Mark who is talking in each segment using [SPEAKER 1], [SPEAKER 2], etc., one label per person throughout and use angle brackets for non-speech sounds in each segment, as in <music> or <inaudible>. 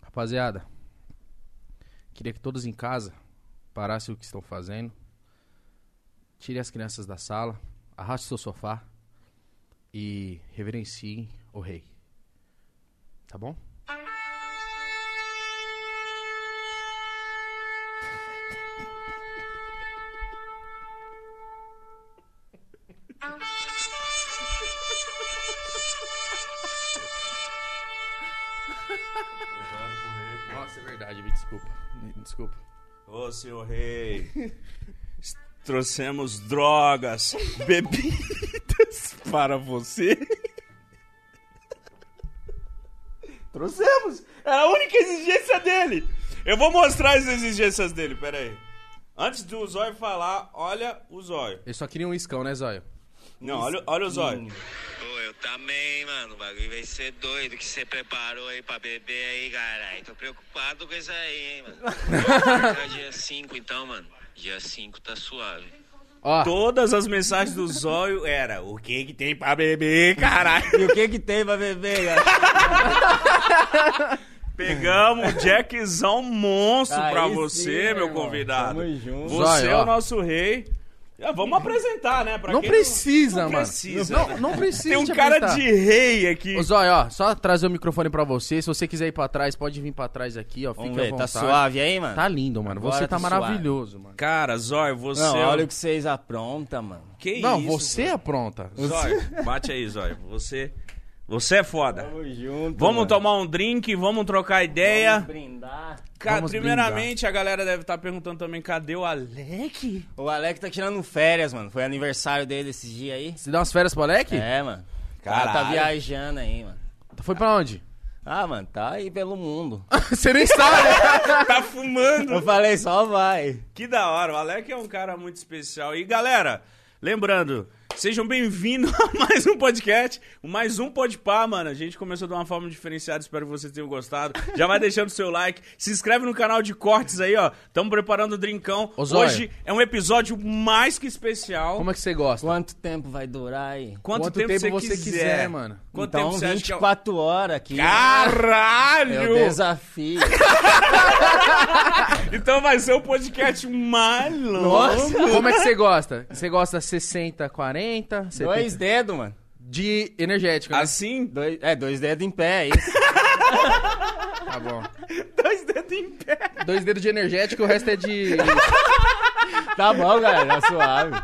[SPEAKER 1] rapaziada, queria que todos em casa parassem o que estão fazendo, tire as crianças da sala, arraste seu sofá e reverenciem o rei. Tá bom? Nossa, é verdade, me desculpa. Me desculpa.
[SPEAKER 2] Ô, senhor rei, s- <laughs> trouxemos drogas, <laughs> bebidas para você. Trouxemos! Era a única exigência dele! Eu vou mostrar as exigências dele, pera aí. Antes do Zóio falar, olha o Zóio.
[SPEAKER 1] Eles só queriam um iscão, né, Zóio?
[SPEAKER 2] Não, olha, olha o Zóio.
[SPEAKER 3] Pô, eu também, mano. O bagulho vai ser doido que você preparou aí pra beber aí, caralho. Tô preocupado com isso aí, hein, mano. Marcar dia 5 então, mano. Dia 5 tá suave.
[SPEAKER 1] Ó,
[SPEAKER 2] Todas as mensagens do Zóio era o que que tem pra beber, caralho.
[SPEAKER 4] E o que que tem pra beber, cara?
[SPEAKER 2] Pegamos um Jackzão monstro
[SPEAKER 4] Aí
[SPEAKER 2] pra
[SPEAKER 4] sim,
[SPEAKER 2] você,
[SPEAKER 4] né,
[SPEAKER 2] meu
[SPEAKER 4] irmão?
[SPEAKER 2] convidado.
[SPEAKER 4] Tamo junto.
[SPEAKER 2] Você
[SPEAKER 1] Zóio,
[SPEAKER 2] é
[SPEAKER 1] ó.
[SPEAKER 2] o nosso rei. Ah, vamos apresentar, né? Pra
[SPEAKER 1] não
[SPEAKER 2] quem
[SPEAKER 1] precisa,
[SPEAKER 2] não
[SPEAKER 1] mano.
[SPEAKER 2] precisa.
[SPEAKER 1] Não, não precisa.
[SPEAKER 2] Tem um
[SPEAKER 1] te
[SPEAKER 2] cara
[SPEAKER 1] apresentar.
[SPEAKER 2] de rei aqui.
[SPEAKER 1] Ô, Zóio, ó, só trazer o microfone pra você. Se você quiser ir pra trás, pode vir pra trás aqui, ó.
[SPEAKER 4] Vamos
[SPEAKER 1] fica à
[SPEAKER 4] ver, tá
[SPEAKER 1] vontade.
[SPEAKER 4] suave aí, mano?
[SPEAKER 1] Tá lindo, mano.
[SPEAKER 4] Agora
[SPEAKER 1] você tá
[SPEAKER 4] tá suave.
[SPEAKER 1] maravilhoso, mano.
[SPEAKER 2] Cara, Zóio, você.
[SPEAKER 4] Não,
[SPEAKER 2] é o-
[SPEAKER 4] olha o que vocês aprontam, mano.
[SPEAKER 2] Que
[SPEAKER 1] não,
[SPEAKER 2] isso,
[SPEAKER 1] você é pronta.
[SPEAKER 2] Zóio? Zóio, bate aí, Zóio. Você, você é foda.
[SPEAKER 4] Tamo junto.
[SPEAKER 2] Vamos tomar um drink, vamos trocar ideia.
[SPEAKER 4] Vamos brindar.
[SPEAKER 2] Cara,
[SPEAKER 1] Vamos
[SPEAKER 2] primeiramente, a galera deve estar perguntando também, cadê o Alec?
[SPEAKER 4] O Alec tá tirando férias, mano. Foi aniversário dele esses dias aí.
[SPEAKER 1] Você dá umas férias pro Alec? Tá,
[SPEAKER 4] É, mano. O cara tá
[SPEAKER 2] Caralho.
[SPEAKER 4] viajando aí, mano.
[SPEAKER 1] Foi pra onde?
[SPEAKER 4] Ah, mano, tá aí pelo mundo.
[SPEAKER 1] <laughs> você nem sabe, né?
[SPEAKER 2] Tá fumando.
[SPEAKER 4] Eu falei, só vai.
[SPEAKER 2] Que da hora, o Alec é um cara muito especial. E galera, lembrando, sejam bem-vindos <laughs> a mais um podcast, mais um Podpah, mano. A gente começou de uma forma diferenciada, espero que vocês tenham gostado. Já vai deixando o seu like, se inscreve no canal de cortes aí, ó. Tamo preparando o drincão.
[SPEAKER 1] Ô, Zóia.
[SPEAKER 2] Hoje é um episódio mais que especial.
[SPEAKER 1] <laughs> Como é que você gosta?
[SPEAKER 4] Quanto tempo vai durar aí?
[SPEAKER 2] Quanto,
[SPEAKER 1] Quanto
[SPEAKER 2] tempo,
[SPEAKER 1] tempo
[SPEAKER 2] você,
[SPEAKER 1] você
[SPEAKER 2] quiser.
[SPEAKER 1] quiser, mano.
[SPEAKER 2] Quanto
[SPEAKER 4] então,
[SPEAKER 2] tempo você acha que é...
[SPEAKER 4] 24 horas aqui. né? É o
[SPEAKER 2] Caralho! <laughs>
[SPEAKER 4] desafio.
[SPEAKER 2] Então vai ser o podcast mais longo.
[SPEAKER 1] Como é que você gosta? Você gosta 60, 40? 70?
[SPEAKER 4] dois dedos, mano.
[SPEAKER 1] De energético, né?
[SPEAKER 2] Assim,
[SPEAKER 4] Dois, é, dois dedos em pé, é isso.
[SPEAKER 1] Tá bom.
[SPEAKER 2] dois dedos em pé.
[SPEAKER 1] Dois dedos de energético, o resto é de...
[SPEAKER 4] tá bom, galera, tá suave.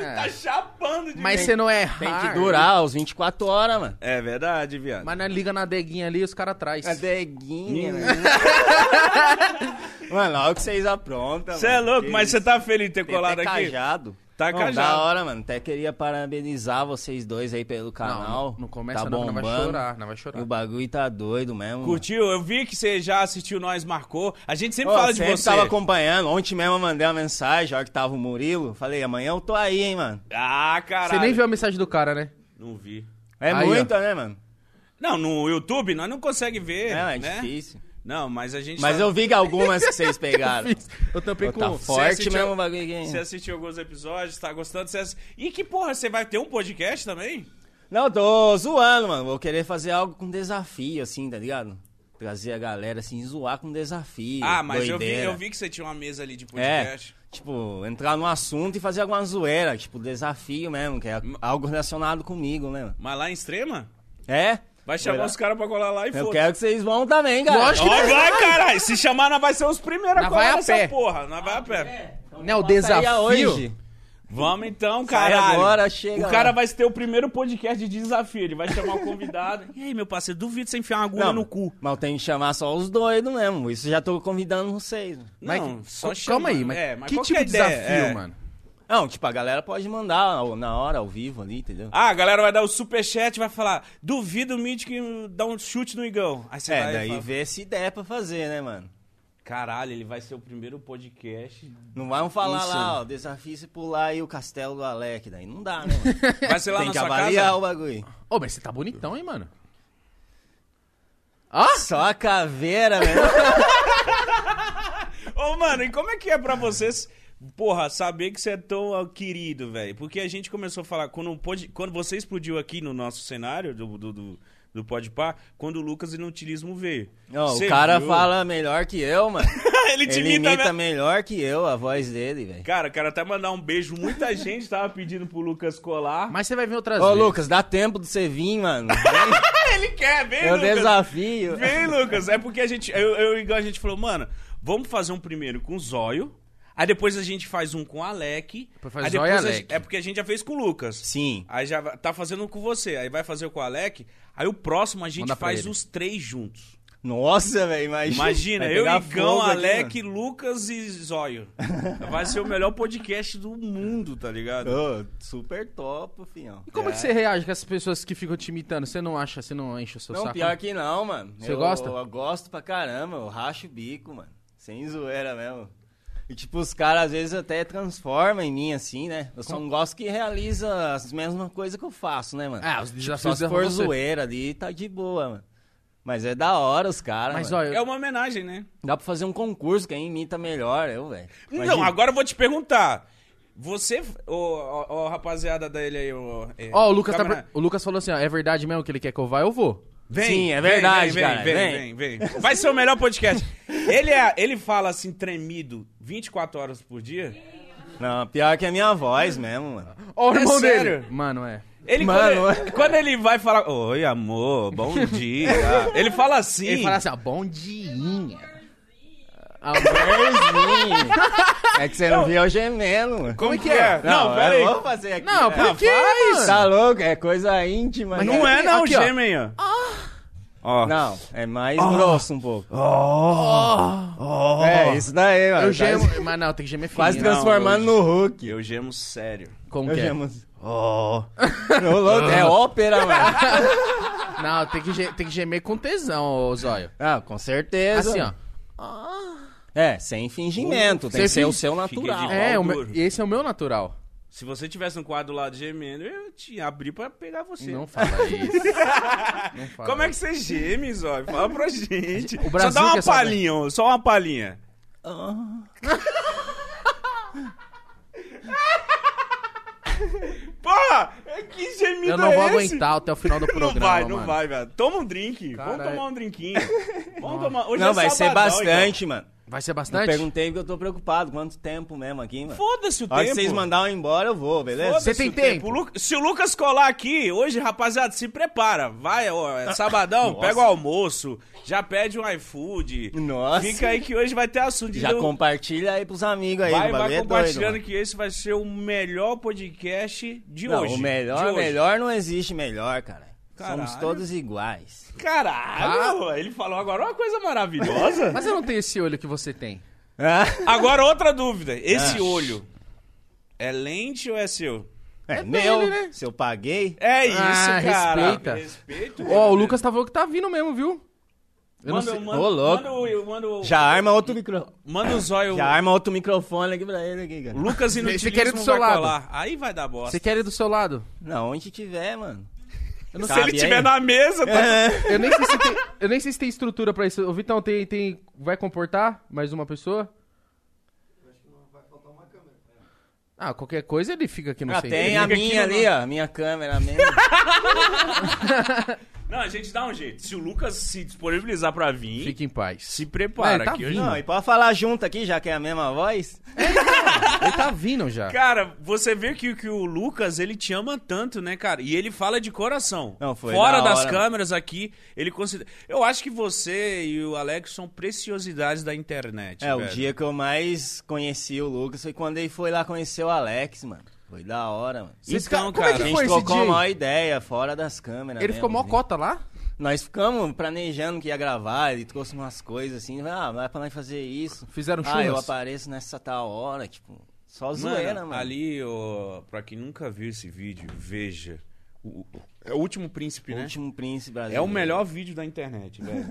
[SPEAKER 4] É.
[SPEAKER 2] Tá chapando de
[SPEAKER 1] Mas você não é
[SPEAKER 4] Tem que
[SPEAKER 1] hard.
[SPEAKER 4] durar os 24 horas, mano.
[SPEAKER 2] É verdade, viado.
[SPEAKER 1] Mas na liga na deguinha ali, os caras traz.
[SPEAKER 4] É Adeguinha, né? mano, olha o que vocês aprontam,
[SPEAKER 2] Você Hum. é
[SPEAKER 4] mano.
[SPEAKER 2] louco,
[SPEAKER 4] Que
[SPEAKER 2] mas você tá feliz de ter
[SPEAKER 4] tem até
[SPEAKER 2] colado aqui?
[SPEAKER 4] cajado.
[SPEAKER 2] Tá
[SPEAKER 4] Não,
[SPEAKER 2] cajado.
[SPEAKER 4] Da hora, mano. Até queria parabenizar vocês dois aí pelo canal.
[SPEAKER 1] Não, não começa
[SPEAKER 4] tá
[SPEAKER 1] não, que não
[SPEAKER 4] bombando.
[SPEAKER 1] vai chorar, não vai chorar.
[SPEAKER 4] O bagulho tá doido mesmo. mano.
[SPEAKER 2] Curtiu? Eu vi que você já assistiu Nós Marcou. A gente sempre
[SPEAKER 4] Ó,
[SPEAKER 2] fala de
[SPEAKER 4] sempre
[SPEAKER 2] você.
[SPEAKER 4] tava acompanhando. Ontem mesmo eu mandei uma mensagem, a hora que tava o Murilo. Falei, amanhã eu tô aí, hein, mano.
[SPEAKER 2] Ah, caralho.
[SPEAKER 1] Você nem viu a mensagem do cara, né?
[SPEAKER 2] Não vi.
[SPEAKER 4] É
[SPEAKER 1] Aí,
[SPEAKER 4] muita, né, mano?
[SPEAKER 2] Não, no YouTube nós não conseguimos ver,
[SPEAKER 4] É, é
[SPEAKER 2] né?
[SPEAKER 4] difícil.
[SPEAKER 2] Não, mas a gente...
[SPEAKER 4] Mas
[SPEAKER 2] tá-
[SPEAKER 4] eu vi que algumas que
[SPEAKER 2] <laughs>
[SPEAKER 1] <laughs>
[SPEAKER 4] vocês
[SPEAKER 2] É
[SPEAKER 4] pegaram.
[SPEAKER 1] Eu tampei
[SPEAKER 4] Pô, tá
[SPEAKER 1] com...
[SPEAKER 2] Você
[SPEAKER 4] forte
[SPEAKER 2] assistiu-
[SPEAKER 4] mesmo o bagulho aqui. hein?
[SPEAKER 2] Você assistiu alguns episódios, tá gostando? Você ass- E que porra, você vai ter um podcast também?
[SPEAKER 4] Não, tô zoando, mano. Vou querer fazer algo com desafio, assim, tá ligado? Trazer a galera, assim, zoar com desafio.
[SPEAKER 2] ah, mas eu vi,
[SPEAKER 4] doideira.
[SPEAKER 2] eu vi que você tinha uma mesa ali de
[SPEAKER 4] É,
[SPEAKER 2] podcast.
[SPEAKER 4] tipo, entrar no assunto e fazer alguma zoeira, tipo, desafio mesmo, que é algo relacionado comigo, né, mano?
[SPEAKER 2] Mas lá em Extrema?
[SPEAKER 4] É?
[SPEAKER 2] Vai chamar
[SPEAKER 4] Olha.
[SPEAKER 2] os caras pra colar lá e
[SPEAKER 4] Eu
[SPEAKER 2] foda-se.
[SPEAKER 4] quero que vocês vão também, cara.
[SPEAKER 1] Lógico.
[SPEAKER 2] Ó, vai, caralho. Se chamar, nós vai ser os primeiros a
[SPEAKER 1] Nós vai
[SPEAKER 2] colar
[SPEAKER 1] a
[SPEAKER 2] nessa
[SPEAKER 1] pé.
[SPEAKER 2] porra. Nós vai a pé.
[SPEAKER 1] Né, o
[SPEAKER 4] Passaria
[SPEAKER 1] desafio...
[SPEAKER 4] Então, hoje.
[SPEAKER 2] Vamos então,
[SPEAKER 4] Sai
[SPEAKER 2] caralho.
[SPEAKER 4] agora, chega
[SPEAKER 2] O cara
[SPEAKER 4] lá.
[SPEAKER 2] vai ter o primeiro podcast de desafio. Ele vai chamar o <laughs> convidado. e aí, meu parceiro, duvido você enfiar uma agulha
[SPEAKER 4] Não,
[SPEAKER 2] no cu.
[SPEAKER 4] mas eu tenho que chamar só os doidos mesmo. Isso já tô convidando vocês.
[SPEAKER 1] Mas
[SPEAKER 2] não,
[SPEAKER 1] que-
[SPEAKER 2] só
[SPEAKER 1] calma
[SPEAKER 2] chama.
[SPEAKER 1] aí, mas,
[SPEAKER 2] É, mas
[SPEAKER 1] que
[SPEAKER 2] qual
[SPEAKER 1] tipo
[SPEAKER 2] é a
[SPEAKER 1] de
[SPEAKER 2] ideia?
[SPEAKER 1] desafio,
[SPEAKER 2] É.
[SPEAKER 1] mano?
[SPEAKER 4] Não, tipo, a galera pode mandar ao- na hora, ao vivo ali, entendeu?
[SPEAKER 2] Ah, a galera vai dar o superchat e vai falar: duvido o Mítico dar um chute no Igão. Aí você vai
[SPEAKER 4] é,
[SPEAKER 2] e
[SPEAKER 4] daí
[SPEAKER 2] fala,
[SPEAKER 4] vê se der pra fazer, né, mano?
[SPEAKER 2] Caralho, ele vai ser o primeiro
[SPEAKER 4] <laughs>
[SPEAKER 2] podcast.
[SPEAKER 4] Não vamos falar
[SPEAKER 2] Insano.
[SPEAKER 4] lá, ó, desafio se pular e o castelo do Alec, daí não dá, né?
[SPEAKER 2] <laughs>
[SPEAKER 4] mano?
[SPEAKER 2] Vai ser lá
[SPEAKER 4] Tem
[SPEAKER 2] na
[SPEAKER 4] que
[SPEAKER 2] sua
[SPEAKER 4] avaliar
[SPEAKER 2] casa.
[SPEAKER 4] o bagulho.
[SPEAKER 1] Ô, mas você tá bonitão, hein, mano? Ah?
[SPEAKER 4] Só a caveira, né?
[SPEAKER 2] <laughs>
[SPEAKER 4] velho.
[SPEAKER 2] Ô, mano, e como é que é pra vocês, porra, saber que você é tão ó, querido, velho? Porque a gente começou a falar, quando, o pod- quando você explodiu aqui no nosso cenário do, do, do- do Podpah, quando o Lucas Inutilismo veio.
[SPEAKER 4] Não,
[SPEAKER 2] Cê
[SPEAKER 4] o cara
[SPEAKER 2] viu?
[SPEAKER 4] fala melhor que eu, mano.
[SPEAKER 2] <laughs> Ele te
[SPEAKER 4] Ele
[SPEAKER 2] imita,
[SPEAKER 4] imita
[SPEAKER 2] né?
[SPEAKER 4] melhor que eu a voz dele, velho.
[SPEAKER 2] Cara, quero até mandar um beijo. Muita gente tava pedindo pro Lucas colar.
[SPEAKER 1] Mas você vai vir outras
[SPEAKER 4] Ô,
[SPEAKER 1] vezes.
[SPEAKER 4] Lucas, dá tempo de você vir,
[SPEAKER 2] <laughs>
[SPEAKER 4] mano.
[SPEAKER 2] Ele quer, vem,
[SPEAKER 4] Eu
[SPEAKER 2] Lucas.
[SPEAKER 4] É um desafio.
[SPEAKER 2] Vem, Lucas. É porque a gente. Eu, eu e o Igor, a gente falou, mano, vamos fazer um primeiro com o Zóio. Aí depois a gente faz um com o Alec.
[SPEAKER 1] Depois faz
[SPEAKER 2] aí
[SPEAKER 1] Zóio e
[SPEAKER 2] depois a
[SPEAKER 1] Alec.
[SPEAKER 2] gente- É porque a gente já fez com o Lucas.
[SPEAKER 4] Sim.
[SPEAKER 2] Aí já va- tá fazendo um com você. Aí vai fazer com o Alec. Aí o próximo a gente
[SPEAKER 1] Manda pra
[SPEAKER 2] faz
[SPEAKER 1] ele.
[SPEAKER 2] os três juntos.
[SPEAKER 4] Nossa, velho, imagina.
[SPEAKER 2] Imagina,
[SPEAKER 4] Vai
[SPEAKER 2] eu,
[SPEAKER 4] pegar
[SPEAKER 2] Igão,
[SPEAKER 4] fogo aqui,
[SPEAKER 2] Alec, Lucas e
[SPEAKER 4] <laughs>
[SPEAKER 2] Zóio. Vai ser o melhor podcast do mundo, tá ligado?
[SPEAKER 4] mano. Ô, super top, fião.
[SPEAKER 1] E como é que você reage com essas pessoas que ficam te imitando? Você não acha, você não enche o seu
[SPEAKER 4] Não,
[SPEAKER 1] saco?
[SPEAKER 4] pior que não, mano.
[SPEAKER 1] Você
[SPEAKER 4] eu,
[SPEAKER 1] gosta?
[SPEAKER 4] Eu gosto pra caramba, eu racho o bico, mano. Sem zoeira mesmo. E tipo, os caras às vezes até transformam em mim, assim, né? Eu só não gosto que realiza as mesmas coisas que eu faço, né, mano?
[SPEAKER 1] Ah, os
[SPEAKER 4] Só
[SPEAKER 1] desafios
[SPEAKER 4] se
[SPEAKER 1] tipo,
[SPEAKER 4] for zoeira ali, tá de boa, mano. Mas é da hora os caras,
[SPEAKER 1] Mas
[SPEAKER 4] mano.
[SPEAKER 1] olha,
[SPEAKER 2] É uma homenagem, né?
[SPEAKER 4] Dá pra fazer um concurso, quem imita melhor, eu, velho.
[SPEAKER 2] Não,
[SPEAKER 4] Imagina.
[SPEAKER 2] agora eu vou te perguntar. Você, ô ô, ô, rapaziada da ele aí, ô. é,
[SPEAKER 1] Ó, o Lucas, tá
[SPEAKER 2] câmera-
[SPEAKER 1] per- o Lucas falou assim, ó, é verdade mesmo que ele quer que eu vá, eu vou.
[SPEAKER 2] Vem,
[SPEAKER 4] Sim, é
[SPEAKER 2] vem,
[SPEAKER 4] verdade,
[SPEAKER 2] vem,
[SPEAKER 4] cara,
[SPEAKER 2] Vem, vem,
[SPEAKER 4] vem.
[SPEAKER 2] vem, Vai ser o melhor podcast. Ele, é, ele fala assim, tremido, 24 horas por dia.
[SPEAKER 4] Não, pior que a minha voz mesmo, mano.
[SPEAKER 1] Ó, o
[SPEAKER 2] É
[SPEAKER 1] irmão
[SPEAKER 2] sério?
[SPEAKER 1] dele. Mano, é.
[SPEAKER 2] Ele,
[SPEAKER 4] Mano,
[SPEAKER 2] quando,
[SPEAKER 1] <laughs>
[SPEAKER 2] ele, quando ele vai falar, oi amor, bom dia. ele fala assim.
[SPEAKER 1] Ele fala assim, ó, bom dia.
[SPEAKER 4] Ah,
[SPEAKER 1] Ah,
[SPEAKER 4] Amorzinho. é que você não viu eu gemendo, mano.
[SPEAKER 2] como que é? Não,
[SPEAKER 4] eu
[SPEAKER 2] pera aí.
[SPEAKER 4] vou fazer aqui.
[SPEAKER 1] Não,
[SPEAKER 4] né?
[SPEAKER 1] por quê, mano?
[SPEAKER 4] Tá louco? É coisa íntima. né?
[SPEAKER 1] Mas
[SPEAKER 2] Não é não,
[SPEAKER 1] Aqui, ó.
[SPEAKER 2] gemem, ó. Ó.
[SPEAKER 4] Não, é mais grosso um pouco. É, isso daí, mano.
[SPEAKER 1] Eu
[SPEAKER 4] Tá
[SPEAKER 1] gemo, mas não, tem que gemer
[SPEAKER 4] Quase
[SPEAKER 1] fininho.
[SPEAKER 4] transformando
[SPEAKER 2] Não,
[SPEAKER 4] no Hulk.
[SPEAKER 2] Eu gemo sério.
[SPEAKER 1] Como
[SPEAKER 4] Eu
[SPEAKER 1] que é?
[SPEAKER 4] gemo. assim. <laughs> Ô, louco, é ópera, mano.
[SPEAKER 1] Não, tem que, ge- tem que gemer com tesão, ô Zóio.
[SPEAKER 4] Ah, com certeza.
[SPEAKER 1] Assim, ó.
[SPEAKER 4] É, sem fingimento. Tem
[SPEAKER 1] Sem
[SPEAKER 4] que ser o
[SPEAKER 1] fin-
[SPEAKER 4] seu
[SPEAKER 2] Fiquei
[SPEAKER 4] natural.
[SPEAKER 2] de-
[SPEAKER 1] É,
[SPEAKER 2] pau
[SPEAKER 1] o meu-
[SPEAKER 2] duro.
[SPEAKER 1] esse é o meu natural.
[SPEAKER 2] Se você tivesse um quadro lá de gemendo, eu te abri pra pegar você.
[SPEAKER 1] Não fala
[SPEAKER 4] <laughs>
[SPEAKER 1] isso. Não fala
[SPEAKER 2] Como é que você geme, Zóio? Fala
[SPEAKER 1] <laughs>
[SPEAKER 2] pra gente.
[SPEAKER 1] O Brasil
[SPEAKER 2] só dá
[SPEAKER 1] quer
[SPEAKER 2] uma
[SPEAKER 1] saber. Ah.
[SPEAKER 2] palhinha, ó, só uma palhinha. <laughs> Porra, que gemido
[SPEAKER 1] Eu não vou
[SPEAKER 2] é esse?
[SPEAKER 1] aguentar até o final do
[SPEAKER 2] <laughs>
[SPEAKER 1] programa,
[SPEAKER 2] não vai,
[SPEAKER 1] mano.
[SPEAKER 2] não vai, velho. Toma um drink. Vamos
[SPEAKER 1] Caralho.
[SPEAKER 2] tomar um drinquinho.
[SPEAKER 4] <laughs>
[SPEAKER 2] Vamos tomar. Hoje
[SPEAKER 4] Não,
[SPEAKER 2] é
[SPEAKER 4] vai ser
[SPEAKER 2] sabadão,
[SPEAKER 4] bastante, mano.
[SPEAKER 1] Vai ser
[SPEAKER 4] Eu
[SPEAKER 1] bastante?
[SPEAKER 4] perguntei porque eu tô preocupado. Quanto tempo mesmo aqui,
[SPEAKER 2] então.
[SPEAKER 4] mano?
[SPEAKER 2] Foda-se o
[SPEAKER 4] A hora que
[SPEAKER 2] tempo.
[SPEAKER 4] vocês mandarem um embora, eu vou, beleza?
[SPEAKER 2] Foda-se
[SPEAKER 1] Você tem
[SPEAKER 2] o tempo.
[SPEAKER 1] tempo?
[SPEAKER 2] O Lu- Se o Lucas colar aqui, hoje, rapaziada, se prepara. Vai, ó,
[SPEAKER 1] <laughs>
[SPEAKER 2] é sabadão, pega o almoço, já pede um iFood.
[SPEAKER 4] Nossa.
[SPEAKER 2] Fica aí que hoje vai ter assunto.
[SPEAKER 4] Já
[SPEAKER 2] Então,
[SPEAKER 4] compartilha aí pros amigos aí.
[SPEAKER 2] Vai,
[SPEAKER 4] o bagulho
[SPEAKER 2] vai
[SPEAKER 4] é doido,
[SPEAKER 2] compartilhando
[SPEAKER 4] mano.
[SPEAKER 2] que esse vai ser o melhor podcast de
[SPEAKER 4] Não,
[SPEAKER 2] hoje.
[SPEAKER 4] o
[SPEAKER 2] de
[SPEAKER 4] melhor,
[SPEAKER 2] hoje.
[SPEAKER 4] melhor não existe melhor, cara. Somos
[SPEAKER 2] Caralho.
[SPEAKER 4] todos iguais. Tá.
[SPEAKER 2] Caralho, ele falou agora uma coisa
[SPEAKER 4] <laughs>
[SPEAKER 2] maravilhosa.
[SPEAKER 1] Mas eu não tenho esse olho que você tem.
[SPEAKER 4] Ah,
[SPEAKER 2] agora outra dúvida, esse
[SPEAKER 4] Ah.
[SPEAKER 2] olho é lente ou é seu?
[SPEAKER 4] <laughs> é
[SPEAKER 1] dele,
[SPEAKER 4] meu,
[SPEAKER 1] né?
[SPEAKER 4] se eu paguei.
[SPEAKER 2] É isso,
[SPEAKER 1] Ah,
[SPEAKER 2] cara.
[SPEAKER 1] respeita.
[SPEAKER 2] Respeito.
[SPEAKER 1] Ó, o Lucas tá falando que tá vindo mesmo, viu? Eu não
[SPEAKER 2] Manda,
[SPEAKER 1] sei.
[SPEAKER 2] manda,
[SPEAKER 4] Ô, louco.
[SPEAKER 2] manda o- manda o-
[SPEAKER 4] Já arma outro micro...
[SPEAKER 2] Manda o zóio.
[SPEAKER 4] Já arma outro microfone aqui pra ele aqui, cara.
[SPEAKER 2] Lucas
[SPEAKER 1] Você é quer ir
[SPEAKER 2] Inutilismo
[SPEAKER 1] do
[SPEAKER 2] vai
[SPEAKER 1] seu lado.
[SPEAKER 2] colar. Aí vai dar bosta.
[SPEAKER 1] Você quer ir do seu lado?
[SPEAKER 4] Não, onde tiver, mano. Eu
[SPEAKER 2] Se
[SPEAKER 1] é.
[SPEAKER 2] ele tiver
[SPEAKER 4] <laughs>
[SPEAKER 2] na mesa, tá...
[SPEAKER 1] Eu nem sei se tem, eu nem sei se tem estrutura pra isso. Ô, Vitão, tem, tem, vai comportar mais uma pessoa? Ah, qualquer coisa ele fica aqui, não
[SPEAKER 4] Ah,
[SPEAKER 1] sei.
[SPEAKER 4] tem a
[SPEAKER 2] Liga aqui
[SPEAKER 4] minha
[SPEAKER 2] no
[SPEAKER 4] ali, ó. Minha
[SPEAKER 2] <laughs>
[SPEAKER 4] câmera mesmo.
[SPEAKER 2] Não, a gente dá um jeito. Se o Lucas se disponibilizar pra vir,
[SPEAKER 1] Fica em paz.
[SPEAKER 2] se prepara.
[SPEAKER 1] Ué, tá
[SPEAKER 2] que hoje-
[SPEAKER 1] vindo.
[SPEAKER 4] Não, e pode falar junto aqui, já que é a mesma voz.
[SPEAKER 1] Ele tá vindo já.
[SPEAKER 4] Então,
[SPEAKER 2] Cara, você vê que, que o Lucas, ele te ama tanto, né, cara? E ele fala de coração.
[SPEAKER 4] Não, foi
[SPEAKER 2] Fora
[SPEAKER 4] da
[SPEAKER 2] das
[SPEAKER 4] hora,
[SPEAKER 2] câmeras aqui, ele considera... Eu acho que você e o Alex são preciosidades da internet,
[SPEAKER 4] É, o
[SPEAKER 2] velho.
[SPEAKER 4] dia que eu mais conheci o Lucas foi quando ele foi lá conhecer o Alex, mano. Foi da hora, mano.
[SPEAKER 2] Então, cara,
[SPEAKER 1] Então, como
[SPEAKER 4] A
[SPEAKER 1] é que
[SPEAKER 4] gente
[SPEAKER 1] foi esse
[SPEAKER 4] trocou
[SPEAKER 1] dia?
[SPEAKER 4] uma
[SPEAKER 1] aí?
[SPEAKER 4] maior ideia fora das câmeras.
[SPEAKER 1] Ele
[SPEAKER 4] mesmo,
[SPEAKER 1] ficou mó
[SPEAKER 4] né?
[SPEAKER 1] cota lá?
[SPEAKER 4] Nós ficamos planejando que ia gravar, ele trouxe umas coisas assim, ah, vai pra nós fazer isso.
[SPEAKER 1] Fizeram
[SPEAKER 4] Ah, eu
[SPEAKER 1] churras?
[SPEAKER 4] apareço nessa tal hora, tipo, só
[SPEAKER 2] Mano,
[SPEAKER 4] zoeira, mano.
[SPEAKER 2] ali, ó, pra quem nunca viu esse vídeo, veja. O- o- é o último príncipe,
[SPEAKER 4] O
[SPEAKER 2] né?
[SPEAKER 4] último príncipe
[SPEAKER 2] É
[SPEAKER 4] brasileiro.
[SPEAKER 2] o melhor vídeo da internet,
[SPEAKER 4] <laughs>
[SPEAKER 2] velho.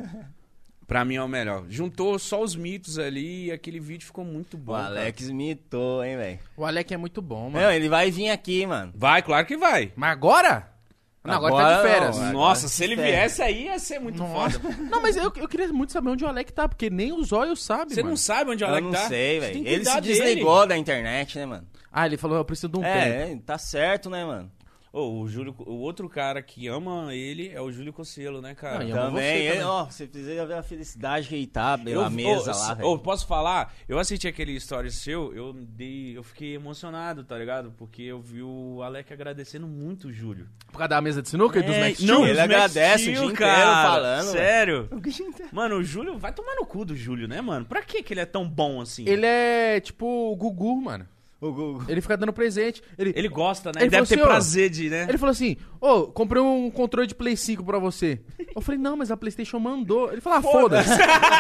[SPEAKER 2] Pra mim é o melhor. Juntou só os mitos ali e aquele vídeo ficou muito bom.
[SPEAKER 4] O
[SPEAKER 2] cara.
[SPEAKER 4] Alex mitou, hein, velho.
[SPEAKER 1] O Alec é muito bom, mano.
[SPEAKER 4] Não, ele vai vir aqui, mano.
[SPEAKER 2] Vai, claro que vai.
[SPEAKER 1] Mas agora? Não, agora, tá de
[SPEAKER 4] Agora
[SPEAKER 1] férias.
[SPEAKER 4] não,
[SPEAKER 1] Não,
[SPEAKER 4] mano.
[SPEAKER 2] Nossa,
[SPEAKER 4] agora
[SPEAKER 2] se ele
[SPEAKER 4] sério.
[SPEAKER 2] viesse aí ia ser muito
[SPEAKER 1] Nossa.
[SPEAKER 2] foda.
[SPEAKER 1] mas eu, eu queria muito saber onde o Alec tá, porque nem o Zóio sabe,
[SPEAKER 2] Você
[SPEAKER 1] mano.
[SPEAKER 2] não sabe onde o
[SPEAKER 4] Eu
[SPEAKER 2] Alec
[SPEAKER 4] não
[SPEAKER 2] tá? Você tem
[SPEAKER 4] sei, velho.
[SPEAKER 2] que
[SPEAKER 4] Ele
[SPEAKER 2] cuidar
[SPEAKER 4] se
[SPEAKER 2] dele.
[SPEAKER 4] desligou da internet, né, mano?
[SPEAKER 1] Ah, ele falou, eu preciso de um tempo.
[SPEAKER 4] É, é, tá certo, né, mano?
[SPEAKER 2] Ô, o Júlio, o outro cara que ama ele é o Júlio Cocielo, né, cara?
[SPEAKER 1] Não, e ama você
[SPEAKER 4] Também,
[SPEAKER 1] também.
[SPEAKER 4] ele- ó, você precisa ver a felicidade que ele tá pela
[SPEAKER 2] Então, Eu-
[SPEAKER 4] mesa
[SPEAKER 2] ô,
[SPEAKER 4] lá,
[SPEAKER 2] se-
[SPEAKER 4] velho.
[SPEAKER 2] ô, posso falar? Eu assisti aquele story seu, eu dei, eu fiquei emocionado, tá ligado? Porque eu vi o Alec agradecendo muito o Júlio.
[SPEAKER 1] Por causa da mesa de sinuca e dos
[SPEAKER 2] É,
[SPEAKER 1] Max
[SPEAKER 2] não,
[SPEAKER 1] Steel?
[SPEAKER 4] Ele
[SPEAKER 2] dos
[SPEAKER 4] agradece
[SPEAKER 2] Max
[SPEAKER 4] o
[SPEAKER 2] Steel,
[SPEAKER 4] dia inteiro falando,
[SPEAKER 2] Sério?
[SPEAKER 4] O que a gente tem?
[SPEAKER 2] Mano, É o Júlio vai tomar no cu do Júlio, né, mano? Pra que que ele é tão bom assim?
[SPEAKER 1] Ele é tipo o Gugu, mano.
[SPEAKER 4] O Gugu.
[SPEAKER 1] Ele fica dando presente. Ele,
[SPEAKER 2] Ele gosta, né?
[SPEAKER 1] Ele
[SPEAKER 2] Ele, deve
[SPEAKER 1] falou
[SPEAKER 2] ter
[SPEAKER 1] assim, ó,
[SPEAKER 2] prazer de, né?
[SPEAKER 1] ele falou assim: Ô, comprei um controle de Play 5 pra você. Eu falei: Não, mas a PlayStation mandou. Ele falou: ah, Foda-se.
[SPEAKER 2] <laughs>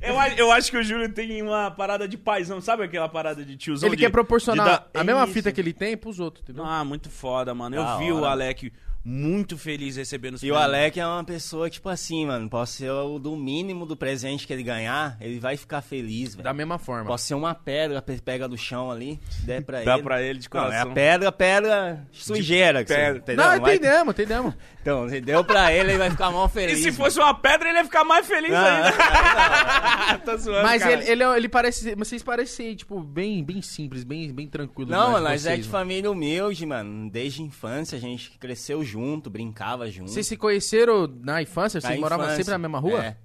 [SPEAKER 2] Eu, a- eu acho que o Júlio tem uma parada de paizão, sabe aquela parada de tiozão?
[SPEAKER 1] Ele
[SPEAKER 2] de-
[SPEAKER 1] quer
[SPEAKER 2] de
[SPEAKER 1] proporcionar
[SPEAKER 2] dar- É
[SPEAKER 1] a mesma
[SPEAKER 2] Isso.
[SPEAKER 1] fita que ele tem pros outros, entendeu?
[SPEAKER 2] Ah, muito foda, mano. Eu
[SPEAKER 4] Da
[SPEAKER 2] vi o
[SPEAKER 4] hora.
[SPEAKER 2] Alec muito feliz recebendo os
[SPEAKER 4] E o
[SPEAKER 2] prêmios.
[SPEAKER 4] Alec é uma pessoa, tipo assim, mano, posso ser o do mínimo do presente que ele ganhar, ele vai ficar feliz,
[SPEAKER 1] Da
[SPEAKER 4] velho.
[SPEAKER 1] mesma forma.
[SPEAKER 4] Posso ser uma pedra, pe- pega do chão ali, der pra
[SPEAKER 2] Dá
[SPEAKER 4] ele.
[SPEAKER 2] pra ele de
[SPEAKER 4] Não,
[SPEAKER 2] coração.
[SPEAKER 4] é a pedra, pedra sujeira. Que
[SPEAKER 2] pedra.
[SPEAKER 4] Você, entendeu?
[SPEAKER 1] Não,
[SPEAKER 4] Não vai-
[SPEAKER 2] <laughs>
[SPEAKER 1] entendemos, entendemos.
[SPEAKER 4] Então, você deu pra ele, ele vai ficar mal
[SPEAKER 2] E
[SPEAKER 4] feliz.
[SPEAKER 2] se fosse uma pedra, ele ia ficar mais feliz
[SPEAKER 4] Não, é,
[SPEAKER 2] ainda. <laughs> Tô zoando,
[SPEAKER 1] Mas
[SPEAKER 2] cara.
[SPEAKER 1] ele, ele, é- ele parece. ser- Mas vocês parecem, ser, tipo, bem, bem simples, bem, bem tranquilo.
[SPEAKER 4] Não, mano, nós
[SPEAKER 1] mas
[SPEAKER 4] é de família humilde, mano. Desde a infância a gente cresceu junto, brincava junto.
[SPEAKER 1] Vocês se conheceram na infância?
[SPEAKER 4] Na
[SPEAKER 1] Vocês moravam
[SPEAKER 4] infância.
[SPEAKER 1] sempre na mesma rua?
[SPEAKER 4] É.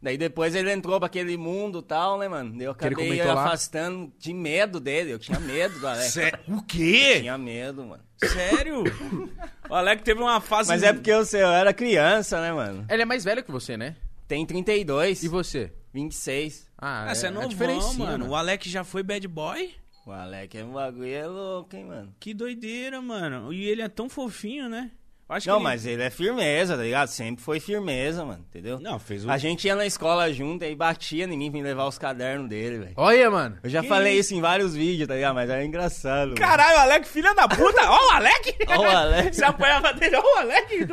[SPEAKER 4] Daí depois ele entrou pra aquele mundo e tal, né, mano? Daí Eu
[SPEAKER 1] Que ele
[SPEAKER 4] acabei
[SPEAKER 1] comentou lá?
[SPEAKER 4] afastando de medo dele. Eu tinha medo do Alex.
[SPEAKER 2] É. Sé- O quê?
[SPEAKER 4] tinha medo, mano.
[SPEAKER 2] Sério? o Alec teve uma fase...
[SPEAKER 4] Mas é porque eu, sei, eu era criança, né, mano?
[SPEAKER 1] Ele é mais velho que você, né?
[SPEAKER 4] Tem 32,
[SPEAKER 1] E você?
[SPEAKER 4] 26.
[SPEAKER 1] Ah,
[SPEAKER 2] Ah, você é novão,
[SPEAKER 1] diferencinha,
[SPEAKER 2] mano. O Alec já foi bad boy?
[SPEAKER 4] O Alex é um bagulho é louco, hein, mano?
[SPEAKER 2] Que doideira, mano. E ele é tão fofinho, né? Eu Acho
[SPEAKER 4] Não,
[SPEAKER 2] que ele-
[SPEAKER 4] mas ele é firmeza, tá ligado? Sempre foi firmeza, mano, entendeu?
[SPEAKER 2] Não, fez o...
[SPEAKER 4] A gente ia na escola junto, aí batia em mim pra me levar os cadernos dele, velho.
[SPEAKER 1] Olha, mano.
[SPEAKER 4] Eu já
[SPEAKER 2] Que
[SPEAKER 4] falei isso em vários vídeos, tá ligado? Mas era engraçado. mano.
[SPEAKER 2] Caralho, o Alec, filha da puta! Ó o Alec!
[SPEAKER 4] Ó
[SPEAKER 2] <laughs>
[SPEAKER 4] o Alec.
[SPEAKER 2] Você apanhava dele, ó o Alec!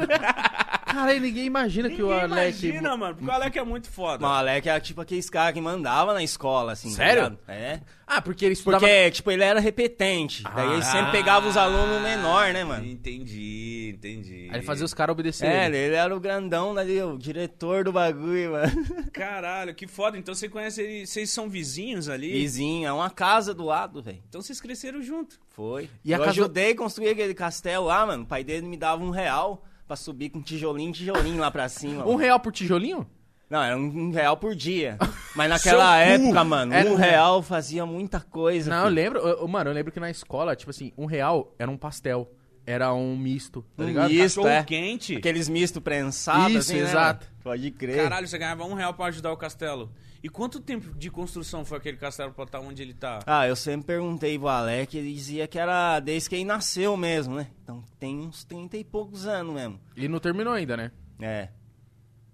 [SPEAKER 1] Cara, ninguém imagina que o
[SPEAKER 2] Ninguém
[SPEAKER 1] Alex.
[SPEAKER 2] imagina, mano, porque o Alec é muito foda.
[SPEAKER 4] Mas o Alec era tipo aqueles caras que mandava na escola, assim. tá
[SPEAKER 1] Sério?
[SPEAKER 4] ligado? é.
[SPEAKER 1] Ah, porque Ah. ele estudava.
[SPEAKER 4] Porque, tipo, ele era repetente. daí ele sempre pegava os alunos menor, né, mano?
[SPEAKER 2] Ah, Entendi, entendi.
[SPEAKER 1] Aí ele fazia os caras obedecerem.
[SPEAKER 4] É, ele ele era o grandão ali, o diretor do bagulho, mano.
[SPEAKER 1] <laughs>
[SPEAKER 2] Caralho, que foda. Então você conhece ele, vocês são vizinhos ali?
[SPEAKER 4] Vizinho, é uma casa do lado, velho.
[SPEAKER 2] Então vocês cresceram junto.
[SPEAKER 4] Foi.
[SPEAKER 1] E a
[SPEAKER 4] eu
[SPEAKER 1] casa-
[SPEAKER 4] ajudei a construir aquele castelo lá, mano. O pai dele me dava um real pra subir com tijolinho, tijolinho lá pra
[SPEAKER 1] <laughs>
[SPEAKER 4] cima.
[SPEAKER 1] Um real por tijolinho?
[SPEAKER 4] Não, era um real
[SPEAKER 1] <laughs>
[SPEAKER 4] por dia. Mas
[SPEAKER 2] Seu
[SPEAKER 4] naquela
[SPEAKER 2] cu!
[SPEAKER 4] época, mano,
[SPEAKER 1] Era
[SPEAKER 4] um
[SPEAKER 1] um-
[SPEAKER 4] real fazia muita coisa.
[SPEAKER 1] Não, eu
[SPEAKER 4] filho.
[SPEAKER 1] lembro. eu- eu- mano, eu lembro que na escola, tipo assim, um real era um pastel. Era um misto, tá
[SPEAKER 4] Um
[SPEAKER 1] ligado?
[SPEAKER 4] misto. Isso,
[SPEAKER 2] Cachorro
[SPEAKER 4] é.
[SPEAKER 2] quente.
[SPEAKER 4] Aqueles misto prensados,
[SPEAKER 1] Isso,
[SPEAKER 4] assim, né,
[SPEAKER 1] exato.
[SPEAKER 4] mano? Pode crer.
[SPEAKER 2] Caralho, você ganhava um real pra ajudar o castelo. E quanto tempo de construção foi aquele castelo pra estar onde ele tá?
[SPEAKER 4] Ah, eu sempre perguntei pro Alec, ele dizia que era desde que ele nasceu mesmo, né? Então tem uns 30 e poucos anos mesmo.
[SPEAKER 1] E não terminou ainda, né?
[SPEAKER 4] É.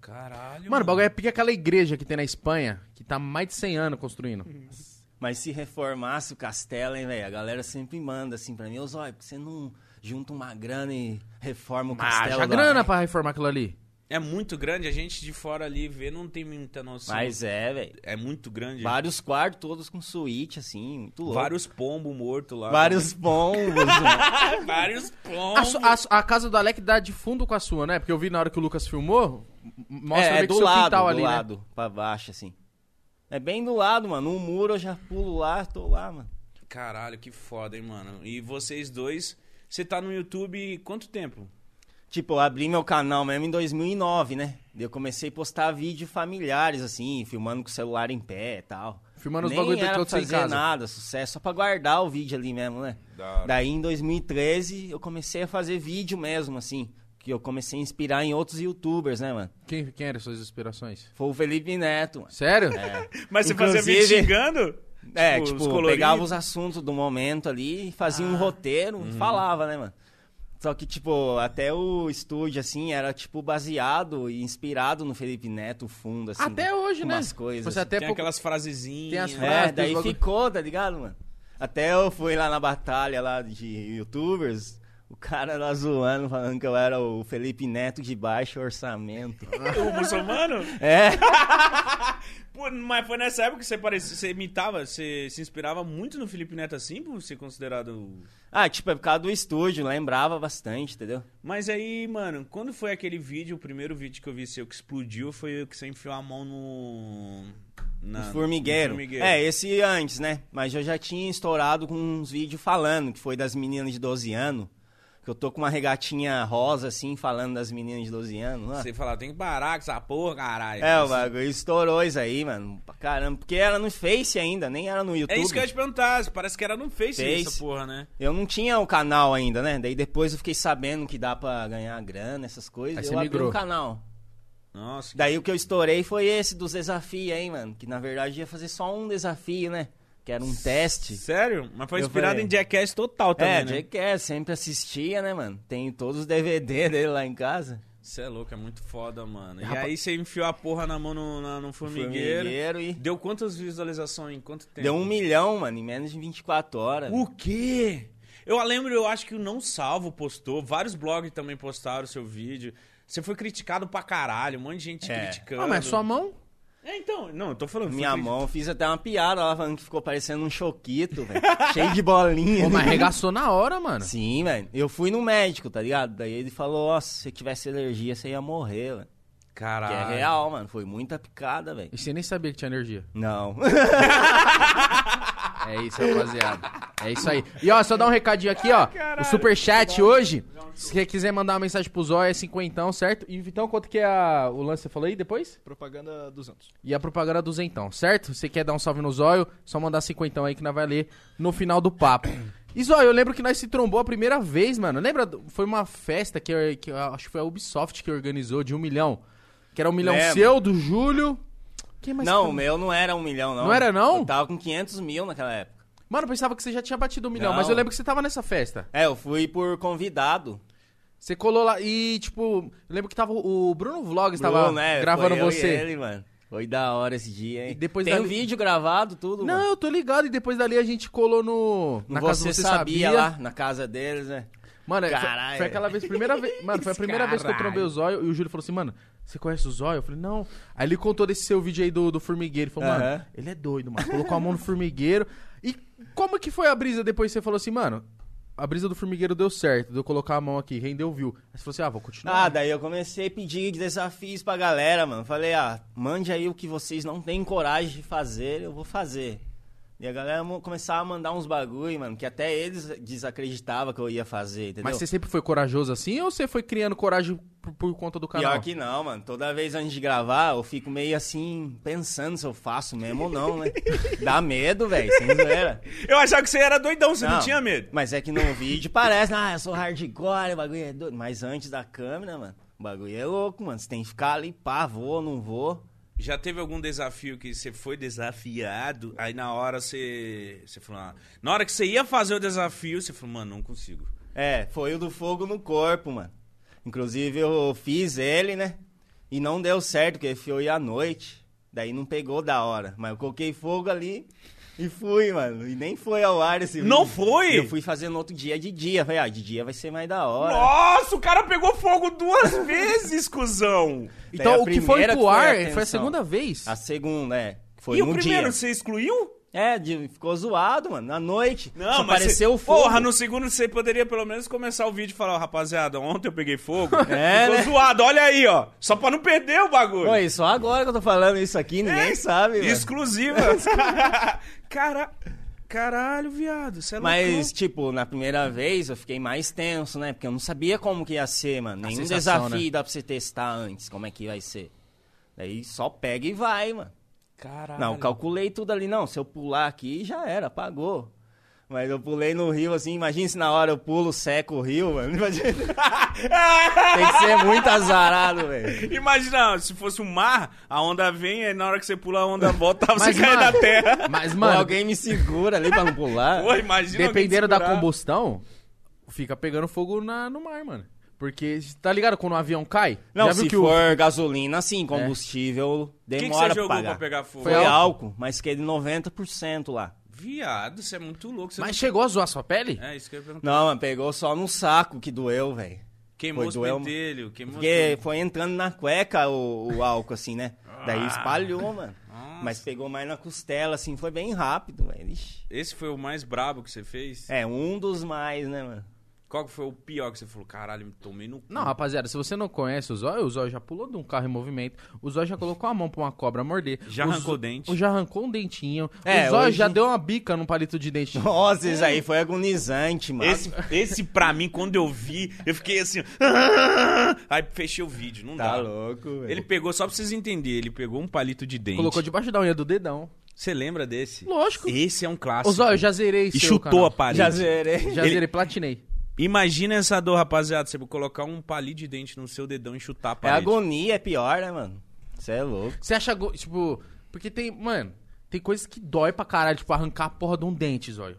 [SPEAKER 2] Caralho.
[SPEAKER 1] Mano, o bagulho é pique aquela igreja que tem na Espanha, que tá mais de 100 anos construindo.
[SPEAKER 4] Mas se reformasse o castelo, hein, velho? A galera sempre manda assim pra mim, ô Zóio, por que você não junta uma grana e reforma o
[SPEAKER 1] Mas
[SPEAKER 4] castelo? né?
[SPEAKER 1] a
[SPEAKER 4] do
[SPEAKER 1] grana
[SPEAKER 4] Alec?"
[SPEAKER 1] pra reformar aquilo ali.
[SPEAKER 2] É muito grande, a gente de fora ali vê, não tem muita noção.
[SPEAKER 4] Mas é, velho.
[SPEAKER 2] É muito grande.
[SPEAKER 4] Vários quartos, todos com suíte, assim, muito louco.
[SPEAKER 2] Vários pombos mortos lá.
[SPEAKER 4] Vários
[SPEAKER 1] né?
[SPEAKER 4] pombos,
[SPEAKER 2] <laughs>
[SPEAKER 4] mano.
[SPEAKER 2] Vários
[SPEAKER 1] A,
[SPEAKER 2] pombos.
[SPEAKER 1] su-
[SPEAKER 4] Então,
[SPEAKER 1] a su- a casa do Alec dá de fundo com a sua, né? Porque eu vi na hora que o Lucas filmou, m- <laughs> mostra
[SPEAKER 4] é,
[SPEAKER 1] meio que
[SPEAKER 4] é do
[SPEAKER 1] seu
[SPEAKER 4] lado,
[SPEAKER 1] quintal
[SPEAKER 4] do
[SPEAKER 1] ali, né?
[SPEAKER 4] lado, pra baixo, assim. É bem do lado, mano. Um muro eu já pulo lá, tô lá, mano.
[SPEAKER 2] Caralho, que foda, hein, mano. E vocês dois, você tá no YouTube quanto tempo?
[SPEAKER 4] Tipo, eu abri meu canal mesmo em 2009, né? Daí Eu comecei a postar vídeos familiares, assim, filmando com o celular em pé e tal.
[SPEAKER 1] Filmando os
[SPEAKER 4] Nem
[SPEAKER 1] bagulho do
[SPEAKER 4] era
[SPEAKER 1] que
[SPEAKER 4] pra
[SPEAKER 1] aconteceu em
[SPEAKER 4] fazer
[SPEAKER 1] casa.
[SPEAKER 4] nada, sucesso, só pra guardar o vídeo ali mesmo, né? Daí em 2013 eu comecei a fazer vídeo mesmo, assim. Que eu comecei a inspirar em outros youtubers, né, mano?
[SPEAKER 1] Quem, quem eram suas inspirações?
[SPEAKER 4] Foi o Felipe Neto, mano.
[SPEAKER 1] Sério?
[SPEAKER 4] É,
[SPEAKER 1] <laughs>
[SPEAKER 2] Mas
[SPEAKER 4] você fazia vídeo Inclusive-
[SPEAKER 2] xingando?
[SPEAKER 4] É, tipo, pegava os assuntos do momento ali, fazia
[SPEAKER 1] Ah.
[SPEAKER 4] um roteiro
[SPEAKER 1] Uhum.
[SPEAKER 4] e falava, né, mano? Só que, tipo, até o estúdio, assim, era, tipo, baseado e inspirado no Felipe Neto, o fundo, assim.
[SPEAKER 1] Até hoje, né?
[SPEAKER 4] Umas coisas.
[SPEAKER 1] Você até
[SPEAKER 2] Tem
[SPEAKER 1] pouco-
[SPEAKER 2] aquelas frasezinhas.
[SPEAKER 1] Tem as
[SPEAKER 4] assim.
[SPEAKER 1] frases.
[SPEAKER 4] É,
[SPEAKER 1] frase,
[SPEAKER 4] daí
[SPEAKER 1] os bagulho-
[SPEAKER 4] ficou, tá ligado, mano? Até eu fui lá na batalha lá de youtubers, o cara lá zoando, falando que eu era o Felipe Neto de
[SPEAKER 1] <laughs>
[SPEAKER 4] baixo orçamento.
[SPEAKER 2] O muçulmano?
[SPEAKER 4] é,
[SPEAKER 2] <laughs> Pô, mas foi nessa época que você, parecia, você imitava, você se inspirava muito no Felipe Neto assim, por ser considerado...
[SPEAKER 4] ah, tipo, é por causa do estúdio, lembrava bastante, entendeu?
[SPEAKER 2] Mas aí, mano, quando foi aquele vídeo, o primeiro vídeo que eu vi seu que explodiu foi o que você enfiou a mão no... na-
[SPEAKER 4] Um
[SPEAKER 2] no
[SPEAKER 4] formigueiro.
[SPEAKER 2] formigueiro.
[SPEAKER 4] É, esse antes, né? Mas eu já tinha estourado com uns vídeos falando, que foi das meninas de 12 anos, Que eu tô com uma regatinha rosa, assim, falando das meninas de 12 anos. lá.
[SPEAKER 2] Você fala, tem que parar com essa porra, caralho.
[SPEAKER 4] É, o bagulho estourou isso aí, mano. pra Caramba, porque era no Face ainda, nem era no YouTube.
[SPEAKER 2] É isso que eu ia te perguntar. Parece que era no Face
[SPEAKER 4] Face.
[SPEAKER 2] essa porra, né?
[SPEAKER 4] Eu não tinha o canal ainda, né? Daí depois eu fiquei sabendo que dá pra ganhar grana, essas coisas.
[SPEAKER 1] Aí
[SPEAKER 4] eu
[SPEAKER 1] você
[SPEAKER 4] abri
[SPEAKER 1] migrou.
[SPEAKER 4] um canal.
[SPEAKER 2] Nossa.
[SPEAKER 4] Daí o que eu estourei foi esse dos desafios aí, mano. Que na verdade ia fazer só um desafio, né? Que era um teste.
[SPEAKER 2] Sério? Mas foi
[SPEAKER 4] Eu
[SPEAKER 2] inspirado
[SPEAKER 4] falei-
[SPEAKER 2] em Jackass total também,
[SPEAKER 4] é,
[SPEAKER 2] né?
[SPEAKER 4] Jackass, sempre assistia, né, mano? Tem todos os DVD <laughs> dele lá em casa.
[SPEAKER 2] Você é louco, é muito foda, mano. E
[SPEAKER 1] Rapaz-
[SPEAKER 2] aí você enfiou a porra na mão no, na- no formigueiro.
[SPEAKER 4] Formigueiro e.
[SPEAKER 2] Deu quantas visualizações em quanto tempo?
[SPEAKER 4] Deu um milhão, mano, em menos de 24 horas.
[SPEAKER 2] O quê? Eu lembro, eu acho que o Não Salvo postou, vários blogs também postaram o seu vídeo. Você foi criticado pra caralho, um monte de gente
[SPEAKER 4] É.
[SPEAKER 2] criticando.
[SPEAKER 1] Ah, mas sua
[SPEAKER 4] <laughs>
[SPEAKER 1] mão?
[SPEAKER 2] É, então, não, eu tô falando.
[SPEAKER 4] Minha
[SPEAKER 2] foi cri-
[SPEAKER 4] mão, fiz até uma piada lá falando que ficou parecendo um choquito, velho. <laughs> cheio de bolinha. né?
[SPEAKER 1] Pô, mas arregaçou na hora, mano.
[SPEAKER 4] Sim, velho. Eu fui no médico, tá ligado? Daí ele falou, ó, se você tivesse alergia, você ia morrer, velho. Que é
[SPEAKER 2] Caralho.
[SPEAKER 4] real, mano. Foi muita picada, velho.
[SPEAKER 1] E você nem sabia que tinha energia.
[SPEAKER 4] Não.
[SPEAKER 1] É isso, rapaziada. É isso aí. E ó, só dar um recadinho aqui, ó. O superchat hoje, se você quiser mandar uma mensagem pro Zóia, é cinquentão, certo? E Vitão, quanto que é a- o lance que você falou aí depois?
[SPEAKER 5] Propaganda dos anos.
[SPEAKER 1] E a propaganda duzentão, certo? Se você quer dar um salve no Zóio, só mandar cinquentão aí que nós vai ler no final do papo. E Zóio, eu lembro que nós se trombou a primeira vez, mano. Lembra? do- Foi uma festa que, eu- que eu acho que foi a Ubisoft que organizou de um milhão. Que era um milhão
[SPEAKER 4] Lembro.
[SPEAKER 1] seu, do Júlio. Quem mais
[SPEAKER 4] <laughs> não,
[SPEAKER 1] que-
[SPEAKER 4] o meu não era um milhão, não.
[SPEAKER 1] Não era, não?
[SPEAKER 4] Eu tava com 500 mil naquela época.
[SPEAKER 1] Mano, eu pensava que você já tinha batido um milhão,
[SPEAKER 4] Não.
[SPEAKER 1] mas eu lembro que você tava nessa festa.
[SPEAKER 4] É, eu fui por convidado.
[SPEAKER 1] Você colou lá e, tipo, eu lembro que tava o Bruno Vlogs tava
[SPEAKER 4] Bruno, né?
[SPEAKER 1] gravando
[SPEAKER 4] Foi eu
[SPEAKER 1] você.
[SPEAKER 4] E ele, mano. Foi da hora esse dia, hein?
[SPEAKER 1] E depois
[SPEAKER 4] Tem
[SPEAKER 1] dali-
[SPEAKER 4] um vídeo gravado, tudo,
[SPEAKER 1] Não,
[SPEAKER 4] mano.
[SPEAKER 1] eu tô ligado. E depois dali a gente colou no.
[SPEAKER 4] No
[SPEAKER 1] na
[SPEAKER 4] você,
[SPEAKER 1] casa você
[SPEAKER 4] sabia, lá, na casa deles, né?
[SPEAKER 1] Mano, é, foi-
[SPEAKER 4] Caralho.
[SPEAKER 1] foi aquela vez, primeira vez. Mano, foi a primeira vez que eu trombei o Zóio e o Júlio falou assim, mano, você conhece o Zóio? Eu falei, não. Aí ele contou desse seu vídeo aí do, do formigueiro. Ele falou, mano,
[SPEAKER 4] Aham.
[SPEAKER 1] ele é doido, mano. Colocou a mão no formigueiro. E como que foi a brisa depois? Você falou assim, mano, a brisa do formigueiro deu certo. De eu colocar a mão aqui, rendeu, viu. Aí você falou assim, ah, vou continuar.
[SPEAKER 4] Ah, daí eu comecei a pedir desafios pra galera, mano. Falei, ah, mande aí o que vocês não têm coragem de fazer, eu vou fazer. E a galera mo- começava a mandar uns bagulho, mano, que até eles desacreditavam que eu ia fazer, entendeu?
[SPEAKER 1] Mas você sempre foi corajoso assim ou você foi criando coragem por, por conta do canal?
[SPEAKER 4] Pior que não, mano. Toda vez antes de gravar, eu fico meio assim, pensando se eu faço mesmo ou não,
[SPEAKER 1] <laughs>
[SPEAKER 4] né? Dá medo, velho, sem zoeira.
[SPEAKER 2] Eu achava que você era doidão, você não, tinha medo.
[SPEAKER 4] Mas é que no vídeo parece, ah, eu sou hardcore, o bagulho é doido. Mas antes da câmera, mano, o bagulho é louco, mano. Você tem que ficar ali, pá, vou, não vou.
[SPEAKER 2] Já teve algum desafio que você foi desafiado, aí na hora você. Você falou, ah, na hora que você ia fazer o desafio, você falou, mano, não consigo.
[SPEAKER 4] É, foi o do fogo no corpo, mano. Inclusive eu fiz ele, né? E não deu certo, porque foi à noite. Daí não pegou da hora. Mas eu coloquei fogo ali e fui, mano. E nem foi ao ar esse vídeo.
[SPEAKER 2] Não foi?
[SPEAKER 4] Eu fui fazendo outro dia de dia. Falei, ah, de dia vai ser mais da hora.
[SPEAKER 2] Nossa, o cara pegou fogo duas <laughs> vezes, cuzão!
[SPEAKER 4] Daí é
[SPEAKER 1] Então,
[SPEAKER 4] a
[SPEAKER 1] o que foi
[SPEAKER 4] primeira
[SPEAKER 1] pro
[SPEAKER 4] que foi a
[SPEAKER 1] ar foi a
[SPEAKER 4] atenção.
[SPEAKER 1] segunda vez.
[SPEAKER 4] A segunda, é. Foi
[SPEAKER 2] e
[SPEAKER 4] no
[SPEAKER 2] o primeiro,
[SPEAKER 4] dia.
[SPEAKER 2] você excluiu?
[SPEAKER 4] É, de- ficou zoado, mano. Na noite.
[SPEAKER 2] Não,
[SPEAKER 4] só
[SPEAKER 2] mas
[SPEAKER 4] apareceu
[SPEAKER 2] você-
[SPEAKER 4] o fogo.
[SPEAKER 2] Porra, no segundo você poderia pelo menos começar o vídeo e falar, "Ó, rapaziada, ontem eu peguei fogo.
[SPEAKER 4] <laughs> É,
[SPEAKER 2] ficou
[SPEAKER 4] né?
[SPEAKER 2] zoado, olha aí, ó. Só pra não perder o bagulho.
[SPEAKER 4] Pô, e só agora que eu tô falando isso aqui,
[SPEAKER 2] É,
[SPEAKER 4] ninguém sabe, mano.
[SPEAKER 2] Exclusiva. <laughs> Cara... Caralho, viado, você é
[SPEAKER 4] Mas,
[SPEAKER 2] loucão.
[SPEAKER 4] tipo, na primeira vez eu fiquei mais tenso, né? Porque eu não sabia como que ia ser, mano. Nenhum
[SPEAKER 1] sensação,
[SPEAKER 4] desafio
[SPEAKER 1] né?
[SPEAKER 4] dá pra você testar antes, como é que vai ser. Daí só pega e vai, mano.
[SPEAKER 2] Caralho.
[SPEAKER 4] Não, eu calculei tudo ali. Não, se eu pular aqui, já era, apagou. Mas eu pulei no rio, assim, imagina se na hora eu pulo, seco o rio,
[SPEAKER 2] <laughs>
[SPEAKER 4] mano. <laughs> Imagina. Tem que ser muito azarado, velho.
[SPEAKER 2] Imagina, se fosse um mar, a onda vem, aí na hora que você pula a onda volta, você
[SPEAKER 1] Mas,
[SPEAKER 2] cai
[SPEAKER 1] mano-
[SPEAKER 2] da terra.
[SPEAKER 1] Mas,
[SPEAKER 4] <laughs> Ou
[SPEAKER 1] mano,
[SPEAKER 4] alguém me segura ali pra
[SPEAKER 2] <laughs>
[SPEAKER 4] não pular.
[SPEAKER 2] Pô, imagina alguém
[SPEAKER 1] dependendo da
[SPEAKER 2] segurar.
[SPEAKER 1] combustão, fica pegando fogo na, no mar, mano. Porque, tá ligado quando o avião cai?
[SPEAKER 4] Não,
[SPEAKER 1] já viu
[SPEAKER 4] se
[SPEAKER 1] que o-
[SPEAKER 4] for gasolina, sim, combustível,
[SPEAKER 2] O que, que
[SPEAKER 4] É. demora
[SPEAKER 2] você
[SPEAKER 4] pra
[SPEAKER 2] jogou pra
[SPEAKER 4] pagar.
[SPEAKER 2] pegar fogo?
[SPEAKER 4] Foi
[SPEAKER 1] Foi álcool?
[SPEAKER 4] álcool, mas que é de 90% lá.
[SPEAKER 2] Viado, você é muito louco. Você
[SPEAKER 1] Mas chegou a zoar sua pele?
[SPEAKER 2] não- É isso que eu ia perguntar.
[SPEAKER 4] Não, mas pegou só no saco que doeu, velho.
[SPEAKER 2] Queimou
[SPEAKER 4] Foi
[SPEAKER 2] os
[SPEAKER 4] doeu-
[SPEAKER 2] pentelhos, queimou
[SPEAKER 4] Porque
[SPEAKER 2] tudo.
[SPEAKER 4] foi entrando na cueca o, o álcool, assim, né?
[SPEAKER 2] Ah.
[SPEAKER 4] Daí espalhou, mano. Mas pegou mais na costela, assim, foi bem rápido, velho. Ixi.
[SPEAKER 1] É.
[SPEAKER 2] Esse foi o mais brabo que você fez?
[SPEAKER 4] É, um dos mais, né, mano?
[SPEAKER 2] Qual que foi o pior que você falou? Caralho, me tomei no cu.
[SPEAKER 1] Não, rapaziada, se você não conhece o Zóio, o Zóio já pulou de um carro em movimento, o Zóio já colocou a mão pra uma cobra morder.
[SPEAKER 2] Já
[SPEAKER 1] o
[SPEAKER 2] arrancou
[SPEAKER 1] Zó-
[SPEAKER 2] o dente.
[SPEAKER 1] o Já arrancou um dentinho.
[SPEAKER 4] É,
[SPEAKER 1] o Zóio
[SPEAKER 4] hoje-
[SPEAKER 1] já deu uma bica num palito de dente.
[SPEAKER 4] Nossa, isso aí foi agonizante, mano.
[SPEAKER 2] Esse, esse pra mim, quando eu vi, eu fiquei assim. <laughs> Aí fechei o vídeo, não
[SPEAKER 4] Tá
[SPEAKER 2] dá.
[SPEAKER 4] louco, velho.
[SPEAKER 2] Ele pegou, só pra vocês entenderem, ele pegou um palito de dente.
[SPEAKER 1] Colocou debaixo da unha do dedão.
[SPEAKER 2] Você lembra desse?
[SPEAKER 1] Lógico.
[SPEAKER 2] Esse é um
[SPEAKER 1] Ô,
[SPEAKER 2] clássico.
[SPEAKER 1] Zóio, já zerei
[SPEAKER 2] E
[SPEAKER 1] seu
[SPEAKER 2] chutou
[SPEAKER 1] canal.
[SPEAKER 2] a parede.
[SPEAKER 4] Já zerei. É
[SPEAKER 1] Já
[SPEAKER 2] Ele-
[SPEAKER 1] zerei, platinei.
[SPEAKER 2] Imagina essa dor, rapaziada. Você colocar um palito de dente no seu dedão e chutar a
[SPEAKER 4] É
[SPEAKER 2] parede.
[SPEAKER 4] agonia, é pior, né, mano? Você é louco.
[SPEAKER 1] Você acha, go- tipo... Porque tem, mano... Tem coisas que dói pra caralho, tipo arrancar a porra de um dente, Zóio.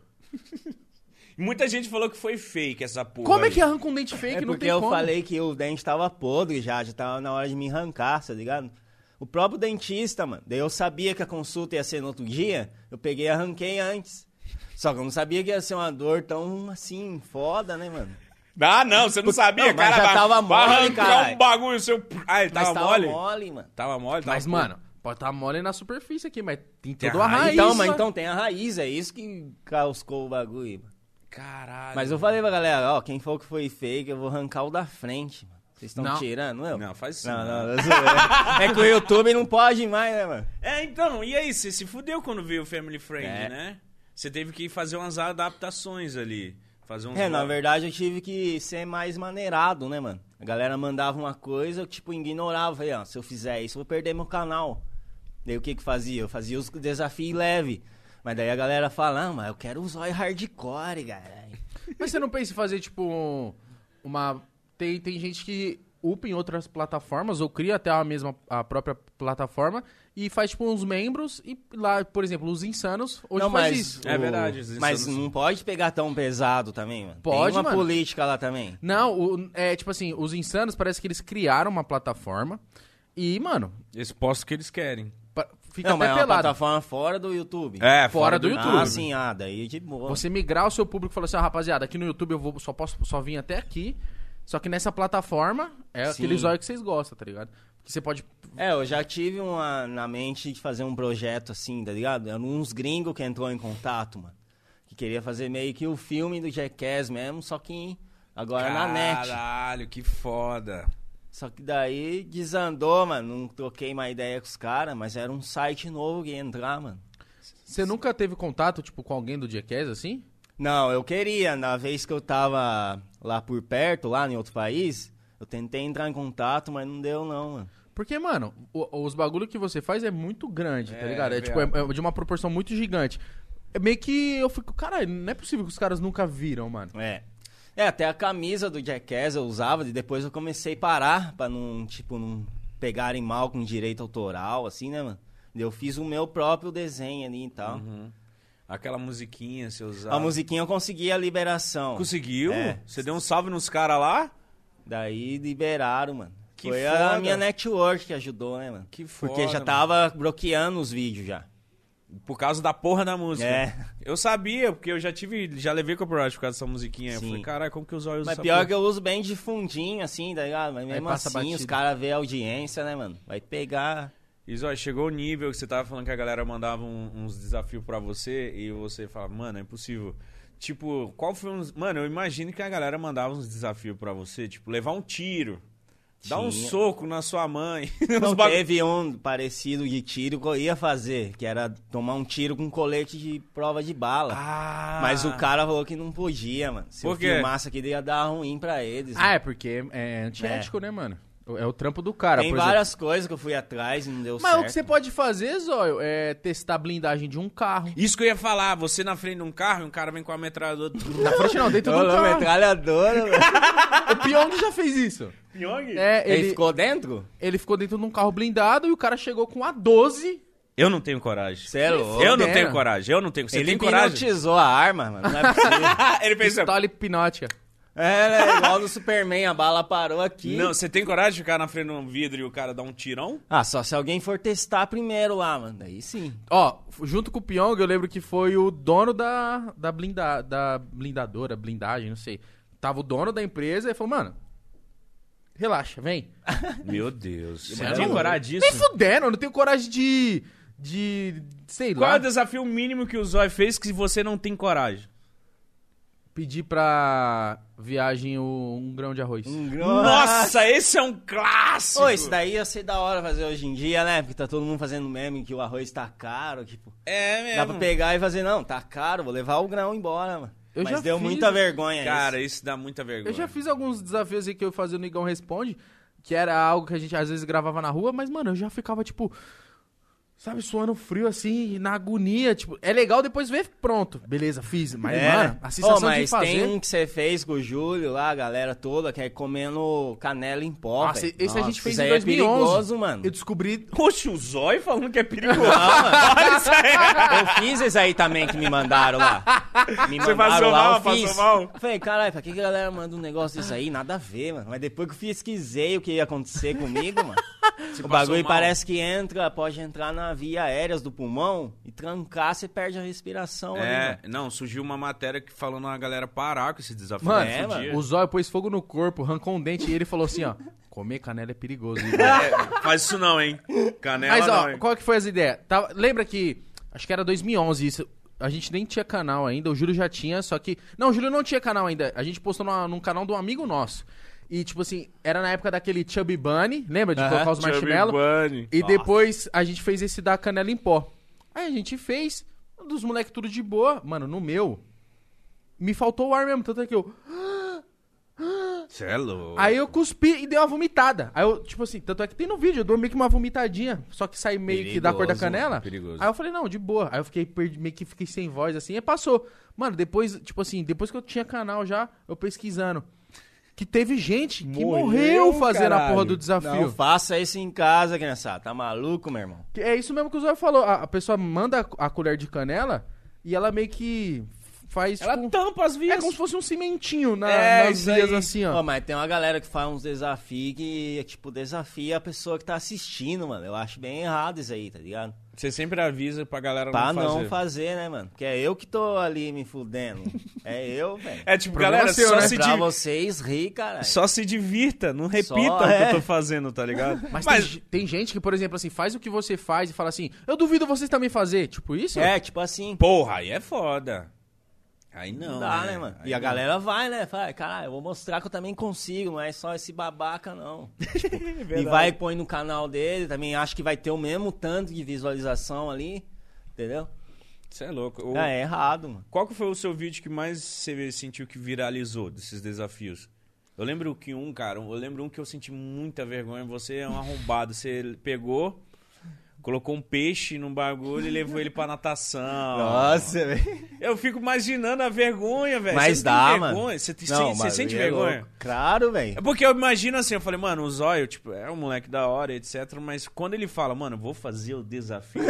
[SPEAKER 2] Muita gente falou que foi fake essa porra.
[SPEAKER 1] Como é
[SPEAKER 2] aí.
[SPEAKER 1] que arranca um dente fake?
[SPEAKER 4] É
[SPEAKER 1] não
[SPEAKER 4] porque
[SPEAKER 1] tem
[SPEAKER 4] eu
[SPEAKER 1] como.
[SPEAKER 4] falei que o dente tava podre já, já tava na hora de me arrancar, tá ligado? O próprio dentista, mano. Daí eu sabia que a consulta ia ser no outro dia, eu peguei e arranquei antes. Só que eu não sabia que ia ser uma dor tão assim, foda, né, mano?
[SPEAKER 2] Ah, não, você não sabia,
[SPEAKER 4] Não, mas
[SPEAKER 2] cara.
[SPEAKER 4] já
[SPEAKER 2] vai- vai
[SPEAKER 4] tava mole,
[SPEAKER 2] arrancar
[SPEAKER 4] caralho.
[SPEAKER 2] um bagulho seu. Ah, ele
[SPEAKER 4] Mas
[SPEAKER 2] tava,
[SPEAKER 4] tava
[SPEAKER 2] mole?
[SPEAKER 4] mano.
[SPEAKER 2] Tava mole, tava
[SPEAKER 1] Mas,
[SPEAKER 4] um
[SPEAKER 2] mole.
[SPEAKER 1] mano, pode estar mole na superfície aqui, mas tem
[SPEAKER 2] Tem a
[SPEAKER 1] toda a
[SPEAKER 2] raiz.
[SPEAKER 1] raiz.
[SPEAKER 4] então, mas
[SPEAKER 1] mano.
[SPEAKER 4] então tem a raiz, é isso que causou o bagulho, mano.
[SPEAKER 2] Caralho.
[SPEAKER 4] Mas eu falei pra galera, ó, quem for que foi fake, eu vou arrancar o da frente, mano. Vocês estão
[SPEAKER 1] Não.
[SPEAKER 4] tirando, eu?
[SPEAKER 2] Não, faz isso.
[SPEAKER 4] Não,
[SPEAKER 2] não.
[SPEAKER 4] não, eu zoei. É que o YouTube não pode mais, né, mano?
[SPEAKER 2] É, então, e aí, você se fudeu quando veio o Family Friend,
[SPEAKER 4] É.
[SPEAKER 2] né? Você teve que fazer umas adaptações ali. Fazer uns.
[SPEAKER 4] É, na verdade eu tive que ser mais maneirado, né, mano? A galera mandava uma coisa, eu, tipo, ignorava. Falei, ó, se eu fizer isso, eu vou perder meu canal. Daí o que que fazia? Eu fazia os desafios leve. Mas daí a galera fala, não, mas eu quero um zóio hardcore, caralho.
[SPEAKER 1] Mas você não pensa em fazer, tipo, um- uma. Tem, tem gente que upa em outras plataformas, ou cria até a mesma a própria plataforma, e faz, tipo, uns membros, e lá, por exemplo, os insanos, hoje
[SPEAKER 4] Não,
[SPEAKER 1] faz
[SPEAKER 4] mas
[SPEAKER 1] isso.
[SPEAKER 2] É verdade, os
[SPEAKER 4] Mas
[SPEAKER 2] insanos-
[SPEAKER 4] não pode pegar tão pesado também, mano.
[SPEAKER 1] Pode,
[SPEAKER 4] Tem uma
[SPEAKER 1] mano.
[SPEAKER 4] política lá também.
[SPEAKER 1] Não, o- é tipo assim, os insanos parece que eles criaram uma plataforma e, mano,
[SPEAKER 2] Eles postam o que eles querem.
[SPEAKER 1] pa- fica
[SPEAKER 4] não, mas
[SPEAKER 1] até
[SPEAKER 4] é uma
[SPEAKER 1] pelado.
[SPEAKER 4] plataforma fora do YouTube.
[SPEAKER 2] É, fora,
[SPEAKER 1] Fora do
[SPEAKER 2] do,
[SPEAKER 1] YouTube.
[SPEAKER 4] Ah, sim, ah, daí de boa.
[SPEAKER 1] Você migrar o seu público e falar assim, ó, rapaziada, aqui no YouTube eu vou, só posso só vim até aqui. Só que nessa plataforma é
[SPEAKER 4] Sim.
[SPEAKER 1] aquele zóio que vocês gostam, tá ligado? Porque você pode.
[SPEAKER 4] É, eu já tive uma na mente de fazer um projeto assim, tá ligado? Eram uns gringos que entrou em contato, mano. Que queria fazer meio que o filme do Jackass mesmo, só que agora é na net.
[SPEAKER 2] Caralho, que foda.
[SPEAKER 4] Só que daí desandou, mano. Não troquei uma ideia com os caras, mas era um site novo que ia entrar, mano.
[SPEAKER 1] Você nunca teve contato, tipo, com alguém do Jackass, assim?
[SPEAKER 4] Não, eu queria. Na vez que eu tava lá por perto, lá em outro país, eu tentei entrar em contato, mas não deu, não, mano.
[SPEAKER 1] Porque, mano, o- os bagulho que você faz é muito grande, tá
[SPEAKER 2] É,
[SPEAKER 1] ligado? É, tipo, é, é de uma proporção muito gigante. É meio que eu fico, caralho, não é possível que os caras nunca viram, mano.
[SPEAKER 4] É. É, até a camisa do Jackass eu usava e depois eu comecei a parar pra não, tipo, não pegarem mal com direito autoral, assim, né, mano? Eu fiz o meu próprio desenho ali e tal.
[SPEAKER 2] Uhum. Aquela musiquinha, você usava.
[SPEAKER 4] Uhum. A musiquinha eu consegui a liberação.
[SPEAKER 2] Conseguiu?
[SPEAKER 4] É.
[SPEAKER 2] Você deu um salve nos caras lá?
[SPEAKER 4] Daí liberaram, mano.
[SPEAKER 2] Que
[SPEAKER 4] Foi
[SPEAKER 2] foda.
[SPEAKER 4] a minha network que ajudou, né, mano?
[SPEAKER 2] Que foda.
[SPEAKER 4] Porque já
[SPEAKER 2] mano.
[SPEAKER 4] tava bloqueando os vídeos já.
[SPEAKER 2] Por causa da porra da música.
[SPEAKER 4] É.
[SPEAKER 2] Eu sabia, porque eu já tive. Já levei copyright por causa dessa musiquinha. Eu
[SPEAKER 4] Sim.
[SPEAKER 2] falei, caralho, como que os olhos
[SPEAKER 4] Mas pior que eu uso bem de fundinho, assim, tá ligado? Mas mesmo
[SPEAKER 1] passa
[SPEAKER 4] assim,
[SPEAKER 1] batido.
[SPEAKER 4] os caras vê a audiência, né, mano? Vai pegar.
[SPEAKER 2] Isso, ó, chegou o nível que você tava falando que a galera mandava um- uns desafios pra você e você falava, mano, é impossível. Tipo, qual foi uns. Mano, eu imagino que a galera mandava uns desafios pra você, tipo, levar um tiro, dar um
[SPEAKER 4] Tinha.
[SPEAKER 2] soco na sua mãe. <laughs>
[SPEAKER 4] Não
[SPEAKER 2] uns bagu-
[SPEAKER 4] teve um parecido de tiro que eu ia fazer, que era tomar um tiro com colete de prova de bala.
[SPEAKER 2] Ah,
[SPEAKER 4] Mas o cara falou que não podia, mano. Se
[SPEAKER 2] Por
[SPEAKER 4] eu
[SPEAKER 2] quê?
[SPEAKER 4] filmasse aqui, ia dar ruim pra eles.
[SPEAKER 1] Ah,
[SPEAKER 4] né?
[SPEAKER 1] é porque é antiético, né, mano? É o trampo do cara,
[SPEAKER 4] Tem
[SPEAKER 1] por exemplo.
[SPEAKER 4] várias coisas que eu fui atrás e não deu
[SPEAKER 1] Mas é o que
[SPEAKER 4] certo.
[SPEAKER 1] você pode fazer, Zóio, é testar a blindagem de um carro.
[SPEAKER 2] Isso que eu ia falar, você na frente de um carro e um cara vem com a metralhadora.
[SPEAKER 1] Na frente assim, não, dentro
[SPEAKER 4] Ô,
[SPEAKER 1] do
[SPEAKER 4] louco,
[SPEAKER 1] carro.
[SPEAKER 4] metralhadora, velho.
[SPEAKER 1] O Pyong já fez isso. É, <laughs>
[SPEAKER 4] Ele...
[SPEAKER 1] ele,
[SPEAKER 4] ficou dentro?
[SPEAKER 1] ele ficou dentro de um carro blindado e o cara chegou com a 12.
[SPEAKER 2] Eu não tenho coragem.
[SPEAKER 4] Você é louco.
[SPEAKER 2] Eu não
[SPEAKER 1] Dera.
[SPEAKER 2] tenho coragem, eu não tenho. Você
[SPEAKER 4] Ele
[SPEAKER 2] tem coragem?
[SPEAKER 4] hipnotizou a arma, mano. Não é possível.
[SPEAKER 2] <laughs> Ele pensa,
[SPEAKER 1] Pistola hipnótica.
[SPEAKER 4] é, né? igual no Superman, a bala parou aqui.
[SPEAKER 2] não, você tem coragem de ficar na frente de um vidro e o cara dar um tirão?
[SPEAKER 4] Ah, só se alguém for testar primeiro lá, mano. Daí sim.
[SPEAKER 1] Ó, f- junto com o Pyong, eu lembro que foi o dono da, da, blinda, da blindadora, blindagem, não sei. Tava o dono da empresa e falou, mano, relaxa, vem.
[SPEAKER 2] Meu Deus. Você é
[SPEAKER 1] Mano,
[SPEAKER 2] tem coragem
[SPEAKER 1] Nem
[SPEAKER 2] disso?
[SPEAKER 1] fudendo, eu não tenho coragem de... De... sei
[SPEAKER 2] Qual é
[SPEAKER 1] lá.
[SPEAKER 2] o desafio mínimo que o Zói fez que você não tem coragem?
[SPEAKER 1] Pedi pra viagem o- um grão de arroz.
[SPEAKER 4] Um grão-
[SPEAKER 2] Nossa, esse é um clássico!
[SPEAKER 4] Ô, isso daí eu sei da hora fazer hoje em dia, né? Porque tá todo mundo fazendo meme que o arroz tá caro, tipo...
[SPEAKER 2] É mesmo.
[SPEAKER 4] Dá pra pegar e fazer, não, tá caro, vou levar o grão embora, mano.
[SPEAKER 1] Eu
[SPEAKER 4] Mas
[SPEAKER 1] já
[SPEAKER 4] deu
[SPEAKER 1] fiz-
[SPEAKER 4] muita vergonha
[SPEAKER 2] Cara, isso dá muita vergonha.
[SPEAKER 1] Eu já fiz alguns desafios aí que eu fazia no Igão Responde, que era algo que a gente às vezes gravava na rua, mas, mano, eu já ficava, tipo, sabe, suando frio assim, na agonia. Tipo, é legal depois ver pronto. Beleza, fiz. Mas,
[SPEAKER 4] É.
[SPEAKER 1] mano, a
[SPEAKER 4] Ô,
[SPEAKER 1] sensação
[SPEAKER 4] mas
[SPEAKER 1] de fazer.
[SPEAKER 4] tem um que você fez com o Júlio lá, a galera toda, que é comendo canela em pó,
[SPEAKER 1] Nossa,
[SPEAKER 4] velho.
[SPEAKER 1] esse a gente
[SPEAKER 4] isso
[SPEAKER 1] fez em
[SPEAKER 4] aí
[SPEAKER 1] 2011.
[SPEAKER 4] É perigoso, mano.
[SPEAKER 1] Eu descobri.
[SPEAKER 2] Oxe, o Zói falando que é perigoso.
[SPEAKER 1] <laughs>
[SPEAKER 2] Olha isso aí.
[SPEAKER 4] Eu fiz esse aí também que me mandaram lá. Me
[SPEAKER 2] Você
[SPEAKER 4] mandaram
[SPEAKER 2] passou
[SPEAKER 4] lá,
[SPEAKER 2] mal,
[SPEAKER 4] eu fiz.
[SPEAKER 2] passou mal?
[SPEAKER 4] Eu Falei, caralho, pra que que a galera manda um negócio desse aí? Nada a ver, mano. Mas depois que eu pesquisei o que ia acontecer comigo,
[SPEAKER 2] <laughs>
[SPEAKER 4] mano. o bagulho
[SPEAKER 2] mal.
[SPEAKER 4] parece que entra, pode entrar na via aéreas do pulmão e trancar, você perde a respiração ali, mano.
[SPEAKER 2] É, não, surgiu uma matéria que falando a galera parar com esse desafio.
[SPEAKER 1] Mano,
[SPEAKER 4] É, mano.
[SPEAKER 1] o Zóio pôs fogo no corpo, arrancou um dente e ele falou assim, ó. Comer canela é perigoso. Igor."
[SPEAKER 2] É, faz isso não, hein? Canela
[SPEAKER 1] Mas, ó,
[SPEAKER 2] não, hein?
[SPEAKER 1] qual que foi as ideias? Tava- lembra que, acho que era 2011 isso, a gente nem tinha canal ainda, o Júlio já tinha, só que... Não, o Júlio não tinha canal ainda, a gente postou numa- num canal de um amigo nosso. E, tipo assim, era na época daquele Chubby Bunny, lembra de
[SPEAKER 4] Aham,
[SPEAKER 1] colocar os
[SPEAKER 2] Chubby
[SPEAKER 1] marshmallows?
[SPEAKER 2] Bunny.
[SPEAKER 1] E depois a gente fez esse da canela em pó. Aí a gente fez, um dos moleques tudo de boa, mano, no meu... Me faltou o ar mesmo, tanto é que eu...
[SPEAKER 2] Cê é louco.
[SPEAKER 1] Aí eu cuspi e dei uma vomitada. Aí eu, tipo assim, tanto é que tem no vídeo, eu dou meio que uma vomitadinha, só que sai meio que da cor da
[SPEAKER 2] Perigoso,
[SPEAKER 1] canela.
[SPEAKER 2] perigoso.
[SPEAKER 1] Aí eu falei, não, de boa. Aí eu fiquei perdi- meio que fiquei sem voz assim, e passou. Mano, depois, tipo assim, depois que eu tinha canal já, eu pesquisando. Que teve gente que morreu,
[SPEAKER 2] Morreu,
[SPEAKER 1] fazendo a porra
[SPEAKER 2] caralho.
[SPEAKER 1] do desafio.
[SPEAKER 4] Não faça isso em casa, criançada. Tá maluco, meu irmão?
[SPEAKER 1] Que É isso mesmo que o Zóio falou. A, a pessoa manda a a colher de canela e ela meio que faz.
[SPEAKER 2] Ela
[SPEAKER 1] tipo,
[SPEAKER 2] tampa as vias.
[SPEAKER 1] é como se fosse um cimentinho na,
[SPEAKER 2] É,
[SPEAKER 1] nas
[SPEAKER 2] isso
[SPEAKER 1] vias
[SPEAKER 2] aí.
[SPEAKER 1] assim, ó.
[SPEAKER 4] Ó, mas tem uma galera que faz uns desafios que, tipo, desafia a pessoa que tá assistindo, mano. Eu acho bem errado isso aí, tá ligado?
[SPEAKER 2] Você sempre avisa pra galera
[SPEAKER 4] Pra
[SPEAKER 2] não fazer.
[SPEAKER 4] não fazer, né, mano? Porque é eu que tô ali me fudendo. É eu, velho.
[SPEAKER 2] É tipo,
[SPEAKER 1] Problema
[SPEAKER 2] galera,
[SPEAKER 1] seu,
[SPEAKER 2] só,
[SPEAKER 1] né?
[SPEAKER 2] se
[SPEAKER 4] pra
[SPEAKER 2] di-
[SPEAKER 4] vocês rir, cara.
[SPEAKER 2] só se divirta, não repita o que
[SPEAKER 4] é.
[SPEAKER 2] eu tô fazendo, tá
[SPEAKER 4] <laughs>
[SPEAKER 2] ligado?
[SPEAKER 1] Mas, Tem, ge- tem gente que, por exemplo, assim, faz o que você faz e fala assim, eu duvido vocês também fazer. Tipo isso?
[SPEAKER 4] É, tipo assim.
[SPEAKER 2] porra, aí é foda. Aí não. é,
[SPEAKER 4] Não dá, né, mano?
[SPEAKER 2] Aí
[SPEAKER 4] E a
[SPEAKER 2] não.
[SPEAKER 4] galera vai, né? Fala, caralho, eu vou mostrar que eu também consigo, não é só esse babaca, não. Tipo,
[SPEAKER 1] É
[SPEAKER 4] e vai e põe no canal dele, também acho que vai ter o mesmo tanto de visualização ali, entendeu?
[SPEAKER 2] Você é louco. O-
[SPEAKER 4] É, é errado, mano.
[SPEAKER 2] Qual que foi o seu vídeo que mais você sentiu que viralizou desses desafios? Eu lembro que um, cara, eu lembro um que eu senti muita vergonha. Você é um arrombado. Você pegou, colocou um peixe num bagulho e levou ele pra natação.
[SPEAKER 4] Nossa, velho.
[SPEAKER 2] Eu fico imaginando a vergonha, velho.
[SPEAKER 4] Mas
[SPEAKER 2] Você não
[SPEAKER 4] dá,
[SPEAKER 2] tem
[SPEAKER 4] mano.
[SPEAKER 2] vergonha? Você, te-
[SPEAKER 4] Não,
[SPEAKER 2] você
[SPEAKER 4] mas
[SPEAKER 2] sente
[SPEAKER 4] é
[SPEAKER 2] vergonha?
[SPEAKER 4] louco. Claro, velho.
[SPEAKER 2] É porque eu imagino assim, eu falei, mano, o Zóio, tipo, é um moleque da hora, etc. Mas quando ele fala, mano, vou fazer o
[SPEAKER 4] <laughs>
[SPEAKER 2] desafio,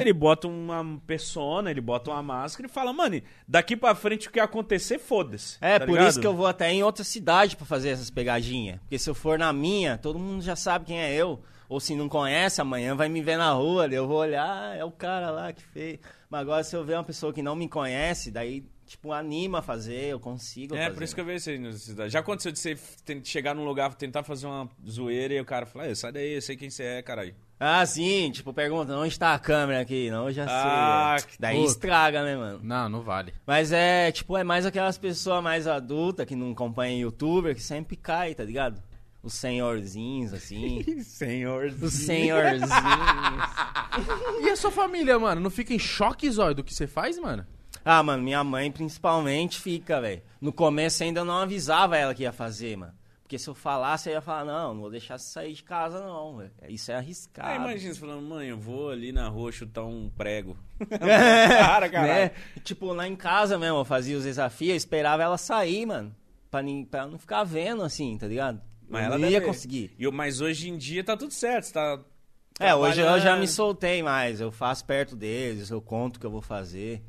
[SPEAKER 2] ele bota uma persona, ele bota uma máscara e fala, mano, daqui pra frente o que acontecer, foda-se.
[SPEAKER 4] É,
[SPEAKER 2] tá
[SPEAKER 4] por
[SPEAKER 2] ligado?
[SPEAKER 4] isso que eu vou até em outra cidade pra fazer essas pegadinhas. Porque se eu for na minha, todo mundo já sabe quem é eu. Ou se não conhece, amanhã vai me ver na rua, daí eu vou olhar, ah, é o cara lá que fez. Mas agora se eu ver uma pessoa que não me conhece, daí, tipo, anima a fazer, eu consigo
[SPEAKER 2] É,
[SPEAKER 4] fazer.
[SPEAKER 2] por isso que eu vejo isso aí na cidade. Já aconteceu de você f- ten- chegar num lugar, tentar fazer uma zoeira e o cara fala, "Ei, sai daí, eu sei quem você é, caralho.
[SPEAKER 4] Ah, sim, tipo, pergunta, onde tá a câmera aqui? Não, eu já sei.
[SPEAKER 2] Ah,
[SPEAKER 4] é.
[SPEAKER 2] que
[SPEAKER 4] daí
[SPEAKER 1] puta.
[SPEAKER 4] estraga, né, mano?
[SPEAKER 1] Não, não vale.
[SPEAKER 4] Mas é, tipo, é mais aquelas pessoas mais adultas que não acompanham youtuber, que sempre cai, tá ligado? Os
[SPEAKER 2] <laughs>
[SPEAKER 4] senhorzinhos, assim.
[SPEAKER 2] Senhor.
[SPEAKER 4] Os senhorzinhos.
[SPEAKER 1] E a sua família, mano? Não fica em choque, Zóio, do que você faz, mano?
[SPEAKER 4] Ah, mano, minha mãe principalmente fica, velho. No começo ainda eu não avisava ela que ia fazer, mano. Porque se eu falasse, ela ia falar, não, não vou deixar você sair de casa, não, velho. Isso é arriscado.
[SPEAKER 2] Aí
[SPEAKER 4] <laughs>
[SPEAKER 2] imagina você falando, mãe, eu vou ali na rua chutar um prego.
[SPEAKER 4] Cara,
[SPEAKER 2] caralho.
[SPEAKER 4] Tipo, lá em casa mesmo, eu fazia os desafios, eu esperava ela sair, mano. Pra, nin- pra ela não ficar vendo, assim, tá ligado?
[SPEAKER 2] Mas
[SPEAKER 4] eu
[SPEAKER 2] ela
[SPEAKER 4] não
[SPEAKER 2] deve-
[SPEAKER 4] ia conseguir.
[SPEAKER 2] E eu- mas hoje em dia tá tudo certo, você tá.
[SPEAKER 4] É, hoje eu já me
[SPEAKER 2] trabalhando.
[SPEAKER 4] soltei mais. Eu faço perto deles, eu conto o que eu vou fazer.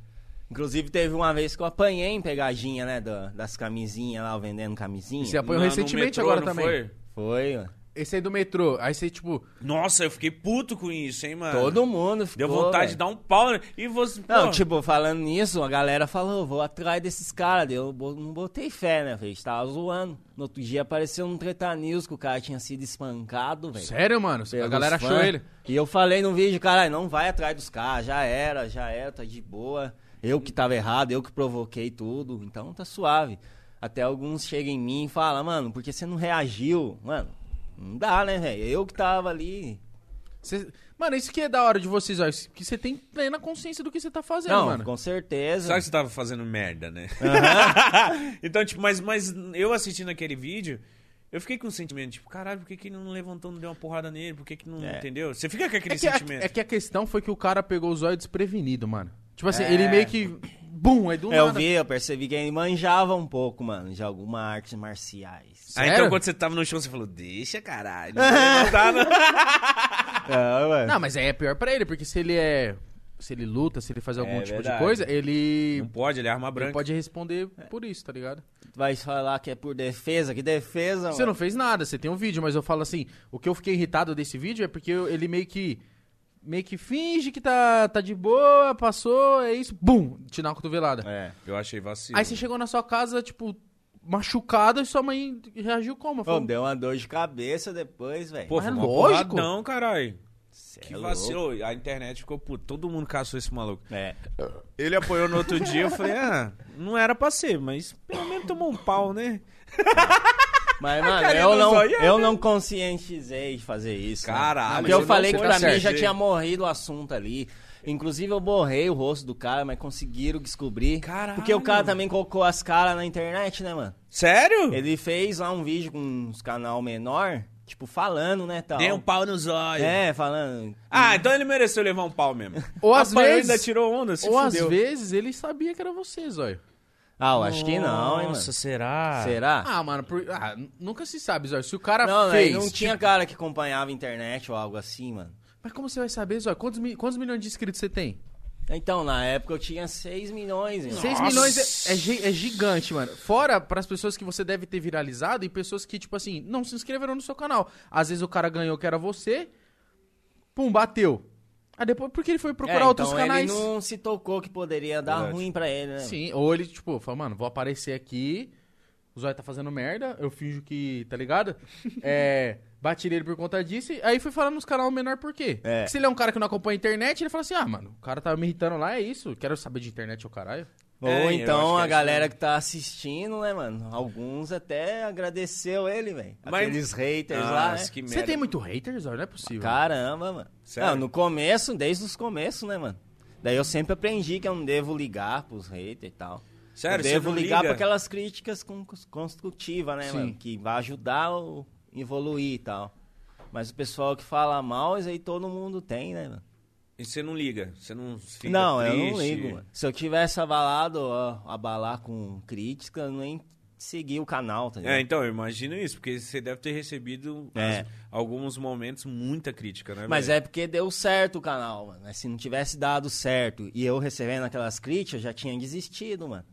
[SPEAKER 4] Inclusive, teve uma vez que eu apanhei em pegadinha, né? da- das camisinhas lá, eu vendendo camisinha.
[SPEAKER 1] Você apanhou
[SPEAKER 2] Na- no
[SPEAKER 1] recentemente
[SPEAKER 2] metrô,
[SPEAKER 1] agora
[SPEAKER 2] não
[SPEAKER 1] também.
[SPEAKER 2] foi?
[SPEAKER 4] Foi,
[SPEAKER 2] Ah,
[SPEAKER 4] mano.
[SPEAKER 1] Esse aí do metrô. Aí você, tipo,
[SPEAKER 2] Nossa, eu fiquei puto com isso, hein, mano.
[SPEAKER 4] Todo mundo
[SPEAKER 2] Deu
[SPEAKER 4] ficou.
[SPEAKER 2] vontade
[SPEAKER 4] velho.
[SPEAKER 2] de dar um pau. né? E você.
[SPEAKER 4] Não,
[SPEAKER 2] pô,
[SPEAKER 4] tipo, falando nisso, a galera falou, vou atrás desses caras. Daí Eu bo- não botei fé, né, velho? A gente tava zoando. No outro dia apareceu um treta news que o cara tinha sido espancado, velho.
[SPEAKER 1] sério, mano? a
[SPEAKER 4] pelos
[SPEAKER 1] galera
[SPEAKER 4] fãs.
[SPEAKER 1] achou ele.
[SPEAKER 4] E eu falei no vídeo, caralho, não vai atrás dos caras, já era, já era, tá de boa. Eu que tava errado, eu que provoquei tudo, então tá suave. Até alguns chegam em mim e falam, mano, por que você não reagiu? Mano, não dá, né, velho? Eu que tava ali.
[SPEAKER 1] Cê- Mano, isso que é da hora de vocês, ó. isso Que você tem plena consciência do que você tá fazendo,
[SPEAKER 4] não,
[SPEAKER 1] mano.
[SPEAKER 4] com certeza.
[SPEAKER 2] Sabe que você tava fazendo merda, né? <laughs> então, tipo, mas, mas eu assistindo aquele vídeo, eu fiquei com um sentimento, tipo, caralho, por que, que ele não levantou, não deu uma porrada nele? Por que, que não.
[SPEAKER 4] É.
[SPEAKER 2] Entendeu? Você fica com aquele
[SPEAKER 1] É que, a,
[SPEAKER 2] sentimento.
[SPEAKER 1] é que a questão foi que o cara pegou o zóio desprevenido, mano. Tipo assim,
[SPEAKER 4] É.
[SPEAKER 1] ele meio que. Bum, é do
[SPEAKER 4] É, eu
[SPEAKER 1] nada.
[SPEAKER 4] vi, eu percebi que ele manjava um pouco, mano, de algumas
[SPEAKER 1] <laughs>
[SPEAKER 4] artes marciais.
[SPEAKER 2] Aí
[SPEAKER 1] Sério?
[SPEAKER 2] então quando você tava no chão, você falou, deixa, caralho. Não vai levantar, não.
[SPEAKER 4] Ah, mano.
[SPEAKER 1] Não, mas aí é pior pra ele, porque se ele é. Se ele luta, se ele faz algum
[SPEAKER 2] É
[SPEAKER 1] tipo
[SPEAKER 2] verdade.
[SPEAKER 1] de coisa, ele.
[SPEAKER 2] Não pode, ele é arma
[SPEAKER 1] ele
[SPEAKER 2] branca.
[SPEAKER 1] pode responder por isso, tá ligado?
[SPEAKER 4] Vai falar que é por defesa, que defesa,
[SPEAKER 1] Você
[SPEAKER 4] mano.
[SPEAKER 1] não fez nada, você tem um vídeo, mas eu falo assim, o que eu fiquei irritado desse vídeo é porque eu- ele meio que. Meio que finge que tá, tá de boa, passou, é isso, bum, te dá uma cotovelada.
[SPEAKER 4] É.
[SPEAKER 2] Eu achei vacilo.
[SPEAKER 1] Aí você chegou na sua casa, tipo, machucado e sua mãe reagiu como?
[SPEAKER 4] Pô,
[SPEAKER 1] Falou,
[SPEAKER 4] deu uma dor de cabeça depois, velho.
[SPEAKER 2] Pô,
[SPEAKER 1] Mas
[SPEAKER 2] foi uma
[SPEAKER 1] é lógico.
[SPEAKER 2] porradão, caralho.
[SPEAKER 4] Cê
[SPEAKER 2] Que
[SPEAKER 4] é louco.
[SPEAKER 2] vacilo. A internet ficou puto. Todo mundo caçou esse maluco. <laughs>
[SPEAKER 4] É.
[SPEAKER 2] Ele apoiou no outro dia, eu falei, ah, não era pra ser, mas pelo menos tomou um pau, né?
[SPEAKER 4] Mas, mano,
[SPEAKER 2] carinha
[SPEAKER 4] eu
[SPEAKER 2] do
[SPEAKER 4] não,
[SPEAKER 2] zóio,
[SPEAKER 4] eu não conscientizei de fazer isso. né?
[SPEAKER 2] Caralho,
[SPEAKER 4] Porque
[SPEAKER 2] mas
[SPEAKER 4] eu
[SPEAKER 2] você
[SPEAKER 4] falei
[SPEAKER 2] não
[SPEAKER 4] que pra
[SPEAKER 2] foi
[SPEAKER 4] mim já
[SPEAKER 2] certo.
[SPEAKER 4] tinha morrido o assunto ali. Inclusive, eu borrei o rosto do cara, mas conseguiram descobrir.
[SPEAKER 2] Caralho.
[SPEAKER 4] Porque o cara também colocou as caras na internet, né, mano?
[SPEAKER 2] Sério?
[SPEAKER 4] Ele fez lá um vídeo com uns canal menor, tipo, falando, né, tal.
[SPEAKER 2] Deu um pau nos olhos.
[SPEAKER 4] É, falando.
[SPEAKER 2] Ah, então ele mereceu levar um pau mesmo.
[SPEAKER 1] Ou às
[SPEAKER 2] Apanhou,
[SPEAKER 1] vezes-
[SPEAKER 2] ainda tirou onda, se
[SPEAKER 1] Ou às
[SPEAKER 2] fudeu.
[SPEAKER 1] vezes ele sabia que era você, Zóio.
[SPEAKER 4] Ah, eu acho que não, hein, mano.
[SPEAKER 2] Nossa, será?
[SPEAKER 4] Será?
[SPEAKER 1] Ah, mano, por- ah, n- nunca se sabe, Zóio. Se o cara
[SPEAKER 4] não, né,
[SPEAKER 1] fez.
[SPEAKER 4] não tinha cara que acompanhava a internet ou algo assim, mano.
[SPEAKER 1] Mas como você vai saber, Zóio? Quantos, mi- quantos milhões de inscritos você tem?
[SPEAKER 4] Então, na época eu tinha 6 milhões, hein, mano.
[SPEAKER 1] 6 milhões é, é gi- é gigante, mano. Fora pras pessoas que você deve ter viralizado e pessoas que, tipo assim, não se inscreveram no seu canal. Às vezes o cara ganhou que era você, pum, bateu. Aí depois, por que ele foi procurar
[SPEAKER 4] É,
[SPEAKER 1] outros
[SPEAKER 4] então
[SPEAKER 1] canais?
[SPEAKER 4] Ele não se tocou que poderia dar
[SPEAKER 2] Verdade.
[SPEAKER 4] ruim pra ele, né?
[SPEAKER 1] Sim, ou ele, tipo, fala, mano, vou aparecer aqui, o Zóio tá fazendo merda, eu finjo que, tá ligado?
[SPEAKER 4] <laughs>
[SPEAKER 1] É, bati nele por conta disso, e aí fui falar nos canal menor por quê?
[SPEAKER 4] É.
[SPEAKER 1] Porque se ele é um cara que não acompanha a internet, ele fala assim, ah, mano, o cara tava me irritando lá, é isso, quero saber de internet, ô caralho.
[SPEAKER 4] Ou
[SPEAKER 2] É, eu acho
[SPEAKER 4] então
[SPEAKER 2] que é
[SPEAKER 4] a
[SPEAKER 2] isso
[SPEAKER 4] galera que tá assistindo, né, mano? Alguns até agradeceu ele, velho.
[SPEAKER 2] Mas-
[SPEAKER 4] Aqueles haters lá, né?
[SPEAKER 2] Nossa, Ah, que merda.
[SPEAKER 1] Você tem muito haters, Zóio? Não é possível.
[SPEAKER 4] Caramba, mano.
[SPEAKER 2] Sério?
[SPEAKER 4] Não, no começo, desde os começos, né, mano? Daí eu sempre aprendi que eu não devo ligar pros haters e tal.
[SPEAKER 2] Sério,
[SPEAKER 4] eu
[SPEAKER 2] você
[SPEAKER 4] devo
[SPEAKER 2] não
[SPEAKER 4] ligar
[SPEAKER 2] liga?
[SPEAKER 4] pra aquelas críticas con- construtivas, né,
[SPEAKER 1] Sim.
[SPEAKER 4] mano? Que vai ajudar o evoluir e tal. Mas o pessoal que fala mal, isso aí todo mundo tem, né, mano?
[SPEAKER 2] E você não liga? Você não fica
[SPEAKER 4] não, eu não
[SPEAKER 2] triste?
[SPEAKER 4] ligo, mano. Se eu tivesse abalado, ó, abalar com crítica, eu nem segui o canal, tá
[SPEAKER 2] É,
[SPEAKER 4] ligado?
[SPEAKER 2] então, eu imagino isso, porque você deve ter recebido
[SPEAKER 4] É.
[SPEAKER 2] as- alguns momentos muita crítica, né?
[SPEAKER 4] Mas
[SPEAKER 2] velho?
[SPEAKER 4] é porque deu certo o canal, mano. Mas Se não tivesse dado certo e eu recebendo aquelas críticas, eu já tinha desistido, mano.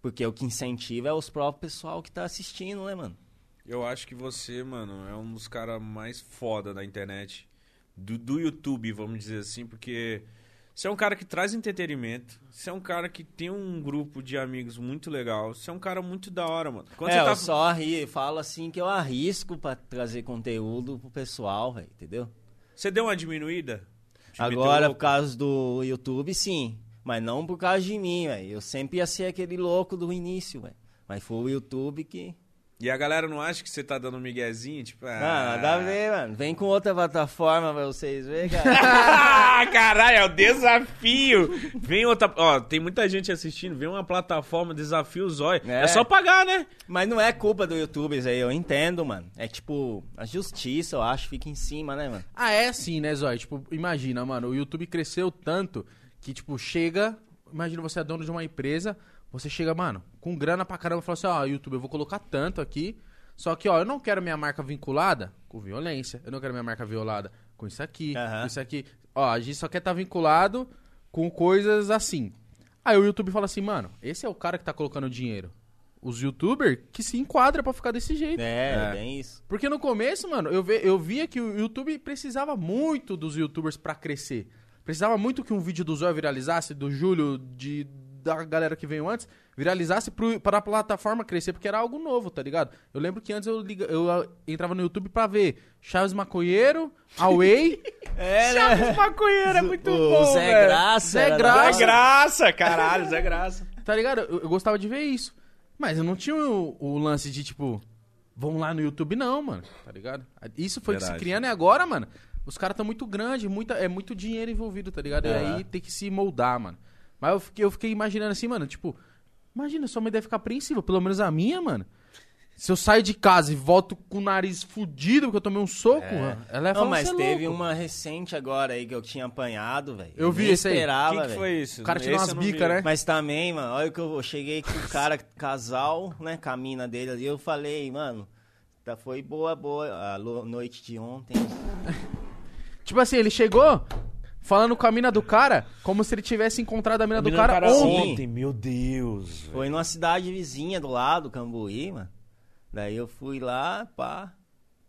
[SPEAKER 4] Porque o que incentiva é os próprios pessoal que tá assistindo, né, mano?
[SPEAKER 2] Eu acho que você, mano, é um dos caras mais foda da internet. Do, do YouTube, vamos dizer assim, porque você é um cara que traz entretenimento, você é um cara que tem um grupo de amigos muito legal, você é um cara muito da hora, mano. Quando
[SPEAKER 4] é,
[SPEAKER 2] você tá.
[SPEAKER 4] eu só arri- falo assim que eu arrisco pra trazer conteúdo pro pessoal, velho, entendeu?
[SPEAKER 2] Você deu uma diminuída? Tipo, Te meteu
[SPEAKER 4] Agora, por
[SPEAKER 2] louco?
[SPEAKER 4] causa do YouTube, sim. Mas não por causa de mim, velho. Eu sempre ia ser aquele louco do início, velho. Mas foi o YouTube que.
[SPEAKER 2] E a galera não acha que você tá dando um miguezinho? Tipo,
[SPEAKER 4] Ah,
[SPEAKER 2] ah,
[SPEAKER 4] nada a ver, mano. Vem com outra plataforma pra vocês
[SPEAKER 2] <laughs>
[SPEAKER 4] verem, cara.
[SPEAKER 2] Ah, caralho, é o desafio. Vem outra. Ó, tem muita gente assistindo. Vem uma plataforma, desafio zóio. É.
[SPEAKER 4] É.
[SPEAKER 2] só pagar, né?
[SPEAKER 4] Mas não é culpa do YouTube, isso aí. Eu entendo, mano. É tipo, a justiça, eu acho, fica em cima, né, mano?
[SPEAKER 1] Ah, é assim, né, Zói? Tipo, imagina, mano, o YouTube cresceu tanto que, tipo, chega. Imagina você é dono de uma empresa, você chega, mano, com grana pra caramba e fala assim: ó, YouTube, eu vou colocar tanto aqui. Só que, ó, eu não quero minha marca vinculada com violência. Eu não quero minha marca violada com isso aqui,
[SPEAKER 4] Aham.
[SPEAKER 1] com isso aqui. Ó, a gente só quer estar vinculado com coisas assim. Aí o YouTube fala assim, mano, esse é o cara que tá colocando dinheiro. Os youtubers que se enquadra pra ficar desse jeito.
[SPEAKER 4] É, é. bem isso.
[SPEAKER 1] Porque no começo, mano, eu, ve- eu via que o YouTube precisava muito dos youtubers pra crescer. Precisava muito que um vídeo do Zóio viralizasse, do Júlio, de, da galera que veio antes viralizasse pro, para a plataforma crescer, porque era algo novo, tá ligado? Eu lembro que antes eu, liga- eu ah, entrava no YouTube pra ver Chaves Maconheiro, Away,
[SPEAKER 4] <laughs> É,
[SPEAKER 2] Chaves Maconheiro é muito
[SPEAKER 4] o
[SPEAKER 2] bom,
[SPEAKER 4] Zé
[SPEAKER 2] velho.
[SPEAKER 4] Graça. né?
[SPEAKER 1] Zé
[SPEAKER 4] era da
[SPEAKER 1] Graça.
[SPEAKER 2] Zé
[SPEAKER 4] hora.
[SPEAKER 2] Graça, caralho, <laughs> Zé é Graça.
[SPEAKER 1] tá ligado? Eu, eu gostava de ver isso. Mas eu não tinha o, o lance de, tipo, vão lá no YouTube, não, mano, tá ligado? Isso foi se
[SPEAKER 2] Verdade.
[SPEAKER 1] criando e agora, mano, os caras estão muito grandes, muita, é muito dinheiro envolvido, tá ligado? E
[SPEAKER 4] Aham.
[SPEAKER 1] aí tem que se moldar, mano. Mas eu fiquei, eu fiquei imaginando assim, mano, tipo, imagina, sua mãe deve ficar apreensiva, pelo menos a minha, mano. Se eu saio de casa e volto com o nariz fudido porque eu tomei um soco, ela é
[SPEAKER 4] Não, mas teve uma recente agora aí que eu tinha apanhado, velho.
[SPEAKER 1] Eu vi
[SPEAKER 4] Nem
[SPEAKER 1] esse aí.
[SPEAKER 2] O
[SPEAKER 4] esperava,
[SPEAKER 2] que, que
[SPEAKER 4] velho.
[SPEAKER 2] foi isso?
[SPEAKER 1] O cara tirou
[SPEAKER 2] Esse
[SPEAKER 1] umas
[SPEAKER 2] eu não vi.
[SPEAKER 1] bicas, né?
[SPEAKER 4] Mas também, mano, olha que eu eu cheguei com o cara, casal, né, com a mina dele ali, eu falei, mano, tá, foi boa, boa a lo- noite de ontem.
[SPEAKER 1] Tipo assim, ele chegou falando com a mina do cara como se ele tivesse encontrado a mina do
[SPEAKER 2] Menino, é um
[SPEAKER 1] cara, ontem.
[SPEAKER 4] ontem.
[SPEAKER 2] meu Deus. velho.
[SPEAKER 4] Foi numa cidade vizinha do lado, Cambuí, mano. Daí eu fui lá, pá.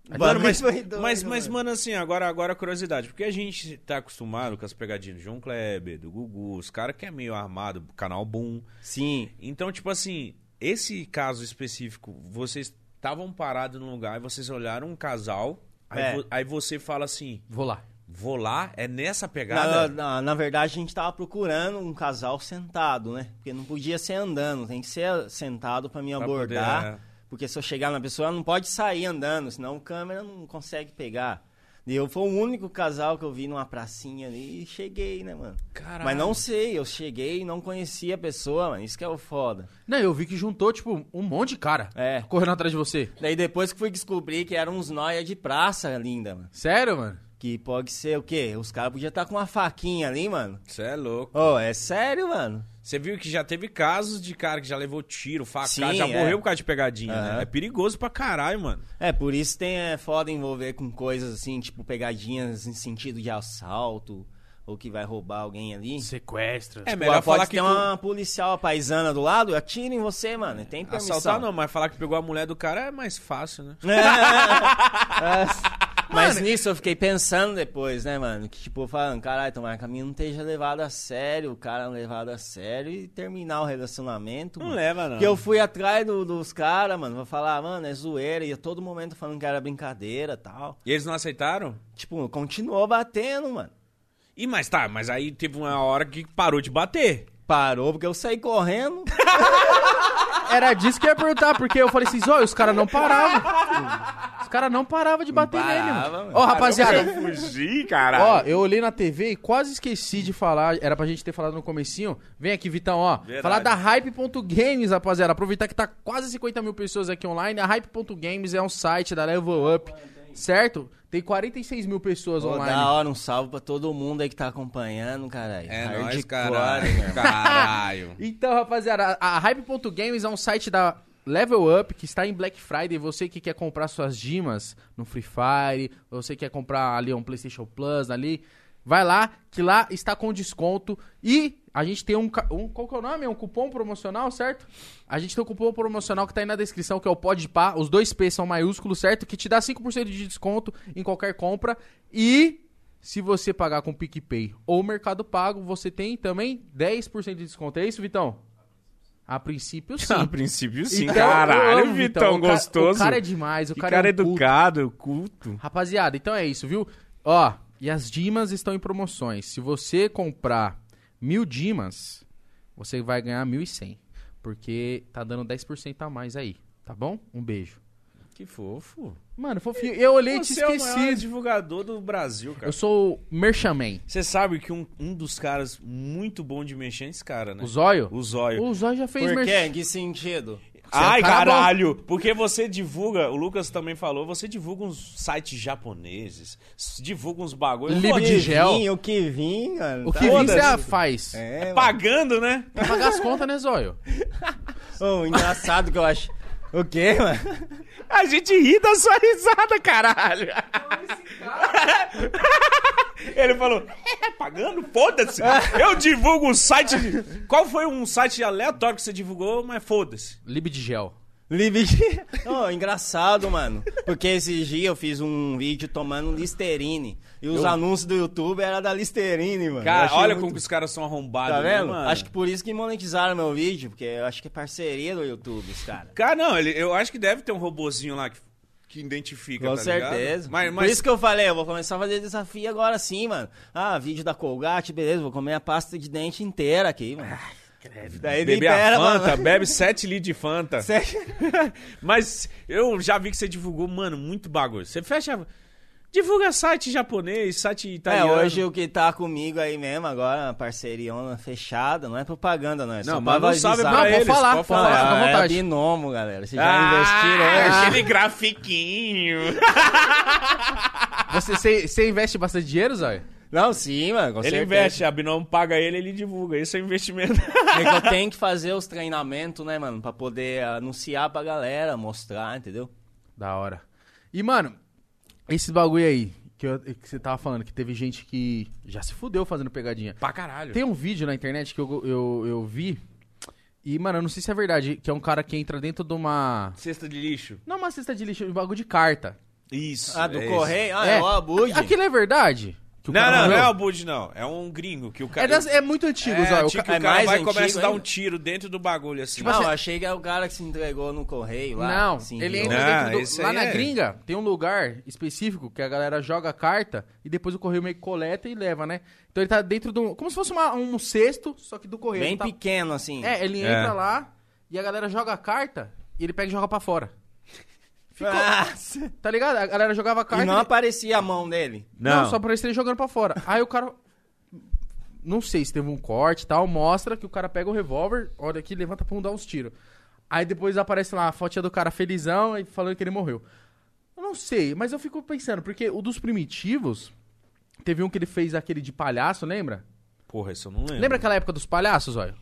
[SPEAKER 4] O
[SPEAKER 2] Mano,
[SPEAKER 4] bagulho
[SPEAKER 2] mas,
[SPEAKER 4] foi doido,
[SPEAKER 2] mas, mas, mano, assim, agora, agora curiosidade. Porque a gente tá acostumado com as pegadinhas do João Kleber, do Gugu, os caras que é meio armado, canal Boom.
[SPEAKER 4] Sim.
[SPEAKER 2] Então, tipo assim, esse caso específico, vocês estavam parados num lugar e vocês olharam um casal, aí,
[SPEAKER 4] É.
[SPEAKER 2] vo- aí você fala assim,
[SPEAKER 1] Vou lá.
[SPEAKER 2] vou lá, é nessa
[SPEAKER 4] Na,
[SPEAKER 2] pegada?
[SPEAKER 4] na, na verdade, a gente tava procurando um casal sentado, né? Porque não podia ser andando, tem que ser sentado pra me
[SPEAKER 2] Pra
[SPEAKER 4] abordar.
[SPEAKER 2] poder, é.
[SPEAKER 4] Porque se eu chegar na pessoa, ela não pode sair andando, senão a câmera não consegue pegar. E eu fui o único casal que eu vi numa pracinha ali e cheguei, né, mano?
[SPEAKER 2] Caralho.
[SPEAKER 4] Mas não sei, eu cheguei e não conhecia a pessoa, mano. Isso que é o foda.
[SPEAKER 1] Não, eu vi que juntou, tipo, um monte de cara
[SPEAKER 4] É.
[SPEAKER 1] correndo atrás de você.
[SPEAKER 4] Daí depois que fui descobrir que eram uns noia de praça linda, mano.
[SPEAKER 1] Sério, mano?
[SPEAKER 4] Que pode ser o quê? Os caras podiam estar com uma faquinha ali, mano.
[SPEAKER 2] Você é louco.
[SPEAKER 4] Ô, é sério, mano?
[SPEAKER 2] Você viu que já teve casos de cara que já levou tiro, facada,
[SPEAKER 4] Sim,
[SPEAKER 2] já
[SPEAKER 4] é.
[SPEAKER 2] morreu por causa de pegadinha, né?
[SPEAKER 4] Aham.
[SPEAKER 2] É perigoso pra caralho, mano.
[SPEAKER 4] É, por isso tem é foda envolver com coisas assim, tipo pegadinhas em sentido de assalto, ou que vai roubar alguém ali.
[SPEAKER 1] Sequestra.
[SPEAKER 2] É
[SPEAKER 4] Pô,
[SPEAKER 2] melhor
[SPEAKER 4] pode
[SPEAKER 2] falar
[SPEAKER 4] ter
[SPEAKER 2] que...
[SPEAKER 4] uma policial paisana do lado, atira em você, mano. Tem permissão.
[SPEAKER 2] Assaltar não, mas falar que pegou a mulher do cara é mais fácil, né?
[SPEAKER 4] É, é, <laughs> é. Mas nisso eu fiquei pensando depois, né, mano? Que tipo, falando, caralho, tomara que a minha não esteja levado a sério, o cara não levado a sério e terminar o relacionamento.
[SPEAKER 2] Não
[SPEAKER 4] mano.
[SPEAKER 2] leva, não.
[SPEAKER 4] Que eu fui atrás do- dos caras, mano, pra falar, mano, é zoeira, e a todo momento falando que era brincadeira e tal.
[SPEAKER 2] E eles não aceitaram?
[SPEAKER 4] Tipo, continuou batendo, mano.
[SPEAKER 2] E mas tá, mas aí teve uma hora que parou de bater.
[SPEAKER 4] Parou porque eu saí correndo.
[SPEAKER 1] Era disso que eu ia perguntar, porque eu falei assim, ó, os caras não paravam. Os caras não paravam de bater
[SPEAKER 4] parava,
[SPEAKER 1] nele, mano.
[SPEAKER 4] mano.
[SPEAKER 1] Ó, rapaziada,
[SPEAKER 2] fugi, caralho.
[SPEAKER 1] Ó, eu olhei na TV e quase esqueci de falar. Era pra gente ter falado no comecinho. Vem aqui, Vitão, ó.
[SPEAKER 2] Verdade.
[SPEAKER 1] Falar da Hype.games, rapaziada. Aproveitar que tá quase 50 mil pessoas aqui online. A Hype.games é um site da Level Up, certo? Tem 46 mil pessoas
[SPEAKER 4] Vou
[SPEAKER 1] online.
[SPEAKER 4] dar hora, um salve pra todo mundo aí que tá acompanhando, caralho.
[SPEAKER 2] É
[SPEAKER 4] Hardcore,
[SPEAKER 2] nóis,
[SPEAKER 4] né?
[SPEAKER 2] caralho. Caralho.
[SPEAKER 1] Então, rapaziada, a a Hype.games é um site da Level Up que está em Black Friday. Você que quer comprar suas dimas no Free Fire, você que quer comprar ali um PlayStation Plus ali, vai lá, que lá está com desconto. E a gente tem um. ca- um qual que é o nome? É um cupom promocional, certo? A gente tem um cupom promocional que tá aí na descrição, que é o PODPA. Os dois P são maiúsculos, certo? Que te dá 5% de desconto em qualquer compra. E se você pagar com PicPay ou Mercado Pago, você tem também 10% de desconto. É isso, Vitão? A princípio,
[SPEAKER 2] <laughs>
[SPEAKER 1] sim.
[SPEAKER 2] princípio
[SPEAKER 1] Então, eu amo, O ca- O cara é demais, o cara, é, um culto.
[SPEAKER 2] educado, culto.
[SPEAKER 1] Rapaziada, então é isso, viu? Ó, e as dimas estão em promoções. Se você comprar mil dimas, você vai ganhar 1.100. Porque tá dando 10% a mais aí, tá bom? Um beijo.
[SPEAKER 2] Que fofo.
[SPEAKER 1] Mano, fofinho, eu olhei e te
[SPEAKER 2] Você é o maior
[SPEAKER 1] esqueci.
[SPEAKER 2] divulgador do Brasil, cara.
[SPEAKER 1] eu sou o Merchaman.
[SPEAKER 2] Você sabe que um, um dos caras muito bom de mexer é esse cara, né?
[SPEAKER 1] O Zóio?
[SPEAKER 2] O Zóio.
[SPEAKER 1] O Zóio já fez
[SPEAKER 4] Por quê?
[SPEAKER 1] merchan.
[SPEAKER 4] Em que sentido?
[SPEAKER 2] Ai,
[SPEAKER 1] Você é um cara bom.
[SPEAKER 2] caralho! Porque você divulga, o Lucas também falou, você divulga uns sites japoneses, s- divulga uns bagulhos.
[SPEAKER 1] Libre
[SPEAKER 2] Pô,
[SPEAKER 1] O de gel.
[SPEAKER 4] vim, o que vim, mano.
[SPEAKER 1] O
[SPEAKER 4] tá?
[SPEAKER 1] que você
[SPEAKER 2] Foda-se.
[SPEAKER 1] faz?
[SPEAKER 4] É, mano.
[SPEAKER 2] Pagando, né?
[SPEAKER 1] Pra pagar as contas, né, Zóio?
[SPEAKER 4] Ô, engraçado que eu acho. O quê, mano? <laughs>
[SPEAKER 2] A gente ri da sua risada, caralho! <laughs> Ele falou, é, pagando? Foda-se! Eu divulgo um site. de- Qual foi um site aleatório que você divulgou, mas foda-se.
[SPEAKER 1] Lib de gel.
[SPEAKER 4] Libidia. Ô, engraçado, mano. Porque esse dia eu fiz um vídeo tomando Listerine. E os anúncios do YouTube eram da Listerine, mano. Eu
[SPEAKER 2] Cara,
[SPEAKER 4] achei
[SPEAKER 2] olha
[SPEAKER 4] muito-
[SPEAKER 2] como que os caras são arrombados,
[SPEAKER 4] Tá
[SPEAKER 2] né,
[SPEAKER 4] vendo?
[SPEAKER 2] mano?
[SPEAKER 4] Acho que por isso que monetizaram meu vídeo, porque eu acho que é parceria do YouTube, os caras.
[SPEAKER 2] Cara, não, ele, eu acho que deve ter um robozinho lá que, que identifica,
[SPEAKER 4] Com
[SPEAKER 2] tá ligado?
[SPEAKER 4] certeza.
[SPEAKER 2] Mas,
[SPEAKER 4] Por
[SPEAKER 2] mas
[SPEAKER 4] isso que eu falei, eu vou começar a fazer desafio agora sim, mano. Ah, vídeo da Colgate, beleza, vou comer a pasta de dente inteira aqui, mano. Daí
[SPEAKER 2] Ah, Beber
[SPEAKER 4] libera,
[SPEAKER 2] a Fanta,
[SPEAKER 4] <laughs> mano.
[SPEAKER 2] bebe 7 litros de
[SPEAKER 4] <laughs>
[SPEAKER 2] Fanta.
[SPEAKER 4] Sério?
[SPEAKER 2] Mas eu já vi que você divulgou, mano, muito bagulho. Você fecha. Divulga site japonês, site
[SPEAKER 4] É,
[SPEAKER 2] italiano.
[SPEAKER 4] hoje o que tá comigo aí mesmo, agora, parceriona fechada, não é propaganda, não. É só
[SPEAKER 2] Não,
[SPEAKER 4] pra
[SPEAKER 2] mas não
[SPEAKER 4] avisar. Ah,
[SPEAKER 2] sabe pra
[SPEAKER 1] Não, pode
[SPEAKER 2] eles.
[SPEAKER 1] falar, pode
[SPEAKER 4] Não,
[SPEAKER 1] falar, fica à
[SPEAKER 4] é, é
[SPEAKER 1] vontade.
[SPEAKER 4] binomo, galera. Vocês já investiram.
[SPEAKER 2] Ah,
[SPEAKER 4] né?
[SPEAKER 2] aquele grafiquinho.
[SPEAKER 1] Você, você, você investe bastante dinheiro, Zóia?
[SPEAKER 4] Não, sim, mano, com
[SPEAKER 2] Ele
[SPEAKER 4] certeza.
[SPEAKER 2] investe, a Binomo paga ele, ele divulga. Isso é
[SPEAKER 4] <laughs>
[SPEAKER 2] investimento.
[SPEAKER 4] É que eu tenho que fazer os treinamentos, né, mano? Pra poder anunciar pra galera, mostrar, entendeu?
[SPEAKER 1] Da hora. E, mano, esses bagulho aí que, eu- que você tava falando, que teve gente que já se fudeu fazendo pegadinha.
[SPEAKER 2] pra caralho.
[SPEAKER 1] Tem um vídeo na internet que eu, eu, eu vi. E, mano, eu não sei se é verdade, que é um cara que entra dentro de uma.
[SPEAKER 2] Cesta de lixo.
[SPEAKER 1] Não uma cesta de lixo, um bagulho de carta.
[SPEAKER 2] Isso.
[SPEAKER 4] Ah, do
[SPEAKER 2] é
[SPEAKER 4] correio? Ah,
[SPEAKER 1] é,
[SPEAKER 4] é o abude.
[SPEAKER 1] Aquilo é verdade? Que
[SPEAKER 2] isso. Não,
[SPEAKER 1] o cara
[SPEAKER 2] não, não
[SPEAKER 1] morreu?
[SPEAKER 2] é o Bud, não. É um gringo que o cara.
[SPEAKER 1] É, das- é muito antigo,
[SPEAKER 2] É,
[SPEAKER 1] Zóia. O
[SPEAKER 2] tipo, que
[SPEAKER 1] ca-
[SPEAKER 2] o
[SPEAKER 4] é
[SPEAKER 2] cara
[SPEAKER 4] mais
[SPEAKER 2] vai e começa
[SPEAKER 4] antigo
[SPEAKER 2] a dar um
[SPEAKER 4] ainda.
[SPEAKER 2] tiro dentro do bagulho, assim.
[SPEAKER 4] não, eu achei que é o cara que se entregou no correio lá. assim,
[SPEAKER 1] Não,
[SPEAKER 4] se
[SPEAKER 1] ele
[SPEAKER 4] enviou.
[SPEAKER 1] entra
[SPEAKER 2] Não,
[SPEAKER 1] dentro
[SPEAKER 2] esse
[SPEAKER 1] do... Lá
[SPEAKER 2] aí
[SPEAKER 1] na
[SPEAKER 2] é-
[SPEAKER 1] gringa tem um lugar específico que a galera joga a carta e depois o correio meio que coleta e leva, né? Então ele tá dentro de um... Como se fosse uma- um cesto, só que do correio.
[SPEAKER 4] Bem
[SPEAKER 1] tá...
[SPEAKER 4] pequeno, assim.
[SPEAKER 1] É, ele
[SPEAKER 2] É.
[SPEAKER 1] entra lá e a galera joga a carta e ele pega e joga pra fora.
[SPEAKER 4] Nossa.
[SPEAKER 1] Tá ligado? A galera jogava a carta...
[SPEAKER 4] E Ah, não
[SPEAKER 1] ele-
[SPEAKER 4] aparecia a mão dele.
[SPEAKER 1] Não, só aparecia ele jogando pra fora. Aí o cara... Não sei se teve um corte e tal, mostra que o cara pega o revólver, olha aqui, levanta pra um dar uns tiros. Aí depois aparece lá a fotinha do cara felizão e falando que ele morreu. Eu não sei, mas eu fico pensando, porque o dos primitivos, teve um que ele fez aquele de palhaço, lembra?
[SPEAKER 2] Porra, isso eu não lembro.
[SPEAKER 1] Lembra aquela época dos palhaços, olha?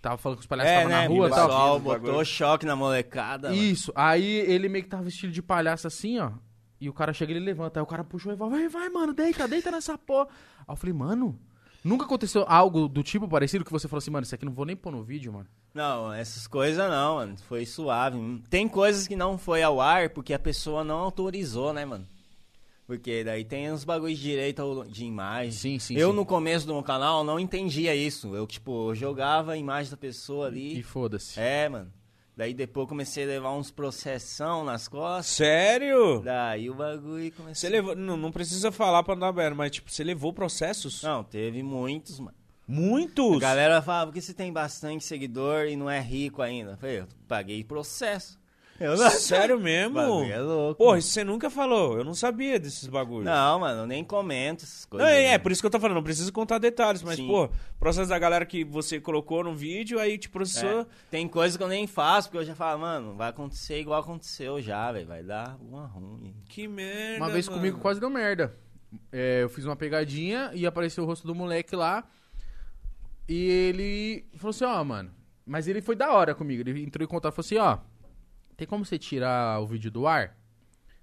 [SPEAKER 1] Tava falando que os palhaços
[SPEAKER 4] É,
[SPEAKER 1] estavam na
[SPEAKER 4] né?
[SPEAKER 1] rua
[SPEAKER 4] o
[SPEAKER 1] e tal.
[SPEAKER 4] pessoal
[SPEAKER 2] Bagulho.
[SPEAKER 4] botou choque na molecada. mano.
[SPEAKER 1] Isso, aí ele meio que tava vestido de palhaço assim, ó. E o cara chega e ele levanta. Aí o cara puxa o revólver, vai, vai, mano, deita, deita nessa porra. Aí eu falei, mano, nunca aconteceu algo do tipo parecido que você falou assim, mano, isso aqui não vou nem pôr no vídeo, mano.
[SPEAKER 4] Não, essas coisas não, mano. Foi suave. Tem coisas que não foi ao ar porque a pessoa não autorizou, né, mano? Porque daí tem uns bagulhos de direito ao- de imagem.
[SPEAKER 1] Sim, sim,
[SPEAKER 4] Eu,
[SPEAKER 1] sim.
[SPEAKER 4] no começo do meu canal, não entendia isso. Eu, tipo, jogava a imagem da pessoa
[SPEAKER 1] E
[SPEAKER 4] ali.
[SPEAKER 1] foda-se.
[SPEAKER 4] É, mano. Daí depois eu comecei a levar uns processão nas costas.
[SPEAKER 2] Ah, Sério?
[SPEAKER 4] Daí o bagulho começou.
[SPEAKER 2] Você levou. Não, não precisa falar pra andar aberto, mas tipo, você levou processos?
[SPEAKER 4] Não, teve muitos, mano.
[SPEAKER 2] Muitos?
[SPEAKER 4] A galera falava, porque você tem bastante seguidor e não é rico ainda? Eu falei, eu paguei processo. Eu
[SPEAKER 2] <laughs>
[SPEAKER 4] não-
[SPEAKER 2] Sério mesmo?
[SPEAKER 4] Bagulho é louco.
[SPEAKER 2] Porra, isso você nunca falou. Eu não sabia desses bagulhos.
[SPEAKER 4] Não, mano, eu nem comento essas
[SPEAKER 2] Não,
[SPEAKER 4] coisas.
[SPEAKER 2] é,
[SPEAKER 4] né?
[SPEAKER 2] é, por isso que eu tô falando, não preciso contar detalhes, mas,
[SPEAKER 4] Sim.
[SPEAKER 2] pô, processo da galera que você colocou no vídeo, aí tipo, te processou.
[SPEAKER 4] É. Tem coisa que eu nem faço, porque eu já falo, mano, vai acontecer igual aconteceu já, velho. Vai dar uma ruim.
[SPEAKER 2] Que merda.
[SPEAKER 1] Uma vez
[SPEAKER 2] mano.
[SPEAKER 1] comigo quase deu merda. É, eu fiz uma pegadinha e apareceu o rosto do moleque lá. E ele falou assim, ó, mano. Mas ele foi da hora comigo. Ele entrou em contato e falou assim, ó. Tem como você tirar o vídeo do ar?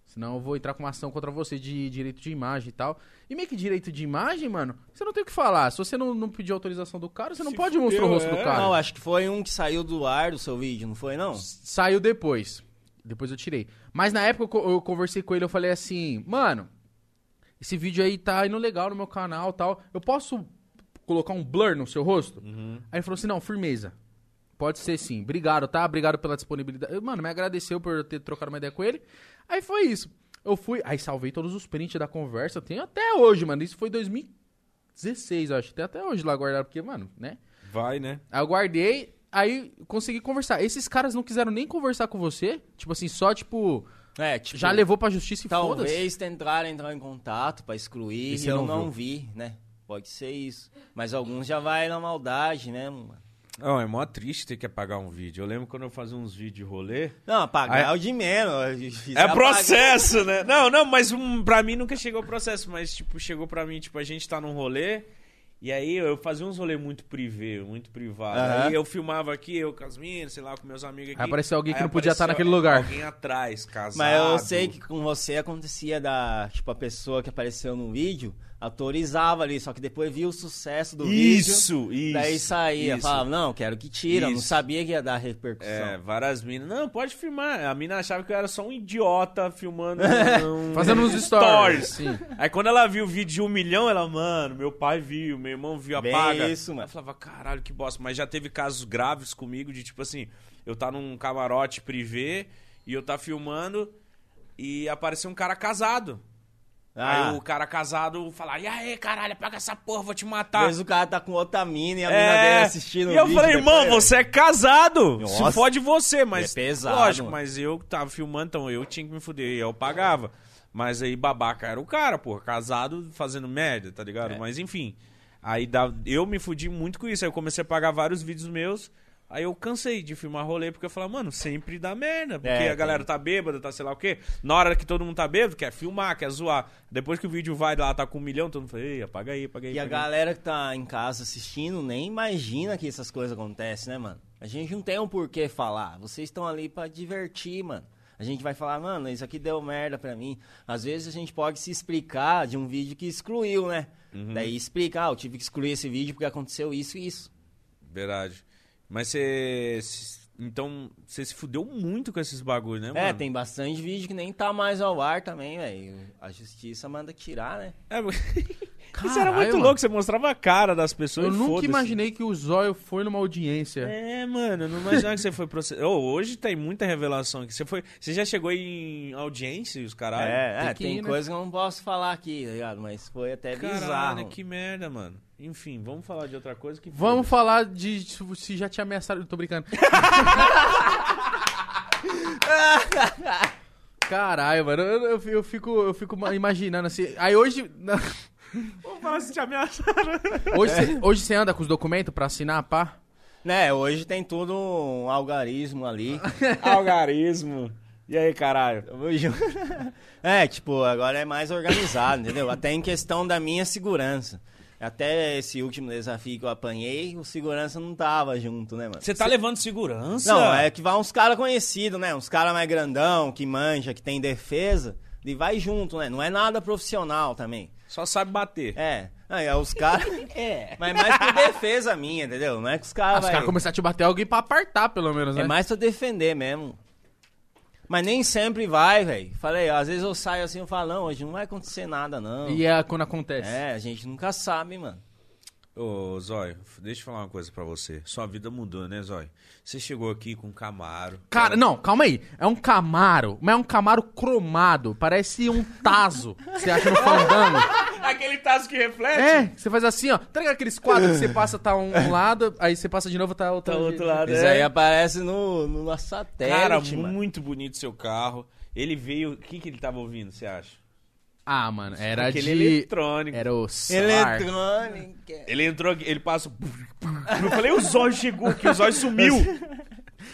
[SPEAKER 1] Senão eu vou entrar com uma ação contra você de direito de imagem e tal. E meio que direito de imagem, mano, você não tem o que falar. Se você não, não pedir autorização do cara, você não
[SPEAKER 2] Se
[SPEAKER 1] pode mostrar o
[SPEAKER 2] fudeu,
[SPEAKER 1] rosto
[SPEAKER 2] é.
[SPEAKER 1] do cara.
[SPEAKER 4] Não, acho que foi um que saiu do ar do seu vídeo, não foi, não?
[SPEAKER 1] Saiu depois. Depois eu tirei. Mas na época eu co- eu conversei com ele, eu falei assim, mano, esse vídeo aí tá indo legal no meu canal e tal. Eu posso colocar um blur no seu rosto? Aí ele falou assim, não, firmeza. Pode ser sim. Obrigado, tá? Obrigado pela disponibilidade. Eu, Mano, me agradeceu por eu ter trocado uma ideia com ele. Aí foi isso. Eu fui, aí salvei todos os prints da conversa. Tenho até hoje, mano. Isso foi 2016, eu acho. Tem até hoje lá guardado, porque, mano, né?
[SPEAKER 2] Vai, né?
[SPEAKER 1] Aí eu guardei, aí consegui conversar. Esses caras não quiseram nem conversar com você? Tipo assim, só tipo.
[SPEAKER 4] É, tipo,
[SPEAKER 1] Já levou pra justiça e
[SPEAKER 2] Então,
[SPEAKER 1] foda-se.
[SPEAKER 4] talvez tentaram entrar em contato pra excluir
[SPEAKER 1] E
[SPEAKER 4] e,
[SPEAKER 1] você
[SPEAKER 4] eu
[SPEAKER 1] não
[SPEAKER 4] não vi, né? Pode ser isso. Mas alguns já vai na maldade, né, mano?
[SPEAKER 2] Não, é mó triste ter que apagar um vídeo. Eu lembro quando eu fazia uns vídeos de rolê.
[SPEAKER 4] Não, apagar
[SPEAKER 2] Aí-
[SPEAKER 4] é o de menos. eu fiz
[SPEAKER 2] É
[SPEAKER 4] apagar.
[SPEAKER 2] processo, né? Não, não, mas hum, pra mim nunca chegou processo, mas tipo, chegou pra mim, tipo, a gente tá num rolê, e aí eu fazia uns rolê muito privê, muito privado.
[SPEAKER 4] Aham.
[SPEAKER 2] Aí eu filmava aqui, eu com as minas, sei lá, com meus amigos aqui.
[SPEAKER 1] Aí apareceu alguém que
[SPEAKER 2] Aí
[SPEAKER 1] não podia
[SPEAKER 2] apareceu
[SPEAKER 1] estar naquele lugar.
[SPEAKER 2] Alguém atrás, casado.
[SPEAKER 4] Mas eu sei que com você acontecia da, tipo, a pessoa que apareceu no vídeo, autorizava ali, só que depois via o sucesso do vídeo.
[SPEAKER 2] Isso, isso.
[SPEAKER 4] Daí saía,
[SPEAKER 2] isso.
[SPEAKER 4] falava, não, quero que tira, não
[SPEAKER 2] Isso.
[SPEAKER 4] sabia que ia dar repercussão.
[SPEAKER 2] É, várias minas. Não, pode filmar. A mina achava que eu era só um idiota
[SPEAKER 4] <laughs>
[SPEAKER 2] filmando. um-
[SPEAKER 1] Fazendo
[SPEAKER 2] <laughs>
[SPEAKER 1] uns stories. assim. Sim.
[SPEAKER 2] Aí quando ela viu o vídeo de um milhão, ela, mano, meu pai viu, meu irmão viu,
[SPEAKER 4] Bem
[SPEAKER 2] apaga.
[SPEAKER 4] isso, mano.
[SPEAKER 2] Ela falava, caralho, que bosta. Mas já teve casos graves comigo de tipo assim, eu tá num camarote privê e eu tá filmando e apareceu um cara casado.
[SPEAKER 4] Ah,
[SPEAKER 2] Aí o cara casado fala, e aí, caralho, apaga essa porra, vou te matar.
[SPEAKER 4] Às vezes o cara tá com outra mina e a mina
[SPEAKER 2] É,
[SPEAKER 4] dele assistindo
[SPEAKER 2] e
[SPEAKER 4] o
[SPEAKER 2] eu
[SPEAKER 4] vídeo
[SPEAKER 2] falei,
[SPEAKER 4] depois,
[SPEAKER 2] irmão,
[SPEAKER 4] né?
[SPEAKER 2] você é casado. Se
[SPEAKER 4] Nossa.
[SPEAKER 2] fode você, mas.
[SPEAKER 4] É pesado,
[SPEAKER 2] Lógico,
[SPEAKER 4] mano.
[SPEAKER 2] mas eu tava filmando, então eu tinha que me fuder. E eu pagava. Mas aí babaca era o cara, porra, casado fazendo merda, tá ligado?
[SPEAKER 4] É.
[SPEAKER 2] Mas enfim. Aí dá- eu me fudi muito com isso. Aí eu comecei a pagar vários vídeos meus. Aí eu cansei de filmar rolê, porque eu falava, mano, sempre dá merda. Porque
[SPEAKER 4] É,
[SPEAKER 2] a galera tá bêbada, tá sei lá o quê. Na hora que todo mundo tá bêbado, quer filmar, quer zoar. Depois que o vídeo vai lá, tá com um milhão, todo mundo fala, ei, apaga aí, apaga aí.
[SPEAKER 4] E a
[SPEAKER 2] apaga aí."
[SPEAKER 4] galera que tá em casa assistindo nem imagina que essas coisas acontecem, né, mano? A gente não tem um porquê falar. Vocês estão ali pra divertir, mano. A gente vai falar, mano, isso aqui deu merda pra mim. Às vezes a gente pode se explicar de um vídeo que excluiu, né?
[SPEAKER 1] Uhum.
[SPEAKER 4] Daí explica, ah, eu tive que excluir esse vídeo porque aconteceu isso e isso.
[SPEAKER 2] Verdade. Mas você. Então, você se fudeu muito com esses bagulho, né, mano?
[SPEAKER 4] É, tem bastante vídeo que nem tá mais ao ar também, velho. A justiça manda tirar, né?
[SPEAKER 2] É, <laughs> mas- Isso era
[SPEAKER 1] Caralho,
[SPEAKER 2] muito
[SPEAKER 1] mano.
[SPEAKER 2] louco, você mostrava a cara das pessoas
[SPEAKER 1] Eu
[SPEAKER 2] e
[SPEAKER 1] nunca
[SPEAKER 2] foda-se.
[SPEAKER 1] imaginei que o Zóio foi numa audiência.
[SPEAKER 2] É, mano, eu não imaginava que você foi processado. hoje tem muita revelação aqui. Você, foi... você já chegou em audiência e os caralho?
[SPEAKER 4] é, é,
[SPEAKER 1] tem que
[SPEAKER 4] tem
[SPEAKER 1] ir, né?
[SPEAKER 4] coisa que eu não posso falar aqui, tá ligado? Mas foi até
[SPEAKER 2] Caralho,
[SPEAKER 4] bizarro.
[SPEAKER 2] que merda, mano. Enfim, vamos falar de outra coisa que.
[SPEAKER 1] Vamos falar de se- se já te ameaçaram. Tô brincando. Caralho, mano, eu, eu- eu fico, eu fico ma- imaginando assim. Aí hoje. <laughs> na-
[SPEAKER 2] <laughs> Vamos falar se te ameaçaram.
[SPEAKER 1] Hoje você hoje você anda com os documentos pra assinar, pá?
[SPEAKER 4] Né, hoje tem todo um
[SPEAKER 1] <laughs>
[SPEAKER 4] algarismo ali.
[SPEAKER 2] Algarismo. E aí, caralho?
[SPEAKER 4] Tamo junto. é, tipo, agora é mais organizado, entendeu? Até em questão da minha segurança. Até esse último desafio que eu apanhei, o segurança não tava junto, né, mano?
[SPEAKER 2] Você tá levando segurança?
[SPEAKER 4] Não, é que vai uns caras conhecidos, né? Uns caras mais grandão, que manja, que tem defesa. E vai junto, né? Não é nada profissional também.
[SPEAKER 2] Só sabe bater.
[SPEAKER 4] É. Aí,
[SPEAKER 1] <laughs>
[SPEAKER 4] os caras. é. Mas mais por defesa minha, entendeu? Não é que os
[SPEAKER 1] Ah,
[SPEAKER 4] caras.
[SPEAKER 1] os caras começaram a te bater alguém pra apartar, pelo menos, né?
[SPEAKER 4] É mais pra defender mesmo. Mas nem sempre vai, velho. Falei, às vezes eu saio assim e falo, não, hoje não vai acontecer nada, não.
[SPEAKER 1] E é quando acontece.
[SPEAKER 4] É, a gente nunca sabe, mano.
[SPEAKER 2] Ô, Zóio, deixa eu falar uma coisa pra você. Sua vida mudou, né, Zóio? Você chegou aqui com um Camaro.
[SPEAKER 1] Cara, não, calma aí. É um Camaro, mas é um Camaro cromado. Parece um Tazo. Você acha no
[SPEAKER 2] <laughs>
[SPEAKER 1] fandango?
[SPEAKER 2] <laughs> Aquele taso que reflete?
[SPEAKER 1] É, você faz assim, ó. Tá ligado aqueles quadros que você passa, tá um um lado, aí você passa de novo, tá outro,
[SPEAKER 2] É. Tá outro lado,
[SPEAKER 4] Isso
[SPEAKER 2] é.
[SPEAKER 4] aí aparece no, no na satélite,
[SPEAKER 2] Cara,
[SPEAKER 4] mano.
[SPEAKER 2] muito bonito seu carro. Ele veio... O que, que ele tava ouvindo, você acha?
[SPEAKER 1] Ah, mano, era
[SPEAKER 2] Aquele
[SPEAKER 1] de...
[SPEAKER 2] eletrônico. é
[SPEAKER 1] Era o SAR.
[SPEAKER 4] Eletrônica.
[SPEAKER 2] Ele entrou aqui, ele
[SPEAKER 1] <laughs>
[SPEAKER 2] passa... Eu falei, o Zóio chegou aqui, o Zóio sumiu.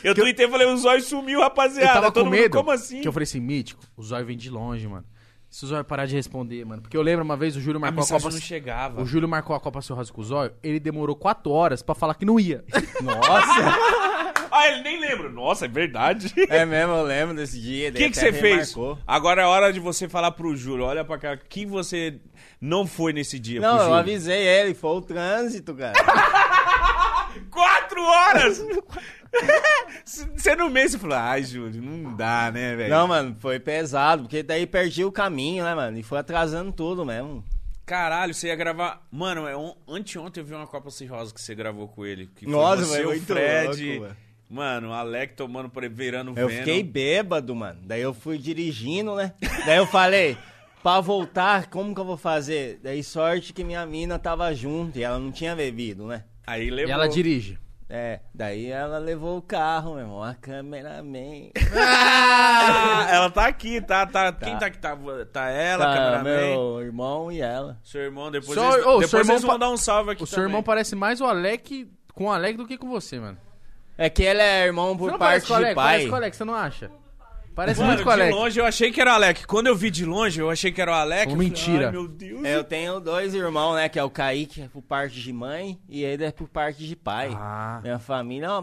[SPEAKER 2] Eu tuitei e falei, o Zóio sumiu,
[SPEAKER 1] Eu
[SPEAKER 2] rapaziada.
[SPEAKER 1] tava
[SPEAKER 2] Todo
[SPEAKER 1] com
[SPEAKER 2] mundo,
[SPEAKER 1] medo,
[SPEAKER 2] como assim?
[SPEAKER 1] que eu falei assim, Mítico, o Zóio vem de longe, mano. Se o Zóio parar de responder, mano. Porque eu lembro uma vez, o Júlio
[SPEAKER 2] A
[SPEAKER 1] marcou a,
[SPEAKER 2] mensagem
[SPEAKER 1] Copa...
[SPEAKER 2] não chegava.
[SPEAKER 1] O Júlio marcou a Copa Surrasco com o Zóio, ele demorou quatro horas pra falar que não ia.
[SPEAKER 4] Nossa,
[SPEAKER 2] Ah, ele nem lembra. Nossa, é
[SPEAKER 1] <laughs>
[SPEAKER 2] verdade.
[SPEAKER 4] <laughs> é mesmo, eu lembro desse dia.
[SPEAKER 2] O que que você fez? Agora é hora de você falar pro Júlio. Olha pra cá. Quem você não foi nesse dia
[SPEAKER 4] Não,
[SPEAKER 2] pro
[SPEAKER 4] eu
[SPEAKER 2] Júlio?
[SPEAKER 4] avisei ele, foi o trânsito,
[SPEAKER 2] <laughs>
[SPEAKER 4] cara.
[SPEAKER 2] Quatro horas! <laughs> você no mês você falou, ai, Júlio, não dá, né, velho?
[SPEAKER 4] Não, mano, foi pesado, porque daí perdi o caminho, né, mano? E foi atrasando tudo mesmo.
[SPEAKER 2] Caralho, você ia gravar... Mano, é on- anteontem eu vi uma Copa Cirrosa que você gravou com ele. Que foi
[SPEAKER 4] Nossa,
[SPEAKER 2] você,
[SPEAKER 4] velho,
[SPEAKER 2] o
[SPEAKER 4] muito
[SPEAKER 2] Fred...
[SPEAKER 4] louco, velho.
[SPEAKER 2] Mano, o Alec tomando, por aí, virando o
[SPEAKER 4] Eu
[SPEAKER 2] Venom.
[SPEAKER 4] fiquei bêbado, mano. Daí eu fui dirigindo, né? Daí eu falei, pra voltar, como que eu vou fazer? Daí sorte que minha mina tava junto e ela não tinha bebido, né?
[SPEAKER 2] Aí
[SPEAKER 1] e
[SPEAKER 2] levou...
[SPEAKER 1] ela dirige.
[SPEAKER 4] É, daí ela levou o carro, meu irmão,
[SPEAKER 1] <laughs>
[SPEAKER 4] a cameraman.
[SPEAKER 2] Ah, ela tá aqui, tá, tá, Quem tá aqui? Tá, tá ela,
[SPEAKER 4] Tá,
[SPEAKER 2] cameraman...
[SPEAKER 4] meu irmão e ela.
[SPEAKER 2] Seu irmão, depois
[SPEAKER 1] Seu-
[SPEAKER 2] vocês,
[SPEAKER 1] ô,
[SPEAKER 2] depois
[SPEAKER 1] seu irmão
[SPEAKER 2] vocês vão
[SPEAKER 1] pa-
[SPEAKER 2] dar um salve aqui
[SPEAKER 1] O seu irmão
[SPEAKER 2] também.
[SPEAKER 1] parece mais o Alec com o Alec do que com você, mano.
[SPEAKER 4] É que ele é irmão por
[SPEAKER 1] você não é, parece
[SPEAKER 4] parte
[SPEAKER 1] com o
[SPEAKER 4] de
[SPEAKER 1] Alec, parece
[SPEAKER 4] pai.
[SPEAKER 1] com o Alec, você não acha? Parece
[SPEAKER 2] Mano,
[SPEAKER 1] muito
[SPEAKER 2] de
[SPEAKER 1] com o Alec.
[SPEAKER 2] longe eu achei que era o Alec. Quando eu vi de longe, eu achei que era o Alec.
[SPEAKER 1] Ô,
[SPEAKER 2] Eu falei,
[SPEAKER 1] mentira. É,
[SPEAKER 2] Ai, meu Deus.
[SPEAKER 4] Eu tenho dois irmãos, né? Que é o Kaique, é por parte de mãe, e ele é por parte de pai.
[SPEAKER 1] Ah.
[SPEAKER 4] Minha família é uma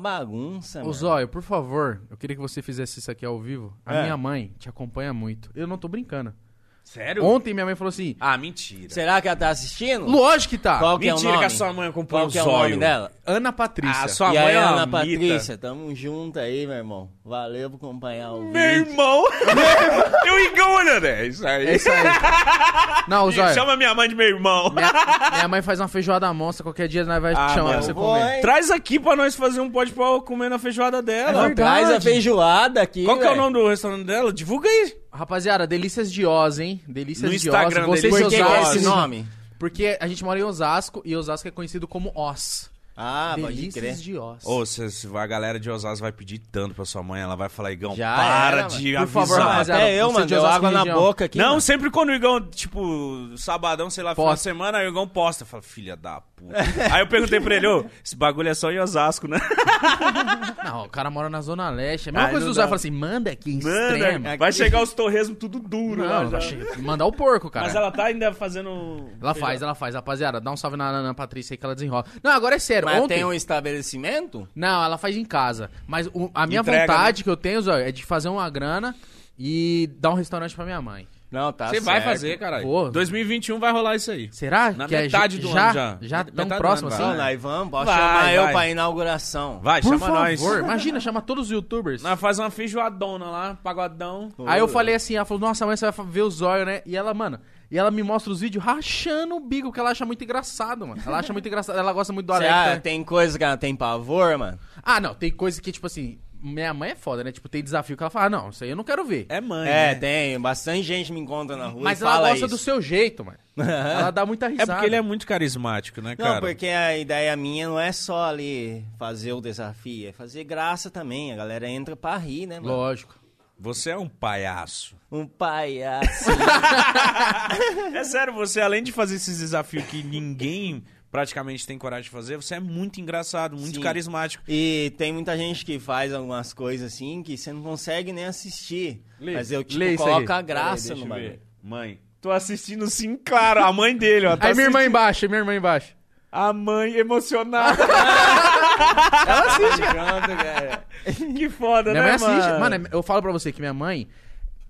[SPEAKER 1] Ô
[SPEAKER 4] bagunça, mano.
[SPEAKER 1] Zóio, por favor, eu queria que você fizesse isso aqui ao vivo. A
[SPEAKER 4] É.
[SPEAKER 1] minha mãe te acompanha muito. Eu não tô brincando.
[SPEAKER 2] Sério?
[SPEAKER 1] Ontem minha mãe falou assim:
[SPEAKER 2] Ah, mentira.
[SPEAKER 4] Será que ela tá assistindo?
[SPEAKER 1] lógico que tá.
[SPEAKER 4] Qual que é o
[SPEAKER 2] Ah, Mentira que
[SPEAKER 4] nome?
[SPEAKER 2] a sua mãe acompanha
[SPEAKER 4] Qual
[SPEAKER 2] o
[SPEAKER 4] que é o nome
[SPEAKER 2] zóio.
[SPEAKER 4] dela?
[SPEAKER 1] Ana Patrícia.
[SPEAKER 2] Ah, sua
[SPEAKER 4] e
[SPEAKER 2] mãe
[SPEAKER 4] aí,
[SPEAKER 2] é uma
[SPEAKER 4] Ana
[SPEAKER 2] mita.
[SPEAKER 4] Patrícia, tamo junto aí, meu irmão. Valeu por acompanhar o
[SPEAKER 2] Meu
[SPEAKER 4] vídeo.
[SPEAKER 2] irmão! <laughs> Eu engano, né? Isso aí.
[SPEAKER 1] É isso aí.
[SPEAKER 2] <laughs>
[SPEAKER 1] Não, Zóia.
[SPEAKER 2] Chama minha mãe de meu irmão.
[SPEAKER 1] Minha, minha mãe faz uma feijoada monstra, qualquer dia nós vai
[SPEAKER 2] Ah,
[SPEAKER 1] te chamar
[SPEAKER 2] mano,
[SPEAKER 1] pra você
[SPEAKER 4] eu vou,
[SPEAKER 1] comer.
[SPEAKER 4] hein?
[SPEAKER 2] Traz aqui pra nós fazer um pode pau comendo a feijoada dela.
[SPEAKER 1] É verdade.
[SPEAKER 4] Traz a feijoada aqui,
[SPEAKER 2] Qual que é o
[SPEAKER 4] velho.
[SPEAKER 2] nome do restaurante dela? Divulga aí.
[SPEAKER 1] Rapaziada, delícias de Oz, hein?
[SPEAKER 2] No
[SPEAKER 1] Delícias de
[SPEAKER 2] Instagram,
[SPEAKER 1] Oz. Vocês
[SPEAKER 4] Por
[SPEAKER 1] de
[SPEAKER 4] que que é esse
[SPEAKER 1] Osasco-
[SPEAKER 4] nome?
[SPEAKER 1] Porque a gente mora em Osasco e Osasco é conhecido como Oz.
[SPEAKER 4] Ah, pode crer.
[SPEAKER 1] delícias de Oz.
[SPEAKER 2] Ô, se, se a galera de Osasco vai pedir tanto pra sua mãe, ela vai falar, Igão,
[SPEAKER 4] Já
[SPEAKER 2] para
[SPEAKER 4] era,
[SPEAKER 2] de
[SPEAKER 1] mano. Por favor,
[SPEAKER 2] avisar.
[SPEAKER 1] rapaziada.
[SPEAKER 4] Até eu,
[SPEAKER 1] Você
[SPEAKER 4] mano,
[SPEAKER 1] de
[SPEAKER 4] deu
[SPEAKER 1] Osasco,
[SPEAKER 4] água na
[SPEAKER 1] região.
[SPEAKER 4] boca aqui.
[SPEAKER 2] não,
[SPEAKER 4] mano.
[SPEAKER 2] sempre quando o Igão, tipo, sabadão, sei lá, final de
[SPEAKER 1] Posta.
[SPEAKER 2] semana, aí o Igão posta. Fala, filha da puta. aí eu perguntei pra ele, ô, esse bagulho é só em Osasco, né?
[SPEAKER 1] Não, o cara mora na Zona Leste. É a mesma
[SPEAKER 2] Ai,
[SPEAKER 1] coisa
[SPEAKER 2] Ah, não
[SPEAKER 1] do Zé
[SPEAKER 2] dá.
[SPEAKER 1] fala assim, manda aqui, extremo.
[SPEAKER 2] Mano, vai chegar os torresmos tudo duro lá.
[SPEAKER 1] Não,
[SPEAKER 2] já.
[SPEAKER 1] vai chegar- mandar o porco, cara.
[SPEAKER 2] Mas
[SPEAKER 1] ela...
[SPEAKER 2] ela tá ainda fazendo... um-
[SPEAKER 1] faz, ela faz, rapaziada. Dá um salve na Ana Patrícia aí que ela desenrola. Não, agora é sério.
[SPEAKER 4] Mas
[SPEAKER 1] ontem...
[SPEAKER 4] tem um estabelecimento?
[SPEAKER 1] Não, ela faz em casa. Mas o- a minha
[SPEAKER 2] Entrega, né?
[SPEAKER 1] vontade que eu tenho, Zóio, é de fazer uma grana e dar um restaurante pra minha mãe.
[SPEAKER 4] Não, tá
[SPEAKER 2] Você vai fazer,
[SPEAKER 1] Vou.
[SPEAKER 2] caralho. 2021 vai rolar isso aí.
[SPEAKER 1] Será?
[SPEAKER 2] Na
[SPEAKER 1] que é
[SPEAKER 2] metade
[SPEAKER 1] já-
[SPEAKER 2] do
[SPEAKER 1] já,
[SPEAKER 2] ano já.
[SPEAKER 1] Já tão
[SPEAKER 2] Metade do
[SPEAKER 1] próximo
[SPEAKER 2] ano,
[SPEAKER 1] assim?
[SPEAKER 4] Não, nós vamos, bora
[SPEAKER 2] Vai,
[SPEAKER 4] chamar eu
[SPEAKER 2] vai.
[SPEAKER 4] pra inauguração.
[SPEAKER 2] Vai,
[SPEAKER 1] Por
[SPEAKER 2] É, chama
[SPEAKER 1] favor,
[SPEAKER 2] nós.
[SPEAKER 1] imagina, chama todos os youtubers.
[SPEAKER 2] Nós faz uma feijoadona lá, pagodão.
[SPEAKER 1] Aí eu falei assim, ela falou, nossa, mãe, você vai ver o zóio, né? E ela, mano, e ela me mostra os vídeos rachando o bico, que ela acha muito engraçado, mano. Ela acha muito engraçado, ela
[SPEAKER 2] <laughs>
[SPEAKER 1] gosta muito do
[SPEAKER 4] Será?
[SPEAKER 1] Alex.
[SPEAKER 2] é
[SPEAKER 1] né?
[SPEAKER 4] tem coisa que ela tem pavor, mano?
[SPEAKER 1] Ah, não, tem coisa que, tipo assim, minha mãe é foda, né? Tipo, tem desafio que ela fala, ah, não, isso aí eu não quero ver.
[SPEAKER 2] É mãe,
[SPEAKER 4] É,
[SPEAKER 2] né?
[SPEAKER 4] tem. Bastante gente me encontra na rua
[SPEAKER 1] Mas
[SPEAKER 4] e
[SPEAKER 1] ela
[SPEAKER 4] fala
[SPEAKER 1] gosta
[SPEAKER 4] isso.
[SPEAKER 1] do seu
[SPEAKER 2] <laughs>
[SPEAKER 1] jeito, mano. ela dá muita
[SPEAKER 2] É
[SPEAKER 1] risada.
[SPEAKER 2] porque ele é muito carismático, né, cara?
[SPEAKER 4] Não, porque a ideia minha não é só ali fazer o desafio, é fazer graça também. A galera entra pra rir, né, mano?
[SPEAKER 1] Lógico.
[SPEAKER 2] Você é um palhaço. <laughs>
[SPEAKER 4] Um palhaço.
[SPEAKER 2] É sério, você além de fazer esses desafios que ninguém praticamente tem coragem de fazer, você é muito engraçado, muito
[SPEAKER 4] Sim.
[SPEAKER 2] carismático.
[SPEAKER 4] e tem muita gente que faz algumas coisas assim que você não consegue nem assistir.
[SPEAKER 1] Lê.
[SPEAKER 4] Mas eu,
[SPEAKER 1] Lê
[SPEAKER 4] tipo,
[SPEAKER 1] isso
[SPEAKER 4] coloco
[SPEAKER 1] aí.
[SPEAKER 4] a graça
[SPEAKER 2] Peraí,
[SPEAKER 4] no
[SPEAKER 2] deixa eu ver.
[SPEAKER 4] bagulho.
[SPEAKER 2] Mãe, tô assistindo sim, claro, a mãe dele, ó. tá
[SPEAKER 1] Aí minha irmã
[SPEAKER 2] assistindo.
[SPEAKER 1] embaixo, aí minha irmã Ah, embaixo.
[SPEAKER 2] A mãe emocionada.
[SPEAKER 4] Ela <laughs> assiste. Pronto, cara.
[SPEAKER 2] que foda,
[SPEAKER 1] Minha
[SPEAKER 2] né,
[SPEAKER 1] mãe
[SPEAKER 2] mano?
[SPEAKER 1] assiste. Mano, eu falo pra você que minha mãe,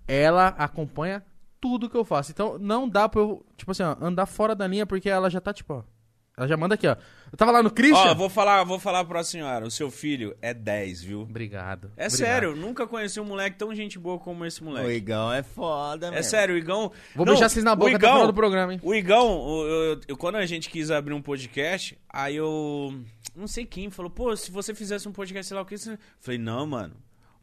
[SPEAKER 1] ela acompanha tudo que eu faço. Então não dá pra eu, tipo assim, ó, andar fora da linha, porque ela já tá, tipo, ó. Ela já manda aqui, ó. Eu tava lá no Christian.
[SPEAKER 2] Ó, vou falar, vou falar pra senhora, o seu filho é 10, viu?
[SPEAKER 1] Obrigado.
[SPEAKER 2] É
[SPEAKER 1] obrigado.
[SPEAKER 2] sério, eu nunca conheci um moleque tão gente boa como esse moleque.
[SPEAKER 4] O Igão é foda,
[SPEAKER 2] É
[SPEAKER 4] mano.
[SPEAKER 2] sério, o Igão.
[SPEAKER 1] Vou
[SPEAKER 2] Não,
[SPEAKER 1] beijar vocês na
[SPEAKER 2] o
[SPEAKER 1] boca até o
[SPEAKER 2] Igão-
[SPEAKER 1] final do programa, hein?
[SPEAKER 2] O Igão, o- eu- eu- quando a gente quis abrir um podcast, aí eu. Não sei quem falou, pô, se você fizesse um podcast, sei lá o que. Você... Falei, não, mano.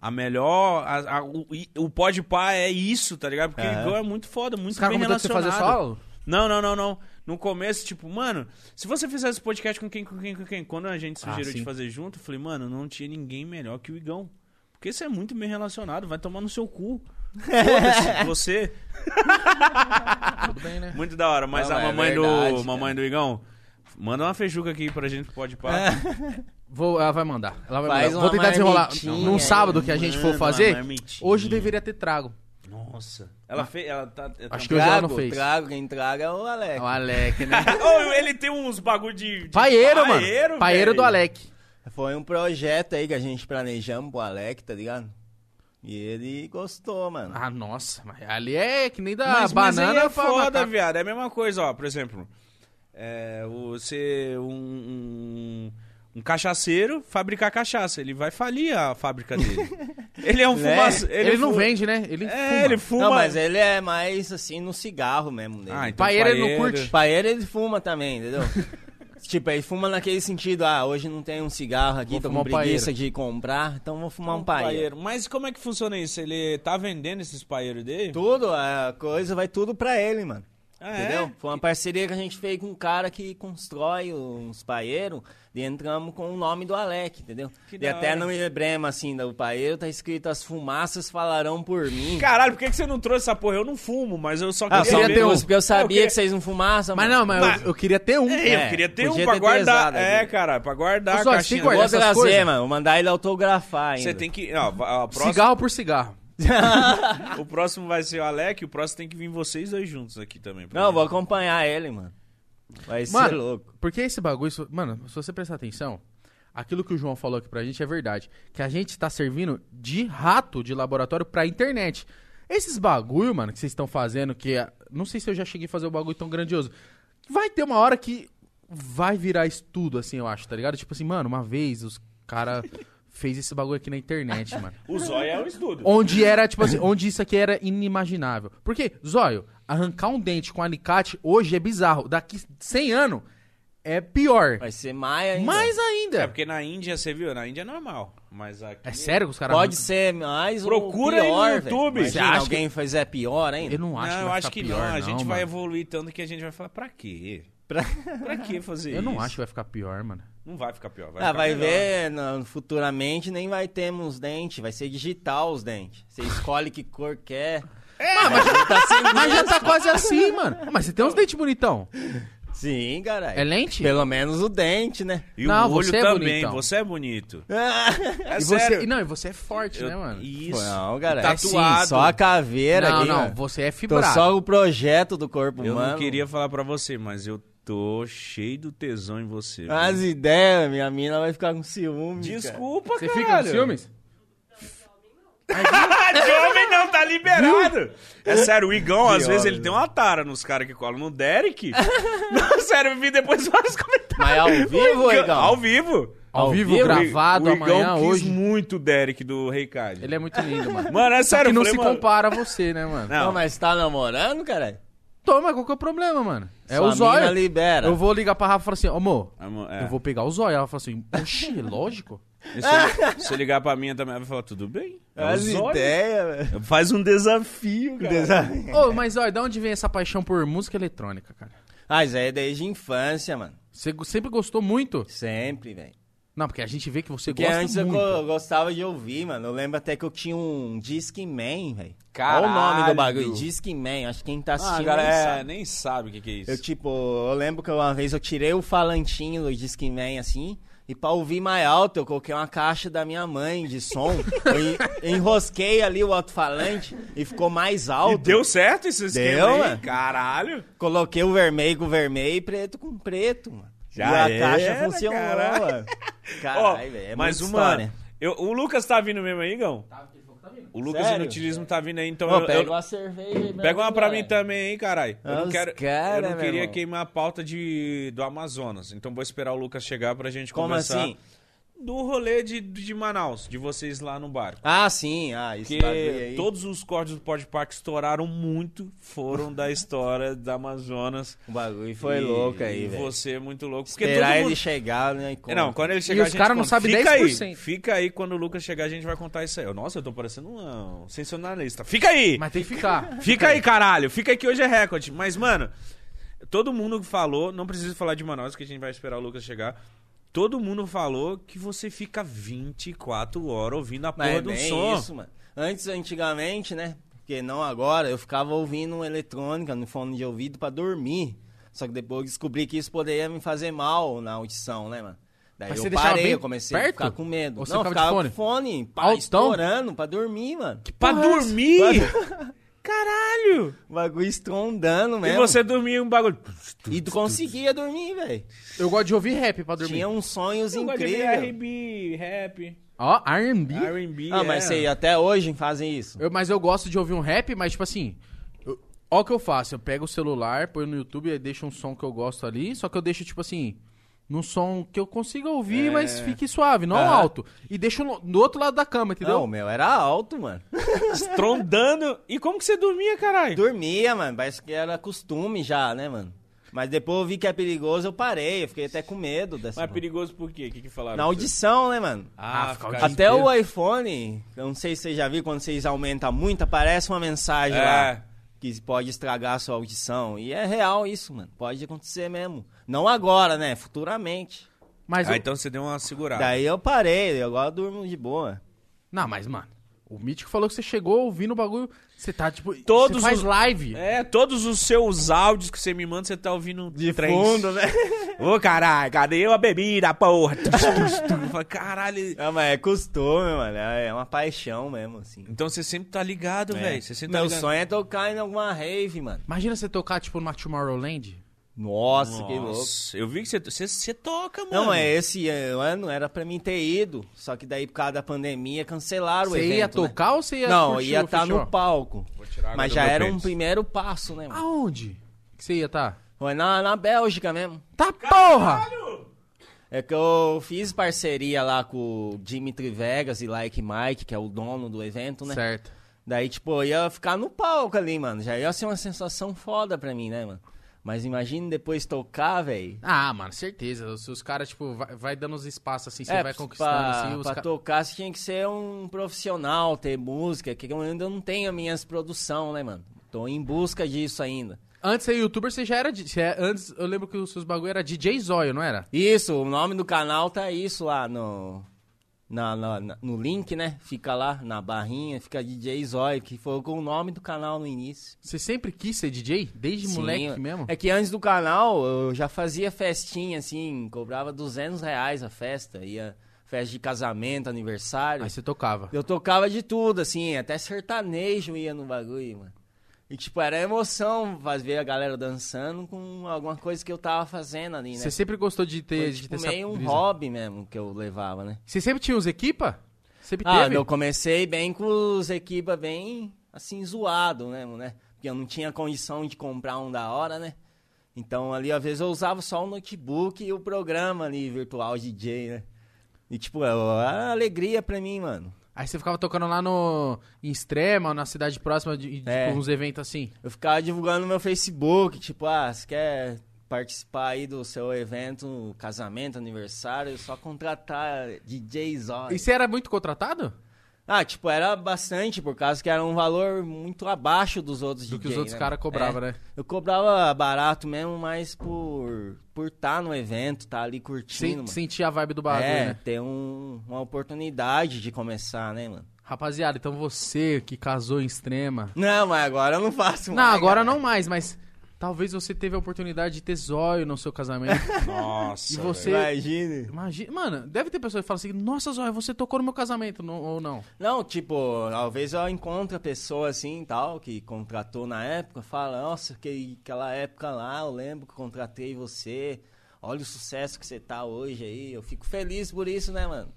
[SPEAKER 2] A melhor. a- a- o, i- o pode pá é isso, tá ligado? Porque o
[SPEAKER 4] É.
[SPEAKER 2] Igão é muito foda, muito
[SPEAKER 1] Os caras
[SPEAKER 2] bem
[SPEAKER 1] comentam que você
[SPEAKER 2] relacionado.
[SPEAKER 1] fazer solo?
[SPEAKER 2] Não, não, não, não. No começo, tipo, mano, se você fizesse um podcast com quem, com quem, com quem? Quando a gente
[SPEAKER 1] Ah,
[SPEAKER 2] sugeriu de
[SPEAKER 1] sim.
[SPEAKER 2] fazer junto, eu falei, mano, não tinha ninguém melhor que o Igão. Porque você é muito bem relacionado, vai tomar no seu
[SPEAKER 1] <laughs>
[SPEAKER 2] cu. Foda-se, você.
[SPEAKER 1] Tudo bem, né?
[SPEAKER 2] Muito da hora, mas
[SPEAKER 4] Não,
[SPEAKER 2] a
[SPEAKER 4] é
[SPEAKER 2] mamãe,
[SPEAKER 4] verdade,
[SPEAKER 2] do,
[SPEAKER 4] cara.
[SPEAKER 2] mamãe do Igão, manda uma feijuca aqui pra gente, pode parar.
[SPEAKER 1] É. Vou, ela vai mandar. Ela vai
[SPEAKER 4] Faz
[SPEAKER 1] mandar.
[SPEAKER 4] uma
[SPEAKER 1] Vou tentar desenrolar.
[SPEAKER 4] marmitinha
[SPEAKER 1] Num
[SPEAKER 4] aí,
[SPEAKER 1] sábado que a gente
[SPEAKER 2] manda
[SPEAKER 1] for
[SPEAKER 2] uma
[SPEAKER 1] fazer,
[SPEAKER 2] marmitinha.
[SPEAKER 1] hoje deveria ter trago.
[SPEAKER 2] Nossa. Ela fez. Ela tá.
[SPEAKER 1] Acho que hoje ela
[SPEAKER 4] Trago,
[SPEAKER 1] não fez.
[SPEAKER 4] trago, quem traga é o Alex.
[SPEAKER 1] É o Alec, <laughs> né?
[SPEAKER 2] <laughs> Ô, Oh, ele tem uns bagulho de. de
[SPEAKER 1] Paeiro, mano. Paeiro
[SPEAKER 2] velho.
[SPEAKER 1] do Alec.
[SPEAKER 4] Foi um projeto aí que a gente planejamos pro Alec, tá ligado? E ele gostou, mano.
[SPEAKER 1] Ah, nossa. mas Ali é que nem da
[SPEAKER 2] Mas, mas aí
[SPEAKER 1] banana
[SPEAKER 2] é
[SPEAKER 1] pra
[SPEAKER 2] foda,
[SPEAKER 1] macaco.
[SPEAKER 2] viado. É a mesma coisa, ó. Por exemplo, é, você. Um, um, um cachaceiro fabricar cachaça. Ele vai falir a fábrica
[SPEAKER 1] <laughs>
[SPEAKER 2] dele. ele é um
[SPEAKER 4] Né?
[SPEAKER 2] fumaço.
[SPEAKER 1] Ele, não
[SPEAKER 2] fu-
[SPEAKER 1] vende, né? Ele
[SPEAKER 2] É,
[SPEAKER 1] fuma.
[SPEAKER 2] ele fuma.
[SPEAKER 4] Não, mas ele é mais assim no cigarro mesmo dele.
[SPEAKER 2] Ah, então
[SPEAKER 1] Paeiro ele não
[SPEAKER 2] paeiro.
[SPEAKER 1] curte.
[SPEAKER 4] Pra ele, ele fuma também, entendeu? <laughs> tipo, ele fuma naquele sentido, ah, hoje não tem um cigarro aqui,
[SPEAKER 1] Vou
[SPEAKER 4] tô
[SPEAKER 1] fumar
[SPEAKER 4] com
[SPEAKER 1] um paeiro.
[SPEAKER 4] preguiça de comprar, então vou fumar um paeiro.
[SPEAKER 2] Mas como é que funciona isso? Ele tá vendendo esses paeiros dele?
[SPEAKER 4] Tudo, a coisa vai tudo pra ele, mano.
[SPEAKER 2] Ah, é?
[SPEAKER 4] entendeu? Foi uma parceria que a gente fez com um cara que constrói uns paeiros e entramos com o nome do Alec, entendeu?
[SPEAKER 2] Que
[SPEAKER 4] e
[SPEAKER 2] da
[SPEAKER 4] até
[SPEAKER 2] hora.
[SPEAKER 4] no emblema, assim, do paeiro tá escrito as fumaças falarão por mim.
[SPEAKER 2] Caralho, por que, que você não trouxe essa porra? Eu não fumo, mas eu só queria,
[SPEAKER 4] Ah, eu só
[SPEAKER 1] queria
[SPEAKER 2] ver- É,
[SPEAKER 1] ter um.
[SPEAKER 4] trouxe, porque eu sabia
[SPEAKER 2] queria-
[SPEAKER 4] que vocês não fumaçam.
[SPEAKER 1] Mas
[SPEAKER 4] mano.
[SPEAKER 1] não, mas,
[SPEAKER 2] Mas-
[SPEAKER 1] Eu, eu queria ter um.
[SPEAKER 2] É, eu
[SPEAKER 4] É,
[SPEAKER 2] queria ter um
[SPEAKER 4] podia
[SPEAKER 2] pra
[SPEAKER 4] ter
[SPEAKER 2] guardar.
[SPEAKER 4] pesado
[SPEAKER 2] é,
[SPEAKER 4] aqui.
[SPEAKER 2] cara, pra guardar
[SPEAKER 1] Ô,
[SPEAKER 2] a
[SPEAKER 1] só,
[SPEAKER 2] caixinha.
[SPEAKER 1] tem que guardar
[SPEAKER 4] Vou
[SPEAKER 1] essas
[SPEAKER 4] trazer,
[SPEAKER 1] coisas?
[SPEAKER 4] mano. Vou mandar ele autografar ainda.
[SPEAKER 2] Você tem que. Ó, a- a próxima-
[SPEAKER 1] Cigarro por cigarro.
[SPEAKER 2] o próximo vai ser o Alec, o próximo tem que vir vocês dois juntos aqui também. pra
[SPEAKER 4] Não,
[SPEAKER 2] mim.
[SPEAKER 4] vou acompanhar ele, mano. Vai ser
[SPEAKER 1] Mano,
[SPEAKER 4] louco.
[SPEAKER 1] Porque esse bagulho, isso- mano, se você prestar atenção, aquilo que o João falou aqui pra gente é verdade. Que a gente tá servindo de rato de laboratório pra internet. Esses bagulho, mano, que vocês estão fazendo, que é- não sei se eu já cheguei a fazer um bagulho tão grandioso. Vai ter uma hora que vai virar isso tudo, assim, eu acho, tá ligado? Tipo assim, mano, uma vez os cara <laughs> fez esse bagulho aqui na internet, mano.
[SPEAKER 2] O zóio é um estudo.
[SPEAKER 1] Onde era, tipo assim, onde isso aqui era inimaginável. Porque, zóio, arrancar um dente com alicate hoje é bizarro. Daqui 100 anos é pior.
[SPEAKER 4] Vai ser maia ainda.
[SPEAKER 1] Mais ainda.
[SPEAKER 2] É
[SPEAKER 1] É,
[SPEAKER 2] porque na Índia, você viu? Na Índia é normal. Mas aqui.
[SPEAKER 1] sério que os caras
[SPEAKER 4] Pode ser mais ou
[SPEAKER 2] Procura aí no
[SPEAKER 4] pior, velho.
[SPEAKER 2] YouTube.
[SPEAKER 4] Imagina,
[SPEAKER 1] Você acha
[SPEAKER 4] alguém fizer pior ainda.
[SPEAKER 1] Eu não acho
[SPEAKER 2] não,
[SPEAKER 1] que
[SPEAKER 2] eu
[SPEAKER 1] vai
[SPEAKER 2] acho
[SPEAKER 1] ficar
[SPEAKER 2] que
[SPEAKER 1] pior,
[SPEAKER 2] não. A gente vai
[SPEAKER 1] mano.
[SPEAKER 2] evoluir tanto que a gente vai falar, pra quê?
[SPEAKER 4] Pra-
[SPEAKER 2] Pra que fazer isso?
[SPEAKER 1] <laughs> Eu não acho que vai ficar pior, mano.
[SPEAKER 2] Não é vai ficar pior. Vai
[SPEAKER 4] Ah,
[SPEAKER 2] ficar
[SPEAKER 4] vai
[SPEAKER 2] melhor.
[SPEAKER 4] ver, não, futuramente nem vai termos dente, vai ser digital os dentes. Você escolhe que cor quer. É, mas tá assim,
[SPEAKER 1] Mas já tá quase assim, mano. Mas você tem uns dentes bonitão.
[SPEAKER 4] sim, caralho.
[SPEAKER 1] É lente?
[SPEAKER 4] Pelo menos o dente, né?
[SPEAKER 2] E
[SPEAKER 1] Não,
[SPEAKER 2] o olho
[SPEAKER 1] você é
[SPEAKER 2] também.
[SPEAKER 1] bonitão.
[SPEAKER 2] Você é bonito. É
[SPEAKER 1] e você,
[SPEAKER 2] sério.
[SPEAKER 1] e não, e você é forte, né, mano?
[SPEAKER 2] <laughs> Isso.
[SPEAKER 4] Não, galera. é
[SPEAKER 2] Tatuado.
[SPEAKER 4] Sim, só a caveira
[SPEAKER 1] não,
[SPEAKER 4] aqui,
[SPEAKER 1] não,
[SPEAKER 2] né?
[SPEAKER 4] ó.
[SPEAKER 1] você é
[SPEAKER 4] Tô
[SPEAKER 1] fibrado.
[SPEAKER 4] só o projeto do corpo
[SPEAKER 2] Eu
[SPEAKER 4] humano.
[SPEAKER 2] não queria falar pra você, mas eu tô cheio do tesão em você. viu?
[SPEAKER 1] um
[SPEAKER 4] As ideias, minha mina vai ficar com ciúme.
[SPEAKER 2] Desculpa,
[SPEAKER 1] Você
[SPEAKER 2] caralho.
[SPEAKER 1] fica com ciúmes?
[SPEAKER 2] <laughs> De homem não, tá liberado. É sério, o Igão, às
[SPEAKER 4] Que
[SPEAKER 2] vezes,
[SPEAKER 4] homem,
[SPEAKER 2] ele tem uma tara nos caras que colam no Derek. <laughs> não, sério, eu vi depois vários comentários.
[SPEAKER 4] Mas ao vivo,
[SPEAKER 2] O Igão-
[SPEAKER 4] Igão?
[SPEAKER 2] Ao vivo.
[SPEAKER 1] Ao,
[SPEAKER 4] Ao
[SPEAKER 1] vivo,
[SPEAKER 4] vivo?
[SPEAKER 1] gravado,
[SPEAKER 2] o Igão
[SPEAKER 1] amanhã,
[SPEAKER 2] quis
[SPEAKER 1] hoje.
[SPEAKER 2] muito o Derek do Rei Card.
[SPEAKER 1] Ele é muito lindo, mano.
[SPEAKER 2] Mano, é
[SPEAKER 1] Só
[SPEAKER 2] sério,
[SPEAKER 1] que
[SPEAKER 2] eu
[SPEAKER 1] não
[SPEAKER 2] falei,
[SPEAKER 1] se
[SPEAKER 2] mano,
[SPEAKER 1] compara a você, né, mano?
[SPEAKER 2] Não.
[SPEAKER 4] Não, mas tá namorando, caralho?
[SPEAKER 1] Toma, qual que é o problema, mano? É
[SPEAKER 4] Sua
[SPEAKER 1] o zóio.
[SPEAKER 4] mina libera.
[SPEAKER 1] Eu vou ligar pra Rafa e falar assim, "Ô, amor,
[SPEAKER 2] Amor, é.
[SPEAKER 1] eu vou pegar o zóio. Ela fala assim,
[SPEAKER 4] <laughs>
[SPEAKER 1] oxi, lógico.
[SPEAKER 2] E Se eu, se eu ligar pra minha também, ela vai falar, tudo bem. É
[SPEAKER 4] As
[SPEAKER 2] os olhos.
[SPEAKER 4] ideias, velho.
[SPEAKER 2] Faz um desafio, cara. Ah,
[SPEAKER 1] Ô, mas olha, da onde vem essa paixão por música eletrônica, cara?
[SPEAKER 4] Ah, isso aí é desde a infância, mano.
[SPEAKER 1] Você go- sempre gostou muito?
[SPEAKER 4] Sempre, velho.
[SPEAKER 1] Não, porque a gente vê que você
[SPEAKER 4] Porque
[SPEAKER 1] gosta
[SPEAKER 4] antes eu
[SPEAKER 1] muito.
[SPEAKER 4] go- eu gostava de ouvir, mano. Eu lembro até que eu tinha um Discman, velho. Olha
[SPEAKER 2] Caralho.
[SPEAKER 4] o nome do bagulho, Discman. Acho que quem tá
[SPEAKER 2] Ah,
[SPEAKER 4] assistindo
[SPEAKER 2] agora
[SPEAKER 4] nem
[SPEAKER 2] é,
[SPEAKER 4] sabe.
[SPEAKER 2] nem sabe o que, que é isso.
[SPEAKER 4] Eu, tipo, eu lembro que uma vez eu tirei o falantinho do Discman, assim, e pra ouvir mais alto, eu coloquei uma caixa da minha mãe de som, <laughs> eu en- enrosquei ali o alto-falante e ficou mais
[SPEAKER 2] E
[SPEAKER 4] alto.
[SPEAKER 2] deu certo esse esquema
[SPEAKER 4] Deu,
[SPEAKER 2] aí?
[SPEAKER 4] né?
[SPEAKER 2] Caralho.
[SPEAKER 4] Coloquei o vermelho com vermelho e preto com preto, mano.
[SPEAKER 2] Já
[SPEAKER 4] e a
[SPEAKER 2] era,
[SPEAKER 4] caixa funcionou,
[SPEAKER 2] caralho. <laughs>
[SPEAKER 4] mano.
[SPEAKER 2] Ó,
[SPEAKER 4] Caralho, velho, é
[SPEAKER 2] mais
[SPEAKER 4] muita
[SPEAKER 2] uma.
[SPEAKER 4] história.
[SPEAKER 2] Eu- o Lucas tá vindo mesmo aí, Gão? O Lucas
[SPEAKER 4] Sério?
[SPEAKER 2] Inutilismo tá vindo aí, então
[SPEAKER 4] Pô,
[SPEAKER 2] eu,
[SPEAKER 4] pega
[SPEAKER 2] eu-
[SPEAKER 4] uma cerveja né, aí,
[SPEAKER 2] pega uma pra
[SPEAKER 4] mim
[SPEAKER 2] mim também aí, caralho. Eu
[SPEAKER 4] Ah,
[SPEAKER 2] não
[SPEAKER 4] os
[SPEAKER 2] quero,
[SPEAKER 4] cara,
[SPEAKER 2] eu não
[SPEAKER 4] meu
[SPEAKER 2] queria
[SPEAKER 4] irmão.
[SPEAKER 2] queimar a pauta de, do Amazonas, então vou esperar o Lucas chegar pra gente
[SPEAKER 4] Como
[SPEAKER 2] conversar.
[SPEAKER 4] assim?
[SPEAKER 2] Do rolê de, de Manaus, de vocês lá no barco.
[SPEAKER 4] Ah, sim, ah, isso
[SPEAKER 2] Porque todos os cortes do Podpark estouraram muito, foram da história da Amazonas.
[SPEAKER 4] O bagulho foi
[SPEAKER 2] E-
[SPEAKER 4] louco aí,
[SPEAKER 2] e
[SPEAKER 4] velho.
[SPEAKER 2] Você é muito louco. Porque
[SPEAKER 4] Esperar
[SPEAKER 2] todo
[SPEAKER 4] ele
[SPEAKER 2] mundo- É,
[SPEAKER 4] chegar, né? e conta.
[SPEAKER 2] Não, quando ele chegar, a
[SPEAKER 1] os
[SPEAKER 2] gente
[SPEAKER 1] cara não
[SPEAKER 2] conta.
[SPEAKER 1] sabe
[SPEAKER 2] fica
[SPEAKER 1] 10%.
[SPEAKER 2] Aí, fica aí, quando o Lucas chegar, a gente vai contar isso aí. Eu, Nossa, eu tô parecendo um um sensacionalista. Fica aí!
[SPEAKER 1] Mas é. tem que ficar.
[SPEAKER 2] Fica aí, caralho! Fica aí que hoje é recorde. Mas, mano, todo mundo falou, não preciso falar de Manaus, que a gente vai esperar o Lucas chegar. Todo mundo falou que você fica 24 horas ouvindo a
[SPEAKER 4] Mas
[SPEAKER 2] porra
[SPEAKER 4] é
[SPEAKER 2] do
[SPEAKER 4] bem
[SPEAKER 2] som.
[SPEAKER 4] isso, mano. Antes, antigamente, né? Porque não agora, eu ficava ouvindo eletrônica no fone de ouvido pra dormir. Só que depois eu descobri que isso poderia me fazer mal na audição, né, mano? Daí
[SPEAKER 1] Mas você
[SPEAKER 4] eu
[SPEAKER 1] deixava
[SPEAKER 4] parei,
[SPEAKER 1] bem
[SPEAKER 4] eu comecei a
[SPEAKER 1] perto?
[SPEAKER 4] ficar com medo.
[SPEAKER 1] Ou você
[SPEAKER 4] não,
[SPEAKER 1] ficava de
[SPEAKER 4] ficava com fone, pá,
[SPEAKER 1] Altão?
[SPEAKER 4] estourando pra dormir, mano.
[SPEAKER 2] Pra
[SPEAKER 1] Porra,
[SPEAKER 2] dormir? <laughs> Caralho!
[SPEAKER 4] O bagulho estrondando
[SPEAKER 2] E
[SPEAKER 4] mesmo.
[SPEAKER 2] você dormia um bagulho.
[SPEAKER 4] E tu conseguia dormir, velho.
[SPEAKER 1] Eu gosto de ouvir rap pra dormir.
[SPEAKER 4] Tinha um uns sonhos
[SPEAKER 2] Eu gosto de
[SPEAKER 4] incríveis.
[SPEAKER 2] ouvir R&B, rap,
[SPEAKER 1] Ó, R&B.
[SPEAKER 2] R&B.
[SPEAKER 4] Ah, mas
[SPEAKER 2] é.
[SPEAKER 4] sei, até hoje fazem isso.
[SPEAKER 1] Eu- mas eu gosto de ouvir um rap, mas tipo assim. eu- Ó o que eu faço, eu pego o celular, ponho no YouTube e deixo um som que eu gosto ali, só que eu deixo, tipo assim, num som que eu consiga ouvir, mas fique suave, não
[SPEAKER 4] É. Aham.
[SPEAKER 1] alto. E deixo no, do outro lado da cama, entendeu?
[SPEAKER 4] Não, o meu era alto, mano.
[SPEAKER 2] Estrondando. E como que você dormia, caralho?
[SPEAKER 4] Dormia, mano, parece que era costume já, né, mano? Mas depois eu vi que é perigoso, eu parei, eu fiquei até com medo dessa.
[SPEAKER 2] Mas é perigoso por quê? O que, que falaram?
[SPEAKER 4] Na
[SPEAKER 2] pra você?
[SPEAKER 4] audição, né, mano?
[SPEAKER 2] Ah,
[SPEAKER 1] Ah,
[SPEAKER 2] fica
[SPEAKER 1] fica-
[SPEAKER 4] Até
[SPEAKER 1] inteiro.
[SPEAKER 4] o iPhone, eu não sei se vocês já viram, quando vocês aumentam muito, aparece uma mensagem
[SPEAKER 2] É.
[SPEAKER 4] lá que pode estragar a sua audição. E é real isso, mano. Pode acontecer mesmo. Não agora, né? Futuramente.
[SPEAKER 1] Mas
[SPEAKER 2] Ah,
[SPEAKER 1] eu-
[SPEAKER 4] tá.
[SPEAKER 2] então você deu uma segurada.
[SPEAKER 4] Daí eu parei, agora eu durmo de boa.
[SPEAKER 1] Não, mas, mano, o Mítico falou que você chegou ouvindo o bagulho. Você tá, tipo,
[SPEAKER 2] Todos
[SPEAKER 1] você faz
[SPEAKER 2] os-
[SPEAKER 1] live.
[SPEAKER 2] É, todos os seus áudios que você me manda, você tá ouvindo de três.
[SPEAKER 4] né?
[SPEAKER 2] Ô, caralho, cadê a bebida, porra? <laughs> Tus, tus, tus. Eu falo, caralho.
[SPEAKER 4] <laughs> Não, mas é costume, mano. É uma paixão mesmo, assim. É.
[SPEAKER 2] Então você sempre tá ligado, velho. Você sempre tá
[SPEAKER 4] Meu
[SPEAKER 2] ligado.
[SPEAKER 4] sonho é tocar em alguma rave, mano.
[SPEAKER 1] Imagina você tocar, tipo, numa Tomorrowland.
[SPEAKER 4] Nossa, que louco.
[SPEAKER 2] Nossa, eu vi que você, você, você toca, mano.
[SPEAKER 4] Não, é esse ano era pra mim ter ido, só que daí por causa da pandemia cancelaram o
[SPEAKER 1] Você
[SPEAKER 4] evento.
[SPEAKER 1] ia
[SPEAKER 4] né?
[SPEAKER 1] tocar ou você ia
[SPEAKER 4] Não,
[SPEAKER 1] curtir
[SPEAKER 4] ia
[SPEAKER 1] o
[SPEAKER 4] estar
[SPEAKER 1] festival?
[SPEAKER 4] no palco.
[SPEAKER 1] tirar água
[SPEAKER 4] Mas
[SPEAKER 1] do
[SPEAKER 4] já
[SPEAKER 1] meu
[SPEAKER 4] era um
[SPEAKER 1] pênis.
[SPEAKER 4] primeiro passo, né, mano?
[SPEAKER 1] Aonde? Que você ia estar?
[SPEAKER 4] Foi na, na Bélgica mesmo.
[SPEAKER 1] Tá porra!
[SPEAKER 4] É que eu fiz parceria lá com o Dimitri Vegas e Like Mike, que é o dono do evento, né?
[SPEAKER 1] Certo.
[SPEAKER 4] Daí, tipo, eu ia ficar no palco ali, mano. Já ia ser uma sensação foda pra mim, né, mano? Mas imagina depois tocar, velho.
[SPEAKER 1] Ah, mano, certeza. Se os caras, tipo, vai, vai dando os espaços assim, você
[SPEAKER 4] É,
[SPEAKER 1] vai conquistando
[SPEAKER 4] pra,
[SPEAKER 1] assim, os
[SPEAKER 4] pra
[SPEAKER 1] ca-
[SPEAKER 4] tocar você tinha que ser um profissional, ter música, que eu ainda não tenho as minhas produção, né, mano? Tô em busca disso ainda.
[SPEAKER 1] Antes você é youtuber, você já era. di- Você é- antes, eu lembro que os seus bagulho era DJ Zóio, não era?
[SPEAKER 4] Isso, o nome do canal tá isso lá no. Na, na- na- no link, né? Fica lá na barrinha, fica DJ Zóio, que foi com o nome do canal no início.
[SPEAKER 1] Você sempre quis ser DJ? Desde
[SPEAKER 4] Sim,
[SPEAKER 1] moleque mesmo?
[SPEAKER 4] É que antes do canal eu já fazia festinha, assim, cobrava 200 reais a festa, ia festa de casamento, aniversário.
[SPEAKER 1] Aí você tocava.
[SPEAKER 4] Eu tocava de tudo, assim, até sertanejo ia no bagulho, mano. E, tipo, era emoção faz- ver a galera dançando com alguma coisa que eu tava fazendo ali, né?
[SPEAKER 1] Você sempre gostou de ter,
[SPEAKER 4] Foi,
[SPEAKER 1] de
[SPEAKER 4] tipo,
[SPEAKER 1] ter essa
[SPEAKER 4] meio um
[SPEAKER 1] brisa.
[SPEAKER 4] hobby mesmo que eu levava, né?
[SPEAKER 1] Você sempre tinha os equipa? Sempre
[SPEAKER 4] Ah,
[SPEAKER 1] teve?
[SPEAKER 4] eu comecei bem com os equipa bem, assim, zoado mesmo, né? Porque eu não tinha condição de comprar um da hora, né? Então, ali, às vezes, eu usava só o notebook e o programa ali, virtual DJ, né? E, tipo, era alegria pra mim, mano.
[SPEAKER 1] Aí você ficava tocando lá no... Em Extrema, na cidade próxima, de, de,
[SPEAKER 4] É.
[SPEAKER 1] tipo, uns eventos assim.
[SPEAKER 4] Eu ficava divulgando no meu Facebook, tipo, ah, você quer participar aí do seu evento, casamento, aniversário, é só contratar DJ Zóio.
[SPEAKER 1] E você era muito contratado?
[SPEAKER 4] Ah, tipo, era bastante, por causa que era um valor muito abaixo dos outros
[SPEAKER 1] Do
[SPEAKER 4] DJs.
[SPEAKER 1] que os outros
[SPEAKER 4] né?
[SPEAKER 1] caras cobravam,
[SPEAKER 4] É.
[SPEAKER 1] né?
[SPEAKER 4] Eu cobrava barato mesmo, mas por por estar no evento, tá ali
[SPEAKER 1] Sen-
[SPEAKER 4] curtindo, mano.
[SPEAKER 1] sentia a vibe do bagulho,
[SPEAKER 4] é,
[SPEAKER 1] né?
[SPEAKER 4] ter um- uma oportunidade de começar, né, mano?
[SPEAKER 1] Rapaziada, então você que casou em Extrema...
[SPEAKER 4] Não, mas agora eu não faço
[SPEAKER 1] Não,
[SPEAKER 4] mais,
[SPEAKER 1] agora
[SPEAKER 4] cara.
[SPEAKER 1] não mais, mas... Talvez você teve a oportunidade de ter zóio no seu
[SPEAKER 4] <laughs>
[SPEAKER 1] casamento.
[SPEAKER 2] Nossa.
[SPEAKER 1] E você-
[SPEAKER 2] velho.
[SPEAKER 4] Imagine.
[SPEAKER 1] Imagina, mano, deve ter pessoas que falam assim, nossa, Zóia, você tocou no meu casamento, não- ou não?
[SPEAKER 4] Não, tipo, talvez eu encontre a pessoa assim tal, que contratou na época, fala, nossa, que, aquela época lá, eu lembro que contratei você, olha o sucesso que você tá hoje aí, eu fico feliz por isso, né, mano?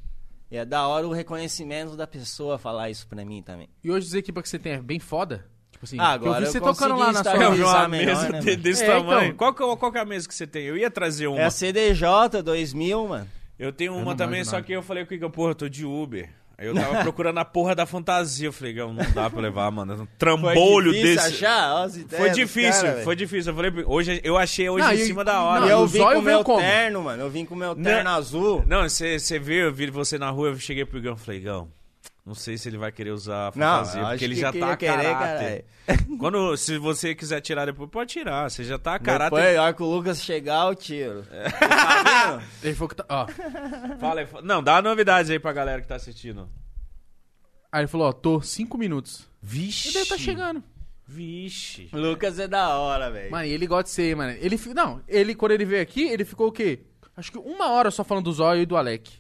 [SPEAKER 4] E é da hora o reconhecimento da pessoa falar isso pra mim também.
[SPEAKER 1] E hoje os equipas que você tem é bem foda? Tipo assim,
[SPEAKER 4] Ah,
[SPEAKER 1] porque eu
[SPEAKER 4] agora
[SPEAKER 1] vi
[SPEAKER 4] eu
[SPEAKER 1] você tocando
[SPEAKER 4] consegui
[SPEAKER 1] lá na
[SPEAKER 4] estar-
[SPEAKER 2] Eu
[SPEAKER 1] sua...
[SPEAKER 2] vi
[SPEAKER 4] Visualizar
[SPEAKER 2] uma
[SPEAKER 4] melhor,
[SPEAKER 2] mesa
[SPEAKER 4] né,
[SPEAKER 2] de-
[SPEAKER 4] mano?
[SPEAKER 2] desse
[SPEAKER 1] É,
[SPEAKER 2] tamanho.
[SPEAKER 1] então.
[SPEAKER 2] Qual, que, é- qual que é a mesa que você tem? Eu ia trazer uma.
[SPEAKER 4] É a CDJ 2000, mano.
[SPEAKER 2] Eu tenho
[SPEAKER 1] não
[SPEAKER 2] uma
[SPEAKER 1] manjo
[SPEAKER 2] também, só
[SPEAKER 1] nada.
[SPEAKER 2] que eu falei com o Igor, porra, eu tô de Uber. Aí eu
[SPEAKER 4] <laughs>
[SPEAKER 2] tava procurando a porra da fantasia. Eu falei, Igão, não dá pra levar, mano. Um trambolho
[SPEAKER 4] difícil
[SPEAKER 2] desse.
[SPEAKER 4] achar, ó, as ideias
[SPEAKER 2] Foi
[SPEAKER 4] dos
[SPEAKER 2] difícil,
[SPEAKER 4] cara, velho.
[SPEAKER 2] foi difícil. Eu falei, pro- hoje eu achei hoje
[SPEAKER 1] Não,
[SPEAKER 2] em
[SPEAKER 1] e-
[SPEAKER 2] cima da
[SPEAKER 1] não,
[SPEAKER 2] hora.
[SPEAKER 4] E é
[SPEAKER 1] o
[SPEAKER 4] eu vim
[SPEAKER 1] zóio
[SPEAKER 4] com o meu
[SPEAKER 1] veio como?
[SPEAKER 4] terno, mano, eu vim com o meu
[SPEAKER 2] Não.
[SPEAKER 4] terno azul.
[SPEAKER 2] Não, você viu, eu vi você na rua, eu cheguei pro Igão, falei, Igão, não sei se ele vai querer usar a fantasia,
[SPEAKER 4] eu acho
[SPEAKER 2] porque ele
[SPEAKER 4] que
[SPEAKER 2] já
[SPEAKER 4] quem
[SPEAKER 2] tá
[SPEAKER 4] ia
[SPEAKER 2] a
[SPEAKER 4] querer,
[SPEAKER 2] caráter. Quando, se você quiser tirar depois, pode tirar, você já tá a caráter.
[SPEAKER 4] Depois, a hora que o Lucas chegar, eu tiro.
[SPEAKER 2] É.
[SPEAKER 4] Tá vendo?
[SPEAKER 1] Ele falou que tá... Ó.
[SPEAKER 2] Fala aí, fa- não, dá novidades aí pra galera que tá assistindo.
[SPEAKER 1] Aí ele falou, ó, tô cinco minutos.
[SPEAKER 2] Vixe.
[SPEAKER 1] Ele deve tá chegando.
[SPEAKER 2] Vixe.
[SPEAKER 4] Lucas é da hora, velho.
[SPEAKER 1] Mano, e ele gosta de ser, mano. Ele, fi- não, ele, quando ele veio aqui, ele ficou o quê? Acho que uma hora só falando do Zóio e do Alec.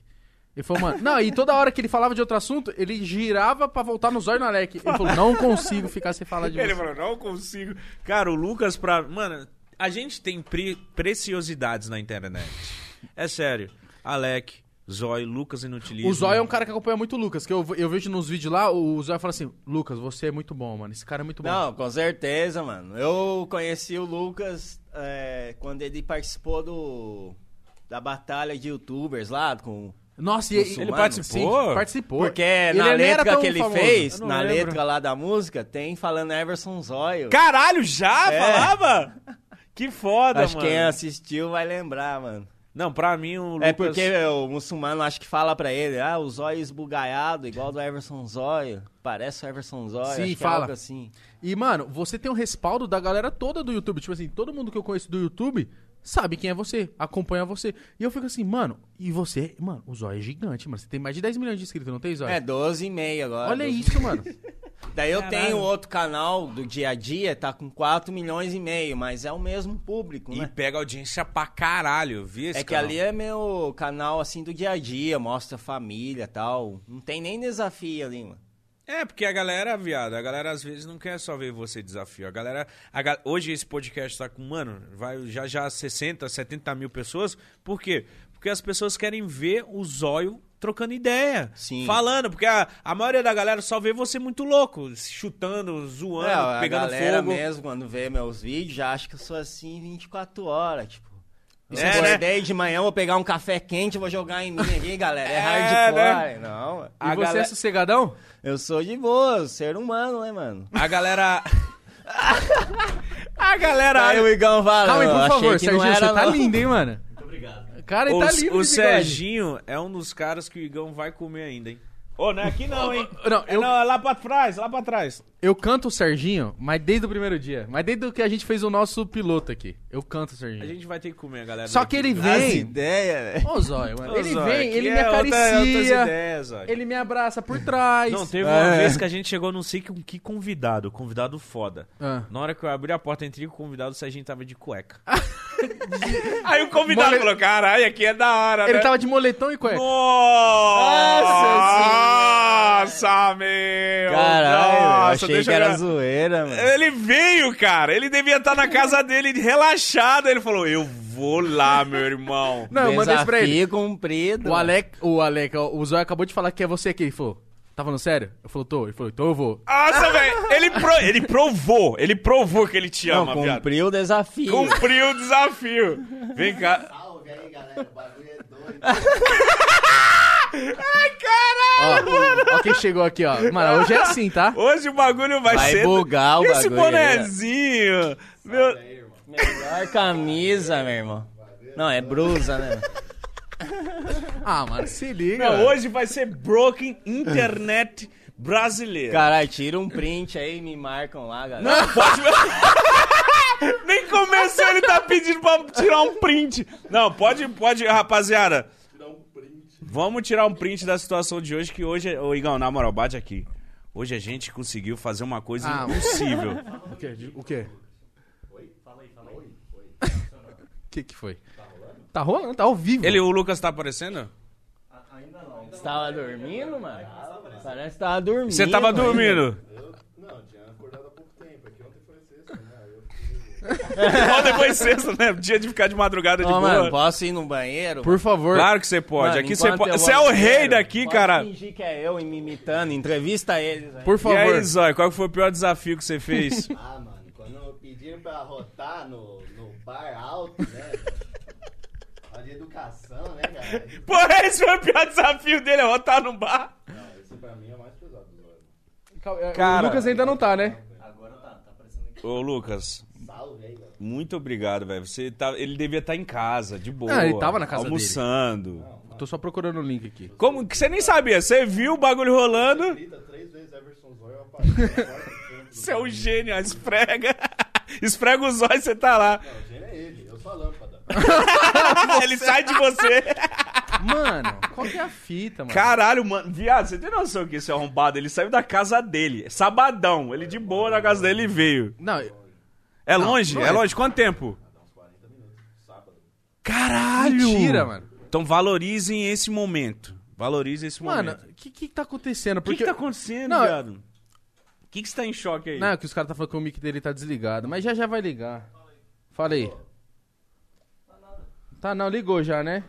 [SPEAKER 1] Ele falou, mano, não, e toda hora que ele falava de outro assunto, ele girava pra voltar no Zóio e no Alec. Ele falou, não consigo ficar sem falar de
[SPEAKER 2] Ele
[SPEAKER 1] você.
[SPEAKER 2] falou, não consigo. Cara, o Lucas pra... Mano, a gente tem pre- preciosidades na internet. É sério. Alec, Zói, Lucas Inutilismo.
[SPEAKER 1] O Zóio é um cara que acompanha muito o Lucas, que eu, eu vejo nos vídeos lá, o Zóio fala assim, Lucas, você é muito bom, mano, esse cara é muito bom.
[SPEAKER 4] Não, com certeza, mano. Eu conheci o Lucas é, quando ele participou do da batalha de youtubers lá com
[SPEAKER 1] Nossa, e, e-
[SPEAKER 4] Muçulmano?
[SPEAKER 2] Ele participou?
[SPEAKER 1] Sim, participou.
[SPEAKER 4] porque
[SPEAKER 1] Ele
[SPEAKER 4] na
[SPEAKER 1] nem era
[SPEAKER 4] letra
[SPEAKER 1] tão
[SPEAKER 4] que ele
[SPEAKER 1] famoso.
[SPEAKER 4] fez,
[SPEAKER 1] Eu não
[SPEAKER 4] na
[SPEAKER 1] lembro.
[SPEAKER 4] letra lá da música, tem falando Everson Zóio.
[SPEAKER 2] Caralho, já
[SPEAKER 4] É.
[SPEAKER 2] falava? Que foda,
[SPEAKER 4] acho que
[SPEAKER 2] mano.
[SPEAKER 4] quem assistiu vai lembrar, mano.
[SPEAKER 2] Não, pra mim o Lucas...
[SPEAKER 4] É porque o muçulmano acho que fala pra ele, ah, o zóio esbugalhado, igual do Everson Zóio. Parece o Everson Zóio.
[SPEAKER 1] Sim,
[SPEAKER 4] acho que é
[SPEAKER 1] fala.
[SPEAKER 4] algo assim.
[SPEAKER 1] E, mano, você tem o respaldo da galera toda do YouTube. Tipo assim, todo mundo que eu conheço do YouTube sabe quem é você, acompanha você. E eu fico assim, mano, e você, mano, o Zóio é gigante, mano. Você tem mais de 10 milhões de inscritos, não tem, Zóio?
[SPEAKER 4] É 12 e meio agora.
[SPEAKER 1] Olha
[SPEAKER 4] 12,5.
[SPEAKER 1] isso,
[SPEAKER 4] <laughs>
[SPEAKER 1] mano.
[SPEAKER 4] Daí eu
[SPEAKER 2] Caralho.
[SPEAKER 4] tenho outro canal do dia a dia, tá com 4 milhões e meio, mas é o mesmo público,
[SPEAKER 2] E
[SPEAKER 4] né?
[SPEAKER 2] pega audiência pra caralho, vi esse
[SPEAKER 4] É que
[SPEAKER 2] canal.
[SPEAKER 4] ali é meu canal assim do dia a dia, mostra família e tal. Não tem nem desafio ali, mano.
[SPEAKER 2] É, porque a galera, viado, a galera às vezes não quer só ver você desafio. A galera. a ga- hoje esse podcast tá com, mano, vai já já 60, 70 mil pessoas. Por quê? Porque as pessoas querem ver o zóio trocando ideia.
[SPEAKER 4] Sim.
[SPEAKER 2] Falando, porque a, a maioria da galera só vê você muito louco, se chutando, zoando,
[SPEAKER 4] É, a
[SPEAKER 2] pegando
[SPEAKER 4] galera
[SPEAKER 2] fogo.
[SPEAKER 4] mesmo, quando vê meus vídeos, já acha que eu sou assim 24 horas, tipo. Eu
[SPEAKER 2] É, né?
[SPEAKER 4] acordei de manhã, vou pegar um café quente, vou jogar em mim aqui, galera. É,
[SPEAKER 2] É,
[SPEAKER 4] hardcore. Não,
[SPEAKER 1] E
[SPEAKER 4] a
[SPEAKER 1] você
[SPEAKER 4] galera-
[SPEAKER 1] é sossegadão?
[SPEAKER 4] Eu sou de boa, ser humano, né, mano?
[SPEAKER 2] A
[SPEAKER 4] <laughs>
[SPEAKER 2] galera. a galera.
[SPEAKER 4] Aí o Igão fala,
[SPEAKER 1] Calma aí,
[SPEAKER 4] eu
[SPEAKER 1] por
[SPEAKER 4] achei
[SPEAKER 1] favor,
[SPEAKER 4] que não
[SPEAKER 1] Serginho,
[SPEAKER 4] era,
[SPEAKER 1] você tá
[SPEAKER 4] não.
[SPEAKER 1] lindo, hein, mano? Muito obrigado. Cara, ele tá
[SPEAKER 2] o,
[SPEAKER 1] lindo
[SPEAKER 2] o
[SPEAKER 1] de bigode.
[SPEAKER 2] Serginho é um dos caras que o Igão vai comer ainda, hein? Ô, não é aqui não, hein?
[SPEAKER 1] <laughs> Não,
[SPEAKER 2] É
[SPEAKER 1] eu-
[SPEAKER 2] não, é lá pra trás, lá pra trás.
[SPEAKER 1] Eu canto o Serginho, mas desde o primeiro dia. Mas desde que a gente fez o nosso piloto aqui. Eu canto o Serginho.
[SPEAKER 2] A gente vai ter que comer, galera. é
[SPEAKER 1] Só que ele
[SPEAKER 4] As
[SPEAKER 1] vem.
[SPEAKER 4] ideias, né? velho.
[SPEAKER 1] Ô, zóio, mano.
[SPEAKER 2] Ô,
[SPEAKER 1] ele
[SPEAKER 2] Zóio,
[SPEAKER 1] vem,
[SPEAKER 2] aqui
[SPEAKER 1] ele
[SPEAKER 2] é
[SPEAKER 1] me
[SPEAKER 2] outra- é outras
[SPEAKER 1] acaricia.
[SPEAKER 2] ideias, Zóio.
[SPEAKER 1] ele me abraça por trás.
[SPEAKER 2] Não, teve uma
[SPEAKER 4] É.
[SPEAKER 2] vez que a gente chegou, não sei com que convidado, convidado foda.
[SPEAKER 1] Ah.
[SPEAKER 2] Na hora que eu abri a porta, entrei com o convidado, o Serginho tava de
[SPEAKER 1] <laughs>
[SPEAKER 2] cueca. Aí o convidado
[SPEAKER 1] Mole-
[SPEAKER 2] falou, caralho, aqui é da hora,
[SPEAKER 1] Ele
[SPEAKER 2] né?
[SPEAKER 1] tava de moletom e cueca.
[SPEAKER 2] Nossa, Nossa
[SPEAKER 1] É um
[SPEAKER 2] meu!
[SPEAKER 4] Caralho,
[SPEAKER 2] Nossa,
[SPEAKER 4] eu achei
[SPEAKER 2] deixa
[SPEAKER 4] que
[SPEAKER 2] eu
[SPEAKER 4] era
[SPEAKER 2] ver.
[SPEAKER 4] zoeira, mano.
[SPEAKER 2] Ele veio, cara. Ele devia estar na casa dele relaxado. Ele falou: Eu vou lá, meu irmão.
[SPEAKER 1] Não, eu mandei isso pra ele.
[SPEAKER 4] Desafio cumprido.
[SPEAKER 1] O Alec, o Alec, ó, o Zóio acabou de falar que é você aqui. Ele falou, tá falando sério? Eu falou, tô. Ele falou, então
[SPEAKER 2] <laughs>
[SPEAKER 1] eu vou.
[SPEAKER 2] Nossa, velho. Ele, pro- ele provou. Ele provou que ele te
[SPEAKER 4] Não,
[SPEAKER 2] ama, viado.
[SPEAKER 4] cumpriu o desafio.
[SPEAKER 2] Cumpriu o desafio. Vem cá.
[SPEAKER 5] Salve aí, galera. O bagulho é doido.
[SPEAKER 1] Ó, ó quem chegou aqui, ó. Mano, hoje é assim, tá?
[SPEAKER 2] Hoje o bagulho vai,
[SPEAKER 4] Vai
[SPEAKER 2] ser.
[SPEAKER 4] bugar o
[SPEAKER 2] Esse
[SPEAKER 4] bagulho, né?
[SPEAKER 2] bonezinho. Meu...
[SPEAKER 4] Melhor camisa, meu irmão. Não, é brusa, né?
[SPEAKER 1] Ah, mano, se liga.
[SPEAKER 2] Não,
[SPEAKER 1] mano.
[SPEAKER 2] hoje vai ser Broken Internet brasileiro.
[SPEAKER 4] Caralho, tira um print aí e me marcam lá, galera.
[SPEAKER 2] Não, pode. <laughs> Nem começou, ele tá pedindo pra tirar um print. Não, pode, pode, rapaziada. Vamos tirar um print da situação de hoje, que hoje. é- Ô, Igão, na moral, bate aqui. Hoje a gente conseguiu fazer uma coisa
[SPEAKER 1] Ah, mano.
[SPEAKER 2] impossível.
[SPEAKER 1] O quê? De- O quê? Oi? Fala aí, fala aí. <laughs> O que que foi? Tá rolando? Tá rolando, tá ao
[SPEAKER 2] <laughs>
[SPEAKER 1] vivo.
[SPEAKER 2] Ele, o Lucas tá aparecendo?
[SPEAKER 4] Você tava dormindo, mano? Parece que tava dormindo.
[SPEAKER 2] Você tava
[SPEAKER 4] mano.
[SPEAKER 2] dormindo.
[SPEAKER 5] Não, tinha acordado há pouco tempo. É que ontem foi sexta, né? Aí
[SPEAKER 2] <laughs>
[SPEAKER 5] eu
[SPEAKER 2] Ou depois sexta, né? Dia de ficar de madrugada de
[SPEAKER 4] Ó,
[SPEAKER 2] boa.
[SPEAKER 4] mano, posso ir no banheiro?
[SPEAKER 1] Por favor.
[SPEAKER 2] Claro que você pode.
[SPEAKER 4] Mano,
[SPEAKER 2] aqui você
[SPEAKER 4] enquanto
[SPEAKER 2] pode.
[SPEAKER 4] eu
[SPEAKER 2] Você é
[SPEAKER 4] vou
[SPEAKER 2] o
[SPEAKER 4] no
[SPEAKER 2] rei
[SPEAKER 4] banheiro,
[SPEAKER 2] daqui,
[SPEAKER 4] posso
[SPEAKER 2] cara.
[SPEAKER 4] fingir que é eu e me imitando. Entrevista eles aí.
[SPEAKER 1] Por
[SPEAKER 2] E
[SPEAKER 1] favor.
[SPEAKER 2] aí, Zóio, qual que foi o pior desafio que você <laughs> fez?
[SPEAKER 5] Ah, mano, quando pediram pra rotar no, no bar alto, né? Olha de educação, né, cara?
[SPEAKER 2] Pô, esse foi o pior desafio dele, é rotar no bar.
[SPEAKER 5] Não, esse pra mim é o mais pesado do ano.
[SPEAKER 2] Cara.
[SPEAKER 1] é, O Lucas ainda não tá, né?
[SPEAKER 5] Agora tá, tá parecendo que
[SPEAKER 2] Ô, Lucas,
[SPEAKER 5] salve aí, velho.
[SPEAKER 2] muito obrigado, velho. Você tá, ele devia estar em casa, de boa.
[SPEAKER 1] Ah, ele tava na casa
[SPEAKER 2] almoçando.
[SPEAKER 1] Tô só procurando o link aqui.
[SPEAKER 2] Como que você nem sabia? Você viu o bagulho rolando?
[SPEAKER 5] Grita três vezes Everson Zóio, apareceu agora no canto.
[SPEAKER 2] Você é um gênio, ó, esfrega. <laughs> Esfrega os olhos, você tá lá. <laughs>
[SPEAKER 5] Não, o gênio é ele, eu sou a lâmpada.
[SPEAKER 2] ele sai de você.
[SPEAKER 1] Mano, qual que é a fita, mano?
[SPEAKER 2] Caralho, mano. Viado, você tem noção que esse arrombado? Ele saiu da casa dele. Sabadão. Ele de boa na casa dele e veio.
[SPEAKER 1] Não, eu-
[SPEAKER 2] É longe?
[SPEAKER 1] não
[SPEAKER 2] é
[SPEAKER 1] é.
[SPEAKER 2] longe? Quanto tempo? Caralho!
[SPEAKER 1] mentira, mano.
[SPEAKER 2] Então valorizem esse momento. Valorizem esse
[SPEAKER 1] Mano,
[SPEAKER 2] momento.
[SPEAKER 1] o que que tá acontecendo?
[SPEAKER 2] O que,
[SPEAKER 1] Porque...
[SPEAKER 2] que tá acontecendo,
[SPEAKER 1] Não,
[SPEAKER 2] viado? O que, que você tá em choque aí?
[SPEAKER 1] Não, que os caras tá falando que o mic dele tá desligado, mas já já vai ligar. Fala aí. Tá não, ligou já, né?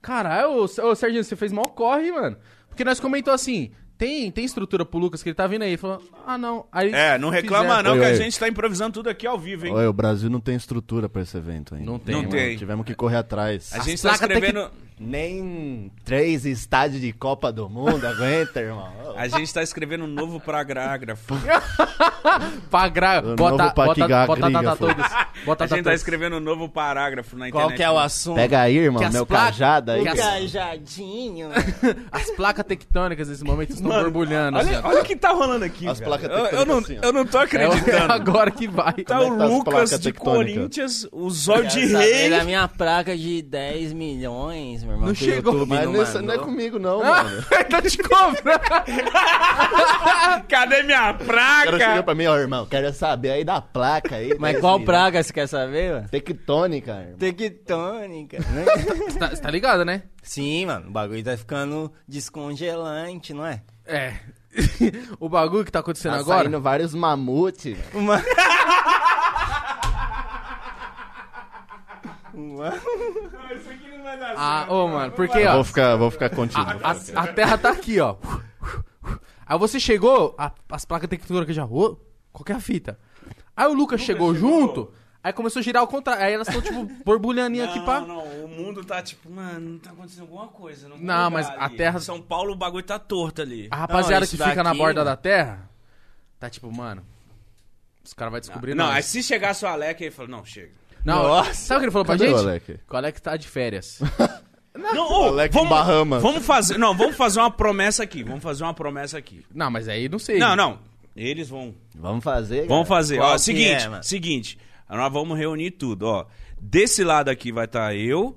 [SPEAKER 1] Caralho, ô, Ser- ô Serginho, você fez mal corre, mano. Porque nós comentou assim, tem, tem estrutura pro Lucas que ele tá vindo aí. Ele Falou, ah não. Aí
[SPEAKER 2] É, não reclama
[SPEAKER 1] fizeram.
[SPEAKER 2] não,
[SPEAKER 5] Oi,
[SPEAKER 2] que a
[SPEAKER 5] oi.
[SPEAKER 2] gente tá improvisando tudo aqui ao vivo, hein?
[SPEAKER 5] Olha, o Brasil não tem estrutura pra esse evento ainda.
[SPEAKER 1] Não tem,
[SPEAKER 2] Não
[SPEAKER 1] mano.
[SPEAKER 2] tem.
[SPEAKER 5] Tivemos que correr atrás.
[SPEAKER 2] A gente
[SPEAKER 1] As
[SPEAKER 2] tá
[SPEAKER 1] placas tem que-
[SPEAKER 2] escrevendo.
[SPEAKER 5] Nem três estádios de Copa do Mundo aguenta, <laughs> irmão.
[SPEAKER 2] A gente tá escrevendo um novo
[SPEAKER 1] <laughs>
[SPEAKER 2] parágrafo.
[SPEAKER 1] Tá, Pra gra...
[SPEAKER 5] Eu não
[SPEAKER 1] Bota,
[SPEAKER 5] vou pra
[SPEAKER 1] bota,
[SPEAKER 5] quigar,
[SPEAKER 1] bota,
[SPEAKER 5] griga,
[SPEAKER 1] tá
[SPEAKER 5] pô.
[SPEAKER 1] todos. Bota
[SPEAKER 2] A gente
[SPEAKER 1] tá
[SPEAKER 2] tá
[SPEAKER 1] todos.
[SPEAKER 2] escrevendo um novo parágrafo na internet.
[SPEAKER 4] Qual que é o assunto?
[SPEAKER 5] Pega aí, irmão,
[SPEAKER 1] Que as
[SPEAKER 5] meu
[SPEAKER 1] placas-
[SPEAKER 5] cajado aí.
[SPEAKER 1] que
[SPEAKER 4] o
[SPEAKER 1] as-
[SPEAKER 5] <laughs>
[SPEAKER 4] cajadinho. né?
[SPEAKER 1] As placas tectônicas nesse momento estão
[SPEAKER 2] Mano,
[SPEAKER 1] borbulhando.
[SPEAKER 2] Olha,
[SPEAKER 1] assim, ó.
[SPEAKER 2] olha o que tá rolando aqui.
[SPEAKER 5] As
[SPEAKER 2] velho.
[SPEAKER 5] placas
[SPEAKER 2] eu, eu
[SPEAKER 5] tectônicas
[SPEAKER 2] não,
[SPEAKER 5] assim, ó.
[SPEAKER 2] eu não tô
[SPEAKER 1] É o-
[SPEAKER 5] <laughs>
[SPEAKER 1] é
[SPEAKER 2] acreditando.
[SPEAKER 1] agora que vai.
[SPEAKER 2] Tá
[SPEAKER 5] Como
[SPEAKER 2] o
[SPEAKER 5] é que tá as
[SPEAKER 2] Lucas
[SPEAKER 5] placas
[SPEAKER 2] de
[SPEAKER 5] tectônicas?
[SPEAKER 2] Corinthians, o zóio de
[SPEAKER 4] Quero saber
[SPEAKER 1] é
[SPEAKER 2] rei.
[SPEAKER 4] da minha placa de 10 milhões, meu irmão.
[SPEAKER 1] Não
[SPEAKER 4] que o
[SPEAKER 1] chegou.
[SPEAKER 4] YouTube
[SPEAKER 5] Mas
[SPEAKER 4] não
[SPEAKER 5] nessa- não é
[SPEAKER 4] mandou.
[SPEAKER 5] comigo, não,
[SPEAKER 1] Ah, <laughs>
[SPEAKER 5] mano.
[SPEAKER 1] tá te cobrando.
[SPEAKER 2] <laughs> Cadê minha
[SPEAKER 5] O cara chegou
[SPEAKER 2] praga?
[SPEAKER 5] pra mim, ó, irmão, quero saber aí da placa aí. né,
[SPEAKER 4] Mas
[SPEAKER 5] desse-
[SPEAKER 4] qual praga você quer saber, mano?
[SPEAKER 5] Tectônica, irmão.
[SPEAKER 4] Tá Tectônica. né? <laughs>
[SPEAKER 1] Você tá, você tá ligado, né?
[SPEAKER 4] Sim, mano, o bagulho tá ficando descongelante, não é?
[SPEAKER 1] É. <laughs> o bagulho que tá acontecendo
[SPEAKER 5] Tá
[SPEAKER 1] agora.
[SPEAKER 5] saindo vários mamute. velho.
[SPEAKER 4] Uma... Uma...
[SPEAKER 2] isso aqui não vai dar
[SPEAKER 1] Ah, ô, mano, porque,
[SPEAKER 6] Eu
[SPEAKER 1] ó.
[SPEAKER 6] vou ficar, vou ficar contido.
[SPEAKER 1] A, a terra tá aqui, ó. Aí você chegou, a- as placas tectônicas aqui já. Ô, qual que é a fita? Aí o Lucas chegou,
[SPEAKER 2] chegou.
[SPEAKER 1] junto, aí começou a girar ao contrário. Aí elas estão, tipo, borbulhaninha aqui pra.
[SPEAKER 2] Não, não, o mundo tá tipo, mano, tá acontecendo alguma coisa. Não,
[SPEAKER 1] Não, mas a Terra-
[SPEAKER 2] São Paulo o bagulho tá torto ali.
[SPEAKER 1] A rapaziada
[SPEAKER 4] Não,
[SPEAKER 1] que
[SPEAKER 4] isso
[SPEAKER 1] fica na
[SPEAKER 4] daqui,
[SPEAKER 1] borda
[SPEAKER 4] mano.
[SPEAKER 1] da terra tá tipo, mano. Os caras vão descobrir
[SPEAKER 2] não,
[SPEAKER 1] nós.
[SPEAKER 2] aí se chegar só Alec, ele fala, não, chega.
[SPEAKER 1] Não, sabe o que ele falou pra
[SPEAKER 6] Cadê o
[SPEAKER 1] gente?
[SPEAKER 6] Alec?
[SPEAKER 1] Que o Alec tá de
[SPEAKER 6] <laughs>
[SPEAKER 1] férias.
[SPEAKER 2] Não, ô,
[SPEAKER 6] Alec Bahamas.
[SPEAKER 2] Vamos fazer, não, vamos fazer uma promessa aqui. Vamos fazer uma promessa aqui.
[SPEAKER 1] não, mas aí não sei.
[SPEAKER 2] Não, não. Eles vão.
[SPEAKER 5] Vamos fazer,
[SPEAKER 2] Vamos fazer.
[SPEAKER 4] Qual
[SPEAKER 2] Ó,
[SPEAKER 4] que
[SPEAKER 2] seguinte,
[SPEAKER 4] é, mano?
[SPEAKER 2] seguinte. Nós vamos reunir tudo, ó. Desse lado aqui vai estar eu,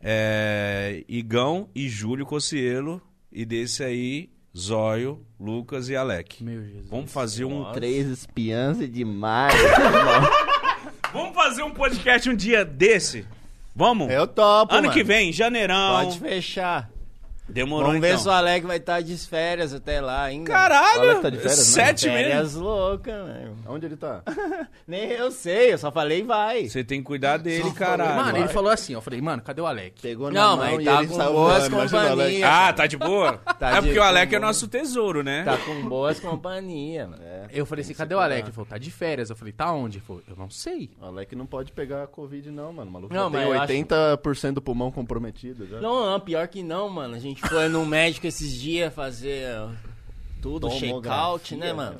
[SPEAKER 2] é, Igão e Júlio Cocielo. E desse aí, Zóio, Lucas e Alec.
[SPEAKER 1] Meu Jesus.
[SPEAKER 2] Vamos fazer um
[SPEAKER 5] Três espiãs
[SPEAKER 4] <laughs>
[SPEAKER 5] e demais.
[SPEAKER 2] Vamos fazer um podcast um dia desse? Vamos?
[SPEAKER 4] É,
[SPEAKER 6] Eu topo,
[SPEAKER 2] ano
[SPEAKER 6] mano.
[SPEAKER 2] que vem, janeirão.
[SPEAKER 4] Pode fechar.
[SPEAKER 2] Demorou
[SPEAKER 4] Vamos ver
[SPEAKER 2] então.
[SPEAKER 4] se o Alec vai estar de férias até lá ainda.
[SPEAKER 2] Caralho!
[SPEAKER 5] Olha que tá de férias, né?
[SPEAKER 2] Sete meses.
[SPEAKER 4] Férias loucas, velho.
[SPEAKER 6] Onde ele tá?
[SPEAKER 4] Nem eu sei, eu só falei vai.
[SPEAKER 2] Você tem que cuidar dele, caralho.
[SPEAKER 1] Mano, ele falou assim, ó. Eu falei, mano, cadê o Alec?
[SPEAKER 5] Pegou na
[SPEAKER 4] Não,
[SPEAKER 5] mão
[SPEAKER 4] mas
[SPEAKER 5] e
[SPEAKER 4] tá
[SPEAKER 5] ele
[SPEAKER 4] com
[SPEAKER 5] saiu
[SPEAKER 4] boas
[SPEAKER 5] voando, imagina o Alex.
[SPEAKER 4] companhias.
[SPEAKER 2] Ah, tá de boa?
[SPEAKER 4] <laughs> Tá
[SPEAKER 2] é
[SPEAKER 4] de
[SPEAKER 2] porque o Alec é
[SPEAKER 4] boa.
[SPEAKER 2] nosso tesouro, né?
[SPEAKER 4] Tá com boas companhias, mano.
[SPEAKER 1] Eu falei assim, cadê o Alec? Ele falou, tá de férias. Eu falei, tá onde? Ele falou, eu não sei.
[SPEAKER 6] O Alec não pode pegar a Covid, não, mano. O maluco
[SPEAKER 4] Não,
[SPEAKER 6] já
[SPEAKER 4] mas
[SPEAKER 6] tem
[SPEAKER 4] eu
[SPEAKER 6] 80% do pulmão comprometido. Já.
[SPEAKER 4] Não, não, pior que não, mano. A gente foi num médico esses dias fazer ó, tudo, check-out, né, mano?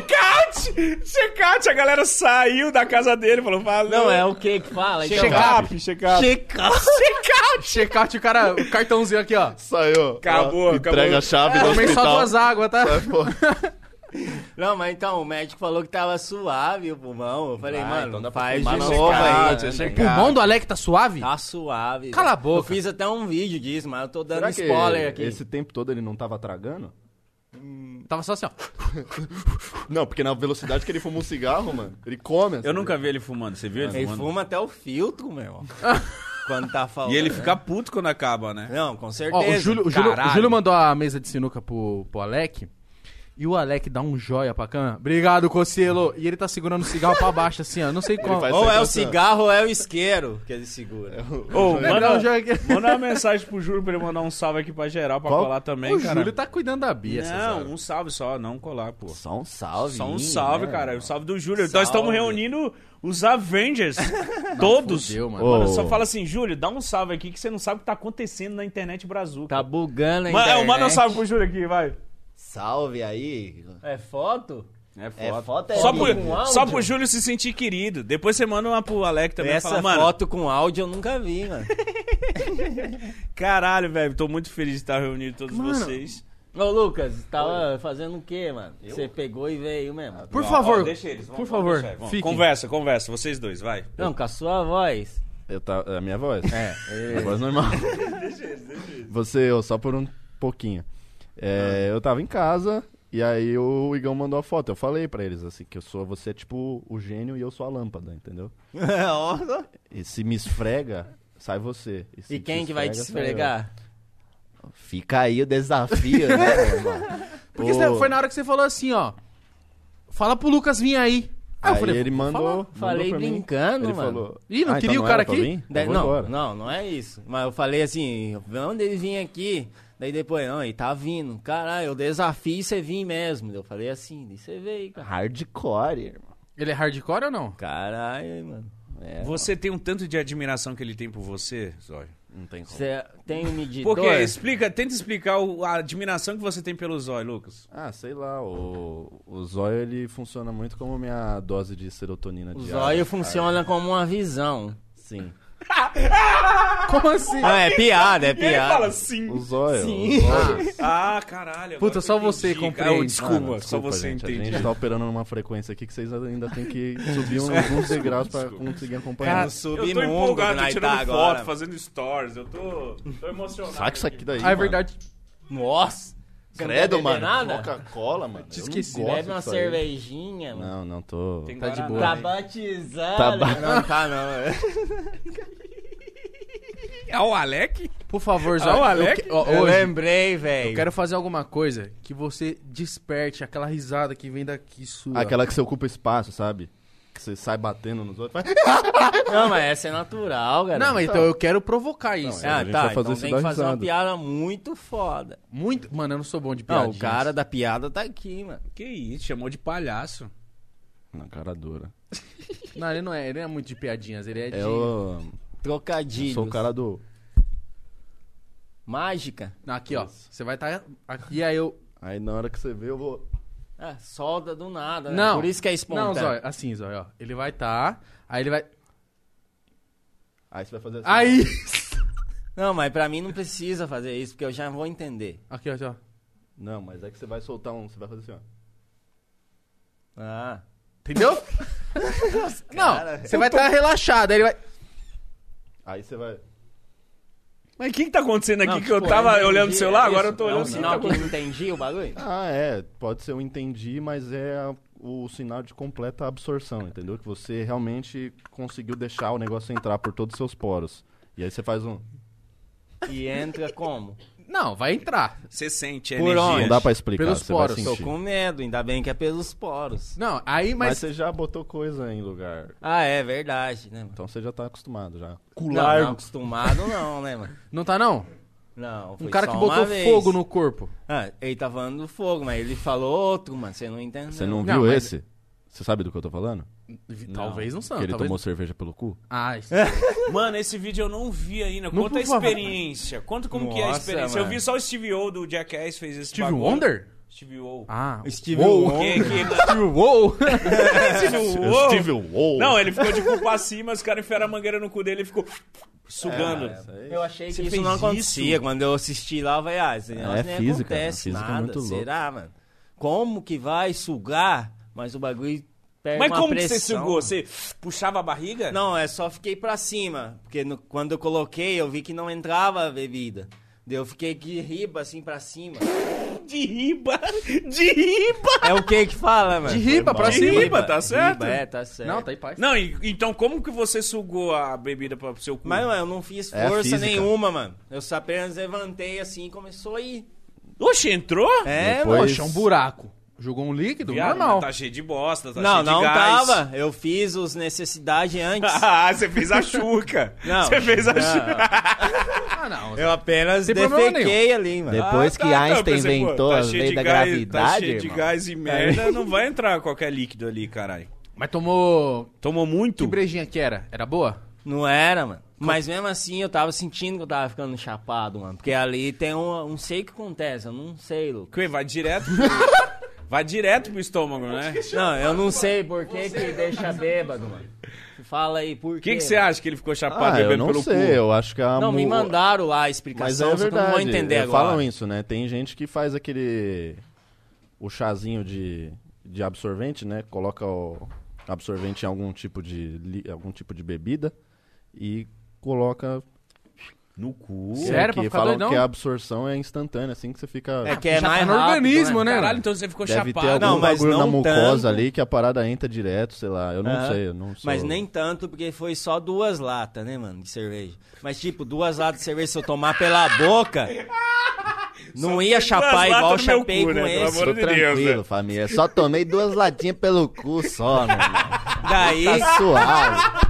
[SPEAKER 2] Check-out! Check-out! A galera saiu da casa dele falou, valeu.
[SPEAKER 4] Não, é o que que fala? então?
[SPEAKER 2] Check-up, check-up.
[SPEAKER 4] Check-out.
[SPEAKER 2] Check-out!
[SPEAKER 1] Check-out, o cara, o cartãozinho aqui, ó.
[SPEAKER 6] Saiu.
[SPEAKER 2] Acabou,
[SPEAKER 6] Ó, Entrega
[SPEAKER 2] acabou.
[SPEAKER 6] a
[SPEAKER 4] É,
[SPEAKER 6] chave do
[SPEAKER 1] Tomei
[SPEAKER 6] hospital.
[SPEAKER 1] só duas águas, tá?
[SPEAKER 6] Sai fora.
[SPEAKER 4] Não, mas então, o médico falou que tava suave o pulmão. Eu falei,
[SPEAKER 6] Ah,
[SPEAKER 4] mano,
[SPEAKER 6] então dá pra
[SPEAKER 4] faz
[SPEAKER 6] fumar
[SPEAKER 4] de
[SPEAKER 6] no
[SPEAKER 4] novo aí.
[SPEAKER 6] check-out,
[SPEAKER 4] né?
[SPEAKER 1] O pulmão do Alec tá suave?
[SPEAKER 4] Tá suave.
[SPEAKER 1] Cala
[SPEAKER 4] velho.
[SPEAKER 1] a boca.
[SPEAKER 4] Eu fiz até um vídeo disso, mas eu tô dando
[SPEAKER 6] Será que
[SPEAKER 4] spoiler aqui.
[SPEAKER 6] esse tempo todo ele não tava tragando?
[SPEAKER 1] Tava só assim, ó.
[SPEAKER 6] Não, porque na velocidade que ele fuma um cigarro, mano, ele come. assim.
[SPEAKER 2] Eu nunca vi ele fumando, você viu ele,
[SPEAKER 4] Ele
[SPEAKER 2] tá fumando?
[SPEAKER 4] fuma até o filtro, meu. quando tá falando.
[SPEAKER 2] E ele
[SPEAKER 4] né?
[SPEAKER 2] fica puto quando acaba, né?
[SPEAKER 4] Não, com certeza.
[SPEAKER 1] Ó, o Júlio, o, Júlio, o
[SPEAKER 2] caralho.
[SPEAKER 1] Júlio mandou a mesa de sinuca pro, pro Alec. E o Alec dá um joia pra cama. Obrigado, Cocielo. E ele tá segurando o cigarro pra baixo, assim, ó. Não sei como.
[SPEAKER 6] faz-
[SPEAKER 4] Ou é o
[SPEAKER 6] Essa- tá.
[SPEAKER 4] cigarro ou é o isqueiro que ele segura.
[SPEAKER 2] Ô,
[SPEAKER 6] <laughs>
[SPEAKER 4] é
[SPEAKER 1] Legal, já que-
[SPEAKER 2] manda uma mensagem pro Júlio pra ele mandar um salve aqui pra geral, pra
[SPEAKER 6] Qual-
[SPEAKER 2] colar também,
[SPEAKER 1] O
[SPEAKER 2] cara.
[SPEAKER 1] Júlio tá cuidando da Bia, essas
[SPEAKER 2] Não,
[SPEAKER 1] horas.
[SPEAKER 2] um salve só, não colar, pô.
[SPEAKER 5] Só um salve.
[SPEAKER 2] Só um salve,
[SPEAKER 5] né?
[SPEAKER 2] cara. O salve do Júlio. Nós
[SPEAKER 4] Salve.
[SPEAKER 2] estamos reunindo os Avengers. todos.
[SPEAKER 1] fudeu, mano.
[SPEAKER 2] Mano,
[SPEAKER 6] Ô.
[SPEAKER 2] só fala assim, Júlio, dá um salve aqui que você não sabe o que tá acontecendo na internet Brasil.
[SPEAKER 4] Tá bugando a
[SPEAKER 2] Mano, é,
[SPEAKER 4] internet.
[SPEAKER 2] manda um salve pro Júlio aqui, vai.
[SPEAKER 5] Salve aí.
[SPEAKER 4] É foto?
[SPEAKER 2] É
[SPEAKER 5] É foto é
[SPEAKER 2] Só,
[SPEAKER 5] de-
[SPEAKER 4] pro- com
[SPEAKER 2] pro, só
[SPEAKER 4] áudio?
[SPEAKER 2] pro Júlio se sentir querido. Depois você manda uma pro Alec também.
[SPEAKER 4] Essa
[SPEAKER 2] fala, mano,
[SPEAKER 4] foto com áudio eu nunca vi, mano.
[SPEAKER 2] caralho, velho. Tô muito feliz de estar reunindo todos vocês.
[SPEAKER 4] <laughs> Ô, Lucas, tava fazendo o quê, mano? Você pegou e veio mesmo.
[SPEAKER 1] Por
[SPEAKER 2] Ó,
[SPEAKER 1] favor.
[SPEAKER 2] ó, deixa eles. vamos-
[SPEAKER 1] por
[SPEAKER 2] vamos
[SPEAKER 1] favor,
[SPEAKER 2] deixar eles, vamos.
[SPEAKER 1] fiquem.
[SPEAKER 2] Conversa, conversa. Vocês dois, vai.
[SPEAKER 4] Não, com a sua <laughs> voz.
[SPEAKER 6] Eu tá- é a minha voz.
[SPEAKER 4] É.
[SPEAKER 6] Minha
[SPEAKER 4] <laughs>
[SPEAKER 6] voz normal. Você, eu, só por um pouquinho. É, Eu tava em casa e aí o Igão mandou a foto. Eu falei pra eles assim que eu sou você é tipo o gênio e eu sou a lâmpada, entendeu? E se me esfrega, sai você. se
[SPEAKER 4] E
[SPEAKER 6] te
[SPEAKER 4] quem que vai te
[SPEAKER 6] esfrega, sai eu.
[SPEAKER 4] esfregar?
[SPEAKER 5] Fica aí o desafio, né, meu
[SPEAKER 4] <laughs>
[SPEAKER 5] irmão?
[SPEAKER 1] Porque
[SPEAKER 6] Ô.
[SPEAKER 1] você- foi na hora que você falou assim, ó. Fala pro Lucas vir aí. Aí, eu
[SPEAKER 6] Aí
[SPEAKER 1] falei,
[SPEAKER 6] ele
[SPEAKER 1] vou
[SPEAKER 6] mandou,
[SPEAKER 1] falar.
[SPEAKER 6] mandou
[SPEAKER 4] Falei
[SPEAKER 6] pra mim.
[SPEAKER 4] brincando,
[SPEAKER 6] Ele
[SPEAKER 4] mano.
[SPEAKER 6] falou.
[SPEAKER 1] Ih, não
[SPEAKER 6] "Ah,
[SPEAKER 1] queria
[SPEAKER 6] então
[SPEAKER 1] o cara
[SPEAKER 6] era pra
[SPEAKER 1] aqui?
[SPEAKER 6] vir?
[SPEAKER 4] Daí-
[SPEAKER 6] Eu vou
[SPEAKER 4] não,
[SPEAKER 6] embora."
[SPEAKER 4] não, não é isso. Mas eu falei assim, vamos ele vir aqui. Daí depois, não, ele tá vindo. Caralho, eu desafio você vir mesmo. Eu falei assim, daí você veio, cara.
[SPEAKER 5] Hardcore, irmão.
[SPEAKER 1] Ele é hardcore ou não? <laughs>
[SPEAKER 4] Caralho, mano. É.
[SPEAKER 2] Você tem um tanto de admiração que ele tem por você, Zóio.
[SPEAKER 6] Não tem como.
[SPEAKER 4] Você tem um medidor?
[SPEAKER 2] Porque explica, tenta explicar o- a admiração que você tem pelo Zóio, Lucas.
[SPEAKER 6] Ah, sei lá, o, o zóio ele funciona muito como minha dose de serotonina
[SPEAKER 4] O
[SPEAKER 6] diária.
[SPEAKER 4] zóio funciona como uma visão.
[SPEAKER 6] Sim.
[SPEAKER 1] Como assim?
[SPEAKER 4] Não, é <laughs> piada, é
[SPEAKER 2] Ele fala
[SPEAKER 4] piada.
[SPEAKER 2] sim.
[SPEAKER 6] O zóio.
[SPEAKER 4] Sim.
[SPEAKER 6] o zóio.
[SPEAKER 2] Ah, caralho. agora
[SPEAKER 1] Puta,
[SPEAKER 2] eu
[SPEAKER 1] só
[SPEAKER 2] entendi,
[SPEAKER 1] você
[SPEAKER 2] cara.
[SPEAKER 1] compreende.
[SPEAKER 2] Ô, desculpa,
[SPEAKER 6] Mano,
[SPEAKER 2] só
[SPEAKER 6] desculpa,
[SPEAKER 2] você
[SPEAKER 6] gente, A
[SPEAKER 2] entende.
[SPEAKER 6] <laughs> gente tá operando numa frequência aqui que vocês ainda tem <laughs> que subir uns, alguns degraus pra conseguir acompanhar.
[SPEAKER 4] Cara,
[SPEAKER 2] Eu
[SPEAKER 4] submundo
[SPEAKER 2] tô empolgado,
[SPEAKER 4] que
[SPEAKER 2] tô
[SPEAKER 4] nós
[SPEAKER 2] tirando
[SPEAKER 4] tá
[SPEAKER 2] foto,
[SPEAKER 4] agora.
[SPEAKER 2] fazendo stories. Eu tô, tô emocionado.
[SPEAKER 6] Saca isso aqui daí.
[SPEAKER 1] Ah, é
[SPEAKER 6] mano.
[SPEAKER 1] verdade.
[SPEAKER 4] Nossa. Você não quer
[SPEAKER 6] Credo,
[SPEAKER 4] beber
[SPEAKER 6] mano.
[SPEAKER 4] Nada?
[SPEAKER 6] Coca-Cola, mano. Te
[SPEAKER 1] esqueci.
[SPEAKER 4] Bebe uma cervejinha, mano.
[SPEAKER 6] Não, não tô.
[SPEAKER 2] Tem
[SPEAKER 1] Tá de
[SPEAKER 2] Guaraná.
[SPEAKER 1] boa.
[SPEAKER 4] Tá
[SPEAKER 1] Não.
[SPEAKER 4] batizado. é.
[SPEAKER 6] Tá ba-
[SPEAKER 4] Não, não tá não.
[SPEAKER 2] É o Alec?
[SPEAKER 1] Por favor, Zóio.
[SPEAKER 2] Ah, o
[SPEAKER 1] eu
[SPEAKER 2] Alec?
[SPEAKER 1] que- ó,
[SPEAKER 4] Eu
[SPEAKER 1] hoje,
[SPEAKER 4] lembrei, velho.
[SPEAKER 1] eu quero fazer alguma coisa que você desperte aquela risada que vem daqui sua.
[SPEAKER 6] Aquela que você ocupa espaço, sabe? Que você sai batendo nos outros. faz- <laughs>
[SPEAKER 4] Não, mas essa é natural, galera.
[SPEAKER 1] Não, mas então eu quero provocar isso.
[SPEAKER 6] é-
[SPEAKER 4] Ah,
[SPEAKER 6] A gente
[SPEAKER 4] tá.
[SPEAKER 6] vai fazer
[SPEAKER 4] Então
[SPEAKER 6] isso
[SPEAKER 4] tem
[SPEAKER 6] dar
[SPEAKER 4] que fazer uma
[SPEAKER 6] risada.
[SPEAKER 4] piada muito foda.
[SPEAKER 1] Muito... Mano, eu não sou bom de
[SPEAKER 4] Não,
[SPEAKER 1] piadinhas.
[SPEAKER 4] o cara da piada tá aqui, mano.
[SPEAKER 2] Que isso, chamou de palhaço.
[SPEAKER 6] Na cara dura.
[SPEAKER 1] Não, ele não é, ele não é muito de piadinhas, ele é de...
[SPEAKER 6] Eu, eu
[SPEAKER 4] Trocadilhos.
[SPEAKER 6] sou o cara do.
[SPEAKER 4] Mágica.
[SPEAKER 1] Não, aqui, ó. Você vai estar... Aqui, aí eu...
[SPEAKER 6] Aí na hora que você vê, eu vou.
[SPEAKER 4] Ah, solda do nada, né?
[SPEAKER 1] Não.
[SPEAKER 4] Por isso que é
[SPEAKER 1] Não,
[SPEAKER 4] espontâneo.
[SPEAKER 1] Zóio, assim, Zóio, ó. Ele vai estar, aí ele vai...
[SPEAKER 6] Aí você vai fazer assim.
[SPEAKER 1] Aí... <laughs>
[SPEAKER 4] Não, mas pra mim não precisa fazer isso, porque eu já vou entender.
[SPEAKER 1] Aqui, ó, ó.
[SPEAKER 6] Não, mas é que você vai soltar um. Você vai fazer assim, ó.
[SPEAKER 4] Ah.
[SPEAKER 1] Entendeu? não, você vai estar relaxado, aí ele vai...
[SPEAKER 6] Aí você vai.
[SPEAKER 2] Mas o que, que tá acontecendo aqui?
[SPEAKER 4] Não,
[SPEAKER 2] que eu
[SPEAKER 4] pô,
[SPEAKER 2] tava
[SPEAKER 4] não
[SPEAKER 2] olhando
[SPEAKER 4] entendi,
[SPEAKER 2] o celular,
[SPEAKER 4] é
[SPEAKER 2] agora
[SPEAKER 4] isso?
[SPEAKER 2] eu tô
[SPEAKER 4] É
[SPEAKER 2] olhando
[SPEAKER 4] um
[SPEAKER 2] o que
[SPEAKER 4] sinal
[SPEAKER 2] tá
[SPEAKER 4] que eu não entendi o bagulho?
[SPEAKER 6] Ah, é. Pode ser eu entendi, mas é a- o sinal de completa absorção, entendeu? Que você realmente conseguiu deixar o negócio entrar por todos os seus poros. E aí você faz um.
[SPEAKER 4] E entra como?
[SPEAKER 1] Não, vai entrar.
[SPEAKER 2] Você sente a
[SPEAKER 4] Por
[SPEAKER 2] energia.
[SPEAKER 4] onde?
[SPEAKER 6] Não dá pra explicar.
[SPEAKER 1] Pelos
[SPEAKER 6] você vai
[SPEAKER 1] poros.
[SPEAKER 4] Tô
[SPEAKER 6] sentir.
[SPEAKER 4] com medo, ainda bem que é pelos poros.
[SPEAKER 1] Não, aí,
[SPEAKER 6] Mas
[SPEAKER 1] mas...
[SPEAKER 6] você já botou coisa em lugar.
[SPEAKER 4] Ah, é verdade, né, mano?
[SPEAKER 6] Então você já tá acostumado já.
[SPEAKER 4] Não, não acostumado não, né, mano?
[SPEAKER 1] Não tá, não?
[SPEAKER 4] Não,
[SPEAKER 1] Um
[SPEAKER 4] foi
[SPEAKER 1] cara
[SPEAKER 4] só
[SPEAKER 1] que
[SPEAKER 4] uma
[SPEAKER 1] botou
[SPEAKER 4] vez.
[SPEAKER 1] fogo no corpo.
[SPEAKER 4] Ah, ele tá falando do fogo, mas ele falou outro, mano. Você não entendeu.
[SPEAKER 6] Você não,
[SPEAKER 1] Não,
[SPEAKER 6] viu
[SPEAKER 1] mas-
[SPEAKER 6] esse? Você sabe do que eu tô falando?
[SPEAKER 1] Vi- Talvez não são.
[SPEAKER 6] que ele
[SPEAKER 1] talvez...
[SPEAKER 6] tomou cerveja pelo cu?
[SPEAKER 1] Ah, isso.
[SPEAKER 2] Mano, esse vídeo eu não vi ainda.
[SPEAKER 1] Não,
[SPEAKER 2] Conta a
[SPEAKER 1] por favor.
[SPEAKER 2] experiência. Conta como que é a
[SPEAKER 4] Nossa,
[SPEAKER 2] experiência. Eu
[SPEAKER 4] mano.
[SPEAKER 2] vi só o Steve O do Jackass fez esse
[SPEAKER 1] Steve
[SPEAKER 2] bagulho.
[SPEAKER 1] Wonder?
[SPEAKER 2] Steve O.
[SPEAKER 1] Ah,
[SPEAKER 4] Steve
[SPEAKER 1] Uou.
[SPEAKER 4] Wonder.
[SPEAKER 2] Que, que...
[SPEAKER 1] <laughs> Steve Wow.
[SPEAKER 2] Steve O.
[SPEAKER 6] Steve Wow.
[SPEAKER 2] Não, ele ficou de cu pra cima, os caras enfiaram a mangueira no cu dele e ficou
[SPEAKER 4] É,
[SPEAKER 2] sugando.
[SPEAKER 4] Eu achei
[SPEAKER 2] Você
[SPEAKER 4] que Ah, isso
[SPEAKER 2] fez
[SPEAKER 4] não
[SPEAKER 2] isso?
[SPEAKER 4] acontecia. Quando eu assisti lá, eu falei, ah, esse negócio
[SPEAKER 6] É
[SPEAKER 4] nem
[SPEAKER 6] física,
[SPEAKER 4] acontece
[SPEAKER 6] mano. Física é
[SPEAKER 4] nada.
[SPEAKER 6] muito louco.
[SPEAKER 4] Será, mano? Como que vai sugar? Mas o bagulho pega
[SPEAKER 2] Mas
[SPEAKER 4] é uma
[SPEAKER 2] como que
[SPEAKER 4] pressão.
[SPEAKER 2] você sugou? Você puxava a barriga?
[SPEAKER 4] Não, é só fiquei pra cima. Porque no- quando eu coloquei, eu vi que não entrava a bebida. Daí eu fiquei de riba, assim, pra cima.
[SPEAKER 2] De riba! De riba!
[SPEAKER 4] é o que que fala, mano?
[SPEAKER 1] De riba pra
[SPEAKER 6] De
[SPEAKER 1] cima.
[SPEAKER 2] riba. tá certo?
[SPEAKER 4] Riba, é, tá certo.
[SPEAKER 1] Não, tá em paz.
[SPEAKER 2] Não, e- então como que você sugou a bebida pro seu cu?
[SPEAKER 4] Mas, mano, eu não fiz
[SPEAKER 6] É a
[SPEAKER 4] força
[SPEAKER 6] física.
[SPEAKER 4] nenhuma, mano. Eu só apenas levantei assim e começou a ir.
[SPEAKER 2] Oxe, entrou?
[SPEAKER 4] É,
[SPEAKER 6] Depois-
[SPEAKER 4] mano.
[SPEAKER 1] Poxa, é um buraco. Jogou um líquido?
[SPEAKER 2] Viado,
[SPEAKER 1] normal.
[SPEAKER 2] mas Tá cheio de bosta, tá
[SPEAKER 4] Não,
[SPEAKER 2] cheio de
[SPEAKER 4] não
[SPEAKER 2] gás.
[SPEAKER 4] tava. Eu fiz os necessidades
[SPEAKER 2] <laughs>
[SPEAKER 4] antes.
[SPEAKER 2] Ah, <laughs> você fez a chuca.
[SPEAKER 4] <laughs> Não.
[SPEAKER 2] Você fez a
[SPEAKER 4] Não.
[SPEAKER 2] chuca.
[SPEAKER 1] Ah, não.
[SPEAKER 4] Eu apenas
[SPEAKER 1] Sem problema
[SPEAKER 4] defequei ali, mano.
[SPEAKER 5] Depois que
[SPEAKER 2] Ah, tá, eu
[SPEAKER 5] Einstein
[SPEAKER 2] pensei, pô,
[SPEAKER 5] inventou
[SPEAKER 2] tá
[SPEAKER 5] a
[SPEAKER 2] cheio
[SPEAKER 5] lei
[SPEAKER 2] de
[SPEAKER 5] da
[SPEAKER 2] gás- Tá
[SPEAKER 5] gravidade,
[SPEAKER 2] cheio de
[SPEAKER 5] irmão.
[SPEAKER 2] gás
[SPEAKER 4] É.
[SPEAKER 2] e merda, não vai entrar qualquer líquido ali, caralho.
[SPEAKER 1] Mas tomou...
[SPEAKER 2] Tomou muito?
[SPEAKER 1] Que brejinha que era? Era boa?
[SPEAKER 4] Não era, mano. Mas mesmo assim eu tava sentindo que eu tava ficando chapado, mano. Porque ali tem um. Não sei o que acontece, eu não sei, Lu.
[SPEAKER 2] Que vai direto pro... <laughs> vai direto pro estômago, né? O
[SPEAKER 4] Não, eu não sei por que que deixa bêbado, mano. Fala aí, por
[SPEAKER 2] que
[SPEAKER 4] quê?
[SPEAKER 2] que você
[SPEAKER 4] mano?
[SPEAKER 2] acha que ele ficou chapado
[SPEAKER 6] Ah, eu
[SPEAKER 2] bebendo
[SPEAKER 6] não
[SPEAKER 2] pelo
[SPEAKER 6] sei.
[SPEAKER 2] cu?
[SPEAKER 6] Eu acho que é a
[SPEAKER 4] Não, me
[SPEAKER 6] mu-
[SPEAKER 4] mandaram lá a
[SPEAKER 6] Mas
[SPEAKER 4] explicação, só
[SPEAKER 6] é
[SPEAKER 4] que eu não vou
[SPEAKER 6] verdade.
[SPEAKER 4] entender
[SPEAKER 6] é,
[SPEAKER 4] agora.
[SPEAKER 6] Falam isso, né? Tem gente que faz aquele. O chazinho de, de absorvente, né? Coloca o absorvente em algum tipo de, li- algum tipo de bebida e coloca.
[SPEAKER 2] No cu.
[SPEAKER 1] Sério? Pra
[SPEAKER 6] que
[SPEAKER 1] ficar
[SPEAKER 6] falam
[SPEAKER 1] doidão?
[SPEAKER 6] que a absorção é instantânea, assim que você fica.
[SPEAKER 4] É que é
[SPEAKER 1] Já
[SPEAKER 4] mais
[SPEAKER 1] tá no
[SPEAKER 4] rápido,
[SPEAKER 1] organismo, né?
[SPEAKER 2] Caralho, então você ficou
[SPEAKER 6] Deve ter
[SPEAKER 2] chapado.
[SPEAKER 6] algum
[SPEAKER 4] Não, mas
[SPEAKER 6] bagulho na
[SPEAKER 4] não tanto.
[SPEAKER 6] mucosa ali que a parada entra direto, sei lá. Eu não
[SPEAKER 4] Aham.
[SPEAKER 6] sei, eu não sou...
[SPEAKER 4] Mas nem tanto, porque foi só duas latas, né, mano, de cerveja. Mas, tipo, duas latas de cerveja, se eu tomar pela boca, não ia
[SPEAKER 2] latas
[SPEAKER 4] chapar igual eu
[SPEAKER 2] no meu
[SPEAKER 4] chapei
[SPEAKER 2] cu,
[SPEAKER 4] com
[SPEAKER 2] né? Pelo
[SPEAKER 4] esse.
[SPEAKER 2] amor
[SPEAKER 6] Tô
[SPEAKER 2] de Deus,
[SPEAKER 6] tranquilo,
[SPEAKER 2] né?
[SPEAKER 6] família. Só tomei duas latinhas pelo cu só, né?
[SPEAKER 4] Daí,
[SPEAKER 6] Tá suave.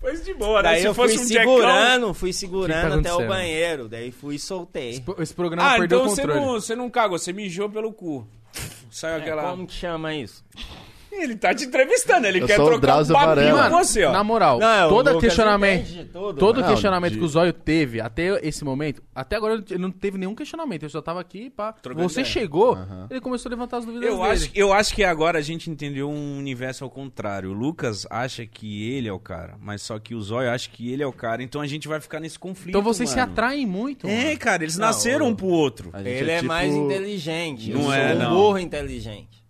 [SPEAKER 2] Foi de boa, né?
[SPEAKER 4] daí
[SPEAKER 2] Se
[SPEAKER 4] eu fui
[SPEAKER 2] fosse um Jackão...
[SPEAKER 4] segurando, fui
[SPEAKER 1] O que que
[SPEAKER 4] segurando
[SPEAKER 1] tá
[SPEAKER 4] até o
[SPEAKER 1] acontecendo?
[SPEAKER 4] banheiro. Daí fui e soltei.
[SPEAKER 1] Esse programa
[SPEAKER 2] Ah,
[SPEAKER 1] perdeu
[SPEAKER 2] então
[SPEAKER 1] o
[SPEAKER 2] você
[SPEAKER 1] controle.
[SPEAKER 2] não, você não cagou, você mijou pelo cu. Saiu
[SPEAKER 4] É,
[SPEAKER 2] aquela...
[SPEAKER 4] Como que chama isso?
[SPEAKER 2] Ele tá te entrevistando, ele
[SPEAKER 6] Eu
[SPEAKER 2] quer
[SPEAKER 6] sou o
[SPEAKER 2] trocar um
[SPEAKER 6] Drauzio
[SPEAKER 2] papinho
[SPEAKER 6] Varela.
[SPEAKER 2] com você, ó.
[SPEAKER 1] Na moral,
[SPEAKER 4] Não, o
[SPEAKER 1] todo
[SPEAKER 4] Lucas
[SPEAKER 1] questionamento...
[SPEAKER 4] entende tudo,
[SPEAKER 1] Todo
[SPEAKER 6] Não,
[SPEAKER 1] questionamento
[SPEAKER 6] de-
[SPEAKER 1] que o Zóio teve até esse momento, até agora ele não teve nenhum questionamento. Eu só tava aqui, pá.
[SPEAKER 2] Trocando
[SPEAKER 1] você
[SPEAKER 2] ideia.
[SPEAKER 1] chegou, ele começou a levantar as dúvidas
[SPEAKER 2] Eu
[SPEAKER 1] dele.
[SPEAKER 2] acho, eu acho que agora a gente entendeu um universo ao contrário. O Lucas acha que ele é o cara, mas só que o Zóio acha que ele é o cara. Então a gente vai ficar nesse conflito.
[SPEAKER 1] Então vocês se
[SPEAKER 2] mano.
[SPEAKER 1] atraem muito.
[SPEAKER 2] É,
[SPEAKER 1] mano.
[SPEAKER 2] cara, eles
[SPEAKER 4] Não,
[SPEAKER 2] nasceram um
[SPEAKER 4] eu-
[SPEAKER 2] pro outro.
[SPEAKER 6] A gente
[SPEAKER 4] Ele é,
[SPEAKER 6] tipo-
[SPEAKER 4] mais inteligente.
[SPEAKER 2] Não
[SPEAKER 4] eu
[SPEAKER 2] é,
[SPEAKER 4] sou um
[SPEAKER 2] não.
[SPEAKER 4] burro inteligente.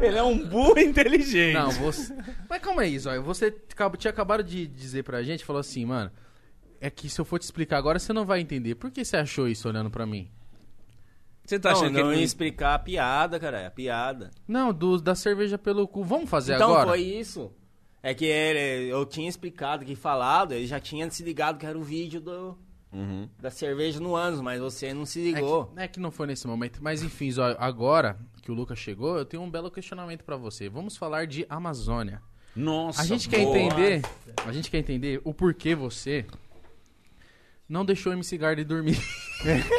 [SPEAKER 2] Ele é um burro <laughs> inteligente.
[SPEAKER 1] Não, você. Mas calma aí, Zóio. Você acab- tinha acabado de dizer pra gente, falou assim, mano. É que se eu for te explicar agora, você não vai entender. Por que você achou isso olhando pra mim?
[SPEAKER 2] Você tá
[SPEAKER 4] não,
[SPEAKER 2] achando que
[SPEAKER 4] não
[SPEAKER 2] ele
[SPEAKER 4] ia
[SPEAKER 2] não...
[SPEAKER 4] explicar a piada, cara. é A piada.
[SPEAKER 1] Não, do- da cerveja pelo cu. Vamos fazer
[SPEAKER 4] então
[SPEAKER 1] agora?
[SPEAKER 4] foi isso. É que ele- eu tinha explicado que falado, ele já tinha se ligado que era o vídeo do,
[SPEAKER 6] Uhum.
[SPEAKER 4] da cerveja no ânus, mas você não se
[SPEAKER 1] É que, <laughs>
[SPEAKER 4] ligou.
[SPEAKER 1] é que não foi nesse momento, mas enfim, Zóio, agora que o Lucas chegou, eu tenho um belo questionamento pra você. Vamos falar de Amazônia.
[SPEAKER 2] Nossa,
[SPEAKER 1] A gente quer
[SPEAKER 2] boa.
[SPEAKER 1] entender, a gente quer entender o porquê você não deixou o MC Garden dormir. <laughs>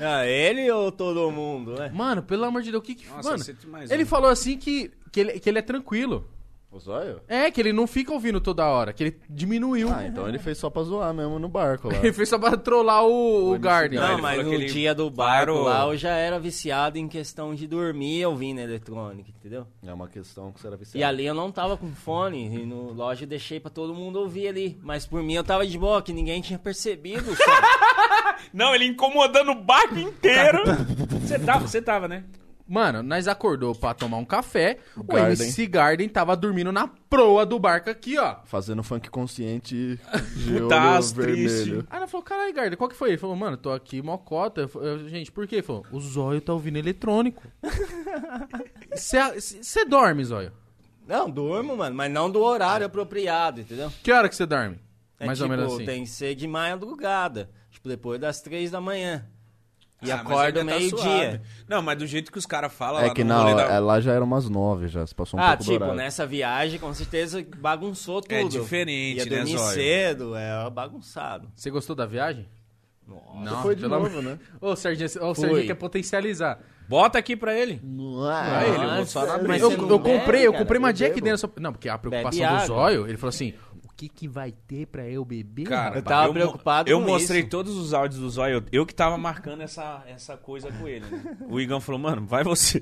[SPEAKER 4] Ah, ele ou todo mundo, né?
[SPEAKER 1] Mano, pelo amor de Deus, o que que
[SPEAKER 2] Nossa,
[SPEAKER 1] mano,
[SPEAKER 2] você tem mais
[SPEAKER 1] ele
[SPEAKER 2] um.
[SPEAKER 1] falou assim que que ele, que ele é tranquilo.
[SPEAKER 6] O zóio?
[SPEAKER 1] É, que ele não fica ouvindo toda hora, que ele diminuiu.
[SPEAKER 6] Ah, então ele fez só pra zoar mesmo no barco
[SPEAKER 4] <laughs>
[SPEAKER 6] lá.
[SPEAKER 1] <laughs> Ele fez só pra trollar o, o
[SPEAKER 6] O MC
[SPEAKER 1] Garden.
[SPEAKER 2] Não,
[SPEAKER 4] Não,
[SPEAKER 2] ele
[SPEAKER 4] mas
[SPEAKER 2] falou
[SPEAKER 4] no
[SPEAKER 2] que ele
[SPEAKER 4] dia do barco
[SPEAKER 2] parou.
[SPEAKER 4] lá eu já era viciado em questão de dormir ouvindo eletrônica, entendeu?
[SPEAKER 6] É uma questão que será viciado.
[SPEAKER 4] E ali eu não tava com fone, e no loja eu deixei pra todo mundo ouvir ali. Mas por mim eu tava de boa, que ninguém tinha percebido. sabe?
[SPEAKER 2] <laughs> Não, ele incomodando o barco inteiro.
[SPEAKER 1] Tá.
[SPEAKER 2] Você tava, você tava, né?
[SPEAKER 1] Mano, nós acordou pra tomar um café, o
[SPEAKER 6] Garden.
[SPEAKER 1] MC Garden tava dormindo na proa do barco aqui, ó.
[SPEAKER 6] Fazendo
[SPEAKER 4] <laughs>
[SPEAKER 6] funk consciente de
[SPEAKER 2] Putaço,
[SPEAKER 6] olho vermelho.
[SPEAKER 1] Aí ela falou, caralho, Garden, qual que foi? Ele falou, mano, tô aqui, mocota. Eu fa- eu, gente, por quê? Ele falou, o Zóio tá ouvindo
[SPEAKER 4] <laughs>
[SPEAKER 1] eletrônico. Você dorme, Zóio?
[SPEAKER 4] não, durmo, mano, mas não do
[SPEAKER 2] Ah.
[SPEAKER 4] horário apropriado, entendeu?
[SPEAKER 1] Que hora que você dorme?
[SPEAKER 4] É
[SPEAKER 1] Mais
[SPEAKER 4] tipo,
[SPEAKER 1] ou menos assim.
[SPEAKER 4] Tem que ser de madrugada, tipo depois das três da manhã. E
[SPEAKER 2] Ah, mas
[SPEAKER 4] acordo
[SPEAKER 2] ainda tá
[SPEAKER 4] meio-dia.
[SPEAKER 2] suave. Não, mas do jeito que os caras falam
[SPEAKER 6] É
[SPEAKER 2] lá
[SPEAKER 6] que
[SPEAKER 2] no
[SPEAKER 6] não,
[SPEAKER 2] rolê da-
[SPEAKER 6] é, lá já eram umas nove já, se passou um
[SPEAKER 4] ah,
[SPEAKER 6] pouco do
[SPEAKER 4] tipo,
[SPEAKER 6] horário.
[SPEAKER 4] nessa viagem com certeza bagunçou tudo.
[SPEAKER 2] É diferente,
[SPEAKER 4] Ia
[SPEAKER 2] né,
[SPEAKER 4] dormir
[SPEAKER 2] Zóio?
[SPEAKER 4] cedo, é bagunçado.
[SPEAKER 1] Você gostou da viagem?
[SPEAKER 4] Nossa.
[SPEAKER 1] Não,
[SPEAKER 6] Foi de
[SPEAKER 1] pelo
[SPEAKER 6] novo, né?
[SPEAKER 1] Ô, Serginho, cê- ô, o
[SPEAKER 4] Fui.
[SPEAKER 1] Serginho quer potencializar.
[SPEAKER 2] Bota aqui pra ele.
[SPEAKER 6] Ah,
[SPEAKER 1] ele,
[SPEAKER 4] eu vou só na
[SPEAKER 6] mas
[SPEAKER 4] brisa.
[SPEAKER 1] Eu,
[SPEAKER 6] você
[SPEAKER 4] não
[SPEAKER 1] eu
[SPEAKER 4] bebe,
[SPEAKER 1] comprei, eu
[SPEAKER 4] cara,
[SPEAKER 1] comprei uma
[SPEAKER 4] eu
[SPEAKER 1] Jack
[SPEAKER 4] bebo.
[SPEAKER 1] Daniels. só- Não, porque a preocupação
[SPEAKER 4] água.
[SPEAKER 1] do Zóio, ele falou assim, o que que vai ter pra eu beber?
[SPEAKER 2] Cara,
[SPEAKER 4] Eu tava
[SPEAKER 2] mo-
[SPEAKER 4] preocupado
[SPEAKER 2] Eu
[SPEAKER 4] com
[SPEAKER 2] mostrei
[SPEAKER 4] isso.
[SPEAKER 2] todos os áudios do Zóio. Eu, eu que tava marcando essa, essa coisa com ele. né? O Igão falou, mano, vai você.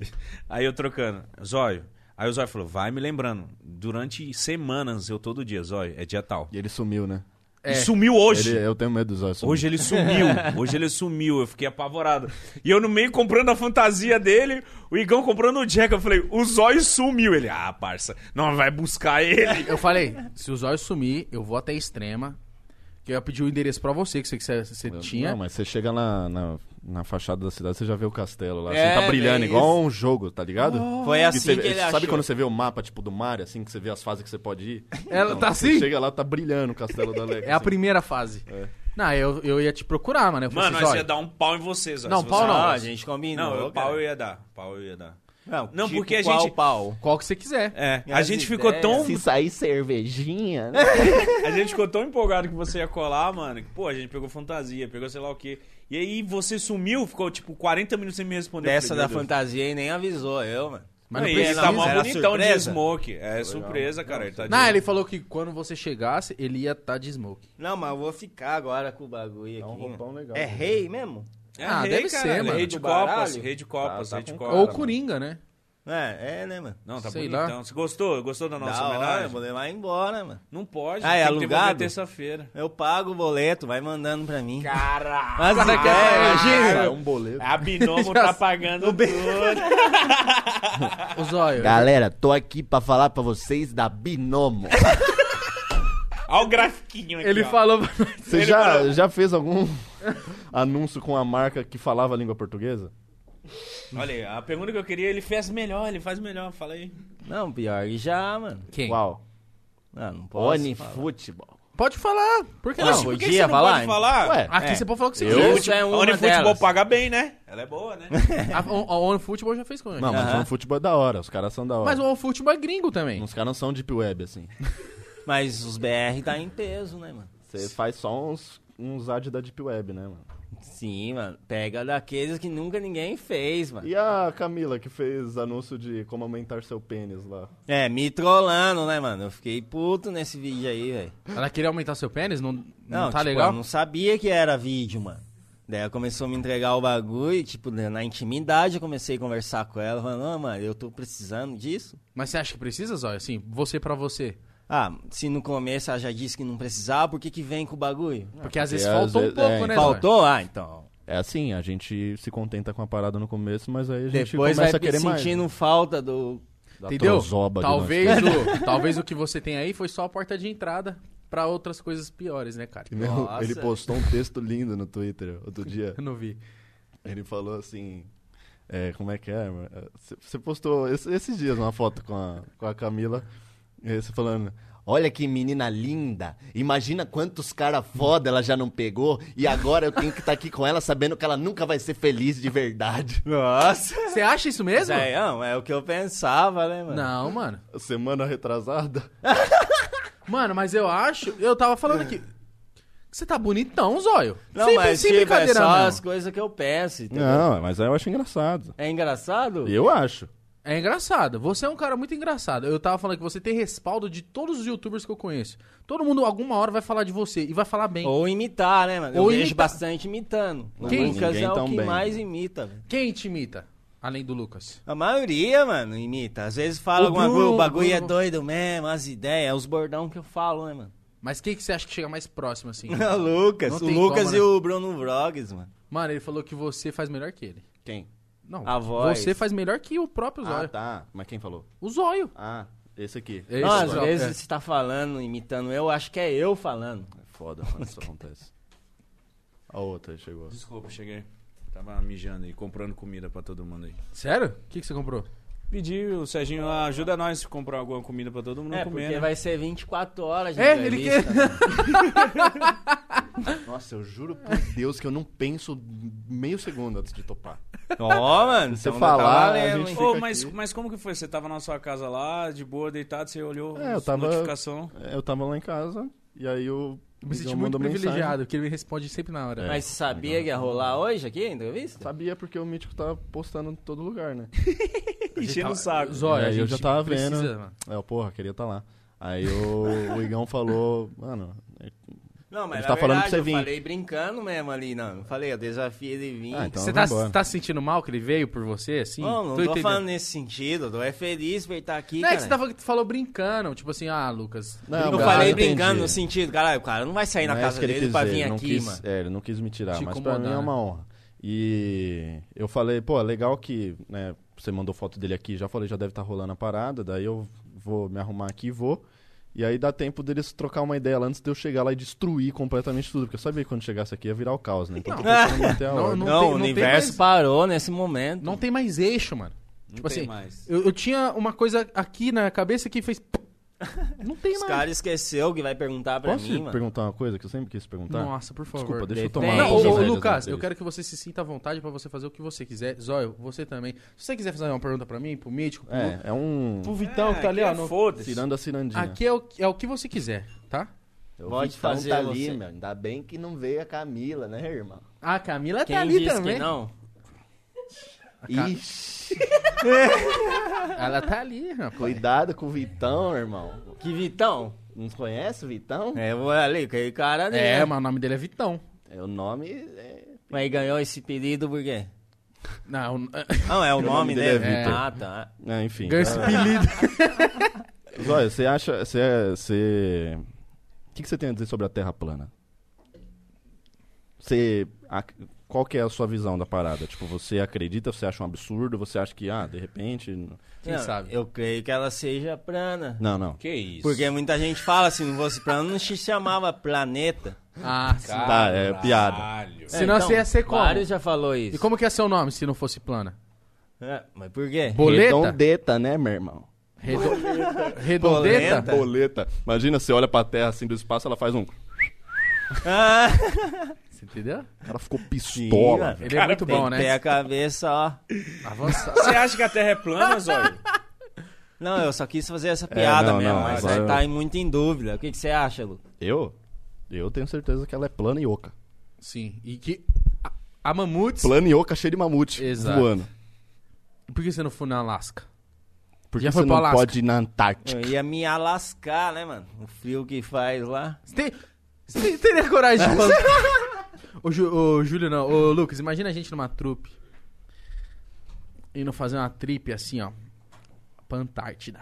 [SPEAKER 2] Aí eu trocando. Zóio. Aí o Zóio falou, vai me lembrando. Durante semanas, eu todo dia, Zóio, é dia tal.
[SPEAKER 6] E ele sumiu, né?
[SPEAKER 1] É.
[SPEAKER 2] E sumiu hoje.
[SPEAKER 6] Ele- é- eu tenho medo do zóio sumir.
[SPEAKER 2] Hoje ele sumiu. Hoje ele sumiu. Eu fiquei apavorado. E eu no meio comprando a fantasia dele, o Igão comprando o Jack. Eu falei, o Zóio sumiu. Ele, ah, parça, não vai buscar ele.
[SPEAKER 1] Eu falei, se o Zóio sumir, eu vou até a extrema. Que eu ia pedir o endereço pra você, que você, que você- você tinha.
[SPEAKER 6] Não, mas você chega na, na, na fachada da cidade, você já vê o castelo lá.
[SPEAKER 4] É,
[SPEAKER 6] assim, tá brilhando
[SPEAKER 4] bem
[SPEAKER 6] igual um jogo, tá ligado?
[SPEAKER 4] Foi
[SPEAKER 6] E
[SPEAKER 4] assim
[SPEAKER 6] você-
[SPEAKER 4] que ele
[SPEAKER 6] Sabe
[SPEAKER 4] achou.
[SPEAKER 6] quando você vê o mapa, tipo, do mar, assim, que você vê as fases que você pode ir?
[SPEAKER 1] Ela tá
[SPEAKER 6] você
[SPEAKER 1] assim?
[SPEAKER 6] chega lá, tá brilhando o castelo assim. da Leca.
[SPEAKER 1] É a primeira fase.
[SPEAKER 6] é.
[SPEAKER 1] Não, eu, eu ia te procurar, mano. Eu falei
[SPEAKER 2] Mano,
[SPEAKER 1] assim,
[SPEAKER 2] nós ia
[SPEAKER 1] "Zóio,
[SPEAKER 2] dar um pau em vocês. ó,
[SPEAKER 1] Não,
[SPEAKER 2] se
[SPEAKER 1] pau
[SPEAKER 2] você-
[SPEAKER 1] não.
[SPEAKER 4] a gente combinou.
[SPEAKER 2] Não, eu-
[SPEAKER 4] cara.
[SPEAKER 2] pau eu ia dar. Pau eu ia dar.
[SPEAKER 4] Não,
[SPEAKER 2] Não,
[SPEAKER 4] tipo,
[SPEAKER 2] porque a
[SPEAKER 4] qual
[SPEAKER 2] gente-
[SPEAKER 4] pau?
[SPEAKER 1] Qual que você quiser.
[SPEAKER 2] É, a
[SPEAKER 4] As
[SPEAKER 2] gente ficou
[SPEAKER 4] ideias.
[SPEAKER 2] tão.
[SPEAKER 6] sair cervejinha,
[SPEAKER 2] <laughs> A gente ficou tão empolgado que você ia colar, mano. Que, pô, a gente pegou fantasia, pegou sei lá o quê. E aí você sumiu, ficou tipo 40 minutos sem me responder.
[SPEAKER 4] Dessa
[SPEAKER 2] Falei,
[SPEAKER 4] da
[SPEAKER 2] meu Deus.
[SPEAKER 4] fantasia aí nem avisou eu, mano.
[SPEAKER 1] Mas não
[SPEAKER 2] e ele
[SPEAKER 1] precisa.
[SPEAKER 2] tá mó
[SPEAKER 4] Era
[SPEAKER 2] bonitão de
[SPEAKER 4] surpresa?
[SPEAKER 2] smoke. É surpresa, cara. Ele tá de...
[SPEAKER 1] Não, ele falou que quando você chegasse, ele ia estar de smoke.
[SPEAKER 4] Não, mas eu vou ficar agora com o bagulho
[SPEAKER 6] É um
[SPEAKER 4] aqui.
[SPEAKER 6] roupão
[SPEAKER 4] mano.
[SPEAKER 6] legal.
[SPEAKER 4] É rei mesmo?
[SPEAKER 2] É
[SPEAKER 1] Ah,
[SPEAKER 2] rei,
[SPEAKER 1] deve
[SPEAKER 2] caralho, assim,
[SPEAKER 1] ser, mano.
[SPEAKER 2] Rei de
[SPEAKER 4] Do
[SPEAKER 2] copas,
[SPEAKER 4] baralho?
[SPEAKER 2] rei de copas,
[SPEAKER 6] Tá, tá
[SPEAKER 2] rei de
[SPEAKER 6] com
[SPEAKER 2] copas.
[SPEAKER 6] cara,
[SPEAKER 1] Ou
[SPEAKER 6] mano.
[SPEAKER 1] Coringa, né?
[SPEAKER 4] É, é, né, mano?
[SPEAKER 2] Não, tá
[SPEAKER 1] Sei
[SPEAKER 2] bonitão.
[SPEAKER 1] lá.
[SPEAKER 2] Você gostou? Gostou da nossa
[SPEAKER 4] da hora,
[SPEAKER 2] homenagem?
[SPEAKER 4] eu vou levar embora, mano.
[SPEAKER 2] Não pode.
[SPEAKER 4] Ah, é
[SPEAKER 2] tem que devolver
[SPEAKER 4] alugado?
[SPEAKER 2] terça-feira.
[SPEAKER 4] Eu pago o boleto, vai mandando pra mim.
[SPEAKER 2] Caraca.
[SPEAKER 4] Mas você quer,
[SPEAKER 6] É
[SPEAKER 4] imagina.
[SPEAKER 6] um boleto.
[SPEAKER 2] A Binomo tá pagando tudo.
[SPEAKER 6] um
[SPEAKER 1] O Zóio.
[SPEAKER 5] Galera, tô aqui pra falar pra vocês da Binomo.
[SPEAKER 2] Olha o grafiquinho aqui,
[SPEAKER 1] Ele
[SPEAKER 2] ó.
[SPEAKER 1] falou pra nós.
[SPEAKER 6] <laughs> Você já, já fez algum <laughs> anúncio com a marca que falava a língua portuguesa?
[SPEAKER 2] Olha aí, a pergunta que eu queria, ele fez melhor, ele faz melhor. Fala aí.
[SPEAKER 4] Não, pior que já, mano. Ah,
[SPEAKER 1] Quem?
[SPEAKER 6] Uau.
[SPEAKER 4] Não, não posso.
[SPEAKER 6] Oni Futebol.
[SPEAKER 1] Pode falar. Por que
[SPEAKER 4] Não,
[SPEAKER 1] não?
[SPEAKER 4] vou-
[SPEAKER 2] Por que
[SPEAKER 4] Podia
[SPEAKER 2] você não
[SPEAKER 4] falar?
[SPEAKER 2] pode falar?
[SPEAKER 6] Ué,
[SPEAKER 1] Aqui
[SPEAKER 4] É.
[SPEAKER 1] você pode falar o que você
[SPEAKER 6] Eu-
[SPEAKER 1] quiser.
[SPEAKER 4] Isso é
[SPEAKER 2] A
[SPEAKER 4] uma
[SPEAKER 2] ONU Futebol
[SPEAKER 4] delas.
[SPEAKER 2] paga bem, né? Ela é boa, né?
[SPEAKER 1] A- O o OneFootball já fez com a gente.
[SPEAKER 6] não, mas
[SPEAKER 4] Aham.
[SPEAKER 6] o futebol é da hora, os caras são da hora.
[SPEAKER 1] Mas o OneFootball é gringo também.
[SPEAKER 6] Os caras não são deep web, assim.
[SPEAKER 4] Mas os BR tá em peso, né, mano?
[SPEAKER 6] Você faz só uns, uns ads da deep web, né, mano?
[SPEAKER 4] Sim, mano. Pega daqueles que nunca ninguém fez, mano.
[SPEAKER 6] E a Camila, que fez anúncio de como aumentar seu pênis lá.
[SPEAKER 4] É, me trollando, né, mano? Eu fiquei puto nesse vídeo aí, velho.
[SPEAKER 1] Ela queria aumentar seu pênis? Não, não,
[SPEAKER 4] Não,
[SPEAKER 1] tá
[SPEAKER 4] tipo,
[SPEAKER 1] legal?
[SPEAKER 4] eu não sabia que era vídeo, mano. Daí ela começou a me entregar o bagulho, e, tipo, né, na intimidade eu comecei a conversar com ela, falando, não, mano, eu tô precisando disso.
[SPEAKER 1] Mas você acha que precisa, Zóio? Assim, você pra você.
[SPEAKER 4] Ah, se no começo ela já disse que não precisava, por que que vem com o bagulho?
[SPEAKER 1] Porque às vezes
[SPEAKER 6] às
[SPEAKER 1] faltou um
[SPEAKER 6] vezes-
[SPEAKER 1] pouco,
[SPEAKER 6] é,
[SPEAKER 1] né, Zóio?
[SPEAKER 4] Faltou? Ah, então.
[SPEAKER 6] É assim, a gente se contenta com a parada no começo, mas aí a gente
[SPEAKER 4] Depois vai
[SPEAKER 6] começa a querer mais.
[SPEAKER 4] sentindo falta do...
[SPEAKER 6] Da
[SPEAKER 1] Entendeu?
[SPEAKER 6] trozoba que nós
[SPEAKER 1] Talvez o, talvez o que você tem aí foi só a porta de entrada pra outras coisas piores, né,
[SPEAKER 4] <laughs>
[SPEAKER 1] cara?
[SPEAKER 6] Que nem o-
[SPEAKER 4] Nossa.
[SPEAKER 6] Ele postou um texto lindo no Twitter outro dia.
[SPEAKER 1] Eu não vi.
[SPEAKER 6] Ele falou assim.
[SPEAKER 5] É,
[SPEAKER 6] é, como é que é? mano? Você postou esse- esses dias uma foto com a, com a Camila. Aí Você falando.
[SPEAKER 5] Olha que menina linda. Imagina quantos cara foda ela já não pegou. E agora eu tenho que estar aqui com ela sabendo que ela nunca vai ser feliz de
[SPEAKER 6] <laughs>
[SPEAKER 5] verdade.
[SPEAKER 4] Nossa!
[SPEAKER 1] Você acha isso mesmo?
[SPEAKER 4] Zéão, é o que eu pensava, né, mano?
[SPEAKER 1] Não, mano.
[SPEAKER 6] Semana retrasada?
[SPEAKER 1] Mano, mas eu acho. Eu tava falando aqui. Você tá bonitão, zóio.
[SPEAKER 4] Não,
[SPEAKER 1] Sem-
[SPEAKER 4] mas
[SPEAKER 1] sem
[SPEAKER 4] tipo, é
[SPEAKER 1] brincadeira,
[SPEAKER 4] só
[SPEAKER 1] não.
[SPEAKER 4] as coisas que eu penso, entendeu?
[SPEAKER 6] Não, mas eu acho engraçado.
[SPEAKER 4] É engraçado?
[SPEAKER 6] Eu acho.
[SPEAKER 1] É engraçado. Você é um cara muito engraçado. Eu tava falando que você tem respaldo de todos os youtubers que eu conheço. Todo mundo, alguma hora, vai falar de você e vai falar bem.
[SPEAKER 4] Ou imitar, né, mano? Eu
[SPEAKER 1] Ou
[SPEAKER 4] vejo
[SPEAKER 1] imitar.
[SPEAKER 4] bastante imitando. O
[SPEAKER 1] Quem?
[SPEAKER 4] Lucas
[SPEAKER 6] Ninguém
[SPEAKER 4] é o
[SPEAKER 6] tão
[SPEAKER 4] que
[SPEAKER 6] bem.
[SPEAKER 4] mais imita, velho.
[SPEAKER 1] Quem te imita? Além do Lucas.
[SPEAKER 4] A maioria, mano, imita. Às vezes fala
[SPEAKER 1] O
[SPEAKER 4] alguma
[SPEAKER 1] Bruno,
[SPEAKER 4] coisa, o bagulho é
[SPEAKER 1] Bruno.
[SPEAKER 4] doido mesmo, as ideias, é os bordão que eu falo, né, <laughs> mano?
[SPEAKER 1] Mas quem que você acha que chega mais próximo,
[SPEAKER 4] <laughs>
[SPEAKER 1] assim?
[SPEAKER 4] O Lucas,
[SPEAKER 1] Não
[SPEAKER 4] o
[SPEAKER 1] tem
[SPEAKER 4] Lucas
[SPEAKER 1] como,
[SPEAKER 4] e
[SPEAKER 1] né?
[SPEAKER 4] o Bruno Vlogs, mano.
[SPEAKER 1] Mano, ele falou que você faz melhor que ele.
[SPEAKER 6] Quem?
[SPEAKER 1] Não,
[SPEAKER 4] A voz.
[SPEAKER 1] você faz melhor que o próprio
[SPEAKER 6] Ah,
[SPEAKER 1] Zóio.
[SPEAKER 6] tá. Mas quem falou?
[SPEAKER 1] O Zóio.
[SPEAKER 6] Ah, esse aqui.
[SPEAKER 1] Esse
[SPEAKER 4] Não, às
[SPEAKER 1] Zóio,
[SPEAKER 4] vezes
[SPEAKER 1] é.
[SPEAKER 4] você tá falando, imitando eu, acho que é eu falando.
[SPEAKER 6] É foda, mano, isso acontece. A outra aí chegou.
[SPEAKER 2] Desculpa, cheguei. Tava mijando aí, comprando comida pra todo mundo aí.
[SPEAKER 1] Sério? O que, que você comprou?
[SPEAKER 2] Pedi, o Serginho ah, ajuda nós a comprar alguma comida pra todo mundo
[SPEAKER 4] é,
[SPEAKER 2] comer.
[SPEAKER 4] porque
[SPEAKER 2] né?
[SPEAKER 4] vai ser 24 horas de
[SPEAKER 1] É, ele
[SPEAKER 4] entrevista,
[SPEAKER 1] quer-
[SPEAKER 4] mano.
[SPEAKER 6] Nossa, eu juro por <laughs> Deus que eu não penso meio segundo antes de topar.
[SPEAKER 4] Ó, mano,
[SPEAKER 6] Se
[SPEAKER 4] então
[SPEAKER 6] você
[SPEAKER 4] tá
[SPEAKER 6] falar, a
[SPEAKER 4] valendo,
[SPEAKER 6] gente
[SPEAKER 4] hein?
[SPEAKER 6] fica
[SPEAKER 2] Ô, mas,
[SPEAKER 6] aqui.
[SPEAKER 2] mas como que foi? Você tava na sua casa lá, de boa, deitado, você olhou
[SPEAKER 6] É, eu
[SPEAKER 2] as
[SPEAKER 6] tava-
[SPEAKER 2] notificação.
[SPEAKER 6] É, Eu tava lá em casa e aí eu
[SPEAKER 1] Eu me senti
[SPEAKER 6] Igão
[SPEAKER 1] muito
[SPEAKER 6] mandou mensagem.
[SPEAKER 1] privilegiado, que ele me responde sempre na hora.
[SPEAKER 4] Mas você sabia que ia rolar hoje aqui a entrevista?
[SPEAKER 6] Sabia porque o Mítico tava postando em todo lugar, né?
[SPEAKER 2] Enchendo o saco.
[SPEAKER 1] Ah, Zóio,
[SPEAKER 6] É,
[SPEAKER 1] a
[SPEAKER 6] eu
[SPEAKER 1] gente
[SPEAKER 6] já tava
[SPEAKER 1] precisa,
[SPEAKER 6] vendo.
[SPEAKER 1] mano.
[SPEAKER 6] É, eu, porra, queria estar tá lá. Aí o, o Igão falou, mano,
[SPEAKER 4] Não, mas
[SPEAKER 6] Ele
[SPEAKER 4] na
[SPEAKER 6] tá
[SPEAKER 4] verdade,
[SPEAKER 6] falando pra você
[SPEAKER 4] eu
[SPEAKER 6] vir.
[SPEAKER 4] falei brincando mesmo ali, não. Eu falei, eu desafio ele vir.
[SPEAKER 6] Ah, então
[SPEAKER 1] Você tá,
[SPEAKER 6] vamos embora.
[SPEAKER 1] tá se sentindo mal que ele veio por você, assim?
[SPEAKER 4] Não, não tô,
[SPEAKER 1] entendendo.
[SPEAKER 4] falando nesse sentido, eu tô é feliz por ele estar aqui,
[SPEAKER 1] Não, é
[SPEAKER 4] cara.
[SPEAKER 1] que você tava, falou brincando, tipo assim, ah, Lucas.
[SPEAKER 6] Não,
[SPEAKER 4] Eu
[SPEAKER 1] obrigado.
[SPEAKER 6] mas
[SPEAKER 4] falei
[SPEAKER 6] eu entendi.
[SPEAKER 4] brincando no sentido, caralho, o cara não vai sair
[SPEAKER 6] Não
[SPEAKER 4] na
[SPEAKER 6] é isso
[SPEAKER 4] casa
[SPEAKER 6] que ele
[SPEAKER 4] dele
[SPEAKER 6] quis
[SPEAKER 4] pra
[SPEAKER 6] dizer,
[SPEAKER 4] vir
[SPEAKER 6] ele não
[SPEAKER 4] aqui,
[SPEAKER 6] quis-
[SPEAKER 4] mano.
[SPEAKER 6] É, ele não quis me tirar,
[SPEAKER 1] Te
[SPEAKER 6] mas pra mim
[SPEAKER 1] incomodar,
[SPEAKER 6] é uma
[SPEAKER 1] né?
[SPEAKER 6] honra. E eu falei, pô, legal que né, você mandou foto dele aqui, já falei, já deve estar rolando a parada, daí eu vou me arrumar aqui e vou. E aí dá tempo deles trocar uma ideia lá antes de eu chegar lá e destruir completamente tudo, porque eu sabia que quando chegasse aqui ia virar o caos, né? Então eu tô tentando manter a
[SPEAKER 1] Não,
[SPEAKER 6] ordem.
[SPEAKER 1] não
[SPEAKER 4] <laughs> Não,
[SPEAKER 1] tem- não
[SPEAKER 4] o
[SPEAKER 1] tem
[SPEAKER 4] universo
[SPEAKER 1] mais-
[SPEAKER 4] parou nesse momento.
[SPEAKER 1] Não tem mais eixo, mano.
[SPEAKER 2] Não
[SPEAKER 1] tipo
[SPEAKER 2] tem
[SPEAKER 1] assim,
[SPEAKER 2] mais.
[SPEAKER 1] Eu, eu tinha uma coisa aqui na cabeça que
[SPEAKER 4] <laughs>
[SPEAKER 1] fez. Não tem
[SPEAKER 4] Os
[SPEAKER 1] mais.
[SPEAKER 4] caras esqueceu que vai perguntar pra
[SPEAKER 6] Posso
[SPEAKER 4] mim,
[SPEAKER 6] te
[SPEAKER 4] mano.
[SPEAKER 6] perguntar uma coisa que eu sempre quis perguntar?
[SPEAKER 1] Nossa, por favor.
[SPEAKER 6] Desculpa, deixa eu
[SPEAKER 4] Depende.
[SPEAKER 6] tomar
[SPEAKER 1] Não,
[SPEAKER 6] as
[SPEAKER 1] ô, ô,
[SPEAKER 6] rédeas da
[SPEAKER 1] Lucas, eu
[SPEAKER 6] entrevista.
[SPEAKER 1] quero que você se sinta à vontade pra você fazer o que você quiser. Zóio, você também. Se você quiser fazer uma pergunta pra mim, pro Mítico, pro, Lu-
[SPEAKER 6] É, é um...
[SPEAKER 1] pro Vitão que tá ali,
[SPEAKER 2] aqui
[SPEAKER 1] ó.
[SPEAKER 2] é
[SPEAKER 1] no-
[SPEAKER 2] Foda-se.
[SPEAKER 6] Tirando a cirandinha.
[SPEAKER 1] Aqui é o, é o que você quiser, tá?
[SPEAKER 5] Eu
[SPEAKER 4] Pode
[SPEAKER 6] um
[SPEAKER 5] Vitão
[SPEAKER 4] fazer
[SPEAKER 5] tá ali,
[SPEAKER 4] você.
[SPEAKER 5] meu. Ainda bem que não veio a Camila, né, irmão?
[SPEAKER 1] A Camila
[SPEAKER 4] Quem
[SPEAKER 1] tá ali
[SPEAKER 4] disse
[SPEAKER 1] também.
[SPEAKER 4] que não?
[SPEAKER 1] Ca-
[SPEAKER 5] Ixi,
[SPEAKER 1] <laughs> Ela tá ali, rapaz.
[SPEAKER 5] cuidado com o Vitão, irmão.
[SPEAKER 4] Que Vitão?
[SPEAKER 5] Não conhece o Vitão?
[SPEAKER 4] É, eu vou ali, aquele cara ali.
[SPEAKER 1] É, mas o nome dele é Vitão.
[SPEAKER 5] É, O nome é...
[SPEAKER 4] Mas ganhou esse apelido por quê?
[SPEAKER 1] Não,
[SPEAKER 4] Não, é o, nome,
[SPEAKER 6] dele
[SPEAKER 1] é
[SPEAKER 4] né?
[SPEAKER 1] Vitor.
[SPEAKER 4] Ah, tá.
[SPEAKER 6] É,
[SPEAKER 1] <laughs>
[SPEAKER 6] enfim.
[SPEAKER 1] ganhou esse apelido.
[SPEAKER 6] Olha, você acha. Você. é, você... O que, que você tem a dizer sobre a Terra plana? Você. a- Qual que é a sua visão da parada? Tipo, você acredita, você acha um absurdo, você acha que, ah, de repente.
[SPEAKER 1] Quem
[SPEAKER 4] Não,
[SPEAKER 1] sabe?
[SPEAKER 4] Eu creio que ela seja plana.
[SPEAKER 6] Não, não.
[SPEAKER 2] Que isso?
[SPEAKER 4] Porque muita gente fala, se não fosse plana, não se chamava planeta. Então,
[SPEAKER 1] Ah, sim. É, então,
[SPEAKER 6] Tá, é piada.
[SPEAKER 2] Caralho.
[SPEAKER 1] Senão você ia ser como?
[SPEAKER 4] Vários já falou isso.
[SPEAKER 1] E como que é seu nome se não fosse plana?
[SPEAKER 4] É, mas por quê?
[SPEAKER 1] Boleta?
[SPEAKER 5] Redondeta, né, meu irmão?
[SPEAKER 1] Redo- Redondeta?
[SPEAKER 4] Boleta.
[SPEAKER 6] Boleta. Imagina, você olha pra Terra assim do espaço, ela faz um. O
[SPEAKER 4] Ah,
[SPEAKER 1] Você entendeu?
[SPEAKER 6] cara ficou
[SPEAKER 4] Sim,
[SPEAKER 6] pistola.
[SPEAKER 4] mano.
[SPEAKER 1] Ele é muito
[SPEAKER 4] tem
[SPEAKER 1] bom,
[SPEAKER 4] que ter a
[SPEAKER 1] né?
[SPEAKER 4] cabeça, ó.
[SPEAKER 1] Avançado.
[SPEAKER 2] Você acha que a Terra é plana, Zóio?
[SPEAKER 4] Não, eu só quis fazer essa piada
[SPEAKER 6] não,
[SPEAKER 4] mesmo,
[SPEAKER 6] não,
[SPEAKER 4] mas
[SPEAKER 6] agora
[SPEAKER 4] você
[SPEAKER 6] eu-
[SPEAKER 4] tá aí muito em dúvida. O que, que você acha, Lu?
[SPEAKER 6] Eu? Eu tenho certeza que ela é plana e oca.
[SPEAKER 1] Sim. E que a, a Mamutes...
[SPEAKER 6] Plana e oca, cheia de mamute
[SPEAKER 1] Exato.
[SPEAKER 6] voando.
[SPEAKER 1] Por que você não foi na Alasca?
[SPEAKER 6] Por
[SPEAKER 1] Já
[SPEAKER 6] que
[SPEAKER 1] foi
[SPEAKER 6] você
[SPEAKER 1] pro
[SPEAKER 6] não
[SPEAKER 1] Alasca?
[SPEAKER 6] pode ir na Antártica?
[SPEAKER 4] Eu ia me alascar, né, mano? O frio que faz lá.
[SPEAKER 1] Você tem... Você tem- teria coragem de falar... <laughs> ô, Ju- ô, Júlio, não. Ô, Lucas, imagina a gente numa trupe. Indo fazer uma trip assim, ó. Pra Antártida.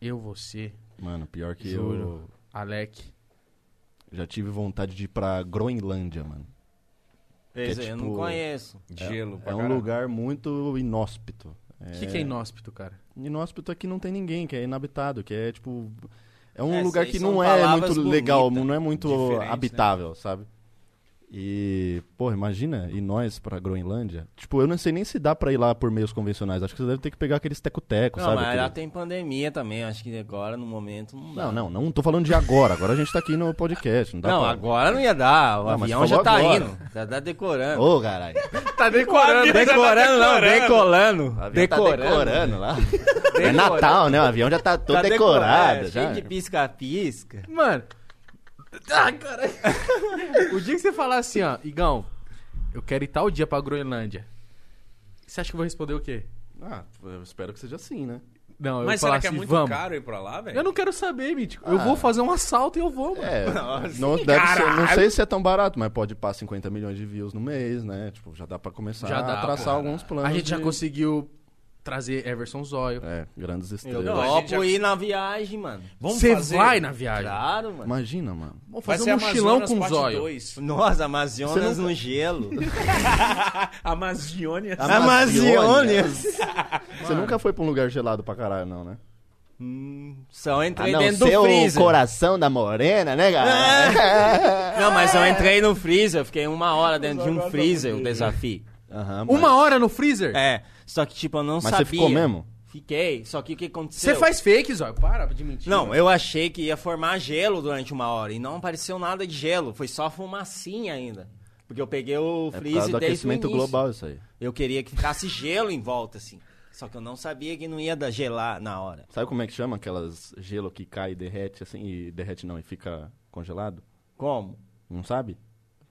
[SPEAKER 1] Eu, você,
[SPEAKER 6] Mano, pior que
[SPEAKER 1] Juro.
[SPEAKER 6] eu.
[SPEAKER 1] Alec...
[SPEAKER 6] Já tive vontade de ir pra Groenlândia, mano. é
[SPEAKER 4] Quer dizer, Eu não
[SPEAKER 6] tipo-
[SPEAKER 4] conheço.
[SPEAKER 2] Gelo, pra
[SPEAKER 6] É um
[SPEAKER 2] caralho.
[SPEAKER 6] lugar muito inóspito.
[SPEAKER 1] O que, que é inóspito, cara?
[SPEAKER 6] Inóspito é que não tem ninguém, que é inabitado, que é tipo. É um
[SPEAKER 4] É,
[SPEAKER 6] lugar
[SPEAKER 4] isso
[SPEAKER 6] que
[SPEAKER 4] aí são
[SPEAKER 6] não é muito
[SPEAKER 4] palavras
[SPEAKER 6] legal,
[SPEAKER 4] bonitas,
[SPEAKER 6] não é muito
[SPEAKER 2] diferentes, né?
[SPEAKER 6] habitável, sabe? E, pô, imagina, e nós pra Groenlândia? Tipo, eu não sei nem se dá pra ir lá por meios convencionais. Acho que você deve ter que pegar aqueles teco-teco,
[SPEAKER 4] Não,
[SPEAKER 6] sabe?
[SPEAKER 4] mas lá
[SPEAKER 6] Aquele-
[SPEAKER 4] tem pandemia também. Acho que agora, no momento, não dá.
[SPEAKER 6] Não, não, não tô falando de agora. Agora a gente tá aqui no podcast. Não, dá
[SPEAKER 4] Não,
[SPEAKER 6] pra...
[SPEAKER 4] agora não ia dar. O
[SPEAKER 6] Não, mas
[SPEAKER 4] avião
[SPEAKER 6] você
[SPEAKER 4] já
[SPEAKER 6] falou
[SPEAKER 4] tá
[SPEAKER 6] agora.
[SPEAKER 4] indo. Já tá decorando.
[SPEAKER 5] Ô, caralho.
[SPEAKER 4] Tá decorando, decorando,
[SPEAKER 1] Tá
[SPEAKER 4] não, decolando.
[SPEAKER 5] avião
[SPEAKER 4] Decorando.
[SPEAKER 5] Tá decorando lá. É
[SPEAKER 4] Decorando.
[SPEAKER 5] Natal, né? O avião já tá todo
[SPEAKER 4] Tá
[SPEAKER 5] decorado.
[SPEAKER 4] é,
[SPEAKER 5] já.
[SPEAKER 4] Cheio de pisca-pisca.
[SPEAKER 1] Mano. Ah, caralho. <laughs> o dia que você falar assim, ó, Igão, eu quero ir tal dia pra Groenlândia. Você acha que eu vou responder o quê?
[SPEAKER 6] Ah, eu espero que seja assim, né?
[SPEAKER 1] Não, eu
[SPEAKER 2] Mas
[SPEAKER 1] vou
[SPEAKER 2] será
[SPEAKER 1] falar
[SPEAKER 2] que é
[SPEAKER 1] assim,
[SPEAKER 2] muito
[SPEAKER 1] vamos.
[SPEAKER 2] caro ir pra lá, velho?
[SPEAKER 1] Eu não quero saber, Mítico. Eu vou fazer um assalto e eu vou, mano.
[SPEAKER 6] É, não, deve ser, não sei se é tão barato, mas pode ir pra 50 milhões de views no mês, né? Tipo, já dá pra começar
[SPEAKER 1] Já dá,
[SPEAKER 6] a traçar
[SPEAKER 1] pô.
[SPEAKER 6] alguns planos.
[SPEAKER 1] É, A gente já
[SPEAKER 6] de-
[SPEAKER 1] conseguiu trazer Everson Zóio.
[SPEAKER 6] É, grandes
[SPEAKER 4] Eu
[SPEAKER 6] estrelas.
[SPEAKER 2] não, a
[SPEAKER 4] topo
[SPEAKER 2] gente já-
[SPEAKER 4] ir na viagem, mano.
[SPEAKER 1] Você vai na viagem.
[SPEAKER 4] Claro, mano.
[SPEAKER 6] Imagina, mano.
[SPEAKER 1] Vamos
[SPEAKER 2] Vai
[SPEAKER 1] fazer
[SPEAKER 2] ser
[SPEAKER 1] um mochilão
[SPEAKER 2] Amazonas
[SPEAKER 1] com
[SPEAKER 2] parte
[SPEAKER 1] Zóio.
[SPEAKER 2] 2.
[SPEAKER 4] Nossa, Amazonas no gelo.
[SPEAKER 1] é
[SPEAKER 2] Amazônia.
[SPEAKER 1] Tá.
[SPEAKER 4] Amazonas.
[SPEAKER 6] Você nunca foi pra um lugar gelado pra caralho, não, né?
[SPEAKER 4] Hum, Só
[SPEAKER 5] A
[SPEAKER 6] Ah,
[SPEAKER 4] entrei
[SPEAKER 5] não
[SPEAKER 4] dentro do
[SPEAKER 5] ser o
[SPEAKER 4] freezer. É.
[SPEAKER 5] coração da morena, né, cara?
[SPEAKER 4] Não, mas eu entrei no freezer. Eu fiquei uma hora dentro de um freezer, o desafio.
[SPEAKER 6] <laughs> Aham, mas-
[SPEAKER 1] Uma hora no freezer?
[SPEAKER 4] É, só que tipo, eu não
[SPEAKER 6] Mas
[SPEAKER 4] sabia.
[SPEAKER 6] você ficou mesmo?
[SPEAKER 4] Fiquei, só que o que aconteceu?
[SPEAKER 1] Você faz fake, Zóio. Para de mentir.
[SPEAKER 4] Não, eu achei que ia formar gelo durante uma hora e não apareceu nada de gelo, foi só fumacinha ainda. Porque eu peguei o
[SPEAKER 6] É por
[SPEAKER 4] freeze
[SPEAKER 6] causa do
[SPEAKER 4] desde
[SPEAKER 6] aquecimento
[SPEAKER 4] o início.
[SPEAKER 6] global isso aí.
[SPEAKER 4] Eu queria que ficasse gelo em volta, assim. Só que eu não sabia que não ia dar gelar na hora.
[SPEAKER 6] Sabe como é que chama aquelas gelo que cai e derrete assim? E derrete não, e fica congelado?
[SPEAKER 4] Como?
[SPEAKER 6] Não sabe?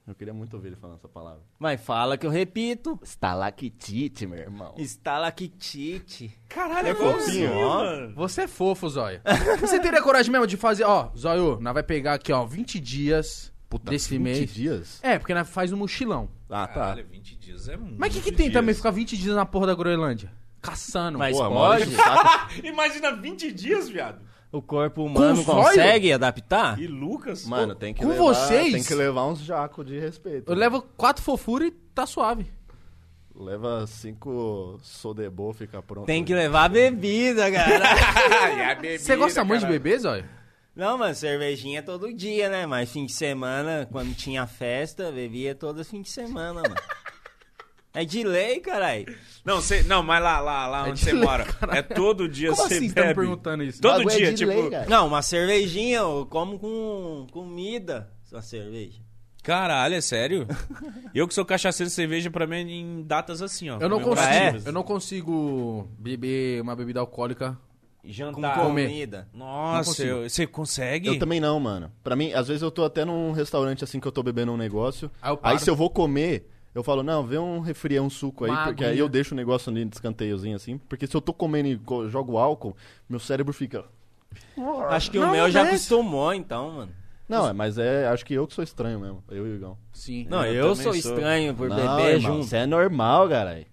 [SPEAKER 6] Eu queria muito ouvir ele falando essa palavra.
[SPEAKER 4] Mas fala que eu repito.
[SPEAKER 5] Estalactite, meu irmão.
[SPEAKER 4] Estalactite.
[SPEAKER 2] Caralho,
[SPEAKER 6] É
[SPEAKER 2] é
[SPEAKER 6] fofinho, ó.
[SPEAKER 2] mano.
[SPEAKER 1] Você é fofo, Zóio. Você teria coragem mesmo de fazer, ó, Zóio, nós vai pegar aqui, ó, 20 dias desse
[SPEAKER 6] 20
[SPEAKER 1] mês.
[SPEAKER 6] dias?
[SPEAKER 1] É, porque nós faz um mochilão.
[SPEAKER 6] Ah, tá.
[SPEAKER 2] Caralho, 20 dias é muito.
[SPEAKER 1] Mas o que, que tem também
[SPEAKER 2] dias.
[SPEAKER 1] ficar 20 dias na porra da Groenlândia? Caçando.
[SPEAKER 4] Mas
[SPEAKER 6] Pô,
[SPEAKER 4] pode?
[SPEAKER 6] Maurício, saco.
[SPEAKER 2] <laughs> Imagina 20 dias, viado.
[SPEAKER 4] O corpo humano
[SPEAKER 1] zóio?
[SPEAKER 4] consegue adaptar?
[SPEAKER 2] E Lucas? <laughs>
[SPEAKER 6] Mano, tem que
[SPEAKER 1] Com
[SPEAKER 6] levar...
[SPEAKER 1] vocês?
[SPEAKER 6] Tem que levar uns jacos de respeito.
[SPEAKER 1] Eu levo quatro fofuras e tá suave.
[SPEAKER 6] Leva cinco sodebô, fica pronto.
[SPEAKER 4] Tem que levar bebida, cara. <laughs>
[SPEAKER 1] Você gosta muito de beber, Zóio?
[SPEAKER 4] Não, mano, cervejinha todo dia, né? Mas fim de semana, quando tinha festa, bebia todo fim de
[SPEAKER 2] <laughs>
[SPEAKER 4] semana, mano. É de lei, caralho.
[SPEAKER 2] Não, cê, não, mas lá, lá, lá
[SPEAKER 1] É
[SPEAKER 2] onde
[SPEAKER 1] de
[SPEAKER 2] você
[SPEAKER 1] lei,
[SPEAKER 2] mora. É todo dia
[SPEAKER 1] Como
[SPEAKER 2] você
[SPEAKER 1] assim
[SPEAKER 2] bebe.
[SPEAKER 1] estão perguntando isso?
[SPEAKER 2] Todo
[SPEAKER 5] Bagulho é
[SPEAKER 2] dia,
[SPEAKER 5] de
[SPEAKER 2] tipo.
[SPEAKER 5] lei, cara.
[SPEAKER 4] Não, uma cervejinha, eu como com comida, só cerveja.
[SPEAKER 2] Caralho, é sério? eu que sou cachaceiro de cerveja pra mim é em datas assim, ó.
[SPEAKER 1] Eu não consigo.
[SPEAKER 2] comemorativas.
[SPEAKER 1] Eu não consigo beber uma bebida alcoólica.
[SPEAKER 2] Jantar.
[SPEAKER 4] Com
[SPEAKER 1] Comer.
[SPEAKER 4] comida.
[SPEAKER 1] Não
[SPEAKER 2] Nossa,
[SPEAKER 1] consigo.
[SPEAKER 2] eu- você consegue?
[SPEAKER 6] Eu também não, mano. Pra mim, às vezes eu tô até num restaurante assim que eu tô bebendo um negócio.
[SPEAKER 1] Aí Ah, eu paro.
[SPEAKER 6] Aí se eu vou comer, eu falo, não, vê um refri, um suco aí,
[SPEAKER 1] Uma
[SPEAKER 6] porque aí
[SPEAKER 1] aguinha.
[SPEAKER 6] eu deixo o negócio ali de escanteiozinho assim. Porque se eu tô comendo e co- jogo álcool, meu cérebro fica.
[SPEAKER 4] Acho que
[SPEAKER 1] Não,
[SPEAKER 4] o meu já
[SPEAKER 1] não é.
[SPEAKER 4] acostumou, então, mano.
[SPEAKER 6] Não, é, mas é. Acho que eu que sou estranho mesmo. Eu e o Igão.
[SPEAKER 1] Sim.
[SPEAKER 4] Não,
[SPEAKER 2] eu
[SPEAKER 4] eu,
[SPEAKER 2] também
[SPEAKER 4] sou
[SPEAKER 2] sou.
[SPEAKER 4] estranho por
[SPEAKER 6] não,
[SPEAKER 4] beber
[SPEAKER 6] irmão,
[SPEAKER 4] junto.
[SPEAKER 6] Você é normal, caralho.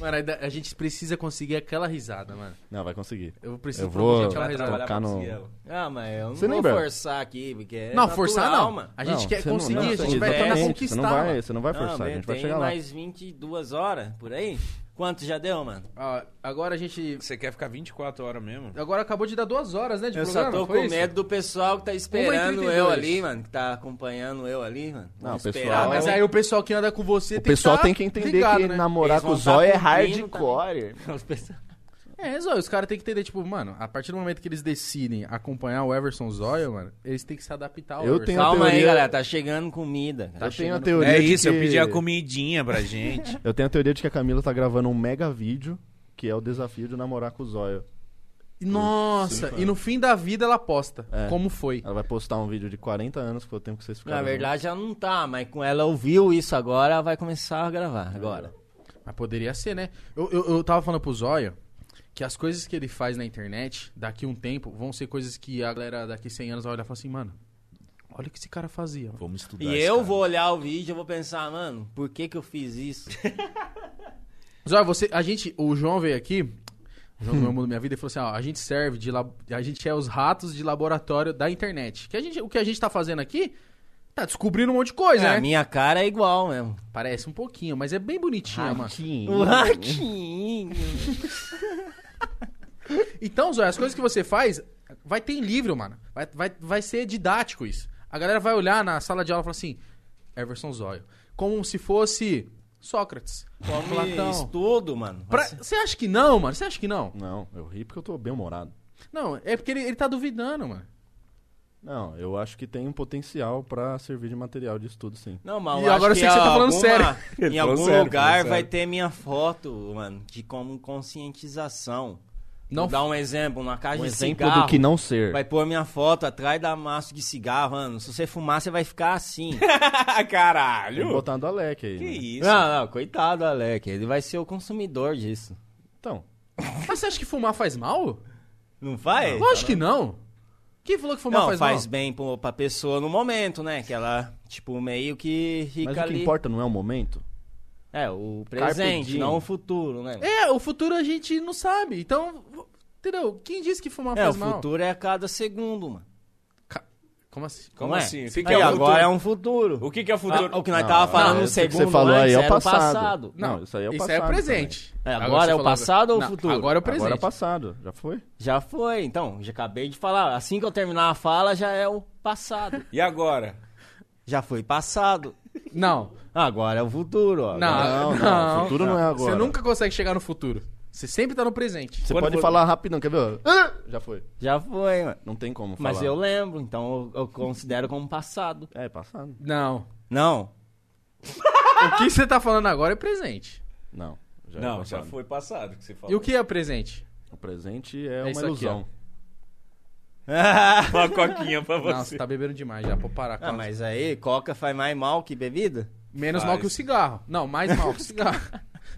[SPEAKER 1] Mano, ainda- a gente precisa conseguir aquela risada, mano.
[SPEAKER 6] Não, vai conseguir.
[SPEAKER 1] Eu preciso
[SPEAKER 6] Eu vou
[SPEAKER 1] aquela risada.
[SPEAKER 6] tocar no.
[SPEAKER 4] Ah, mas eu não
[SPEAKER 6] Você
[SPEAKER 4] vou
[SPEAKER 6] lembra?
[SPEAKER 4] forçar aqui, porque é
[SPEAKER 1] Não, forçar
[SPEAKER 4] natural,
[SPEAKER 1] não.
[SPEAKER 4] mano.
[SPEAKER 1] A gente
[SPEAKER 6] Não,
[SPEAKER 1] quer
[SPEAKER 6] você não-
[SPEAKER 1] conseguir,
[SPEAKER 6] não,
[SPEAKER 1] a gente vai
[SPEAKER 6] exatamente,
[SPEAKER 1] tentar
[SPEAKER 4] exatamente,
[SPEAKER 1] conquistar.
[SPEAKER 6] Você não vai,
[SPEAKER 1] mano.
[SPEAKER 6] você não vai
[SPEAKER 4] Não,
[SPEAKER 6] forçar, a gente vai
[SPEAKER 4] tem
[SPEAKER 6] chegar lá.
[SPEAKER 4] mais 22 horas, por aí. Quanto já deu, mano?
[SPEAKER 1] Ó, agora a gente.
[SPEAKER 2] Você quer ficar 24 horas mesmo?
[SPEAKER 1] Agora acabou de dar duas horas, né? De
[SPEAKER 4] Eu só
[SPEAKER 1] programa,
[SPEAKER 4] tô
[SPEAKER 1] foi
[SPEAKER 4] com
[SPEAKER 1] isso?
[SPEAKER 4] medo do pessoal que tá esperando
[SPEAKER 1] 1h32.
[SPEAKER 4] eu ali, mano. Que tá acompanhando eu ali, mano.
[SPEAKER 6] Não,
[SPEAKER 4] Vamos
[SPEAKER 6] o pessoal-
[SPEAKER 4] esperar, né?
[SPEAKER 1] Ah, mas
[SPEAKER 4] mano.
[SPEAKER 1] aí o pessoal que anda com você
[SPEAKER 6] O pessoal
[SPEAKER 1] tá
[SPEAKER 6] tem que entender
[SPEAKER 1] ligado,
[SPEAKER 6] que
[SPEAKER 1] né?
[SPEAKER 6] namorar
[SPEAKER 4] Eles
[SPEAKER 6] com o
[SPEAKER 4] vão tá
[SPEAKER 6] zóio é
[SPEAKER 4] cumprindo
[SPEAKER 6] hardcore.
[SPEAKER 4] Os pessoal-
[SPEAKER 1] É, Zóio, os caras têm que entender, tipo, mano, a partir do momento que eles decidem acompanhar o Everson Zóio, mano, eles têm que se adaptar ao
[SPEAKER 6] Eu
[SPEAKER 1] Everson.
[SPEAKER 6] tenho-
[SPEAKER 4] Calma aí,
[SPEAKER 6] teoria-
[SPEAKER 4] galera. Tá chegando comida. Tá
[SPEAKER 6] Eu tenho a
[SPEAKER 4] chegando-
[SPEAKER 6] teoria
[SPEAKER 2] É
[SPEAKER 6] de
[SPEAKER 2] isso, eu
[SPEAKER 6] que-
[SPEAKER 2] pedi a comidinha pra gente.
[SPEAKER 6] Eu tenho a teoria de que a Camila tá gravando um mega vídeo, que é o desafio de namorar com o Zóio.
[SPEAKER 1] Nossa, e no fim da vida ela posta.
[SPEAKER 6] É.
[SPEAKER 1] Como foi?
[SPEAKER 6] Ela vai postar um vídeo de 40 anos, que foi o tempo que vocês ficaram.
[SPEAKER 4] Na verdade, ela não tá, mas com ela ouviu isso agora, ela vai começar a gravar agora.
[SPEAKER 1] Mas poderia ser, né? Eu, eu, eu tava falando pro Zóio que as coisas que ele faz na internet, daqui um tempo, vão ser coisas que a galera daqui 100 anos vai olhar e falar assim, mano, olha o que esse cara fazia. mano.
[SPEAKER 2] Vamos estudar.
[SPEAKER 4] E
[SPEAKER 2] esse
[SPEAKER 4] eu
[SPEAKER 2] cara.
[SPEAKER 4] vou olhar o vídeo e vou pensar, mano, por que que eu fiz isso?
[SPEAKER 1] Zóio, você, a gente, o João veio aqui, o João do Meu Mundo Minha Vida, e falou assim, ó, a gente serve de, lab- a gente é os ratos de laboratório da internet. Que a gente, o que a gente tá fazendo aqui, tá descobrindo um monte de coisa,
[SPEAKER 4] É,
[SPEAKER 1] né?
[SPEAKER 4] A minha cara é igual mesmo.
[SPEAKER 1] Parece um pouquinho, mas é bem
[SPEAKER 6] Ah,
[SPEAKER 1] bonitinha, mano.
[SPEAKER 4] O ratinho. <laughs>
[SPEAKER 1] Então, Zóia, as coisas que você faz, vai ter em livro, mano. Vai, vai, vai ser didático isso. A galera vai olhar na sala de aula e fala assim: Everson Zóio. Como se fosse Sócrates. ou Platão.
[SPEAKER 4] Estudo, mano. Assim,
[SPEAKER 1] Pra- Você acha que não, mano? Você acha que não?
[SPEAKER 6] Não, eu ri porque eu tô bem humorado.
[SPEAKER 1] Não, é porque ele, ele tá duvidando, mano.
[SPEAKER 6] Não, eu acho que tem um potencial pra servir de material de estudo, sim.
[SPEAKER 4] Não, mas
[SPEAKER 1] E
[SPEAKER 4] eu
[SPEAKER 1] agora eu
[SPEAKER 4] acho
[SPEAKER 1] sei que você tá falando
[SPEAKER 4] alguma-
[SPEAKER 1] sério.
[SPEAKER 2] Ele
[SPEAKER 4] Em
[SPEAKER 2] falou
[SPEAKER 4] algum
[SPEAKER 2] sério, falou
[SPEAKER 4] lugar
[SPEAKER 2] sério.
[SPEAKER 4] vai ter minha foto, mano, de como conscientização.
[SPEAKER 1] Não
[SPEAKER 4] Vou dar um exemplo, uma caixa
[SPEAKER 6] Um
[SPEAKER 4] de
[SPEAKER 6] exemplo
[SPEAKER 4] cigarro.
[SPEAKER 6] do que não ser.
[SPEAKER 4] Vai pôr minha foto atrás da massa de cigarro, mano. Se você fumar, você vai ficar assim.
[SPEAKER 6] Tem
[SPEAKER 2] Ah, Caralho!
[SPEAKER 6] botando a leque aí.
[SPEAKER 2] Que
[SPEAKER 6] né?
[SPEAKER 2] isso?
[SPEAKER 1] Ah.
[SPEAKER 4] não, não, coitado, Alec. Ele vai ser o consumidor disso.
[SPEAKER 6] Então,
[SPEAKER 1] Mas você acha que fumar faz mal?
[SPEAKER 4] Não faz?
[SPEAKER 1] Lógico que não. Quem falou que fumar
[SPEAKER 4] Ah, é. não,
[SPEAKER 1] faz,
[SPEAKER 4] faz,
[SPEAKER 1] mal?
[SPEAKER 4] bem pro, pra pessoa no momento, né? Que ela, tipo, meio que fica
[SPEAKER 6] mas o
[SPEAKER 4] ali.
[SPEAKER 6] que importa não é o momento?
[SPEAKER 4] É, o
[SPEAKER 6] Carpe
[SPEAKER 4] presente,
[SPEAKER 6] diem.
[SPEAKER 4] não o futuro, né?
[SPEAKER 1] É, o futuro a gente não sabe. Então, entendeu? Quem disse que fumar
[SPEAKER 4] É, o
[SPEAKER 1] faz mal?
[SPEAKER 4] futuro é a cada segundo, mano.
[SPEAKER 1] Ca- Como assim?
[SPEAKER 2] Como
[SPEAKER 4] não é?
[SPEAKER 2] assim? O que, que
[SPEAKER 4] Aí,
[SPEAKER 2] é o futuro?
[SPEAKER 4] agora é um futuro.
[SPEAKER 2] O que, que é o futuro?
[SPEAKER 4] Ah, o que nós
[SPEAKER 6] Não,
[SPEAKER 4] tava falando
[SPEAKER 6] não,
[SPEAKER 4] um
[SPEAKER 6] isso que
[SPEAKER 4] segundo
[SPEAKER 6] você falou aí é o
[SPEAKER 4] antes, era
[SPEAKER 6] passado.
[SPEAKER 4] passado.
[SPEAKER 6] Não, isso aí é o
[SPEAKER 1] Isso
[SPEAKER 6] passado.
[SPEAKER 1] é o presente.
[SPEAKER 4] É, agora
[SPEAKER 1] você
[SPEAKER 4] é o
[SPEAKER 1] falou
[SPEAKER 4] passado ou o
[SPEAKER 1] Não,
[SPEAKER 4] futuro?
[SPEAKER 1] Agora é o
[SPEAKER 6] também.
[SPEAKER 1] presente.
[SPEAKER 6] Agora é passado, já foi?
[SPEAKER 4] Já foi, então. Já acabei de falar. Assim que eu terminar a fala, já é o passado.
[SPEAKER 2] E agora?
[SPEAKER 4] já foi passado.
[SPEAKER 1] Não,
[SPEAKER 4] Agora é o futuro, ó.
[SPEAKER 1] não,
[SPEAKER 4] Agora-
[SPEAKER 1] não,
[SPEAKER 6] não, o futuro não é agora.
[SPEAKER 1] Você nunca consegue chegar no futuro. Você sempre tá no presente.
[SPEAKER 6] Você
[SPEAKER 2] Quando
[SPEAKER 6] pode
[SPEAKER 2] for-
[SPEAKER 6] falar rapidão, quer ver? Ah, Já foi.
[SPEAKER 4] Já foi, mano.
[SPEAKER 6] Não tem como falar.
[SPEAKER 4] Mas eu lembro, então eu, eu considero como passado.
[SPEAKER 6] É, passado.
[SPEAKER 1] Não.
[SPEAKER 4] <laughs> Não.
[SPEAKER 1] O que você tá falando agora é presente.
[SPEAKER 6] Não. Já é
[SPEAKER 2] não, já
[SPEAKER 6] passado.
[SPEAKER 2] foi passado que você falou.
[SPEAKER 1] E o que é presente?
[SPEAKER 6] O presente é,
[SPEAKER 1] É
[SPEAKER 6] uma
[SPEAKER 1] isso aqui,
[SPEAKER 6] ilusão.
[SPEAKER 2] <laughs> Uma coquinha pra
[SPEAKER 1] Não,
[SPEAKER 2] você.
[SPEAKER 1] você tá bebendo demais já. Pô, parar.
[SPEAKER 4] Ah,
[SPEAKER 1] calma.
[SPEAKER 4] mas aí, coca faz mais mal que bebida?
[SPEAKER 1] Menos
[SPEAKER 2] Faz.
[SPEAKER 1] mal que o cigarro. Não, mais mal que o cigarro.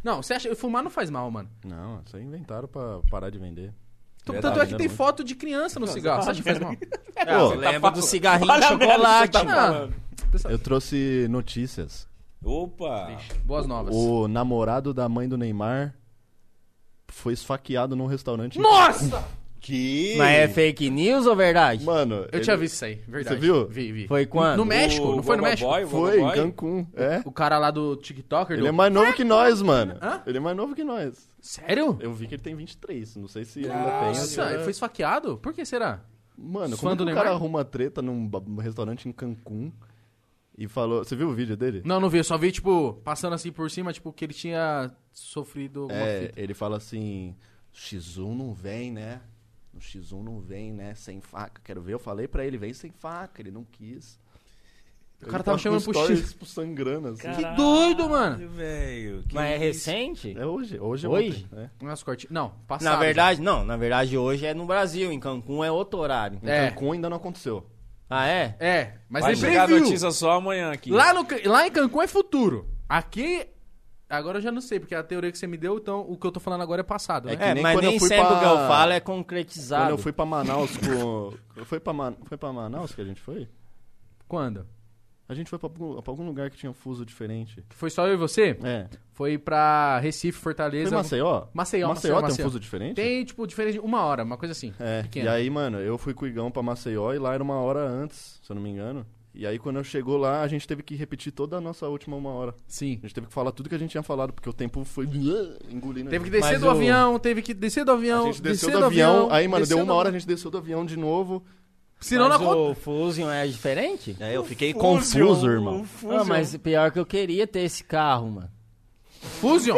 [SPEAKER 1] não, você acha... Fumar não faz mal, mano.
[SPEAKER 6] Não, isso aí inventaram pra parar de vender.
[SPEAKER 1] T-
[SPEAKER 6] Verdade,
[SPEAKER 1] Tanto é que
[SPEAKER 6] né,
[SPEAKER 1] tem
[SPEAKER 6] muito.
[SPEAKER 1] foto de criança no cigarro. Você acha que faz mal? Ah,
[SPEAKER 4] É,
[SPEAKER 6] Ô,
[SPEAKER 4] eu lembro
[SPEAKER 2] falando-
[SPEAKER 4] do cigarrinho de
[SPEAKER 2] Olha a merda que
[SPEAKER 4] chocolate.
[SPEAKER 2] você tá
[SPEAKER 1] mano.
[SPEAKER 2] falando.
[SPEAKER 6] Eu trouxe notícias.
[SPEAKER 2] Opa!
[SPEAKER 1] Boas novas.
[SPEAKER 6] O namorado da mãe do Neymar foi esfaqueado num restaurante.
[SPEAKER 1] Nossa!
[SPEAKER 6] Que...
[SPEAKER 4] Mas é fake news ou verdade?
[SPEAKER 6] Mano,
[SPEAKER 1] Eu
[SPEAKER 6] ele-
[SPEAKER 1] tinha visto isso aí, verdade.
[SPEAKER 6] Você viu?
[SPEAKER 1] Vi, vi.
[SPEAKER 4] Foi quando?
[SPEAKER 1] No México,
[SPEAKER 2] O
[SPEAKER 1] não foi no
[SPEAKER 2] Gogo
[SPEAKER 1] México?
[SPEAKER 2] Boy, o Gogo
[SPEAKER 6] Foi em
[SPEAKER 2] Boy?
[SPEAKER 6] Cancún, é.
[SPEAKER 1] O cara lá do TikToker.
[SPEAKER 6] Ele
[SPEAKER 1] do-
[SPEAKER 6] é mais novo que nós, mano.
[SPEAKER 1] Hã?
[SPEAKER 6] Ele é mais novo que nós.
[SPEAKER 1] Sério?
[SPEAKER 6] Eu vi que ele tem 23, não sei se ainda tem. né? é
[SPEAKER 1] Nossa, ele foi esfaqueado? Por que será?
[SPEAKER 6] Mano,
[SPEAKER 1] fã
[SPEAKER 6] como é
[SPEAKER 1] do
[SPEAKER 6] que o
[SPEAKER 1] Neymar?
[SPEAKER 6] cara arruma treta num ba- num restaurante em Cancún e falou... Você viu o vídeo dele?
[SPEAKER 1] Não, não vi. Eu só vi, tipo, passando assim por cima, tipo, que ele tinha sofrido alguma
[SPEAKER 6] É,
[SPEAKER 1] fita.
[SPEAKER 6] ele fala assim: X1 não vem, né? O X1 não vem, né? Sem faca. Quero ver. Eu falei pra ele: vem sem faca. Ele não quis. O
[SPEAKER 1] cara tava chamando pro X. um.
[SPEAKER 6] sangrando, assim.
[SPEAKER 1] Que doido, mano.
[SPEAKER 2] Caralho, velho. que
[SPEAKER 4] Mas é
[SPEAKER 2] isso?
[SPEAKER 4] recente?
[SPEAKER 6] É hoje. Hoje é
[SPEAKER 4] Hoje?
[SPEAKER 6] ontem, né?
[SPEAKER 1] Nossa, corte. Não, passado.
[SPEAKER 4] Na verdade, não. Na verdade, hoje é no Brasil. Em Cancún é outro horário.
[SPEAKER 6] Em
[SPEAKER 1] É.
[SPEAKER 6] Cancún ainda não aconteceu.
[SPEAKER 4] Ah, é?
[SPEAKER 1] É, mas
[SPEAKER 2] Vai
[SPEAKER 1] ele
[SPEAKER 2] chegar a
[SPEAKER 1] previu.
[SPEAKER 2] notícia só amanhã aqui.
[SPEAKER 1] Lá, no, Can- lá em Cancún é futuro. Aqui, agora eu já não sei, porque é a teoria que você me deu, então o que eu tô falando agora é passado, né?
[SPEAKER 6] que
[SPEAKER 4] É,
[SPEAKER 6] nem
[SPEAKER 4] mas
[SPEAKER 6] quando eu
[SPEAKER 4] nem
[SPEAKER 6] fui
[SPEAKER 4] sempre o que eu
[SPEAKER 6] pra-
[SPEAKER 4] falo é
[SPEAKER 6] Quando
[SPEAKER 4] concretizado.
[SPEAKER 6] eu fui pra Manaus com. foi, pra Man... foi pra Manaus que a gente foi?
[SPEAKER 1] Quando?
[SPEAKER 6] A gente foi pra algum, pra algum lugar que tinha um fuso diferente.
[SPEAKER 1] Que Foi só eu e você?
[SPEAKER 6] É.
[SPEAKER 1] Foi pra Recife, Fortaleza.
[SPEAKER 6] Foi Maceió?
[SPEAKER 1] Maceió, Maceió,
[SPEAKER 6] tem
[SPEAKER 1] Maceió.
[SPEAKER 6] um fuso diferente?
[SPEAKER 1] Tem, tipo, diferença de uma hora, uma coisa assim.
[SPEAKER 6] É,
[SPEAKER 1] pequena.
[SPEAKER 6] e aí, mano, eu fui com o Igão pra Maceió e lá era uma hora antes, se eu não me engano. E aí, quando eu chegou lá, a gente teve que repetir toda a nossa última uma hora.
[SPEAKER 1] Sim.
[SPEAKER 6] A gente teve que falar tudo que a gente tinha falado, porque o tempo foi <laughs> engolindo. a
[SPEAKER 1] Teve que
[SPEAKER 6] gente.
[SPEAKER 1] descer
[SPEAKER 4] Mas
[SPEAKER 1] do
[SPEAKER 4] o-
[SPEAKER 1] avião, teve que descer do
[SPEAKER 6] A
[SPEAKER 1] avião.
[SPEAKER 6] gente desceu
[SPEAKER 1] descer
[SPEAKER 6] do avião, aí, mano,
[SPEAKER 1] descer
[SPEAKER 6] deu uma
[SPEAKER 1] do-
[SPEAKER 6] hora, a gente desceu do avião de novo.
[SPEAKER 1] Senão não
[SPEAKER 4] mas
[SPEAKER 1] acontece.
[SPEAKER 4] o Fusion é diferente?
[SPEAKER 5] É, eu fiquei
[SPEAKER 2] Fusion,
[SPEAKER 5] confuso,
[SPEAKER 2] o
[SPEAKER 5] irmão.
[SPEAKER 2] Fusion.
[SPEAKER 4] Ah, mas pior que eu queria ter esse carro, mano.
[SPEAKER 1] <laughs> Fusion.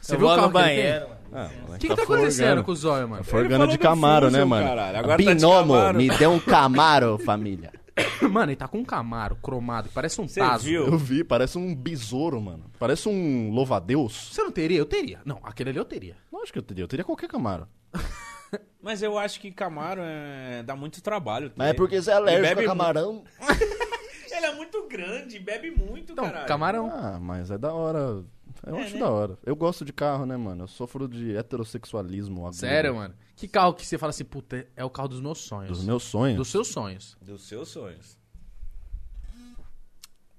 [SPEAKER 1] Você
[SPEAKER 4] eu
[SPEAKER 1] viu o
[SPEAKER 4] vou
[SPEAKER 1] carro
[SPEAKER 4] no
[SPEAKER 1] que ele tem?
[SPEAKER 4] banheiro. mano.
[SPEAKER 1] O que, que tá acontecendo com o zóio, mano?
[SPEAKER 5] Forgano
[SPEAKER 2] falou
[SPEAKER 5] Ah, de
[SPEAKER 2] do
[SPEAKER 5] Camaro,
[SPEAKER 2] Fusion,
[SPEAKER 5] né, mano?
[SPEAKER 2] caralho. Agora tá de
[SPEAKER 5] Binomo,
[SPEAKER 2] Camaro.
[SPEAKER 5] me deu um Camaro, família.
[SPEAKER 1] <laughs> Mano, ele tá com um Camaro cromado, que parece um
[SPEAKER 2] Você
[SPEAKER 1] Tazo.
[SPEAKER 2] viu?
[SPEAKER 6] <laughs> Eu vi, parece um besouro, mano. Parece um louva-a-deus.
[SPEAKER 1] Você não teria? Eu teria. Não, aquele ali eu teria.
[SPEAKER 6] Lógico que eu teria, eu teria qualquer Camaro.
[SPEAKER 2] Mas eu acho que Camaro é... dá muito trabalho.
[SPEAKER 5] Mas é
[SPEAKER 2] ter.
[SPEAKER 5] porque você é
[SPEAKER 2] Ele
[SPEAKER 5] alérgico
[SPEAKER 2] bebe
[SPEAKER 5] a camarão.
[SPEAKER 2] Ele é muito grande, bebe muito,
[SPEAKER 1] Então,
[SPEAKER 2] caralho.
[SPEAKER 1] camarão.
[SPEAKER 6] Ah, mas é da hora. Eu
[SPEAKER 4] É, né?
[SPEAKER 6] acho da hora. Eu gosto de carro, né, mano? Eu sofro de heterossexualismo agora.
[SPEAKER 1] Sério, mano. Que carro que você fala assim, puta, é o carro dos meus sonhos.
[SPEAKER 6] Dos meus sonhos.
[SPEAKER 1] Dos seus sonhos.
[SPEAKER 2] Dos seus sonhos.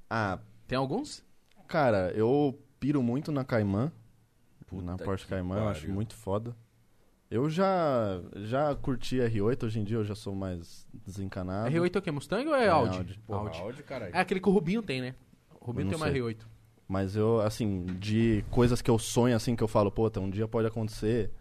[SPEAKER 6] Ah,
[SPEAKER 1] Tem alguns?
[SPEAKER 6] Cara, eu piro muito na Caimã. na Porsche
[SPEAKER 2] que
[SPEAKER 6] Caimã, eu acho
[SPEAKER 2] pariu.
[SPEAKER 6] muito foda. Eu já, já curti R8, hoje em dia eu já sou mais desencanado.
[SPEAKER 1] R8 é o quê? Mustang ou é,
[SPEAKER 6] É
[SPEAKER 1] Audi?
[SPEAKER 6] Audi.
[SPEAKER 2] Porra, Audi, caralho.
[SPEAKER 1] É aquele que o Rubinho tem, né? O Rubinho
[SPEAKER 6] Eu
[SPEAKER 1] tem
[SPEAKER 6] não
[SPEAKER 1] uma
[SPEAKER 6] sei.
[SPEAKER 1] R8.
[SPEAKER 6] Mas eu, assim, de coisas que eu sonho, assim, que eu falo, puta, um dia pode acontecer.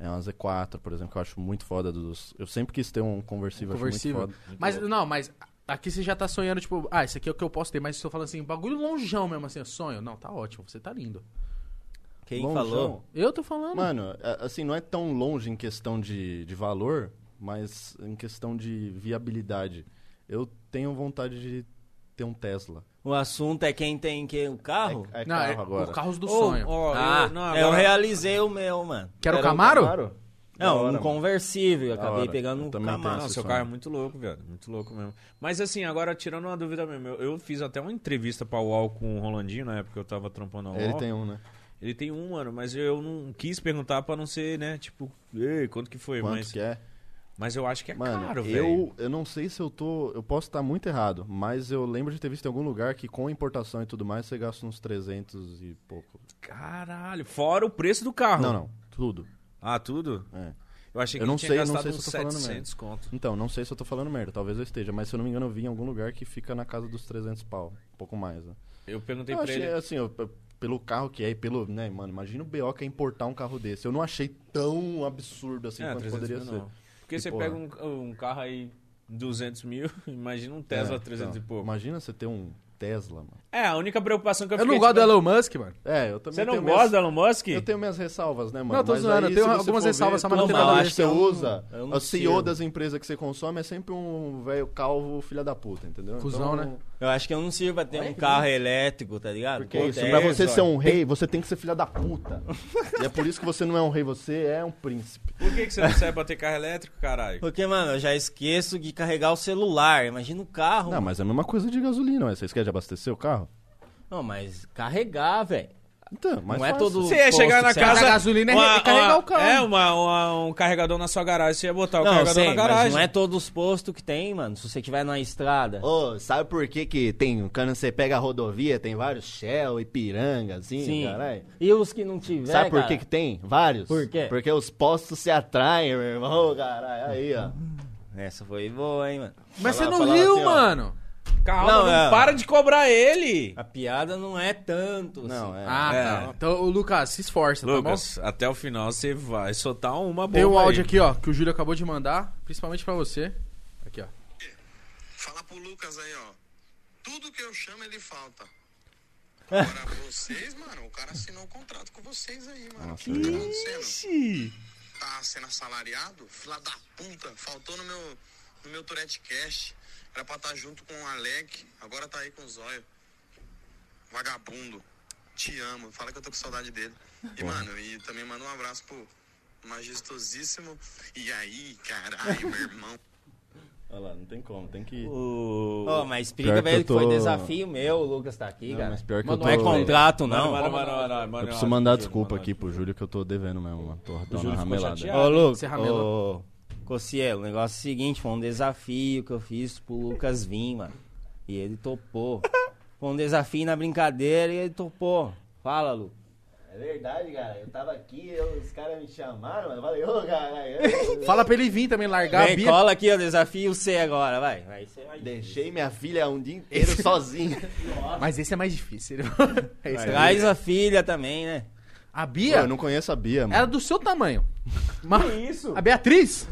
[SPEAKER 6] É uma Z4, por exemplo, que eu acho muito foda. Dos... Eu sempre quis ter um conversível,
[SPEAKER 1] Conversível.
[SPEAKER 6] acho muito foda.
[SPEAKER 1] Mas, não, mas Aqui você já tá sonhando, tipo, ah, isso aqui é o que eu posso ter, mas se eu falo assim, bagulho longeão mesmo assim, eu sonho. Não, tá ótimo, você tá lindo.
[SPEAKER 4] Quem
[SPEAKER 6] Lonjão.
[SPEAKER 4] falou?
[SPEAKER 1] Eu tô falando.
[SPEAKER 6] Mano, a- assim, não é tão longe em questão de, de valor, mas em questão de viabilidade. Eu tenho vontade de ter um Tesla.
[SPEAKER 4] O assunto é quem tem que o carro?
[SPEAKER 6] É, é
[SPEAKER 1] não,
[SPEAKER 6] carro
[SPEAKER 1] é
[SPEAKER 6] agora.
[SPEAKER 1] por carros do
[SPEAKER 2] Ô,
[SPEAKER 1] sonho.
[SPEAKER 2] ó,
[SPEAKER 4] ah,
[SPEAKER 2] eu, é, não,
[SPEAKER 4] eu
[SPEAKER 2] agora-
[SPEAKER 4] realizei o meu, mano.
[SPEAKER 1] Quer o
[SPEAKER 6] Era um
[SPEAKER 1] Camaro?
[SPEAKER 6] Da
[SPEAKER 4] Não,
[SPEAKER 6] hora,
[SPEAKER 4] um
[SPEAKER 6] mano.
[SPEAKER 4] conversível. Eu
[SPEAKER 6] Da
[SPEAKER 4] acabei
[SPEAKER 6] hora.
[SPEAKER 4] pegando
[SPEAKER 6] Eu
[SPEAKER 4] um
[SPEAKER 6] também tenho
[SPEAKER 4] Camaro.
[SPEAKER 2] Não,
[SPEAKER 6] esse
[SPEAKER 2] seu
[SPEAKER 6] sonho.
[SPEAKER 2] carro é muito louco, viado. Muito louco mesmo. Mas assim, agora tirando uma dúvida mesmo, eu, eu fiz até uma entrevista pra UOL com o Rolandinho na época que eu tava trampando a UOL.
[SPEAKER 6] Ele tem um, né?
[SPEAKER 2] Ele tem um, mano, mas eu não quis perguntar pra não ser, né? Tipo, ei, quanto que foi?
[SPEAKER 6] Quanto
[SPEAKER 2] mas,
[SPEAKER 6] que é?
[SPEAKER 2] mas eu acho que é
[SPEAKER 6] Mano,
[SPEAKER 2] caro, velho.
[SPEAKER 6] eu, eu não sei se eu tô. Eu posso estar muito errado, mas eu lembro de ter visto em algum lugar que com importação e tudo mais você gasta uns 300 e pouco.
[SPEAKER 2] Caralho, fora o preço do carro.
[SPEAKER 6] Não, não. Tudo.
[SPEAKER 2] Ah, tudo?
[SPEAKER 6] É.
[SPEAKER 2] Eu achei que
[SPEAKER 6] Eu não
[SPEAKER 2] ele tinha
[SPEAKER 6] sei, eu não
[SPEAKER 2] gastado
[SPEAKER 6] sei se
[SPEAKER 2] uns
[SPEAKER 6] eu tô falando
[SPEAKER 2] 700 conto.
[SPEAKER 6] Então, não sei se eu tô falando merda, talvez eu esteja, mas se eu não me engano eu vi em algum lugar que fica na casa dos 300 pau, um pouco mais, né?
[SPEAKER 2] Eu perguntei
[SPEAKER 6] Eu
[SPEAKER 2] pra
[SPEAKER 6] achei,
[SPEAKER 2] ele.
[SPEAKER 6] assim, eu- eu- pelo carro que é e pelo, né, mano, imagina o BO que é importar um carro desse. Eu não achei tão absurdo assim
[SPEAKER 2] É,
[SPEAKER 6] quanto
[SPEAKER 2] 300
[SPEAKER 6] poderia
[SPEAKER 2] mil
[SPEAKER 6] ser.
[SPEAKER 2] não. Porque
[SPEAKER 6] E,
[SPEAKER 2] você
[SPEAKER 6] porra.
[SPEAKER 2] pega um, um carro aí 200 mil, <laughs> imagina um Tesla
[SPEAKER 6] É,
[SPEAKER 2] 300
[SPEAKER 6] então,
[SPEAKER 2] e pouco.
[SPEAKER 6] Imagina você ter um Tesla, mano.
[SPEAKER 2] É, a única preocupação que eu
[SPEAKER 1] Eu
[SPEAKER 2] fiquei...
[SPEAKER 1] não gosto do
[SPEAKER 2] tipo,
[SPEAKER 1] Elon Musk, mano.
[SPEAKER 6] É, eu também
[SPEAKER 2] Você não
[SPEAKER 6] tenho
[SPEAKER 2] gosta
[SPEAKER 6] minhas-
[SPEAKER 2] do Elon Musk?
[SPEAKER 6] Eu tenho minhas ressalvas, né, mano?
[SPEAKER 1] Não, eu tô
[SPEAKER 6] Mas
[SPEAKER 1] zoando,
[SPEAKER 6] aí,
[SPEAKER 1] eu tenho
[SPEAKER 6] se você
[SPEAKER 1] algumas
[SPEAKER 6] for
[SPEAKER 1] ressalvas, só
[SPEAKER 6] ver,
[SPEAKER 1] mas não
[SPEAKER 6] tudo
[SPEAKER 1] tem nada a
[SPEAKER 6] mais
[SPEAKER 4] ver.
[SPEAKER 6] que você
[SPEAKER 4] Eu não-
[SPEAKER 6] usa,
[SPEAKER 4] eu não
[SPEAKER 6] o CEO
[SPEAKER 4] tiro.
[SPEAKER 6] das empresas que você consome é sempre um velho calvo filha da puta, entendeu?
[SPEAKER 1] Cusão,
[SPEAKER 6] Então,
[SPEAKER 1] né?
[SPEAKER 4] Eu acho que eu não sirvo pra ter um carro elétrico, tá ligado?
[SPEAKER 6] Que é isso,
[SPEAKER 4] Pô,
[SPEAKER 6] pra
[SPEAKER 4] Tesla.
[SPEAKER 6] você ser um rei, você tem que ser filha da puta. e é por isso que você não é um rei, você é um príncipe.
[SPEAKER 2] Por que, que você não sai pra ter carro elétrico, caralho?
[SPEAKER 4] Porque, mano, eu já esqueço de carregar o celular. Imagina o carro.
[SPEAKER 6] Não,
[SPEAKER 4] mano.
[SPEAKER 6] mas é a mesma coisa de gasolina, ué. Vocês querem abastecer o carro?
[SPEAKER 4] Não, mas carregar, velho.
[SPEAKER 6] Então, mas
[SPEAKER 4] Não é
[SPEAKER 6] faz.
[SPEAKER 4] todo-
[SPEAKER 2] Você ia
[SPEAKER 4] posto
[SPEAKER 2] chegar
[SPEAKER 4] que
[SPEAKER 2] na
[SPEAKER 4] você
[SPEAKER 2] casa.
[SPEAKER 1] carrega gasolina e re- carregar o carro.
[SPEAKER 2] É, uma, uma- um carregador na sua garagem. Você ia botar o
[SPEAKER 4] Não,
[SPEAKER 2] carregador
[SPEAKER 4] sei,
[SPEAKER 2] na
[SPEAKER 4] mas
[SPEAKER 2] garagem.
[SPEAKER 4] não é todos os postos que tem, mano. Se você tiver na estrada.
[SPEAKER 5] Ô, sabe por que que tem, quando você pega a rodovia, tem vários Shell, Ipiranga, assim,
[SPEAKER 4] Sim.
[SPEAKER 5] caralho?
[SPEAKER 4] E os que não tiver,
[SPEAKER 5] Sabe por
[SPEAKER 4] cara?
[SPEAKER 5] que que tem? Vários.
[SPEAKER 4] Por quê?
[SPEAKER 5] Porque os postos se atraem, meu irmão, <laughs> caralho. Aí, ó.
[SPEAKER 4] Essa foi boa, hein, mano.
[SPEAKER 1] Mas você
[SPEAKER 5] Falava-
[SPEAKER 1] não
[SPEAKER 5] falava
[SPEAKER 1] riu,
[SPEAKER 5] assim, ó.
[SPEAKER 1] mano.
[SPEAKER 2] Calma, não,
[SPEAKER 4] Não, é.
[SPEAKER 2] para de cobrar ele.
[SPEAKER 4] A piada não é tanto.
[SPEAKER 6] Não, é.
[SPEAKER 1] Ah,
[SPEAKER 2] É.
[SPEAKER 1] tá. Então, ô, Lucas, se esforça, tá
[SPEAKER 2] Lucas, até o final você vai soltar uma
[SPEAKER 1] bom?
[SPEAKER 2] bomba.
[SPEAKER 1] Tem um áudio
[SPEAKER 2] aí.
[SPEAKER 1] aqui, ó, que o Júlio acabou de mandar, principalmente pra você. Aqui, ó.
[SPEAKER 3] Fala pro Lucas aí, ó. Tudo que eu chamo ele falta. Agora vocês, mano, o cara assinou um contrato com vocês aí, mano. O que tá acontecendo?
[SPEAKER 2] Ixi.
[SPEAKER 3] Tá sendo assalariado? Fila da puta, faltou no meu, no meu Tourette Cash. Era pra estar junto com o Alec, agora tá aí com o Zóio. Vagabundo, te amo, fala que eu tô com saudade dele. E, mano, e também manda um abraço pro majestosíssimo. E aí, caralho, meu irmão.
[SPEAKER 6] Olha lá, não tem como, tem que...
[SPEAKER 2] O-
[SPEAKER 4] Ô, mas explica,
[SPEAKER 6] Pior que
[SPEAKER 4] velho,
[SPEAKER 6] eu
[SPEAKER 4] que foi
[SPEAKER 6] tô-
[SPEAKER 4] desafio meu, o Lucas tá aqui,
[SPEAKER 6] Não,
[SPEAKER 4] cara.
[SPEAKER 6] mas pior que
[SPEAKER 1] Mas
[SPEAKER 6] eu
[SPEAKER 4] Não
[SPEAKER 6] tô...
[SPEAKER 4] é contrato,
[SPEAKER 2] Mano,
[SPEAKER 4] não.
[SPEAKER 2] mano, mano, mano, mano,
[SPEAKER 6] Eu
[SPEAKER 2] mano,
[SPEAKER 6] preciso
[SPEAKER 2] mano,
[SPEAKER 6] mandar
[SPEAKER 2] mano,
[SPEAKER 6] desculpa
[SPEAKER 2] mano.
[SPEAKER 6] aqui pro Júlio que eu tô devendo mesmo, mano. Tô dando
[SPEAKER 2] Júlio
[SPEAKER 6] uma
[SPEAKER 2] ficou
[SPEAKER 6] ramelada.
[SPEAKER 2] chateado.
[SPEAKER 4] Ô, Lucas,
[SPEAKER 1] Você ramelou.
[SPEAKER 4] ô, Cossielo, o negócio é o seguinte, foi um desafio que eu fiz pro Lucas vir, mano. E ele topou. Foi um desafio na brincadeira e ele topou. Fala, Lu.
[SPEAKER 5] É verdade, cara. Eu tá- tava aqui, eu- os caras me chamaram, mano. Eu falei, ô, caralho.
[SPEAKER 1] Fala pra ele vir também, largar a
[SPEAKER 4] Vem,
[SPEAKER 1] Bia.
[SPEAKER 4] cola aqui, ó, desafio C agora, vai. Vai, você vai.
[SPEAKER 5] Deixei minha filha um dia inteiro <laughs> sozinha.
[SPEAKER 1] Mas esse é mais difícil. <laughs> É esse aí.
[SPEAKER 4] Traz a filha também, né?
[SPEAKER 1] A
[SPEAKER 6] Pô,
[SPEAKER 1] Bia
[SPEAKER 6] eu não conheço a Bia,
[SPEAKER 4] É
[SPEAKER 6] mano.
[SPEAKER 1] era do seu tamanho. Mas
[SPEAKER 2] isso?
[SPEAKER 1] a Beatriz?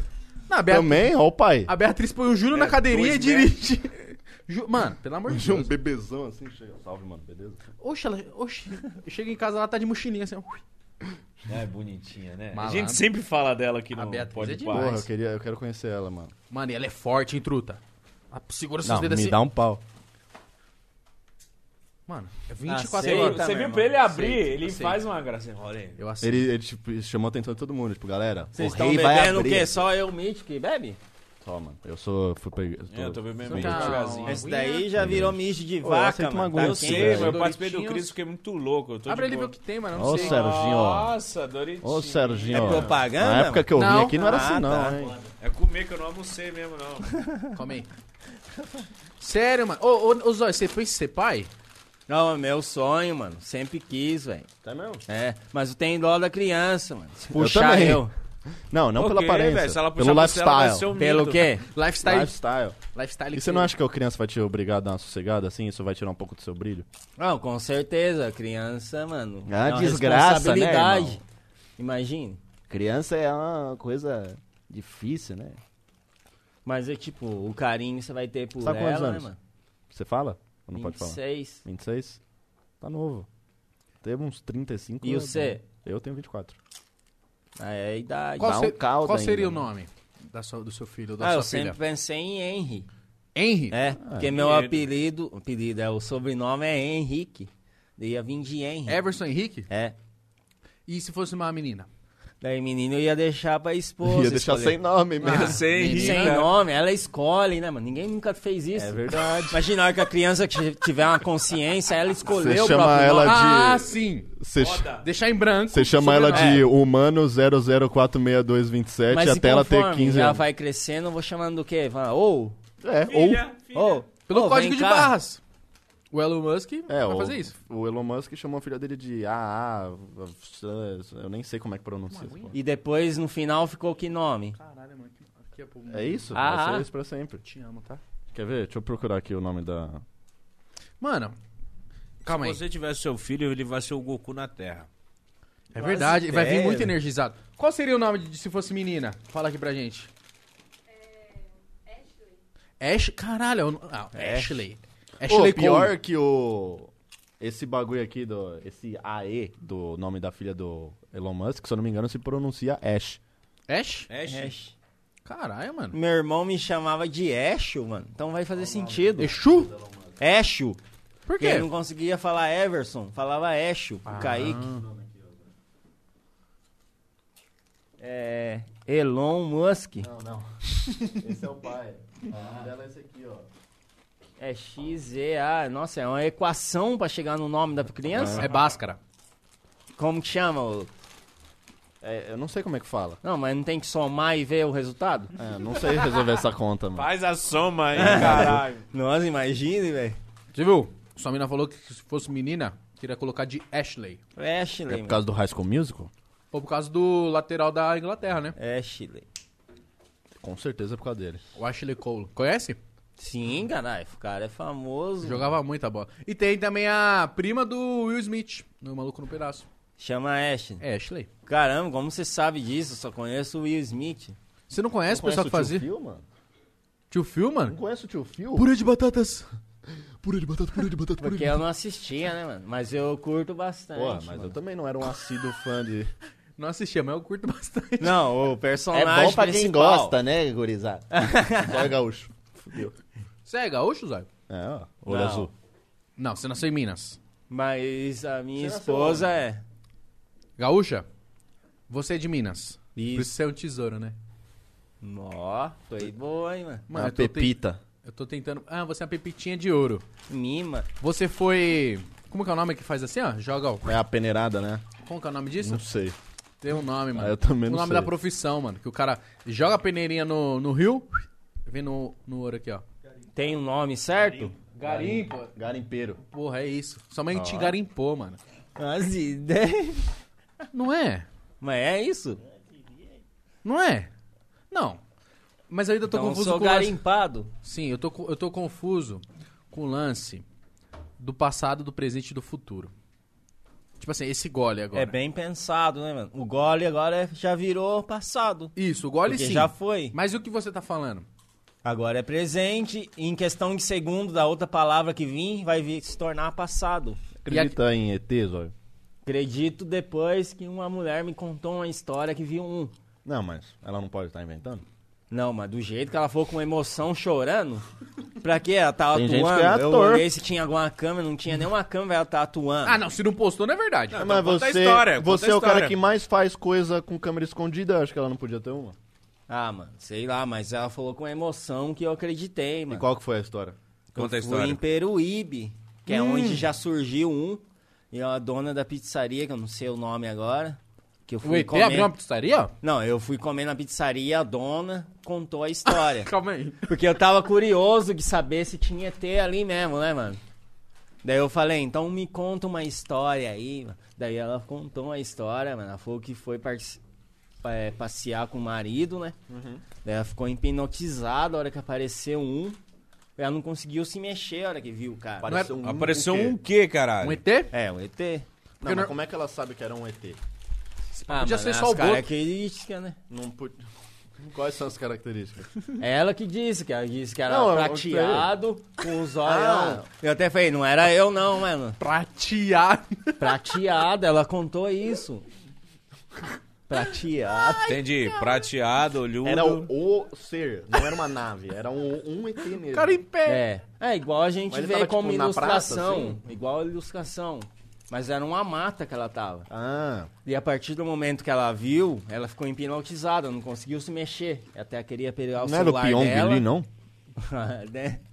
[SPEAKER 1] Não, a, Bea-
[SPEAKER 6] Também? Ó o pai.
[SPEAKER 1] a Beatriz põe o Júlio na cadeirinha e dirige. <laughs> Ju- Mano, pelo amor de
[SPEAKER 6] Tinha um
[SPEAKER 1] Deus.
[SPEAKER 6] bebezão assim, chega. Salve, mano, beleza?
[SPEAKER 1] Oxe, ela... Oxe, chega em casa, ela tá de mochilinha assim, ó.
[SPEAKER 2] É bonitinha, né? A
[SPEAKER 1] Malandro.
[SPEAKER 2] gente sempre fala dela aqui
[SPEAKER 1] A
[SPEAKER 2] no
[SPEAKER 1] Beatriz é
[SPEAKER 2] Pode
[SPEAKER 1] demais.
[SPEAKER 2] Pá.
[SPEAKER 6] Porra, eu, queria, eu quero conhecer ela, mano.
[SPEAKER 1] Mano, e ela é forte, hein, truta? Ela segura seus
[SPEAKER 6] Não, me
[SPEAKER 1] dedos assim.
[SPEAKER 6] dá um pau.
[SPEAKER 1] Mano, é 24
[SPEAKER 4] Aceita,
[SPEAKER 1] horas.
[SPEAKER 2] Você
[SPEAKER 4] meu
[SPEAKER 2] viu
[SPEAKER 4] irmão.
[SPEAKER 2] pra ele abrir,
[SPEAKER 1] Aceito,
[SPEAKER 2] ele
[SPEAKER 1] aceito.
[SPEAKER 2] faz uma graça. Olha aí.
[SPEAKER 1] Eu aceito.
[SPEAKER 6] Ele, ele, tipo, chamou a atenção de todo mundo. Tipo, galera,
[SPEAKER 4] Vocês
[SPEAKER 5] O
[SPEAKER 4] estão
[SPEAKER 5] rei vai
[SPEAKER 4] bebendo o
[SPEAKER 5] abrir.
[SPEAKER 4] quê? Só eu, Mítico, que bebe?
[SPEAKER 6] Toma, eu sou. Fui pegar,
[SPEAKER 2] É, eu tô bebendo
[SPEAKER 1] Não,
[SPEAKER 2] bem
[SPEAKER 6] tá
[SPEAKER 2] devagarzinho.
[SPEAKER 4] Esse daí já virou mijo de
[SPEAKER 6] eu
[SPEAKER 4] vaca,
[SPEAKER 6] aceito uma
[SPEAKER 4] mano. Tá
[SPEAKER 6] aguinha pra
[SPEAKER 2] Eu
[SPEAKER 6] você,
[SPEAKER 4] quente.
[SPEAKER 2] sei, mas eu
[SPEAKER 1] Doritinhos.
[SPEAKER 2] participei do Cris, fiquei muito louco. Eu tô
[SPEAKER 1] Abre
[SPEAKER 2] de
[SPEAKER 1] ele ver o
[SPEAKER 2] boa.
[SPEAKER 1] que tem, mano. eu Não
[SPEAKER 6] Ô,
[SPEAKER 1] sei.
[SPEAKER 6] Serginho, ó.
[SPEAKER 2] Nossa, Doritinho.
[SPEAKER 6] Ô, Serginho,
[SPEAKER 4] É
[SPEAKER 6] ó.
[SPEAKER 4] propaganda,
[SPEAKER 6] Na época que eu
[SPEAKER 1] mano?
[SPEAKER 6] vim aqui não era
[SPEAKER 4] Não.
[SPEAKER 6] assim, não,
[SPEAKER 4] Ah, tá.
[SPEAKER 6] hein?
[SPEAKER 2] É comer que eu não almocei mesmo, não.
[SPEAKER 1] Calma aí. Sério, mano. Ô, ô, ô Zóio, você pensa em ser pai?
[SPEAKER 4] Não, é meu sonho, mano. Sempre quis, velho.
[SPEAKER 6] Tá mesmo?
[SPEAKER 4] É, mas eu tenho dó da criança, mano. Se
[SPEAKER 6] Eu
[SPEAKER 4] puxar
[SPEAKER 6] também.
[SPEAKER 4] eu.
[SPEAKER 6] Não, não
[SPEAKER 2] Ok,
[SPEAKER 6] pela aparência.
[SPEAKER 2] velho, se ela puxar
[SPEAKER 6] pelo
[SPEAKER 2] você, ela vai
[SPEAKER 6] lifestyle.
[SPEAKER 2] ser um
[SPEAKER 4] Pelo
[SPEAKER 2] mito.
[SPEAKER 4] quê?
[SPEAKER 1] Lifestyle.
[SPEAKER 6] Lifestyle.
[SPEAKER 1] Lifestyle.
[SPEAKER 6] E você não acha que a criança vai te obrigar a dar uma sossegada assim? Isso vai tirar um pouco do seu brilho?
[SPEAKER 4] Não, com certeza. Criança, mano.
[SPEAKER 5] É uma desgraça, né, irmão?
[SPEAKER 4] Imagine.
[SPEAKER 5] Criança é uma coisa difícil, né?
[SPEAKER 4] Mas é tipo, o carinho você vai ter por
[SPEAKER 6] Sabe
[SPEAKER 4] ela,
[SPEAKER 6] quantos
[SPEAKER 4] né,
[SPEAKER 6] anos?
[SPEAKER 4] mano?
[SPEAKER 6] Você fala? Ou não pode falar?
[SPEAKER 4] 26.
[SPEAKER 6] 26? Tá novo. Teve uns 35
[SPEAKER 4] E
[SPEAKER 6] né,
[SPEAKER 4] você?
[SPEAKER 6] bom. Eu tenho 24.
[SPEAKER 4] Ah, é a idade.
[SPEAKER 5] Dá
[SPEAKER 1] Qual,
[SPEAKER 5] um
[SPEAKER 1] se-
[SPEAKER 5] caldo
[SPEAKER 1] qual seria
[SPEAKER 6] ainda, né?
[SPEAKER 1] o nome da sua- do seu filho ou da
[SPEAKER 4] Ah, eu
[SPEAKER 1] sua filha?
[SPEAKER 4] sempre pensei em Henry.
[SPEAKER 1] Henry?
[SPEAKER 4] É, porque meu
[SPEAKER 2] Henry.
[SPEAKER 4] apelido, apelido é, o sobrenome é Henrique. Daí ia vir de Henry.
[SPEAKER 1] Everson Henrique?
[SPEAKER 4] É.
[SPEAKER 1] E se fosse uma menina?
[SPEAKER 4] Daí menino eu ia deixar pra
[SPEAKER 6] <laughs>
[SPEAKER 4] esposa.
[SPEAKER 5] Ia deixar
[SPEAKER 4] escolher.
[SPEAKER 5] sem nome
[SPEAKER 2] <laughs>
[SPEAKER 5] mesmo.
[SPEAKER 2] Eu sei,
[SPEAKER 1] menina.
[SPEAKER 2] Henrique.
[SPEAKER 4] Sem
[SPEAKER 2] né?
[SPEAKER 4] nome, ela escolhe, né, mano? Ninguém nunca fez isso.
[SPEAKER 6] É verdade.
[SPEAKER 4] Imagina a hora que a criança ti- tiver uma consciência, ela escolheu
[SPEAKER 6] Você
[SPEAKER 4] o
[SPEAKER 6] chama
[SPEAKER 4] próprio
[SPEAKER 6] ela
[SPEAKER 4] nome.
[SPEAKER 1] Ah,
[SPEAKER 6] de-
[SPEAKER 1] sim.
[SPEAKER 6] Você ch-
[SPEAKER 2] Foda.
[SPEAKER 1] Deixar em branco.
[SPEAKER 6] você chama ela
[SPEAKER 1] sobrenome.
[SPEAKER 6] de humano 0046227
[SPEAKER 4] Mas se
[SPEAKER 6] até ela ter
[SPEAKER 4] conforme
[SPEAKER 6] 15
[SPEAKER 4] ela
[SPEAKER 6] anos.
[SPEAKER 4] vai crescendo, eu vou chamando o quê? Fala, ou,
[SPEAKER 6] É, ou...
[SPEAKER 2] Filha, filha.
[SPEAKER 4] ou.
[SPEAKER 1] É, Pelo
[SPEAKER 4] ô,
[SPEAKER 1] código
[SPEAKER 4] vem
[SPEAKER 1] de
[SPEAKER 4] cá.
[SPEAKER 1] barras. O Elon Musk
[SPEAKER 6] É,
[SPEAKER 1] vai
[SPEAKER 6] o,
[SPEAKER 1] fazer isso.
[SPEAKER 6] o Elon Musk chamou a filha dele de AA, eu nem sei como é que pronuncia. essa porra.
[SPEAKER 4] E depois, no final, ficou que nome?
[SPEAKER 1] Caralho, mano. Aqui é pro
[SPEAKER 6] É isso?
[SPEAKER 4] AA.
[SPEAKER 6] Vai ser isso pra sempre.
[SPEAKER 1] Te amo, tá?
[SPEAKER 6] Quer ver? Deixa eu procurar aqui o nome da...
[SPEAKER 1] Mano, calma aí.
[SPEAKER 2] Se você tivesse seu filho, ele vai ser o Goku na Terra.
[SPEAKER 1] É verdade, vai vir
[SPEAKER 2] ideia,
[SPEAKER 1] muito
[SPEAKER 2] velho.
[SPEAKER 1] energizado. Qual seria o nome de, de se fosse menina? Fala aqui pra gente. Ashley. Caralho, é o no- ah, Ashley. Ashley
[SPEAKER 6] Ô, pior
[SPEAKER 1] Cole.
[SPEAKER 6] que o... Esse bagulho aqui, do, esse AE do nome da filha do Elon Musk, se eu não me engano, se pronuncia Ash.
[SPEAKER 1] Ash?
[SPEAKER 2] É, Chico?
[SPEAKER 4] Ash.
[SPEAKER 1] Caralho, mano.
[SPEAKER 4] Meu irmão me chamava de Esho, mano. Então vai fazer sentido.
[SPEAKER 1] Exu?
[SPEAKER 4] Esho.
[SPEAKER 1] Por
[SPEAKER 4] Porque
[SPEAKER 1] quê?
[SPEAKER 4] ele não conseguia falar Everson, falava Esho,
[SPEAKER 6] Ah.
[SPEAKER 4] o Kaique. É. Elon Musk.
[SPEAKER 6] Não, <laughs> não. Esse é o pai. O nome dela é esse aqui, ó.
[SPEAKER 4] É XEA. Nossa, é uma equação pra chegar no nome da criança?
[SPEAKER 1] É Báscara.
[SPEAKER 4] Como que chama? ô?
[SPEAKER 6] É, eu não sei como é que fala.
[SPEAKER 4] Não, mas não tem que somar e ver o resultado?
[SPEAKER 6] É, eu não sei resolver essa conta, mano.
[SPEAKER 2] Faz a soma aí,
[SPEAKER 4] É.
[SPEAKER 2] caralho.
[SPEAKER 4] <laughs> Nossa, imagine, velho.
[SPEAKER 1] Você viu? Sua mina falou que se fosse menina, queria colocar de Ashley.
[SPEAKER 6] É
[SPEAKER 4] Ashley,
[SPEAKER 6] por
[SPEAKER 4] mano.
[SPEAKER 6] causa do High School Musical?
[SPEAKER 1] Ou por causa do lateral da Inglaterra, né?
[SPEAKER 4] Ashley.
[SPEAKER 6] Com certeza é por causa dele.
[SPEAKER 1] O Ashley Cole. Conhece?
[SPEAKER 4] Sim, caralho. O cara é famoso.
[SPEAKER 1] Jogava muita bola. E tem também a prima do Will Smith, no Maluco no Pedaço.
[SPEAKER 4] Chama Ashley.
[SPEAKER 1] É Ashley.
[SPEAKER 4] Caramba, como você sabe disso? Eu só conheço o Will Smith.
[SPEAKER 1] Você não conhece o pessoal que
[SPEAKER 6] Conhece
[SPEAKER 1] fazia?
[SPEAKER 6] o tio Phil, mano?
[SPEAKER 1] Tio Phil, mano?
[SPEAKER 6] Não conhece o tio Phil?
[SPEAKER 1] Purê de batatas. Purê de batata, purê de batata,
[SPEAKER 4] Porque eu não assistia, né, mano? Mas eu curto bastante.
[SPEAKER 6] Porra, mas
[SPEAKER 4] mano.
[SPEAKER 6] eu também não era um assíduo fã de...
[SPEAKER 1] Não assistia, mas eu curto <laughs> bastante.
[SPEAKER 4] Não, o
[SPEAKER 5] É
[SPEAKER 4] personagem
[SPEAKER 5] bom pra quem
[SPEAKER 4] principal.
[SPEAKER 5] gosta, né, gurizada?
[SPEAKER 6] <laughs>
[SPEAKER 5] Só é gaúcho. Fudeu.
[SPEAKER 1] Você é gaúcho, Zé?
[SPEAKER 6] É, ó. Olho
[SPEAKER 4] Não.
[SPEAKER 6] azul.
[SPEAKER 1] Não, você nasceu em Minas.
[SPEAKER 4] Mas a minha
[SPEAKER 6] Você nasceu
[SPEAKER 4] esposa é...
[SPEAKER 1] Gaúcha, você é de Minas. Por
[SPEAKER 4] Isso.
[SPEAKER 1] isso você é um tesouro, né?
[SPEAKER 4] Ó, foi boa, hein, mano?
[SPEAKER 1] Mano,
[SPEAKER 6] É Uma
[SPEAKER 1] eu tô te-
[SPEAKER 6] pepita.
[SPEAKER 1] Eu tô tentando... Ah, você é uma pepitinha de ouro.
[SPEAKER 4] Mima.
[SPEAKER 1] Você foi... Como que é o nome que faz assim, ó? Joga o...
[SPEAKER 6] É a peneirada, né?
[SPEAKER 1] Como que é o nome disso?
[SPEAKER 6] Não sei.
[SPEAKER 1] Tem um nome, mano.
[SPEAKER 6] Ah, eu também
[SPEAKER 1] o
[SPEAKER 6] não
[SPEAKER 1] nome
[SPEAKER 6] sei.
[SPEAKER 1] da profissão, mano. Que o cara joga a peneirinha no, no rio, vem no, no ouro aqui, ó.
[SPEAKER 4] Tem um nome certo?
[SPEAKER 1] Garimpa.
[SPEAKER 6] Garimpeiro.
[SPEAKER 1] Porra, é isso. Sua
[SPEAKER 6] Ah,
[SPEAKER 1] mãe te garimpou, mano.
[SPEAKER 4] As ideias.
[SPEAKER 1] Não é?
[SPEAKER 4] Mas é isso?
[SPEAKER 1] Não é? Não. Mas eu ainda tô
[SPEAKER 4] então eu
[SPEAKER 1] confuso
[SPEAKER 4] sou
[SPEAKER 1] com o
[SPEAKER 4] garimpado.
[SPEAKER 1] lance... Sim, eu tô, co- eu tô confuso com o lance do passado, do presente e do futuro. Tipo assim, esse gole agora.
[SPEAKER 4] É bem pensado, né, mano? O gole agora é- já virou passado.
[SPEAKER 1] Isso, o gole
[SPEAKER 4] porque
[SPEAKER 1] sim.
[SPEAKER 4] já foi.
[SPEAKER 1] Mas e o que você tá falando?
[SPEAKER 4] Agora é presente. E em questão de segundo da outra palavra que vim, vai vir- se tornar passado.
[SPEAKER 6] Acredita em ET, Zóio?
[SPEAKER 4] Acredito depois que uma mulher me contou uma história que viu um.
[SPEAKER 6] Não, mas ela não pode estar inventando?
[SPEAKER 4] Não, mas do jeito que ela for com emoção chorando, pra quê? Ela tá
[SPEAKER 6] Tem gente
[SPEAKER 4] atuando.
[SPEAKER 6] que é
[SPEAKER 4] Eu
[SPEAKER 6] ator.
[SPEAKER 4] olhei se tinha alguma câmera, não tinha nenhuma câmera, ela tá atuando.
[SPEAKER 1] Ah, não, se não postou, não é verdade.
[SPEAKER 6] mas
[SPEAKER 2] conta a
[SPEAKER 6] você,
[SPEAKER 2] história, conta
[SPEAKER 6] você
[SPEAKER 2] a
[SPEAKER 6] é o cara
[SPEAKER 2] história.
[SPEAKER 6] que mais faz coisa com câmera escondida, acho que ela não podia ter uma.
[SPEAKER 4] Ah, mano, sei lá, mas ela falou com emoção que eu acreditei, mano.
[SPEAKER 6] E qual que foi a história?
[SPEAKER 2] Conta a
[SPEAKER 4] eu fui
[SPEAKER 2] história. Hum.
[SPEAKER 4] em Peruíbe, que é onde já surgiu um. E a dona da pizzaria, que eu não sei o nome agora, que eu
[SPEAKER 1] O
[SPEAKER 4] fui
[SPEAKER 1] ET abriu uma
[SPEAKER 4] comer.
[SPEAKER 1] pizzaria?
[SPEAKER 4] Não, eu fui comer na pizzaria, a dona contou a história.
[SPEAKER 1] Calma aí.
[SPEAKER 4] Porque eu tava curioso de saber se tinha ET ali mesmo, né, mano? Daí eu falei, então me conta uma história aí. mano. Daí ela contou uma história, mano. Ela falou que foi parce- pa- é, passear com o marido, né? Daí ela ficou hipnotizada a hora que apareceu um. Ela não conseguiu se mexer a hora que viu o cara.
[SPEAKER 6] Apareceu um.
[SPEAKER 2] Apareceu
[SPEAKER 6] o quê?
[SPEAKER 2] um quê, caralho?
[SPEAKER 1] Um ET?
[SPEAKER 4] É, o ET.
[SPEAKER 6] Não,
[SPEAKER 1] não-
[SPEAKER 6] mas como é que ela sabe que era um ET?
[SPEAKER 4] Ah,
[SPEAKER 1] Podia
[SPEAKER 4] mano,
[SPEAKER 1] ser
[SPEAKER 4] as
[SPEAKER 1] só o Boto.
[SPEAKER 4] características, né?
[SPEAKER 6] Não pude. <laughs> Quais são as características?
[SPEAKER 4] É Ela que disse, que ela disse que era
[SPEAKER 6] Não, eu
[SPEAKER 4] prateado, com os olhos. Eu até falei, não era eu não, mano.
[SPEAKER 1] Prateado.
[SPEAKER 4] Prateado, ela contou isso. Prateado.
[SPEAKER 2] Entendi. Prateado, olhudo.
[SPEAKER 6] Era um o, o ser, não era uma nave, era um, um ET mesmo.
[SPEAKER 1] Cara em pé.
[SPEAKER 4] É. É, igual a gente
[SPEAKER 6] Mas ele
[SPEAKER 4] vê
[SPEAKER 6] tava, tipo,
[SPEAKER 4] como
[SPEAKER 6] na
[SPEAKER 4] ilustração.
[SPEAKER 6] praça, assim?
[SPEAKER 4] Igual a ilustração. Mas era uma mata que ela tava.
[SPEAKER 6] Ah,
[SPEAKER 4] E a partir do momento que ela viu, ela ficou hipnotizada, não conseguiu se mexer. Até queria pegar o
[SPEAKER 6] não era o
[SPEAKER 4] celular
[SPEAKER 6] Pyong
[SPEAKER 4] dela.
[SPEAKER 6] ali, não?
[SPEAKER 4] <laughs> Né? É.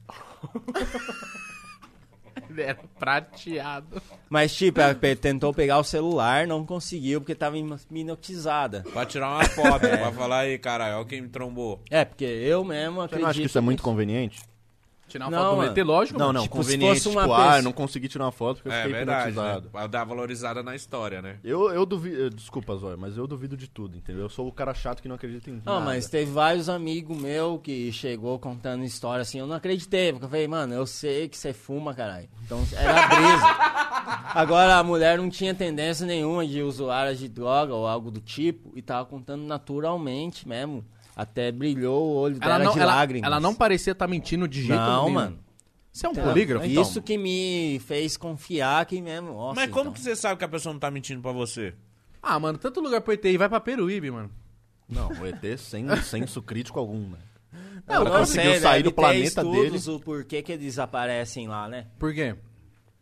[SPEAKER 1] Ele era prateado.
[SPEAKER 4] Mas, tipo, ela pe- tentou pegar o celular, não conseguiu, porque tava hipnotizada.
[SPEAKER 2] Pra tirar uma foto, pra falar aí, caralho, olha quem me trombou.
[SPEAKER 4] É, porque eu mesmo
[SPEAKER 6] Você
[SPEAKER 4] acredito...
[SPEAKER 6] não acha que isso é muito conveniente?
[SPEAKER 1] Tirar uma
[SPEAKER 4] Não,
[SPEAKER 1] foto do
[SPEAKER 4] mano.
[SPEAKER 1] ET, lógico.
[SPEAKER 6] Não, não,
[SPEAKER 4] Tipo, se
[SPEAKER 6] conveniente.
[SPEAKER 4] fosse
[SPEAKER 6] Tipo,
[SPEAKER 4] uma
[SPEAKER 6] ah,
[SPEAKER 4] pessoa-
[SPEAKER 6] eu não consegui tirar uma foto porque eu
[SPEAKER 2] É
[SPEAKER 6] fiquei
[SPEAKER 2] verdade, né?
[SPEAKER 6] hipnotizado.
[SPEAKER 2] Pra dar valorizada na história, né?
[SPEAKER 6] Eu, eu duvido. Desculpa, Zóia, mas eu duvido de tudo, entendeu? Eu sou o cara chato que não acredita em nada.
[SPEAKER 4] Não, Ah, mas teve vários amigos meus que chegou contando história assim, eu não acreditei, porque eu falei, mano, eu sei que você fuma, caralho. Então era brisa. Agora a mulher não tinha tendência nenhuma de usuária de droga ou algo do tipo e tava contando naturalmente mesmo. Até brilhou o olho
[SPEAKER 1] Ela
[SPEAKER 4] dela
[SPEAKER 1] não,
[SPEAKER 4] de
[SPEAKER 1] ela,
[SPEAKER 4] lágrimas.
[SPEAKER 1] ela não parecia estar mentindo de jeito
[SPEAKER 4] Não,
[SPEAKER 1] nenhum.
[SPEAKER 4] mano.
[SPEAKER 1] Você é um
[SPEAKER 4] Então,
[SPEAKER 1] polígrafo?
[SPEAKER 4] Isso que me fez confiar que mesmo. Nossa,
[SPEAKER 2] Mas como
[SPEAKER 4] então.
[SPEAKER 2] que você sabe que a pessoa não tá mentindo pra você?
[SPEAKER 1] Ah, mano, tanto lugar pro ET e vai pra Peruíbe, mano.
[SPEAKER 6] Não, o ET
[SPEAKER 4] <laughs>
[SPEAKER 6] sem senso crítico algum, né?
[SPEAKER 4] Não,
[SPEAKER 6] Ela
[SPEAKER 4] não
[SPEAKER 6] conseguiu
[SPEAKER 4] sei,
[SPEAKER 6] sair
[SPEAKER 4] deve
[SPEAKER 6] do
[SPEAKER 4] ter
[SPEAKER 6] planeta
[SPEAKER 4] estudos O porquê que eles aparecem lá, né?
[SPEAKER 1] Por quê?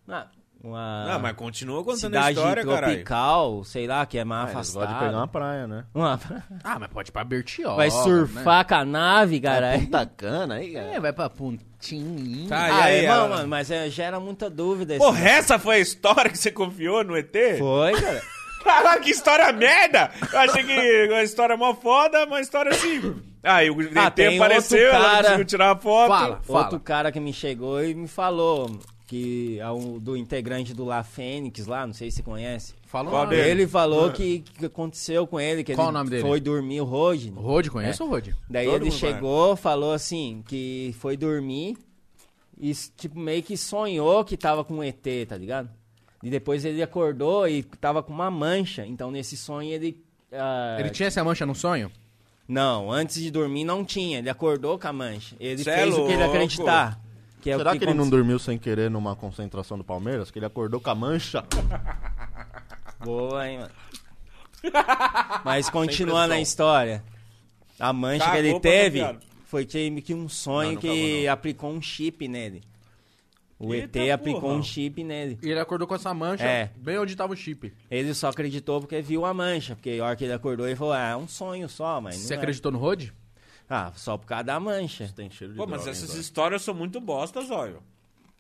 [SPEAKER 4] Ah, uma...
[SPEAKER 2] Não, mas continua contando a
[SPEAKER 4] cidade
[SPEAKER 2] história, caralho.
[SPEAKER 4] tropical, sei lá, que é mais
[SPEAKER 6] Ah, eles
[SPEAKER 4] afastada.
[SPEAKER 6] gostam de pegar uma praia, né?
[SPEAKER 4] Uma-
[SPEAKER 1] Ah, mas pode ir pra Bertioga.
[SPEAKER 4] <laughs> Vai surfar com a nave, caralho.
[SPEAKER 5] Puta cana aí,
[SPEAKER 1] Né? É,
[SPEAKER 5] cara.
[SPEAKER 1] vai pra Pontinho.
[SPEAKER 2] Tá,
[SPEAKER 4] Ah,
[SPEAKER 2] e aí,
[SPEAKER 4] é, mano,
[SPEAKER 2] ela-
[SPEAKER 4] mano, mas é, gera muita dúvida. esse-
[SPEAKER 2] Porra, é? essa foi a história que você confiou no ET?
[SPEAKER 4] Foi,
[SPEAKER 2] <laughs>
[SPEAKER 4] cara.
[SPEAKER 2] Caralho, que história merda! Eu achei
[SPEAKER 4] <laughs>
[SPEAKER 2] que uma história mó foda, uma história assim. Aí o ET
[SPEAKER 4] Ah, tem
[SPEAKER 2] apareceu,
[SPEAKER 4] outro
[SPEAKER 2] ela não
[SPEAKER 4] cara.
[SPEAKER 2] conseguiu tirar a foto.
[SPEAKER 1] Fala, fala.
[SPEAKER 4] Outro cara que me chegou e me falou que é um do integrante do La Fênix lá, não sei se você conhece.
[SPEAKER 1] Fala o
[SPEAKER 2] Qual
[SPEAKER 1] nome.
[SPEAKER 2] dele?
[SPEAKER 4] Ele falou
[SPEAKER 2] Ah.
[SPEAKER 4] que, que aconteceu com ele, que
[SPEAKER 1] Qual
[SPEAKER 4] ele
[SPEAKER 1] o nome dele?
[SPEAKER 4] foi dormir o Rodney.
[SPEAKER 1] Rode,
[SPEAKER 4] É.
[SPEAKER 1] conhece o Rode?
[SPEAKER 4] Daí
[SPEAKER 2] Todo
[SPEAKER 4] ele
[SPEAKER 2] mundo vai.
[SPEAKER 4] chegou, falou assim, que foi dormir e, tipo, meio que sonhou que tava com um ET, tá ligado? E depois ele acordou e tava com uma mancha. Então, nesse sonho, ele... ah,
[SPEAKER 1] Ele tinha essa mancha no sonho?
[SPEAKER 4] Não, antes de dormir não tinha. Ele acordou com a mancha. Ele
[SPEAKER 2] Cê é
[SPEAKER 4] fez o que ele
[SPEAKER 2] louco.
[SPEAKER 4] acreditar. Que é o
[SPEAKER 6] Será que, ele não
[SPEAKER 4] aconteceu.
[SPEAKER 6] dormiu sem querer numa concentração do Palmeiras? Que ele acordou com a mancha?
[SPEAKER 4] Boa, hein,
[SPEAKER 2] <laughs>
[SPEAKER 4] mano? Mas continuando a história. A mancha que ele
[SPEAKER 2] Cagou pra
[SPEAKER 4] teve
[SPEAKER 2] confiar.
[SPEAKER 4] foi que, que um sonho que aplicou um chip nele. O
[SPEAKER 2] Eita
[SPEAKER 4] ET aplicou
[SPEAKER 2] porra.
[SPEAKER 4] um chip nele.
[SPEAKER 1] E ele acordou com essa mancha
[SPEAKER 4] É.
[SPEAKER 1] bem onde tava o chip.
[SPEAKER 4] Ele só acreditou porque viu a mancha. Porque a hora que ele acordou, ele falou: Ah, é um sonho só, mas.
[SPEAKER 1] Você
[SPEAKER 4] não é."
[SPEAKER 1] acreditou no Rode?
[SPEAKER 4] Ah, só por causa da mancha.
[SPEAKER 6] Tem cheiro de
[SPEAKER 2] Pô, mas
[SPEAKER 6] droga, hein,
[SPEAKER 2] essas
[SPEAKER 6] Zóia?
[SPEAKER 2] histórias são muito bostas, olha.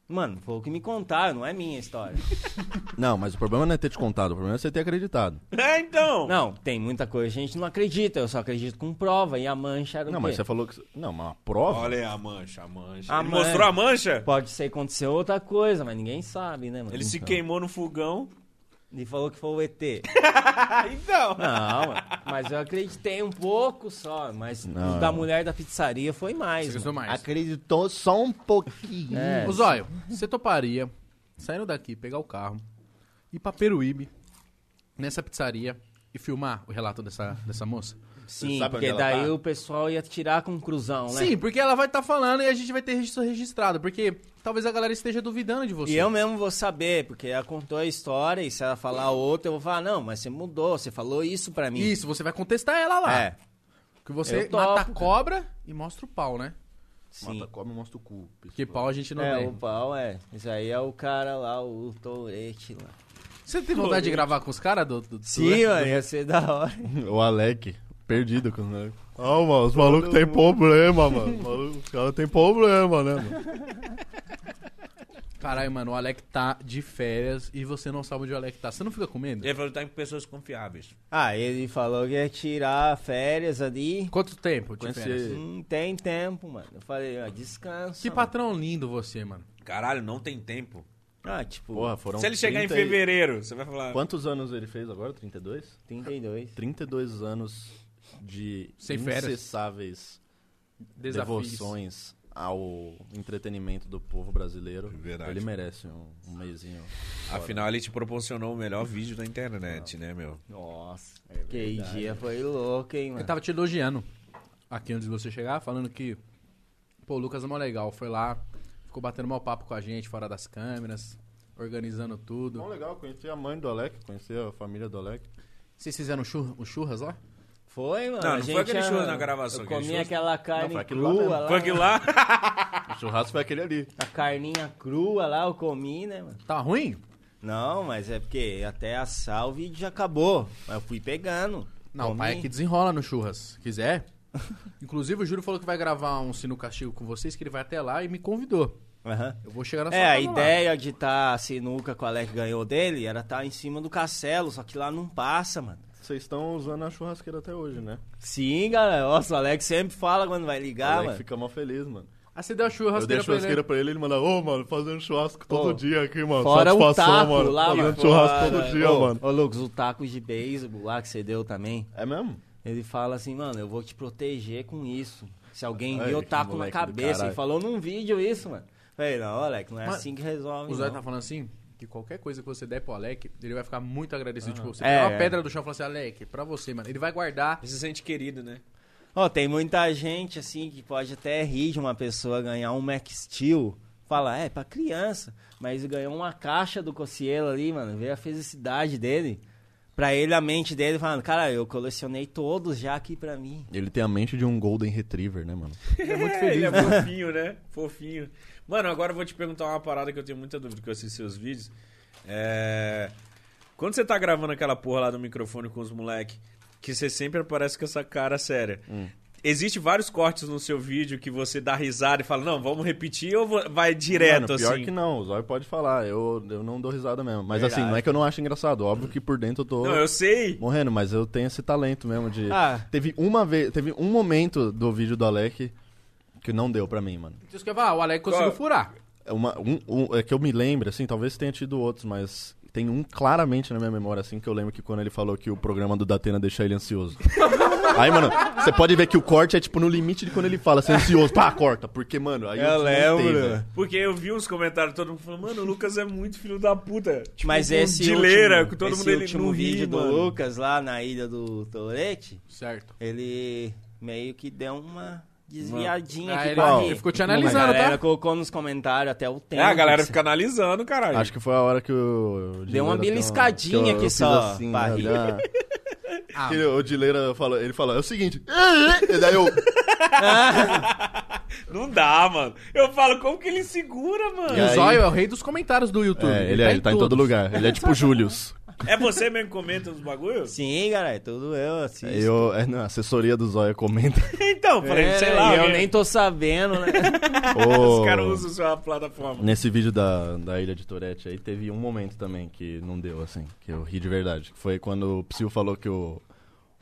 [SPEAKER 4] Mano, foi o que me contaram, não é minha
[SPEAKER 2] <laughs>
[SPEAKER 4] história.
[SPEAKER 6] Não, mas o problema não é ter te contado, o problema é você ter acreditado.
[SPEAKER 2] É, então.
[SPEAKER 4] não, tem muita coisa que a gente não acredita. Eu só acredito com prova. E a mancha era o
[SPEAKER 6] Não,
[SPEAKER 4] quê?
[SPEAKER 6] mas você falou que. Não, mas uma prova.
[SPEAKER 2] Olha aí a mancha, a mancha.
[SPEAKER 4] A
[SPEAKER 2] ele
[SPEAKER 4] mancha.
[SPEAKER 2] mostrou a mancha?
[SPEAKER 4] Pode ser que aconteceu outra coisa, mas ninguém sabe, né, mano?
[SPEAKER 2] Ele se queimou no fogão.
[SPEAKER 4] Ele falou que foi o ET.
[SPEAKER 2] Ah, então.
[SPEAKER 4] Não, <laughs> mano, mas eu acreditei um pouco só. Mas
[SPEAKER 6] Não,
[SPEAKER 4] o da
[SPEAKER 6] eu-
[SPEAKER 4] mulher da pizzaria foi mais.
[SPEAKER 1] Você
[SPEAKER 4] mano.
[SPEAKER 1] gostou mais?
[SPEAKER 5] Acreditou só um pouquinho.
[SPEAKER 4] É.
[SPEAKER 1] Ô, Zóio, você toparia, saindo daqui, pegar o carro, ir pra Peruíbe, nessa pizzaria, e filmar o relato dessa, dessa moça?
[SPEAKER 4] Sim,
[SPEAKER 6] sabe
[SPEAKER 4] porque
[SPEAKER 6] onde ela
[SPEAKER 4] daí
[SPEAKER 6] tá?
[SPEAKER 4] o pessoal ia tirar com cruzão, né?
[SPEAKER 1] Sim, porque ela vai estar falando e a gente vai ter registro registrado, porque talvez a galera esteja duvidando de você.
[SPEAKER 4] E eu mesmo vou saber, porque ela contou a história e se ela falar outra, eu vou falar, não, mas você mudou, você falou isso pra mim.
[SPEAKER 1] Isso, você vai contestar ela lá.
[SPEAKER 4] É,
[SPEAKER 1] Que você
[SPEAKER 4] Eu topo,
[SPEAKER 1] mata a
[SPEAKER 4] cara.
[SPEAKER 1] cobra e mostra o pau, né?
[SPEAKER 4] sim.
[SPEAKER 6] Mata, come, mostra o cu.
[SPEAKER 1] Porque pau a gente não
[SPEAKER 4] é,
[SPEAKER 1] tem.
[SPEAKER 4] o pau, é. Isso aí é o cara lá, o tourete lá.
[SPEAKER 1] Você tem vontade de gravar com os caras do, do, do-
[SPEAKER 4] Sim, é. mano, ia ser da hora.
[SPEAKER 6] O Alec, perdido com o Alec. Ah, mano, os malucos têm problema, mano. Os malucos- Os caras têm problema, né, mano?
[SPEAKER 1] Caralho, mano, o Alec tá de férias e você não sabe onde o Alec tá. Você não fica com medo?
[SPEAKER 2] Ele falou, tá com pessoas confiáveis.
[SPEAKER 4] Ah, ele falou que ia tirar férias ali.
[SPEAKER 1] Quanto tempo de
[SPEAKER 6] Conheci-
[SPEAKER 1] férias?
[SPEAKER 4] Não tem tempo, mano. Eu falei, ó, descansa.
[SPEAKER 1] Que
[SPEAKER 4] mano.
[SPEAKER 1] patrão lindo você, mano.
[SPEAKER 2] Caralho, não tem tempo.
[SPEAKER 4] Ah, tipo,
[SPEAKER 6] Porra, foram.
[SPEAKER 2] Se ele chegar em
[SPEAKER 6] 30 e-
[SPEAKER 2] fevereiro, você vai falar...
[SPEAKER 6] Quantos anos ele fez agora? 32?
[SPEAKER 4] 32.
[SPEAKER 6] 32 anos de
[SPEAKER 1] Sem férias.
[SPEAKER 6] incessáveis
[SPEAKER 1] Desafios.
[SPEAKER 6] devoções ao entretenimento do povo brasileiro.
[SPEAKER 2] Verdade.
[SPEAKER 6] Ele merece um, um meizinho.
[SPEAKER 2] Afinal, ele te proporcionou o melhor vídeo da internet, né, meu?
[SPEAKER 4] É Nossa, que dia foi louco,
[SPEAKER 1] Eu
[SPEAKER 4] hein,
[SPEAKER 6] né?
[SPEAKER 4] mano.
[SPEAKER 1] tava te elogiando. aqui antes de você chegar, falando que, pô, o Lucas é mó legal, foi lá, ficou batendo mau papo com a gente fora das câmeras, organizando
[SPEAKER 6] Bom,
[SPEAKER 1] tudo.
[SPEAKER 6] legal, conheci a mãe do Alec, conheci a família do Alec.
[SPEAKER 1] Vocês fizeram churras, churras lá?
[SPEAKER 4] Foi,
[SPEAKER 2] Não,
[SPEAKER 4] mano.
[SPEAKER 2] não
[SPEAKER 4] a
[SPEAKER 2] foi
[SPEAKER 4] gente,
[SPEAKER 2] aquele
[SPEAKER 4] ah,
[SPEAKER 2] churrasco na gravação,
[SPEAKER 4] Eu
[SPEAKER 2] aquele
[SPEAKER 4] comi
[SPEAKER 2] churrasco-
[SPEAKER 4] aquela
[SPEAKER 6] Não, foi
[SPEAKER 4] carne
[SPEAKER 6] aquilo lá
[SPEAKER 4] crua
[SPEAKER 6] mesmo.
[SPEAKER 4] lá.
[SPEAKER 2] Foi aquilo lá?
[SPEAKER 6] O churrasco foi aquele ali.
[SPEAKER 4] A carninha crua lá, eu comi, né, mano?
[SPEAKER 1] Tá ruim?
[SPEAKER 4] Não, mas é porque até assar o vídeo já acabou. Mas eu fui pegando.
[SPEAKER 1] Não,
[SPEAKER 4] comi.
[SPEAKER 1] o pai é que desenrola no churras, se quiser. <laughs> Inclusive, o Júlio falou que vai gravar um sino castigo com vocês, que ele vai até lá e me convidou.
[SPEAKER 4] Aham.
[SPEAKER 1] Eu vou chegar na sua
[SPEAKER 4] É, a
[SPEAKER 1] casa lá.
[SPEAKER 4] ideia de estar tá a sinuca que o Alec ganhou dele era estar em cima do castelo, só que lá não passa, mano.
[SPEAKER 6] Vocês estão usando a churrasqueira até hoje, né?
[SPEAKER 4] Sim, galera. Nossa, o Alec sempre fala quando vai
[SPEAKER 6] o
[SPEAKER 4] ligar,
[SPEAKER 6] Alec
[SPEAKER 4] mano.
[SPEAKER 6] fica mó feliz, Ah, mano.
[SPEAKER 1] Ah, você deu a
[SPEAKER 6] Eu
[SPEAKER 1] churrasqueira
[SPEAKER 6] deixo
[SPEAKER 1] pra ele. né?
[SPEAKER 6] churrasqueira pra ele, ele manda, ô, mano, fazendo churrasco todo
[SPEAKER 4] Ô,
[SPEAKER 6] dia aqui, mano.
[SPEAKER 4] Fora o
[SPEAKER 6] Satisfação,
[SPEAKER 4] taco
[SPEAKER 6] mano.
[SPEAKER 4] lá,
[SPEAKER 6] fazendo
[SPEAKER 4] mano.
[SPEAKER 6] churrasco
[SPEAKER 4] Fora-
[SPEAKER 6] todo dia,
[SPEAKER 4] ô,
[SPEAKER 6] mano.
[SPEAKER 4] Ô, Lucas, o taco de beisebol lá que você deu também.
[SPEAKER 6] É mesmo?
[SPEAKER 4] Ele fala assim, mano, eu vou te proteger com isso. Se alguém
[SPEAKER 6] Ai,
[SPEAKER 4] viu, eu
[SPEAKER 6] que
[SPEAKER 4] taco na
[SPEAKER 6] moleque do
[SPEAKER 4] cabeça. Ele
[SPEAKER 6] caralho.
[SPEAKER 4] falou num vídeo isso, mano. Falei, não, Alec, não é
[SPEAKER 1] Mas
[SPEAKER 4] assim que resolve.
[SPEAKER 1] O Zóio
[SPEAKER 4] não.
[SPEAKER 1] tá falando assim, que qualquer coisa que você der pro Alec, ele vai ficar muito agradecido.
[SPEAKER 6] Ah.
[SPEAKER 1] Tipo, você
[SPEAKER 4] É,
[SPEAKER 1] pegar uma
[SPEAKER 4] é.
[SPEAKER 1] pedra do chão e falar assim, Alec, pra você, mano. Ele vai guardar.
[SPEAKER 2] Você se sente querido, <laughs> né?
[SPEAKER 4] Ó, tem muita gente, assim, que pode até rir de uma pessoa ganhar um Mac Steel. Fala, é, pra criança. Mas ganhou uma caixa do Cocielo ali, mano. Vê a felicidade dele. Pra ele, a mente dele falando, cara, eu colecionei todos já aqui pra mim.
[SPEAKER 6] Ele tem a mente de um Golden Retriever, né, mano?
[SPEAKER 2] Ele é muito feliz. Ele é fofinho, né? Fofinho. Mano, agora eu vou te perguntar uma parada que eu tenho muita dúvida que eu assisti seus vídeos. É... Quando você tá gravando aquela porra lá do microfone com os moleque, que você sempre aparece com essa cara séria.
[SPEAKER 4] Hum.
[SPEAKER 2] Existe vários cortes no seu vídeo que você dá risada e fala, não, vamos repetir ou vo- vai direto,
[SPEAKER 6] Mano, pior
[SPEAKER 2] assim?
[SPEAKER 6] que não, o Zóio pode falar, eu, eu não dou risada mesmo. Mas
[SPEAKER 4] Verdade.
[SPEAKER 6] assim, não é que eu não acho engraçado, óbvio que por dentro eu tô
[SPEAKER 2] Não, eu sei.
[SPEAKER 6] morrendo, mas eu tenho esse talento mesmo de...
[SPEAKER 4] Ah.
[SPEAKER 6] Teve uma vez, teve um momento do vídeo do Alec que não deu pra mim, mano.
[SPEAKER 1] Isso que eu ia falar, o Alec conseguiu
[SPEAKER 2] Qual?
[SPEAKER 1] furar.
[SPEAKER 6] É Uma, um, um- é que eu me lembro, assim, talvez tenha tido outros, mas tem um claramente na minha memória, assim, que eu lembro que quando ele falou que o programa do Datena deixa
[SPEAKER 4] <laughs>
[SPEAKER 6] ele ansioso. aí, mano, você pode ver que o corte é, tipo, no limite de quando ele fala, assim, ansioso, pá, corta, porque, mano, aí
[SPEAKER 4] Eu
[SPEAKER 6] desmontei,
[SPEAKER 4] lembro.
[SPEAKER 6] velho.
[SPEAKER 2] Porque eu vi uns comentários, todo mundo falando, mano, o Lucas é muito filho da puta. Tipo,
[SPEAKER 4] Mas
[SPEAKER 2] com
[SPEAKER 4] esse
[SPEAKER 2] dileira,
[SPEAKER 4] último,
[SPEAKER 2] com todo
[SPEAKER 4] esse
[SPEAKER 2] mundo ele
[SPEAKER 4] último
[SPEAKER 2] não ri,
[SPEAKER 4] vídeo do
[SPEAKER 2] mano.
[SPEAKER 4] Lucas lá na ilha do Torete,
[SPEAKER 1] Certo.
[SPEAKER 4] ele meio que deu uma desviadinha
[SPEAKER 1] Ah,
[SPEAKER 4] aqui
[SPEAKER 1] ele-
[SPEAKER 4] pra
[SPEAKER 1] ele
[SPEAKER 4] rir.
[SPEAKER 1] ficou te
[SPEAKER 4] a
[SPEAKER 1] analisando,
[SPEAKER 4] galera
[SPEAKER 1] tá?
[SPEAKER 4] colocou nos comentários até o tempo.
[SPEAKER 2] É, a galera
[SPEAKER 4] assim.
[SPEAKER 2] fica analisando, caralho.
[SPEAKER 6] Acho que foi a hora que o.
[SPEAKER 4] Deu uma assim,
[SPEAKER 6] Dileira
[SPEAKER 4] beliscadinha
[SPEAKER 6] deu uma-
[SPEAKER 4] aqui
[SPEAKER 6] eu fiz
[SPEAKER 4] só, pra
[SPEAKER 6] né,
[SPEAKER 4] rir.
[SPEAKER 6] da-
[SPEAKER 1] Ah,
[SPEAKER 6] Que o Dileira falou, ele falou, é o seguinte. <laughs> É, E daí eu.
[SPEAKER 2] Não dá, mano. Eu falo, como que ele segura, mano?
[SPEAKER 1] e o
[SPEAKER 6] aí-
[SPEAKER 1] Zóio é o rei dos comentários do YouTube.
[SPEAKER 6] É, ele, é, ele tá em todo
[SPEAKER 1] todos.
[SPEAKER 6] lugar. Ele é <laughs> tipo Július.
[SPEAKER 2] É você mesmo que comenta os bagulhos?
[SPEAKER 4] Sim, galera, tudo eu, assim.
[SPEAKER 6] Eu, é, não, a assessoria do Zóia <laughs> comenta.
[SPEAKER 2] <laughs> Então, falei,
[SPEAKER 4] É,
[SPEAKER 2] sei lá.
[SPEAKER 4] e eu
[SPEAKER 2] alguém-
[SPEAKER 4] nem tô sabendo, né?
[SPEAKER 2] <laughs>
[SPEAKER 6] Ô,
[SPEAKER 2] Os caras usam sua plataforma.
[SPEAKER 6] Nesse vídeo da, da Ilha de Tourette aí, teve um momento também que não deu, assim, que eu ri de verdade. Que foi quando o Psyu falou que o,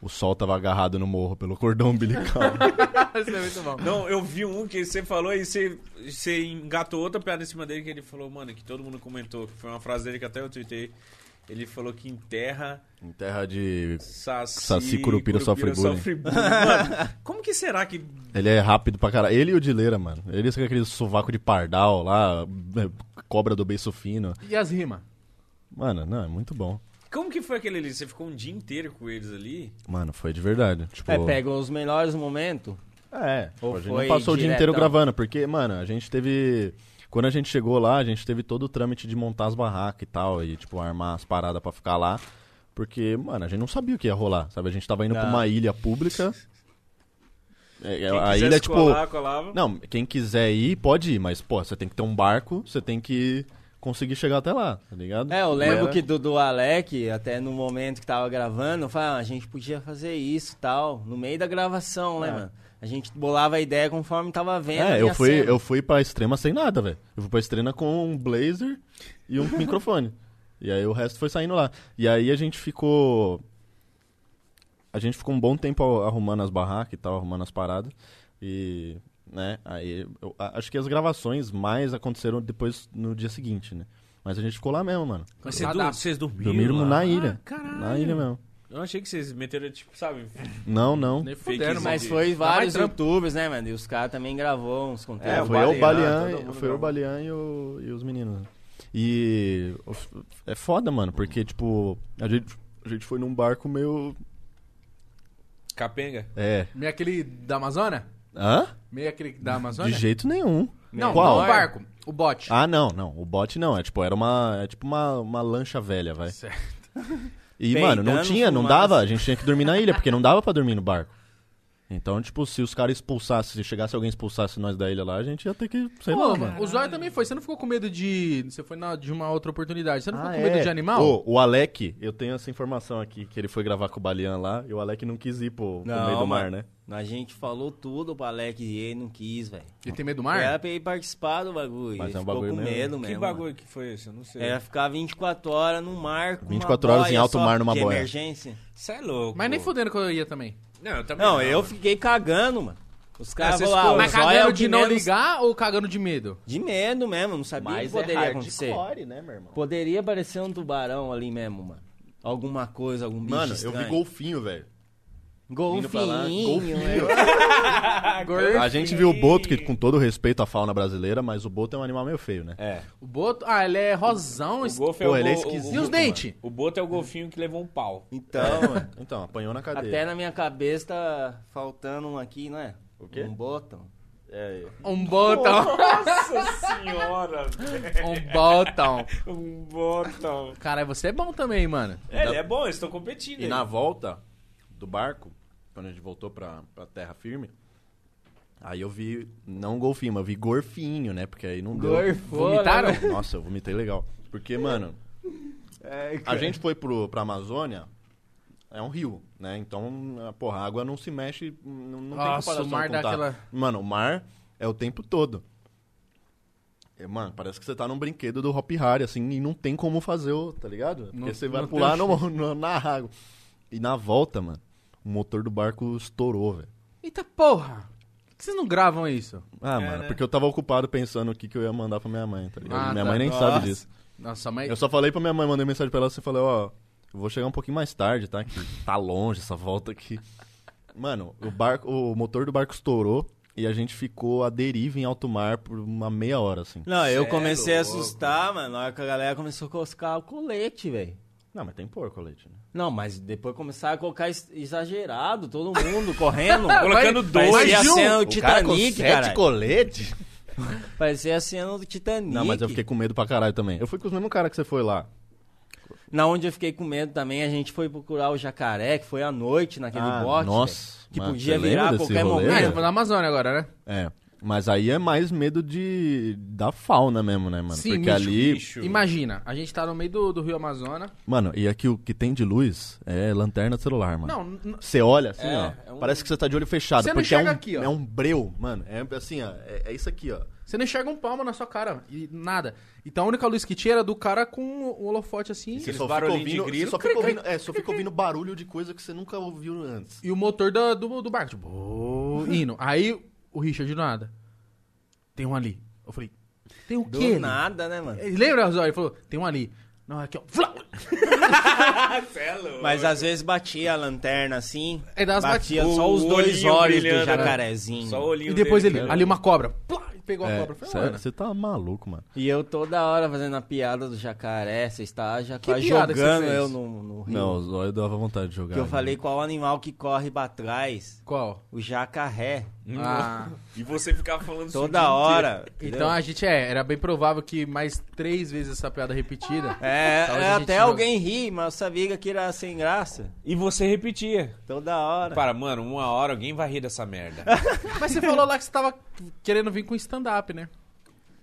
[SPEAKER 6] o sol tava agarrado no morro pelo cordão <laughs> umbilical.
[SPEAKER 1] <laughs> Isso é muito bom.
[SPEAKER 2] Não, eu vi um que você falou e você, você engatou outra piada em cima dele que ele falou, mano, que todo mundo comentou. que Foi uma frase dele que até eu tuitei. Ele falou que enterra
[SPEAKER 6] em terra de...
[SPEAKER 2] Saci,
[SPEAKER 6] Saci, Curupira, sofre bullying.
[SPEAKER 2] Mano, <laughs> como que será que...
[SPEAKER 6] Ele é rápido pra caralho. Ele e o Dileira, mano. Ele com aquele sovaco de pardal lá, é, cobra do beiço fino.
[SPEAKER 1] E as rimas?
[SPEAKER 6] Mano, não, é muito bom.
[SPEAKER 2] Como que foi aquele ali? Você ficou um dia inteiro com eles ali?
[SPEAKER 6] Mano, foi de verdade. Tipo,
[SPEAKER 4] É, pega os melhores momentos.
[SPEAKER 6] É, tipo, a gente
[SPEAKER 4] foi
[SPEAKER 6] não passou o dia inteiro
[SPEAKER 4] diretão?
[SPEAKER 6] gravando, porque, mano, a gente teve. Quando a gente chegou lá, a gente teve todo o trâmite de montar as barracas e tal, e, tipo, armar as paradas pra ficar lá. Porque, mano, a gente não sabia o que ia rolar, sabe? A gente tava indo pra
[SPEAKER 4] Não.
[SPEAKER 6] uma ilha pública. É,
[SPEAKER 2] Quem
[SPEAKER 6] a
[SPEAKER 2] quisesse
[SPEAKER 6] ilha, tipo.
[SPEAKER 2] Colar, colava.
[SPEAKER 6] Não, quem quiser ir, pode ir, mas, pô, você tem que ter um barco, você tem que conseguir chegar até lá, tá ligado?
[SPEAKER 4] É, eu lembro
[SPEAKER 6] Era-
[SPEAKER 4] que do, do Alec, até no momento que tava gravando, eu falava, "Ah, a gente podia fazer isso e tal. No meio da gravação, né, mano? A gente bolava a ideia conforme tava vendo. a
[SPEAKER 6] É, eu
[SPEAKER 4] minha
[SPEAKER 6] fui,
[SPEAKER 4] cena.
[SPEAKER 6] eu fui pra extrema sem nada, velho. Eu fui pra extrema com um blazer e
[SPEAKER 2] <laughs>
[SPEAKER 6] um microfone. E aí o resto foi saindo lá. E aí a gente ficou. A gente ficou um bom tempo arrumando as barracas e tal, arrumando as paradas. E. né, aí. eu- a- acho que as gravações mais aconteceram depois no dia seguinte, né? Mas a gente ficou lá mesmo, mano.
[SPEAKER 2] Mas você
[SPEAKER 1] Cansadaço.
[SPEAKER 2] du- vocês dormiram
[SPEAKER 6] Dormimos
[SPEAKER 2] lá?
[SPEAKER 6] na ilha.
[SPEAKER 2] Ah, caralho.
[SPEAKER 6] na ilha mesmo.
[SPEAKER 2] Eu achei que vocês meteram, tipo, sabe?
[SPEAKER 6] Não, não.
[SPEAKER 1] Nem
[SPEAKER 2] Fake
[SPEAKER 1] fuderam,
[SPEAKER 2] news.
[SPEAKER 1] mas...
[SPEAKER 6] assim.
[SPEAKER 4] Mas foi vários
[SPEAKER 1] mais trampo.
[SPEAKER 4] youtubers, né, mano? E os caras também gravou uns conteúdos.
[SPEAKER 2] É,
[SPEAKER 6] É,
[SPEAKER 2] o
[SPEAKER 6] foi eu, o
[SPEAKER 2] Balean,
[SPEAKER 6] Balean,
[SPEAKER 2] todo mundo
[SPEAKER 6] foi eu,
[SPEAKER 2] gravou.
[SPEAKER 6] o Balean e, o- e os meninos. E o f- é foda, mano, porque, tipo, a gente, a gente foi num barco meio...
[SPEAKER 2] Capenga.
[SPEAKER 6] É.
[SPEAKER 1] Meio aquele da Amazônia?
[SPEAKER 6] Hã?
[SPEAKER 1] Meio aquele da Amazônia?
[SPEAKER 6] De jeito nenhum.
[SPEAKER 1] Não,
[SPEAKER 6] Qual?
[SPEAKER 1] não o barco. O bote.
[SPEAKER 6] Ah, não, não. O bote não. É tipo, era uma. É tipo uma, uma lancha velha, vai.
[SPEAKER 1] Certo.
[SPEAKER 6] E,
[SPEAKER 4] Peidando,
[SPEAKER 6] mano, não tinha, não
[SPEAKER 4] fumaça.
[SPEAKER 6] dava. A gente tinha que dormir na ilha, porque não dava pra dormir no barco. Então, tipo, se os caras expulsassem, se chegasse alguém e expulsasse nós da ilha lá, a gente ia ter que. Sei
[SPEAKER 1] Pô,
[SPEAKER 6] lá, mano.
[SPEAKER 1] o Zóio também foi. Você não ficou com medo de. Você foi na- de uma outra oportunidade. Você não ficou
[SPEAKER 6] Ah,
[SPEAKER 1] com medo
[SPEAKER 6] é.
[SPEAKER 1] de animal?
[SPEAKER 6] Ô, o Alec, eu tenho essa informação aqui, que ele foi gravar com o Balian lá, e o Alec não quis ir pro, pro meio do mar,
[SPEAKER 4] mano.
[SPEAKER 6] né?
[SPEAKER 4] A gente falou tudo pro Alec e ele não quis, velho.
[SPEAKER 1] Ele tem medo do mar?
[SPEAKER 6] É.
[SPEAKER 4] Era pra ele participar do bagulho.
[SPEAKER 6] Mas
[SPEAKER 4] ele
[SPEAKER 6] é um
[SPEAKER 4] ficou
[SPEAKER 6] bagulho
[SPEAKER 4] com
[SPEAKER 6] mesmo, né?
[SPEAKER 4] medo
[SPEAKER 2] Que
[SPEAKER 4] mesmo.
[SPEAKER 2] bagulho que foi esse? Eu não sei.
[SPEAKER 4] Era ficar 24 horas no mar. Com
[SPEAKER 6] 24
[SPEAKER 4] uma
[SPEAKER 6] horas em
[SPEAKER 4] boia
[SPEAKER 6] alto
[SPEAKER 4] só
[SPEAKER 6] mar numa
[SPEAKER 4] de
[SPEAKER 6] boia.
[SPEAKER 4] emergência.
[SPEAKER 2] Você é louco.
[SPEAKER 1] Mas nem fudendo que eu ia também.
[SPEAKER 2] Não, eu também.
[SPEAKER 4] Não, eu fiquei cagando, mano. Os
[SPEAKER 2] Ah,
[SPEAKER 4] caras
[SPEAKER 2] vocês
[SPEAKER 4] lá,
[SPEAKER 2] ficou-
[SPEAKER 4] o
[SPEAKER 1] Mas
[SPEAKER 4] Zóio é
[SPEAKER 1] cagando
[SPEAKER 4] o que
[SPEAKER 1] de não
[SPEAKER 4] menos-
[SPEAKER 1] ligar é ou cagando de medo?
[SPEAKER 4] De medo mesmo, não sabia o que poderia acontecer.
[SPEAKER 6] é né, meu irmão?
[SPEAKER 4] Poderia aparecer um tubarão ali mesmo, mano. Alguma coisa, algum bicho
[SPEAKER 6] Mano, eu
[SPEAKER 4] estranho.
[SPEAKER 6] vi golfinho, velho. Vindo pra lá,
[SPEAKER 4] Golfinho.
[SPEAKER 6] golfinho. é. <laughs>
[SPEAKER 1] Ah, Gordo.
[SPEAKER 6] A gente viu o Boto, que com todo respeito à fauna brasileira, mas o Boto é um animal meio feio, né?
[SPEAKER 4] É.
[SPEAKER 1] O Boto. Ah, ele é rosão.
[SPEAKER 2] O
[SPEAKER 1] es-
[SPEAKER 2] golfe é
[SPEAKER 6] Pô,
[SPEAKER 2] o
[SPEAKER 6] ele é
[SPEAKER 2] go- o-
[SPEAKER 6] esquisito,
[SPEAKER 1] E os
[SPEAKER 2] o-
[SPEAKER 1] dentes?
[SPEAKER 2] O Boto é o golfinho que levou um pau.
[SPEAKER 4] Então, mano,
[SPEAKER 6] <laughs> Então, apanhou na cadeia.
[SPEAKER 4] até na minha cabeça tá faltando um aqui, não é?
[SPEAKER 6] O quê?
[SPEAKER 4] Um botão.
[SPEAKER 6] É,
[SPEAKER 1] Um <laughs> botão.
[SPEAKER 2] Nossa senhora,
[SPEAKER 1] um botão.
[SPEAKER 2] um botão.
[SPEAKER 1] Caralho, você é bom também, mano.
[SPEAKER 2] Ele é bom, eles estão competindo.
[SPEAKER 6] E na volta do barco, quando a gente voltou pra, pra terra firme, aí eu vi, não golfinho, mas eu vi gorfinho, né? Porque aí não deu.
[SPEAKER 4] Gorfo,
[SPEAKER 1] Vomitaram?
[SPEAKER 4] né?
[SPEAKER 6] Nossa, eu vomitei legal. Porque, mano, a gente foi pro, pra Amazônia, é um rio, né? Então, a- porra, a água não se mexe, não, não tem
[SPEAKER 1] Nossa,
[SPEAKER 6] comparação
[SPEAKER 1] o mar
[SPEAKER 6] com
[SPEAKER 1] dá
[SPEAKER 6] tá.
[SPEAKER 1] aquela-
[SPEAKER 6] Mano, o mar é o tempo todo. É, Mano, parece que você tá num brinquedo do Hop Harry, assim, e não tem como fazer, o- tá ligado? Porque
[SPEAKER 1] Não-
[SPEAKER 6] você vai
[SPEAKER 1] não tem
[SPEAKER 6] pular
[SPEAKER 1] o
[SPEAKER 6] no- <laughs> no- na água. E na volta, mano, o motor do barco estourou, velho.
[SPEAKER 1] Eita porra! Por que vocês não gravam isso?
[SPEAKER 6] Ah, mano, porque eu tava ocupado pensando o que, que eu ia mandar pra minha mãe, tá ligado?
[SPEAKER 1] Ah,
[SPEAKER 6] minha
[SPEAKER 1] tá.
[SPEAKER 6] mãe nem
[SPEAKER 1] Nossa.
[SPEAKER 6] sabe disso.
[SPEAKER 1] Nossa, mas.
[SPEAKER 6] Eu só falei pra minha mãe, mandei mensagem pra ela, você falou, ó, eu vou chegar um pouquinho mais tarde, tá? Que tá longe essa volta aqui. Mano, o barco, o motor do barco estourou e a gente ficou à deriva em alto mar por uma meia hora, assim.
[SPEAKER 4] Não, eu comecei a assustar, mano, na hora que a galera começou a colocar o colete, velho.
[SPEAKER 6] Não, mas tem porco, leite, né?
[SPEAKER 4] Não, mas depois começaram a colocar ex- exagerado, todo mundo <laughs> correndo.
[SPEAKER 2] Colocando
[SPEAKER 1] Vai-
[SPEAKER 2] dois.
[SPEAKER 4] Parecia a
[SPEAKER 1] Mas, Gil,
[SPEAKER 4] cena do
[SPEAKER 6] O cara com
[SPEAKER 4] Titanic,
[SPEAKER 6] sete
[SPEAKER 4] cara.
[SPEAKER 6] colete?
[SPEAKER 4] Parecia a cena do Titanic.
[SPEAKER 6] Não, mas eu fiquei com medo pra caralho também. Eu fui com os mesmos caras que você foi lá.
[SPEAKER 4] Na onde eu fiquei com medo também, a gente foi procurar o jacaré, que foi à noite naquele
[SPEAKER 6] Ah,
[SPEAKER 4] bote.
[SPEAKER 6] nossa.
[SPEAKER 4] velho, Que
[SPEAKER 6] Mano,
[SPEAKER 4] podia
[SPEAKER 6] você
[SPEAKER 4] virar a
[SPEAKER 6] lembra desse
[SPEAKER 4] qualquer
[SPEAKER 6] rolê?
[SPEAKER 1] Ah,
[SPEAKER 4] momento.
[SPEAKER 1] eu vou na Amazônia agora, né?
[SPEAKER 6] É. Mas aí é mais medo de. da fauna mesmo, né, mano?
[SPEAKER 1] Sim,
[SPEAKER 6] Porque
[SPEAKER 1] bicho,
[SPEAKER 6] ali.
[SPEAKER 2] bicho.
[SPEAKER 1] Imagina, a gente tá no meio do, do Rio Amazônia.
[SPEAKER 6] Mano, e aqui o que tem de luz é lanterna de celular, mano.
[SPEAKER 1] Não, n-
[SPEAKER 6] Você olha assim,
[SPEAKER 4] É,
[SPEAKER 6] ó.
[SPEAKER 4] é um-
[SPEAKER 6] Parece que você tá de olho fechado.
[SPEAKER 1] Você não
[SPEAKER 6] porque é um,
[SPEAKER 1] enxerga aqui, ó.
[SPEAKER 6] é um breu, mano. É assim, ó. É, é isso aqui, ó.
[SPEAKER 1] você não enxerga um palmo na sua cara e nada. Então a única luz que tinha era do cara com o holofote assim.
[SPEAKER 6] Você
[SPEAKER 1] E,
[SPEAKER 6] só fica
[SPEAKER 2] barulhinho de
[SPEAKER 6] ouvindo.
[SPEAKER 2] grilo.
[SPEAKER 6] Você só fica ouvindo, é, só fica ouvindo barulho de coisa que você nunca ouviu antes.
[SPEAKER 1] o motor da- do, do, barco, tipo, <laughs> "Ô", indo. Aí o Richard do nada. Tem um ali. Eu falei, tem o
[SPEAKER 4] Do
[SPEAKER 1] quê? ali?
[SPEAKER 4] nada, né, mano?
[SPEAKER 1] Ele Lembra, Zóio? Ele falou, tem um ali. Não, aqui, ó. Flau!
[SPEAKER 2] Ah, é
[SPEAKER 4] Mas às vezes batia a lanterna assim.
[SPEAKER 1] É, das
[SPEAKER 4] batia
[SPEAKER 1] batidas.
[SPEAKER 4] só os
[SPEAKER 2] O
[SPEAKER 4] dois
[SPEAKER 2] olhinho
[SPEAKER 4] olhos do
[SPEAKER 2] brilhando, né?
[SPEAKER 4] jacarezinho.
[SPEAKER 2] Só o olhinho
[SPEAKER 1] E depois
[SPEAKER 2] dele,
[SPEAKER 1] ele,
[SPEAKER 2] cara.
[SPEAKER 1] ali uma cobra. Plá, e pegou a
[SPEAKER 6] É,
[SPEAKER 1] cobra. Eu falei,
[SPEAKER 6] sério,
[SPEAKER 1] mano,
[SPEAKER 6] você tá maluco, mano.
[SPEAKER 4] E eu toda hora fazendo a piada do jacaré, você está já
[SPEAKER 1] Que
[SPEAKER 4] quase
[SPEAKER 1] piada que você
[SPEAKER 4] jogando
[SPEAKER 1] fez?
[SPEAKER 4] eu no, no rio.
[SPEAKER 6] Não, o zóio dava vontade de jogar.
[SPEAKER 4] que eu
[SPEAKER 6] né?
[SPEAKER 4] falei qual animal que corre pra trás?
[SPEAKER 1] Qual?
[SPEAKER 4] O jacaré.
[SPEAKER 2] Hum.
[SPEAKER 1] Ah,
[SPEAKER 2] E você ficava falando isso o
[SPEAKER 4] Toda
[SPEAKER 2] dia
[SPEAKER 4] hora.
[SPEAKER 1] então a gente é, era bem provável que mais três vezes essa piada repetida.
[SPEAKER 4] É,
[SPEAKER 1] Talvez
[SPEAKER 4] é,
[SPEAKER 1] a gente
[SPEAKER 4] até
[SPEAKER 1] não-
[SPEAKER 4] alguém ri, mas eu sabia que era sem graça.
[SPEAKER 2] inteiro. E você repetia.
[SPEAKER 4] Toda hora.
[SPEAKER 2] Para, mano, uma hora alguém vai rir dessa merda.
[SPEAKER 1] Mas você falou lá que você tava querendo vir com stand-up, né?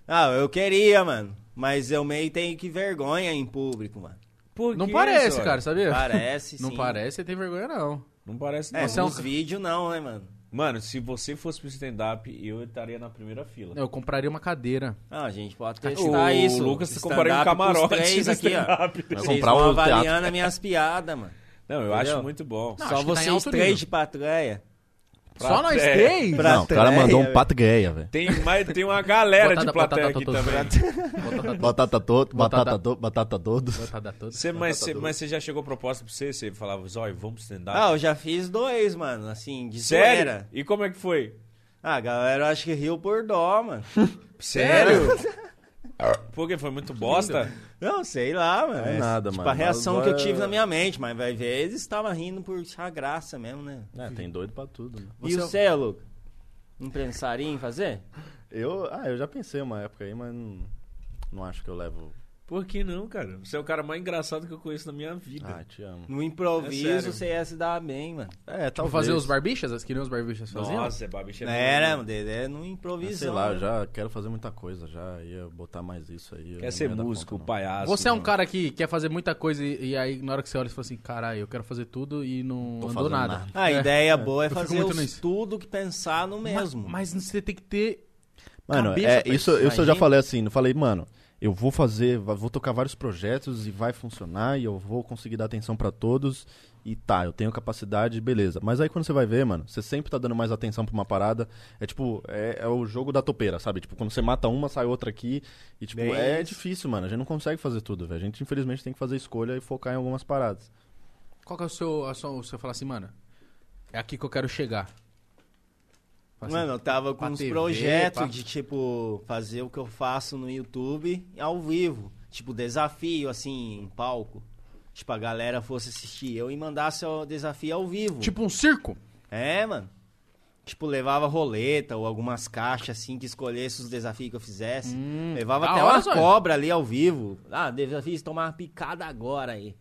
[SPEAKER 4] Ah, eu queria, mano. Mas eu meio tenho que vergonha em público, mano.
[SPEAKER 2] Por
[SPEAKER 1] Não
[SPEAKER 2] que,
[SPEAKER 1] parece,
[SPEAKER 2] Zóio?
[SPEAKER 1] cara, sabia? <laughs>
[SPEAKER 4] Parece,
[SPEAKER 1] Não
[SPEAKER 4] sim.
[SPEAKER 1] parece, você tem vergonha, não.
[SPEAKER 2] Não parece, não.
[SPEAKER 4] É,
[SPEAKER 1] Você é um-
[SPEAKER 4] nos vídeos não, né, mano?
[SPEAKER 2] Mano, se você fosse pro stand-up, eu estaria na primeira fila.
[SPEAKER 1] Eu compraria uma cadeira.
[SPEAKER 4] Não, Ah, a gente pode
[SPEAKER 2] O
[SPEAKER 4] testar isso.
[SPEAKER 2] Lucas
[SPEAKER 4] Stand-up
[SPEAKER 2] comparou um
[SPEAKER 4] pros
[SPEAKER 2] camarote
[SPEAKER 4] três
[SPEAKER 2] no
[SPEAKER 4] aqui, ó.
[SPEAKER 2] stand-up.
[SPEAKER 6] Vai
[SPEAKER 4] Vocês
[SPEAKER 6] comprar
[SPEAKER 4] vão
[SPEAKER 6] o teatro.
[SPEAKER 4] avaliando as minhas piadas, mano.
[SPEAKER 2] Não, eu
[SPEAKER 4] Entendeu?
[SPEAKER 2] acho muito bom.
[SPEAKER 1] Não, acho que
[SPEAKER 4] Só
[SPEAKER 1] tá em
[SPEAKER 4] vocês
[SPEAKER 1] alto nível.
[SPEAKER 4] três de patrulha.
[SPEAKER 1] Só nós três?
[SPEAKER 4] Pra-
[SPEAKER 6] Não, o cara mandou um
[SPEAKER 4] velho.
[SPEAKER 6] patgueia, velho.
[SPEAKER 2] Tem, mais, tem uma galera
[SPEAKER 1] Botada,
[SPEAKER 2] de plateia
[SPEAKER 1] batata
[SPEAKER 2] aqui
[SPEAKER 1] todos.
[SPEAKER 2] também.
[SPEAKER 1] Batata todos.
[SPEAKER 6] Batata todo, batata
[SPEAKER 1] Batata-
[SPEAKER 6] todo, batata todo.
[SPEAKER 1] Batata
[SPEAKER 2] <laughs>
[SPEAKER 1] todos.
[SPEAKER 2] Você, mas, você, mas você já chegou proposta pra você? Você falava, Zói, vamos pro stand-up?
[SPEAKER 4] Ah, eu já fiz dois, mano, assim, de
[SPEAKER 2] Sério?
[SPEAKER 4] zoeira.
[SPEAKER 2] E como é que foi?
[SPEAKER 4] Ah, galera, eu acho que riu por dó, mano.
[SPEAKER 2] Sério? Porque foi muito bosta.
[SPEAKER 4] Não, sei lá, mano.
[SPEAKER 6] É nada,
[SPEAKER 4] tipo,
[SPEAKER 6] mano.
[SPEAKER 4] a reação
[SPEAKER 6] Mas
[SPEAKER 4] que eu
[SPEAKER 6] é-
[SPEAKER 4] tive na minha mente, mas vai ver, eles estavam rindo por achar graça mesmo, né?
[SPEAKER 6] É, tem doido pra tudo, né?
[SPEAKER 4] E o seu, Luca? Não pensaria em fazer?
[SPEAKER 6] Eu, ah, eu já pensei uma época aí, mas não, não acho que eu levo.
[SPEAKER 2] Por que não, cara? Você é o cara mais engraçado que eu conheço na minha vida.
[SPEAKER 6] Ah, te amo.
[SPEAKER 4] No
[SPEAKER 2] É
[SPEAKER 4] improviso,
[SPEAKER 2] sério.
[SPEAKER 4] você ia se dar bem, mano.
[SPEAKER 6] É,
[SPEAKER 1] Tipo,
[SPEAKER 6] talvez.
[SPEAKER 1] fazer os barbichas? As que nem os barbichas faziam?
[SPEAKER 2] Nossa, é babicha.
[SPEAKER 4] É, né, mano? É no
[SPEAKER 6] Ah,
[SPEAKER 4] improviso.
[SPEAKER 6] Sei lá, eu já quero fazer muita coisa, já ia botar mais isso aí. eu não
[SPEAKER 2] Quer ser
[SPEAKER 6] ia dar
[SPEAKER 2] músico,
[SPEAKER 6] conta, não.
[SPEAKER 2] palhaço.
[SPEAKER 1] Você é um
[SPEAKER 2] mano.
[SPEAKER 1] cara que quer fazer muita coisa e, e aí na hora que você olha você fala assim, caralho, eu quero fazer tudo e não
[SPEAKER 6] Tô
[SPEAKER 1] andou
[SPEAKER 6] fazendo
[SPEAKER 1] nada.
[SPEAKER 6] nada.
[SPEAKER 4] A
[SPEAKER 1] É.
[SPEAKER 4] ideia boa é
[SPEAKER 1] eu fico
[SPEAKER 4] fazer
[SPEAKER 1] muito
[SPEAKER 4] os-
[SPEAKER 1] nisso.
[SPEAKER 4] tudo que pensar no
[SPEAKER 1] Ma-
[SPEAKER 4] mesmo.
[SPEAKER 1] Mas, você tem que ter.
[SPEAKER 6] Mano,
[SPEAKER 1] cabeça
[SPEAKER 6] é,
[SPEAKER 1] pra
[SPEAKER 6] isso,
[SPEAKER 1] isso,
[SPEAKER 6] isso eu já
[SPEAKER 1] imagina.
[SPEAKER 6] falei assim, eu falei, mano, eu vou fazer, va- vou tocar vários projetos e vai funcionar e eu vou conseguir dar atenção pra todos e tá, eu tenho capacidade, beleza. Mas aí quando você vai ver, mano, você sempre tá dando mais atenção pra uma parada, é tipo, é, é o jogo da topeira, sabe? Tipo, quando você mata uma, sai outra aqui e tipo,
[SPEAKER 4] Bem
[SPEAKER 6] é
[SPEAKER 4] isso.
[SPEAKER 6] difícil, mano, a gente não consegue fazer tudo, velho. A gente infelizmente tem que fazer escolha e focar em algumas paradas.
[SPEAKER 1] Qual que é o seu. A sua, você fala assim, mano, é aqui que eu quero chegar. Fala assim,
[SPEAKER 4] Mano, eu tava com
[SPEAKER 1] pra
[SPEAKER 4] uns
[SPEAKER 1] TV,
[SPEAKER 4] projetos
[SPEAKER 1] pra-
[SPEAKER 4] de, tipo, fazer o que eu faço no YouTube ao vivo. Tipo, desafio, assim, em palco. Tipo, a galera fosse assistir eu e mandasse o desafio ao vivo.
[SPEAKER 1] tipo um circo?
[SPEAKER 4] É, mano. Tipo, levava roleta ou algumas caixas, assim, que escolhesse os desafios que eu fizesse. levava
[SPEAKER 1] da
[SPEAKER 4] até
[SPEAKER 1] hora,
[SPEAKER 4] uma
[SPEAKER 1] Zóio.
[SPEAKER 4] cobra ali ao vivo. Ah, desafio de tomar uma picada agora aí.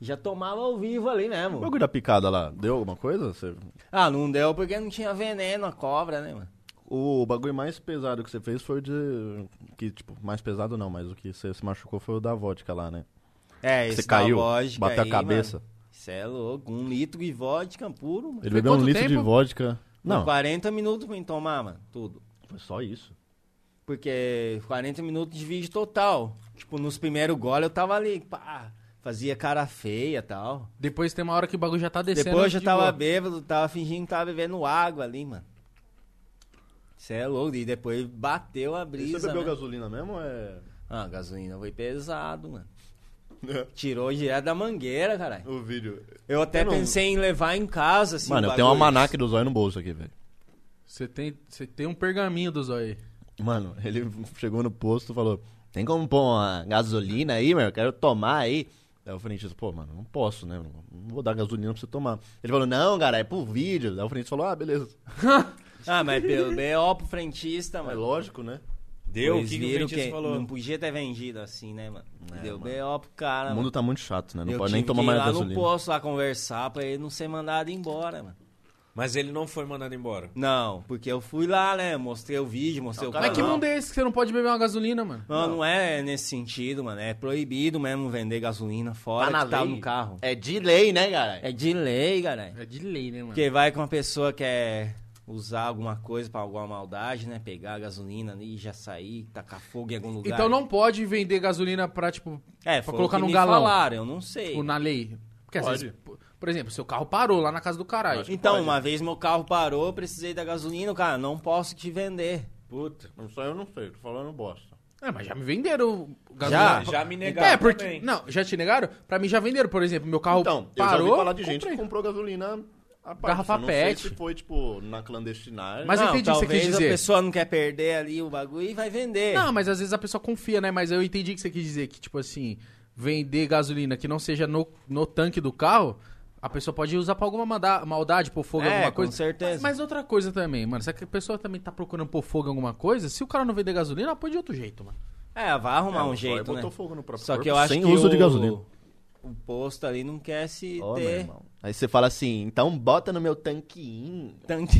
[SPEAKER 4] Já tomava ao vivo ali
[SPEAKER 6] O
[SPEAKER 4] mesmo.
[SPEAKER 6] bagulho da picada lá, deu alguma coisa? Você-
[SPEAKER 4] Ah, não deu porque não tinha veneno a cobra, né, mano?
[SPEAKER 6] O bagulho mais pesado que você fez foi o de. Que, tipo, mais pesado não, mas o que você se machucou foi o da vodka lá, né?
[SPEAKER 4] É,
[SPEAKER 6] Que
[SPEAKER 4] esse
[SPEAKER 6] você caiu,
[SPEAKER 4] da vodka
[SPEAKER 6] bateu
[SPEAKER 4] aí,
[SPEAKER 6] a cabeça.
[SPEAKER 4] mano. Isso é louco. Um litro de vodka puro, mano.
[SPEAKER 1] Foi
[SPEAKER 6] Ele bebeu um
[SPEAKER 1] quanto
[SPEAKER 6] litro de
[SPEAKER 1] tempo?
[SPEAKER 6] vodka.
[SPEAKER 4] Não.
[SPEAKER 6] Não,
[SPEAKER 4] 40 minutos pra mim tomar, mano. Tudo.
[SPEAKER 6] foi só isso.
[SPEAKER 4] Porque 40 minutos de vídeo total. Tipo, nos primeiros goles eu tava ali, pá. Fazia cara feia e tal.
[SPEAKER 1] Depois tem uma hora que o bagulho já tá descendo.
[SPEAKER 4] Depois eu
[SPEAKER 1] de
[SPEAKER 4] tava
[SPEAKER 1] boa.
[SPEAKER 4] bêbado, tava fingindo que tava bebendo água ali, mano. Isso é louco. E depois bateu a brisa.
[SPEAKER 6] você bebeu
[SPEAKER 4] né?
[SPEAKER 6] gasolina mesmo? É.
[SPEAKER 4] Ah, gasolina foi pesado, mano. Tirou direto da mangueira, caralho.
[SPEAKER 6] O vídeo.
[SPEAKER 4] Eu até
[SPEAKER 6] não-
[SPEAKER 4] pensei em levar em casa, assim.
[SPEAKER 6] Mano,
[SPEAKER 4] o
[SPEAKER 6] eu tenho uma
[SPEAKER 4] bagulho.
[SPEAKER 6] manac do zóio no bolso aqui, velho.
[SPEAKER 1] Você tem, você tem um pergaminho do zóio aí.
[SPEAKER 6] Mano, ele <laughs> chegou no posto e falou: Tem como pôr uma gasolina aí, meu? Eu quero tomar aí. Aí o Frentista, pô, mano, não posso, né? Não vou dar gasolina pra você tomar. Ele falou, não, cara, é pro vídeo. Aí o Frentista falou, ah, beleza.
[SPEAKER 4] Ah, mas pelo BO pro frentista,
[SPEAKER 6] É
[SPEAKER 4] mano.
[SPEAKER 6] lógico, né?
[SPEAKER 2] Deu? O
[SPEAKER 4] Eles
[SPEAKER 2] que, que o
[SPEAKER 4] viram
[SPEAKER 2] dentista falou?
[SPEAKER 4] Não podia ter vendido assim, né, mano? Deu BO pro cara,
[SPEAKER 6] O
[SPEAKER 4] mano.
[SPEAKER 6] mundo tá muito chato, né? Não
[SPEAKER 4] Ah, Eu
[SPEAKER 6] pode nem
[SPEAKER 4] tive que
[SPEAKER 6] tomar
[SPEAKER 4] ir
[SPEAKER 6] mais
[SPEAKER 4] lá
[SPEAKER 6] gasolina.
[SPEAKER 4] não posso lá conversar pra ele não ser mandado embora, mano.
[SPEAKER 2] Mas ele não foi mandado embora.
[SPEAKER 4] Não, porque eu fui lá, né? Mostrei o vídeo, mostrei o
[SPEAKER 1] Mas
[SPEAKER 4] canal.
[SPEAKER 1] que mundo é esse que você não pode beber uma gasolina, mano?
[SPEAKER 4] Não, não é nesse sentido, mano. É proibido mesmo vender gasolina fora que tá no carro.
[SPEAKER 5] É de lei, né, cara?
[SPEAKER 4] É de lei, galera.
[SPEAKER 1] É de lei, né, mano?
[SPEAKER 4] Porque vai que uma pessoa quer usar alguma coisa pra alguma maldade, né? Pegar a gasolina ali e já sair, tacar fogo em algum lugar.
[SPEAKER 1] Então não pode vender gasolina pra, tipo,
[SPEAKER 4] É,
[SPEAKER 1] pra
[SPEAKER 4] foi
[SPEAKER 1] colocar
[SPEAKER 4] o que
[SPEAKER 1] num
[SPEAKER 4] me
[SPEAKER 1] galão.
[SPEAKER 4] falaram, eu não sei.
[SPEAKER 1] tipo, na lei. Porque às vezes, po- por exemplo, seu carro parou lá na casa do caralho.
[SPEAKER 4] Então, uma vez meu carro parou, eu precisei da gasolina, o cara, não posso te vender.
[SPEAKER 2] Puta.
[SPEAKER 6] Isso aí eu não sei, tô falando bosta.
[SPEAKER 1] É, mas já me venderam
[SPEAKER 4] Já?
[SPEAKER 1] gasolina.
[SPEAKER 2] Já me negaram
[SPEAKER 1] É, porque.
[SPEAKER 2] também.
[SPEAKER 1] Não, já te negaram? Pra mim já venderam, por exemplo, meu carro
[SPEAKER 6] Então, eu já
[SPEAKER 1] parou.
[SPEAKER 6] ouvi falar de gente
[SPEAKER 1] comprei.
[SPEAKER 6] que comprou gasolina a parte.
[SPEAKER 1] Garrafa
[SPEAKER 6] eu não sei
[SPEAKER 1] pet.
[SPEAKER 6] se foi, tipo, na clandestinagem.
[SPEAKER 1] Mas
[SPEAKER 4] não,
[SPEAKER 1] entendi o que você
[SPEAKER 4] talvez
[SPEAKER 1] quis dizer.
[SPEAKER 4] a pessoa não quer perder ali o bagulho e vai vender.
[SPEAKER 1] Não, mas às vezes a pessoa confia, né? Mas eu entendi o que você quis dizer, que, tipo assim, vender gasolina que não seja no, no tanque do carro, a pessoa pode usar pra alguma mada- maldade, pôr fogo em
[SPEAKER 4] É,
[SPEAKER 1] alguma
[SPEAKER 4] com
[SPEAKER 1] coisa.
[SPEAKER 4] certeza.
[SPEAKER 1] Mas, mas outra coisa também, mano, se a pessoa também tá procurando pôr fogo em alguma coisa, se o cara não vender gasolina, ela põe de outro jeito, mano.
[SPEAKER 4] É, vai
[SPEAKER 6] É,
[SPEAKER 4] arrumar
[SPEAKER 6] o
[SPEAKER 4] um
[SPEAKER 6] Zóio
[SPEAKER 4] jeito, né?
[SPEAKER 6] botou fogo no próprio
[SPEAKER 4] Só que
[SPEAKER 6] corpo
[SPEAKER 4] eu acho
[SPEAKER 6] sem
[SPEAKER 4] que
[SPEAKER 6] uso
[SPEAKER 4] o...
[SPEAKER 6] de gasolina.
[SPEAKER 4] O posto ali não quer se
[SPEAKER 6] Ó, meu
[SPEAKER 4] ter
[SPEAKER 6] irmão. Aí você fala assim, então bota no meu tanquinho.
[SPEAKER 4] tanque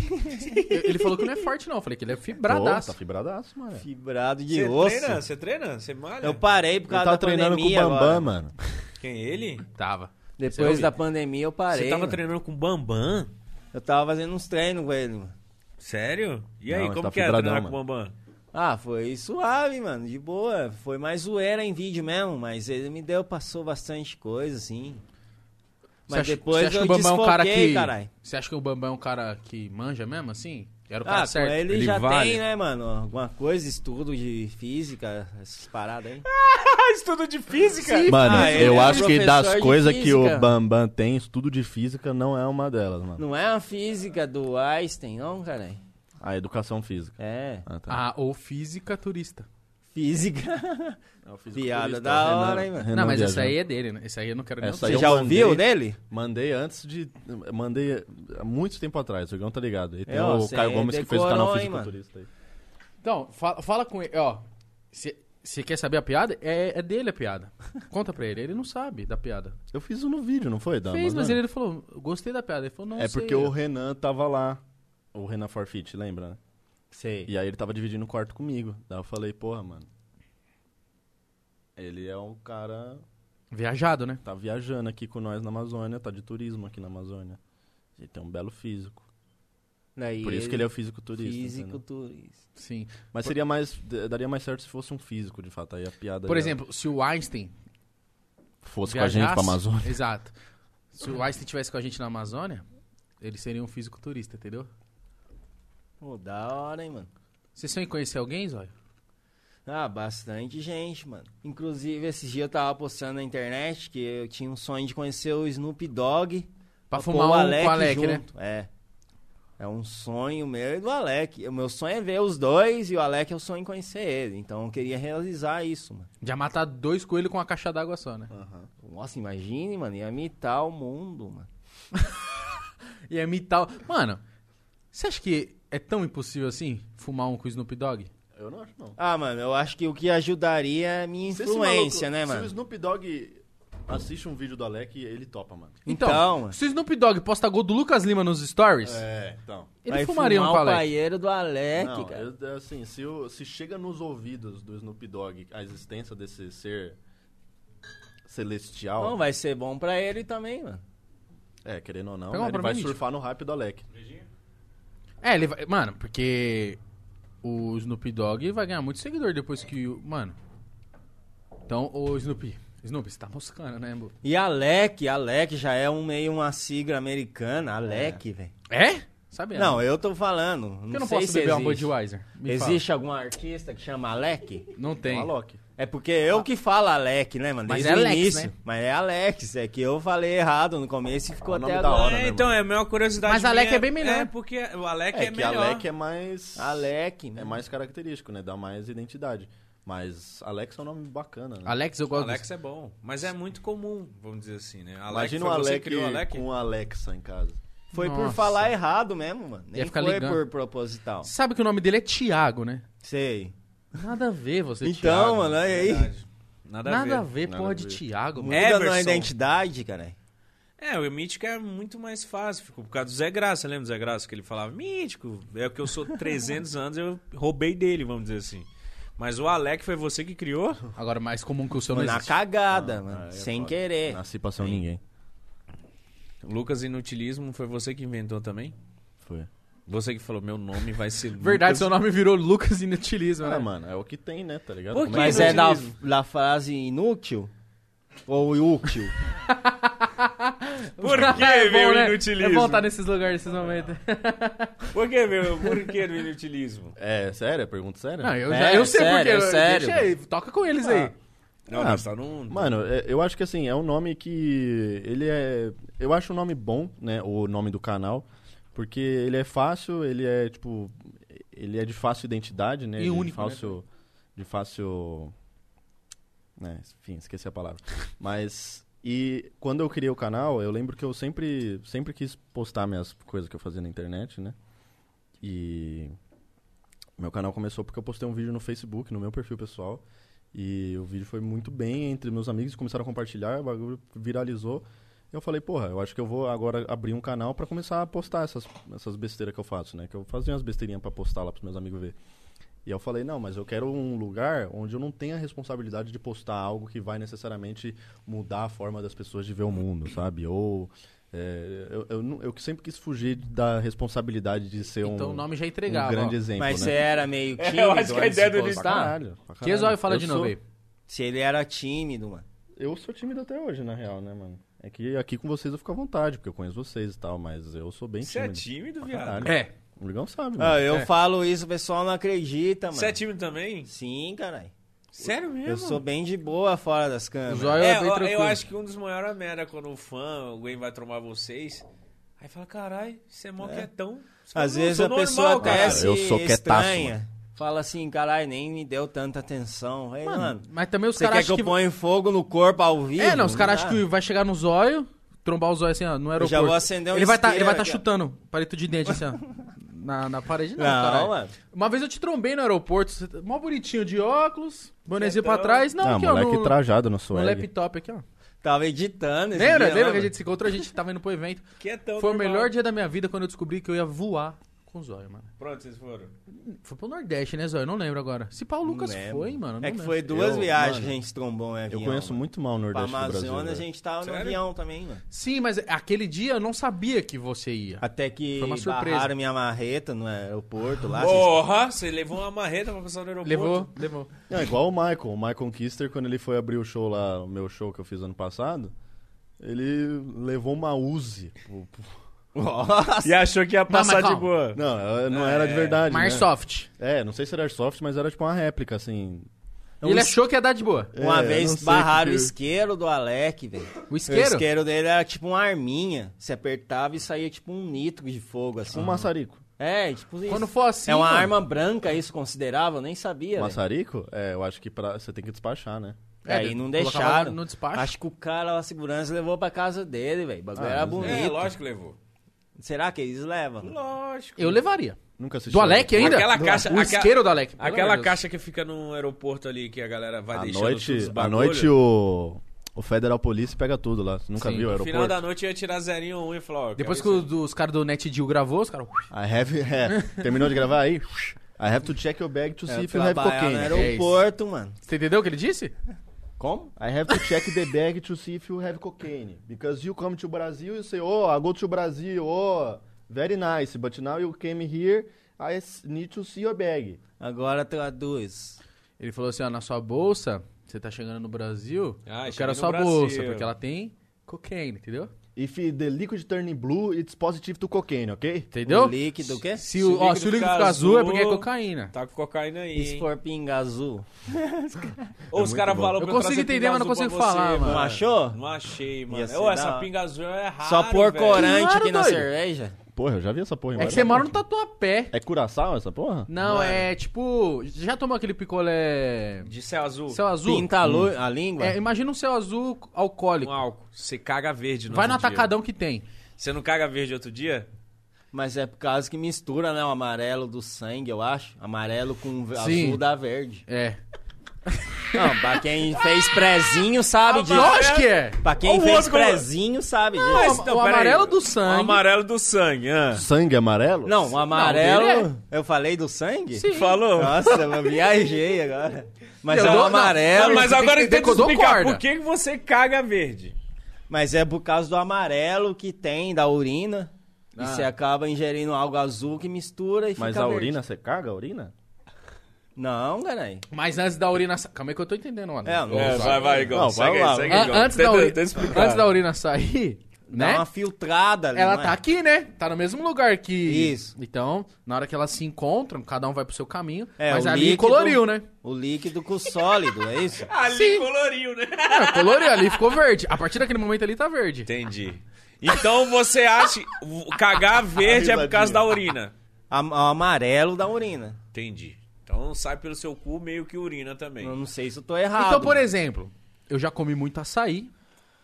[SPEAKER 1] Ele falou que não é forte, não. Eu falei que ele é
[SPEAKER 6] Pô,
[SPEAKER 1] fibradaço.
[SPEAKER 6] tá fibradaço, mano.
[SPEAKER 4] <laughs> fibrado de
[SPEAKER 2] Você
[SPEAKER 4] osso.
[SPEAKER 2] treina? Você treina? Você malha?
[SPEAKER 4] Eu parei por
[SPEAKER 6] Eu
[SPEAKER 4] causa
[SPEAKER 6] tava
[SPEAKER 4] da
[SPEAKER 6] treinando com o
[SPEAKER 4] pandemia
[SPEAKER 6] Bambam,
[SPEAKER 4] agora.
[SPEAKER 6] mano.
[SPEAKER 2] Quem, ele?
[SPEAKER 1] Tava. Você
[SPEAKER 4] Depois
[SPEAKER 1] ouviu?
[SPEAKER 4] da pandemia eu parei.
[SPEAKER 2] Você tava
[SPEAKER 4] mano.
[SPEAKER 2] treinando com o Bambam?
[SPEAKER 4] Eu tava fazendo uns treinos com ele, mano.
[SPEAKER 2] Sério? E
[SPEAKER 6] Não,
[SPEAKER 2] aí,
[SPEAKER 6] mas
[SPEAKER 2] como
[SPEAKER 6] tá
[SPEAKER 2] que é
[SPEAKER 6] fibradão,
[SPEAKER 2] treinar com o
[SPEAKER 6] mano.
[SPEAKER 2] Bambam?
[SPEAKER 4] Ah, foi suave, mano, de boa. Foi mais zoeira em vídeo mesmo, mas ele me deu, passou bastante coisa, assim. Mas
[SPEAKER 1] acha-
[SPEAKER 4] depois
[SPEAKER 1] acha
[SPEAKER 4] eu
[SPEAKER 1] que o Bambam é um cara
[SPEAKER 4] desfoquei,
[SPEAKER 1] que.
[SPEAKER 4] carai.
[SPEAKER 1] Você acha que o Bambam é um cara que manja mesmo, assim? Era o
[SPEAKER 6] Tá
[SPEAKER 1] cara
[SPEAKER 4] Ah, com
[SPEAKER 1] certo.
[SPEAKER 4] ele,
[SPEAKER 2] Ele
[SPEAKER 4] já
[SPEAKER 2] vale.
[SPEAKER 4] tem, né, mano? Alguma coisa, estudo de física, essas paradas aí.
[SPEAKER 2] Ah, estudo de física?
[SPEAKER 1] Sim.
[SPEAKER 6] Mano,
[SPEAKER 4] <laughs> Ah, ele
[SPEAKER 6] eu
[SPEAKER 4] é
[SPEAKER 6] acho que
[SPEAKER 4] professor
[SPEAKER 6] das
[SPEAKER 4] de
[SPEAKER 6] coisas que o
[SPEAKER 4] física.
[SPEAKER 6] Bambam tem, estudo de física não é uma delas, mano.
[SPEAKER 4] Não é a física do Einstein, não, cara?
[SPEAKER 6] A educação física.
[SPEAKER 4] É.
[SPEAKER 6] Ah, tá.
[SPEAKER 1] Ah, ou física turista.
[SPEAKER 4] Física.
[SPEAKER 6] É
[SPEAKER 2] Eu fiz
[SPEAKER 4] Piada da hora, hein, mano?
[SPEAKER 6] Renan
[SPEAKER 1] não, mas
[SPEAKER 6] viajando.
[SPEAKER 1] essa aí é dele, né? Essa aí eu não quero nem
[SPEAKER 6] Essa
[SPEAKER 1] ouvir.
[SPEAKER 6] aí é um
[SPEAKER 4] Você
[SPEAKER 6] eu
[SPEAKER 4] já ouviu
[SPEAKER 6] mandei-
[SPEAKER 4] dele?
[SPEAKER 6] Mandei antes de. Mandei há muito tempo atrás, o Igão tá ligado. E tem
[SPEAKER 4] Eu
[SPEAKER 6] o
[SPEAKER 4] sei,
[SPEAKER 6] Caio Gomes que fez o canal
[SPEAKER 4] decorou, hein,
[SPEAKER 6] Fisiculturista aí.
[SPEAKER 1] Então, fala, fala com ele, ó. Você quer saber a piada? É, é dele a
[SPEAKER 6] <laughs>
[SPEAKER 1] piada. Conta pra ele. Ele não sabe da piada.
[SPEAKER 6] Eu fiz um no vídeo, não é. foi? Da
[SPEAKER 1] Fez, mas
[SPEAKER 6] Amazônia?
[SPEAKER 1] ele falou, "Eu gostei da piada. Ele falou, não
[SPEAKER 6] É
[SPEAKER 1] sei.
[SPEAKER 6] porque o Renan tava lá. O Renan Forfit, lembra, né?
[SPEAKER 4] Sei.
[SPEAKER 6] E aí ele tava dividindo o quarto comigo. Daí eu falei, porra, mano. Ele é um cara.
[SPEAKER 1] Viajado, né?
[SPEAKER 6] Tá viajando aqui com nós na Amazônia, tá de turismo aqui na Amazônia. Ele tem um belo físico.
[SPEAKER 4] Daí
[SPEAKER 6] Por isso que ele é o fisiculturista. entendeu?
[SPEAKER 4] fisiculturista.
[SPEAKER 1] Sim.
[SPEAKER 6] Mas seria mais. d- Daria mais certo se fosse um físico, de fato. Aí a piada.
[SPEAKER 1] Por
[SPEAKER 6] ia-
[SPEAKER 1] exemplo, se o Einstein
[SPEAKER 6] fosse
[SPEAKER 1] viajasse...
[SPEAKER 6] com a gente pra Amazônia.
[SPEAKER 1] Exato. Se o Einstein estivesse com a gente na Amazônia, ele seria um fisiculturista, entendeu?
[SPEAKER 4] Pô, da hora, hein, mano?
[SPEAKER 1] Vocês são em conhecer alguém, Zóio?
[SPEAKER 4] Ah, bastante gente, mano. Inclusive, esses dias eu tava postando na internet que eu tinha um sonho de conhecer o Snoop Dogg.
[SPEAKER 1] Pra
[SPEAKER 4] pôr
[SPEAKER 1] fumar um com o Alec, né?
[SPEAKER 4] junto. É. É um sonho meu e do Alec. O meu sonho é ver os dois e o Alec é o sonho em conhecer ele. Então eu queria realizar isso, mano.
[SPEAKER 1] Já matar dois coelhos com uma caixa d'água só, né?
[SPEAKER 4] Nossa, imagine, mano. Ia mitar o mundo, mano.
[SPEAKER 1] E é mital. Mano, você acha que é tão impossível assim fumar um com o Snoop Dogg?
[SPEAKER 6] Eu não acho, não.
[SPEAKER 4] Ah, mano, eu acho que o que ajudaria é a minha
[SPEAKER 6] Se esse
[SPEAKER 4] influência,
[SPEAKER 6] maluco-
[SPEAKER 4] né,
[SPEAKER 6] Se o
[SPEAKER 4] mano?
[SPEAKER 6] Snoop Dogg assiste um vídeo do Alec, ele topa, mano.
[SPEAKER 1] Então,
[SPEAKER 4] Então, mano.
[SPEAKER 1] se o Snoop Dogg posta gol do Lucas Lima nos stories,
[SPEAKER 6] É, então.
[SPEAKER 1] ele
[SPEAKER 4] Vai
[SPEAKER 1] fumaria um
[SPEAKER 4] fumar
[SPEAKER 1] com o
[SPEAKER 4] o
[SPEAKER 1] Alec.
[SPEAKER 4] paieiro do Alec,
[SPEAKER 6] Não,
[SPEAKER 4] cara.
[SPEAKER 6] eu- assim, se, o- se chega nos ouvidos do Snoop Dogg a existência desse ser celestial,
[SPEAKER 4] Não, Então, vai ser bom pra ele também, mano.
[SPEAKER 6] é, querendo ou não,
[SPEAKER 1] Pega
[SPEAKER 6] né,
[SPEAKER 1] uma
[SPEAKER 6] ele
[SPEAKER 1] pra
[SPEAKER 6] vai
[SPEAKER 1] mim,
[SPEAKER 6] surfar no hype do Alec.
[SPEAKER 1] É, ele vai. Mano, porque o Snoop Dogg vai ganhar muito seguidor depois que o. Mano. Então, o Snoop. Snoop, você tá moscando, né, Embu?
[SPEAKER 4] E Alec, Alec já é um meio uma sigla americana. Alec, velho.
[SPEAKER 1] É? Sabia?
[SPEAKER 4] Não, eu tô falando. Não
[SPEAKER 1] Por que eu não
[SPEAKER 4] sei
[SPEAKER 1] posso
[SPEAKER 4] se
[SPEAKER 1] beber uma
[SPEAKER 4] existe.
[SPEAKER 1] Budweiser? Me fala.
[SPEAKER 4] Existe algum artista que chama Alec?
[SPEAKER 1] Não tem.
[SPEAKER 6] O Alok.
[SPEAKER 4] É porque eu que falo Alec, né, mano?
[SPEAKER 1] Mas
[SPEAKER 4] Desde
[SPEAKER 1] é
[SPEAKER 4] o
[SPEAKER 1] Alex,
[SPEAKER 4] início.
[SPEAKER 1] né?
[SPEAKER 4] Mas é Alex, é que eu falei errado no começo e ficou
[SPEAKER 6] É o nome
[SPEAKER 4] até
[SPEAKER 6] da
[SPEAKER 4] agora.
[SPEAKER 6] hora, né,
[SPEAKER 2] É, então,
[SPEAKER 6] mano?
[SPEAKER 2] é a maior curiosidade.
[SPEAKER 1] Mas Alec
[SPEAKER 2] minha-
[SPEAKER 1] é bem melhor.
[SPEAKER 2] É, porque o Alec é,
[SPEAKER 6] É, que
[SPEAKER 2] melhor.
[SPEAKER 6] Alec é mais.
[SPEAKER 4] Alec,
[SPEAKER 6] É
[SPEAKER 4] mano.
[SPEAKER 6] mais característico, né? Dá mais identidade. Mas Alex é um nome bacana, né?
[SPEAKER 1] Alex, eu gosto.
[SPEAKER 2] Alex é bom, mas é muito comum, vamos dizer assim, né? Alec,
[SPEAKER 6] Imagina
[SPEAKER 2] foi
[SPEAKER 6] o
[SPEAKER 2] você
[SPEAKER 6] Alec,
[SPEAKER 2] que criou o Alec?
[SPEAKER 6] com a Alexa em casa.
[SPEAKER 4] Foi por
[SPEAKER 1] Nossa.
[SPEAKER 4] falar errado mesmo, mano. Nem
[SPEAKER 1] ficar
[SPEAKER 4] foi
[SPEAKER 1] ligando.
[SPEAKER 4] por proposital.
[SPEAKER 1] Você Sabe que o nome dele é Thiago, né?
[SPEAKER 4] Sei.
[SPEAKER 1] Nada a ver você, Thiago.
[SPEAKER 4] Então, mano, olha aí.
[SPEAKER 2] É Verdade. Nada,
[SPEAKER 1] Nada
[SPEAKER 2] a
[SPEAKER 1] a
[SPEAKER 2] ver.
[SPEAKER 1] ver,
[SPEAKER 6] Nada
[SPEAKER 1] porra
[SPEAKER 6] a
[SPEAKER 1] de
[SPEAKER 6] ver.
[SPEAKER 1] Thiago, mano.
[SPEAKER 4] Muda
[SPEAKER 2] Everson.
[SPEAKER 4] na identidade, cara.
[SPEAKER 2] É, o Mítico é muito mais fácil, ficou por causa do Zé Graça, lembra do Zé Graça que ele falava Mítico? É que eu
[SPEAKER 1] <laughs>
[SPEAKER 2] sou 300 anos, eu roubei dele, vamos dizer assim. Mas o Alec foi você que criou?
[SPEAKER 1] Agora, mais comum que o seu não
[SPEAKER 4] Foi na
[SPEAKER 1] existe.
[SPEAKER 4] cagada,
[SPEAKER 6] ah,
[SPEAKER 4] mano.
[SPEAKER 6] é
[SPEAKER 4] Sem
[SPEAKER 6] foda.
[SPEAKER 4] querer.
[SPEAKER 6] Nasci pra ser um ninguém.
[SPEAKER 2] Lucas Inutilismo foi você que inventou também?
[SPEAKER 6] Foi.
[SPEAKER 2] Você que falou, meu nome vai ser
[SPEAKER 1] Verdade,
[SPEAKER 2] Lucas.
[SPEAKER 1] seu nome virou Lucas Inutilismo, né?
[SPEAKER 6] Ah, mano, é o que tem, né? Tá ligado?
[SPEAKER 2] Por
[SPEAKER 6] Como
[SPEAKER 4] Mas
[SPEAKER 6] que
[SPEAKER 4] é
[SPEAKER 6] eu
[SPEAKER 4] da,
[SPEAKER 6] utilizo?
[SPEAKER 4] da frase inútil? Ou útil?
[SPEAKER 2] Por que,
[SPEAKER 1] é bom,
[SPEAKER 2] meu
[SPEAKER 1] né?
[SPEAKER 2] inutilismo?
[SPEAKER 1] É bom estar nesses lugares, nesses momentos.
[SPEAKER 2] Por que, meu? Por que no inutilismo?
[SPEAKER 6] É, sério? É Pergunta séria?
[SPEAKER 1] Não, eu,
[SPEAKER 4] É,
[SPEAKER 1] já, eu sei
[SPEAKER 4] sério,
[SPEAKER 1] porque.
[SPEAKER 4] é
[SPEAKER 1] eu-
[SPEAKER 4] sério.
[SPEAKER 1] Deixa aí, toca com eles aí.
[SPEAKER 2] Não,
[SPEAKER 6] Ah,
[SPEAKER 2] mas tá num...
[SPEAKER 6] Mano, é- eu acho que assim, é um nome que. Ele é. Eu acho um nome bom, né? O nome do canal. Porque ele é fácil, ele é, tipo. Ele é de fácil identidade, né?
[SPEAKER 1] E
[SPEAKER 6] ele
[SPEAKER 1] único,
[SPEAKER 6] de fácil. De fácil. Né? Enfim, esqueci a palavra. <laughs> Mas. E quando eu criei o canal, eu lembro que eu sempre. Sempre quis postar minhas coisas que eu fazia na internet, né? E. Meu canal começou porque eu postei um vídeo no Facebook, no meu perfil pessoal. E o vídeo foi muito bem entre meus amigos, começaram a compartilhar, o bagulho viralizou. Eu falei, porra, eu acho que eu vou agora abrir um canal pra começar a postar essas, essas besteiras que eu faço, né? Que eu fazia umas besteirinhas pra postar lá pros meus amigos ver. E eu falei, não, mas eu quero um lugar onde eu não tenha a responsabilidade de postar algo que vai necessariamente mudar a forma das pessoas de ver o mundo, sabe? Ou. é, eu, eu, nu- eu sempre quis fugir da responsabilidade de ser
[SPEAKER 1] Então
[SPEAKER 6] um,
[SPEAKER 1] o nome já
[SPEAKER 6] um
[SPEAKER 1] entregava.
[SPEAKER 6] grande
[SPEAKER 1] ó.
[SPEAKER 6] exemplo.
[SPEAKER 4] Mas
[SPEAKER 6] né?
[SPEAKER 4] você era meio
[SPEAKER 2] <laughs> É, eu
[SPEAKER 4] tímido.
[SPEAKER 2] acho que a
[SPEAKER 4] antes
[SPEAKER 2] ideia
[SPEAKER 4] de
[SPEAKER 2] do
[SPEAKER 6] Pra
[SPEAKER 4] postar?
[SPEAKER 6] caralho, pra
[SPEAKER 1] Tá. Que é
[SPEAKER 6] caralho.
[SPEAKER 1] zóio fala
[SPEAKER 6] Eu
[SPEAKER 1] de novo
[SPEAKER 6] sou-
[SPEAKER 1] aí.
[SPEAKER 4] Se ele era tímido, mano.
[SPEAKER 6] Eu sou tímido até hoje, na real, né, mano? É que aqui com vocês eu fico à vontade, porque eu conheço vocês e tal, mas eu sou bem
[SPEAKER 2] Você é
[SPEAKER 6] tímido.
[SPEAKER 2] tímido,
[SPEAKER 6] Pra
[SPEAKER 2] viado?
[SPEAKER 6] caralho.
[SPEAKER 1] É.
[SPEAKER 6] O Ligão sabe, mano.
[SPEAKER 4] Ah, eu falo isso, o pessoal não acredita, mano.
[SPEAKER 2] Você é tímido também?
[SPEAKER 4] Sim, caralho.
[SPEAKER 2] Sério mesmo?
[SPEAKER 4] Eu sou bem de boa fora das câmeras.
[SPEAKER 1] O zóio é,
[SPEAKER 2] É,
[SPEAKER 1] bem
[SPEAKER 2] eu,
[SPEAKER 1] tranquilo.
[SPEAKER 2] eu acho que um dos maiores merda é quando o fã, alguém vai trombar vocês. Aí fala, caralho, você é mó quietão. Você fala,
[SPEAKER 4] Às
[SPEAKER 2] "Não,
[SPEAKER 4] vezes
[SPEAKER 2] sou
[SPEAKER 4] a pessoa
[SPEAKER 2] normal,
[SPEAKER 4] até
[SPEAKER 2] cara."
[SPEAKER 4] se
[SPEAKER 6] Eu sou quietaço,
[SPEAKER 4] estranha. Fala assim, caralho, nem me deu tanta atenção. Aí, mano,
[SPEAKER 1] Mas também os
[SPEAKER 4] você
[SPEAKER 1] caras
[SPEAKER 4] quer que
[SPEAKER 1] acham
[SPEAKER 4] eu
[SPEAKER 1] que.
[SPEAKER 4] ponha fogo no corpo ao vivo?
[SPEAKER 1] É, não, os caras acham
[SPEAKER 4] dá.
[SPEAKER 1] que vai chegar no zóio, trombar o zóio assim, ó, no aeroporto.
[SPEAKER 4] já vou acender um
[SPEAKER 1] ele vai tá, Ele
[SPEAKER 4] isqueiro
[SPEAKER 1] vai estar
[SPEAKER 4] aqui, ó.
[SPEAKER 1] chutando palito de dente assim, ó. <laughs> Na, na parede, não,
[SPEAKER 4] Não,
[SPEAKER 1] caralho.
[SPEAKER 4] mano.
[SPEAKER 1] Uma vez eu te trombei no aeroporto, você tá mó bonitinho de óculos, bonezinho
[SPEAKER 4] Então-
[SPEAKER 1] pra trás. Não,
[SPEAKER 6] Ah,
[SPEAKER 1] aqui, ó,
[SPEAKER 6] moleque
[SPEAKER 1] no,
[SPEAKER 6] trajado no
[SPEAKER 1] no
[SPEAKER 6] swag.
[SPEAKER 1] laptop aqui, ó.
[SPEAKER 4] Tava editando esse
[SPEAKER 1] Lembra? lembra
[SPEAKER 4] dia, né,
[SPEAKER 1] que a
[SPEAKER 4] mano?
[SPEAKER 1] gente se encontrou, a gente tava indo pro evento.
[SPEAKER 2] Que é tão
[SPEAKER 1] Foi o
[SPEAKER 2] normal.
[SPEAKER 1] melhor dia da minha vida quando eu descobri que eu ia voar com o zóio, mano.
[SPEAKER 2] Pronto, vocês foram.
[SPEAKER 1] Foi pro Nordeste, né, zóio? Eu não lembro agora. Se Paulo Lucas
[SPEAKER 4] lembro.
[SPEAKER 1] foi, mano. não
[SPEAKER 4] É que
[SPEAKER 1] lembro.
[SPEAKER 4] foi duas
[SPEAKER 6] Eu-
[SPEAKER 4] viagens que a
[SPEAKER 6] mano,
[SPEAKER 4] gente trombou em
[SPEAKER 6] Eu
[SPEAKER 4] avião.
[SPEAKER 6] conheço
[SPEAKER 4] mano.
[SPEAKER 6] muito mal o
[SPEAKER 4] Pra
[SPEAKER 6] Nordeste do Brasil.
[SPEAKER 4] Amazônia a
[SPEAKER 1] né?
[SPEAKER 6] velho.
[SPEAKER 4] gente tava
[SPEAKER 2] Sério?
[SPEAKER 4] no avião também, mano.
[SPEAKER 1] Sim, mas aquele dia eu não sabia que você ia.
[SPEAKER 4] Até que
[SPEAKER 1] Foi uma surpresa.
[SPEAKER 4] barraram minha marreta no aeroporto lá.
[SPEAKER 2] Porra, você levou uma marreta pra passar no aeroporto.
[SPEAKER 1] Levou, levou.
[SPEAKER 6] Não, igual o Michael. O Michael Kister, quando ele foi abrir o show lá, o meu show que eu fiz ano passado, ele levou uma Uzi. pro-
[SPEAKER 1] <laughs>
[SPEAKER 6] pro-
[SPEAKER 2] E achou que ia passar
[SPEAKER 1] calma.
[SPEAKER 2] de boa.
[SPEAKER 6] Não, ela não era de verdade. né?
[SPEAKER 1] É. Marsoft.
[SPEAKER 6] É, não sei se era Airsoft, mas era tipo uma réplica, assim.
[SPEAKER 1] Ele achou que ia dar de boa.
[SPEAKER 4] Uma
[SPEAKER 6] É, eu não
[SPEAKER 4] vez
[SPEAKER 6] sei
[SPEAKER 4] barraram
[SPEAKER 6] que-
[SPEAKER 4] o isqueiro do Alec, velho.
[SPEAKER 1] O isqueiro?
[SPEAKER 4] O isqueiro dele era tipo uma arminha. Se apertava e saía tipo um nitro de fogo, assim.
[SPEAKER 6] Um maçarico.
[SPEAKER 4] É, tipo isso.
[SPEAKER 1] Quando for assim.
[SPEAKER 4] é uma
[SPEAKER 1] mano.
[SPEAKER 4] arma branca, isso considerável? Nem sabia, velho.
[SPEAKER 6] Maçarico? É, eu acho que pra... você tem que despachar, né?
[SPEAKER 1] É,
[SPEAKER 4] Aí
[SPEAKER 1] de-
[SPEAKER 4] não
[SPEAKER 1] colocava
[SPEAKER 4] deixaram.
[SPEAKER 1] no- no despacho.
[SPEAKER 4] Acho que o cara, lá, a segurança, levou pra casa dele, velho. O bagulho
[SPEAKER 6] Ah,
[SPEAKER 4] era
[SPEAKER 6] mas-
[SPEAKER 4] bonito.
[SPEAKER 2] É, lógico que levou.
[SPEAKER 4] Será que eles levam?
[SPEAKER 2] Lógico.
[SPEAKER 1] Eu levaria.
[SPEAKER 6] Nunca né? assisti.
[SPEAKER 1] Do Alec ainda?
[SPEAKER 2] Aquela caixa-
[SPEAKER 1] O
[SPEAKER 2] aquela-
[SPEAKER 1] isqueiro do Alec. pelo
[SPEAKER 2] Aquela
[SPEAKER 1] amor de Deus.
[SPEAKER 2] caixa que fica no aeroporto ali que a galera vai
[SPEAKER 6] À
[SPEAKER 2] Tá deixando todos os
[SPEAKER 6] noite, à
[SPEAKER 2] bagulho.
[SPEAKER 6] noite o... o Federal Police pega tudo lá. Você nunca
[SPEAKER 1] Sim.
[SPEAKER 6] viu o
[SPEAKER 2] No final
[SPEAKER 6] aeroporto?
[SPEAKER 2] da noite eu ia tirar zerinho um e falar, ó,
[SPEAKER 1] Depois que
[SPEAKER 2] quero
[SPEAKER 1] o- os caras do Net Deal gravou, os caras.
[SPEAKER 6] I have... <laughs> É, terminou de gravar aí? I have to check your bag
[SPEAKER 2] É,
[SPEAKER 6] to see if you have
[SPEAKER 4] trabalhar
[SPEAKER 6] cocaine.
[SPEAKER 4] no
[SPEAKER 1] É isso.
[SPEAKER 4] aeroporto, mano.
[SPEAKER 1] Você entendeu o que ele disse?
[SPEAKER 4] Como?
[SPEAKER 6] I have to check the bag to see if you have cocaine. Because you come to Brazil, you say, oh, I go to Brazil, oh, very nice. But now you came here, I s- need to see your bag.
[SPEAKER 4] Agora traduz.
[SPEAKER 1] Ele falou assim: ó, na sua bolsa, você tá chegando no Brasil,
[SPEAKER 2] Ah, cheguei
[SPEAKER 1] eu quero a
[SPEAKER 2] no
[SPEAKER 1] sua
[SPEAKER 2] Brasil.
[SPEAKER 1] bolsa, porque ela tem cocaína, entendeu?
[SPEAKER 6] If the liquid turning blue, it's positive to cocaine, ok?
[SPEAKER 1] Entendeu?
[SPEAKER 4] O líquido, o quê?
[SPEAKER 1] Se o, ó, se o líquido ficar azul, é porque é cocaína.
[SPEAKER 2] Tá com cocaína aí,
[SPEAKER 4] E se
[SPEAKER 2] hein?
[SPEAKER 4] for pinga azul?
[SPEAKER 2] Ou os caras falam pra
[SPEAKER 1] Eu
[SPEAKER 2] trazer
[SPEAKER 1] consigo entender,
[SPEAKER 2] pinga
[SPEAKER 1] mas não
[SPEAKER 2] azul
[SPEAKER 1] consigo
[SPEAKER 2] pra
[SPEAKER 1] falar,
[SPEAKER 2] você,
[SPEAKER 1] mano.
[SPEAKER 4] É Não achou?
[SPEAKER 2] Não achei,
[SPEAKER 4] ser
[SPEAKER 2] mano. Ô,
[SPEAKER 4] da
[SPEAKER 2] essa
[SPEAKER 4] hora.
[SPEAKER 2] pinga azul é raro,
[SPEAKER 4] Só pôr
[SPEAKER 2] velho.
[SPEAKER 4] corante
[SPEAKER 1] Claro,
[SPEAKER 4] aqui na
[SPEAKER 1] doido.
[SPEAKER 4] cerveja?
[SPEAKER 6] Porra, eu já vi essa porra. em
[SPEAKER 1] É que
[SPEAKER 6] vários
[SPEAKER 1] você mora no
[SPEAKER 6] lugares.
[SPEAKER 1] tatuapé.
[SPEAKER 6] É curaçal essa porra?
[SPEAKER 1] Não, é tipo. Já tomou aquele picolé.
[SPEAKER 2] De céu azul.
[SPEAKER 1] Céu azul?
[SPEAKER 4] Pinta a, lu- a língua?
[SPEAKER 1] É, imagina um céu azul
[SPEAKER 2] Com
[SPEAKER 1] alcoólico.
[SPEAKER 2] Um álcool. Você caga verde no
[SPEAKER 1] Vai no
[SPEAKER 2] outro dia.
[SPEAKER 1] atacadão que tem.
[SPEAKER 2] Você não caga verde outro dia?
[SPEAKER 4] Mas é por causa que mistura, né? O amarelo do sangue, eu acho. Amarelo com ve-
[SPEAKER 1] Sim.
[SPEAKER 4] azul da verde.
[SPEAKER 1] É.
[SPEAKER 4] Não, pra quem fez prezinho
[SPEAKER 1] Tá
[SPEAKER 4] sabe disso.
[SPEAKER 1] Lógico que é.
[SPEAKER 4] Pra quem
[SPEAKER 2] Olha o
[SPEAKER 4] fez
[SPEAKER 2] outro como-
[SPEAKER 4] prezinho sabe disso.
[SPEAKER 2] Mas,
[SPEAKER 1] o-
[SPEAKER 2] então,
[SPEAKER 1] o
[SPEAKER 2] peraí.
[SPEAKER 1] amarelo do sangue.
[SPEAKER 2] O amarelo do sangue, ah.
[SPEAKER 6] Sangue amarelo?
[SPEAKER 4] Não, o amarelo.
[SPEAKER 1] dele
[SPEAKER 4] Eu falei do sangue?
[SPEAKER 1] é. Sim.
[SPEAKER 2] Falou.
[SPEAKER 4] Nossa, eu viajei agora. Mas
[SPEAKER 1] Eu
[SPEAKER 4] é o
[SPEAKER 1] dou- não,
[SPEAKER 4] amarelo.
[SPEAKER 1] não,
[SPEAKER 2] mas
[SPEAKER 1] você tem
[SPEAKER 2] agora
[SPEAKER 1] que entender
[SPEAKER 2] tenta
[SPEAKER 1] que eu dou
[SPEAKER 2] explicar
[SPEAKER 1] corda.
[SPEAKER 2] por que que você caga verde.
[SPEAKER 4] Mas é por causa do amarelo que tem da urina.
[SPEAKER 1] Ah.
[SPEAKER 4] E você acaba ingerindo algo azul que mistura e fica.
[SPEAKER 6] Mas a
[SPEAKER 4] verde.
[SPEAKER 6] urina, você caga a urina?
[SPEAKER 4] Não, caralho.
[SPEAKER 1] Mas antes da urina. sa- Calma aí que eu tô entendendo, mano.
[SPEAKER 4] É, não.
[SPEAKER 2] É, vai, vai, Igor.
[SPEAKER 6] Não,
[SPEAKER 2] Segue
[SPEAKER 6] vai
[SPEAKER 2] aí,
[SPEAKER 6] lá,
[SPEAKER 2] segue
[SPEAKER 1] An-
[SPEAKER 2] aí, Igor.
[SPEAKER 1] Ah, antes, da
[SPEAKER 2] Tenta-
[SPEAKER 1] urina,
[SPEAKER 2] tenta explicar.
[SPEAKER 1] antes da urina sair,
[SPEAKER 4] Dá
[SPEAKER 1] né?
[SPEAKER 4] uma filtrada ali.
[SPEAKER 1] Ela
[SPEAKER 4] não é?
[SPEAKER 1] tá aqui, né? Tá no mesmo lugar que.
[SPEAKER 4] Isso.
[SPEAKER 1] Então, na hora que elas se encontram, cada um vai pro seu caminho.
[SPEAKER 4] É,
[SPEAKER 1] mas
[SPEAKER 4] o
[SPEAKER 1] ali
[SPEAKER 4] líquido-
[SPEAKER 1] coloriu, né?
[SPEAKER 4] O líquido com o sólido, é isso?
[SPEAKER 2] Ah, Ali
[SPEAKER 1] Sim.
[SPEAKER 2] coloriu, né?
[SPEAKER 1] É, coloriu, ali ficou verde. A partir daquele momento ali tá verde.
[SPEAKER 2] Entendi. Então você acha que o <laughs> cagar verde é por causa da urina?
[SPEAKER 4] Am- o amarelo da urina.
[SPEAKER 2] Entendi. Então sai pelo seu cu meio que urina também.
[SPEAKER 4] Eu não sei se eu tô Tá errado.
[SPEAKER 1] Então, por exemplo, eu já comi muito açaí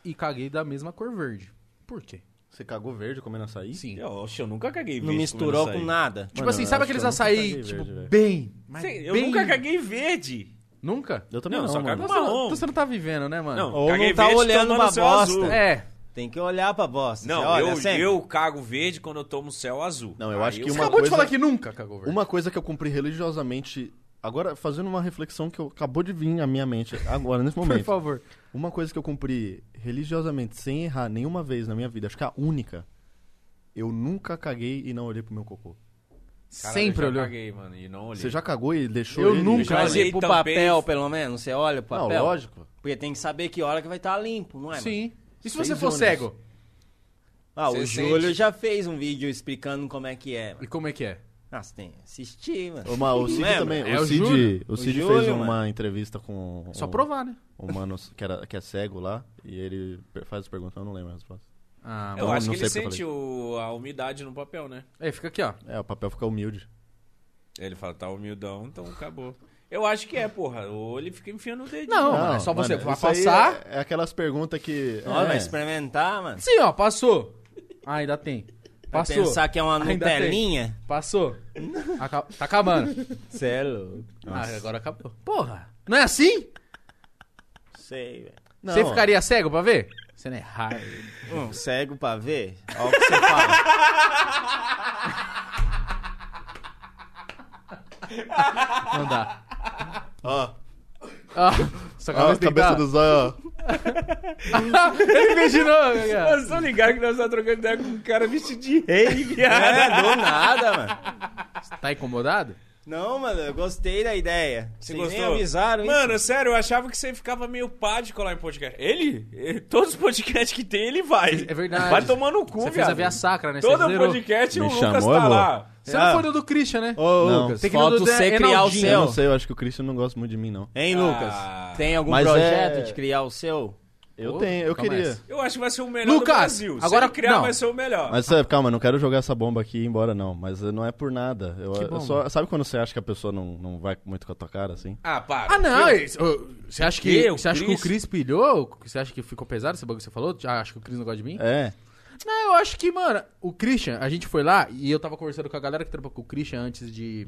[SPEAKER 1] e caguei da mesma cor verde. Por quê?
[SPEAKER 6] Você cagou verde comendo açaí?
[SPEAKER 1] Sim.
[SPEAKER 2] Eu, oxe, eu nunca caguei verde.
[SPEAKER 4] Não misturou
[SPEAKER 2] comendo
[SPEAKER 4] com
[SPEAKER 2] açaí.
[SPEAKER 4] nada.
[SPEAKER 1] Tipo
[SPEAKER 6] Mano,
[SPEAKER 1] assim,
[SPEAKER 6] eu
[SPEAKER 1] sabe
[SPEAKER 6] acho que
[SPEAKER 1] aqueles
[SPEAKER 6] eu nunca
[SPEAKER 1] açaí,
[SPEAKER 6] caguei
[SPEAKER 1] tipo,
[SPEAKER 6] verde, velho.
[SPEAKER 1] bem, mas
[SPEAKER 2] Sei, Eu
[SPEAKER 1] bem-
[SPEAKER 2] nunca caguei verde.
[SPEAKER 1] Nunca?
[SPEAKER 6] Eu também
[SPEAKER 2] Não,
[SPEAKER 6] não,
[SPEAKER 2] só
[SPEAKER 6] mano.
[SPEAKER 2] caga-
[SPEAKER 1] Então você não-
[SPEAKER 2] Marrom.
[SPEAKER 1] então você não tá vivendo, né, mano?
[SPEAKER 2] Não,
[SPEAKER 4] Ou
[SPEAKER 2] caguei
[SPEAKER 4] não tá
[SPEAKER 2] verde
[SPEAKER 4] olhando
[SPEAKER 2] tomando
[SPEAKER 4] pra
[SPEAKER 2] seu
[SPEAKER 4] bosta.
[SPEAKER 2] azul.
[SPEAKER 1] É.
[SPEAKER 4] Tem que olhar pra bosta. Você
[SPEAKER 2] Não,
[SPEAKER 4] olha
[SPEAKER 2] eu,
[SPEAKER 4] sempre.
[SPEAKER 2] eu cago verde quando eu tomo céu azul.
[SPEAKER 6] Não, eu
[SPEAKER 2] Aí
[SPEAKER 6] acho que
[SPEAKER 1] Você
[SPEAKER 6] uma
[SPEAKER 1] acabou de
[SPEAKER 6] coisa-
[SPEAKER 1] falar que nunca cagou verde.
[SPEAKER 6] Uma coisa que eu cumpri religiosamente. Agora, fazendo uma reflexão que eu- acabou de vir à minha mente, agora, nesse
[SPEAKER 1] <laughs> Por
[SPEAKER 6] momento.
[SPEAKER 1] favor.
[SPEAKER 6] Uma coisa que eu cumpri religiosamente, sem errar nenhuma vez na minha vida, acho que é a única. Eu nunca caguei e não olhei pro meu cocô.
[SPEAKER 2] Caralho,
[SPEAKER 1] Sempre
[SPEAKER 2] eu já
[SPEAKER 1] olhou.
[SPEAKER 2] caguei, mano, e não olhei.
[SPEAKER 6] Você já cagou e deixou
[SPEAKER 1] Eu
[SPEAKER 6] ele?
[SPEAKER 1] nunca
[SPEAKER 6] Deixou
[SPEAKER 4] Mas
[SPEAKER 6] ele?
[SPEAKER 2] caguei.
[SPEAKER 4] e pro
[SPEAKER 2] Tampei.
[SPEAKER 4] papel, pelo menos, você olha pro
[SPEAKER 6] Não,
[SPEAKER 4] papel.
[SPEAKER 6] lógico.
[SPEAKER 4] Porque tem que saber que hora que vai estar limpo, não é? mano?
[SPEAKER 1] Sim. E se
[SPEAKER 6] Seis
[SPEAKER 1] você for
[SPEAKER 6] anos.
[SPEAKER 1] cego?
[SPEAKER 4] Ah, o
[SPEAKER 2] Você
[SPEAKER 4] Júlio
[SPEAKER 2] sente.
[SPEAKER 4] já fez um vídeo explicando como é que é. mano.
[SPEAKER 1] E como é que é?
[SPEAKER 4] Ah, você tem que assistir, mano.
[SPEAKER 6] Ô, mas o Cid
[SPEAKER 4] Lembra?
[SPEAKER 6] também.
[SPEAKER 1] É
[SPEAKER 6] o
[SPEAKER 1] o
[SPEAKER 6] Cid,
[SPEAKER 1] Júlio.
[SPEAKER 6] o Cid
[SPEAKER 4] O
[SPEAKER 6] fez
[SPEAKER 4] Júlio,
[SPEAKER 6] uma
[SPEAKER 4] mano.
[SPEAKER 6] entrevista com
[SPEAKER 1] Só
[SPEAKER 6] um,
[SPEAKER 1] provar, né?
[SPEAKER 6] um mano que, era, que é cego lá. E ele per- faz as perguntas, eu não lembro a resposta.
[SPEAKER 1] Ah,
[SPEAKER 2] Eu
[SPEAKER 6] Não,
[SPEAKER 2] acho
[SPEAKER 6] não
[SPEAKER 2] que ele
[SPEAKER 6] sei porque eu
[SPEAKER 2] sente o- a umidade no papel, né?
[SPEAKER 1] É, fica aqui, ó.
[SPEAKER 6] É, o papel fica humilde.
[SPEAKER 2] Ele fala, tá humildão, então acabou. Eu acho que é, porra. Ou ele fica enfiando o dedinho.
[SPEAKER 1] Não, mano, é só você
[SPEAKER 6] mano,
[SPEAKER 1] vai
[SPEAKER 6] isso aí
[SPEAKER 1] passar.
[SPEAKER 6] É, é aquelas perguntas que.
[SPEAKER 4] Ó,
[SPEAKER 6] é.
[SPEAKER 4] vai experimentar, mano.
[SPEAKER 1] Sim, ó, passou. Ah, ainda tem.
[SPEAKER 4] Vai
[SPEAKER 1] Passou.
[SPEAKER 4] pensar que é uma
[SPEAKER 1] Ainda tem.
[SPEAKER 4] Nutelinha.
[SPEAKER 1] Passou. Aca- Tá acabando.
[SPEAKER 6] é
[SPEAKER 4] Sério?
[SPEAKER 1] Ah, agora acabou. Porra, não é assim?
[SPEAKER 4] Sei, velho.
[SPEAKER 6] Não,
[SPEAKER 1] você
[SPEAKER 6] ó.
[SPEAKER 1] ficaria cego pra ver? Você não é raio.
[SPEAKER 4] Hum, cego pra ver? Olha o que você fala.
[SPEAKER 1] Não dá.
[SPEAKER 6] Ó,
[SPEAKER 1] Ah, sua
[SPEAKER 6] ó, a
[SPEAKER 1] cabeça, tem que
[SPEAKER 6] cabeça
[SPEAKER 1] dar.
[SPEAKER 6] do zóio, ó.
[SPEAKER 1] Ele imaginou. cara.
[SPEAKER 2] Vocês estão ligados que nós estamos trocando ideia com um cara vestido de rei, viado.
[SPEAKER 4] É, do nada, mano.
[SPEAKER 1] Tá incomodado?
[SPEAKER 4] Não, mano, eu gostei da ideia.
[SPEAKER 2] Você
[SPEAKER 4] Vocês nem
[SPEAKER 2] gostou?
[SPEAKER 4] avisaram, hein?
[SPEAKER 2] Mano, sério, eu achava que você ficava meio pá de colar em podcast. Ele? Eh, Todos os podcasts que tem, ele vai.
[SPEAKER 1] É verdade.
[SPEAKER 2] Vai tomar no cu,
[SPEAKER 1] Você
[SPEAKER 2] viado.
[SPEAKER 1] fez a via sacra, né?
[SPEAKER 2] Todo
[SPEAKER 1] você zerou. é
[SPEAKER 2] podcast
[SPEAKER 6] Me
[SPEAKER 2] o Lucas
[SPEAKER 6] chamou,
[SPEAKER 2] tá
[SPEAKER 6] eu vou.
[SPEAKER 2] lá.
[SPEAKER 1] Você não
[SPEAKER 4] Ah.
[SPEAKER 1] foi no do Christian, né?
[SPEAKER 4] Ô,
[SPEAKER 6] Não.
[SPEAKER 4] Lucas,
[SPEAKER 1] Tem que
[SPEAKER 4] falta
[SPEAKER 1] no do
[SPEAKER 4] você
[SPEAKER 1] Dan
[SPEAKER 4] criar o
[SPEAKER 1] Enaldinho.
[SPEAKER 6] Eu
[SPEAKER 4] seu.
[SPEAKER 6] não sei, eu acho que o Christian não gosta muito de mim, não.
[SPEAKER 4] Hein, Lucas?
[SPEAKER 2] Ah.
[SPEAKER 4] Tem algum
[SPEAKER 6] Mas
[SPEAKER 4] projeto
[SPEAKER 6] é-
[SPEAKER 4] de criar o seu?
[SPEAKER 6] Eu
[SPEAKER 1] Ô,
[SPEAKER 6] tenho, eu
[SPEAKER 1] calma
[SPEAKER 6] queria.
[SPEAKER 1] essa.
[SPEAKER 2] Eu acho que vai ser o melhor
[SPEAKER 1] Lucas,
[SPEAKER 2] do Brasil. Se
[SPEAKER 1] agora-
[SPEAKER 2] ele criar,
[SPEAKER 1] não.
[SPEAKER 2] vai ser o melhor.
[SPEAKER 6] Mas sabe, calma, eu não quero jogar essa bomba aqui e ir embora, não. Mas eh, não é por nada. Eu,
[SPEAKER 1] Que
[SPEAKER 6] eu
[SPEAKER 1] bomba?
[SPEAKER 6] só, sabe quando você acha que a pessoa não, não vai muito com a tua cara, assim?
[SPEAKER 2] Ah, para.
[SPEAKER 1] Ah, não.
[SPEAKER 2] Eu-
[SPEAKER 1] isso- ô, Você acha que,
[SPEAKER 2] Eu,
[SPEAKER 1] você acha que o
[SPEAKER 2] Chris?
[SPEAKER 1] Chris pilhou? Você acha que ficou pesado esse bagulho que você falou? Ah, acho que o Chris não gosta de mim?
[SPEAKER 6] É.
[SPEAKER 1] Não, eu acho que, mano, o Christian, a gente foi lá e eu tava conversando com a galera que trampa com o Christian antes de,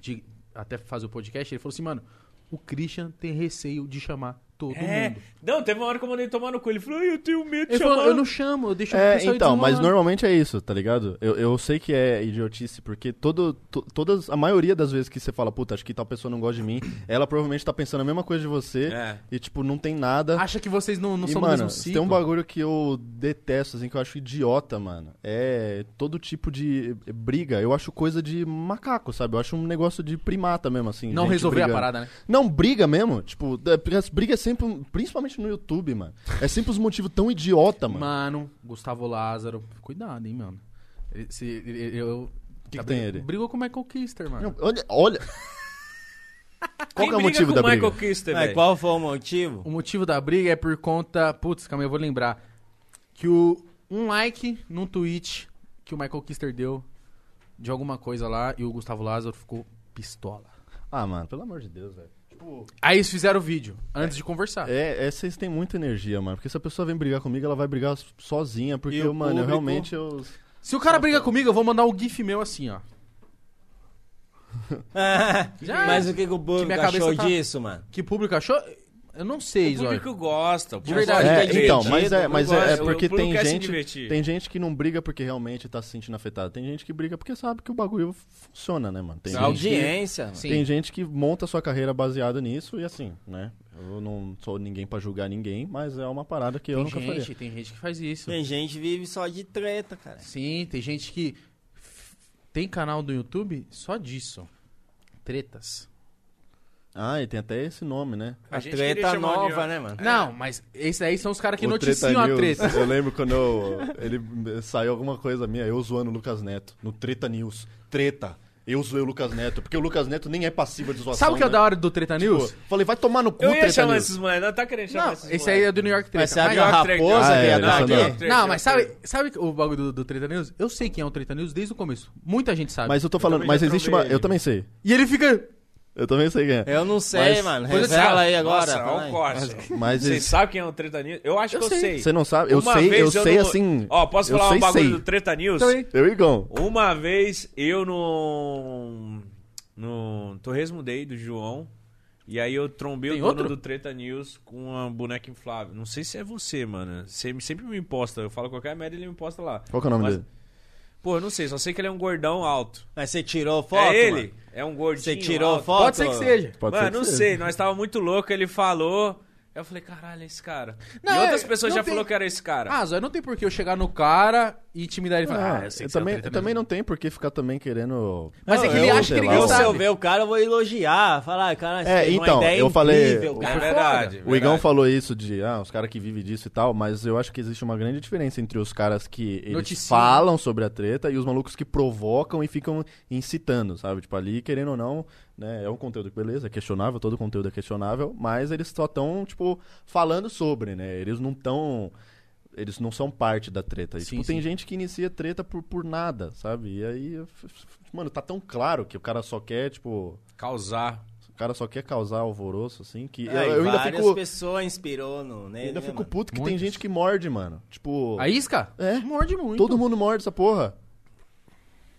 [SPEAKER 1] de até fazer o podcast. Ele falou assim, mano, o Christian tem receio de chamar todo
[SPEAKER 2] É.
[SPEAKER 1] mundo.
[SPEAKER 2] Não, teve uma hora que eu mandei tomar no cu. Ele falou, "Ai, eu tenho um medo de
[SPEAKER 1] Ele
[SPEAKER 2] chamar.
[SPEAKER 1] falou, eu não chamo, eu deixo
[SPEAKER 6] É,
[SPEAKER 1] o pessoal ir
[SPEAKER 6] então, mas
[SPEAKER 1] desenrolando."
[SPEAKER 6] normalmente é isso, tá ligado? Eu, eu sei que é idiotice, porque todo, to- todas, a maioria das vezes que você fala, puta, acho que tal pessoa não gosta de mim, ela provavelmente tá pensando a mesma coisa de você
[SPEAKER 2] É.
[SPEAKER 6] e, tipo, não tem nada.
[SPEAKER 1] Acha que vocês não, não
[SPEAKER 6] e,
[SPEAKER 1] são do
[SPEAKER 6] mano,
[SPEAKER 1] mesmo ciclo.
[SPEAKER 6] tem um bagulho que eu detesto, assim, que eu acho idiota, mano. É todo tipo de briga. Eu acho coisa de macaco, sabe? Eu acho um negócio de primata mesmo, assim.
[SPEAKER 1] Não
[SPEAKER 6] gente
[SPEAKER 1] resolver
[SPEAKER 6] brigando.
[SPEAKER 1] a parada, né?
[SPEAKER 6] Não, briga mesmo. Tipo, é, porque as brigas sempre, principalmente no YouTube, mano. É sempre os motivos tão idiota, mano.
[SPEAKER 1] Mano, Gustavo Lázaro, cuidado, hein, mano. Esse, ele- eu...
[SPEAKER 6] que
[SPEAKER 1] tá
[SPEAKER 6] tem
[SPEAKER 1] brin-
[SPEAKER 6] ele?
[SPEAKER 1] Brigou com o Michael Kister, mano.
[SPEAKER 6] Não,
[SPEAKER 1] <laughs>
[SPEAKER 6] olha, olha. Qual
[SPEAKER 2] Quem
[SPEAKER 6] que é o
[SPEAKER 2] briga
[SPEAKER 6] motivo
[SPEAKER 2] com
[SPEAKER 6] da
[SPEAKER 2] o
[SPEAKER 6] briga?
[SPEAKER 2] Michael Kister,
[SPEAKER 4] Mas
[SPEAKER 2] velho?
[SPEAKER 4] É, qual foi o motivo? <laughs>
[SPEAKER 1] O motivo da briga é por conta. Putz, calma aí, eu vou lembrar. Que o, um like num tweet que o Michael Kister deu de alguma coisa lá e o Gustavo Lázaro ficou pistola.
[SPEAKER 6] Ah, mano, pelo amor de Deus, velho. Tipo,
[SPEAKER 1] Aí eles fizeram o vídeo, antes de conversar.
[SPEAKER 6] é, é, vocês têm muita energia, mano. Porque se a pessoa vem brigar comigo, ela vai brigar sozinha. Porque,
[SPEAKER 4] E o
[SPEAKER 6] mano, eu
[SPEAKER 4] público?
[SPEAKER 6] realmente. Eu...
[SPEAKER 1] Se o cara briga comigo, eu vou mandar um GIF meu assim, ó. Já é.
[SPEAKER 4] Mas o que, que o
[SPEAKER 1] Que
[SPEAKER 4] público
[SPEAKER 1] minha cabeça
[SPEAKER 4] achou
[SPEAKER 1] tá-
[SPEAKER 4] disso, mano?
[SPEAKER 1] Que público achou? Eu não sei,
[SPEAKER 2] O
[SPEAKER 1] Zóio.
[SPEAKER 2] público gosta. o público
[SPEAKER 1] verdade,
[SPEAKER 2] gosta
[SPEAKER 6] É,
[SPEAKER 2] de
[SPEAKER 1] divertido,
[SPEAKER 6] então,
[SPEAKER 2] gente.
[SPEAKER 6] mas é,
[SPEAKER 2] Eu
[SPEAKER 6] mas
[SPEAKER 2] gosto,
[SPEAKER 6] é, é
[SPEAKER 2] eu-
[SPEAKER 6] porque
[SPEAKER 2] o público
[SPEAKER 6] tem
[SPEAKER 2] quer se
[SPEAKER 6] gente,
[SPEAKER 2] divertir.
[SPEAKER 6] tem gente que não briga porque realmente tá se sentindo afetado. Tem gente que briga porque sabe que o bagulho funciona, né, mano? Tem,
[SPEAKER 4] Sim.
[SPEAKER 6] gente,
[SPEAKER 4] Audiência, mano.
[SPEAKER 1] Sim.
[SPEAKER 6] tem gente que monta sua carreira baseada nisso e assim, né? Eu não sou ninguém pra julgar ninguém, mas é uma parada que eu
[SPEAKER 1] Tem
[SPEAKER 6] nunca faria.
[SPEAKER 1] gente, tem gente que faz isso.
[SPEAKER 4] Tem gente que vive só de treta, cara.
[SPEAKER 1] Sim, tem gente que f- tem canal do YouTube só disso. Tretas.
[SPEAKER 6] Ah, e tem até esse nome, né?
[SPEAKER 2] A
[SPEAKER 4] A
[SPEAKER 2] gente queria
[SPEAKER 4] treta
[SPEAKER 2] chamar o
[SPEAKER 4] nova,
[SPEAKER 2] Leon.
[SPEAKER 4] né, mano?
[SPEAKER 1] Não, mas esses aí são os caras que
[SPEAKER 6] O
[SPEAKER 1] noticiam
[SPEAKER 6] News.
[SPEAKER 1] a
[SPEAKER 6] <laughs>
[SPEAKER 1] treta.
[SPEAKER 6] Eu lembro quando eu- ele saiu alguma coisa minha, eu zoando o Lucas Neto, no Treta News. Treta. Eu zoei o Lucas Neto, porque o Lucas Neto nem é passível de zoação.
[SPEAKER 1] Sabe o que é
[SPEAKER 6] né?
[SPEAKER 1] da hora do Treta
[SPEAKER 4] Tipo,
[SPEAKER 1] News?
[SPEAKER 6] Pô, Falei, vai tomar no cu,
[SPEAKER 2] Eu ia
[SPEAKER 6] Treta
[SPEAKER 2] chamar
[SPEAKER 6] News.
[SPEAKER 2] esses moleques. Não, tá querendo chamar
[SPEAKER 1] não,
[SPEAKER 2] esses
[SPEAKER 1] esse aí é do New York
[SPEAKER 4] Vai
[SPEAKER 1] Treta.
[SPEAKER 4] ser a
[SPEAKER 1] Mas-
[SPEAKER 4] Bia Raposa
[SPEAKER 6] Ah,
[SPEAKER 4] que
[SPEAKER 6] é,
[SPEAKER 4] ia
[SPEAKER 6] essa
[SPEAKER 4] tá
[SPEAKER 6] não.
[SPEAKER 4] aqui.
[SPEAKER 1] não, mas sabe, sabe o bagulho do, do Treta News? Eu sei quem é o Treta News desde o começo. Muita gente sabe.
[SPEAKER 6] Mas eu tô falando,
[SPEAKER 2] também
[SPEAKER 6] mas
[SPEAKER 2] já
[SPEAKER 6] existe
[SPEAKER 2] trombei
[SPEAKER 6] uma... Eu
[SPEAKER 2] ele.
[SPEAKER 6] também sei.
[SPEAKER 1] E ele fica.
[SPEAKER 6] Eu também sei quem é.
[SPEAKER 4] Eu não sei,
[SPEAKER 6] Mas-
[SPEAKER 4] mano.
[SPEAKER 1] Pois é,
[SPEAKER 4] Revela aí agora.
[SPEAKER 2] Nossa,
[SPEAKER 4] fala
[SPEAKER 2] olha
[SPEAKER 4] aí.
[SPEAKER 2] o corte.
[SPEAKER 6] Mas
[SPEAKER 2] Vocês
[SPEAKER 6] existe...
[SPEAKER 2] sabem quem é o Treta News? Eu acho
[SPEAKER 1] Eu
[SPEAKER 2] que eu
[SPEAKER 1] sei.
[SPEAKER 2] sei.
[SPEAKER 6] Você não sabe? Eu
[SPEAKER 2] Uma
[SPEAKER 6] sei, eu
[SPEAKER 2] vez
[SPEAKER 6] sei
[SPEAKER 2] não-
[SPEAKER 6] assim...
[SPEAKER 2] Ó, posso
[SPEAKER 6] eu
[SPEAKER 2] falar
[SPEAKER 6] sei,
[SPEAKER 2] um bagulho
[SPEAKER 6] sei.
[SPEAKER 2] do Treta News?
[SPEAKER 4] Então,
[SPEAKER 1] Também.
[SPEAKER 6] Eu, É Igão.
[SPEAKER 2] Uma vez eu no. No Torresmo Day do João. E aí eu trombei
[SPEAKER 1] Tem
[SPEAKER 2] o dono
[SPEAKER 1] outro?
[SPEAKER 2] do Treta News com uma boneca inflável. Não sei se é você, mano. Você me- sempre me imposta. Eu falo qualquer merda ele me imposta lá.
[SPEAKER 6] Qual que é o nome
[SPEAKER 2] Mas-
[SPEAKER 6] dele?
[SPEAKER 2] Pô, eu não sei. Só sei que ele é um gordão alto.
[SPEAKER 4] Mas você tirou foto?
[SPEAKER 2] é ele?
[SPEAKER 4] mano?
[SPEAKER 2] É um gordinho
[SPEAKER 4] Você tirou
[SPEAKER 2] alto.
[SPEAKER 4] foto?
[SPEAKER 1] Pode ser que seja.
[SPEAKER 6] Pode
[SPEAKER 2] mano,
[SPEAKER 6] ser que
[SPEAKER 2] não
[SPEAKER 6] seja.
[SPEAKER 2] sei, nós tava muito louco, ele falou. Aí Eu falei, caralho, é esse cara.
[SPEAKER 1] Não,
[SPEAKER 2] e outras
[SPEAKER 1] é,
[SPEAKER 2] pessoas
[SPEAKER 1] não
[SPEAKER 2] já
[SPEAKER 1] tem-
[SPEAKER 2] falaram que era esse cara.
[SPEAKER 1] Ah, Zóio, não tem por que eu chegar no cara e intimidar ele e falar. Ah,
[SPEAKER 6] Ah,
[SPEAKER 1] eu sei
[SPEAKER 6] eu
[SPEAKER 1] que você é o
[SPEAKER 6] também,
[SPEAKER 1] Treta
[SPEAKER 6] eu também
[SPEAKER 1] News.
[SPEAKER 6] não tenho por que ficar também querendo...
[SPEAKER 1] Mas é que ele
[SPEAKER 6] eu-
[SPEAKER 1] acha que
[SPEAKER 6] sei
[SPEAKER 1] ninguém
[SPEAKER 6] lá,
[SPEAKER 4] Eu,
[SPEAKER 6] ó.
[SPEAKER 4] se eu
[SPEAKER 1] sabe.
[SPEAKER 4] ver o cara, eu vou elogiar. Falar, cara, você
[SPEAKER 6] É,
[SPEAKER 4] teve uma
[SPEAKER 6] então,
[SPEAKER 4] ideia
[SPEAKER 6] eu falei-
[SPEAKER 4] incrível,
[SPEAKER 2] É
[SPEAKER 4] cara.
[SPEAKER 2] verdade.
[SPEAKER 6] O Igão
[SPEAKER 2] verdade.
[SPEAKER 6] falou isso de, ah, os caras que vivem disso e tal, mas eu acho que existe uma grande diferença entre os caras que eles
[SPEAKER 1] Noticiam.
[SPEAKER 6] falam sobre a treta e os malucos que provocam e ficam incitando, sabe? Tipo, ali, querendo ou não, né, é um conteúdo que, beleza, é questionável, todo conteúdo é questionável, mas eles só estão, tipo, falando sobre, né? Eles não estão eles não são parte da treta. E,
[SPEAKER 1] Sim,
[SPEAKER 6] tipo, tem
[SPEAKER 1] sim.
[SPEAKER 6] gente que inicia treta por, por nada, sabe? E aí, eu f- f- mano, tá tão claro que o cara só quer, tipo,
[SPEAKER 2] Causar.
[SPEAKER 6] o cara só quer causar alvoroço, assim, que
[SPEAKER 4] Ah,
[SPEAKER 6] eu, eu ainda
[SPEAKER 4] várias
[SPEAKER 6] fico,
[SPEAKER 4] pessoas inspirou no, nele,
[SPEAKER 6] ainda
[SPEAKER 4] né,
[SPEAKER 6] fico
[SPEAKER 4] mano?
[SPEAKER 6] puto que tem
[SPEAKER 1] Muitas.
[SPEAKER 6] gente que morde, mano. Tipo,
[SPEAKER 1] A isca?
[SPEAKER 6] É.
[SPEAKER 1] Morde muito.
[SPEAKER 6] todo mundo morde essa porra.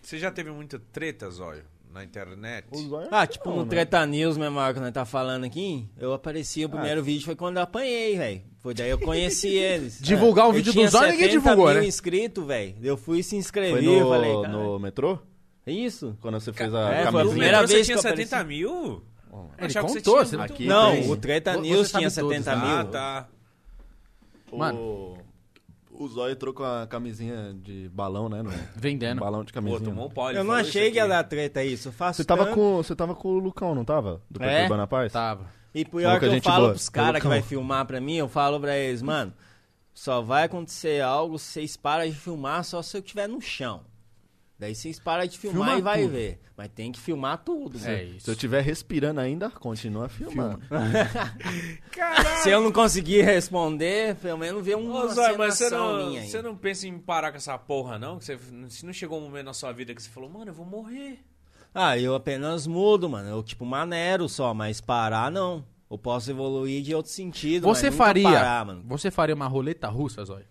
[SPEAKER 2] Você já teve muita treta, Zóio, na internet?
[SPEAKER 4] Ah, tipo
[SPEAKER 6] Não,
[SPEAKER 4] no
[SPEAKER 6] né?
[SPEAKER 4] Treta News mesmo, a hora que nós tá falando aqui, eu
[SPEAKER 6] Ah.
[SPEAKER 4] apareci, o primeiro vídeo foi quando eu apanhei, velho. Foi daí eu
[SPEAKER 6] <laughs>
[SPEAKER 4] conheci eles.
[SPEAKER 1] Divulgar um
[SPEAKER 4] Eu
[SPEAKER 1] vídeo
[SPEAKER 4] tinha
[SPEAKER 1] do Zóio, ninguém
[SPEAKER 4] 70
[SPEAKER 1] divulgou,
[SPEAKER 4] mil
[SPEAKER 1] né?
[SPEAKER 4] inscrito, velho. Eu fui se
[SPEAKER 6] Foi
[SPEAKER 4] inscrever,
[SPEAKER 6] no,
[SPEAKER 4] falei, cara, é
[SPEAKER 6] no metrô?
[SPEAKER 4] isso?
[SPEAKER 6] Quando você fez a
[SPEAKER 4] É, foi a
[SPEAKER 2] No
[SPEAKER 6] camisinha?
[SPEAKER 4] primeira
[SPEAKER 2] metrô você
[SPEAKER 4] vez
[SPEAKER 2] tinha
[SPEAKER 4] que eu
[SPEAKER 2] 70 mil?
[SPEAKER 1] Ele
[SPEAKER 2] Achava que você
[SPEAKER 1] contou,
[SPEAKER 2] tinha
[SPEAKER 1] você não-
[SPEAKER 2] muito.
[SPEAKER 6] Aqui
[SPEAKER 4] Não,
[SPEAKER 6] tem.
[SPEAKER 4] o Treta
[SPEAKER 1] Você
[SPEAKER 4] News
[SPEAKER 1] sabe
[SPEAKER 4] tinha
[SPEAKER 1] todos, né?
[SPEAKER 4] 70 mil.
[SPEAKER 2] Ah, tá.
[SPEAKER 6] Mano. O Zóio entrou com a camisinha de balão, né? No...
[SPEAKER 1] Vendendo.
[SPEAKER 6] Um balão de
[SPEAKER 2] Pô,
[SPEAKER 6] camisinha.
[SPEAKER 2] tomou um pau. ele
[SPEAKER 4] Eu não
[SPEAKER 2] falou isso
[SPEAKER 4] achei que ia
[SPEAKER 2] aqui.
[SPEAKER 4] dar treta isso. Eu faço
[SPEAKER 6] Você tava
[SPEAKER 4] tanto-
[SPEAKER 6] com, você tava com o Lucão, não tava? Do
[SPEAKER 4] É?
[SPEAKER 6] Petrobras na Paz?
[SPEAKER 1] Tava.
[SPEAKER 4] E pior que
[SPEAKER 6] Falou com a
[SPEAKER 4] eu
[SPEAKER 6] gente
[SPEAKER 4] falo
[SPEAKER 6] boa.
[SPEAKER 4] pros caras que
[SPEAKER 6] Colocamos.
[SPEAKER 4] vai filmar pra mim, eu falo pra eles, mano, só vai acontecer algo, vocês param de filmar só se eu estiver no chão. Daí vocês param de filmar
[SPEAKER 6] Filma
[SPEAKER 4] e vai
[SPEAKER 6] tudo.
[SPEAKER 4] ver. Mas tem que filmar tudo, né?
[SPEAKER 1] É
[SPEAKER 4] velho.
[SPEAKER 6] Se eu
[SPEAKER 1] isso.
[SPEAKER 6] estiver respirando ainda, continua filmando.
[SPEAKER 4] Se eu não conseguir responder, pelo menos ver uma
[SPEAKER 2] Ô, Zóio, mas você
[SPEAKER 4] cenação
[SPEAKER 2] não,
[SPEAKER 4] minha aí.
[SPEAKER 2] você não pensa em parar com essa porra, não? Que você, se não chegou um momento na sua vida que você falou, mano, eu vou morrer.
[SPEAKER 4] Ah, eu apenas mudo, mano. Eu, tipo, manero só, mas parar não. Eu posso evoluir de outro sentido,
[SPEAKER 1] Você
[SPEAKER 4] mas nunca
[SPEAKER 1] faria.
[SPEAKER 4] parar, mano.
[SPEAKER 1] Você faria uma roleta russa, Zóio?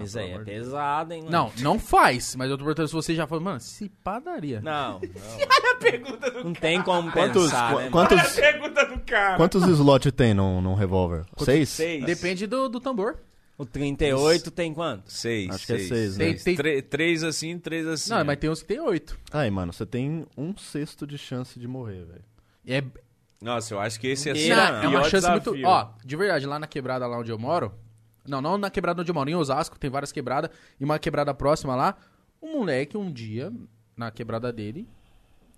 [SPEAKER 4] Isso aí é pesado, hein, mano.
[SPEAKER 1] Não, não faz. Mas eu tô perguntando se você já falou, mano, se padaria.
[SPEAKER 4] Não, não. Não tem como
[SPEAKER 6] Quantos,
[SPEAKER 4] pensar,
[SPEAKER 6] qu-
[SPEAKER 4] né, mano?
[SPEAKER 6] quantos,
[SPEAKER 2] Pergunta do cara.
[SPEAKER 6] quantos slots tem num, num revólver? Seis?
[SPEAKER 2] Seis.
[SPEAKER 1] Depende do, do tambor.
[SPEAKER 4] O 38 tem quantos?
[SPEAKER 2] Seis.
[SPEAKER 6] Acho que é seis, né?
[SPEAKER 1] Tem- tem-
[SPEAKER 2] Tre- três assim, três assim.
[SPEAKER 1] Não, mas tem uns que tem oito.
[SPEAKER 6] Ai, mano, você tem um sexto de chance de morrer, velho.
[SPEAKER 1] É,
[SPEAKER 2] Nossa, eu acho que esse é,
[SPEAKER 4] Não,
[SPEAKER 2] ser
[SPEAKER 1] Não,
[SPEAKER 2] o
[SPEAKER 1] é uma
[SPEAKER 2] pior
[SPEAKER 1] chance
[SPEAKER 2] desafio.
[SPEAKER 1] muito. Ó, de verdade, lá na quebrada lá onde eu moro. Não, não na quebrada onde eu moro, em Osasco, tem várias quebradas. E uma quebrada próxima lá, um moleque um dia, na quebrada dele,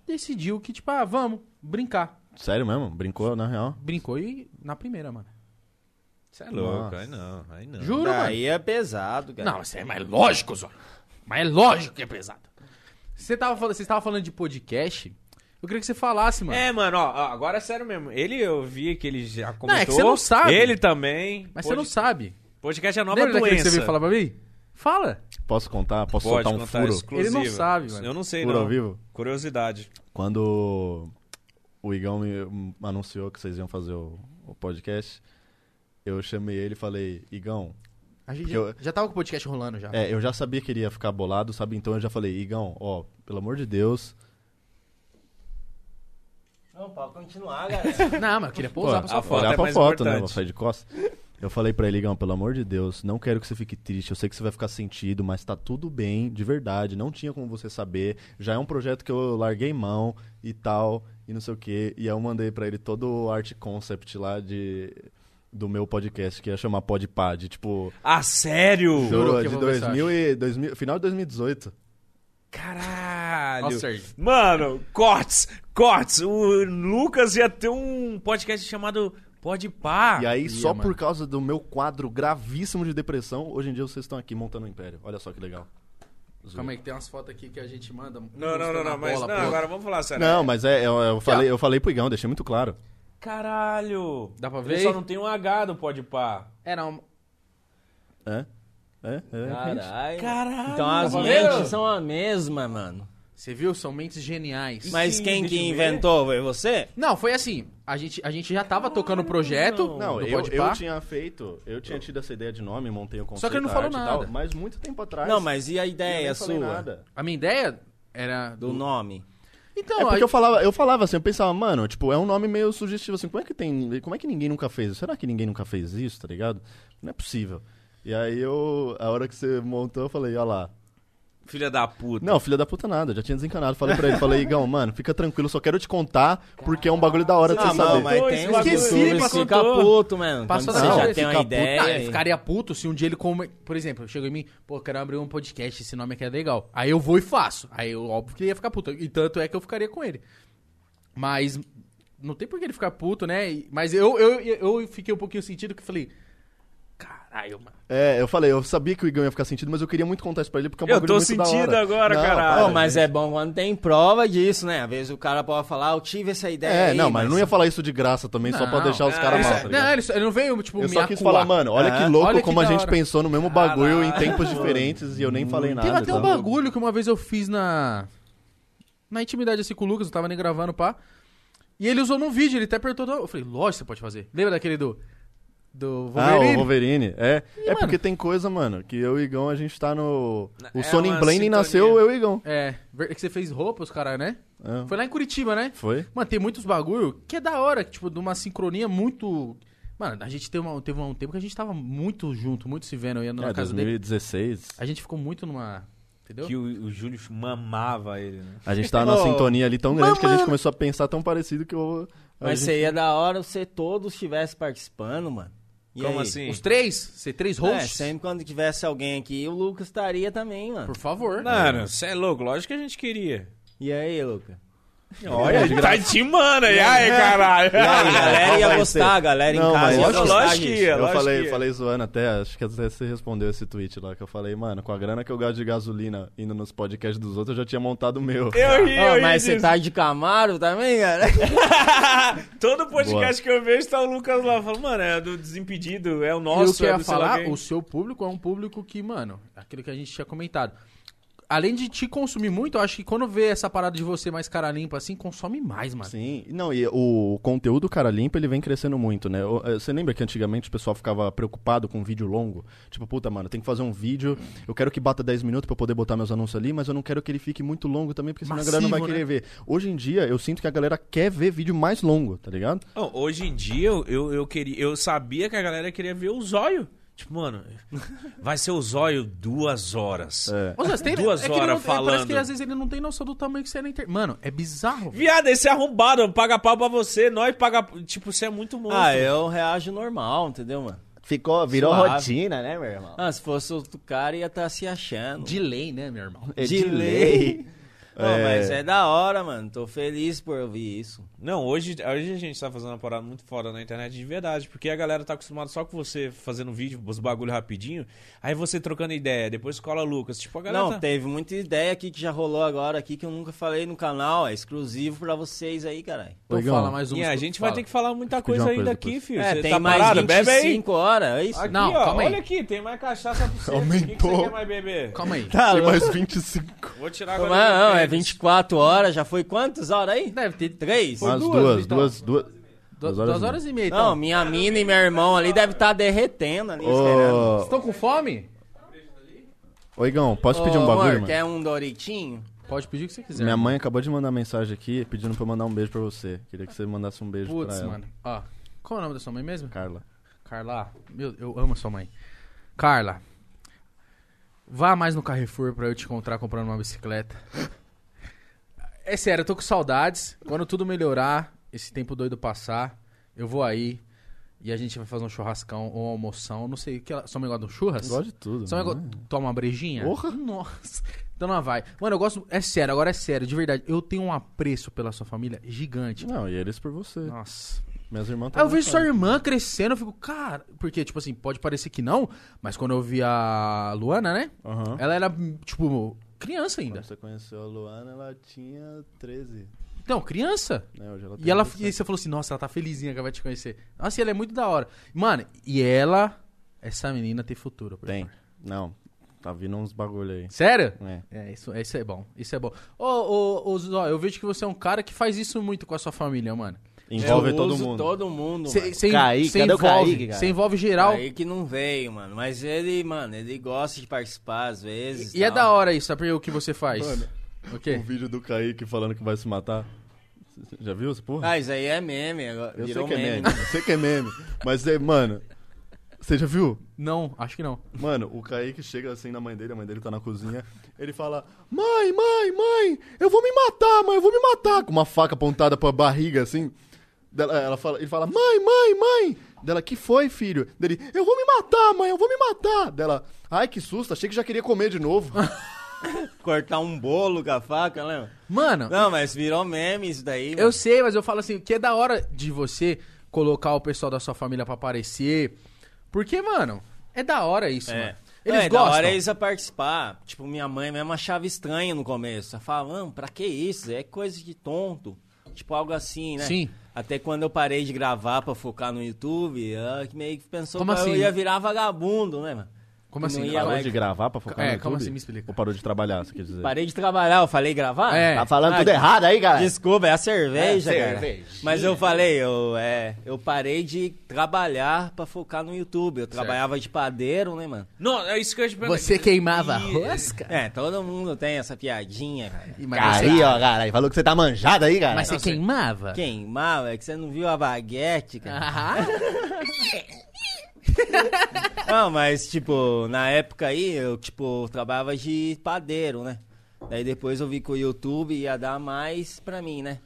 [SPEAKER 1] decidiu que, tipo, ah, vamos brincar.
[SPEAKER 6] Sério mesmo? Brincou, na real?
[SPEAKER 1] Brincou e na primeira, mano.
[SPEAKER 2] Você é louco,
[SPEAKER 6] Nossa.
[SPEAKER 2] aí não, aí não.
[SPEAKER 1] Juro, mano.
[SPEAKER 4] Daí é pesado, cara.
[SPEAKER 1] Não, isso é mais lógico, Zó. Mas é lógico que é pesado. Você tava falando, vocês tava falando de podcast? Eu queria que você falasse, mano.
[SPEAKER 2] É, mano, ó, ó, agora é sério mesmo. Ele, eu vi que ele já comentou.
[SPEAKER 1] é que você não sabe.
[SPEAKER 2] Ele também.
[SPEAKER 1] Mas você não sabe.
[SPEAKER 2] Podcast é a nova
[SPEAKER 1] Lembra daquele que
[SPEAKER 2] doença.
[SPEAKER 1] você veio falar pra mim? Fala.
[SPEAKER 6] Posso contar? Posso
[SPEAKER 2] Pode
[SPEAKER 6] soltar um
[SPEAKER 2] contar
[SPEAKER 6] furo?
[SPEAKER 2] exclusiva.
[SPEAKER 1] Ele não sabe, mano.
[SPEAKER 2] Eu não sei,
[SPEAKER 6] Furo
[SPEAKER 2] não.
[SPEAKER 6] ao vivo?
[SPEAKER 2] Curiosidade.
[SPEAKER 6] Quando o Igão me hum, anunciou que vocês iam fazer o, o podcast, eu chamei ele e falei, Igão,
[SPEAKER 1] A gente
[SPEAKER 6] Porque eu-
[SPEAKER 1] já tava com o podcast rolando já.
[SPEAKER 6] É, eu já sabia que ele ia ficar bolado, sabe? Então eu já falei, Igão, ó, pelo amor de Deus.
[SPEAKER 4] Não, pode
[SPEAKER 6] <laughs>
[SPEAKER 4] continuar, galera.
[SPEAKER 1] Não, mas eu queria pousar pra
[SPEAKER 2] a
[SPEAKER 1] sua
[SPEAKER 2] foto
[SPEAKER 6] olhar
[SPEAKER 2] é
[SPEAKER 6] pra
[SPEAKER 2] mais
[SPEAKER 6] foto, né?
[SPEAKER 2] importante.
[SPEAKER 6] Vou sair de costas. Eu falei pra ele, Igão, pelo amor de Deus, não quero que você fique triste. Eu sei que você vai ficar sentido, mas tá tudo bem, de verdade. Não tinha como você saber. Já é um projeto que eu larguei mão e tal, e não sei o quê. E aí eu mandei pra ele todo o art concept lá de. Do meu podcast, que ia chamar Podpah, de tipo.
[SPEAKER 2] Ah, sério?
[SPEAKER 1] Juro que eu
[SPEAKER 6] de
[SPEAKER 1] vou ver se eu
[SPEAKER 6] 2000 e, 2000, final de 2018.
[SPEAKER 2] Caralho.
[SPEAKER 1] Ó, Sérgio.
[SPEAKER 2] Mano, cortes, cortes. O Lucas ia ter um podcast chamado Pode Pá.
[SPEAKER 6] E aí,
[SPEAKER 1] Ia,
[SPEAKER 6] só
[SPEAKER 1] mano.
[SPEAKER 6] por causa do meu quadro gravíssimo de depressão, hoje em dia vocês estão aqui montando um império. Olha só que legal.
[SPEAKER 1] Calma aí, que tem umas fotos aqui que a gente manda.
[SPEAKER 2] Não, não, não, não, mas não, agora vamos falar sério.
[SPEAKER 6] Não, mas é, eu, eu falei, eu falei pro Igão, deixei muito claro.
[SPEAKER 2] Caralho.
[SPEAKER 1] Dá pra
[SPEAKER 2] Ele
[SPEAKER 1] ver
[SPEAKER 2] só
[SPEAKER 1] aí?
[SPEAKER 2] não tem um H do Pode Pá.
[SPEAKER 1] É, não.
[SPEAKER 6] É? É? é
[SPEAKER 4] Caralho.
[SPEAKER 2] Caralho.
[SPEAKER 4] Então as
[SPEAKER 1] Meu!
[SPEAKER 4] mentes são a mesma, mano.
[SPEAKER 1] Você viu? São mentes geniais.
[SPEAKER 4] Mas
[SPEAKER 2] Sim,
[SPEAKER 4] quem que
[SPEAKER 2] deixa eu ver.
[SPEAKER 4] inventou? Foi você?
[SPEAKER 1] Não, foi assim. A gente, a gente já tava tocando o projeto.
[SPEAKER 6] Não,
[SPEAKER 1] um do
[SPEAKER 6] eu,
[SPEAKER 1] Podpah.
[SPEAKER 6] eu tinha feito, eu tinha tido essa ideia de nome, montei o conceito,
[SPEAKER 1] Só que ele não
[SPEAKER 6] a
[SPEAKER 1] falou
[SPEAKER 6] arte e
[SPEAKER 1] nada.
[SPEAKER 6] tal, mas muito tempo atrás.
[SPEAKER 4] Não, mas e a
[SPEAKER 6] eu nem
[SPEAKER 1] é
[SPEAKER 4] ideia
[SPEAKER 6] falei
[SPEAKER 4] sua?
[SPEAKER 6] nada.
[SPEAKER 1] A minha ideia era.
[SPEAKER 4] Do nome?
[SPEAKER 1] Então,
[SPEAKER 6] É porque
[SPEAKER 1] aí-
[SPEAKER 6] eu falava, eu falava assim, eu pensava, mano, tipo, é um nome meio sugestivo, assim, como é que tem, como é que ninguém nunca fez? Será que ninguém nunca fez isso, tá ligado? Não é possível. E aí eu, a hora que você montou, eu falei, olha lá,
[SPEAKER 2] Filha da puta.
[SPEAKER 6] Não, filha da puta nada, já tinha desencanado. Falei pra ele, falei, Igão, mano, fica tranquilo, só quero te contar, porque é um bagulho da hora de
[SPEAKER 4] Ah,
[SPEAKER 6] você
[SPEAKER 4] não,
[SPEAKER 6] saber.
[SPEAKER 4] mas
[SPEAKER 2] Dois
[SPEAKER 4] tem
[SPEAKER 2] bagulho.
[SPEAKER 4] uns
[SPEAKER 6] Esqueci,
[SPEAKER 4] youtubers que
[SPEAKER 2] passou
[SPEAKER 4] fica
[SPEAKER 2] tudo.
[SPEAKER 4] puto, mano.
[SPEAKER 1] Passou
[SPEAKER 4] Quando
[SPEAKER 1] da
[SPEAKER 4] você
[SPEAKER 6] hora.
[SPEAKER 4] já
[SPEAKER 1] hora,
[SPEAKER 4] tem uma
[SPEAKER 1] fica puto. Ah,
[SPEAKER 4] ideia.
[SPEAKER 1] eu ficaria puto se um dia ele come... Por exemplo, chegou em mim, pô, quero abrir um podcast, esse nome aqui é legal. Aí eu vou e faço. Aí eu, óbvio que ele ia ficar puto. E tanto é que eu ficaria com ele. Mas não tem por que ele ficar puto, né? E- Mas eu, eu, eu fiquei um pouquinho sentido que eu falei.
[SPEAKER 2] caralho, mano.
[SPEAKER 6] É, eu falei, eu sabia que o Igão ia ficar sentido, mas eu queria muito contar isso pra ele, porque é um
[SPEAKER 2] Eu
[SPEAKER 6] bagulho
[SPEAKER 2] tô
[SPEAKER 6] muito da
[SPEAKER 2] sentindo
[SPEAKER 6] hora.
[SPEAKER 2] agora, caralho.
[SPEAKER 6] para,
[SPEAKER 2] Pô,
[SPEAKER 4] mas
[SPEAKER 6] gente.
[SPEAKER 4] é bom quando tem prova disso, né? Às vezes o cara pode falar, eu tive essa ideia.
[SPEAKER 6] É,
[SPEAKER 4] aí,
[SPEAKER 6] não, mas eu não ia falar isso de graça também, só pra
[SPEAKER 1] Não.
[SPEAKER 6] deixar os
[SPEAKER 2] É,
[SPEAKER 6] caras
[SPEAKER 2] isso
[SPEAKER 6] mal,
[SPEAKER 2] é-
[SPEAKER 6] tá ligado?
[SPEAKER 1] Não, ele, só- ele não veio, tipo,
[SPEAKER 6] Eu
[SPEAKER 1] me
[SPEAKER 6] só quis
[SPEAKER 1] acuar.
[SPEAKER 6] falar, mano, olha
[SPEAKER 4] É.
[SPEAKER 6] que louco
[SPEAKER 1] Olha que
[SPEAKER 6] como a
[SPEAKER 1] da
[SPEAKER 6] gente
[SPEAKER 1] hora.
[SPEAKER 6] pensou no mesmo bagulho em tempos diferentes e eu nem falei nada.
[SPEAKER 1] Teve até
[SPEAKER 6] tá?
[SPEAKER 1] um bagulho que uma vez eu fiz na. Na intimidade assim com o Lucas, não tava nem gravando, pá. E ele usou num vídeo, ele até apertou. Eu falei, lógico que você pode fazer. Lembra daquele do. Do
[SPEAKER 6] Ah, o
[SPEAKER 1] Wolverine?
[SPEAKER 6] Wolverine. É, é
[SPEAKER 1] mano?
[SPEAKER 6] porque tem coisa, mano, que eu e o Igão, a gente tá no... O
[SPEAKER 2] É
[SPEAKER 6] Sonin
[SPEAKER 2] uma
[SPEAKER 6] Blaine
[SPEAKER 2] sintonia.
[SPEAKER 6] nasceu eu e o Igão.
[SPEAKER 1] É, ver- que você fez roupa, os caras, né?
[SPEAKER 6] É.
[SPEAKER 1] Foi lá em Curitiba, né?
[SPEAKER 6] Foi?
[SPEAKER 1] Mano, tem muitos bagulho que é da hora, que, tipo, de uma sincronia muito. Mano, a gente teve, uma, teve um tempo que a gente tava muito junto, muito se vendo, eu ia na
[SPEAKER 6] É,
[SPEAKER 1] casa dele.
[SPEAKER 6] 2016.
[SPEAKER 1] A gente ficou muito numa. Entendeu?
[SPEAKER 2] Que o, o Júlio mamava ele, né?
[SPEAKER 6] A gente tava numa
[SPEAKER 4] Ô,
[SPEAKER 6] sintonia ali tão grande que a gente começou a pensar tão parecido que eu... a
[SPEAKER 4] Mas
[SPEAKER 6] gente-
[SPEAKER 4] seria da hora se todos estivessem participando, mano. E
[SPEAKER 2] Como
[SPEAKER 4] aí?
[SPEAKER 2] assim?
[SPEAKER 1] Os três? Você três
[SPEAKER 4] É,
[SPEAKER 1] hosts?
[SPEAKER 4] sempre quando tivesse alguém aqui, o Lucas estaria também, mano.
[SPEAKER 1] Por favor.
[SPEAKER 2] Mano, você é louco, lógico que a gente queria.
[SPEAKER 4] E aí, Lucas?
[SPEAKER 2] Olha, ele tá intimando aí, <laughs> ai,
[SPEAKER 4] E aí, a
[SPEAKER 2] caralho.
[SPEAKER 4] galera ia
[SPEAKER 6] vai
[SPEAKER 4] gostar, a galera
[SPEAKER 6] Não,
[SPEAKER 4] em casa
[SPEAKER 6] mas
[SPEAKER 4] ia
[SPEAKER 6] lógico-
[SPEAKER 4] gostar
[SPEAKER 2] lógico que
[SPEAKER 4] disso.
[SPEAKER 2] ia.
[SPEAKER 6] Eu
[SPEAKER 2] lógico
[SPEAKER 6] falei,
[SPEAKER 2] que-
[SPEAKER 6] falei zoando até, acho que até você respondeu esse tweet lá que eu falei, mano, com a grana que eu gasto de gasolina indo nos podcasts dos outros, eu já tinha montado o
[SPEAKER 2] <laughs>
[SPEAKER 6] meu.
[SPEAKER 2] Eu ri,
[SPEAKER 4] Ó,
[SPEAKER 2] eu ri
[SPEAKER 4] mas você
[SPEAKER 2] disso.
[SPEAKER 4] tá de Camaro também, cara?
[SPEAKER 2] <laughs> Todo podcast que eu vejo tá o Lucas lá falando, mano, é do Desimpedido, é o
[SPEAKER 1] e o
[SPEAKER 2] nosso,
[SPEAKER 1] que eu
[SPEAKER 2] é
[SPEAKER 1] ia
[SPEAKER 2] do sei lá
[SPEAKER 1] falar,
[SPEAKER 2] quem."
[SPEAKER 1] o seu público é um público que, mano, aquilo que a gente tinha comentado. Além de te consumir muito, eu acho que quando vê essa parada de você mais cara limpa assim, consome mais, mano.
[SPEAKER 6] Sim, não, e o conteúdo cara limpa, ele vem crescendo muito, né? O- eh, Você lembra que antigamente o pessoal ficava preocupado com vídeo longo? Tipo, puta, mano, tem que fazer um vídeo, eu quero que bata 10 minutos pra eu poder botar meus anúncios ali, mas eu não quero que ele fique muito longo também, porque senão a galera não vai
[SPEAKER 1] Massivo,
[SPEAKER 6] querer
[SPEAKER 1] né?
[SPEAKER 6] ver. Hoje em dia, eu sinto que a galera quer ver vídeo mais longo, tá ligado?
[SPEAKER 2] Não, hoje em dia eu, eu, eu queria, eu sabia que a galera queria ver o zóio. Tipo,
[SPEAKER 1] <laughs>
[SPEAKER 2] mano, vai ser o zóio duas horas.
[SPEAKER 1] Ô, Zé, você tem-
[SPEAKER 2] Duas
[SPEAKER 1] é que ele
[SPEAKER 2] horas
[SPEAKER 1] não- é, Parece
[SPEAKER 2] falando.
[SPEAKER 1] que ele, às vezes ele não tem noção do tamanho que você é na internet. Mano, é bizarro. velho.
[SPEAKER 2] Viado, esse é arrombado paga pau pra você, nós paga. Tipo, você é muito monstro.
[SPEAKER 4] ah, eu reajo normal, entendeu, mano?
[SPEAKER 5] Ficou, virou
[SPEAKER 4] Suave.
[SPEAKER 5] rotina, né, meu irmão?
[SPEAKER 4] Ah, se fosse outro cara, ia estar se achando.
[SPEAKER 1] De lei, né, meu irmão?
[SPEAKER 5] É
[SPEAKER 4] de lei. Pô, mas é da hora, mano. Tô feliz por ouvir isso.
[SPEAKER 2] Não, hoje, hoje a gente tá fazendo uma parada muito foda na internet de verdade, porque a galera tá acostumada só com você fazendo vídeo, os bagulho rapidinho, aí você trocando ideia, depois cola Lucas. Tipo, a galera.
[SPEAKER 4] Não,
[SPEAKER 2] tá-
[SPEAKER 4] teve muita ideia aqui que já rolou agora aqui que eu nunca falei no canal. É exclusivo pra vocês aí, caralho.
[SPEAKER 1] Então
[SPEAKER 6] Igão,
[SPEAKER 1] fala mais um.
[SPEAKER 2] E a gente vai ter que falar muita
[SPEAKER 6] pedir
[SPEAKER 2] coisa
[SPEAKER 6] uma
[SPEAKER 2] ainda
[SPEAKER 6] coisa
[SPEAKER 2] aqui,
[SPEAKER 6] depois.
[SPEAKER 2] filho.
[SPEAKER 4] É,
[SPEAKER 2] Você
[SPEAKER 4] tem
[SPEAKER 2] tá
[SPEAKER 4] mais
[SPEAKER 2] parado? Bebe aí. Ah,
[SPEAKER 4] 25 horas, é isso?
[SPEAKER 2] Aqui,
[SPEAKER 1] Não,
[SPEAKER 2] ó,
[SPEAKER 1] calma aí.
[SPEAKER 2] olha aqui, tem mais cachaça pra você. O que que
[SPEAKER 6] Aumentou.
[SPEAKER 2] você quer mais beber?
[SPEAKER 1] Calma aí.
[SPEAKER 4] Tá
[SPEAKER 6] Tem
[SPEAKER 4] louco.
[SPEAKER 6] mais 25.
[SPEAKER 2] Vou tirar
[SPEAKER 4] Não,
[SPEAKER 2] agora. do
[SPEAKER 4] não,
[SPEAKER 2] meu pênis.
[SPEAKER 4] é 24 horas. Já foi quantas horas aí?
[SPEAKER 1] Deve ter
[SPEAKER 4] Três?
[SPEAKER 1] Foi
[SPEAKER 6] Umas
[SPEAKER 1] duas,
[SPEAKER 6] duas,
[SPEAKER 1] então.
[SPEAKER 6] duas, duas.
[SPEAKER 1] do-
[SPEAKER 6] Duas horas
[SPEAKER 1] duas
[SPEAKER 6] e
[SPEAKER 1] horas e meia,
[SPEAKER 4] Não,
[SPEAKER 1] então.
[SPEAKER 4] minha mina e meu irmão ali deve estar derretendo ali, esperando.
[SPEAKER 6] Ô,
[SPEAKER 1] Vocês estão com fome?
[SPEAKER 6] ô, Igão, posso pedir um
[SPEAKER 4] Ô,
[SPEAKER 6] bagulho,
[SPEAKER 4] amor,
[SPEAKER 6] mano?
[SPEAKER 4] quer um Doritinho?
[SPEAKER 1] Pode pedir o que você quiser.
[SPEAKER 6] Minha mãe acabou de mandar mensagem aqui pedindo pra eu mandar um beijo pra você. Queria que você mandasse um beijo pra
[SPEAKER 1] Putz,
[SPEAKER 6] ela.
[SPEAKER 1] mano. Ó, qual é o nome da sua mãe mesmo?
[SPEAKER 6] Carla.
[SPEAKER 1] Carla, meu, eu amo a sua mãe. Carla, vá mais no Carrefour pra eu te encontrar comprando uma bicicleta. É sério, eu tô com saudades. Quando tudo melhorar, esse tempo doido passar, eu vou aí e a gente vai fazer um churrascão ou uma almoção. Não sei, o que ela, sua mãe gosta de um churras?
[SPEAKER 6] Gosto de tudo.
[SPEAKER 1] Só um
[SPEAKER 6] mano.
[SPEAKER 1] negócio. Toma uma brejinha?
[SPEAKER 6] Porra.
[SPEAKER 1] Nossa. Então não vai. Mano, eu gosto. É sério, agora é sério, de verdade. Eu tenho um apreço pela sua família gigante.
[SPEAKER 6] Não, e eles por você.
[SPEAKER 1] Nossa.
[SPEAKER 6] Minhas irmãs
[SPEAKER 1] Aí eu
[SPEAKER 6] também
[SPEAKER 1] vejo sua
[SPEAKER 6] fazem.
[SPEAKER 1] irmã crescendo, eu fico, cara. Porque, tipo assim, pode parecer que não, mas quando eu vi a Luana, né?
[SPEAKER 6] Aham.
[SPEAKER 1] Ela era, tipo, criança ainda.
[SPEAKER 6] Quando você conheceu a Luana, ela tinha 13.
[SPEAKER 1] Então, criança.
[SPEAKER 6] Né? Hoje ela tem
[SPEAKER 1] E ela
[SPEAKER 6] 17.
[SPEAKER 1] e você falou assim, nossa, ela tá felizinha que ela vai te conhecer. Nossa, e ela é muito da hora. Mano, e ela, essa menina tem futuro. por
[SPEAKER 6] Tem.
[SPEAKER 1] favor.
[SPEAKER 6] Não. Tá vindo uns bagulho aí.
[SPEAKER 1] Sério?
[SPEAKER 6] É.
[SPEAKER 1] É, isso, isso é bom, isso é bom. Ô, ô, ô, Zó, eu vejo que você é um cara que faz isso muito com a sua família, mano.
[SPEAKER 6] Envolve
[SPEAKER 4] Eu
[SPEAKER 6] todo
[SPEAKER 4] uso
[SPEAKER 6] mundo.
[SPEAKER 4] todo mundo, mano.
[SPEAKER 1] Você
[SPEAKER 5] Kaique, cadê o
[SPEAKER 1] envolve,
[SPEAKER 5] Kaique, cara?
[SPEAKER 1] você envolve geral.
[SPEAKER 4] Aí que não veio, mano. Mas ele, mano, ele gosta de participar às vezes.
[SPEAKER 1] E é
[SPEAKER 4] tal.
[SPEAKER 1] da hora isso, sabe o que você faz?
[SPEAKER 6] Mano.
[SPEAKER 1] O quê?
[SPEAKER 6] O vídeo do Kaique falando que vai se matar. Cê- cê Já viu essa porra?
[SPEAKER 4] Ah, isso aí é meme agora.
[SPEAKER 6] eu sei
[SPEAKER 4] virou
[SPEAKER 6] que é
[SPEAKER 4] meme.
[SPEAKER 6] meme. Eu sei que é meme. Mas, é, mano... Você já viu?
[SPEAKER 1] Não, acho que não.
[SPEAKER 6] Mano, o Kaique chega assim na mãe dele, a mãe dele tá na cozinha, ele fala: Mãe, mãe, mãe, eu vou me matar, mãe, eu vou me matar! Com uma faca apontada pra barriga assim. Dela, ela fala, ele fala: Mãe, mãe, mãe! Dela, que foi, filho? Dele, eu vou me matar, mãe, eu vou me matar! Dela, ai que susto, achei que já queria comer
[SPEAKER 1] <laughs>
[SPEAKER 6] de novo.
[SPEAKER 4] <laughs> Cortar um bolo com a faca, lembra?
[SPEAKER 1] Mano,
[SPEAKER 4] Não, mas virou meme isso daí.
[SPEAKER 1] eu
[SPEAKER 4] mano.
[SPEAKER 1] sei, mas eu falo assim, que é da hora de você colocar o pessoal da sua família pra aparecer. Porque, mano, É da hora isso,
[SPEAKER 2] É.
[SPEAKER 1] mano. Eles
[SPEAKER 4] é,
[SPEAKER 1] gostam.
[SPEAKER 4] da hora eles a participar. Tipo, minha mãe mesmo achava estranho no começo. Ela falava, "Mano, pra que isso? É coisa de tonto. Tipo, algo assim, né?
[SPEAKER 1] Sim.
[SPEAKER 4] Até quando eu parei de gravar pra focar no YouTube, ela meio que pensou
[SPEAKER 1] Como
[SPEAKER 4] que eu
[SPEAKER 1] assim?
[SPEAKER 4] ia virar vagabundo, né, mano?
[SPEAKER 1] Como assim?
[SPEAKER 4] Não ia
[SPEAKER 1] Fala
[SPEAKER 6] Parou
[SPEAKER 4] lá
[SPEAKER 1] aí.
[SPEAKER 4] e-
[SPEAKER 6] de gravar pra focar
[SPEAKER 1] É,
[SPEAKER 6] no YouTube?
[SPEAKER 1] calma, você me explica.
[SPEAKER 6] Ou parou de trabalhar, você quer dizer?
[SPEAKER 4] Parei de trabalhar, eu falei gravar?
[SPEAKER 1] É.
[SPEAKER 5] Tá falando
[SPEAKER 4] Ah,
[SPEAKER 5] tudo errado aí, galera?
[SPEAKER 4] Desculpa, é a cerveja,
[SPEAKER 5] É,
[SPEAKER 4] cara.
[SPEAKER 5] cervejinha.
[SPEAKER 4] Mas eu falei, eu, é, eu parei de trabalhar pra focar no YouTube. Eu trabalhava de padeiro, né, mano?
[SPEAKER 2] Não, é isso que eu ia te perguntar.
[SPEAKER 1] Você queimava a
[SPEAKER 2] E-
[SPEAKER 1] rosca?
[SPEAKER 4] É, todo mundo tem essa piadinha, cara.
[SPEAKER 1] E-
[SPEAKER 5] Cara,
[SPEAKER 1] Mas
[SPEAKER 5] aí,
[SPEAKER 1] você,
[SPEAKER 5] ó, cara, falou que você tá manjado aí, cara.
[SPEAKER 1] mas você queimava?
[SPEAKER 4] Queimava, é que você não viu a baguete, cara.
[SPEAKER 1] <laughs> Ah,
[SPEAKER 4] Não, mas, tipo, na época aí, eu, tipo, trabalhava de padeiro, né? Daí depois eu vi que o YouTube ia dar mais pra mim, né?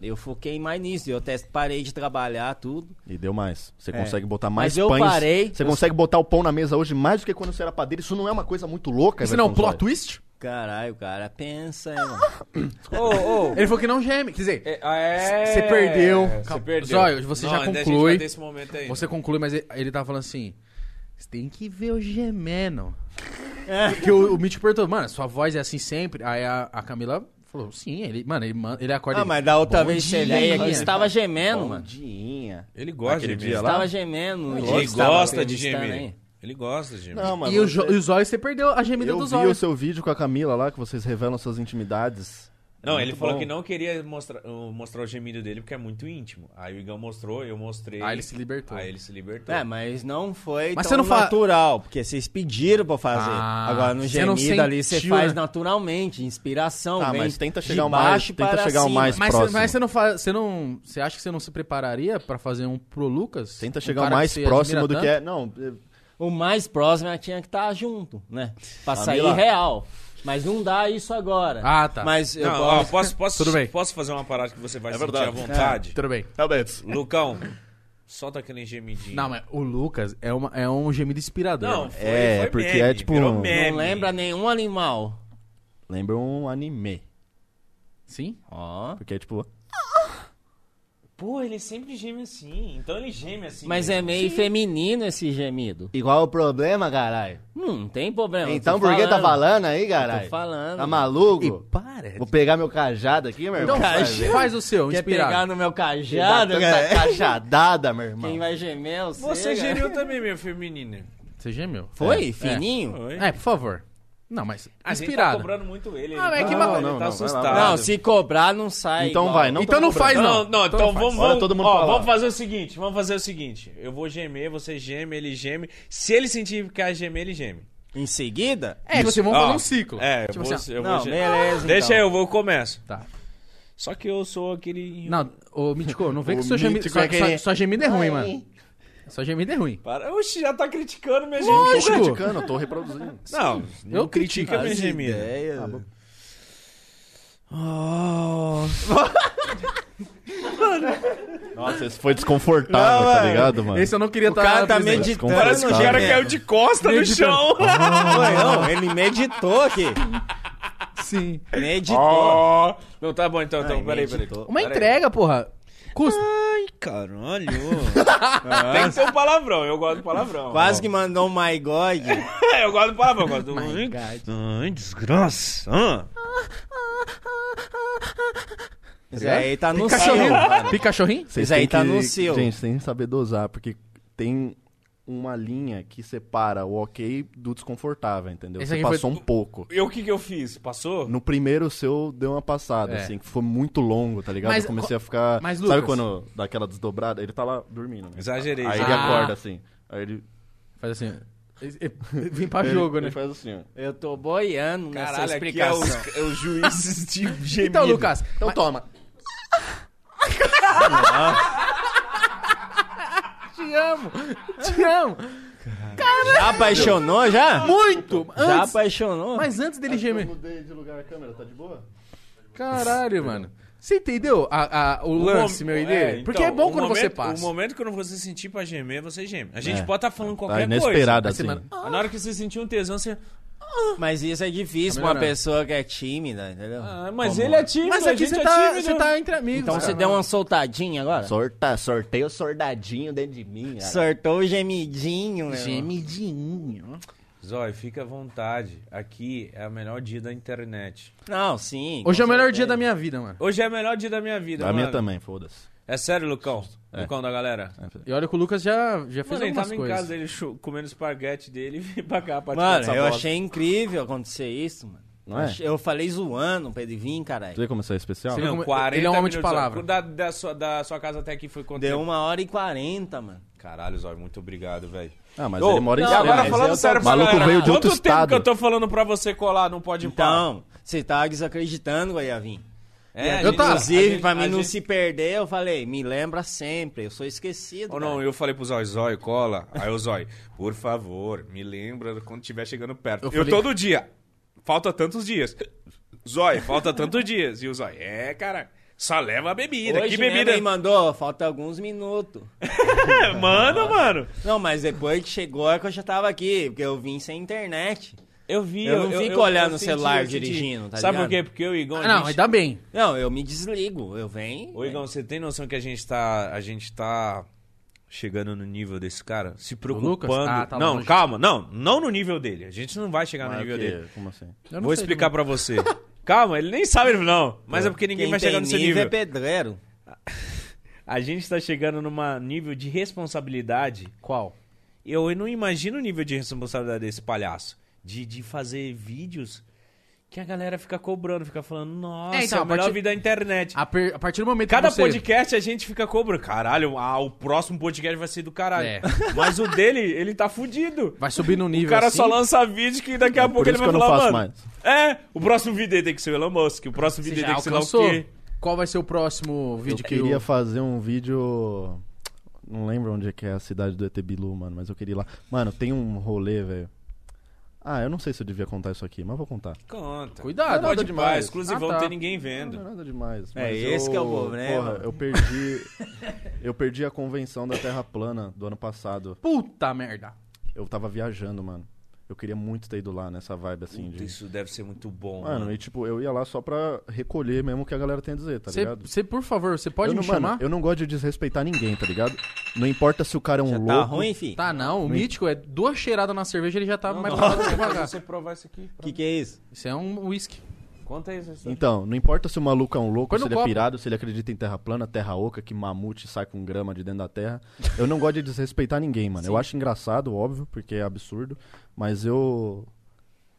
[SPEAKER 4] Eu foquei mais nisso, eu até parei de trabalhar tudo.
[SPEAKER 6] E deu mais. Você
[SPEAKER 4] É.
[SPEAKER 6] consegue botar mais
[SPEAKER 4] Mas eu
[SPEAKER 6] pães.
[SPEAKER 4] parei.
[SPEAKER 6] Você consegue botar o pão na mesa hoje mais do que quando você era padeiro. Isso não é uma coisa muito louca,
[SPEAKER 1] isso não é um
[SPEAKER 6] Everton
[SPEAKER 1] plot twist?
[SPEAKER 4] Caralho, cara, pensa, hein, mano.
[SPEAKER 2] Ô, ô.
[SPEAKER 1] Ele falou que não geme. Quer dizer,
[SPEAKER 2] É, é,
[SPEAKER 1] Você perdeu.
[SPEAKER 2] Você
[SPEAKER 1] Calma.
[SPEAKER 2] perdeu.
[SPEAKER 1] Zóio, você já
[SPEAKER 2] ainda a gente
[SPEAKER 1] conclui.
[SPEAKER 2] vai ter esse momento aí.
[SPEAKER 1] você conclui, mas ele, ele tava falando assim: você tem que ver o
[SPEAKER 4] <laughs>
[SPEAKER 1] gemendo.
[SPEAKER 4] É.
[SPEAKER 1] Porque o, o Mítico perguntou, mano, sua voz é assim sempre? Aí a, a Camila falou, sim, ele, mano, ele, man- ele acorda.
[SPEAKER 4] Ah,
[SPEAKER 1] ele,
[SPEAKER 4] mas da outra
[SPEAKER 1] "Bom
[SPEAKER 4] vez que você
[SPEAKER 1] dia,
[SPEAKER 4] veio aqui,
[SPEAKER 1] mano."
[SPEAKER 4] você tá tava
[SPEAKER 1] né,
[SPEAKER 4] gemendo,
[SPEAKER 6] Bom
[SPEAKER 4] mano.
[SPEAKER 6] Dinha.
[SPEAKER 2] Ele gosta
[SPEAKER 6] Aquele
[SPEAKER 2] de
[SPEAKER 6] dia
[SPEAKER 2] gemer.
[SPEAKER 4] Você
[SPEAKER 6] lá?
[SPEAKER 4] tava gemendo. no dia que
[SPEAKER 2] Ele
[SPEAKER 4] você tava
[SPEAKER 2] gosta de
[SPEAKER 4] entrevistando
[SPEAKER 2] gemer.
[SPEAKER 4] aí.
[SPEAKER 2] Ele gosta de gemer.
[SPEAKER 6] Não, mas
[SPEAKER 1] E o,
[SPEAKER 6] você-
[SPEAKER 4] é
[SPEAKER 1] jo- e o Zóio, você perdeu a gemida
[SPEAKER 6] Eu
[SPEAKER 1] dos
[SPEAKER 6] vi
[SPEAKER 1] olhos.
[SPEAKER 6] o seu vídeo com a Camila lá, que vocês revelam suas intimidades. É
[SPEAKER 2] Não,
[SPEAKER 6] muito
[SPEAKER 2] ele falou
[SPEAKER 6] bom.
[SPEAKER 2] que não queria mostrar, uh, mostrar o gemido dele porque é muito íntimo. Aí o Igão mostrou, eu mostrei.
[SPEAKER 1] Aí ele se libertou.
[SPEAKER 2] Aí ele se libertou.
[SPEAKER 4] É, mas não foi
[SPEAKER 1] Mas
[SPEAKER 4] tão
[SPEAKER 1] você não fa-
[SPEAKER 4] natural, porque vocês pediram pra fazer.
[SPEAKER 1] Ah,
[SPEAKER 4] Agora, no
[SPEAKER 1] você não
[SPEAKER 4] gemido ali, você
[SPEAKER 1] sentiu,
[SPEAKER 4] faz
[SPEAKER 1] né?
[SPEAKER 4] naturalmente, inspiração.
[SPEAKER 6] Tá,
[SPEAKER 4] vem
[SPEAKER 6] mas tenta
[SPEAKER 4] de
[SPEAKER 6] chegar o
[SPEAKER 4] baixo
[SPEAKER 6] mais- tenta
[SPEAKER 4] para
[SPEAKER 6] chegar o
[SPEAKER 4] cima.
[SPEAKER 6] mais-
[SPEAKER 1] Mas, cê,
[SPEAKER 6] próximo.
[SPEAKER 1] mas você não faz. Você não. Você acha que você não se prepararia pra fazer um pro Lucas?
[SPEAKER 6] Tenta
[SPEAKER 1] Um
[SPEAKER 6] chegar o
[SPEAKER 1] cara
[SPEAKER 6] mais
[SPEAKER 1] que você
[SPEAKER 6] próximo
[SPEAKER 1] admira
[SPEAKER 6] do que é. Não,
[SPEAKER 4] O mais próximo ela tinha que estar junto, né? Pra sair
[SPEAKER 6] Camila.
[SPEAKER 4] real. Mas não dá isso agora.
[SPEAKER 1] Ah, tá.
[SPEAKER 4] é. Mas eu
[SPEAKER 2] Não, ó,
[SPEAKER 4] posso...
[SPEAKER 2] posso, posso,
[SPEAKER 1] Tudo bem. É,
[SPEAKER 2] posso fazer uma parada que você vai sentir
[SPEAKER 6] verdade.
[SPEAKER 2] à vontade?
[SPEAKER 1] tanto? Tudo bem.
[SPEAKER 6] realmente.
[SPEAKER 2] Lucão, solta aquele gemidinho.
[SPEAKER 1] Não, mas o Lucas é, uma, é um gemido inspirador. né?
[SPEAKER 2] Não,
[SPEAKER 1] mano.
[SPEAKER 2] foi,
[SPEAKER 6] É,
[SPEAKER 2] foi
[SPEAKER 6] porque
[SPEAKER 2] meme,
[SPEAKER 6] é tipo
[SPEAKER 2] virou
[SPEAKER 6] um-
[SPEAKER 2] meme.
[SPEAKER 4] Não lembra nenhum animal.
[SPEAKER 6] Lembra um anime.
[SPEAKER 1] Sim?
[SPEAKER 4] Ó.
[SPEAKER 6] Porque é tipo.
[SPEAKER 2] Pô, ele sempre geme assim. Então ele geme assim.
[SPEAKER 4] Mas é
[SPEAKER 2] mesmo.
[SPEAKER 4] meio feminino esse gemido.
[SPEAKER 5] Igual o problema, caralho.
[SPEAKER 4] Hum, não tem problema. eu
[SPEAKER 5] Então
[SPEAKER 4] tô
[SPEAKER 5] por que tá
[SPEAKER 4] falando.
[SPEAKER 5] falando aí,
[SPEAKER 4] Eu
[SPEAKER 5] caralho?
[SPEAKER 4] Tô falando.
[SPEAKER 5] Tá maluco?
[SPEAKER 1] Para.
[SPEAKER 5] Vou pegar meu cajado aqui, meu irmão.
[SPEAKER 1] Então faz, faz o seu,
[SPEAKER 4] Quer pegar
[SPEAKER 1] inspirado.
[SPEAKER 4] no meu
[SPEAKER 5] Dá
[SPEAKER 4] cajado,
[SPEAKER 5] tanta
[SPEAKER 4] cara?
[SPEAKER 5] cajadada, meu
[SPEAKER 4] Quem
[SPEAKER 5] irmão.
[SPEAKER 4] vai gemer é você,
[SPEAKER 2] Você
[SPEAKER 4] cara.
[SPEAKER 2] geriu também, minha feminina.
[SPEAKER 1] Você gemeu.
[SPEAKER 4] <laughs>
[SPEAKER 5] é.
[SPEAKER 4] Foi? Fininho?
[SPEAKER 2] Oi.
[SPEAKER 1] É, por favor. Não,
[SPEAKER 2] A
[SPEAKER 1] mas
[SPEAKER 2] gente tá
[SPEAKER 1] inspirado.
[SPEAKER 2] cobrando muito ele.
[SPEAKER 1] Ah,
[SPEAKER 2] ele
[SPEAKER 1] é
[SPEAKER 2] tá,
[SPEAKER 1] que
[SPEAKER 2] ele
[SPEAKER 1] ma-
[SPEAKER 2] tá
[SPEAKER 6] Não, não, não, vai
[SPEAKER 2] assustado.
[SPEAKER 6] lá.
[SPEAKER 4] Não, se cobrar, não sai
[SPEAKER 6] Então
[SPEAKER 4] igual.
[SPEAKER 6] vai, não
[SPEAKER 1] então
[SPEAKER 6] tô
[SPEAKER 1] não
[SPEAKER 6] cobrando.
[SPEAKER 1] faz,
[SPEAKER 2] Não,
[SPEAKER 1] não.
[SPEAKER 2] não, então,
[SPEAKER 1] não faz.
[SPEAKER 2] vamos,
[SPEAKER 6] Agora
[SPEAKER 2] vamos,
[SPEAKER 6] todo mundo
[SPEAKER 2] ó,
[SPEAKER 6] fala.
[SPEAKER 2] vamos fazer o seguinte, vamos fazer o seguinte. Eu vou gemer, você geme, ele geme. Se ele sentir que a gemer, ele geme.
[SPEAKER 4] Em seguida?
[SPEAKER 1] É, você vamos
[SPEAKER 2] Ó,
[SPEAKER 1] fazer um ciclo.
[SPEAKER 2] É, eu
[SPEAKER 1] Tipo
[SPEAKER 2] vou,
[SPEAKER 1] assim,
[SPEAKER 2] eu vou
[SPEAKER 4] Não,
[SPEAKER 2] gemer.
[SPEAKER 4] beleza,
[SPEAKER 2] Deixa
[SPEAKER 4] então.
[SPEAKER 2] eu, vou, eu começo.
[SPEAKER 1] Tá.
[SPEAKER 2] Só que eu sou aquele...
[SPEAKER 1] Não, ô Mítico, não vê que
[SPEAKER 6] O
[SPEAKER 1] sua gemida,
[SPEAKER 6] Mítico
[SPEAKER 1] sua,
[SPEAKER 6] é aquele-
[SPEAKER 1] sua- sua gemida é ruim, mano. Sua gemida é ruim.
[SPEAKER 2] Para, oxe, já tá criticando minha
[SPEAKER 6] Tô
[SPEAKER 1] Lógico.
[SPEAKER 2] gemida.
[SPEAKER 6] criticando, eu tô reproduzindo.
[SPEAKER 2] Não, não
[SPEAKER 1] eu critico
[SPEAKER 2] critica minha
[SPEAKER 4] As
[SPEAKER 2] gemida.
[SPEAKER 4] ideias.
[SPEAKER 6] Nossa, isso foi desconfortável, tá ligado, mano?
[SPEAKER 1] Esse é eu não queria
[SPEAKER 4] O cara tá
[SPEAKER 1] presente.
[SPEAKER 4] meditando.
[SPEAKER 2] Parece que o
[SPEAKER 4] no
[SPEAKER 2] cara
[SPEAKER 4] gemido.
[SPEAKER 2] caiu de costa no chão.
[SPEAKER 4] Foi, não, ele meditou aqui.
[SPEAKER 1] Sim.
[SPEAKER 4] Meditou.
[SPEAKER 2] Não, tá bom então, então, peraí, peraí.
[SPEAKER 1] Uma entrega, porra. Custa.
[SPEAKER 2] Ai, caralho. <laughs> Tem que ser um palavrão, eu gosto do palavrão.
[SPEAKER 4] Quase que mandou um my god.
[SPEAKER 2] É, eu gosto do palavrão, eu gosto do. Ai, desgraça. Ah.
[SPEAKER 4] Isso aí tá no céu.
[SPEAKER 1] Cachorrinho.
[SPEAKER 4] mano.
[SPEAKER 1] Pica cachorrinho?
[SPEAKER 6] Vocês
[SPEAKER 4] Isso aí
[SPEAKER 6] têm
[SPEAKER 4] tá
[SPEAKER 6] que-
[SPEAKER 4] no seu.
[SPEAKER 6] Gente, vocês têm que saber dosar, porque tem uma linha que separa o ok do desconfortável, entendeu?
[SPEAKER 1] Esse
[SPEAKER 6] Você
[SPEAKER 1] aqui foi-
[SPEAKER 6] passou um pouco.
[SPEAKER 2] E o que que eu fiz? Passou?
[SPEAKER 6] No primeiro seu deu uma passada,
[SPEAKER 1] É.
[SPEAKER 6] assim, que foi muito longo, tá ligado?
[SPEAKER 1] Mas
[SPEAKER 6] eu comecei a ficar.
[SPEAKER 1] mas,
[SPEAKER 6] Sabe
[SPEAKER 1] Lucas-
[SPEAKER 6] quando dá aquela desdobrada? Ele tá lá dormindo, né?
[SPEAKER 2] Exagerei.
[SPEAKER 6] Aí ele
[SPEAKER 2] exagerei.
[SPEAKER 1] Ah.
[SPEAKER 6] acorda, assim. Aí ele.
[SPEAKER 1] Faz assim. Vem pra jogo, né?
[SPEAKER 6] ele, Ele faz assim, ó.
[SPEAKER 4] Eu tô boiando nessa
[SPEAKER 2] Caralho, aqui é
[SPEAKER 4] explicação.
[SPEAKER 2] os, <laughs> é os juízes de gemido.
[SPEAKER 1] Então, Lucas.
[SPEAKER 6] Então toma.
[SPEAKER 1] Te amo. Te amo.
[SPEAKER 4] <laughs> Já apaixonou já?
[SPEAKER 1] Muito.
[SPEAKER 4] Já
[SPEAKER 1] Antes,
[SPEAKER 4] apaixonou?
[SPEAKER 1] mas antes dele gemer.
[SPEAKER 6] mudei de lugar a câmera, tá de boa?
[SPEAKER 1] Caralho, mano. Você entendeu a- a- o lance,
[SPEAKER 2] mom-
[SPEAKER 1] meu e
[SPEAKER 2] é,
[SPEAKER 1] dele?
[SPEAKER 2] então,
[SPEAKER 1] Porque é bom
[SPEAKER 2] o
[SPEAKER 1] quando você
[SPEAKER 2] momento- O
[SPEAKER 1] passa.
[SPEAKER 2] momento que você sentir pra gemer, você geme. A gente
[SPEAKER 6] É.
[SPEAKER 2] pode estar falando
[SPEAKER 6] Tá
[SPEAKER 2] qualquer coisa.
[SPEAKER 6] inesperada,
[SPEAKER 1] Aí você
[SPEAKER 6] assim.
[SPEAKER 1] manda-
[SPEAKER 2] Na hora que você sentir um tesão, você.
[SPEAKER 4] Mas isso é difícil
[SPEAKER 1] Tá
[SPEAKER 4] pra uma
[SPEAKER 1] melhorando.
[SPEAKER 4] pessoa que é tímida, entendeu?
[SPEAKER 2] Ah, mas
[SPEAKER 4] Como-
[SPEAKER 2] ele é tímido,
[SPEAKER 1] Mas
[SPEAKER 2] a
[SPEAKER 1] aqui
[SPEAKER 2] gente
[SPEAKER 1] você
[SPEAKER 2] é
[SPEAKER 1] tá,
[SPEAKER 2] tímido.
[SPEAKER 1] você tá entre amigos.
[SPEAKER 4] Então você
[SPEAKER 1] cara.
[SPEAKER 4] deu uma soltadinha agora?
[SPEAKER 5] Sorta, sorteio o sordadinho dentro de mim, cara.
[SPEAKER 4] Sortou o gemidinho, meu.
[SPEAKER 2] É,
[SPEAKER 1] Gemidinho.
[SPEAKER 2] Zói, fica à vontade. Aqui é o melhor dia da internet.
[SPEAKER 4] Não, sim.
[SPEAKER 1] Hoje é o
[SPEAKER 4] com
[SPEAKER 1] melhor
[SPEAKER 4] certeza.
[SPEAKER 1] dia da minha vida, mano.
[SPEAKER 2] Hoje é o melhor dia da minha vida,
[SPEAKER 6] A
[SPEAKER 2] mano.
[SPEAKER 6] minha também, foda-se.
[SPEAKER 2] É sério, Lucão? Lucão da galera?
[SPEAKER 1] E olha que o Lucas já, já fez
[SPEAKER 2] Mano, ele
[SPEAKER 1] É. algumas
[SPEAKER 2] tava em
[SPEAKER 1] coisas.
[SPEAKER 2] casa, ele chu- comendo espaguete dele <laughs> e veio pra cá pra tirar
[SPEAKER 4] Mano,
[SPEAKER 2] essa
[SPEAKER 4] eu
[SPEAKER 2] bosta.
[SPEAKER 4] achei incrível acontecer isso, mano.
[SPEAKER 6] Não é?
[SPEAKER 4] Ach- Eu falei zoando pra ele vir, caralho.
[SPEAKER 6] Você vê como isso é especial?
[SPEAKER 1] Você viu
[SPEAKER 2] Não,
[SPEAKER 1] como-
[SPEAKER 2] 40
[SPEAKER 1] ele é um homem de
[SPEAKER 2] minutos, ó.
[SPEAKER 1] palavra.
[SPEAKER 2] Da, da sua, da sua casa até aqui foi quanto
[SPEAKER 4] Deu um-
[SPEAKER 2] tempo?
[SPEAKER 4] uma hora e quarenta, mano.
[SPEAKER 2] Caralho, Zói, muito obrigado, velho.
[SPEAKER 6] Ah, mas
[SPEAKER 2] Ô,
[SPEAKER 6] ele mora em
[SPEAKER 2] e
[SPEAKER 6] Santos.
[SPEAKER 2] agora
[SPEAKER 4] mas
[SPEAKER 2] falando
[SPEAKER 4] eu tô-
[SPEAKER 2] sério pra
[SPEAKER 6] maluco
[SPEAKER 2] galera,
[SPEAKER 6] veio de outro
[SPEAKER 2] quanto tempo
[SPEAKER 6] estado.
[SPEAKER 2] que eu tô falando pra você colar não Pode Pá?
[SPEAKER 4] Então, você tá desacreditando que eu ia vir.
[SPEAKER 2] É,
[SPEAKER 1] eu tava.
[SPEAKER 4] Inclusive,
[SPEAKER 2] a gente-
[SPEAKER 4] pra
[SPEAKER 2] a
[SPEAKER 4] mim não
[SPEAKER 2] gente-
[SPEAKER 4] se perder, eu falei, me lembra sempre, eu sou esquecido.
[SPEAKER 2] Ou não,
[SPEAKER 4] cara.
[SPEAKER 2] eu falei pro Zói, Zói, cola. Aí o Zói, por favor, me lembra quando estiver chegando perto. Eu,
[SPEAKER 1] Eu falei-
[SPEAKER 2] todo dia, falta tantos dias. Zói, falta tantos dias. E o Zói, é, cara, só leva a bebida.
[SPEAKER 4] Hoje
[SPEAKER 2] que bebida?
[SPEAKER 4] Ele mandou, falta alguns minutos.
[SPEAKER 2] É, manda, mano.
[SPEAKER 4] Não, mas depois que chegou é que eu já tava aqui, porque eu vim sem internet.
[SPEAKER 2] Eu vi,
[SPEAKER 4] Eu não fico olhando o celular dirigindo, tá
[SPEAKER 2] Sabe por
[SPEAKER 4] ligado?
[SPEAKER 2] quê? Porque eu e o Igão... a
[SPEAKER 1] Ah, não,
[SPEAKER 2] gente-
[SPEAKER 1] ainda bem.
[SPEAKER 4] Não, eu me desligo, eu venho. né?
[SPEAKER 2] Ô, Igão, você tem noção que a gente tá. A gente tá chegando no nível desse cara? Se preocupando.
[SPEAKER 1] Lucas? Ah, tá
[SPEAKER 2] não,
[SPEAKER 1] longe.
[SPEAKER 2] calma, não. Não no nível dele. A gente não vai chegar tá no
[SPEAKER 6] Mas
[SPEAKER 2] nível
[SPEAKER 6] que-
[SPEAKER 2] dele.
[SPEAKER 6] Como assim?
[SPEAKER 1] Eu não
[SPEAKER 2] Vou
[SPEAKER 1] sei
[SPEAKER 2] explicar pra você.
[SPEAKER 1] <laughs>
[SPEAKER 2] calma, ele nem sabe, não. Mas é porque ninguém
[SPEAKER 4] Quem
[SPEAKER 2] vai
[SPEAKER 4] tem
[SPEAKER 2] chegar nesse
[SPEAKER 4] nível
[SPEAKER 2] nível.
[SPEAKER 4] é pedreiro.
[SPEAKER 2] A gente tá chegando numa nível de responsabilidade.
[SPEAKER 1] também. Qual?
[SPEAKER 2] Eu não imagino o nível de responsabilidade desse palhaço. De, de fazer vídeos que a galera fica cobrando, fica falando, nossa,
[SPEAKER 1] É, então,
[SPEAKER 2] é
[SPEAKER 1] a
[SPEAKER 2] o melhor
[SPEAKER 1] partir-
[SPEAKER 2] vídeo da internet.
[SPEAKER 1] A, per- a partir do momento
[SPEAKER 2] Cada
[SPEAKER 1] que você...
[SPEAKER 2] podcast a gente fica cobrando. Caralho, ah, o próximo podcast vai ser do caralho.
[SPEAKER 1] É.
[SPEAKER 2] <laughs> Mas o dele, ele tá fudido.
[SPEAKER 1] Vai subir no
[SPEAKER 2] O
[SPEAKER 1] nível
[SPEAKER 2] cara
[SPEAKER 1] assim,
[SPEAKER 2] só lança vídeo que daqui a
[SPEAKER 6] É Por
[SPEAKER 2] pouco ele
[SPEAKER 6] isso
[SPEAKER 2] vai
[SPEAKER 6] que eu não
[SPEAKER 2] falar,
[SPEAKER 6] faço
[SPEAKER 2] mano.
[SPEAKER 6] mais.
[SPEAKER 2] É, o próximo vídeo aí tem que ser o Elon Musk, o próximo
[SPEAKER 1] você
[SPEAKER 2] vídeo aí
[SPEAKER 1] já
[SPEAKER 2] tem que ser lá
[SPEAKER 1] alcançou.
[SPEAKER 2] o quê?
[SPEAKER 1] Qual vai ser o próximo vídeo
[SPEAKER 6] eu
[SPEAKER 1] que
[SPEAKER 6] queria
[SPEAKER 1] eu...
[SPEAKER 6] fazer um vídeo. Não lembro onde é que é a cidade do ET Bilu, mano, mas eu queria ir lá. Mano, tem um rolê, velho. Ah, eu não sei se eu devia contar isso aqui, mas vou contar.
[SPEAKER 2] Conta. Pode
[SPEAKER 1] Cuidado. Nada
[SPEAKER 2] demais.
[SPEAKER 1] demais.
[SPEAKER 2] Exclusivão,
[SPEAKER 1] Ah, tá.
[SPEAKER 2] não tem ninguém
[SPEAKER 6] Não é
[SPEAKER 2] vendo.
[SPEAKER 6] nada demais.
[SPEAKER 4] É,
[SPEAKER 6] mas
[SPEAKER 4] esse
[SPEAKER 6] eu-
[SPEAKER 4] que é o problema.
[SPEAKER 6] Porra, eu perdi. eu perdi a convenção da Terra Plana do ano passado.
[SPEAKER 1] Puta merda.
[SPEAKER 6] Eu tava viajando, mano. Eu queria muito ter ido lá nessa vibe assim
[SPEAKER 2] Puta,
[SPEAKER 6] de.
[SPEAKER 2] isso deve ser muito
[SPEAKER 4] é
[SPEAKER 2] bom, né? mano.
[SPEAKER 6] Mano, e tipo, eu ia lá só pra recolher mesmo o que a galera tem a dizer, tá
[SPEAKER 1] Você,
[SPEAKER 6] ligado?
[SPEAKER 1] você, por favor, você pode
[SPEAKER 6] eu não,
[SPEAKER 1] me chamar?
[SPEAKER 6] Mano, eu não gosto de desrespeitar ninguém, tá ligado? Não importa se o cara é um
[SPEAKER 4] Já
[SPEAKER 6] louco.
[SPEAKER 4] tá ruim, fi?
[SPEAKER 1] Tá, não. O mítico é duas cheiradas na cerveja, ele já tá mais pra lá do que devagar.
[SPEAKER 2] você provar isso aqui.
[SPEAKER 4] O que, que é isso?
[SPEAKER 1] Isso é um uísque.
[SPEAKER 2] Conta isso. isso.
[SPEAKER 6] Então, não importa se o maluco é um louco,
[SPEAKER 1] Põe
[SPEAKER 6] se
[SPEAKER 1] no
[SPEAKER 6] ele é
[SPEAKER 1] copo.
[SPEAKER 6] pirado, se ele acredita em terra plana, terra oca, que mamute sai com grama de dentro da terra. Eu não gosto de desrespeitar ninguém, mano. Eu acho engraçado, óbvio, porque é absurdo, mas eu.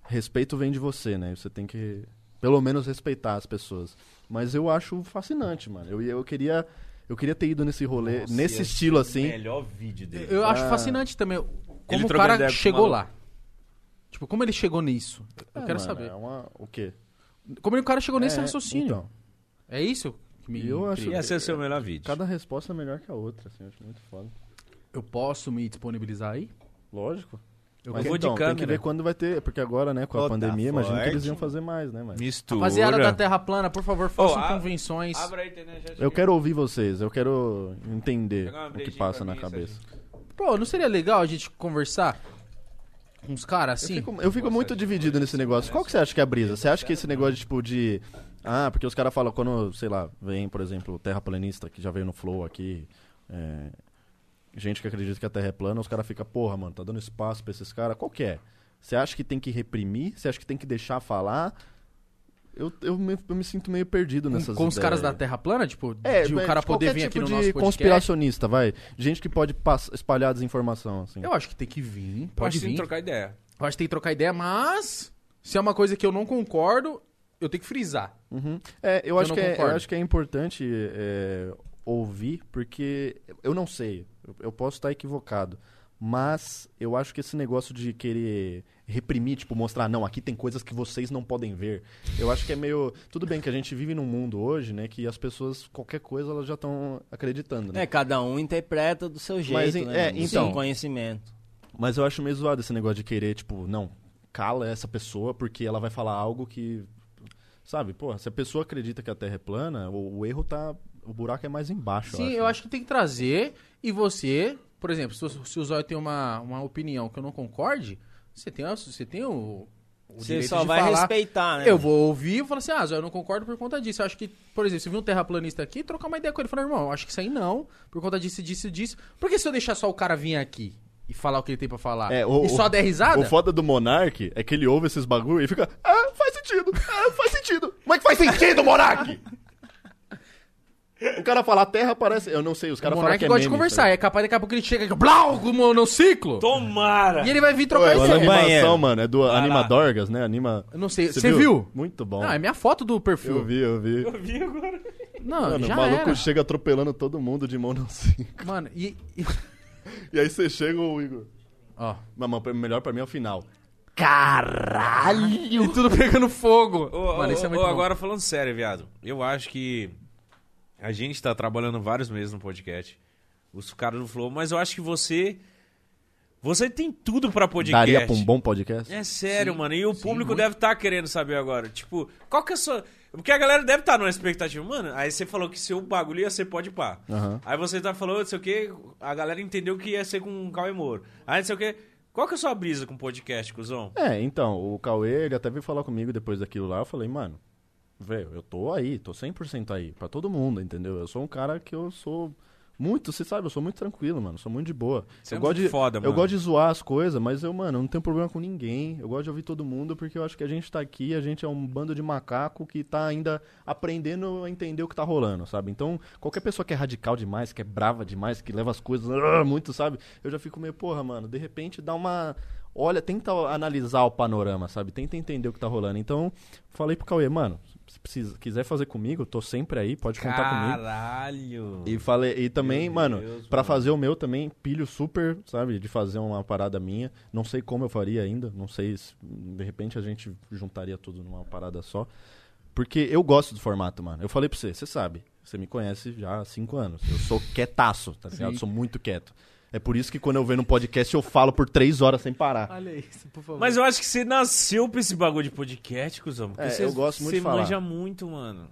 [SPEAKER 6] Respeito vem de você, né? Você tem que, pelo menos, respeitar as pessoas. Mas eu acho fascinante, mano. Eu, eu queria. Eu queria ter ido nesse rolê,
[SPEAKER 2] Nossa,
[SPEAKER 6] nesse
[SPEAKER 2] ia
[SPEAKER 6] estilo
[SPEAKER 2] ser
[SPEAKER 6] assim.
[SPEAKER 2] O melhor vídeo dele.
[SPEAKER 1] Eu
[SPEAKER 6] Ah.
[SPEAKER 1] acho fascinante também como
[SPEAKER 2] trocando
[SPEAKER 1] o
[SPEAKER 2] ideia
[SPEAKER 1] cara
[SPEAKER 2] com o
[SPEAKER 1] chegou
[SPEAKER 2] maluco.
[SPEAKER 1] lá. Tipo, como ele chegou nisso? Eu
[SPEAKER 6] É,
[SPEAKER 1] quero
[SPEAKER 6] mano,
[SPEAKER 1] saber.
[SPEAKER 6] é uma- o quê?
[SPEAKER 1] Como o cara chegou nesse
[SPEAKER 6] É,
[SPEAKER 1] raciocínio?
[SPEAKER 6] então.
[SPEAKER 1] É isso que me
[SPEAKER 6] Eu acho-
[SPEAKER 1] intriga.
[SPEAKER 2] Ia ser o seu melhor vídeo.
[SPEAKER 6] Cada resposta é melhor que a outra, assim, eu acho muito foda.
[SPEAKER 1] Eu posso me disponibilizar aí?
[SPEAKER 6] Lógico.
[SPEAKER 1] Eu
[SPEAKER 6] Mas
[SPEAKER 2] vou de
[SPEAKER 6] então, tem que
[SPEAKER 2] câmera.
[SPEAKER 6] ver quando vai ter, porque agora, né, com a
[SPEAKER 4] Ô, tá
[SPEAKER 6] pandemia, imagino que
[SPEAKER 4] forte.
[SPEAKER 6] eles iam fazer mais, né, mas...
[SPEAKER 2] Mistura.
[SPEAKER 1] Rapaziada da Terra Plana, por favor, façam
[SPEAKER 2] a-
[SPEAKER 1] convenções.
[SPEAKER 2] Abra a internet.
[SPEAKER 6] Eu quero ouvir vocês, eu quero entender
[SPEAKER 2] Pegar uma
[SPEAKER 6] o que
[SPEAKER 2] brejinha
[SPEAKER 6] passa
[SPEAKER 2] pra
[SPEAKER 6] na
[SPEAKER 2] mim,
[SPEAKER 6] cabeça.
[SPEAKER 1] Pô, não seria legal a gente conversar com uns caras
[SPEAKER 6] Eu
[SPEAKER 1] assim?
[SPEAKER 6] fico, eu fico muito dividido nesse negócio. Qual que você acha que é a brisa? Você acha que esse negócio, de, tipo, de... Ah, porque os caras falam quando, sei lá, vem, por exemplo, o terraplanista, que já veio no Flow aqui, é, gente que acredita que a Terra é plana, os caras ficam, porra, mano, tá dando espaço pra esses caras. Qual que é? Você acha que tem que reprimir? Você acha que tem que deixar falar? Eu, eu, me, eu me sinto meio perdido
[SPEAKER 1] Com,
[SPEAKER 6] nessas
[SPEAKER 1] com os
[SPEAKER 6] ideias
[SPEAKER 1] caras
[SPEAKER 6] aí.
[SPEAKER 1] da Terra Plana, tipo,
[SPEAKER 6] É,
[SPEAKER 1] de o
[SPEAKER 6] mas
[SPEAKER 1] cara
[SPEAKER 6] de
[SPEAKER 1] poder
[SPEAKER 6] qualquer
[SPEAKER 1] vir aqui
[SPEAKER 6] tipo
[SPEAKER 1] no
[SPEAKER 6] de
[SPEAKER 1] nosso podcast.
[SPEAKER 6] conspiracionista, vai. Gente que pode pass- espalhar desinformação, assim.
[SPEAKER 1] Eu acho que tem que vir,
[SPEAKER 2] Pode
[SPEAKER 1] pode
[SPEAKER 2] sim
[SPEAKER 1] vir.
[SPEAKER 2] trocar ideia.
[SPEAKER 1] Eu acho que tem que trocar ideia, mas se é uma coisa que eu não concordo, eu tenho que frisar.
[SPEAKER 6] Uhum. É, eu,
[SPEAKER 1] Eu
[SPEAKER 6] acho
[SPEAKER 1] não
[SPEAKER 6] que é, eu
[SPEAKER 1] concordo.
[SPEAKER 6] acho que é importante é, ouvir, porque eu não sei, eu, eu posso estar equivocado, mas eu acho que esse negócio de querer reprimir, tipo, mostrar, não, aqui tem coisas que vocês não podem ver, eu acho que é meio... Tudo bem que a gente vive num mundo hoje, né, que as pessoas, qualquer coisa, elas já estão acreditando, né?
[SPEAKER 4] É, cada um interpreta do seu jeito,
[SPEAKER 6] Mas,
[SPEAKER 4] né?
[SPEAKER 6] é,
[SPEAKER 4] mano? Do
[SPEAKER 6] então-
[SPEAKER 4] seu conhecimento.
[SPEAKER 6] Mas eu acho meio zoado esse negócio de querer, tipo, não, cala essa pessoa porque ela vai falar algo que. Sabe, porra, se a pessoa acredita que a Terra é plana, o, o erro tá. O buraco é mais embaixo.
[SPEAKER 1] Sim, eu acho que tem que trazer. E você, por exemplo, se, se o Zóio tem uma, uma opinião que eu não concorde, você tem, a- você tem o, o
[SPEAKER 4] Você
[SPEAKER 1] direito
[SPEAKER 4] só
[SPEAKER 1] de
[SPEAKER 4] vai
[SPEAKER 1] falar.
[SPEAKER 4] respeitar, né?
[SPEAKER 1] Eu
[SPEAKER 4] mano?
[SPEAKER 1] vou ouvir e falar assim, ah, Zé, eu não concordo por conta disso. Eu acho que, por exemplo, se vir um terraplanista aqui, trocar uma ideia com ele. Falar, irmão, eu acho que isso aí não, por conta disso, disso, disso. Por que se eu deixar só o cara vir aqui e falar o que ele tem pra falar?
[SPEAKER 6] É, o-
[SPEAKER 1] e só
[SPEAKER 6] o-
[SPEAKER 1] der risada?
[SPEAKER 6] O foda do Monark é que ele ouve esses bagulho e fica, ah, faz sentido, ah, faz sentido. Como é que faz sentido, Monark? o cara fala, a terra parece... Eu não sei, os
[SPEAKER 1] o
[SPEAKER 6] caras falam
[SPEAKER 1] Monark
[SPEAKER 6] que é
[SPEAKER 1] gosta de
[SPEAKER 6] meme,
[SPEAKER 1] conversar.
[SPEAKER 6] tá
[SPEAKER 1] É capaz daqui a pouco ele chega aqui, blau, com o monociclo.
[SPEAKER 2] Tomara!
[SPEAKER 1] E ele vai vir trocar
[SPEAKER 6] ligado? Ué, a
[SPEAKER 1] ideia.
[SPEAKER 6] animação,
[SPEAKER 4] Banheiro.
[SPEAKER 6] mano, é do
[SPEAKER 2] lá.
[SPEAKER 6] Anima Dorgas, né? Anima...
[SPEAKER 1] Eu não sei, você viu?
[SPEAKER 6] Muito bom.
[SPEAKER 1] Não, é minha foto do perfil.
[SPEAKER 6] Eu vi, eu vi.
[SPEAKER 2] Eu vi agora.
[SPEAKER 1] Não,
[SPEAKER 6] Mano,
[SPEAKER 1] já
[SPEAKER 6] o maluco
[SPEAKER 1] era.
[SPEAKER 6] chega atropelando todo mundo de mão não sei.
[SPEAKER 1] Mano, e... e-
[SPEAKER 6] E aí você chega, ô Igor...
[SPEAKER 1] Ó,
[SPEAKER 6] Mas, mano, melhor pra mim é o final.
[SPEAKER 1] e tudo pegando fogo.
[SPEAKER 2] Ô,
[SPEAKER 1] Mano, isso é
[SPEAKER 2] ô,
[SPEAKER 1] muito
[SPEAKER 2] ô,
[SPEAKER 1] bom.
[SPEAKER 2] agora falando sério, viado. Eu acho que a gente tá trabalhando vários meses no podcast. Os caras do Flow, mas eu acho que você. Você tem tudo pra podcast.
[SPEAKER 6] Daria pra um bom podcast?
[SPEAKER 2] É sério,
[SPEAKER 1] Sim,
[SPEAKER 2] mano. E o
[SPEAKER 1] sim,
[SPEAKER 2] público
[SPEAKER 1] muito.
[SPEAKER 2] deve estar querendo saber agora. Tipo, qual que é a sua. Porque a galera deve estar numa expectativa. Mano, aí você falou que seu bagulho ia ser pode pá.
[SPEAKER 6] Aham.
[SPEAKER 2] Aí você tá falando, não sei o quê. A galera entendeu que ia ser com o Cauê Moro. Aí não sei o quê. Qual que é a sua brisa com podcast, cuzão?
[SPEAKER 6] É, então, o Cauê, ele até veio falar comigo depois daquilo lá, eu falei, mano, velho, eu tô aí, tô 100% aí, pra todo mundo, entendeu? Eu sou um cara que eu sou muito, você sabe, eu sou muito tranquilo, mano, sou muito de boa.
[SPEAKER 2] Você é
[SPEAKER 6] eu
[SPEAKER 2] muito
[SPEAKER 6] gosto de,
[SPEAKER 2] foda,
[SPEAKER 6] Eu
[SPEAKER 2] mano.
[SPEAKER 6] gosto de zoar as coisas, mas eu, mano, eu não tenho problema com ninguém, eu gosto de ouvir todo mundo, porque eu acho que a gente tá aqui, a gente é um bando de macaco que tá ainda aprendendo a entender o que tá rolando, sabe? Então, qualquer pessoa que é radical demais, que é brava demais, que leva as coisas "Ah", muito, sabe? Eu já fico meio, porra, mano, de repente dá uma... Olha, tenta analisar o panorama, sabe? Tenta entender o que tá rolando. Então, falei pro Cauê, mano, se precisa- quiser fazer comigo, tô sempre aí, pode contar comigo.
[SPEAKER 2] Caralho!
[SPEAKER 6] E falei, e também,
[SPEAKER 2] Meu
[SPEAKER 6] mano,
[SPEAKER 2] Deus,
[SPEAKER 6] pra
[SPEAKER 2] mano.
[SPEAKER 6] fazer o meu também, pilho super, sabe, de fazer uma parada minha. Não sei como eu faria ainda, não sei se de repente a gente juntaria tudo numa parada só. Porque eu gosto do formato, mano. Eu falei pra você, você sabe, você me conhece já há cinco anos. Eu sou quietaço, tá ligado? Sou muito quieto. É por isso que quando eu venho no podcast eu falo por três horas sem parar.
[SPEAKER 1] Olha isso, por favor.
[SPEAKER 2] Mas eu acho que você nasceu pra esse bagulho de podcast, cuzão. Porque
[SPEAKER 6] É,
[SPEAKER 2] você,
[SPEAKER 6] eu gosto muito
[SPEAKER 2] você
[SPEAKER 6] de falar.
[SPEAKER 2] manja muito, mano.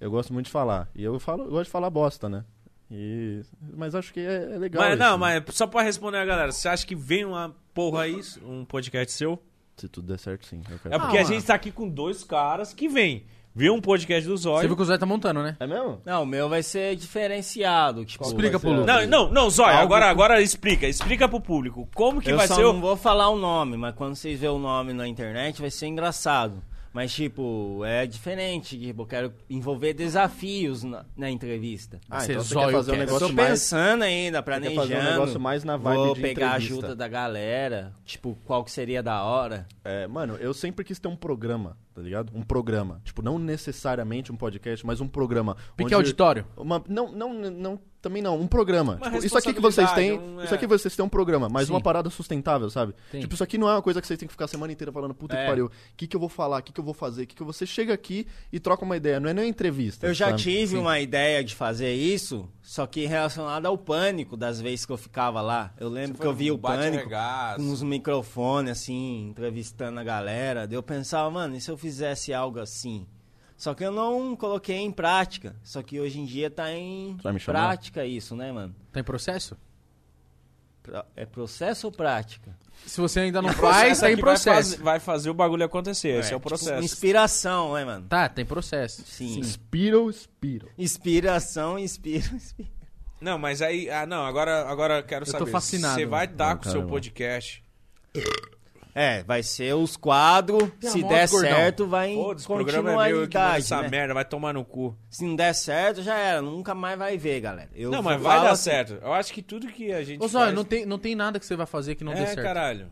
[SPEAKER 6] Eu gosto muito de falar. E eu falo, eu gosto de falar bosta, né? E... Mas acho que é, é legal.
[SPEAKER 2] Mas
[SPEAKER 6] isso,
[SPEAKER 2] não,
[SPEAKER 6] né?
[SPEAKER 2] mas só pra responder a galera, você acha que vem uma porra aí, um podcast seu?
[SPEAKER 6] Se tudo der certo, sim. Eu quero.
[SPEAKER 2] É porque
[SPEAKER 1] Ah,
[SPEAKER 2] a gente tá aqui com dois caras que vem. Viu um podcast do
[SPEAKER 1] Você
[SPEAKER 2] Zóio.
[SPEAKER 1] viu que o Zé tá montando, né?
[SPEAKER 6] É mesmo?
[SPEAKER 4] Não, o meu vai ser diferenciado. Tipo,
[SPEAKER 1] Explica
[SPEAKER 6] vai
[SPEAKER 1] pro
[SPEAKER 6] ser-
[SPEAKER 1] Lucas.
[SPEAKER 2] Não, não, não, Zóio,
[SPEAKER 1] Algo
[SPEAKER 2] agora, agora explica. Explica pro público. Como que
[SPEAKER 4] eu
[SPEAKER 2] vai
[SPEAKER 4] só
[SPEAKER 2] ser
[SPEAKER 4] não
[SPEAKER 2] o.
[SPEAKER 4] vou falar o nome, mas quando vocês verem o nome na internet vai ser engraçado. Mas, tipo, é diferente. Tipo, eu quero envolver desafios na, na entrevista.
[SPEAKER 6] Ah,
[SPEAKER 1] Você
[SPEAKER 6] então você
[SPEAKER 1] zóio
[SPEAKER 6] quer fazer um
[SPEAKER 1] quer.
[SPEAKER 4] Eu tô
[SPEAKER 6] negócio mais...
[SPEAKER 4] pensando ainda,
[SPEAKER 6] quer
[SPEAKER 4] planejando.
[SPEAKER 6] fazer um negócio mais na vibe
[SPEAKER 4] Vou
[SPEAKER 6] de
[SPEAKER 4] pegar a
[SPEAKER 6] entrevista.
[SPEAKER 4] ajuda da galera. Tipo, qual que seria da hora.
[SPEAKER 6] É, mano, eu sempre quis ter um programa, tá ligado? Um programa. Tipo, não necessariamente um podcast, mas um programa.
[SPEAKER 1] Pique
[SPEAKER 6] onde-
[SPEAKER 1] auditório.
[SPEAKER 6] Uma, não, não, não, também não, um programa.
[SPEAKER 2] Uma
[SPEAKER 6] Tipo, isso aqui que vocês têm.
[SPEAKER 2] responsabilidade, um-
[SPEAKER 6] Isso
[SPEAKER 2] é.
[SPEAKER 6] aqui vocês têm um programa, mas
[SPEAKER 1] Sim.
[SPEAKER 6] uma parada sustentável, sabe?
[SPEAKER 1] Sim.
[SPEAKER 6] Tipo, isso aqui não é uma coisa que vocês têm que ficar a semana inteira falando, puta
[SPEAKER 4] É.
[SPEAKER 6] que pariu, o que, que eu vou falar, o que, que eu vou fazer, o que, que eu- você chega aqui e troca uma ideia, não é nem uma entrevista.
[SPEAKER 4] Eu já
[SPEAKER 6] sabe?
[SPEAKER 4] tive uma ideia de fazer isso, só que relacionada ao pânico das vezes que eu ficava lá. Eu lembro que eu vi o pânico com uns microfones, assim, entrevistando a galera. Daí eu pensava, mano, e se eu fizesse algo assim? Só que eu não coloquei em prática. Só que hoje em dia tá em
[SPEAKER 6] Vai me chamar?
[SPEAKER 4] prática isso, né, mano?
[SPEAKER 1] Tá em processo?
[SPEAKER 4] Pra- É processo ou prática?
[SPEAKER 1] Se você ainda não
[SPEAKER 2] O processo
[SPEAKER 1] faz, tá
[SPEAKER 2] é
[SPEAKER 1] em
[SPEAKER 2] que vai
[SPEAKER 1] processo.
[SPEAKER 2] fazer- Vai fazer o bagulho acontecer. Esse é o
[SPEAKER 4] tipo,
[SPEAKER 2] processo.
[SPEAKER 4] Inspiração, né, mano?
[SPEAKER 1] Tá, tem processo.
[SPEAKER 4] Sim.
[SPEAKER 6] Spiro, Spiro.
[SPEAKER 4] Inspiração, inspira, <laughs> inspira.
[SPEAKER 2] Não, mas aí. Ah, não, agora, agora eu quero
[SPEAKER 1] tô
[SPEAKER 2] saber.
[SPEAKER 1] fascinado,
[SPEAKER 2] Você vai
[SPEAKER 1] mano.
[SPEAKER 2] estar
[SPEAKER 6] Ah,
[SPEAKER 2] com o seu
[SPEAKER 6] caramba.
[SPEAKER 2] podcast.
[SPEAKER 4] É, vai ser os quadros.
[SPEAKER 1] E a
[SPEAKER 4] Se
[SPEAKER 1] moto,
[SPEAKER 4] der
[SPEAKER 1] gordão?
[SPEAKER 4] certo, vai em
[SPEAKER 2] Foda-se, o programa é meu, eu que mando
[SPEAKER 4] continuidade.
[SPEAKER 2] essa
[SPEAKER 4] né?
[SPEAKER 2] merda, vai tomar no cu.
[SPEAKER 4] Se não der certo, já era. Nunca mais vai ver, galera. Eu
[SPEAKER 2] não, mas
[SPEAKER 4] falo
[SPEAKER 2] vai dar
[SPEAKER 4] assim,
[SPEAKER 2] certo. Eu acho que tudo que a gente
[SPEAKER 1] Ô, Zóio,
[SPEAKER 2] faz...
[SPEAKER 1] não tem, não tem nada que você vai fazer que não dê
[SPEAKER 2] É,
[SPEAKER 1] certo.
[SPEAKER 2] caralho.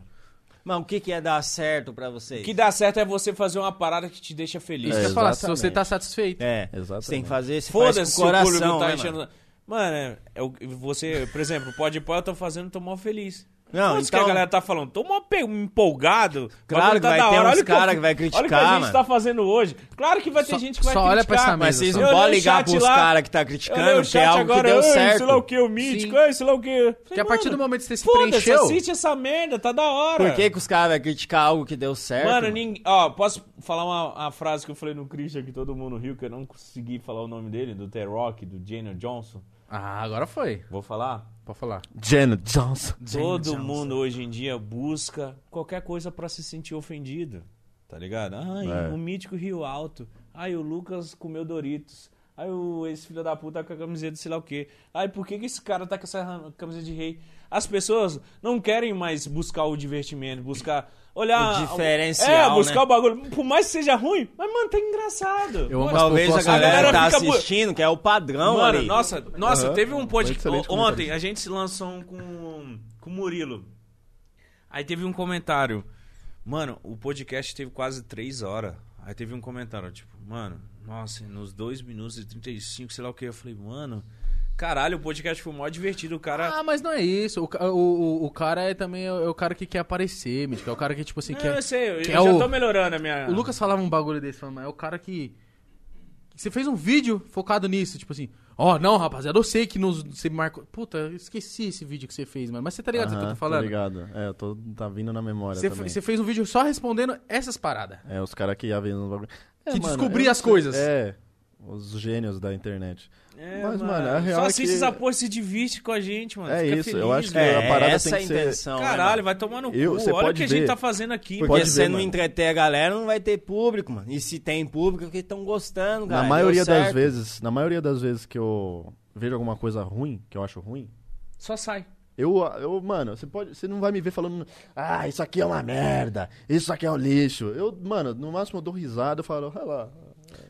[SPEAKER 4] Mas o que, que é dar certo pra vocês?
[SPEAKER 2] O que dá certo é você fazer uma parada que te deixa feliz.
[SPEAKER 1] Isso que eu
[SPEAKER 6] É,
[SPEAKER 1] ia falar, se
[SPEAKER 6] exatamente.
[SPEAKER 1] você tá satisfeito.
[SPEAKER 4] É,
[SPEAKER 6] Exatamente.
[SPEAKER 4] você tem que fazer, se faz com
[SPEAKER 2] Foda-se
[SPEAKER 4] o
[SPEAKER 2] se o público
[SPEAKER 4] coração,
[SPEAKER 2] tá
[SPEAKER 4] né, mano?
[SPEAKER 2] enchendo... Mano, é, eu- você, por exemplo, pode pôr, eu tô fazendo, tô mó feliz.
[SPEAKER 4] Não,
[SPEAKER 2] Foda-se
[SPEAKER 4] então-
[SPEAKER 2] que a galera tá falando, tô mó pe- empolgado.
[SPEAKER 4] Claro
[SPEAKER 2] o bagulho tá
[SPEAKER 4] que vai ter uns
[SPEAKER 2] olha o eu
[SPEAKER 4] cara
[SPEAKER 2] fi-
[SPEAKER 4] que vai
[SPEAKER 2] Olha o que a
[SPEAKER 4] criticar,
[SPEAKER 2] gente
[SPEAKER 4] mano.
[SPEAKER 2] tá fazendo hoje. Claro que vai ter
[SPEAKER 1] Só-
[SPEAKER 2] gente que vai
[SPEAKER 1] só olha
[SPEAKER 2] criticar.
[SPEAKER 1] pra essa mesa,
[SPEAKER 4] Mas vocês
[SPEAKER 1] só.
[SPEAKER 2] Eu
[SPEAKER 4] não
[SPEAKER 2] olhei
[SPEAKER 4] podem
[SPEAKER 2] o
[SPEAKER 4] ligar
[SPEAKER 2] chat
[SPEAKER 4] pros
[SPEAKER 2] lá,
[SPEAKER 4] caras que tá
[SPEAKER 2] Eu leio
[SPEAKER 4] criticando,
[SPEAKER 2] o
[SPEAKER 4] porque é
[SPEAKER 2] chat
[SPEAKER 4] algo
[SPEAKER 2] agora,
[SPEAKER 4] que deu
[SPEAKER 2] "Ei,
[SPEAKER 4] certo.
[SPEAKER 2] sei lá o que, o mítico,
[SPEAKER 1] Sim.
[SPEAKER 2] ei, sei lá o que.
[SPEAKER 1] Porque a partir do momento que você se
[SPEAKER 2] Foda-se,
[SPEAKER 1] preencheu...
[SPEAKER 2] assiste essa merda, tá da hora.
[SPEAKER 4] Por que, é, que os caras vão criticar algo que deu certo?
[SPEAKER 2] Mano, ninguém. Ó, posso falar uma, uma frase que eu falei no Christian que todo mundo riu, que eu não consegui falar o nome dele, do The Rock, do Jenner Johnson.
[SPEAKER 1] Ah, agora foi.
[SPEAKER 2] Vou falar?
[SPEAKER 1] Pode falar.
[SPEAKER 6] Janet Johnson.
[SPEAKER 2] todo mundo hoje em dia busca qualquer coisa pra se sentir ofendido. Tá ligado? Ai,
[SPEAKER 6] É.
[SPEAKER 2] o mítico Rio Alto. Ai, o Lucas comeu Doritos. Ai, o, esse filho da puta tá com a camiseta de sei lá o quê. Ai, por que, que esse cara tá com essa ra- camiseta de rei? As pessoas não querem mais buscar o divertimento, buscar. Olhar.
[SPEAKER 4] O diferencial,
[SPEAKER 2] É, buscar
[SPEAKER 4] né?
[SPEAKER 2] o bagulho. Por mais que seja ruim, mas, mano, tá engraçado.
[SPEAKER 1] Eu amo as
[SPEAKER 4] Talvez a
[SPEAKER 1] pontuações.
[SPEAKER 4] galera
[SPEAKER 2] A
[SPEAKER 4] tá
[SPEAKER 2] galera fica bu-
[SPEAKER 4] assistindo, que é o padrão
[SPEAKER 2] Mano,
[SPEAKER 4] ali.
[SPEAKER 2] nossa, nossa,
[SPEAKER 6] Aham.
[SPEAKER 2] teve um
[SPEAKER 6] Um
[SPEAKER 2] podcast.
[SPEAKER 6] excelente
[SPEAKER 2] Ontem
[SPEAKER 6] comentarista.
[SPEAKER 2] a gente se lançou um com, com o Murilo. Aí teve um comentário. Mano, o podcast teve quase três horas. Aí teve um comentário, tipo, mano, nossa, nos 2 minutos e 35, sei lá o que. Eu falei, mano, caralho, o podcast foi mó divertido. O cara.
[SPEAKER 1] Ah, mas não é isso. O, ca- o, o, o cara é também é o, é o cara que quer aparecer, mítico. É o cara que, tipo assim,
[SPEAKER 2] não,
[SPEAKER 1] quer.
[SPEAKER 2] Ah, eu sei, eu
[SPEAKER 1] que
[SPEAKER 2] já
[SPEAKER 1] é o-
[SPEAKER 2] tô melhorando a minha.
[SPEAKER 1] O Lucas falava um bagulho desse, falando, mas é o cara que. Você fez um vídeo focado nisso, tipo assim, ó, não, rapaziada, eu sei que nos, você marcou. Puta, eu esqueci esse vídeo que você fez, mano. Mas você tá ligado o que eu
[SPEAKER 6] Aham,
[SPEAKER 1] tô falando?
[SPEAKER 6] ligado. É, eu tô, tá vindo na memória
[SPEAKER 1] Você, fe-
[SPEAKER 6] também.
[SPEAKER 1] você fez um vídeo só respondendo essas paradas.
[SPEAKER 6] É, os caras que avisam os bagulho. É,
[SPEAKER 1] Que
[SPEAKER 6] mano,
[SPEAKER 1] descobri
[SPEAKER 6] eu-
[SPEAKER 1] as coisas.
[SPEAKER 6] É, os gênios da internet.
[SPEAKER 2] É,
[SPEAKER 6] Mas, mano, a real
[SPEAKER 2] Só
[SPEAKER 6] é
[SPEAKER 2] assiste
[SPEAKER 6] que-
[SPEAKER 2] essa porra, se diverte com a gente, mano.
[SPEAKER 6] É
[SPEAKER 2] Fica
[SPEAKER 6] isso,
[SPEAKER 2] feliz,
[SPEAKER 6] eu acho que
[SPEAKER 2] velho.
[SPEAKER 6] a parada
[SPEAKER 4] essa
[SPEAKER 6] tem
[SPEAKER 4] é a
[SPEAKER 6] que ser-
[SPEAKER 4] intenção. né,
[SPEAKER 2] Caralho, vai tomar no
[SPEAKER 6] Eu-
[SPEAKER 2] cu.
[SPEAKER 6] você
[SPEAKER 2] Olha o
[SPEAKER 6] pode
[SPEAKER 2] que a
[SPEAKER 6] ver.
[SPEAKER 2] gente tá fazendo aqui,
[SPEAKER 6] Porque
[SPEAKER 4] Porque
[SPEAKER 6] Pode
[SPEAKER 4] se
[SPEAKER 6] ver,
[SPEAKER 4] você não
[SPEAKER 6] mano.
[SPEAKER 4] entreter a galera, não vai ter público, mano. E se tem público, é porque estão gostando, cara.
[SPEAKER 6] na
[SPEAKER 4] Deu
[SPEAKER 6] maioria das
[SPEAKER 4] certo.
[SPEAKER 6] vezes, na maioria das vezes que eu vejo alguma coisa ruim, que eu acho ruim,
[SPEAKER 2] Só sai.
[SPEAKER 6] eu, eu mano, você pode, você não vai me ver falando, ah, isso aqui é uma merda, isso aqui é um lixo. Eu, mano, no máximo eu dou risada, eu falo, olha lá.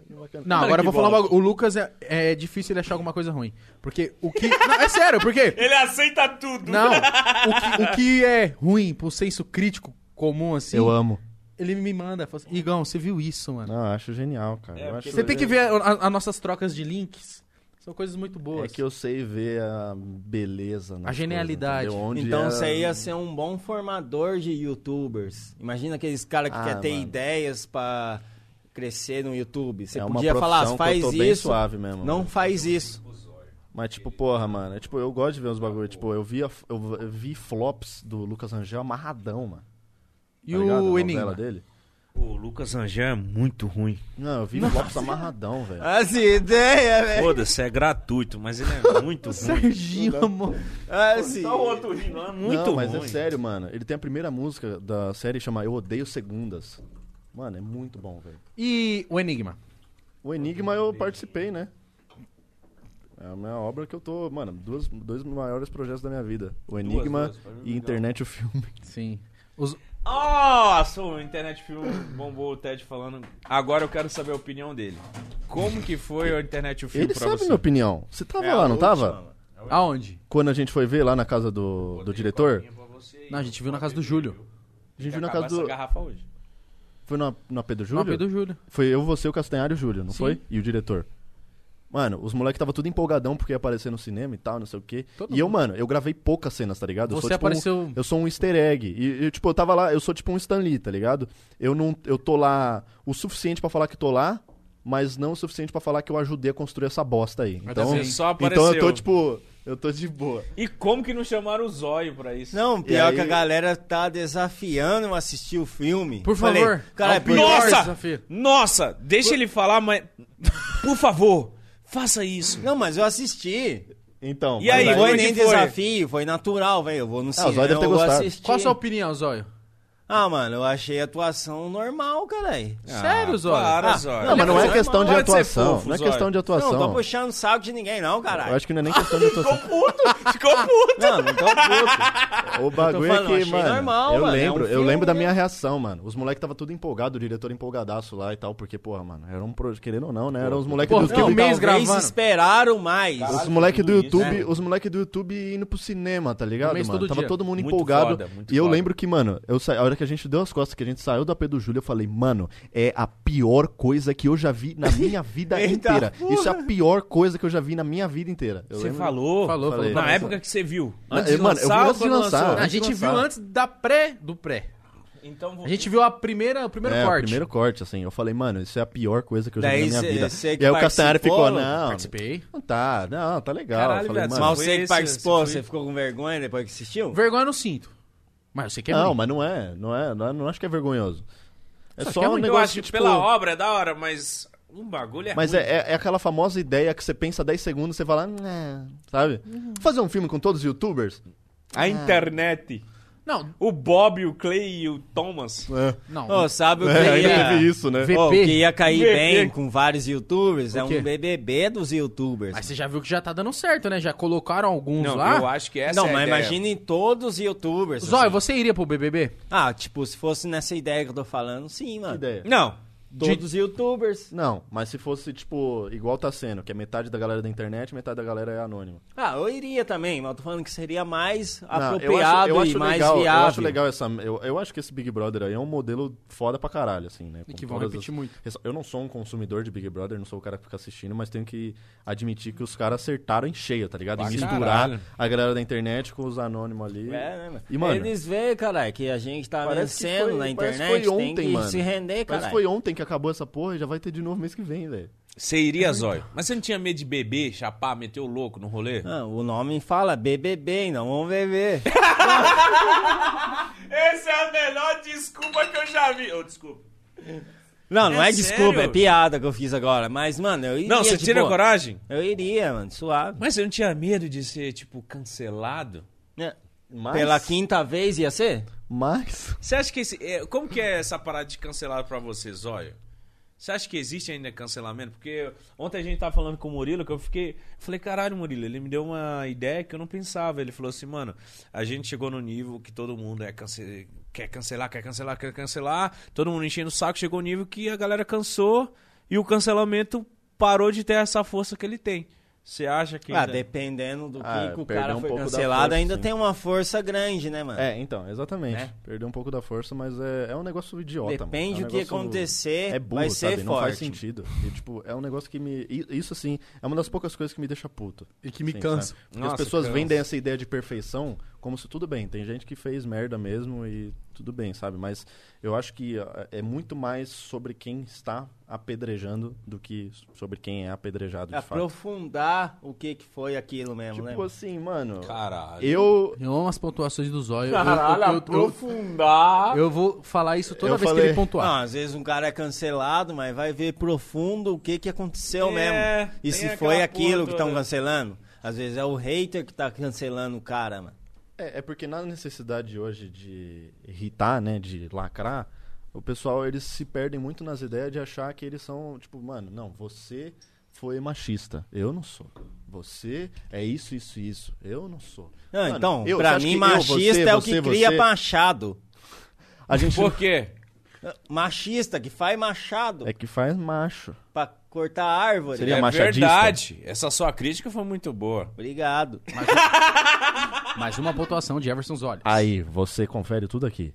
[SPEAKER 6] Não, vai cantar.
[SPEAKER 1] Não,
[SPEAKER 6] Mano,
[SPEAKER 1] agora eu
[SPEAKER 6] que
[SPEAKER 1] vou falar um
[SPEAKER 6] bosta.
[SPEAKER 1] bagulho. O Lucas é, é difícil ele achar alguma coisa ruim. Porque o <laughs> que. Não, é sério, por quê?
[SPEAKER 2] Ele aceita tudo.
[SPEAKER 1] Não. O que, o que é ruim pro senso crítico comum, assim,
[SPEAKER 6] Eu amo.
[SPEAKER 1] ele me manda. fala assim, Igão, você viu isso, mano?
[SPEAKER 6] Não, eu acho genial, cara.
[SPEAKER 2] É,
[SPEAKER 6] eu
[SPEAKER 2] porque
[SPEAKER 6] acho,
[SPEAKER 1] Você tem que ver as nossas trocas de links. São coisas muito
[SPEAKER 6] É
[SPEAKER 1] boas.
[SPEAKER 6] que eu sei ver a beleza, nas
[SPEAKER 1] A genialidade.
[SPEAKER 6] coisas, entendeu? Onde
[SPEAKER 4] Então
[SPEAKER 6] é-
[SPEAKER 4] você ia ser um bom formador de youtubers. Imagina aqueles caras que
[SPEAKER 6] Ah,
[SPEAKER 4] quer ter
[SPEAKER 6] mano.
[SPEAKER 4] ideias pra crescer no YouTube. Você
[SPEAKER 6] É uma
[SPEAKER 4] podia falar,
[SPEAKER 6] profissão que
[SPEAKER 4] faz
[SPEAKER 6] eu tô
[SPEAKER 4] isso.
[SPEAKER 6] bem suave mesmo.
[SPEAKER 4] não faz
[SPEAKER 6] <laughs>
[SPEAKER 4] isso.
[SPEAKER 6] Mas, tipo, porra, mano. É, tipo, eu gosto de ver uns bagulho. Tipo, eu vi, a- eu, eu vi flops do Lucas Rangel amarradão, mano.
[SPEAKER 1] E
[SPEAKER 6] Tá ligado? A
[SPEAKER 1] o
[SPEAKER 6] novela
[SPEAKER 1] Enigma?
[SPEAKER 6] dele?
[SPEAKER 2] O Lucas Anjan é muito ruim.
[SPEAKER 6] Não, eu vi flops amarradão, velho.
[SPEAKER 4] As ideias, velho.
[SPEAKER 2] Foda-se, é gratuito, mas ele é muito ruim.
[SPEAKER 1] Serginho, amor.
[SPEAKER 4] As ideias.
[SPEAKER 2] outro rindo, é muito
[SPEAKER 6] Não, mas é sério, mano. Ele tem a primeira música da série chama Eu Odeio Segundas. Mano, é muito bom, velho.
[SPEAKER 1] E o Enigma?
[SPEAKER 6] O Enigma eu participei, né? É a minha obra que eu tô. Mano, duas, dois maiores projetos da minha vida: O Enigma
[SPEAKER 2] duas, pra mim é
[SPEAKER 6] e
[SPEAKER 2] legal.
[SPEAKER 6] Internet o Filme.
[SPEAKER 1] Sim.
[SPEAKER 2] É
[SPEAKER 1] Os-
[SPEAKER 2] Nossa, o Internet Filme bombou o Ted falando. Agora eu quero saber a opinião dele. Como que foi o Internet Filme
[SPEAKER 6] Ele
[SPEAKER 2] pra
[SPEAKER 6] sabe
[SPEAKER 2] você?
[SPEAKER 6] minha opinião. Você tava
[SPEAKER 4] É a
[SPEAKER 6] lá, não tava?
[SPEAKER 4] última, mano.
[SPEAKER 1] Aonde?
[SPEAKER 6] Quando a gente foi ver lá na casa do, do diretor.
[SPEAKER 1] Não, a gente viu na casa do Júlio.
[SPEAKER 6] A gente viu na casa do.
[SPEAKER 2] garrafa hoje.
[SPEAKER 6] Foi no, no AP do
[SPEAKER 1] No
[SPEAKER 6] Júlio?
[SPEAKER 1] AP do Júlio.
[SPEAKER 6] Foi eu, você, o Castanhário e o Júlio, não
[SPEAKER 1] Sim.
[SPEAKER 6] foi? E o diretor. Mano, os moleques tava tudo empolgadão porque ia aparecer no cinema e tal, não sei o quê.
[SPEAKER 1] Todo
[SPEAKER 6] e eu, mano, eu gravei poucas cenas, tá ligado? eu
[SPEAKER 1] Você
[SPEAKER 6] sou, tipo,
[SPEAKER 1] apareceu-
[SPEAKER 6] um- eu sou um easter egg. E, e, tipo, eu tava lá, eu sou tipo um Stan Lee, tá ligado? Eu não. Eu tô lá o suficiente pra falar que tô lá, mas não o suficiente pra falar que eu ajudei a construir essa bosta aí.
[SPEAKER 1] Mas
[SPEAKER 6] Então,
[SPEAKER 1] você
[SPEAKER 2] só
[SPEAKER 6] então eu
[SPEAKER 2] apareceu.
[SPEAKER 6] tô, tipo. Eu tô de boa.
[SPEAKER 2] E como que não chamaram o Zóio pra isso?
[SPEAKER 4] Não, pior
[SPEAKER 6] aí-
[SPEAKER 4] que a galera tá desafiando eu assistir o filme.
[SPEAKER 1] Por
[SPEAKER 4] Falei,
[SPEAKER 1] favor.
[SPEAKER 4] Cara,
[SPEAKER 1] Ao
[SPEAKER 4] é
[SPEAKER 1] pior
[SPEAKER 4] pior.
[SPEAKER 2] Nossa!
[SPEAKER 1] desafio.
[SPEAKER 2] Nossa, deixa ele falar, mas. Por favor, faça isso.
[SPEAKER 4] Não, mas eu assisti.
[SPEAKER 6] Então.
[SPEAKER 2] E
[SPEAKER 6] mas
[SPEAKER 2] aí,
[SPEAKER 4] Não
[SPEAKER 2] como
[SPEAKER 4] foi
[SPEAKER 2] é que
[SPEAKER 4] nem
[SPEAKER 2] foi?
[SPEAKER 4] desafio, foi natural, velho. Eu vou no cinema,
[SPEAKER 6] Zóio deve ter
[SPEAKER 4] eu vou
[SPEAKER 6] gostado.
[SPEAKER 4] assistir.
[SPEAKER 1] Qual a sua opinião, Zóio?
[SPEAKER 4] Ah, mano, eu achei a atuação normal, caralho.
[SPEAKER 1] Sério, Zóio?
[SPEAKER 2] Para,
[SPEAKER 4] Ah,
[SPEAKER 2] Zóio.
[SPEAKER 6] Não, mas não é
[SPEAKER 4] Ele-
[SPEAKER 6] questão de
[SPEAKER 2] Para de ser
[SPEAKER 6] atuação.
[SPEAKER 2] fofo,
[SPEAKER 6] não é
[SPEAKER 2] Zóio.
[SPEAKER 6] questão de atuação.
[SPEAKER 4] Não, tô puxando saco de ninguém, não,
[SPEAKER 6] Eu
[SPEAKER 4] caralho.
[SPEAKER 6] acho tá que não é nem questão de atuação.
[SPEAKER 2] Ficou puto.
[SPEAKER 4] Não,
[SPEAKER 6] <laughs>
[SPEAKER 4] não tô puto.
[SPEAKER 6] O bagulho
[SPEAKER 4] falando,
[SPEAKER 6] é
[SPEAKER 4] achei
[SPEAKER 6] que, mano,
[SPEAKER 4] normal,
[SPEAKER 6] eu
[SPEAKER 4] mano, é
[SPEAKER 6] lembro,
[SPEAKER 4] um
[SPEAKER 6] eu
[SPEAKER 4] filme,
[SPEAKER 6] lembro da
[SPEAKER 4] né?
[SPEAKER 6] minha reação, mano. Os moleques tava tudo empolgado, o diretor empolgadaço lá e tal, porque, porra, mano, era um projeto, querendo ou não, né? Eram os moleques do
[SPEAKER 1] Porra,
[SPEAKER 6] YouTube.
[SPEAKER 1] um mês
[SPEAKER 4] talvez
[SPEAKER 1] gravando.
[SPEAKER 4] esperaram mais.
[SPEAKER 6] Os moleque do
[SPEAKER 2] tudo isso,
[SPEAKER 6] YouTube, os moleque do YouTube indo pro cinema, tá ligado,
[SPEAKER 1] Um mês
[SPEAKER 6] mano?
[SPEAKER 1] todo
[SPEAKER 6] Tava
[SPEAKER 1] dia.
[SPEAKER 6] todo mundo
[SPEAKER 2] Muito
[SPEAKER 6] empolgado.
[SPEAKER 2] foda, muito
[SPEAKER 6] e eu
[SPEAKER 2] foda.
[SPEAKER 6] lembro que, mano, eu sa... a hora que a gente deu as costas, que a gente saiu da P do Júlio, eu falei, mano, é a pior coisa que eu já vi na minha vida
[SPEAKER 4] Eita
[SPEAKER 6] inteira.
[SPEAKER 4] porra.
[SPEAKER 6] Isso é a pior coisa que eu já vi na minha vida inteira. Eu
[SPEAKER 2] Você
[SPEAKER 6] lembro-
[SPEAKER 2] falou.
[SPEAKER 1] Falou,
[SPEAKER 6] Falei.
[SPEAKER 1] falou.
[SPEAKER 2] Na
[SPEAKER 6] Nossa.
[SPEAKER 2] época que você viu.
[SPEAKER 6] Na-
[SPEAKER 2] Antes de
[SPEAKER 6] mano, eu vi
[SPEAKER 2] lançar, ou
[SPEAKER 6] antes de
[SPEAKER 2] quando
[SPEAKER 6] lançar.
[SPEAKER 2] lançou?
[SPEAKER 1] A gente viu antes da pré do pré.
[SPEAKER 2] Então vou-
[SPEAKER 1] A
[SPEAKER 6] um
[SPEAKER 1] gente viu a primeira, o primeiro
[SPEAKER 6] é,
[SPEAKER 1] corte.
[SPEAKER 6] O primeiro corte, assim. Eu falei, mano, isso é a pior coisa que eu
[SPEAKER 4] Daí
[SPEAKER 6] já vi na
[SPEAKER 4] cê-
[SPEAKER 6] minha vida.
[SPEAKER 4] cê que
[SPEAKER 6] e aí o Castanhari
[SPEAKER 4] participou,
[SPEAKER 6] ficou, não.
[SPEAKER 1] Participei.
[SPEAKER 6] Não tá, não, tá legal.
[SPEAKER 2] Caralho,
[SPEAKER 6] eu falei,
[SPEAKER 2] viado,
[SPEAKER 6] mano,
[SPEAKER 4] Mas
[SPEAKER 2] Foi
[SPEAKER 4] você que
[SPEAKER 2] esse,
[SPEAKER 4] participou,
[SPEAKER 2] esse
[SPEAKER 4] você
[SPEAKER 2] foi-
[SPEAKER 4] ficou com vergonha depois que assistiu?
[SPEAKER 1] Vergonha eu não sinto. Mas eu sei que é
[SPEAKER 6] não,
[SPEAKER 1] ruim.
[SPEAKER 6] mas não é, não é, não é- não acho que é vergonhoso. É
[SPEAKER 1] Só
[SPEAKER 6] só,
[SPEAKER 1] que é
[SPEAKER 6] um
[SPEAKER 1] muito-
[SPEAKER 2] Eu
[SPEAKER 6] negócio
[SPEAKER 2] acho que
[SPEAKER 6] tipo,
[SPEAKER 2] pela obra é da hora, mas um bagulho é
[SPEAKER 6] Mas
[SPEAKER 2] ruim.
[SPEAKER 6] é, é- é aquela famosa ideia que você pensa 10 segundos, você fala, "Né", sabe? Fazer um filme com todos os youtubers?
[SPEAKER 2] A internet.
[SPEAKER 1] Não,
[SPEAKER 2] O Bob, o Clay e o Thomas.
[SPEAKER 1] não.
[SPEAKER 4] Ô, sabe o que
[SPEAKER 6] É, ainda
[SPEAKER 4] ia,
[SPEAKER 6] teve isso, né?
[SPEAKER 1] VP.
[SPEAKER 4] Ô, o que ia cair
[SPEAKER 2] VP.
[SPEAKER 4] bem com vários youtubers? É
[SPEAKER 1] O quê?
[SPEAKER 4] um BBB dos youtubers.
[SPEAKER 1] Mas você já viu que já tá dando certo, né? Já colocaram alguns
[SPEAKER 2] Não,
[SPEAKER 1] lá.
[SPEAKER 2] eu acho que essa
[SPEAKER 4] não,
[SPEAKER 2] é a
[SPEAKER 4] mas
[SPEAKER 2] ideia.
[SPEAKER 4] imagine todos os youtubers.
[SPEAKER 1] Zóio,
[SPEAKER 4] assim.
[SPEAKER 1] você iria pro BBB?
[SPEAKER 4] Ah, tipo, se fosse nessa ideia que eu tô falando, sim, mano.
[SPEAKER 6] ideia?
[SPEAKER 4] Não. Todos os youtubers.
[SPEAKER 6] Não, mas se fosse, tipo, igual tá sendo, que é metade da galera da internet, metade da galera é anônima.
[SPEAKER 4] Ah, eu iria também, mas eu tô falando que seria mais
[SPEAKER 6] Não,
[SPEAKER 4] apropriado
[SPEAKER 6] eu acho, eu
[SPEAKER 4] e
[SPEAKER 6] acho
[SPEAKER 4] mais
[SPEAKER 6] legal,
[SPEAKER 4] viável.
[SPEAKER 6] Eu acho legal essa. Eu, eu acho que esse Big Brother aí é um modelo foda pra caralho, assim, né?
[SPEAKER 1] E
[SPEAKER 6] com
[SPEAKER 1] que vão
[SPEAKER 6] todas
[SPEAKER 1] repetir
[SPEAKER 6] as-
[SPEAKER 1] muito.
[SPEAKER 6] Essa- Eu não sou um consumidor de Big Brother, não sou o cara que fica assistindo, mas tenho que admitir que os caras acertaram em cheio, tá ligado?
[SPEAKER 2] Pra
[SPEAKER 6] Em misturar
[SPEAKER 2] caralho.
[SPEAKER 6] a galera da internet com os anônimos
[SPEAKER 4] É,
[SPEAKER 6] ali.
[SPEAKER 4] né, mano?
[SPEAKER 6] E, mano,
[SPEAKER 4] Eles veem, caralho, que a gente tá
[SPEAKER 6] parece que
[SPEAKER 4] vencendo
[SPEAKER 6] foi-
[SPEAKER 4] na
[SPEAKER 6] parece que
[SPEAKER 4] internet,
[SPEAKER 6] foi
[SPEAKER 4] tem
[SPEAKER 6] ontem,
[SPEAKER 4] que
[SPEAKER 6] mano.
[SPEAKER 4] se render,
[SPEAKER 6] mas
[SPEAKER 4] caralho.
[SPEAKER 6] foi ontem que acabou essa porra e já vai ter de novo mês que vem, velho.
[SPEAKER 2] Você iria, Zóio? Mas você não tinha medo de beber, chapar, meter o louco no rolê?
[SPEAKER 4] Ah, o nome fala BBB, não vamos
[SPEAKER 6] <laughs>
[SPEAKER 4] beber.
[SPEAKER 2] Essa é a melhor desculpa que eu já vi. Ô, desculpa.
[SPEAKER 4] Não, não
[SPEAKER 2] É
[SPEAKER 4] é desculpa, é
[SPEAKER 2] sério?
[SPEAKER 4] piada que eu fiz agora. Mas, mano, eu iria.
[SPEAKER 2] Não, você
[SPEAKER 4] de
[SPEAKER 2] tira a
[SPEAKER 4] boa.
[SPEAKER 2] coragem?
[SPEAKER 4] Eu iria, mano, suave.
[SPEAKER 2] Mas você não tinha medo de ser, tipo, cancelado?
[SPEAKER 4] Né?
[SPEAKER 6] Mas-
[SPEAKER 4] Pela quinta vez ia ser?
[SPEAKER 6] Mas.
[SPEAKER 2] Você acha que esse. é, como que é essa parada de cancelado pra você, Zóio? Você acha que existe ainda cancelamento? Porque ontem a gente tava falando com o Murilo que eu fiquei. Falei, caralho, Murilo, ele me deu uma ideia que eu não pensava. Ele falou assim, mano, a gente chegou no nível que todo mundo é cance- quer cancelar, quer cancelar, quer cancelar. Todo mundo enchendo o saco, chegou no nível que a galera cansou e o cancelamento parou de ter essa força que ele tem. Você acha que.
[SPEAKER 4] Ah,
[SPEAKER 2] ainda- é?
[SPEAKER 4] dependendo do
[SPEAKER 6] Ah,
[SPEAKER 4] que, que o
[SPEAKER 6] perdeu
[SPEAKER 4] cara
[SPEAKER 6] um
[SPEAKER 4] foi
[SPEAKER 6] pouco da
[SPEAKER 4] cancelado,
[SPEAKER 6] força,
[SPEAKER 4] ainda
[SPEAKER 6] sim.
[SPEAKER 4] tem uma força grande, né, mano?
[SPEAKER 6] É, então, exatamente.
[SPEAKER 4] Né?
[SPEAKER 6] Perdeu um pouco da força, mas é, é um negócio idiota. mano.
[SPEAKER 4] Depende
[SPEAKER 6] É um
[SPEAKER 4] do que
[SPEAKER 6] negócio-
[SPEAKER 4] acontecer,
[SPEAKER 6] É burro,
[SPEAKER 4] vai
[SPEAKER 6] sabe?
[SPEAKER 4] ser
[SPEAKER 6] Não faz
[SPEAKER 4] forte.
[SPEAKER 6] sentido. E, tipo, é um negócio que me. i- Isso, assim, é uma das poucas coisas que me deixa puto.
[SPEAKER 1] E que me
[SPEAKER 6] Sim,
[SPEAKER 1] cansa.
[SPEAKER 6] sabe? Porque
[SPEAKER 2] Nossa,
[SPEAKER 6] as pessoas
[SPEAKER 2] cansa.
[SPEAKER 6] vendem essa ideia de perfeição como se tudo bem. Tem gente que fez merda mesmo e tudo bem, sabe? Mas eu acho que ah, é muito mais sobre quem está apedrejando do que sobre quem é apedrejado de fato.
[SPEAKER 4] Aprofundar o que, que foi aquilo mesmo, né?
[SPEAKER 6] Tipo
[SPEAKER 4] mano?
[SPEAKER 6] assim, mano.
[SPEAKER 2] Caralho.
[SPEAKER 6] Eu.
[SPEAKER 1] Eu amo as pontuações do Zóio. Eu-
[SPEAKER 2] Caralho,
[SPEAKER 1] eu, eu, eu,
[SPEAKER 2] aprofundar.
[SPEAKER 1] eu vou falar isso toda
[SPEAKER 6] Eu
[SPEAKER 1] vez que
[SPEAKER 6] falei-
[SPEAKER 1] ele pontuar.
[SPEAKER 4] Não, às vezes um cara é cancelado, mas vai ver profundo o que, que aconteceu
[SPEAKER 2] É,
[SPEAKER 4] mesmo. E
[SPEAKER 2] tem
[SPEAKER 4] se
[SPEAKER 2] aquela
[SPEAKER 4] foi aquilo
[SPEAKER 2] porra
[SPEAKER 4] que estão
[SPEAKER 2] toda.
[SPEAKER 4] cancelando. Às vezes é o hater que tá cancelando o cara, mano.
[SPEAKER 6] É, é porque na necessidade hoje de irritar, né, de lacrar, o pessoal eles se perdem muito nas ideias de achar que eles são, tipo, mano, não, você foi machista, eu não sou. Você é isso, isso, isso, eu não sou.
[SPEAKER 4] Não,
[SPEAKER 6] Mano,
[SPEAKER 4] então,
[SPEAKER 6] eu- você
[SPEAKER 4] pra
[SPEAKER 6] acha
[SPEAKER 4] mim,
[SPEAKER 6] que eu,
[SPEAKER 4] machista
[SPEAKER 6] você,
[SPEAKER 4] é o
[SPEAKER 6] você,
[SPEAKER 4] que cria
[SPEAKER 6] você-
[SPEAKER 4] machado.
[SPEAKER 6] A
[SPEAKER 4] <laughs>
[SPEAKER 6] gente
[SPEAKER 2] Por quê?
[SPEAKER 4] Machista, que faz machado
[SPEAKER 6] é que faz macho.
[SPEAKER 4] pra cortar árvore.
[SPEAKER 6] Seria
[SPEAKER 2] é
[SPEAKER 6] machadista?
[SPEAKER 2] verdade. Essa sua crítica foi muito boa.
[SPEAKER 4] Obrigado.
[SPEAKER 1] Mais uma pontuação de Everson Zóio.
[SPEAKER 6] Ah. Aí, você confere tudo
[SPEAKER 4] <laughs>
[SPEAKER 6] aqui.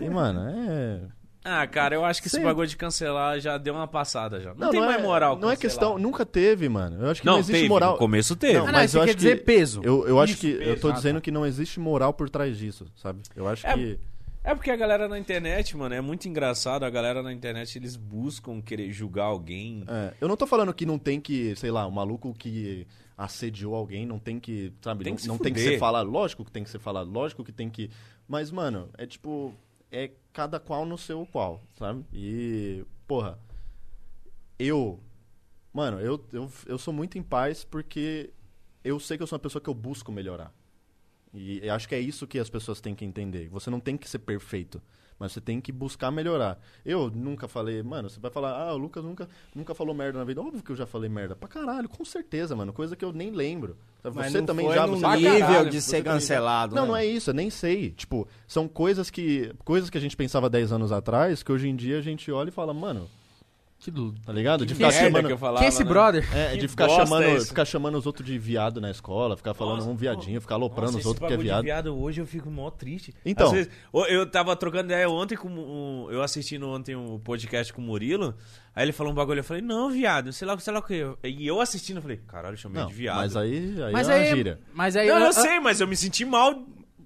[SPEAKER 6] E, mano, é.
[SPEAKER 2] Ah, cara, eu acho que
[SPEAKER 6] Sim.
[SPEAKER 2] esse bagulho de cancelar já deu uma passada já. Não, tem mais
[SPEAKER 6] é,
[SPEAKER 2] moral.
[SPEAKER 6] Não é
[SPEAKER 2] cancelar.
[SPEAKER 6] questão, nunca teve, mano. Eu acho que não,
[SPEAKER 2] Não,
[SPEAKER 6] existe
[SPEAKER 2] teve.
[SPEAKER 6] moral.
[SPEAKER 2] No começo teve.
[SPEAKER 6] Não,
[SPEAKER 1] Ah, não,
[SPEAKER 6] mas
[SPEAKER 1] você
[SPEAKER 6] eu
[SPEAKER 1] quer
[SPEAKER 6] acho que-
[SPEAKER 1] dizer peso.
[SPEAKER 6] Eu, eu acho
[SPEAKER 1] Isso,
[SPEAKER 6] que. Eu tô
[SPEAKER 1] peso.
[SPEAKER 6] dizendo que não existe moral por trás disso, sabe? Eu acho
[SPEAKER 2] É,
[SPEAKER 6] que.
[SPEAKER 2] É porque a galera na internet, mano, é muito engraçado. A galera na internet, eles buscam querer julgar alguém.
[SPEAKER 6] é, eu não tô falando que não tem que, sei lá, o maluco que assediou alguém não tem que, sabe,
[SPEAKER 2] Tem
[SPEAKER 6] não,
[SPEAKER 2] que se
[SPEAKER 6] não tem que
[SPEAKER 2] fuder.
[SPEAKER 6] ser falado. Lógico que tem que ser falado, lógico que tem que. Mas, mano, é tipo. É cada qual no seu qual, sabe? E. Porra. Eu. Mano, eu, eu, eu sou muito em paz porque eu sei que eu sou uma pessoa que eu busco melhorar. E eu acho que é isso que as pessoas têm que entender. Você não tem que ser perfeito, mas você tem que buscar melhorar. Eu nunca falei, mano, você vai falar, ah, o Lucas nunca, nunca falou merda na vida. Óbvio que eu já falei merda. Pra caralho, com certeza, mano. Coisa que eu nem lembro. Sabe,
[SPEAKER 4] Mas
[SPEAKER 6] você
[SPEAKER 4] não
[SPEAKER 6] também
[SPEAKER 4] foi
[SPEAKER 6] já.
[SPEAKER 4] num
[SPEAKER 6] Você
[SPEAKER 4] nível
[SPEAKER 2] caralho,
[SPEAKER 4] de
[SPEAKER 6] você
[SPEAKER 4] ser
[SPEAKER 6] também já-
[SPEAKER 4] cancelado.
[SPEAKER 6] Não,
[SPEAKER 4] né,
[SPEAKER 6] não é
[SPEAKER 4] mano?
[SPEAKER 6] isso, eu nem sei. Tipo, são coisas que. Coisas que a gente pensava 10 anos atrás, que hoje em dia a gente olha e fala, mano,
[SPEAKER 1] Que do...
[SPEAKER 6] tá ligado?
[SPEAKER 2] Que
[SPEAKER 6] De ficar
[SPEAKER 2] merda
[SPEAKER 6] chamando.
[SPEAKER 2] que eu falava,
[SPEAKER 1] Quem é esse
[SPEAKER 2] né?
[SPEAKER 1] brother?
[SPEAKER 6] É,
[SPEAKER 2] Que
[SPEAKER 6] de ficar
[SPEAKER 2] bosta
[SPEAKER 6] chamando,
[SPEAKER 2] é isso?
[SPEAKER 6] ficar chamando os outros de viado na escola, ficar falando
[SPEAKER 2] Nossa,
[SPEAKER 6] um viadinho, ficar aloprando
[SPEAKER 2] Nossa,
[SPEAKER 6] os
[SPEAKER 2] esse
[SPEAKER 6] outros que é
[SPEAKER 2] bagulho de
[SPEAKER 6] viado.
[SPEAKER 2] hoje eu fico mó triste.
[SPEAKER 6] Então.
[SPEAKER 2] Às vezes, eu- eu tava trocando ideia ontem com um, eu assistindo ontem um podcast com o Murilo, aí ele falou um bagulho, eu falei: "Não, viado, sei lá, sei lá o que". E eu assistindo, eu falei: "Caralho, eu chamei
[SPEAKER 6] Não,
[SPEAKER 2] de viado".
[SPEAKER 6] Mas aí, aí
[SPEAKER 1] Mas
[SPEAKER 6] é uma
[SPEAKER 1] aí.
[SPEAKER 6] gíria.
[SPEAKER 1] Mas aí.
[SPEAKER 2] Não, eu
[SPEAKER 1] ah,
[SPEAKER 2] sei, mas eu me senti mal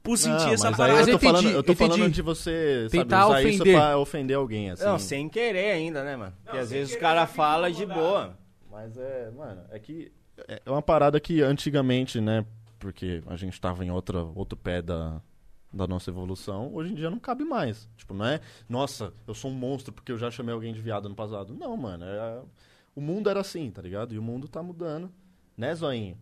[SPEAKER 2] por
[SPEAKER 6] Não,
[SPEAKER 2] sentir essa
[SPEAKER 6] mas aí
[SPEAKER 2] parada.
[SPEAKER 1] Mas
[SPEAKER 6] eu
[SPEAKER 1] eu
[SPEAKER 6] tô, falando,
[SPEAKER 1] entendi,
[SPEAKER 6] eu tô falando
[SPEAKER 1] entendi.
[SPEAKER 6] de você sabe,
[SPEAKER 1] Tentar
[SPEAKER 6] usar isso é
[SPEAKER 1] ofender.
[SPEAKER 6] pra ofender alguém, assim.
[SPEAKER 4] Não, sem querer ainda, né, mano? Porque às
[SPEAKER 2] sem
[SPEAKER 4] vezes o
[SPEAKER 2] querer já
[SPEAKER 4] cara
[SPEAKER 2] fica
[SPEAKER 4] fala de
[SPEAKER 2] incomodado.
[SPEAKER 4] boa.
[SPEAKER 6] Mas é, mano, é que é uma parada que antigamente, né, porque a gente tava em outra, outro pé da, da nossa evolução, hoje em dia não cabe mais. Tipo, não é, nossa, eu sou um monstro porque eu já chamei alguém de viado no passado. Não, mano, é- o mundo era assim, tá ligado? E o mundo tá mudando, né, Zoinho?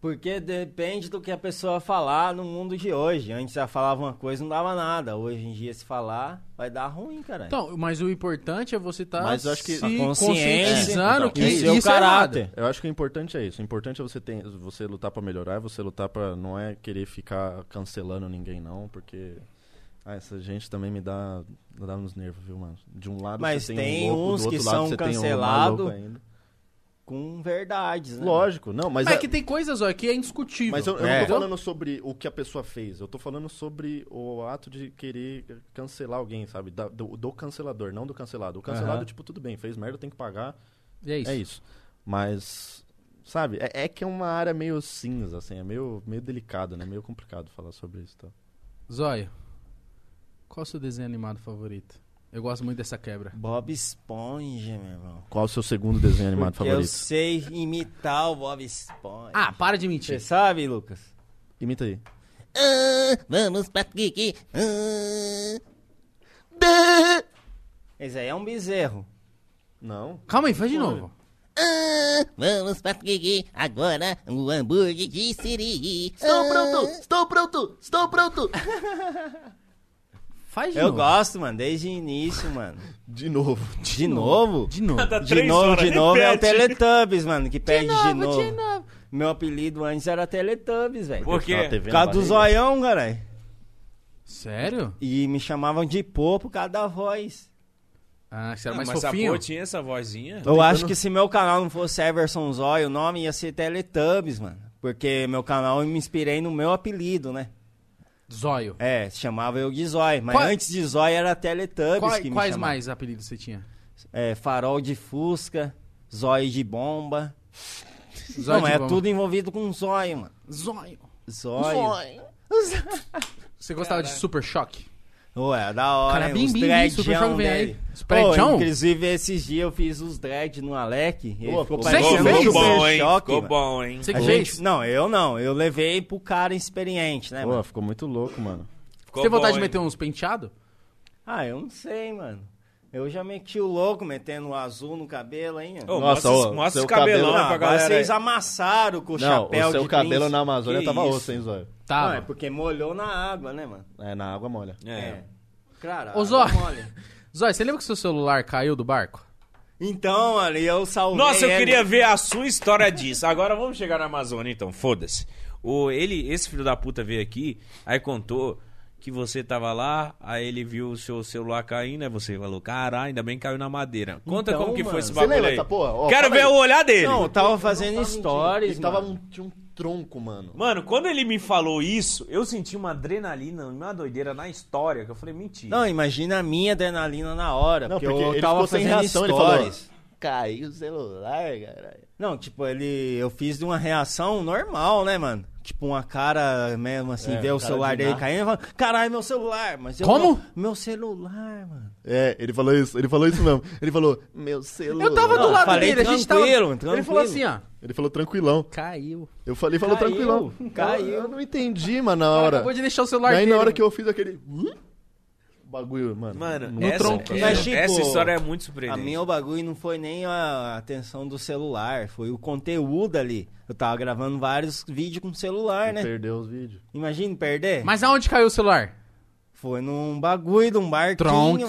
[SPEAKER 4] Porque depende do que a pessoa falar no mundo de hoje. Antes ela falava uma coisa não dava nada. Hoje em dia, se falar, vai dar ruim, cara.
[SPEAKER 1] Então, mas o importante é você estar
[SPEAKER 6] Mas eu acho que-
[SPEAKER 1] se
[SPEAKER 6] A
[SPEAKER 4] consciência,
[SPEAKER 1] conscientizando
[SPEAKER 6] então,
[SPEAKER 1] que
[SPEAKER 4] e o seu
[SPEAKER 1] isso
[SPEAKER 4] caráter.
[SPEAKER 1] é errado.
[SPEAKER 6] Eu acho que o importante é isso. O importante é você, ter, você lutar pra melhorar, é você lutar pra. Não é querer ficar cancelando ninguém, não, porque. Ah, essa gente também me dá, me dá nos nervos, viu, mano? De um lado
[SPEAKER 4] Mas
[SPEAKER 6] você
[SPEAKER 4] tem
[SPEAKER 6] um louco,
[SPEAKER 4] uns
[SPEAKER 6] do outro
[SPEAKER 4] que
[SPEAKER 6] lado
[SPEAKER 4] são
[SPEAKER 6] você tem um
[SPEAKER 4] cancelado.
[SPEAKER 6] maluco ainda.
[SPEAKER 4] Com verdades, né?
[SPEAKER 6] Lógico, não, mas.
[SPEAKER 1] Mas
[SPEAKER 6] é-
[SPEAKER 1] é que tem coisas, ó, que é indiscutível.
[SPEAKER 6] Mas eu, eu
[SPEAKER 4] É.
[SPEAKER 6] não tô falando sobre o que a pessoa fez, eu tô falando sobre o ato de querer cancelar alguém, sabe? Da- do, do cancelador, não do cancelado. O cancelado,
[SPEAKER 1] Aham.
[SPEAKER 6] tipo, tudo bem, fez merda, tem que pagar,
[SPEAKER 1] E é isso.
[SPEAKER 6] é isso. Mas, sabe, é, é que é uma área meio cinza, assim, é meio, meio delicado, né? Meio complicado falar sobre isso. tá? e tal.
[SPEAKER 1] Zóio, qual o seu desenho animado favorito? Eu gosto muito dessa quebra.
[SPEAKER 4] Bob Esponja, meu irmão.
[SPEAKER 6] Qual o seu segundo desenho animado
[SPEAKER 4] Porque eu
[SPEAKER 6] favorito?
[SPEAKER 4] sei imitar o Bob Esponja.
[SPEAKER 1] Ah, para de
[SPEAKER 4] Você
[SPEAKER 1] mentir.
[SPEAKER 4] sabe, Lucas?
[SPEAKER 6] Imita aí. Ah,
[SPEAKER 5] vamos pra Kiki. Ah,
[SPEAKER 4] Esse aí é um bezerro.
[SPEAKER 6] Não.
[SPEAKER 1] Calma aí, faz de novo.
[SPEAKER 5] ah, vamos pra Kiki. Agora o hambúrguer de siri. Ah. Estou pronto, estou pronto, estou pronto.
[SPEAKER 1] Faz de
[SPEAKER 4] Eu
[SPEAKER 1] novo.
[SPEAKER 4] gosto, mano, desde o início,
[SPEAKER 1] <laughs>
[SPEAKER 4] mano.
[SPEAKER 6] De <laughs> novo.
[SPEAKER 4] De novo?
[SPEAKER 1] De novo.
[SPEAKER 2] <laughs> Tá
[SPEAKER 4] De
[SPEAKER 2] três
[SPEAKER 4] novo,
[SPEAKER 2] horas,
[SPEAKER 4] de novo é o
[SPEAKER 2] repete.
[SPEAKER 4] Teletubbies, mano, que pede de novo.
[SPEAKER 1] de novo.
[SPEAKER 4] Meu apelido antes era Teletubbies, velho.
[SPEAKER 2] Por quê?
[SPEAKER 6] Tá na TV
[SPEAKER 4] Por
[SPEAKER 6] na
[SPEAKER 4] causa do
[SPEAKER 6] barriga.
[SPEAKER 4] zoião, caralho.
[SPEAKER 1] Sério?
[SPEAKER 4] E me chamavam de pô por causa da voz.
[SPEAKER 1] Ah, você era
[SPEAKER 2] Ah,
[SPEAKER 1] mais
[SPEAKER 2] mas
[SPEAKER 1] fofinho?
[SPEAKER 2] Sabor tinha essa vozinha.
[SPEAKER 4] Eu acho que se meu canal não fosse Everson Zóio, o nome ia ser Teletubbies, mano. Porque meu canal eu me inspirei no meu apelido, né?
[SPEAKER 1] Zóio.
[SPEAKER 4] É, se chamava eu de Zóio. Mas
[SPEAKER 1] Quais-
[SPEAKER 4] antes de Zóio era Teletubbies
[SPEAKER 1] Quais,
[SPEAKER 4] É que me
[SPEAKER 1] quais
[SPEAKER 4] chamava.
[SPEAKER 1] mais apelidos você tinha?
[SPEAKER 4] É, farol de Fusca, Zóio de Bomba.
[SPEAKER 1] Zóio
[SPEAKER 4] não,
[SPEAKER 1] de
[SPEAKER 4] é
[SPEAKER 1] Bomba.
[SPEAKER 4] tudo envolvido com Zóio, mano.
[SPEAKER 1] Zóio.
[SPEAKER 4] Zóio.
[SPEAKER 1] Você gostava de Super Choque?
[SPEAKER 4] Ué, é da hora,
[SPEAKER 1] Cara,
[SPEAKER 4] hein?
[SPEAKER 1] bem
[SPEAKER 4] os
[SPEAKER 1] bem, super
[SPEAKER 4] dreadjão
[SPEAKER 1] jovem
[SPEAKER 4] dele.
[SPEAKER 1] aí. Os predjão?
[SPEAKER 4] Ô, inclusive, esses dias eu fiz os dread no Alec. Ele
[SPEAKER 6] Ô,
[SPEAKER 4] ficou
[SPEAKER 6] ficou
[SPEAKER 4] parecendo
[SPEAKER 1] bom,
[SPEAKER 4] um
[SPEAKER 1] ficou
[SPEAKER 4] super
[SPEAKER 2] bom, hein?
[SPEAKER 4] choque.
[SPEAKER 2] Ficou
[SPEAKER 4] mano.
[SPEAKER 2] bom, hein?
[SPEAKER 1] Você
[SPEAKER 4] A
[SPEAKER 1] que
[SPEAKER 4] gente-
[SPEAKER 1] fez?
[SPEAKER 4] Não, eu não. Eu levei pro cara experiente, né,
[SPEAKER 6] Pô,
[SPEAKER 4] mano?
[SPEAKER 6] ficou muito louco, mano.
[SPEAKER 1] Você tem vontade de meter um- uns penteados?
[SPEAKER 4] Ah, eu não sei, mano. Eu já meti o louco metendo o azul no cabelo, hein? ó.
[SPEAKER 2] Ô,
[SPEAKER 6] Nossa,
[SPEAKER 2] mostra, os-
[SPEAKER 6] ô,
[SPEAKER 2] mostra os
[SPEAKER 6] seu
[SPEAKER 2] cabelão
[SPEAKER 6] cabelo-
[SPEAKER 4] não,
[SPEAKER 2] pra
[SPEAKER 4] agora
[SPEAKER 2] galera.
[SPEAKER 4] vocês
[SPEAKER 2] aí.
[SPEAKER 4] amassaram com o
[SPEAKER 6] Não,
[SPEAKER 4] chapéu
[SPEAKER 6] o seu
[SPEAKER 4] de
[SPEAKER 6] cabelo
[SPEAKER 4] príncipe.
[SPEAKER 6] na Amazônia
[SPEAKER 2] Que
[SPEAKER 6] tava
[SPEAKER 2] isso?
[SPEAKER 6] osso, hein, Zóio?
[SPEAKER 4] Não, é
[SPEAKER 1] Tá.
[SPEAKER 4] porque molhou na água, né, mano?
[SPEAKER 6] É, na água molha.
[SPEAKER 2] É.
[SPEAKER 4] Cara,
[SPEAKER 1] Ô,
[SPEAKER 4] água
[SPEAKER 1] Zó.
[SPEAKER 4] molha.
[SPEAKER 1] Zóio, você lembra que seu celular caiu do barco?
[SPEAKER 4] Então, ali eu salvei
[SPEAKER 2] Nossa, eu
[SPEAKER 4] ele. é
[SPEAKER 2] queria ver a sua história disso. Agora vamos chegar na Amazônia, então, foda-se. O, ele, esse filho da puta veio aqui, aí contou que você tava lá, aí ele viu o seu celular caindo, aí você falou, caralho, ainda bem que caiu na madeira. Conta
[SPEAKER 4] Então,
[SPEAKER 2] como que foi
[SPEAKER 4] mano.
[SPEAKER 2] esse
[SPEAKER 4] Você
[SPEAKER 2] bagulho
[SPEAKER 6] lembra
[SPEAKER 2] aí.
[SPEAKER 6] dessa porra? Ó,
[SPEAKER 2] Quero
[SPEAKER 6] fala
[SPEAKER 2] ver
[SPEAKER 6] aí.
[SPEAKER 2] o olhar dele.
[SPEAKER 4] Não, eu tava
[SPEAKER 1] tá
[SPEAKER 4] fazendo
[SPEAKER 6] histórias.
[SPEAKER 4] stories,
[SPEAKER 6] E tava
[SPEAKER 4] mano.
[SPEAKER 6] um, tinha um tronco, mano.
[SPEAKER 2] Mano, quando ele me falou isso, eu senti uma adrenalina, uma doideira na história, que eu falei, mentira.
[SPEAKER 4] Não, imagina a minha adrenalina na hora.
[SPEAKER 6] Não,
[SPEAKER 4] porque,
[SPEAKER 6] porque
[SPEAKER 4] eu
[SPEAKER 6] ele
[SPEAKER 4] tava
[SPEAKER 6] ficou sem
[SPEAKER 4] fazendo
[SPEAKER 6] reação, ele
[SPEAKER 4] stories.
[SPEAKER 5] Caiu o celular, cara.
[SPEAKER 4] Não, tipo, ele. Eu fiz de uma reação normal, né, mano? Tipo, uma cara mesmo assim, ver o
[SPEAKER 6] É, cara
[SPEAKER 4] celular
[SPEAKER 6] de
[SPEAKER 4] dele
[SPEAKER 6] nada.
[SPEAKER 4] caindo e falar, caralho, meu celular. Mas eu
[SPEAKER 1] Como?
[SPEAKER 4] não- meu celular, mano.
[SPEAKER 6] É, ele falou isso, ele falou isso mesmo. Ele falou, meu celular.
[SPEAKER 1] Eu tava do
[SPEAKER 4] Não,
[SPEAKER 1] lado
[SPEAKER 4] falei
[SPEAKER 1] dele, a gente tava...
[SPEAKER 4] tranquilo,
[SPEAKER 1] Ele
[SPEAKER 4] tranquilo.
[SPEAKER 1] falou assim, ó.
[SPEAKER 6] Ele falou tranquilão.
[SPEAKER 1] Caiu.
[SPEAKER 6] Eu falei, falou
[SPEAKER 4] Caiu,
[SPEAKER 6] tranquilão.
[SPEAKER 4] caiu.
[SPEAKER 6] Eu, eu não entendi, mano, na
[SPEAKER 1] Cara,
[SPEAKER 6] hora.
[SPEAKER 1] Acabou de deixar o celular
[SPEAKER 6] Daí
[SPEAKER 1] dele.
[SPEAKER 6] na hora que eu fiz aquele. "Hum?" Bagulho, mano. assim,
[SPEAKER 2] Mano,
[SPEAKER 6] não-
[SPEAKER 1] No
[SPEAKER 2] essa,
[SPEAKER 1] tronco.
[SPEAKER 2] é-
[SPEAKER 4] Mas, tipo,
[SPEAKER 2] essa história é muito surpreendente.
[SPEAKER 4] A minha um o bagulho não foi nem a atenção do celular, foi o conteúdo ali. Eu tava gravando vários vídeos com o celular, né?
[SPEAKER 6] Perdeu os vídeos.
[SPEAKER 4] Imagina perder.
[SPEAKER 1] Mas aonde caiu o celular?
[SPEAKER 4] Foi num bagulho de um barquinho,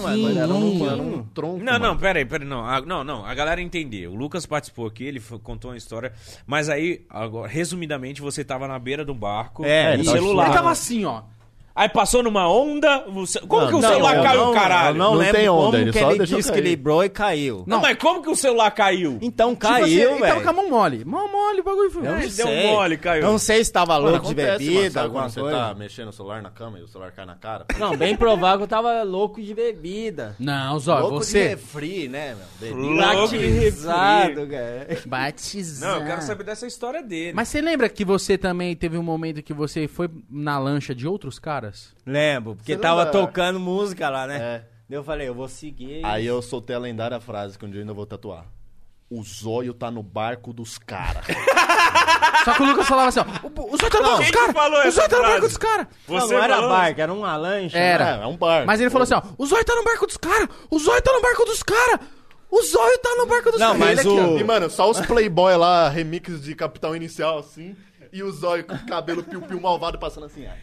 [SPEAKER 1] Tronquinho.
[SPEAKER 4] mano. Mas era num-
[SPEAKER 1] Era
[SPEAKER 6] Era um tronco.
[SPEAKER 2] Não,
[SPEAKER 6] mano.
[SPEAKER 2] não, peraí, peraí, não. A, não, não, a galera entendeu. O Lucas participou aqui, ele foi- contou uma história. Mas aí, agora, resumidamente, você tava na beira do barco,
[SPEAKER 4] É,
[SPEAKER 2] com o
[SPEAKER 4] isso.
[SPEAKER 2] celular.
[SPEAKER 1] Ele tava assim, ó.
[SPEAKER 2] Aí passou numa onda. o ce- Como que o
[SPEAKER 4] Não,
[SPEAKER 2] celular
[SPEAKER 4] eu
[SPEAKER 2] caiu,
[SPEAKER 4] não-
[SPEAKER 2] caralho?
[SPEAKER 4] eu não,
[SPEAKER 6] Não
[SPEAKER 4] lembro
[SPEAKER 6] tem onda,
[SPEAKER 4] como
[SPEAKER 6] ele
[SPEAKER 4] que
[SPEAKER 6] só
[SPEAKER 4] ele
[SPEAKER 6] deixou
[SPEAKER 4] desequilibrou e caiu.
[SPEAKER 2] Não,
[SPEAKER 1] Não.
[SPEAKER 2] mas como que o celular caiu?
[SPEAKER 4] Então
[SPEAKER 1] tipo
[SPEAKER 4] caiu,
[SPEAKER 1] assim, ele tava
[SPEAKER 4] velho.
[SPEAKER 1] com a mão mole. Mão mole, o bagulho foi.
[SPEAKER 4] Eu não
[SPEAKER 2] Deu
[SPEAKER 4] sei.
[SPEAKER 2] mole, caiu.
[SPEAKER 4] Não sei se tava
[SPEAKER 6] Mano,
[SPEAKER 4] louco de
[SPEAKER 6] acontece, mano.
[SPEAKER 4] bebida,
[SPEAKER 6] Sabe
[SPEAKER 4] alguma
[SPEAKER 6] quando
[SPEAKER 4] coisa.
[SPEAKER 6] Você tá mexendo o celular na cama e o celular cai na cara.
[SPEAKER 1] <laughs>
[SPEAKER 4] Não, bem provável que eu tava louco de bebida.
[SPEAKER 1] Não, Zó,
[SPEAKER 5] Louco de
[SPEAKER 1] você.
[SPEAKER 6] é
[SPEAKER 5] refri, né, meu? Bebida.
[SPEAKER 2] Logo me refri.
[SPEAKER 4] Batizado, cara.
[SPEAKER 1] Batizado.
[SPEAKER 2] Não, eu
[SPEAKER 4] é.
[SPEAKER 2] quero saber dessa história dele.
[SPEAKER 1] Mas você lembra que você também teve um momento que você foi na lancha de outros caras?
[SPEAKER 4] Lembro, porque
[SPEAKER 6] Você
[SPEAKER 4] tava
[SPEAKER 6] lembra?
[SPEAKER 4] tocando música lá, né?
[SPEAKER 6] É.
[SPEAKER 4] Daí Eu falei, eu vou seguir.
[SPEAKER 6] Aí eu soltei a lendária frase que um dia eu ainda vou tatuar. O zóio tá no barco dos caras.
[SPEAKER 1] Só que o Lucas falava assim, ó. O, o Zó tá no barco
[SPEAKER 2] quem
[SPEAKER 1] dos
[SPEAKER 2] que falou
[SPEAKER 1] caras! O
[SPEAKER 2] essa
[SPEAKER 1] Zóio tá no
[SPEAKER 2] frase?
[SPEAKER 1] barco dos caras!
[SPEAKER 4] Não,
[SPEAKER 2] Você
[SPEAKER 4] não era
[SPEAKER 2] falou-
[SPEAKER 4] barco, era uma lancha. né?
[SPEAKER 1] Era.
[SPEAKER 6] É, é um barco.
[SPEAKER 1] Mas ele falou assim, ó. O Zóio tá no barco dos caras! O Zóio tá no barco dos caras! O Zóio tá no barco dos
[SPEAKER 4] Não,
[SPEAKER 1] caras!
[SPEAKER 4] mas
[SPEAKER 1] Ele aqui,
[SPEAKER 4] o-
[SPEAKER 1] ó.
[SPEAKER 6] E, mano, só os playboy lá, remix de Capital Inicial, assim.
[SPEAKER 5] e o zóio com o cabelo piu-piu malvado passando assim. ai.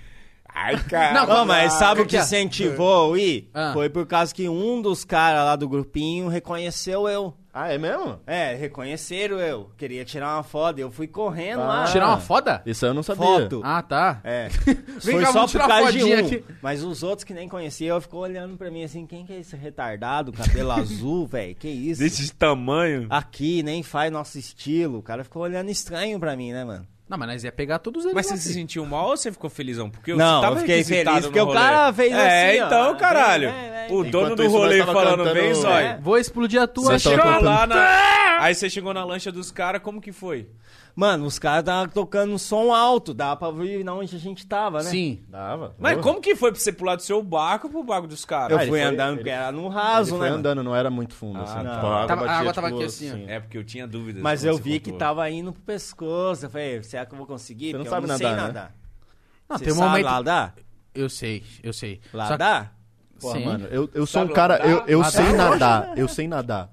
[SPEAKER 2] Ai, cara.
[SPEAKER 4] Não, mas sabe o que
[SPEAKER 1] que é?
[SPEAKER 4] incentivou o I?
[SPEAKER 1] Ah.
[SPEAKER 4] Foi por causa que um dos caras lá do grupinho reconheceu eu.
[SPEAKER 5] Ah, é mesmo?
[SPEAKER 4] É, reconheceram eu. Queria tirar uma foto. Eu fui correndo
[SPEAKER 6] Ah.
[SPEAKER 4] lá.
[SPEAKER 1] Tirar uma foda?
[SPEAKER 6] Isso eu não sabia.
[SPEAKER 4] foto.
[SPEAKER 1] Ah, tá.
[SPEAKER 4] É.
[SPEAKER 1] Vem
[SPEAKER 4] Foi
[SPEAKER 1] cá,
[SPEAKER 4] só
[SPEAKER 1] vamos
[SPEAKER 4] por
[SPEAKER 1] tirar
[SPEAKER 4] causa de
[SPEAKER 1] fodinha
[SPEAKER 4] um.
[SPEAKER 1] aqui.
[SPEAKER 4] Mas os outros que nem conheciam ficou olhando pra mim assim, quem que é esse retardado, cabelo azul, <laughs> velho? Que isso?
[SPEAKER 2] Desse tamanho.
[SPEAKER 4] Aqui, nem faz nosso estilo. O cara ficou olhando estranho pra mim, né, mano?
[SPEAKER 1] Não, mas nós ia pegar todos eles.
[SPEAKER 2] Mas
[SPEAKER 1] lá,
[SPEAKER 2] você se
[SPEAKER 1] filho.
[SPEAKER 2] sentiu mal ou você ficou felizão? Porque você
[SPEAKER 4] Não,
[SPEAKER 2] tava
[SPEAKER 4] eu fiquei
[SPEAKER 2] requisitado
[SPEAKER 4] feliz
[SPEAKER 2] no
[SPEAKER 4] porque o
[SPEAKER 2] rolê.
[SPEAKER 4] cara fez
[SPEAKER 2] É,
[SPEAKER 4] assim, ó.
[SPEAKER 2] então,
[SPEAKER 4] Vem,
[SPEAKER 2] caralho.
[SPEAKER 4] vem, vem.
[SPEAKER 2] O dono
[SPEAKER 5] Enquanto
[SPEAKER 2] do
[SPEAKER 5] isso,
[SPEAKER 2] rolê
[SPEAKER 5] nós tava
[SPEAKER 2] falando
[SPEAKER 5] cantando-
[SPEAKER 2] bem, Zóio.
[SPEAKER 1] Vou explodir a tua
[SPEAKER 2] Você
[SPEAKER 6] Nós tava
[SPEAKER 2] chegou
[SPEAKER 1] xereca.
[SPEAKER 6] cantando-
[SPEAKER 2] lá na... Aí você chegou na lancha dos caras, como que foi?
[SPEAKER 4] Mano, os caras estavam tocando um som alto, dá pra ver na onde a gente tava, né?
[SPEAKER 1] Sim.
[SPEAKER 6] Dava.
[SPEAKER 2] Mas
[SPEAKER 6] Boa.
[SPEAKER 2] como que foi pra você pular do seu barco pro barco dos
[SPEAKER 4] Eu
[SPEAKER 2] caras?
[SPEAKER 6] Ah, ele
[SPEAKER 4] fui
[SPEAKER 6] foi-
[SPEAKER 4] andando,
[SPEAKER 6] ele-
[SPEAKER 4] porque era no
[SPEAKER 6] Ele
[SPEAKER 4] raso,
[SPEAKER 6] foi
[SPEAKER 4] né? mano?
[SPEAKER 6] andando, não era muito
[SPEAKER 5] Ah,
[SPEAKER 6] fundo, assim.
[SPEAKER 4] não.
[SPEAKER 6] tipo, a água
[SPEAKER 1] Tava- a
[SPEAKER 6] batia,
[SPEAKER 1] água tava
[SPEAKER 6] tipo,
[SPEAKER 1] aqui assim, ó.
[SPEAKER 2] É, porque eu tinha dúvidas.
[SPEAKER 4] Mas
[SPEAKER 2] quando
[SPEAKER 4] eu
[SPEAKER 2] você
[SPEAKER 4] vi que
[SPEAKER 2] contou.
[SPEAKER 4] tava indo pro pescoço. Eu falei, será que eu vou conseguir?
[SPEAKER 6] Você não
[SPEAKER 4] Porque
[SPEAKER 6] sabe
[SPEAKER 4] eu não sei
[SPEAKER 6] nadar, né?
[SPEAKER 4] nadar.
[SPEAKER 1] Não,
[SPEAKER 4] Você
[SPEAKER 1] tem um
[SPEAKER 4] sabe
[SPEAKER 1] momento.
[SPEAKER 4] Nadar?
[SPEAKER 1] Eu sei, eu sei. Só que-
[SPEAKER 4] Nadar?
[SPEAKER 6] Porra,
[SPEAKER 1] Sim. Tá
[SPEAKER 6] mano, eu, eu sou
[SPEAKER 2] Sabe
[SPEAKER 6] um cara.
[SPEAKER 2] nadar?
[SPEAKER 6] Eu, eu
[SPEAKER 1] Nadar?
[SPEAKER 6] sei nadar. Eu sei nadar.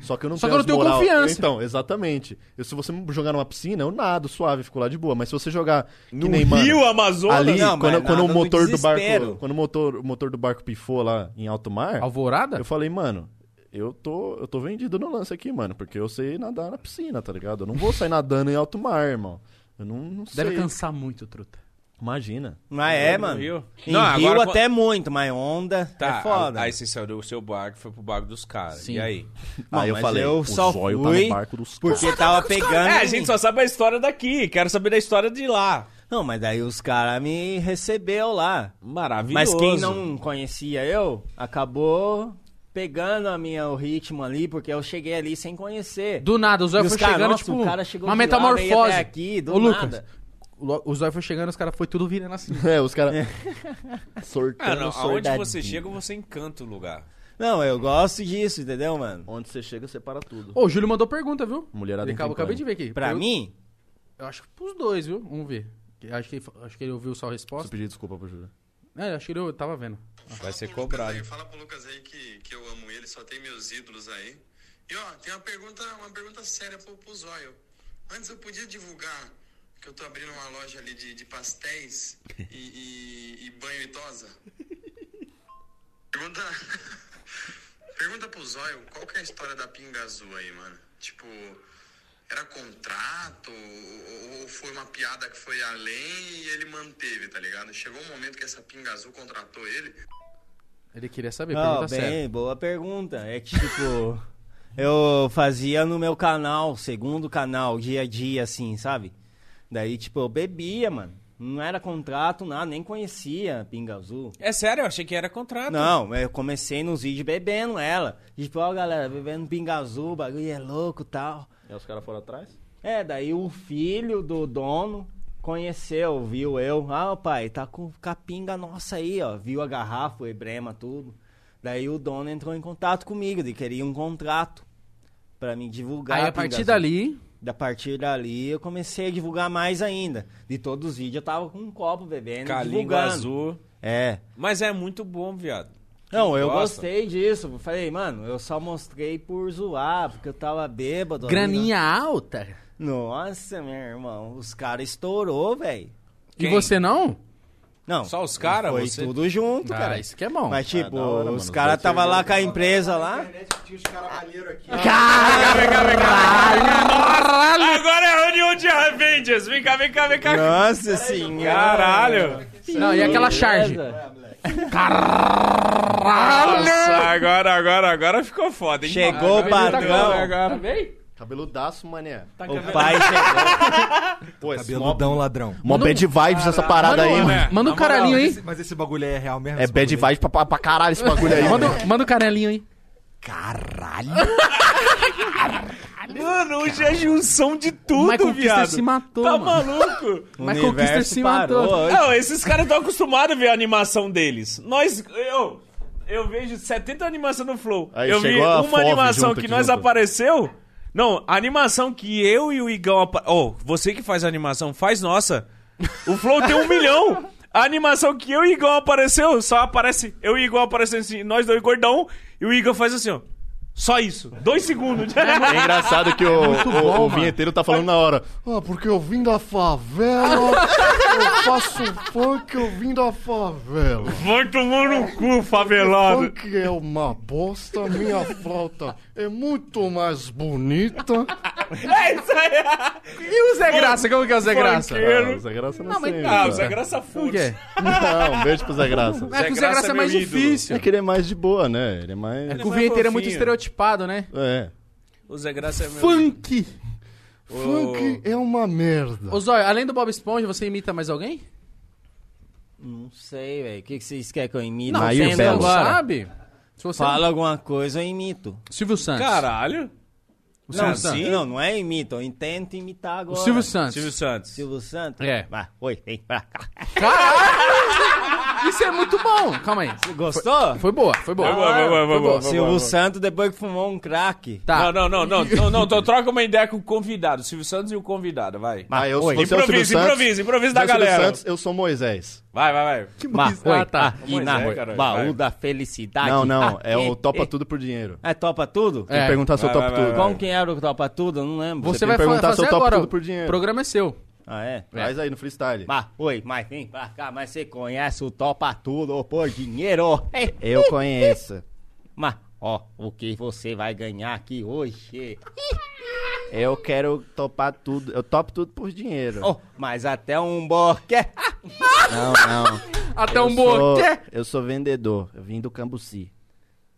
[SPEAKER 6] Só que eu não
[SPEAKER 1] Só que
[SPEAKER 6] tenho,
[SPEAKER 1] eu não
[SPEAKER 6] as
[SPEAKER 1] tenho
[SPEAKER 6] moral.
[SPEAKER 1] confiança.
[SPEAKER 6] Então, exatamente. Eu, se você me jogar numa piscina, eu nado suave, fico lá de boa. Mas se você jogar.
[SPEAKER 2] No
[SPEAKER 6] que nem, mano,
[SPEAKER 2] Rio Amazonas.
[SPEAKER 6] Ali,
[SPEAKER 4] Não, mas
[SPEAKER 6] quando, quando o
[SPEAKER 4] nada no
[SPEAKER 6] motor do barco.
[SPEAKER 4] desespero.
[SPEAKER 6] Quando o motor, o motor do barco pifou lá em alto mar,
[SPEAKER 1] Alvorada?
[SPEAKER 6] eu falei, mano. Eu tô, eu tô vendido no lance aqui, mano, porque eu sei nadar na piscina, tá ligado? Eu não vou sair nadando em alto mar, irmão. Eu não, não sei.
[SPEAKER 1] Deve cansar muito, truta.
[SPEAKER 6] Imagina.
[SPEAKER 4] Mas é,
[SPEAKER 2] no
[SPEAKER 4] mano.
[SPEAKER 2] Rio.
[SPEAKER 4] Em
[SPEAKER 2] Não,
[SPEAKER 4] Rio
[SPEAKER 2] agora-
[SPEAKER 4] até muito, mas onda
[SPEAKER 2] Tá,
[SPEAKER 4] é foda.
[SPEAKER 2] aí você saiu do seu barco e foi pro barco dos caras.
[SPEAKER 1] Sim.
[SPEAKER 2] E aí?
[SPEAKER 4] Não,
[SPEAKER 6] Aí eu
[SPEAKER 4] mas
[SPEAKER 6] falei,
[SPEAKER 4] eu
[SPEAKER 6] é o
[SPEAKER 4] só
[SPEAKER 6] zóio tá
[SPEAKER 4] fui
[SPEAKER 6] no barco dos
[SPEAKER 4] porque tava pegando.
[SPEAKER 2] É, a
[SPEAKER 4] em mim.
[SPEAKER 2] gente só sabe a história daqui. Quero saber da história de lá.
[SPEAKER 4] Não, mas daí os caras me recebeu lá. Mas
[SPEAKER 2] Maravilhoso.
[SPEAKER 4] quem não conhecia eu, acabou pegando a minha, o ritmo ali, porque eu cheguei ali sem conhecer.
[SPEAKER 1] Do nada, o Zóio
[SPEAKER 4] Dos
[SPEAKER 1] foi
[SPEAKER 4] caras,
[SPEAKER 1] chegando,
[SPEAKER 4] nossa,
[SPEAKER 1] tipo,
[SPEAKER 4] o cara chegou
[SPEAKER 1] uma
[SPEAKER 4] de lá, veio
[SPEAKER 1] metamorfose.
[SPEAKER 4] até aqui, do
[SPEAKER 1] Ô, Lucas,
[SPEAKER 4] nada.
[SPEAKER 1] o Lo- o Zóio foi chegando, os caras foi tudo virando assim.
[SPEAKER 6] <laughs> É, os caras. Sortando,
[SPEAKER 2] Ah, não, aonde
[SPEAKER 6] sordadinho.
[SPEAKER 2] você chega, você encanta o lugar.
[SPEAKER 4] Não, eu gosto disso, entendeu, mano?
[SPEAKER 6] Onde você chega, você para tudo.
[SPEAKER 1] Ô, o Júlio mandou pergunta, viu?
[SPEAKER 6] Mulherada
[SPEAKER 1] Ele
[SPEAKER 6] em
[SPEAKER 1] acabou,
[SPEAKER 6] campanha.
[SPEAKER 1] acabei de ver aqui.
[SPEAKER 4] Pra
[SPEAKER 1] Eu-
[SPEAKER 4] mim,
[SPEAKER 1] Eu acho que pros dois, viu? Vamos ver. Acho que, ele fa- acho que ele ouviu só a
[SPEAKER 6] Preciso
[SPEAKER 1] resposta.
[SPEAKER 6] pedir desculpa pro Júlio.
[SPEAKER 1] É, acho que ele eu tava vendo.
[SPEAKER 2] Vai ser
[SPEAKER 7] pro Lucas
[SPEAKER 2] cobrado.
[SPEAKER 7] aí, Fala pro Lucas aí que, que eu amo ele, só tem meus ídolos aí. E ó, tem uma pergunta, uma pergunta séria pro, pro Zóio. Antes eu podia divulgar que eu tô abrindo uma loja ali de, de pastéis e, e- e banho idosa? Pergunta. <laughs> Pergunta pro Zóio, qual que é a história da pinga azul aí, mano? Tipo, era contrato ou, ou foi uma piada que foi além e ele manteve, tá ligado? Chegou um momento que essa pinga azul contratou ele,
[SPEAKER 1] Ele queria saber,
[SPEAKER 4] Não,
[SPEAKER 1] pergunta
[SPEAKER 4] bem,
[SPEAKER 1] séria.
[SPEAKER 4] boa pergunta. É que, tipo, <laughs> eu fazia no meu canal, segundo canal, dia a dia, assim, sabe? Daí, tipo, eu bebia, mano. Não era contrato, nada, nem conhecia a Pinga Azul.
[SPEAKER 2] É sério, eu achei que era contrato.
[SPEAKER 4] Não, eu comecei nos vídeos bebendo ela. Tipo, ó, galera, bebendo Pinga Azul, o bagulho é louco e tal.
[SPEAKER 6] E os caras foram atrás?
[SPEAKER 4] É, daí o filho do dono conheceu, viu eu. Ah, ô pai, tá com capinga nossa aí, ó. Viu a garrafa, o ebrema, tudo. Daí o dono entrou em contato comigo, ele queria um contrato pra me divulgar.
[SPEAKER 1] Aí a
[SPEAKER 4] Pinga
[SPEAKER 1] partir
[SPEAKER 4] Azul.
[SPEAKER 1] dali,
[SPEAKER 4] Da partir dali eu comecei a divulgar mais ainda. De todos os vídeos eu tava com um copo bebendo,
[SPEAKER 2] Com a língua
[SPEAKER 4] divulgando.
[SPEAKER 2] azul.
[SPEAKER 4] É.
[SPEAKER 2] Mas é muito bom, viado.
[SPEAKER 4] Não, eu
[SPEAKER 2] gosta?
[SPEAKER 4] gostei disso. Falei, mano, eu só mostrei por zoar, porque eu tava bêbado. ali, né?
[SPEAKER 1] graninha alta.
[SPEAKER 4] Nossa, meu irmão, os caras estourou, velho.
[SPEAKER 1] E
[SPEAKER 2] Quem?
[SPEAKER 1] você não?
[SPEAKER 4] Não.
[SPEAKER 2] Só os caras,
[SPEAKER 4] Foi
[SPEAKER 2] você.
[SPEAKER 4] tudo junto,
[SPEAKER 1] Ah,
[SPEAKER 4] cara.
[SPEAKER 1] isso que é bom.
[SPEAKER 4] Mas tipo,
[SPEAKER 6] da hora,
[SPEAKER 4] os
[SPEAKER 6] mano.
[SPEAKER 4] caras
[SPEAKER 6] Dois
[SPEAKER 4] tava lá com a
[SPEAKER 6] cervejas.
[SPEAKER 4] empresa lá.
[SPEAKER 2] Agora é reunião de Avengers. Vem cá, vem cá, vem cá.
[SPEAKER 4] Nossa senhora.
[SPEAKER 2] Caralho.
[SPEAKER 1] Não, e aquela charge?
[SPEAKER 2] Nossa, agora, agora, agora ficou foda, hein?
[SPEAKER 4] Chegou o patrão.
[SPEAKER 2] agora.
[SPEAKER 5] Cabeludaço, mané.
[SPEAKER 4] O pai
[SPEAKER 1] <laughs>
[SPEAKER 4] chegou.
[SPEAKER 5] Pô, esse
[SPEAKER 8] Cabeludão ladrão.
[SPEAKER 6] Mó bad vibes essa parada aí, mano.
[SPEAKER 8] Tá
[SPEAKER 2] né?
[SPEAKER 1] Manda um caralhinho
[SPEAKER 8] Mas é
[SPEAKER 1] aí.
[SPEAKER 8] esse- Mas esse bagulho aí é real mesmo?
[SPEAKER 6] É
[SPEAKER 8] esse
[SPEAKER 6] bad
[SPEAKER 8] bagulho aí?
[SPEAKER 6] vibes pra, pra, pra caralho
[SPEAKER 1] <laughs>
[SPEAKER 6] esse bagulho aí. mano.
[SPEAKER 1] Manda, manda um canelinho aí.
[SPEAKER 8] Caralho.
[SPEAKER 2] Mano, hoje é a junção de tudo,
[SPEAKER 1] Michael Kister
[SPEAKER 2] viado.
[SPEAKER 1] se matou,
[SPEAKER 2] tá
[SPEAKER 1] mano.
[SPEAKER 2] maluco?
[SPEAKER 4] O
[SPEAKER 1] Michael Kister
[SPEAKER 4] universo
[SPEAKER 1] se
[SPEAKER 4] parou
[SPEAKER 1] matou.
[SPEAKER 4] hoje.
[SPEAKER 2] Não, esses caras estão acostumados a ver a animação deles. Nós, eu, eu vejo 70 animações no Flow.
[SPEAKER 6] Aí
[SPEAKER 2] eu vi
[SPEAKER 6] chegou a
[SPEAKER 2] uma
[SPEAKER 6] Fove
[SPEAKER 2] animação
[SPEAKER 6] junto
[SPEAKER 2] que
[SPEAKER 6] aqui
[SPEAKER 2] nós
[SPEAKER 6] junto.
[SPEAKER 2] apareceu. Não, a animação que eu e o Igão. apa- Ô, você que faz a animação, faz nossa. O Flow tem um milhão. A animação que eu e o Igão apareceu, só aparece. Eu e o Igão aparecendo assim, nós dois gordão. E o Igão faz assim, ó. Só isso. Dois <laughs> segundos.
[SPEAKER 6] É engraçado que o, o,
[SPEAKER 1] bom,
[SPEAKER 6] o
[SPEAKER 1] mano.
[SPEAKER 6] vinheteiro tá falando na hora. Ah, porque eu vim da favela, eu faço funk, eu vim da favela.
[SPEAKER 2] Vai tomar no cu, favelado.
[SPEAKER 6] Funk é uma bosta, minha flauta é muito mais bonita.
[SPEAKER 2] É isso aí.
[SPEAKER 1] E o Zé Graça? Como que é o Zé Graça?
[SPEAKER 2] Funkeiro.
[SPEAKER 6] Ah, o Zé Graça não,
[SPEAKER 1] Não, mas-
[SPEAKER 6] sei.
[SPEAKER 2] Ah, o
[SPEAKER 6] cara.
[SPEAKER 2] Zé Graça
[SPEAKER 1] Por
[SPEAKER 2] foda.
[SPEAKER 1] quê?
[SPEAKER 6] Não, um beijo pro Zé Graça.
[SPEAKER 1] É que o Zé Graça é mais
[SPEAKER 2] meu ídolo.
[SPEAKER 1] difícil.
[SPEAKER 6] É que ele é mais de boa, né? Ele é mais...
[SPEAKER 1] O vinheteiro é muito
[SPEAKER 2] fofinho.
[SPEAKER 1] estereotipado, né?
[SPEAKER 6] É.
[SPEAKER 2] O Zé Graça é meu.
[SPEAKER 1] Funk!
[SPEAKER 6] Funk é uma merda.
[SPEAKER 1] Ô, Zóio, além do Bob Esponja, você imita mais alguém?
[SPEAKER 4] Não sei, velho. O que, que vocês querem que eu imite?
[SPEAKER 6] Não, Nair
[SPEAKER 4] Vocês
[SPEAKER 1] você não
[SPEAKER 6] Belo.
[SPEAKER 4] agora.
[SPEAKER 1] sabe? Se você é
[SPEAKER 4] Fala alguma coisa, eu imito.
[SPEAKER 1] Silvio Santos.
[SPEAKER 2] Caralho.
[SPEAKER 1] o
[SPEAKER 2] não,
[SPEAKER 1] Silvio
[SPEAKER 2] sim.
[SPEAKER 1] Santos.
[SPEAKER 4] Não, não é imito. Eu intento imitar
[SPEAKER 1] O
[SPEAKER 4] agora.
[SPEAKER 1] Silvio Santos.
[SPEAKER 2] Silvio Santos.
[SPEAKER 4] Silvio Santos?
[SPEAKER 1] É.
[SPEAKER 4] Vai, oi, vem pra cá.
[SPEAKER 1] Isso é muito bom. Calma aí.
[SPEAKER 4] Gostou?
[SPEAKER 1] Foi boa, foi boa.
[SPEAKER 2] Foi boa, foi boa, foi
[SPEAKER 1] Foi
[SPEAKER 2] boa.
[SPEAKER 1] boa.
[SPEAKER 4] Silvio Santos, depois que fumou um crack.
[SPEAKER 1] Tá.
[SPEAKER 2] Não, não, não, não, não, não, tô, troca uma ideia com o convidado. Silvio Santos e o convidado, vai.
[SPEAKER 6] Ah, eu,
[SPEAKER 4] Oi.
[SPEAKER 6] você é o Silvio
[SPEAKER 2] Improvisa,
[SPEAKER 6] Santos.
[SPEAKER 2] improvisa, improvisa da
[SPEAKER 6] Você é o Silvio
[SPEAKER 2] galera.
[SPEAKER 6] Santos, eu sou Moisés.
[SPEAKER 2] Vai, vai, vai.
[SPEAKER 4] Ma,
[SPEAKER 1] isso?
[SPEAKER 4] oi,
[SPEAKER 1] Ah, tá.
[SPEAKER 4] tá. E
[SPEAKER 2] Pois
[SPEAKER 4] na
[SPEAKER 2] é, caralho,
[SPEAKER 4] baú
[SPEAKER 2] vai.
[SPEAKER 4] da felicidade.
[SPEAKER 6] Não, não,
[SPEAKER 4] Ah,
[SPEAKER 6] é o
[SPEAKER 4] e-
[SPEAKER 6] Topa
[SPEAKER 4] e-
[SPEAKER 6] Tudo por Dinheiro.
[SPEAKER 4] É topa tudo?
[SPEAKER 1] É.
[SPEAKER 6] Tem que perguntar se eu
[SPEAKER 2] Vai,
[SPEAKER 6] topo
[SPEAKER 2] vai, vai,
[SPEAKER 6] tudo.
[SPEAKER 4] Como quem era o topa tudo? Eu não lembro.
[SPEAKER 1] Você
[SPEAKER 6] tem
[SPEAKER 1] vai
[SPEAKER 6] que perguntar
[SPEAKER 1] fa-
[SPEAKER 6] se eu
[SPEAKER 1] fazer
[SPEAKER 6] topo
[SPEAKER 1] agora.
[SPEAKER 6] tudo por dinheiro.
[SPEAKER 1] O programa é seu.
[SPEAKER 4] Ah, é?
[SPEAKER 6] Faz aí no freestyle.
[SPEAKER 4] Ma, oi, mas vem pra cá, mas você conhece o topa tudo por dinheiro?
[SPEAKER 6] Eu conheço.
[SPEAKER 4] Mas, ó, o que você vai ganhar aqui hoje?
[SPEAKER 6] Eu quero topar tudo. Eu topo tudo por dinheiro.
[SPEAKER 4] Oh, mas até um boquete.
[SPEAKER 6] Não, não.
[SPEAKER 1] Até um boa. Quê?
[SPEAKER 6] Eu sou vendedor. Eu vim do Cambuci.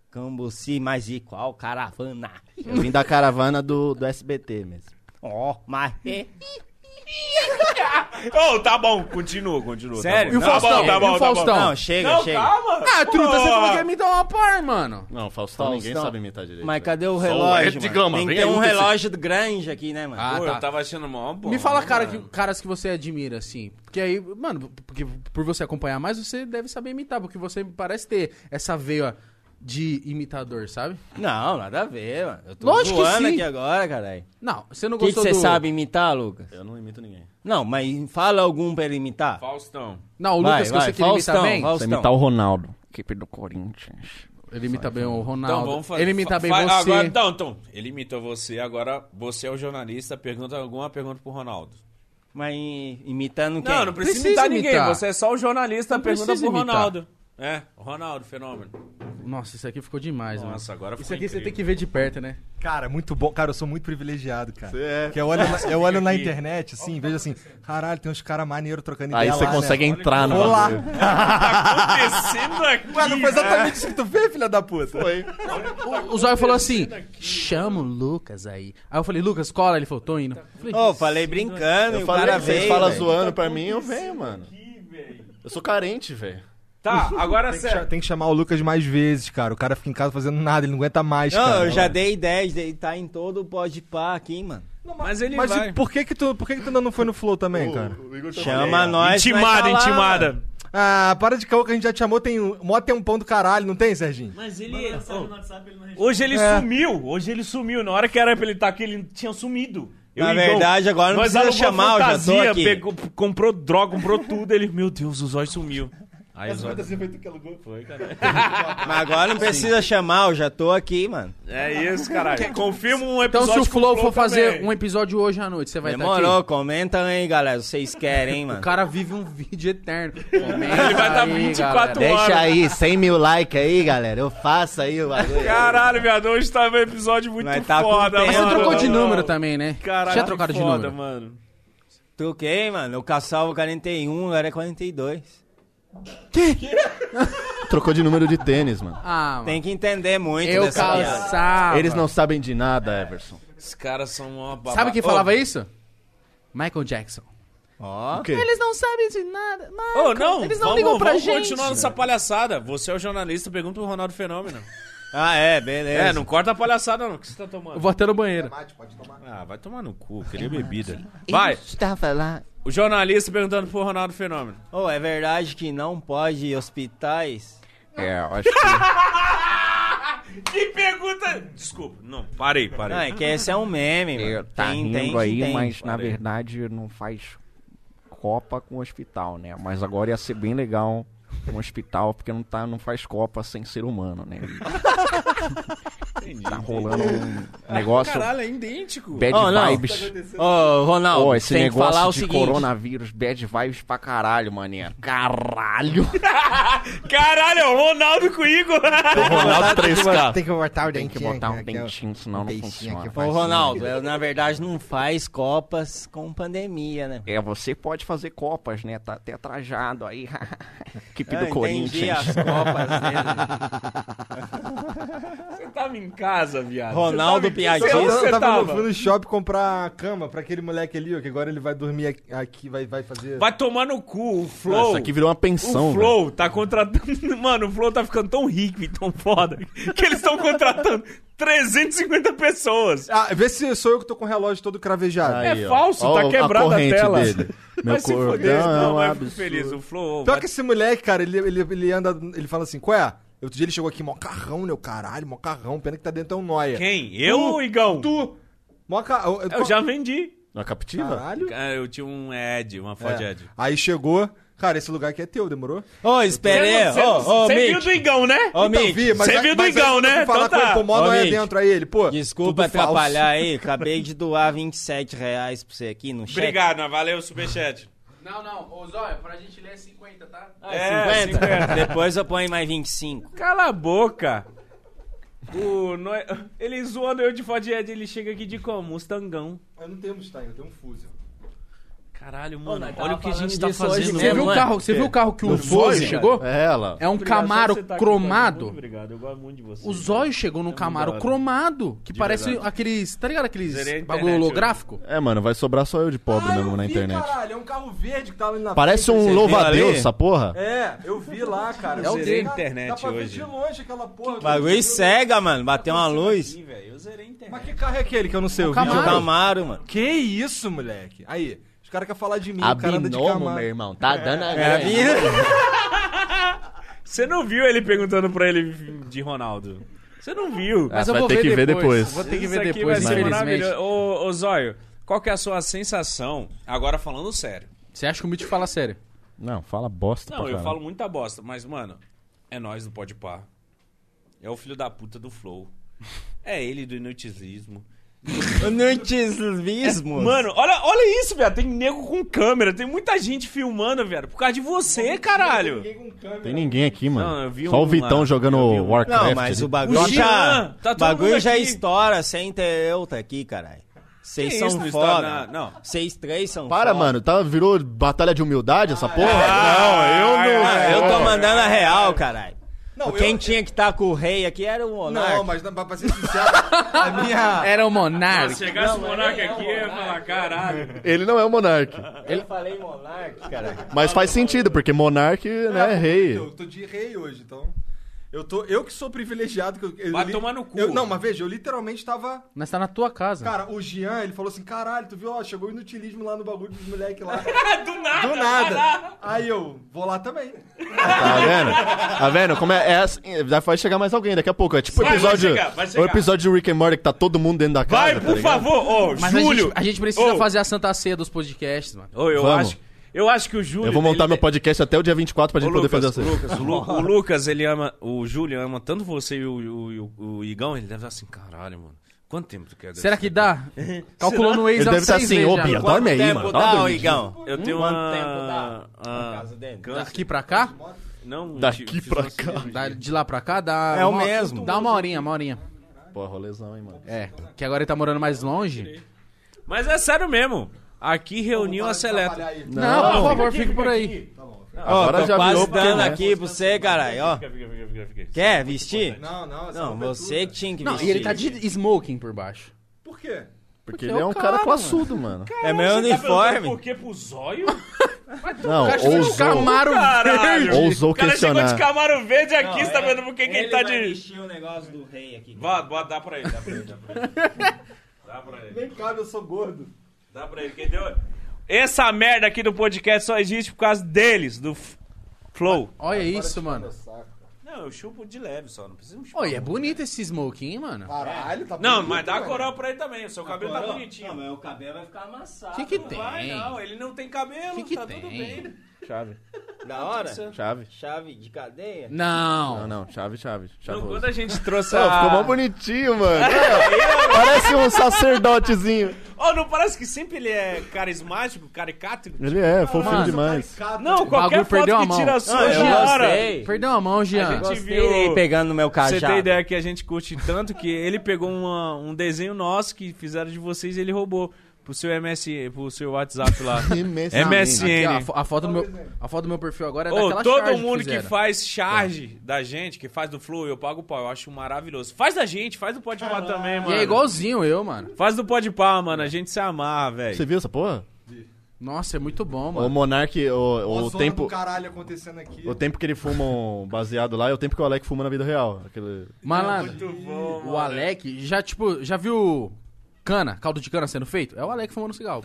[SPEAKER 4] Cambuci, mas e qual caravana?
[SPEAKER 6] Eu vim da caravana do, do SBT mesmo.
[SPEAKER 4] Ó, mas... é.
[SPEAKER 2] Ô, tá bom, continua, continua. Tá
[SPEAKER 1] E
[SPEAKER 4] Sério?
[SPEAKER 1] o
[SPEAKER 2] bom. Tá
[SPEAKER 1] Faustão?
[SPEAKER 2] bom, tá bom,
[SPEAKER 1] E o
[SPEAKER 2] tá bom.
[SPEAKER 1] Faustão?
[SPEAKER 4] Não, chega,
[SPEAKER 2] Não,
[SPEAKER 4] chega.
[SPEAKER 2] calma.
[SPEAKER 1] Ah, truta, você falou que ia
[SPEAKER 2] Pô,
[SPEAKER 1] me dar uma par, mano.
[SPEAKER 6] Não, Faustão, ninguém
[SPEAKER 4] Faustão.
[SPEAKER 6] sabe imitar direito. né?
[SPEAKER 4] Mas
[SPEAKER 6] velho.
[SPEAKER 4] cadê o
[SPEAKER 6] Só
[SPEAKER 4] relógio,
[SPEAKER 6] Ed
[SPEAKER 4] mano?
[SPEAKER 6] Gama,
[SPEAKER 4] Tem que ter
[SPEAKER 6] vem aí,
[SPEAKER 4] um
[SPEAKER 6] Lucas.
[SPEAKER 4] relógio grande aqui, né, mano?
[SPEAKER 1] Ah,
[SPEAKER 2] Pô,
[SPEAKER 1] tá.
[SPEAKER 2] eu tava achando mó bom.
[SPEAKER 1] Me fala cara
[SPEAKER 2] mano.
[SPEAKER 1] que, caras que você admira, assim. Porque aí, mano, porque por você acompanhar mais, você deve saber imitar. Porque você parece ter essa veia de imitador, sabe?
[SPEAKER 4] Não, nada a ver, mano. Eu tô
[SPEAKER 1] Lógico que
[SPEAKER 4] zoando
[SPEAKER 1] sim.
[SPEAKER 4] aqui agora, caralho.
[SPEAKER 1] Não, você não
[SPEAKER 4] O que
[SPEAKER 1] gostou
[SPEAKER 4] você
[SPEAKER 1] do...
[SPEAKER 4] sabe imitar, Lucas?
[SPEAKER 6] Eu não imito ninguém.
[SPEAKER 4] Não, mas fala algum pra ele imitar.
[SPEAKER 2] Faustão.
[SPEAKER 1] Não, o Lucas, que você queria imitar bem,
[SPEAKER 4] Faustão.
[SPEAKER 6] o Ronaldo. Equipe do Corinthians.
[SPEAKER 1] ele imita bem o Ronaldo.
[SPEAKER 2] Então vamos fazer.
[SPEAKER 1] Ele imita bem você.
[SPEAKER 2] Agora, então, então, ele imita você, agora você é o jornalista, pergunta alguma pergunta pro Ronaldo.
[SPEAKER 4] Mas imitando quem?
[SPEAKER 2] Não, não precisa,
[SPEAKER 1] Precisa
[SPEAKER 2] imitar,
[SPEAKER 1] imitar.
[SPEAKER 2] ninguém, você é só o jornalista,
[SPEAKER 1] Não
[SPEAKER 2] pergunta
[SPEAKER 1] precisa
[SPEAKER 2] pro
[SPEAKER 1] imitar.
[SPEAKER 2] Ronaldo. É, Ronaldo, fenômeno.
[SPEAKER 1] Nossa, isso aqui ficou demais, mano.
[SPEAKER 2] Nossa, agora
[SPEAKER 1] Isso
[SPEAKER 2] ficou
[SPEAKER 1] aqui você tem
[SPEAKER 2] incrível.
[SPEAKER 1] que ver de perto, né?
[SPEAKER 8] Cara, muito bom. Cara, eu sou muito privilegiado, cara.
[SPEAKER 6] é.
[SPEAKER 8] Que eu olho, na, eu olho na
[SPEAKER 2] aqui.
[SPEAKER 8] internet, assim, vejo assim, caralho, tem uns caras maneiros trocando
[SPEAKER 6] Aí
[SPEAKER 8] ideia
[SPEAKER 6] você
[SPEAKER 8] lá,
[SPEAKER 6] consegue entrar no
[SPEAKER 8] Né? Olá.
[SPEAKER 6] bagulho.
[SPEAKER 8] <laughs>
[SPEAKER 2] <laughs> acontecendo aqui.
[SPEAKER 8] Ué, não foi exatamente isso que tu fez, filha da puta.
[SPEAKER 6] Foi.
[SPEAKER 1] O, o Zóio falou assim, chama o Lucas aí. Aí eu falei, Lucas, cola. Ele falou, tô indo. Eu falei,
[SPEAKER 4] Ô, falei brincando, e
[SPEAKER 6] Eu
[SPEAKER 4] o
[SPEAKER 6] falei,
[SPEAKER 4] cara
[SPEAKER 6] vocês
[SPEAKER 4] veio,
[SPEAKER 6] falam
[SPEAKER 4] velho.
[SPEAKER 6] zoando pra mim, eu venho, mano. Eu sou carente, velho.
[SPEAKER 2] Tá, agora
[SPEAKER 8] Tem que cha-
[SPEAKER 2] sério.
[SPEAKER 8] Tem que chamar o Lucas mais vezes, cara. O cara fica em casa fazendo nada, ele não é? aguenta mais,
[SPEAKER 4] Não,
[SPEAKER 8] cara.
[SPEAKER 4] eu já dei 10, ele tá em todo o pode pá aqui, mano.
[SPEAKER 2] Mas ele
[SPEAKER 8] Mas
[SPEAKER 2] vai.
[SPEAKER 8] e por que que tu, por que que tu ainda não foi no flow também, cara?
[SPEAKER 4] Chama nós.
[SPEAKER 2] Intimada,
[SPEAKER 4] nós tá lá,
[SPEAKER 2] intimada.
[SPEAKER 4] mano.
[SPEAKER 8] Ah, para de caô que a gente já te chamou, tem um- mó tempão do caralho, não tem, Serginho?
[SPEAKER 2] Mas ele. Hoje ele
[SPEAKER 1] É.
[SPEAKER 2] sumiu. Hoje ele sumiu. Na hora que era pra ele estar aqui, ele tinha sumido. Eu
[SPEAKER 4] Na
[SPEAKER 2] e o Igão,
[SPEAKER 4] verdade, agora não
[SPEAKER 2] nós
[SPEAKER 4] precisa
[SPEAKER 2] alugou
[SPEAKER 4] chamar, eu já tô
[SPEAKER 2] fantasia,
[SPEAKER 4] aqui.
[SPEAKER 2] pegou- comprou droga, comprou tudo. Ele, meu Deus, o Zóio sumiu. Aí o Zóio.
[SPEAKER 4] Mas agora não precisa chamar, eu já tô aqui, mano.
[SPEAKER 2] É isso, caralho. Confirma um
[SPEAKER 1] Então,
[SPEAKER 2] episódio.
[SPEAKER 1] se o
[SPEAKER 2] com
[SPEAKER 1] Flow for fazer
[SPEAKER 2] também.
[SPEAKER 1] um episódio hoje à noite, você vai estar tá aqui?
[SPEAKER 4] Demorou, comenta aí, galera. Vocês querem, hein,
[SPEAKER 1] O
[SPEAKER 4] mano?
[SPEAKER 1] cara vive um vídeo eterno.
[SPEAKER 2] <laughs> Ele vai dar 24
[SPEAKER 5] Deixa
[SPEAKER 2] horas.
[SPEAKER 5] aí, 100 mil likes aí, galera. Eu faço aí o bagulho.
[SPEAKER 2] Caralho, viado, hoje tá um episódio muito
[SPEAKER 4] Vai tá com
[SPEAKER 2] foda,
[SPEAKER 4] tempo.
[SPEAKER 2] mano.
[SPEAKER 1] Mas você trocou de
[SPEAKER 2] Não,
[SPEAKER 1] número
[SPEAKER 2] não.
[SPEAKER 1] também, né?
[SPEAKER 2] Caralho,
[SPEAKER 1] Já trocaram
[SPEAKER 2] que
[SPEAKER 1] de
[SPEAKER 2] foda,
[SPEAKER 1] número?
[SPEAKER 2] mano.
[SPEAKER 4] Troquei, mano. Eu caçava o 41, era 42.
[SPEAKER 6] Trocou de número de tênis, mano.
[SPEAKER 1] Ah, mano.
[SPEAKER 4] Tem que entender muito
[SPEAKER 1] Eu
[SPEAKER 4] dessa piada.
[SPEAKER 1] calçava.
[SPEAKER 6] Eles não sabem de nada, Everson.
[SPEAKER 2] Os caras são uma babá.
[SPEAKER 1] Sabe quem falava isso? Michael Jackson.
[SPEAKER 4] Ó,
[SPEAKER 6] O quê?
[SPEAKER 1] Eles não sabem de nada. Michael,
[SPEAKER 2] Ô, não,
[SPEAKER 1] eles não
[SPEAKER 2] vamos,
[SPEAKER 1] ligam pra
[SPEAKER 2] vamos
[SPEAKER 1] gente.
[SPEAKER 2] continuar nessa palhaçada. Você é o jornalista, pergunta pro Ronaldo Fenômeno.
[SPEAKER 4] Ah, é, beleza.
[SPEAKER 2] É, não corta a palhaçada não, o que você tá tomando?
[SPEAKER 1] Eu vou até no banheiro.
[SPEAKER 2] Ah, vai tomar no cu, queria bebida. Vai,
[SPEAKER 5] Estava lá.
[SPEAKER 2] o jornalista perguntando pro Ronaldo Fenômeno.
[SPEAKER 4] Ô, é verdade que não pode ir hospitais?
[SPEAKER 6] É, eu acho que.
[SPEAKER 2] Que pergunta... Desculpa, não, parei, parei.
[SPEAKER 4] Não, é que esse é um meme, mano.
[SPEAKER 6] tá
[SPEAKER 4] Tem, tem, tem.
[SPEAKER 9] na verdade não faz copa com o hospital, né? Mas agora ia ser bem legal
[SPEAKER 6] um hospital, porque não, tá, não faz Copa sem ser humano, né? tá rolando um negócio
[SPEAKER 2] Caralho, é idêntico.
[SPEAKER 6] bad
[SPEAKER 4] Ó, não.
[SPEAKER 6] vibes.
[SPEAKER 4] Ô, Ronaldo,
[SPEAKER 6] Ó, esse
[SPEAKER 4] tem que
[SPEAKER 6] negócio
[SPEAKER 4] falar o
[SPEAKER 6] de
[SPEAKER 4] seguinte.
[SPEAKER 6] coronavírus, bad vibes pra caralho, mané. Caralho.
[SPEAKER 2] <laughs> Caralho, é o Ronaldo com o Igor. <laughs>
[SPEAKER 6] Ronaldo
[SPEAKER 8] Tem que botar-
[SPEAKER 6] 3K.
[SPEAKER 8] Tem que botar o
[SPEAKER 6] Tem
[SPEAKER 8] dentinho.
[SPEAKER 6] que botar um
[SPEAKER 8] aqui, ó.
[SPEAKER 6] dentinho, senão não
[SPEAKER 8] dentinho
[SPEAKER 6] funciona.
[SPEAKER 8] aqui,
[SPEAKER 4] Ô, Ronaldo, é, na verdade não faz Copas com pandemia, né?
[SPEAKER 6] É, você pode fazer copas, né? Tá até trajado aí. <laughs> Equipe
[SPEAKER 4] Ah,
[SPEAKER 6] do
[SPEAKER 4] entendi
[SPEAKER 6] Corinthians.
[SPEAKER 4] as Copas dele.
[SPEAKER 2] Você tava em casa, viado.
[SPEAKER 4] Ronaldo
[SPEAKER 2] Você tava em casa.
[SPEAKER 8] Eu,
[SPEAKER 4] Piadista.
[SPEAKER 2] Você
[SPEAKER 8] eu tava, no-
[SPEAKER 2] tava.
[SPEAKER 8] fui no shopping comprar a cama pra aquele moleque ali, ó, que agora ele vai dormir aqui- aqui, vai, vai fazer...
[SPEAKER 2] Vai tomar no cu, o Flow.
[SPEAKER 6] Isso aqui virou uma pensão.
[SPEAKER 2] o
[SPEAKER 6] velho.
[SPEAKER 2] Flow tá contratando. <laughs> Mano, o Flow tá ficando tão rico e tão foda que eles estão contratando 350 pessoas.
[SPEAKER 8] Ah, vê se sou eu que tô com o relógio todo cravejado.
[SPEAKER 6] Aí,
[SPEAKER 2] é
[SPEAKER 6] ó.
[SPEAKER 2] falso,
[SPEAKER 6] Ó,
[SPEAKER 2] tá
[SPEAKER 6] a
[SPEAKER 2] quebrada a
[SPEAKER 6] corrente
[SPEAKER 2] tela.
[SPEAKER 6] dele. Meu
[SPEAKER 2] vai se
[SPEAKER 6] cordão
[SPEAKER 2] foder, não,
[SPEAKER 6] é um
[SPEAKER 2] vai ficar
[SPEAKER 6] absurdo.
[SPEAKER 2] feliz. O Flow.
[SPEAKER 8] Pior
[SPEAKER 2] vai-
[SPEAKER 8] que esse moleque, cara, ele, ele, ele anda. Ele fala assim, qual é? Outro dia ele chegou aqui, mó carrão, meu caralho, mó carrão, pena que tá dentro é um noia.
[SPEAKER 2] Quem? Eu ou Igão?
[SPEAKER 8] Tu! Mó carrão.
[SPEAKER 2] Eu já vendi.
[SPEAKER 6] Na captiva?
[SPEAKER 8] Caralho.
[SPEAKER 2] Ah, Eu tinha um Ed, uma Ford
[SPEAKER 8] É.
[SPEAKER 2] Ed.
[SPEAKER 8] Aí chegou, cara, esse lugar aqui é teu, demorou?
[SPEAKER 4] Ô, espere,
[SPEAKER 2] Você-
[SPEAKER 4] ô, ô,
[SPEAKER 2] você viu
[SPEAKER 4] Mick,
[SPEAKER 2] do Igão, né?
[SPEAKER 4] ô,
[SPEAKER 8] Então,
[SPEAKER 4] Mick,
[SPEAKER 8] vi, mas
[SPEAKER 2] Cê
[SPEAKER 8] aí-
[SPEAKER 2] viu do
[SPEAKER 8] mas aí
[SPEAKER 2] Igão,
[SPEAKER 8] eu fui
[SPEAKER 2] né?
[SPEAKER 8] Falar
[SPEAKER 2] Então tá.
[SPEAKER 8] com ele, pô, mó
[SPEAKER 4] Ô,
[SPEAKER 8] noia
[SPEAKER 4] Mick,
[SPEAKER 8] dentro aí, ele, pô.
[SPEAKER 4] desculpa
[SPEAKER 8] tudo falso.
[SPEAKER 4] atrapalhar aí, acabei de doar 27 reais pra você aqui no chat.
[SPEAKER 2] Obrigado, né? valeu, Superchat.
[SPEAKER 1] Não, não. Ô, Zóia, pra gente ler 50, tá?
[SPEAKER 2] É,
[SPEAKER 4] 50. Depois eu ponho mais 25.
[SPEAKER 2] Cala a boca. O Noé- Ele zoando eu de Ford Ed, ele chega aqui de como? Mustangão.
[SPEAKER 8] Eu não tenho Mustang, eu tenho um Fusion.
[SPEAKER 2] Caralho, mano,
[SPEAKER 4] nós
[SPEAKER 2] olha
[SPEAKER 4] tava
[SPEAKER 2] o que a
[SPEAKER 4] falando
[SPEAKER 2] gente tá
[SPEAKER 4] disso hoje
[SPEAKER 2] fazendo.
[SPEAKER 4] mesmo.
[SPEAKER 1] Você viu, o
[SPEAKER 4] Mano,
[SPEAKER 1] carro, você viu o carro que o Zóio chegou?
[SPEAKER 6] É ela.
[SPEAKER 1] É um
[SPEAKER 2] Obrigado,
[SPEAKER 1] Camaro
[SPEAKER 2] só você tá aqui, cara. Muito
[SPEAKER 1] cromado.
[SPEAKER 2] obrigado, eu gosto muito de você.
[SPEAKER 1] O Zóio chegou num
[SPEAKER 2] muito da
[SPEAKER 1] Camaro
[SPEAKER 2] hora.
[SPEAKER 1] cromado, que parece
[SPEAKER 2] verdade.
[SPEAKER 1] aqueles. Tá ligado aqueles
[SPEAKER 2] Zerei a internet
[SPEAKER 1] bagulho
[SPEAKER 2] hoje.
[SPEAKER 1] holográfico?
[SPEAKER 6] É, mano, vai sobrar só eu de pobre mesmo na internet.
[SPEAKER 8] Ah, Caralho, é um carro verde que tá ali na
[SPEAKER 6] Parece um louva-a-deus essa porra.
[SPEAKER 8] É, eu vi lá, cara.
[SPEAKER 2] É o
[SPEAKER 8] Zerei
[SPEAKER 2] dele.
[SPEAKER 8] na-
[SPEAKER 2] internet
[SPEAKER 8] Dá pra ver
[SPEAKER 2] hoje.
[SPEAKER 8] de longe aquela porra. né?
[SPEAKER 4] O bagulho cega, mano, bateu uma luz.
[SPEAKER 2] Ih, velho, eu zerei a internet.
[SPEAKER 8] Mas que carro é aquele que eu não sei? Eu vi
[SPEAKER 1] Camaro.
[SPEAKER 8] de longe.
[SPEAKER 4] Camaro, mano.
[SPEAKER 8] Que isso, moleque? Aí, os caras querem falar de mim,
[SPEAKER 5] A
[SPEAKER 8] É, o cara anda de
[SPEAKER 5] binomo, meu
[SPEAKER 8] Camaro.
[SPEAKER 5] irmão. Tá dando a
[SPEAKER 4] É, vi-
[SPEAKER 2] Você não viu ele perguntando pra ele de Ronaldo? Você não viu.
[SPEAKER 6] Ah, vai ter que ver depois.
[SPEAKER 1] Vou ter que
[SPEAKER 2] Isso
[SPEAKER 1] ver
[SPEAKER 2] aqui
[SPEAKER 1] depois,
[SPEAKER 2] vai ser
[SPEAKER 1] infelizmente.
[SPEAKER 2] maravilhoso. Ô, ô Zóio, qual que é a sua sensação, agora falando sério?
[SPEAKER 1] Você acha que o Mitch fala sério?
[SPEAKER 6] Não, fala bosta
[SPEAKER 2] Não,
[SPEAKER 6] pra
[SPEAKER 2] eu
[SPEAKER 6] caralho.
[SPEAKER 2] falo muita bosta, mas, mano, é nós do Pode Par. É o filho da puta do Flow. É ele do inutilismo.
[SPEAKER 4] o nutilismo.
[SPEAKER 2] Mano, olha, olha isso, velho. Tem nego com câmera, tem muita gente filmando, velho. Por causa de você, caralho.
[SPEAKER 6] Tem ninguém aqui, mano.
[SPEAKER 2] Não, eu vi
[SPEAKER 6] Só
[SPEAKER 2] um
[SPEAKER 6] o Vitão
[SPEAKER 2] lá.
[SPEAKER 6] jogando
[SPEAKER 2] Eu vi um.
[SPEAKER 6] Warcraft.
[SPEAKER 4] Não, mas
[SPEAKER 6] ali.
[SPEAKER 4] o bagulho
[SPEAKER 2] O
[SPEAKER 4] já,
[SPEAKER 2] Jean, tá todo
[SPEAKER 4] bagulho
[SPEAKER 2] mundo
[SPEAKER 4] já
[SPEAKER 2] aqui.
[SPEAKER 4] estoura sem ter eu tá aqui, caralho. Vocês
[SPEAKER 2] Que
[SPEAKER 4] são
[SPEAKER 2] isso, não está na-
[SPEAKER 4] foda.
[SPEAKER 2] não.
[SPEAKER 4] Vocês três são
[SPEAKER 6] Para,
[SPEAKER 4] foda.
[SPEAKER 6] mano. Tá, virou batalha de humildade essa porra?
[SPEAKER 2] não, eu
[SPEAKER 4] Ah,
[SPEAKER 6] É,
[SPEAKER 4] eu tô mandando a real, caralho.
[SPEAKER 8] Não,
[SPEAKER 4] Quem
[SPEAKER 8] eu-
[SPEAKER 4] tinha que estar com o rei aqui era o Monarca.
[SPEAKER 8] Não, mas não, pra pra ser sincero, a minha...
[SPEAKER 1] Era o Monark.
[SPEAKER 2] Chegasse o
[SPEAKER 1] é,
[SPEAKER 2] Monark aqui, eu ia falar, caralho.
[SPEAKER 6] Ele não é o Monarque.
[SPEAKER 4] Eu falei Monarca, caralho.
[SPEAKER 6] Mas faz sentido, porque Monarque, né, <laughs> é rei.
[SPEAKER 8] Eu tô de rei hoje, então... Eu, tô, eu que sou privilegiado. Que eu, eu
[SPEAKER 2] Vai tomar no cu.
[SPEAKER 8] eu- não, mas veja, eu literalmente tava...
[SPEAKER 1] Mas tá na tua casa.
[SPEAKER 8] Cara, o Jean, ele falou assim, caralho, tu viu, ó, chegou o inutilismo lá no bagulho dos moleques lá.
[SPEAKER 2] <laughs> Do nada.
[SPEAKER 8] Do nada. Aí eu, vou lá também.
[SPEAKER 6] Tá vendo? Tá vendo? Como é, é assim, já vai chegar mais alguém daqui a pouco. É tipo o
[SPEAKER 2] Vai, vai
[SPEAKER 6] episódio.
[SPEAKER 2] chegar, vai chegar.
[SPEAKER 6] O episódio de Rick and Morty que tá todo mundo dentro da casa.
[SPEAKER 2] Vai,
[SPEAKER 6] tá
[SPEAKER 2] por
[SPEAKER 6] ligado?
[SPEAKER 2] favor. Ô,
[SPEAKER 1] Mas
[SPEAKER 2] Júlio.
[SPEAKER 1] A, gente, a gente precisa
[SPEAKER 2] Ô,
[SPEAKER 1] fazer a Santa Ceia dos podcasts, mano.
[SPEAKER 2] ô, eu,
[SPEAKER 6] Vamos.
[SPEAKER 2] acho, eu acho que o Júlio...
[SPEAKER 6] Eu vou montar
[SPEAKER 2] ele-
[SPEAKER 6] meu podcast até o dia 24 pra gente
[SPEAKER 2] Ô,
[SPEAKER 6] poder
[SPEAKER 2] Lucas,
[SPEAKER 6] fazer assim.
[SPEAKER 2] Lucas, o, Lu- o Lucas, ele ama... O Júlio ama tanto você e o, o, o, o Igão, ele deve estar assim, caralho, mano. Quanto tempo tu quer?
[SPEAKER 1] Será que dá? Calculando o ex
[SPEAKER 6] Ele
[SPEAKER 1] é
[SPEAKER 6] deve
[SPEAKER 1] uns
[SPEAKER 6] estar
[SPEAKER 1] seis
[SPEAKER 6] assim,
[SPEAKER 1] vezes
[SPEAKER 6] ô
[SPEAKER 1] já.
[SPEAKER 6] Bia,
[SPEAKER 4] Quanto
[SPEAKER 6] dorme aí,
[SPEAKER 2] tá?
[SPEAKER 4] tempo
[SPEAKER 6] mano.
[SPEAKER 4] dá,
[SPEAKER 6] Dá um
[SPEAKER 4] ô
[SPEAKER 6] dormidinho.
[SPEAKER 4] Igão?
[SPEAKER 2] Eu tenho
[SPEAKER 4] Quanto
[SPEAKER 2] uma...
[SPEAKER 4] tempo dá?
[SPEAKER 2] ah,
[SPEAKER 4] Na casa dele.
[SPEAKER 6] tá-
[SPEAKER 1] Daqui pra cá?
[SPEAKER 2] Não, tipo, assim,
[SPEAKER 6] Daqui
[SPEAKER 2] fiz
[SPEAKER 6] pra
[SPEAKER 2] uma
[SPEAKER 6] cá.
[SPEAKER 2] cirurgia.
[SPEAKER 1] Da- de lá pra cá dá.
[SPEAKER 4] É o
[SPEAKER 1] uma-
[SPEAKER 4] mesmo.
[SPEAKER 1] Dá uma horinha, uma horinha.
[SPEAKER 6] Pô, rolezão, hein, mano.
[SPEAKER 1] É. Que agora ele tá morando mais longe.
[SPEAKER 2] Mas é sério mesmo. Aqui reuniu a seleta.
[SPEAKER 8] Aí,
[SPEAKER 1] Não, por favor, fique por aí.
[SPEAKER 4] Ó,
[SPEAKER 6] Agora
[SPEAKER 4] tô
[SPEAKER 6] já
[SPEAKER 4] quase
[SPEAKER 6] virou porque,
[SPEAKER 4] dando
[SPEAKER 6] né?
[SPEAKER 4] aqui pra você, caralho, ó.
[SPEAKER 2] Fica, fica, fica, fica, fica.
[SPEAKER 4] Quer vestir?
[SPEAKER 8] Não, não, essa
[SPEAKER 4] Não,
[SPEAKER 8] roupa é
[SPEAKER 4] você
[SPEAKER 8] tua.
[SPEAKER 4] que tinha que
[SPEAKER 1] Não,
[SPEAKER 4] vestir.
[SPEAKER 1] e ele tá de smoking por baixo.
[SPEAKER 8] Por quê?
[SPEAKER 6] Porque ele é um cara classudo, mano.
[SPEAKER 4] É
[SPEAKER 2] Você tá
[SPEAKER 4] meu
[SPEAKER 2] perguntando
[SPEAKER 4] uniforme.
[SPEAKER 2] Por que pro zóio?
[SPEAKER 6] Não,
[SPEAKER 1] Acho que o
[SPEAKER 6] ousou.
[SPEAKER 1] Camaro
[SPEAKER 2] Caralho.
[SPEAKER 1] verde.
[SPEAKER 6] Ousou
[SPEAKER 2] O cara chegou de
[SPEAKER 6] questionar.
[SPEAKER 2] Camaro verde aqui, você tá
[SPEAKER 4] é,
[SPEAKER 2] vendo por que que ele tá de...
[SPEAKER 4] vestir o negócio do rei aqui.
[SPEAKER 2] Vá, vá, dá pra ele, dá pra ele, dá pra ele. Dá pra ele,
[SPEAKER 8] Nem cabe, eu sou gordo.
[SPEAKER 2] dá pra ele. Quem deu- Essa merda aqui do podcast só existe por causa deles, do F- Flow.
[SPEAKER 1] Olha isso, mano.
[SPEAKER 2] Não, eu chupo de leve só, não precisa um me chupar.
[SPEAKER 1] Olha, é bonito esse smoking, mano.
[SPEAKER 8] Caralho, tá
[SPEAKER 2] Não,
[SPEAKER 8] bonito,
[SPEAKER 2] mas dá
[SPEAKER 8] velho.
[SPEAKER 2] coral pra ele também, o seu cabelo tá
[SPEAKER 4] Não,
[SPEAKER 2] bonitinho.
[SPEAKER 4] mas o cabelo vai ficar amassado.
[SPEAKER 1] Que que
[SPEAKER 4] mano.
[SPEAKER 1] tem?
[SPEAKER 2] Vai não, ele não tem cabelo,
[SPEAKER 1] Que que
[SPEAKER 2] tá tudo
[SPEAKER 1] tem?
[SPEAKER 2] bem. Chave.
[SPEAKER 4] Da hora?
[SPEAKER 6] Chave.
[SPEAKER 4] Chave de cadeia?
[SPEAKER 6] Não,
[SPEAKER 1] Não.
[SPEAKER 6] não, chave, chave.
[SPEAKER 2] Então,
[SPEAKER 6] Chavoso.
[SPEAKER 2] quando a gente trouxe
[SPEAKER 6] Ó,
[SPEAKER 2] a...
[SPEAKER 6] ficou mó bonitinho,
[SPEAKER 2] <laughs>
[SPEAKER 6] mano. Ó, Parece um sacerdotezinho.
[SPEAKER 2] Oh, não parece que sempre ele é carismático, caricato?
[SPEAKER 6] Ele é, fofinho
[SPEAKER 1] Mano.
[SPEAKER 6] demais.
[SPEAKER 2] Não, qualquer
[SPEAKER 1] bagulho
[SPEAKER 2] foto
[SPEAKER 1] perdeu a
[SPEAKER 2] que
[SPEAKER 1] mão.
[SPEAKER 2] tira a Ah, sua,
[SPEAKER 4] eu
[SPEAKER 2] já era.
[SPEAKER 4] gostei.
[SPEAKER 1] Perdão a mão, Jean.
[SPEAKER 2] gente-
[SPEAKER 4] Gostei
[SPEAKER 2] viu-
[SPEAKER 4] dele pegando no meu cajado.
[SPEAKER 2] Você tem ideia que a gente curte tanto que ele pegou uma- um desenho nosso que fizeram de vocês e ele roubou pro seu MS, pro seu WhatsApp
[SPEAKER 1] <laughs>
[SPEAKER 2] lá. É
[SPEAKER 1] Aqui, ó,
[SPEAKER 2] MSN.
[SPEAKER 1] a, fo- a foto do meu, a foto do meu perfil agora é
[SPEAKER 2] Ô,
[SPEAKER 1] daquela
[SPEAKER 2] todo
[SPEAKER 1] charge
[SPEAKER 2] mundo que,
[SPEAKER 1] fizeram. É.
[SPEAKER 2] faz charge da gente, que faz do Flow, eu pago o pau. Eu acho maravilhoso. Faz da gente, faz do Pode Pá também, mano.
[SPEAKER 1] E é igualzinho eu, mano.
[SPEAKER 2] Faz do Pode Pá, mano. A gente se amarra,
[SPEAKER 6] Você
[SPEAKER 2] velho.
[SPEAKER 6] viu essa porra?
[SPEAKER 1] Nossa, é muito bom,
[SPEAKER 6] O
[SPEAKER 1] mano.
[SPEAKER 6] Monark, o, o
[SPEAKER 8] Ozona
[SPEAKER 6] tempo...
[SPEAKER 8] do caralho acontecendo aqui.
[SPEAKER 6] O tempo que ele fuma um baseado lá é o tempo que o Alec fuma na vida real. Aquele...
[SPEAKER 1] Malandro,
[SPEAKER 2] é
[SPEAKER 1] o Alec já, tipo, já viu cana, caldo de cana sendo feito? É o Alec fumando cigarro.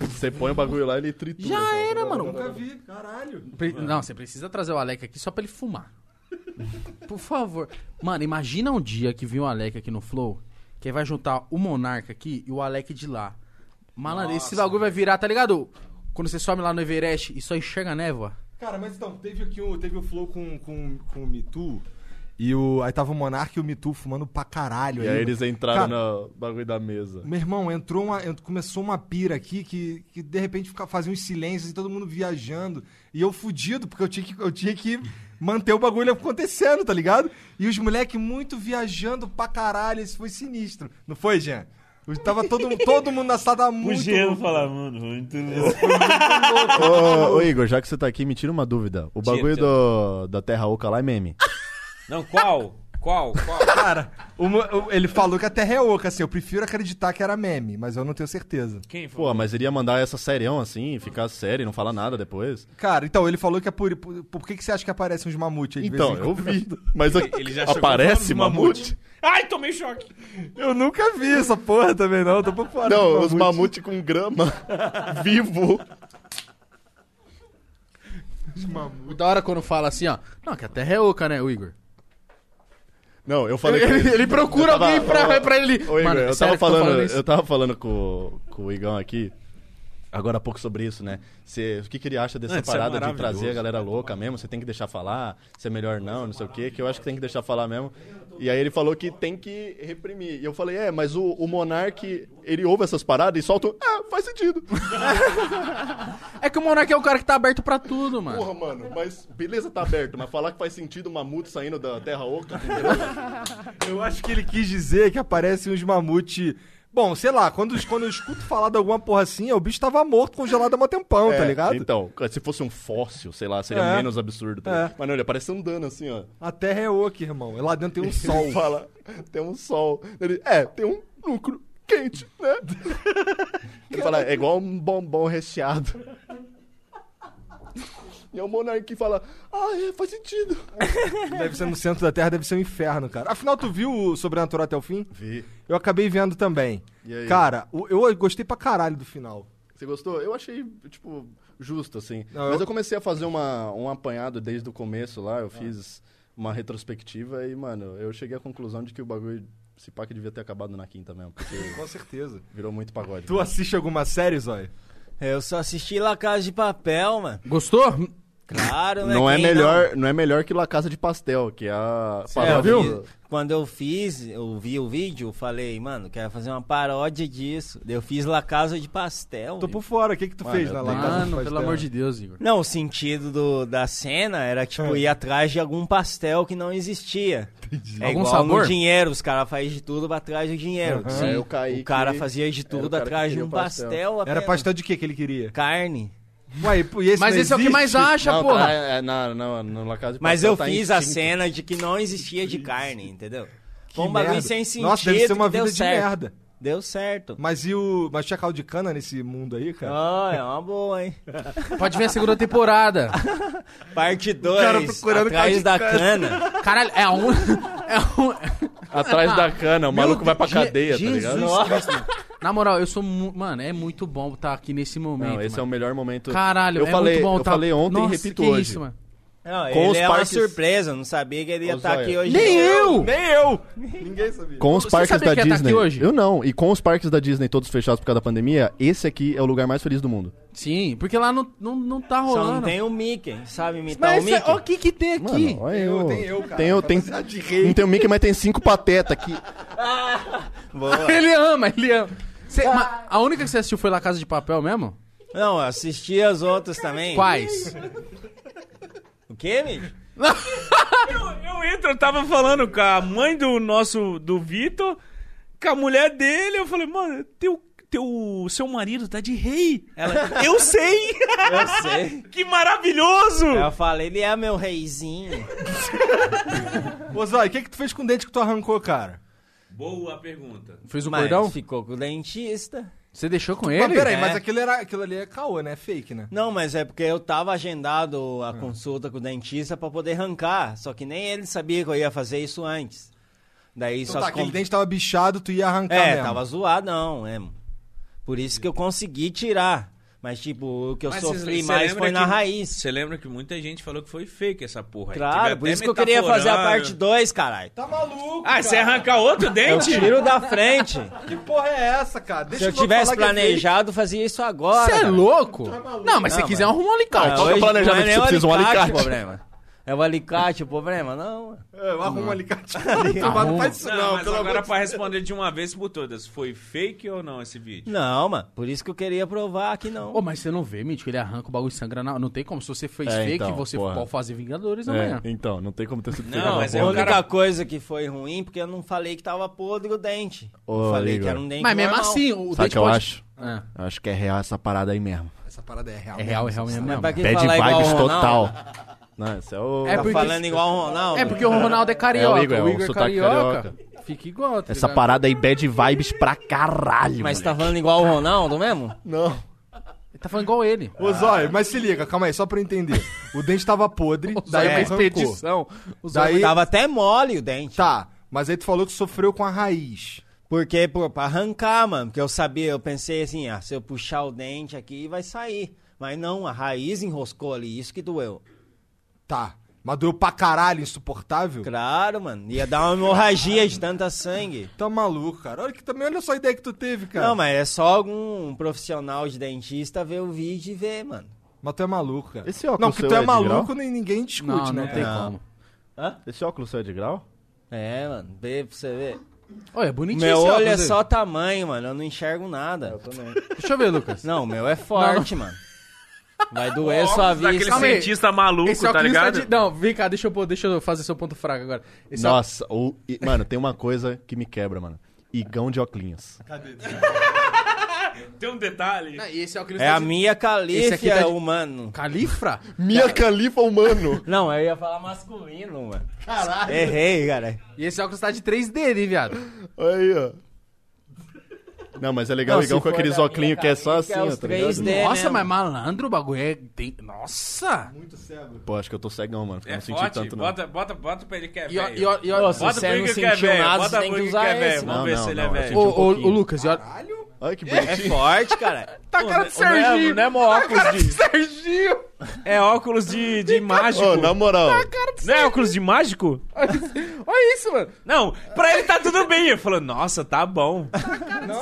[SPEAKER 6] Você põe o bagulho lá e ele tritura.
[SPEAKER 1] Já era, mano.
[SPEAKER 8] Nunca vi, caralho.
[SPEAKER 1] Pre- Não, você precisa trazer o Alec aqui só pra
[SPEAKER 2] <laughs>
[SPEAKER 1] ele fumar. Por favor. Mano, imagina um dia que vir o Alec aqui no Flow, que aí vai juntar o Monarca aqui e o Alec de lá. Malandro, esse bagulho vai virar, tá ligado? Quando você some lá no Everest e só enxerga a névoa.
[SPEAKER 8] Cara, mas então, teve aqui o, teve o flow com, com, com o Mitu. E o, aí tava o Monark e o Mitu fumando pra caralho.
[SPEAKER 6] E aí eles entraram
[SPEAKER 8] Cara,
[SPEAKER 6] no bagulho da mesa.
[SPEAKER 8] Meu irmão, entrou uma, ent- começou uma pira aqui que, que de repente fica, fazia uns silêncios e todo mundo viajando. E eu fudido, porque eu tinha que, eu tinha que manter o bagulho acontecendo, tá ligado? E os moleques muito viajando pra caralho. Isso foi sinistro. Não foi, Jean? Eu tava todo, todo mundo na sala tava muito. louco.
[SPEAKER 2] falar, mano, <laughs> muito
[SPEAKER 6] ô, ô, Igor, já que você tá aqui, me tira uma dúvida. O
[SPEAKER 2] Tira,
[SPEAKER 6] bagulho
[SPEAKER 2] tira.
[SPEAKER 6] do, da Terra Oca lá é meme.
[SPEAKER 2] Não, qual? Qual? Qual?
[SPEAKER 8] Cara, o mo- o- ele falou que a terra é oca, assim. Eu prefiro acreditar que era meme, mas eu não tenho certeza.
[SPEAKER 2] Quem foi?
[SPEAKER 6] <laughs> Pô, mas iria mandar essa serião assim, ficar sério, e não falar nada depois.
[SPEAKER 8] Cara, então, ele falou que é por. Por, por que, que você acha que aparecem uns mamute aí de
[SPEAKER 6] Então,
[SPEAKER 8] vez em
[SPEAKER 6] eu
[SPEAKER 8] quando?
[SPEAKER 6] vi. Mas a-
[SPEAKER 2] Ele já chegou
[SPEAKER 6] aparece
[SPEAKER 2] falando
[SPEAKER 6] mamute?
[SPEAKER 2] Ai, tomei choque.
[SPEAKER 8] Eu nunca vi essa porra também, não. Eu tô por fora. de
[SPEAKER 6] Não, os mamute com grama. <laughs> vivo.
[SPEAKER 1] O da hora quando fala assim, ó. Não, que a terra é oca, né, o Igor?
[SPEAKER 6] Não, eu falei.
[SPEAKER 1] Ele,
[SPEAKER 6] pra-
[SPEAKER 1] ele procura
[SPEAKER 6] Eu tava-
[SPEAKER 1] alguém pra,
[SPEAKER 6] ô,
[SPEAKER 1] pra ele.
[SPEAKER 6] Ô, Igor,
[SPEAKER 1] Mano,
[SPEAKER 6] eu,
[SPEAKER 1] sério
[SPEAKER 6] tava
[SPEAKER 1] que tô
[SPEAKER 6] falando,
[SPEAKER 1] isso?
[SPEAKER 6] eu tava falando com, com o Igão aqui, agora há pouco sobre isso, né? Cê- o que, que ele acha dessa
[SPEAKER 2] Não, isso é
[SPEAKER 6] parada de
[SPEAKER 2] maravilhoso.
[SPEAKER 6] trazer a galera louca mesmo? Você tem que deixar falar, se é melhor não, não sei o quê, que eu acho que tem que deixar falar mesmo. E aí ele falou que tem que reprimir. E eu falei, é, mas o, o Monark, ele ouve essas paradas e solta. um, Ah, faz sentido.
[SPEAKER 1] É que o Monark é o cara que tá aberto pra tudo, mano.
[SPEAKER 6] Porra, mano, mas beleza, tá aberto, mas falar que faz sentido o mamute saindo da Terra <laughs> Oca.
[SPEAKER 8] Eu acho que ele quis dizer que aparecem uns mamute. Bom, sei lá, quando, quando eu escuto falar de alguma porra assim, é, o bicho tava morto, congelado há mó tempão, tá
[SPEAKER 6] É,
[SPEAKER 8] ligado?
[SPEAKER 6] Então, se fosse um fóssil, sei lá, seria
[SPEAKER 8] É.
[SPEAKER 6] menos absurdo. tá
[SPEAKER 8] É.
[SPEAKER 6] ligado? Mas não, ele aparece andando assim, ó.
[SPEAKER 8] A terra é oca, irmão. Lá dentro
[SPEAKER 6] <laughs>
[SPEAKER 8] tem um
[SPEAKER 6] Sol.
[SPEAKER 8] sol.
[SPEAKER 6] fala, tem um sol. Ele, é, tem um lucro quente,
[SPEAKER 8] <laughs>
[SPEAKER 6] né? Ele fala, é igual um bombom recheado. E é o monarca que fala, ah, é, faz sentido.
[SPEAKER 8] deve ser no centro da terra, deve ser um inferno, cara. Afinal, tu viu o Sobrenatural até o fim?
[SPEAKER 6] Vi.
[SPEAKER 8] Eu acabei vendo também.
[SPEAKER 6] E aí?
[SPEAKER 8] Cara, o- eu gostei pra caralho do final.
[SPEAKER 6] Você gostou? Eu achei, tipo, justo, assim.
[SPEAKER 8] Não,
[SPEAKER 6] Mas
[SPEAKER 8] eu-
[SPEAKER 6] eu comecei a fazer uma, um apanhado desde o começo lá,
[SPEAKER 1] Ah.
[SPEAKER 6] eu fiz uma retrospectiva e, mano, eu cheguei à conclusão de que o bagulho, esse pack devia ter acabado na quinta mesmo,
[SPEAKER 1] <laughs>
[SPEAKER 6] porque
[SPEAKER 8] Com certeza.
[SPEAKER 6] virou muito pagode.
[SPEAKER 8] Tu assiste alguma série, Zóia?
[SPEAKER 4] Eu só assisti La Casa de Papel, mano.
[SPEAKER 1] Gostou?
[SPEAKER 4] Claro, né?
[SPEAKER 6] Não é,
[SPEAKER 4] Quem
[SPEAKER 6] melhor, não? é melhor que La Casa de Pastel, que é a
[SPEAKER 4] É, eu
[SPEAKER 6] paródia
[SPEAKER 4] vi-
[SPEAKER 6] do-
[SPEAKER 4] Quando eu fiz, eu vi o vídeo, eu falei, mano, quero fazer uma paródia disso. Daí Eu fiz La Casa de Pastel.
[SPEAKER 8] Tô por fora, o que que tu
[SPEAKER 6] Mano,
[SPEAKER 8] fez
[SPEAKER 6] eu
[SPEAKER 8] na
[SPEAKER 6] tenho-
[SPEAKER 8] Casa
[SPEAKER 1] Mano,
[SPEAKER 8] do
[SPEAKER 1] pelo
[SPEAKER 8] Pastel?
[SPEAKER 1] amor de Deus, Igor.
[SPEAKER 4] Não, o sentido do- da cena era, tipo, ir atrás de algum pastel que não existia. É
[SPEAKER 1] Algum
[SPEAKER 4] igual
[SPEAKER 1] sabor?
[SPEAKER 4] no dinheiro, os caras fazem de tudo pra trás do dinheiro.
[SPEAKER 6] Sim. Aí eu caí
[SPEAKER 4] o cara
[SPEAKER 6] que
[SPEAKER 4] fazia de
[SPEAKER 6] era o
[SPEAKER 4] tudo
[SPEAKER 6] cara que
[SPEAKER 4] atrás de
[SPEAKER 6] queria
[SPEAKER 4] um
[SPEAKER 6] o pastel.
[SPEAKER 4] pastel. apenas.
[SPEAKER 8] Era pastel de que que ele queria?
[SPEAKER 4] Carne.
[SPEAKER 8] Ué, e e esse
[SPEAKER 1] Mas
[SPEAKER 8] não
[SPEAKER 1] esse é o que
[SPEAKER 8] existe?
[SPEAKER 1] mais acha,
[SPEAKER 6] Não,
[SPEAKER 1] porra.
[SPEAKER 6] tá, é, na, na, no La Casa de
[SPEAKER 4] Mas
[SPEAKER 6] Pastel
[SPEAKER 4] eu
[SPEAKER 6] tá
[SPEAKER 4] fiz a
[SPEAKER 6] instinto.
[SPEAKER 4] cena de que não existia de carne, entendeu?
[SPEAKER 8] Que
[SPEAKER 4] Foi um bagulho
[SPEAKER 8] merda.
[SPEAKER 4] sem sentido.
[SPEAKER 8] Nossa, deve ser uma
[SPEAKER 4] que deu
[SPEAKER 8] vida de
[SPEAKER 4] certo.
[SPEAKER 8] merda.
[SPEAKER 4] Deu certo.
[SPEAKER 8] Mas e o. Mas tinha caldo de cana nesse mundo aí, cara?
[SPEAKER 4] Ah, é uma boa, hein?
[SPEAKER 1] Pode vir a segunda
[SPEAKER 6] <laughs>
[SPEAKER 1] temporada.
[SPEAKER 4] Parte
[SPEAKER 8] cara
[SPEAKER 4] 2,
[SPEAKER 8] procurando
[SPEAKER 4] atrás da cana.
[SPEAKER 1] Caralho, é um. É um... <laughs>
[SPEAKER 6] Atrás da cana, o maluco vai pra
[SPEAKER 1] Je-
[SPEAKER 6] cadeia, tá
[SPEAKER 1] Jesus
[SPEAKER 6] ligado?
[SPEAKER 1] Cristo, mano. Na moral, eu sou. mu- Mano, é muito bom estar aqui nesse momento.
[SPEAKER 6] Não, esse é o
[SPEAKER 1] mano.
[SPEAKER 6] melhor momento.
[SPEAKER 1] Caralho,
[SPEAKER 6] eu
[SPEAKER 1] é
[SPEAKER 6] falei,
[SPEAKER 1] muito bom
[SPEAKER 6] Eu
[SPEAKER 1] tá-
[SPEAKER 6] falei ontem
[SPEAKER 1] Nossa,
[SPEAKER 6] e repito
[SPEAKER 1] que
[SPEAKER 6] hoje.
[SPEAKER 1] Isso, mano.
[SPEAKER 4] Não,
[SPEAKER 6] Com
[SPEAKER 4] ele
[SPEAKER 6] os
[SPEAKER 4] é
[SPEAKER 6] parques-
[SPEAKER 4] uma surpresa, eu não sabia que ele ia
[SPEAKER 6] Ô,
[SPEAKER 4] estar
[SPEAKER 6] Zóia.
[SPEAKER 4] aqui hoje.
[SPEAKER 1] Nem eu!
[SPEAKER 6] Nem eu!
[SPEAKER 8] Ninguém sabia.
[SPEAKER 6] Com os
[SPEAKER 1] Você
[SPEAKER 6] parques
[SPEAKER 1] sabia
[SPEAKER 6] da
[SPEAKER 1] que ia tá
[SPEAKER 6] Disney.
[SPEAKER 1] aqui hoje?
[SPEAKER 6] Eu não. E com os parques da Disney todos fechados por causa da pandemia, esse aqui é o lugar mais feliz do mundo.
[SPEAKER 1] Sim, porque lá não, não, não tá
[SPEAKER 4] Só não
[SPEAKER 1] rolando.
[SPEAKER 4] tem o Mickey, sabe imitar
[SPEAKER 1] Mas
[SPEAKER 4] o Mickey?
[SPEAKER 1] ó, o que que tem aqui?
[SPEAKER 6] Mano, olha
[SPEAKER 8] Tem
[SPEAKER 6] eu.
[SPEAKER 8] eu, tem eu, cara.
[SPEAKER 6] Tem eu, tem-
[SPEAKER 8] Capacidade de rei.
[SPEAKER 6] Não tem o Mickey, mas tem cinco patetas aqui.
[SPEAKER 1] <laughs>
[SPEAKER 4] Boa.
[SPEAKER 1] ele ama, ele ama. Cê- mas a única que você assistiu foi lá Casa de Papel mesmo?
[SPEAKER 4] Não, eu assisti as outras também.
[SPEAKER 1] Quais?
[SPEAKER 4] O quê, Mickey?
[SPEAKER 2] Eu entro, eu tava falando com a mãe do nosso, do Vitor, com a mulher dele, eu falei, mano, teu, teu, seu marido tá de rei. Ela, eu sei!
[SPEAKER 4] <laughs> Eu sei.
[SPEAKER 2] que maravilhoso!
[SPEAKER 4] Eu falei, ele é meu reizinho.
[SPEAKER 8] Ô, Zói, o que, que tu fez com o dente que tu arrancou, cara?
[SPEAKER 2] Boa pergunta.
[SPEAKER 1] Fez o
[SPEAKER 4] Mas
[SPEAKER 1] cordão?
[SPEAKER 4] ficou com o dentista.
[SPEAKER 1] Você deixou com
[SPEAKER 8] Mas
[SPEAKER 1] ele?
[SPEAKER 8] peraí,
[SPEAKER 4] É.
[SPEAKER 8] mas aquilo, era, aquilo ali é caô, né? É Fake, né?
[SPEAKER 4] Não, mas é porque eu tava agendado a consulta com o dentista pra poder arrancar. Só que nem ele sabia que eu ia fazer isso antes. Daí
[SPEAKER 8] Então
[SPEAKER 4] só
[SPEAKER 8] tá,
[SPEAKER 4] que com-
[SPEAKER 8] aquele dente tava bichado, tu ia arrancar
[SPEAKER 4] É,
[SPEAKER 8] mesmo.
[SPEAKER 4] tava zoadão, é. mano. Por isso que eu consegui tirar. Mas, tipo, o que eu sofri mais foi na raiz.
[SPEAKER 2] Você lembra que muita gente falou que foi fake essa porra. aí. Teve
[SPEAKER 4] Claro, por
[SPEAKER 2] até
[SPEAKER 4] isso que eu queria fazer a
[SPEAKER 2] metaforando.
[SPEAKER 4] parte 2, caralho.
[SPEAKER 8] Tá né? maluco,
[SPEAKER 2] Ah,
[SPEAKER 8] cara.
[SPEAKER 2] você arrancar outro
[SPEAKER 4] Eu
[SPEAKER 2] dente?
[SPEAKER 4] tiro da frente.
[SPEAKER 8] Que porra é essa, cara? Deixa
[SPEAKER 4] Se eu
[SPEAKER 8] vou
[SPEAKER 4] tivesse
[SPEAKER 8] falar que é
[SPEAKER 4] planejado, eu fazia isso agora.
[SPEAKER 1] Você é
[SPEAKER 4] cara.
[SPEAKER 1] louco? não, mas se você
[SPEAKER 4] Não,
[SPEAKER 1] quiser,
[SPEAKER 4] mas-
[SPEAKER 1] arruma um alicate.
[SPEAKER 4] Ah,
[SPEAKER 5] Qual que é o
[SPEAKER 4] hoje
[SPEAKER 5] planejamento
[SPEAKER 4] não
[SPEAKER 5] que você precisa? Um alicate?
[SPEAKER 4] o problema. É o alicate o problema, não.
[SPEAKER 8] fake. É, eu arrumo um alicate. Não, mas não faz isso
[SPEAKER 2] Não,
[SPEAKER 8] não,
[SPEAKER 2] mas
[SPEAKER 8] pelo amor
[SPEAKER 2] agora
[SPEAKER 8] de
[SPEAKER 2] pra responder de uma vez por todas, foi fake ou não esse vídeo?
[SPEAKER 4] Não, mano. Por isso que eu queria provar que não.
[SPEAKER 1] Ô, mas você não vê, Mítico, ele arranca o bagulho de sangra na... Não tem como, se você fez
[SPEAKER 6] É,
[SPEAKER 1] fake,
[SPEAKER 6] então,
[SPEAKER 1] você
[SPEAKER 6] porra.
[SPEAKER 1] pode fazer Vingadores
[SPEAKER 6] É,
[SPEAKER 1] amanhã.
[SPEAKER 6] então, não tem como ter sido feito.
[SPEAKER 2] Não, mas
[SPEAKER 4] a
[SPEAKER 2] é o
[SPEAKER 4] única
[SPEAKER 2] cara-
[SPEAKER 4] coisa que foi ruim, porque eu não falei que tava podre o dente.
[SPEAKER 6] Ô,
[SPEAKER 4] eu falei
[SPEAKER 6] Igor.
[SPEAKER 4] que era um dente
[SPEAKER 1] Mas mesmo
[SPEAKER 4] normal.
[SPEAKER 1] assim, o
[SPEAKER 6] Sabe o
[SPEAKER 1] dente
[SPEAKER 6] que eu
[SPEAKER 1] pode-
[SPEAKER 6] acho?
[SPEAKER 1] É.
[SPEAKER 6] Eu acho que é real essa parada aí mesmo.
[SPEAKER 8] Deus. Essa parada é real.
[SPEAKER 1] É real, é real mesmo.
[SPEAKER 4] Mas pra que
[SPEAKER 6] Bad
[SPEAKER 4] falar igual o
[SPEAKER 6] vibes
[SPEAKER 4] Ronaldo?
[SPEAKER 6] total. Não, esse é o...
[SPEAKER 1] É
[SPEAKER 4] Tá
[SPEAKER 1] porque-
[SPEAKER 4] falando igual o Ronaldo?
[SPEAKER 1] É porque o Ronaldo é carioca,
[SPEAKER 6] É,
[SPEAKER 1] o
[SPEAKER 6] o
[SPEAKER 1] Igor
[SPEAKER 6] Igor,
[SPEAKER 1] é,
[SPEAKER 6] o sotaque
[SPEAKER 1] carioca.
[SPEAKER 6] carioca.
[SPEAKER 1] Fica igual, tá
[SPEAKER 6] Essa
[SPEAKER 1] ligado?
[SPEAKER 6] parada aí, bad vibes pra caralho,
[SPEAKER 4] Mas
[SPEAKER 6] Mas
[SPEAKER 4] tá falando igual o Ronaldo mesmo?
[SPEAKER 6] Não.
[SPEAKER 1] Ele tá falando igual ele.
[SPEAKER 8] Ô, Zóio, mas se liga, calma aí, só pra eu entender. O dente
[SPEAKER 1] <laughs>
[SPEAKER 8] tava podre, daí
[SPEAKER 1] é uma
[SPEAKER 8] tu arrancou.
[SPEAKER 1] expedição. Os
[SPEAKER 8] Daí-
[SPEAKER 1] homens-
[SPEAKER 4] Tava até mole o dente.
[SPEAKER 8] Tá, mas aí tu falou que sofreu com a raiz.
[SPEAKER 4] Porque, pô, pra arrancar, mano. Porque eu sabia, eu pensei assim, ah, se eu puxar o dente aqui, vai sair. Mas não, a raiz enroscou ali, isso que doeu.
[SPEAKER 8] Tá, mas doeu pra caralho, insuportável.
[SPEAKER 4] Claro, mano. Ia dar uma hemorragia de tanta sangue.
[SPEAKER 8] Tá maluco, cara. Olha que também, olha só a ideia que tu teve, cara.
[SPEAKER 4] Não, mas é só algum profissional de dentista ver o vídeo e ver, mano.
[SPEAKER 8] Mas tu é maluco, cara.
[SPEAKER 6] Esse óculos
[SPEAKER 8] Não, que
[SPEAKER 6] seu
[SPEAKER 8] tu
[SPEAKER 6] é
[SPEAKER 8] é
[SPEAKER 6] de
[SPEAKER 8] maluco
[SPEAKER 6] grau?
[SPEAKER 8] nem ninguém discute,
[SPEAKER 1] Não, não,
[SPEAKER 8] né?
[SPEAKER 1] tem
[SPEAKER 8] cara?
[SPEAKER 1] como.
[SPEAKER 6] Esse óculos seu é de grau?
[SPEAKER 4] É, mano. Vê pra você ver.
[SPEAKER 1] Olha, é bonitinho
[SPEAKER 4] Meu
[SPEAKER 1] esse
[SPEAKER 4] olho é
[SPEAKER 1] óculos aí.
[SPEAKER 4] só tamanho, mano. Eu não enxergo nada.
[SPEAKER 1] Deixa eu ver, <laughs> Lucas.
[SPEAKER 4] Não, o meu é forte, mano. Vai doer sua vista.
[SPEAKER 1] Calma aí.
[SPEAKER 2] maluco,
[SPEAKER 8] é
[SPEAKER 1] Esse óculos tá de... Não, vem cá, deixa eu, pôr- deixa eu fazer seu ponto fraco agora. Esse óculos-
[SPEAKER 6] Nossa, é o... e- mano, tem uma coisa que me quebra, mano. Igão de óculos.
[SPEAKER 2] Tem um detalhe.
[SPEAKER 1] Não, e esse óculos
[SPEAKER 4] É
[SPEAKER 1] tá
[SPEAKER 4] a
[SPEAKER 1] de-
[SPEAKER 4] minha
[SPEAKER 1] Esse aqui tá de-
[SPEAKER 4] calífia, humano.
[SPEAKER 1] Califra?
[SPEAKER 6] Mia Califa humano.
[SPEAKER 4] Não, eu ia falar masculino, mano. Caralho. Errei, cara.
[SPEAKER 1] E esse óculos tá de 3D, né, viado?
[SPEAKER 6] Aí, ó. Não, mas é legal
[SPEAKER 4] Não,
[SPEAKER 6] o Igão
[SPEAKER 4] se
[SPEAKER 6] com
[SPEAKER 4] for
[SPEAKER 6] aqueles
[SPEAKER 4] da
[SPEAKER 6] óculos
[SPEAKER 4] minha
[SPEAKER 6] que é só assim,
[SPEAKER 4] cabeça, é
[SPEAKER 6] ó,
[SPEAKER 4] os
[SPEAKER 6] tá ligado?
[SPEAKER 4] 3D. É
[SPEAKER 1] Nossa,
[SPEAKER 4] mesmo.
[SPEAKER 1] mas malandro o bagulho é... Tem... Nossa!
[SPEAKER 6] Pô, acho que eu tô cegão, mano.
[SPEAKER 2] É
[SPEAKER 6] não senti
[SPEAKER 2] forte?
[SPEAKER 6] tanto, não.
[SPEAKER 2] bota, bota, bota pra ele que é
[SPEAKER 1] E, ó-
[SPEAKER 2] velho.
[SPEAKER 1] e, ó- e ó-
[SPEAKER 4] Nossa,
[SPEAKER 2] Bota
[SPEAKER 4] Você
[SPEAKER 2] pra
[SPEAKER 4] não
[SPEAKER 2] ele que é
[SPEAKER 4] sentiu
[SPEAKER 2] velho.
[SPEAKER 4] nada, você
[SPEAKER 2] Bota pra
[SPEAKER 4] tem que
[SPEAKER 2] ele que
[SPEAKER 4] usar
[SPEAKER 2] é velho.
[SPEAKER 4] esse,
[SPEAKER 2] Vamos
[SPEAKER 6] mano.
[SPEAKER 2] ver
[SPEAKER 6] Não,
[SPEAKER 2] se ele é
[SPEAKER 6] não, não,
[SPEAKER 1] Ô,
[SPEAKER 6] eu
[SPEAKER 2] velho.
[SPEAKER 1] ô,
[SPEAKER 6] pouquinho.
[SPEAKER 1] ô, Lucas, e olha...
[SPEAKER 6] Olha que
[SPEAKER 4] É
[SPEAKER 6] bonitinho.
[SPEAKER 4] um forte, cara.
[SPEAKER 1] <laughs> Tá
[SPEAKER 2] né,
[SPEAKER 1] cara de Serginho! Tá
[SPEAKER 4] Não é, não é mó óculos de...
[SPEAKER 1] Serginho! Então,
[SPEAKER 2] É óculos de, de mágico.
[SPEAKER 6] Ô, na moral.
[SPEAKER 1] Tá,
[SPEAKER 2] Não é óculos de mágico?
[SPEAKER 1] <laughs> Olha isso, mano!
[SPEAKER 2] Não, pra ele tá tudo bem. Ele falou, nossa, tá bom.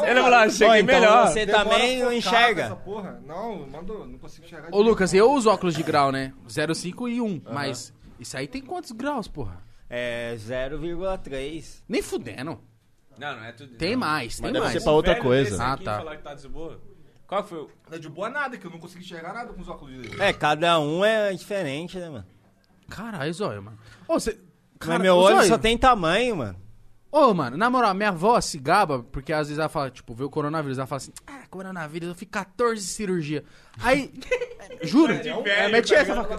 [SPEAKER 2] ele falou, achei
[SPEAKER 4] Bom,
[SPEAKER 2] que
[SPEAKER 4] então
[SPEAKER 2] melhor.
[SPEAKER 4] você
[SPEAKER 8] Demora
[SPEAKER 4] também não
[SPEAKER 8] focar
[SPEAKER 4] enxerga.
[SPEAKER 8] nessa porra. Não, mandou, não consigo enxergar.
[SPEAKER 1] Ô, Lucas, eu uso óculos de grau, né? 0,5 e 1. Mas isso aí tem quantos graus, porra?
[SPEAKER 4] É 0,3.
[SPEAKER 1] Nem fudendo.
[SPEAKER 2] Não, não é tudo.
[SPEAKER 1] Tem mais, tem
[SPEAKER 6] Mas deve
[SPEAKER 1] mais.
[SPEAKER 6] ser pra outra
[SPEAKER 2] Velho,
[SPEAKER 6] coisa.
[SPEAKER 2] desse aqui
[SPEAKER 1] Ah, tá.
[SPEAKER 2] falar que tá de boa. Qual foi o...
[SPEAKER 8] Não é de boa nada, que eu não consigo enxergar nada com os óculos dele.
[SPEAKER 4] É, cada um é diferente, né, mano?
[SPEAKER 1] Caralho, zóio, mano. Ô, você...
[SPEAKER 4] Mas meu olho
[SPEAKER 1] zóio.
[SPEAKER 4] só tem tamanho, mano.
[SPEAKER 1] Ô, mano, na moral, minha avó se gaba, porque às vezes ela fala, tipo, vê o coronavírus, ela fala assim, ah, coronavírus, eu fiz 14 cirurgia. Aí, juro,
[SPEAKER 2] um tá
[SPEAKER 1] é, minha tia essa, fala,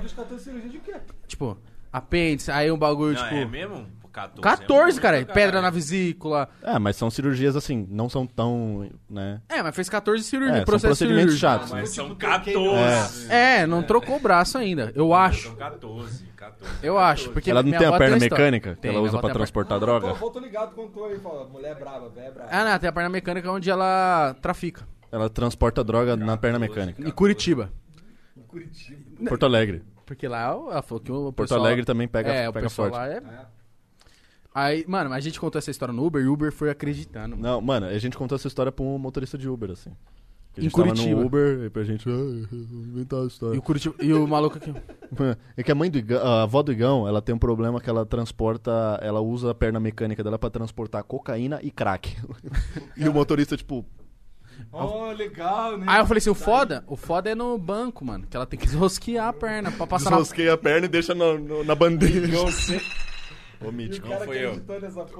[SPEAKER 1] tipo, apêndice, aí um bagulho,
[SPEAKER 2] Não,
[SPEAKER 1] tipo,
[SPEAKER 2] é mesmo? 14.
[SPEAKER 1] 14,
[SPEAKER 2] é
[SPEAKER 1] cara,
[SPEAKER 2] muito,
[SPEAKER 1] pedra na vesícula.
[SPEAKER 6] É, mas são cirurgias assim, não são tão, né?
[SPEAKER 1] É, mas fez 14
[SPEAKER 6] É,
[SPEAKER 1] cirurgia,
[SPEAKER 6] são
[SPEAKER 1] processo cirúrgico.
[SPEAKER 6] procedimentos chatos. né?
[SPEAKER 2] Mas são 14.
[SPEAKER 1] É, não trocou o braço ainda, eu acho,
[SPEAKER 2] São 14, 14.
[SPEAKER 1] eu acho, porque
[SPEAKER 6] Ela não
[SPEAKER 1] minha
[SPEAKER 6] tem a
[SPEAKER 1] avó
[SPEAKER 6] perna
[SPEAKER 1] essa história.
[SPEAKER 6] mecânica que
[SPEAKER 1] Tem,
[SPEAKER 6] ela
[SPEAKER 1] minha
[SPEAKER 6] usa
[SPEAKER 1] avó
[SPEAKER 6] pra
[SPEAKER 1] tem a perna-
[SPEAKER 6] transportar droga?
[SPEAKER 8] tô ligado quando tu aí fala, mulher é brava, velho brava.
[SPEAKER 1] Ah, não, tem a perna mecânica onde ela trafica,
[SPEAKER 6] Ela transporta droga na perna mecânica.
[SPEAKER 1] em Curitiba.
[SPEAKER 6] Porto Alegre.
[SPEAKER 1] Porque lá ela falou que o
[SPEAKER 6] Porto
[SPEAKER 1] pessoal-
[SPEAKER 6] Alegre também pega,
[SPEAKER 1] é, o
[SPEAKER 6] pega
[SPEAKER 1] pessoal
[SPEAKER 6] forte.
[SPEAKER 1] lá é... Aí, mano, a gente contou essa história no Uber e o Uber foi acreditando. mano.
[SPEAKER 6] Não, mano, a gente contou essa história pra um motorista de Uber, assim. Que a
[SPEAKER 1] Em
[SPEAKER 6] gente tava
[SPEAKER 1] Curitiba.
[SPEAKER 6] no Uber e pra gente. "Ah, vou inventar a
[SPEAKER 1] E
[SPEAKER 6] história.
[SPEAKER 1] o, Curitiba, e o maluco aqui.
[SPEAKER 6] É que a mãe do Igão, a avó do Igão, ela tem um problema que ela transporta, ela usa a perna mecânica dela pra transportar cocaína e crack. <laughs> e o motorista, tipo,
[SPEAKER 8] Oh, legal, né?
[SPEAKER 1] Aí eu falei assim, o foda, o foda é no banco, mano, que ela tem que rosquear a perna pra passar na...
[SPEAKER 6] desrosqueia a perna e deixa na, no- na bandeja.
[SPEAKER 2] Igão se-
[SPEAKER 6] Ô, mítico.
[SPEAKER 2] Não foi eu.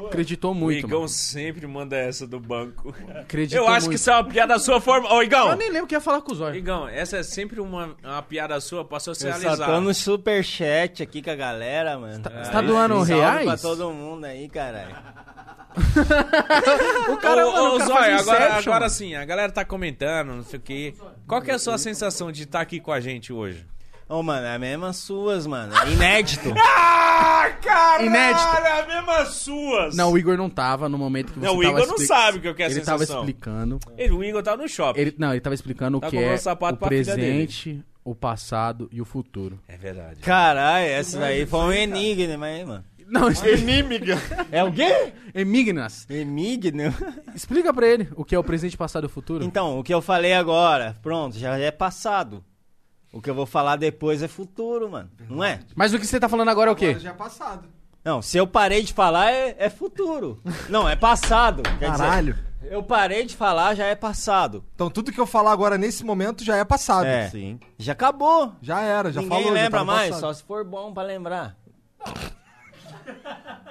[SPEAKER 1] Acreditou
[SPEAKER 2] O
[SPEAKER 1] muito,
[SPEAKER 2] Igão
[SPEAKER 1] mano.
[SPEAKER 2] sempre manda essa do banco.
[SPEAKER 1] Acreditou
[SPEAKER 2] Eu acho que
[SPEAKER 1] muito.
[SPEAKER 2] isso é uma piada sua forma. Ô, Igão!
[SPEAKER 1] Eu nem lembro o que ia falar com o Zóio.
[SPEAKER 2] Igão, essa é sempre uma, uma piada sua pra
[SPEAKER 4] Eu só
[SPEAKER 2] socializar.
[SPEAKER 4] tô no superchat aqui com a galera, mano.
[SPEAKER 1] Tá- você tá doando
[SPEAKER 4] Salve
[SPEAKER 1] reais?
[SPEAKER 4] pra todo mundo aí, caralho.
[SPEAKER 1] O cara,
[SPEAKER 2] Ô,
[SPEAKER 1] mano,
[SPEAKER 2] ô,
[SPEAKER 1] é o cara
[SPEAKER 2] Zóia,
[SPEAKER 1] faz
[SPEAKER 2] agora,
[SPEAKER 1] Inception,
[SPEAKER 2] agora
[SPEAKER 1] mano.
[SPEAKER 2] sim, a galera tá comentando, não sei o quê. Qual que é a sua sensação de estar aqui com a gente hoje?
[SPEAKER 4] Ô, mano, é a mesma suas, mano. É inédito.
[SPEAKER 1] <laughs>
[SPEAKER 2] Ah, caralho! É
[SPEAKER 1] Inédito.
[SPEAKER 2] a mesma suas!
[SPEAKER 1] Não, o Igor não tava no momento que você
[SPEAKER 2] Não, o
[SPEAKER 1] tava
[SPEAKER 2] Igor não
[SPEAKER 1] expli-
[SPEAKER 2] sabe o que é a
[SPEAKER 1] Ele tava
[SPEAKER 2] sensação.
[SPEAKER 1] explicando.
[SPEAKER 2] Ele- o Igor tá no shopping.
[SPEAKER 1] Ele, não, ele tava explicando
[SPEAKER 2] Tá
[SPEAKER 1] o que
[SPEAKER 2] comprando
[SPEAKER 1] é
[SPEAKER 2] sapato
[SPEAKER 1] o
[SPEAKER 2] pra filha dele.
[SPEAKER 1] presente, o passado e o futuro.
[SPEAKER 2] É verdade.
[SPEAKER 4] Caralho, essa daí foi um
[SPEAKER 1] né,
[SPEAKER 4] enigma, hein, mano.
[SPEAKER 1] Não, isso
[SPEAKER 6] Inimiga.
[SPEAKER 4] É o quê?
[SPEAKER 1] Emignas.
[SPEAKER 4] Enigma?
[SPEAKER 1] Explica pra ele o que é o presente, passado e o futuro.
[SPEAKER 4] Então, o que eu falei agora, pronto, já é passado. O que eu vou falar depois é futuro, mano. Não é?
[SPEAKER 1] Mas o que você tá falando agora é o quê?
[SPEAKER 8] Já é passado.
[SPEAKER 4] Não, se eu parei de falar, é, é futuro. Não, é passado. Quer dizer,
[SPEAKER 8] Caralho.
[SPEAKER 4] eu parei de falar, já é passado.
[SPEAKER 8] Então tudo que eu falar agora nesse momento já é passado.
[SPEAKER 4] É.
[SPEAKER 6] Sim.
[SPEAKER 4] Já acabou.
[SPEAKER 8] Já era, já
[SPEAKER 4] Ninguém
[SPEAKER 8] falou. já
[SPEAKER 4] lembra
[SPEAKER 8] tá no
[SPEAKER 4] mais,
[SPEAKER 8] passado.
[SPEAKER 4] só se for bom pra lembrar.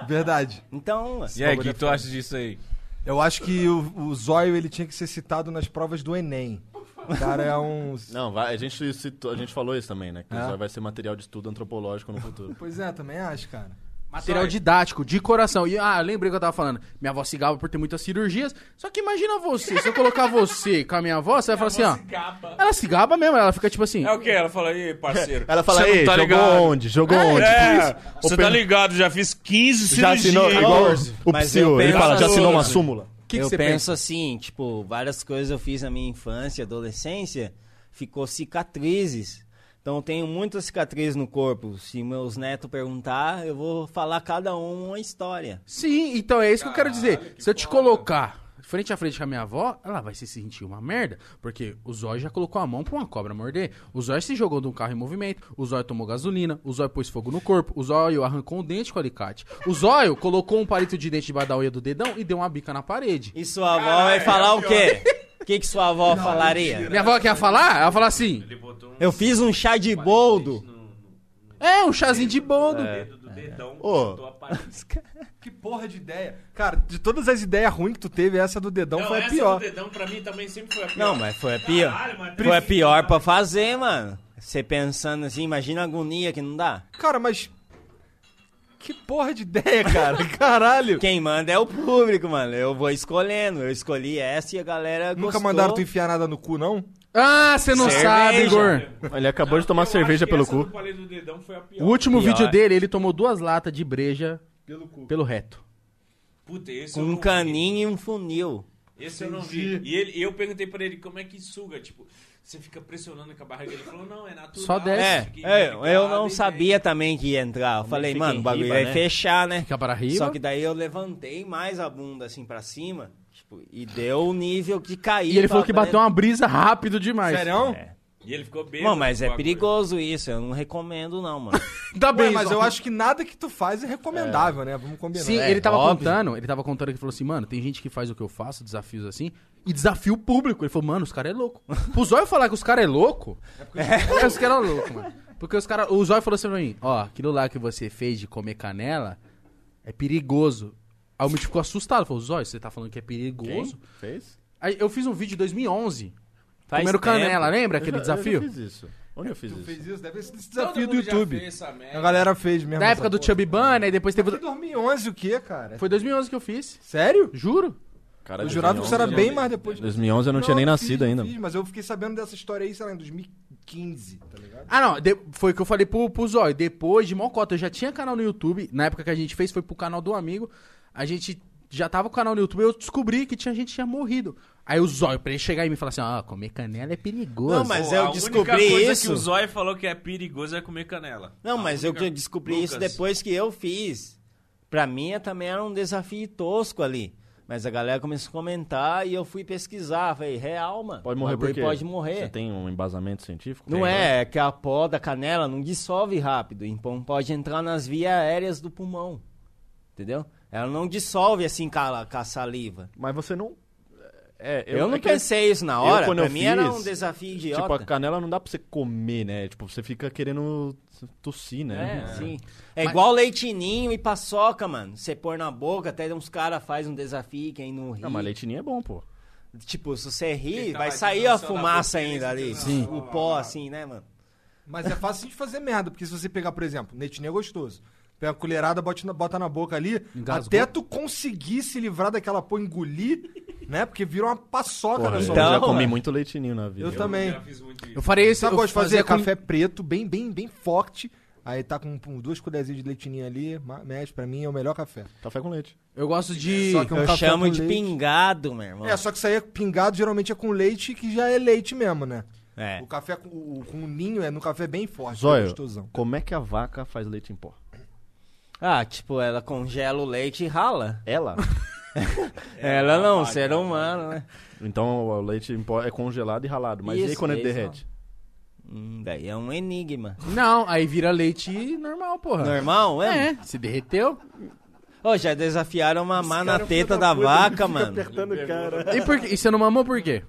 [SPEAKER 8] Verdade.
[SPEAKER 4] Então, mano,
[SPEAKER 2] E aí, o que tu acha disso aí?
[SPEAKER 8] Eu acho que o, o Zóio ele tinha que ser citado nas provas do Enem. O cara é um.
[SPEAKER 6] Não, vai- a, gente citou- a gente falou isso também, né? Que
[SPEAKER 8] É.
[SPEAKER 6] isso vai ser material de estudo antropológico no futuro.
[SPEAKER 8] Pois é, também acho, cara.
[SPEAKER 1] Material didático, de coração. E, ah, eu lembrei o que eu tava falando. Minha avó cigava por ter muitas cirurgias. Só que imagina você, se eu colocar você <laughs> com a minha avó, você vai falar assim, ó. Ela se gaba mesmo, ela fica tipo assim.
[SPEAKER 2] É o que? Ela fala, aí,
[SPEAKER 1] <laughs>
[SPEAKER 2] parceiro.
[SPEAKER 6] <laughs> Ela fala,
[SPEAKER 2] "Você
[SPEAKER 6] ei,
[SPEAKER 2] não tá
[SPEAKER 6] jogou
[SPEAKER 2] ligado."
[SPEAKER 6] onde? Jogou
[SPEAKER 4] tipo
[SPEAKER 6] onde?
[SPEAKER 2] É, você
[SPEAKER 6] Open-
[SPEAKER 2] tá ligado, já fiz 15
[SPEAKER 6] Já assinou,
[SPEAKER 2] cirurgias.
[SPEAKER 6] igual o
[SPEAKER 4] Mas
[SPEAKER 6] Psyu,
[SPEAKER 4] eu
[SPEAKER 6] ele
[SPEAKER 4] penso
[SPEAKER 6] fala, já
[SPEAKER 4] assim,
[SPEAKER 6] assinou uma
[SPEAKER 4] mano.
[SPEAKER 6] súmula.
[SPEAKER 1] que que
[SPEAKER 4] eu
[SPEAKER 1] você
[SPEAKER 4] penso
[SPEAKER 1] pensa?
[SPEAKER 4] assim, tipo, várias coisas eu fiz na minha infância, adolescência, ficou cicatrizes. Então eu tenho muitas cicatrizes no corpo. Se meus netos perguntar, eu vou falar cada um uma história.
[SPEAKER 1] Sim, então é isso que eu quero dizer. se eu te colocar frente a frente com a minha avó, ela vai se sentir uma merda. Porque o Zóio já colocou a mão pra uma cobra morder. O Zóio se jogou de um carro em movimento. O Zóio tomou gasolina. O Zóio pôs fogo no corpo. O Zóio arrancou um dente com o alicate. O Zóio colocou um palito de dente debaixo da unha do dedão e deu uma bica na parede.
[SPEAKER 4] E sua avó
[SPEAKER 2] é
[SPEAKER 4] vai falar o quê? O que, que sua avó falaria?
[SPEAKER 1] Minha avó quer falar? Ela fala assim:
[SPEAKER 4] Eu fiz um chá de boldo.
[SPEAKER 1] É, um chazinho de boldo.
[SPEAKER 2] É.
[SPEAKER 6] Ô,
[SPEAKER 8] Que porra de ideia. Cara, de todas as ideias ruins que tu teve, essa do dedão
[SPEAKER 2] Não,
[SPEAKER 8] foi a
[SPEAKER 2] essa
[SPEAKER 8] pior.
[SPEAKER 2] do dedão pra mim também sempre foi a pior.
[SPEAKER 4] Não, mas foi a pior.
[SPEAKER 2] Caralho, mas tem-
[SPEAKER 4] Foi a pior pra fazer, mano. Você pensando assim, imagina a agonia que não dá.
[SPEAKER 8] Cara, mas. Que porra de ideia, cara. Caralho.
[SPEAKER 4] Quem manda é o público, mano. Eu vou escolhendo. Eu escolhi essa e a galera
[SPEAKER 8] Nunca
[SPEAKER 4] gostou.
[SPEAKER 8] mandaram tu enfiar nada no cu, não?
[SPEAKER 1] Ah, você não
[SPEAKER 4] Cerveja.
[SPEAKER 1] sabe, Igor.
[SPEAKER 6] ele acabou de tomar
[SPEAKER 2] Eu
[SPEAKER 6] cerveja
[SPEAKER 2] acho que
[SPEAKER 6] pelo
[SPEAKER 2] essa
[SPEAKER 6] cu.
[SPEAKER 2] do palito do dedão foi a pior.
[SPEAKER 1] O último
[SPEAKER 4] Pior.
[SPEAKER 1] vídeo dele, ele tomou duas latas de breja pelo reto.
[SPEAKER 2] Puta, esse
[SPEAKER 4] Com
[SPEAKER 2] eu não
[SPEAKER 4] um
[SPEAKER 2] vi.
[SPEAKER 4] caninho e um funil.
[SPEAKER 2] Esse eu não vi. E ele, e eu perguntei pra ele como é que suga, tipo, você fica pressionando com a barriga. Ele falou, não, é natural.
[SPEAKER 1] Só desce.
[SPEAKER 4] É,
[SPEAKER 2] Fica
[SPEAKER 4] é,
[SPEAKER 2] enricado
[SPEAKER 4] eu não
[SPEAKER 2] e
[SPEAKER 4] sabia também que ia entrar. Eu falei,
[SPEAKER 6] fica
[SPEAKER 4] mano,
[SPEAKER 6] em
[SPEAKER 4] o bagulho
[SPEAKER 6] riba,
[SPEAKER 4] vai
[SPEAKER 6] né?
[SPEAKER 4] fechar, né?
[SPEAKER 1] Fica para riba.
[SPEAKER 4] Só que daí eu levantei mais a bunda assim pra cima. Tipo, e deu o nível que caiu.
[SPEAKER 1] E ele falou que bateu uma brisa rápido demais.
[SPEAKER 8] Sério?
[SPEAKER 2] vem. E ele ficou bem.
[SPEAKER 4] Bom, mas é perigoso isso. Eu não recomendo,
[SPEAKER 2] <laughs>
[SPEAKER 4] não, mano.
[SPEAKER 1] Tá
[SPEAKER 8] Ué,
[SPEAKER 1] bem,
[SPEAKER 8] mas
[SPEAKER 1] Zó.
[SPEAKER 8] eu acho que nada que tu faz é recomendável, né? Vamos combinar.
[SPEAKER 1] Sim,
[SPEAKER 8] É.
[SPEAKER 1] ele tava
[SPEAKER 4] óbvio.
[SPEAKER 1] contando, ele tava contando que falou assim, mano, tem gente que faz o que eu faço, desafios assim, e desafio o público. Ele falou, mano, os caras é louco. <laughs> Pro Zóio falar que os caras é louco, é, os caras é louco, mano. Porque os caras, o Zóio falou assim pra mim, ó, aquilo lá que você fez de comer canela é perigoso. Aí o Mitch ficou assustado, falou, Zóio, você tá falando que é perigoso?
[SPEAKER 6] Fez?
[SPEAKER 1] Aí eu fiz um vídeo em 2011,
[SPEAKER 4] Faz
[SPEAKER 1] comendo
[SPEAKER 4] tempo.
[SPEAKER 1] canela, lembra
[SPEAKER 6] Eu já-
[SPEAKER 1] aquele
[SPEAKER 6] Eu já
[SPEAKER 1] desafio?
[SPEAKER 6] fiz isso. Onde eu fiz
[SPEAKER 8] Tu
[SPEAKER 6] isso?
[SPEAKER 8] fez isso? Deve ser esse
[SPEAKER 2] Todo
[SPEAKER 8] desafio do
[SPEAKER 2] mundo já
[SPEAKER 8] YouTube.
[SPEAKER 2] fez essa merda.
[SPEAKER 8] A galera fez mesmo.
[SPEAKER 1] Da
[SPEAKER 8] essa
[SPEAKER 1] época do
[SPEAKER 8] porra.
[SPEAKER 1] Chubby Bunny, aí depois teve...
[SPEAKER 8] Em 2011 o quê, cara?
[SPEAKER 1] Foi 2011 que eu fiz,
[SPEAKER 8] Sério?
[SPEAKER 1] juro.
[SPEAKER 6] Cara,
[SPEAKER 8] Eu jurava que você era
[SPEAKER 6] 2011,
[SPEAKER 8] bem mais depois.
[SPEAKER 6] 2011 eu não, tinha nem
[SPEAKER 8] eu
[SPEAKER 6] nascido
[SPEAKER 8] fiz,
[SPEAKER 6] ainda.
[SPEAKER 8] fiz, mas eu fiquei sabendo dessa história aí, sei lá, em 2015, tá ligado?
[SPEAKER 1] Ah, não. de- foi o que eu falei pro, pro Zóio. Depois de Mocota, eu já tinha canal no YouTube. Na época que a gente fez, foi pro canal do amigo. A gente já tava o canal no YouTube, eu descobri que tinha gente que tinha morrido. Aí o zóio, pra ele chegar em mim e falar assim, ó, comer canela é perigoso.
[SPEAKER 4] Não, mas
[SPEAKER 2] Pô,
[SPEAKER 4] eu
[SPEAKER 2] a única
[SPEAKER 4] descobri
[SPEAKER 2] coisa
[SPEAKER 4] isso.
[SPEAKER 2] que o Zói falou que é perigoso é comer canela.
[SPEAKER 4] Não,
[SPEAKER 2] A
[SPEAKER 4] mas eu
[SPEAKER 2] única-
[SPEAKER 4] que descobri isso
[SPEAKER 2] Lucas.
[SPEAKER 4] depois que eu fiz. Pra mim é- também era um desafio tosco ali. Mas a galera começou a comentar e eu fui pesquisar. Falei, real, mano.
[SPEAKER 6] Pode morrer
[SPEAKER 4] O bagulho
[SPEAKER 6] por quê?
[SPEAKER 4] Pode morrer.
[SPEAKER 6] Você tem um embasamento científico?
[SPEAKER 4] Não
[SPEAKER 6] Tem, né?
[SPEAKER 4] é, é que a pó da canela não dissolve rápido, então pode entrar nas vias aéreas do pulmão. Entendeu? Ela não dissolve assim com a, com a saliva.
[SPEAKER 6] Mas você não. É,
[SPEAKER 4] Eu, não
[SPEAKER 6] é que-
[SPEAKER 4] pensei isso na hora,
[SPEAKER 6] quando
[SPEAKER 4] pra
[SPEAKER 6] eu
[SPEAKER 4] mim era
[SPEAKER 6] fiz,
[SPEAKER 4] um desafio idiota.
[SPEAKER 6] Tipo, a canela não dá pra você comer, né? Tipo, você fica querendo tossir, né?
[SPEAKER 4] É, sim. É igual leitinho e paçoca, mano. Você pôr na boca, até uns caras fazem um desafio, quem não ri.
[SPEAKER 6] Não, mas leitinho é bom, pô.
[SPEAKER 4] Tipo, se você ri,
[SPEAKER 2] Ele tá
[SPEAKER 4] vai
[SPEAKER 2] mais
[SPEAKER 4] sair a
[SPEAKER 2] dançando a
[SPEAKER 4] fumaça
[SPEAKER 2] boquinha,
[SPEAKER 4] ainda ali.
[SPEAKER 2] assim,
[SPEAKER 1] Sim.
[SPEAKER 4] O pó, assim, né, mano?
[SPEAKER 8] Mas é fácil de fazer merda, porque se você pegar, por exemplo, netinho é gostoso. Pega a colherada, bota na, bota na boca ali,
[SPEAKER 1] Engasgou.
[SPEAKER 8] até tu conseguir se livrar daquela porra, engolir, né? Porque vira uma paçoca
[SPEAKER 6] Porra,
[SPEAKER 8] na sua
[SPEAKER 6] eu é. já
[SPEAKER 4] Então,
[SPEAKER 6] comi
[SPEAKER 4] mano.
[SPEAKER 6] muito leitinho na vida.
[SPEAKER 8] Eu um- também.
[SPEAKER 2] Já fiz muito isso.
[SPEAKER 1] Eu farei esse...
[SPEAKER 8] Sabe,
[SPEAKER 1] eu
[SPEAKER 8] gosto de fazer
[SPEAKER 1] fazia com-
[SPEAKER 8] café preto, bem, bem, bem forte. Aí tá com, com duas colherzinhas de leitinho ali, ma- mexe, pra mim é o melhor café.
[SPEAKER 6] Café com leite.
[SPEAKER 1] Eu gosto de...
[SPEAKER 8] Só que é um
[SPEAKER 4] Eu
[SPEAKER 8] café
[SPEAKER 4] chamo
[SPEAKER 8] com
[SPEAKER 4] de
[SPEAKER 8] leite.
[SPEAKER 4] pingado, meu irmão.
[SPEAKER 8] É, só que isso aí é pingado, geralmente é com leite, que já é leite mesmo, né?
[SPEAKER 4] É.
[SPEAKER 8] O café com o, com o ninho é no café bem forte, é
[SPEAKER 6] Zóio,
[SPEAKER 8] gostosão.
[SPEAKER 6] como é que a vaca faz leite em pó?
[SPEAKER 4] Ah, tipo, ela congela o leite e rala.
[SPEAKER 6] Ela?
[SPEAKER 4] É, Ela não, ser humano, né?
[SPEAKER 6] então o leite em pó é congelado e ralado. Mas e aí
[SPEAKER 4] Isso,
[SPEAKER 6] quando ele
[SPEAKER 4] é isso.
[SPEAKER 6] derrete?
[SPEAKER 4] Hum, daí é um enigma.
[SPEAKER 1] Não, aí vira leite normal, porra.
[SPEAKER 4] <laughs> Normal, é?
[SPEAKER 1] É, se derreteu.
[SPEAKER 4] Ô, já desafiaram mamar na teta da vaca, mano.
[SPEAKER 1] E, por... quê? e você não mamou por quê?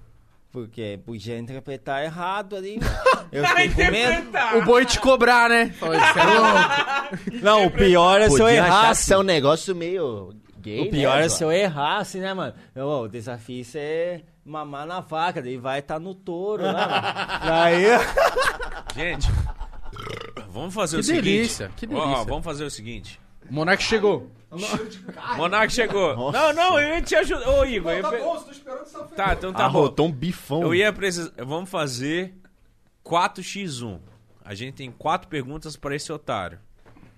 [SPEAKER 4] Porque podia interpretar errado
[SPEAKER 2] <laughs>
[SPEAKER 4] ali. mano. Eu fiquei com medo.
[SPEAKER 1] O boi te cobrar, né? Falou, "Esse cara é louco."
[SPEAKER 4] Não, o pior é se eu
[SPEAKER 5] Podia achar
[SPEAKER 4] errasse.
[SPEAKER 5] que é um negócio meio gay,
[SPEAKER 4] O pior
[SPEAKER 5] né,
[SPEAKER 4] é se
[SPEAKER 5] Zóio?
[SPEAKER 4] eu errasse, né, mano? Eu, ó, o desafio é você mamar na vaca, daí vai estar no touro lá, mano. Daí.
[SPEAKER 2] Gente, vamos fazer
[SPEAKER 1] Que
[SPEAKER 2] o seguinte.
[SPEAKER 1] delícia, que delícia.
[SPEAKER 2] Ó, ó, vamos fazer o seguinte.
[SPEAKER 1] o Monark chegou.
[SPEAKER 2] Monark chegou. Não, não, eu ia te ajudar. Ô, Igor. eu ia pe-
[SPEAKER 8] tô esperando essa
[SPEAKER 2] tá, então tá bom.
[SPEAKER 6] Arrotou um bifão.
[SPEAKER 2] Eu ia precisar. Vamos fazer 4x1. A gente tem quatro perguntas pra esse otário.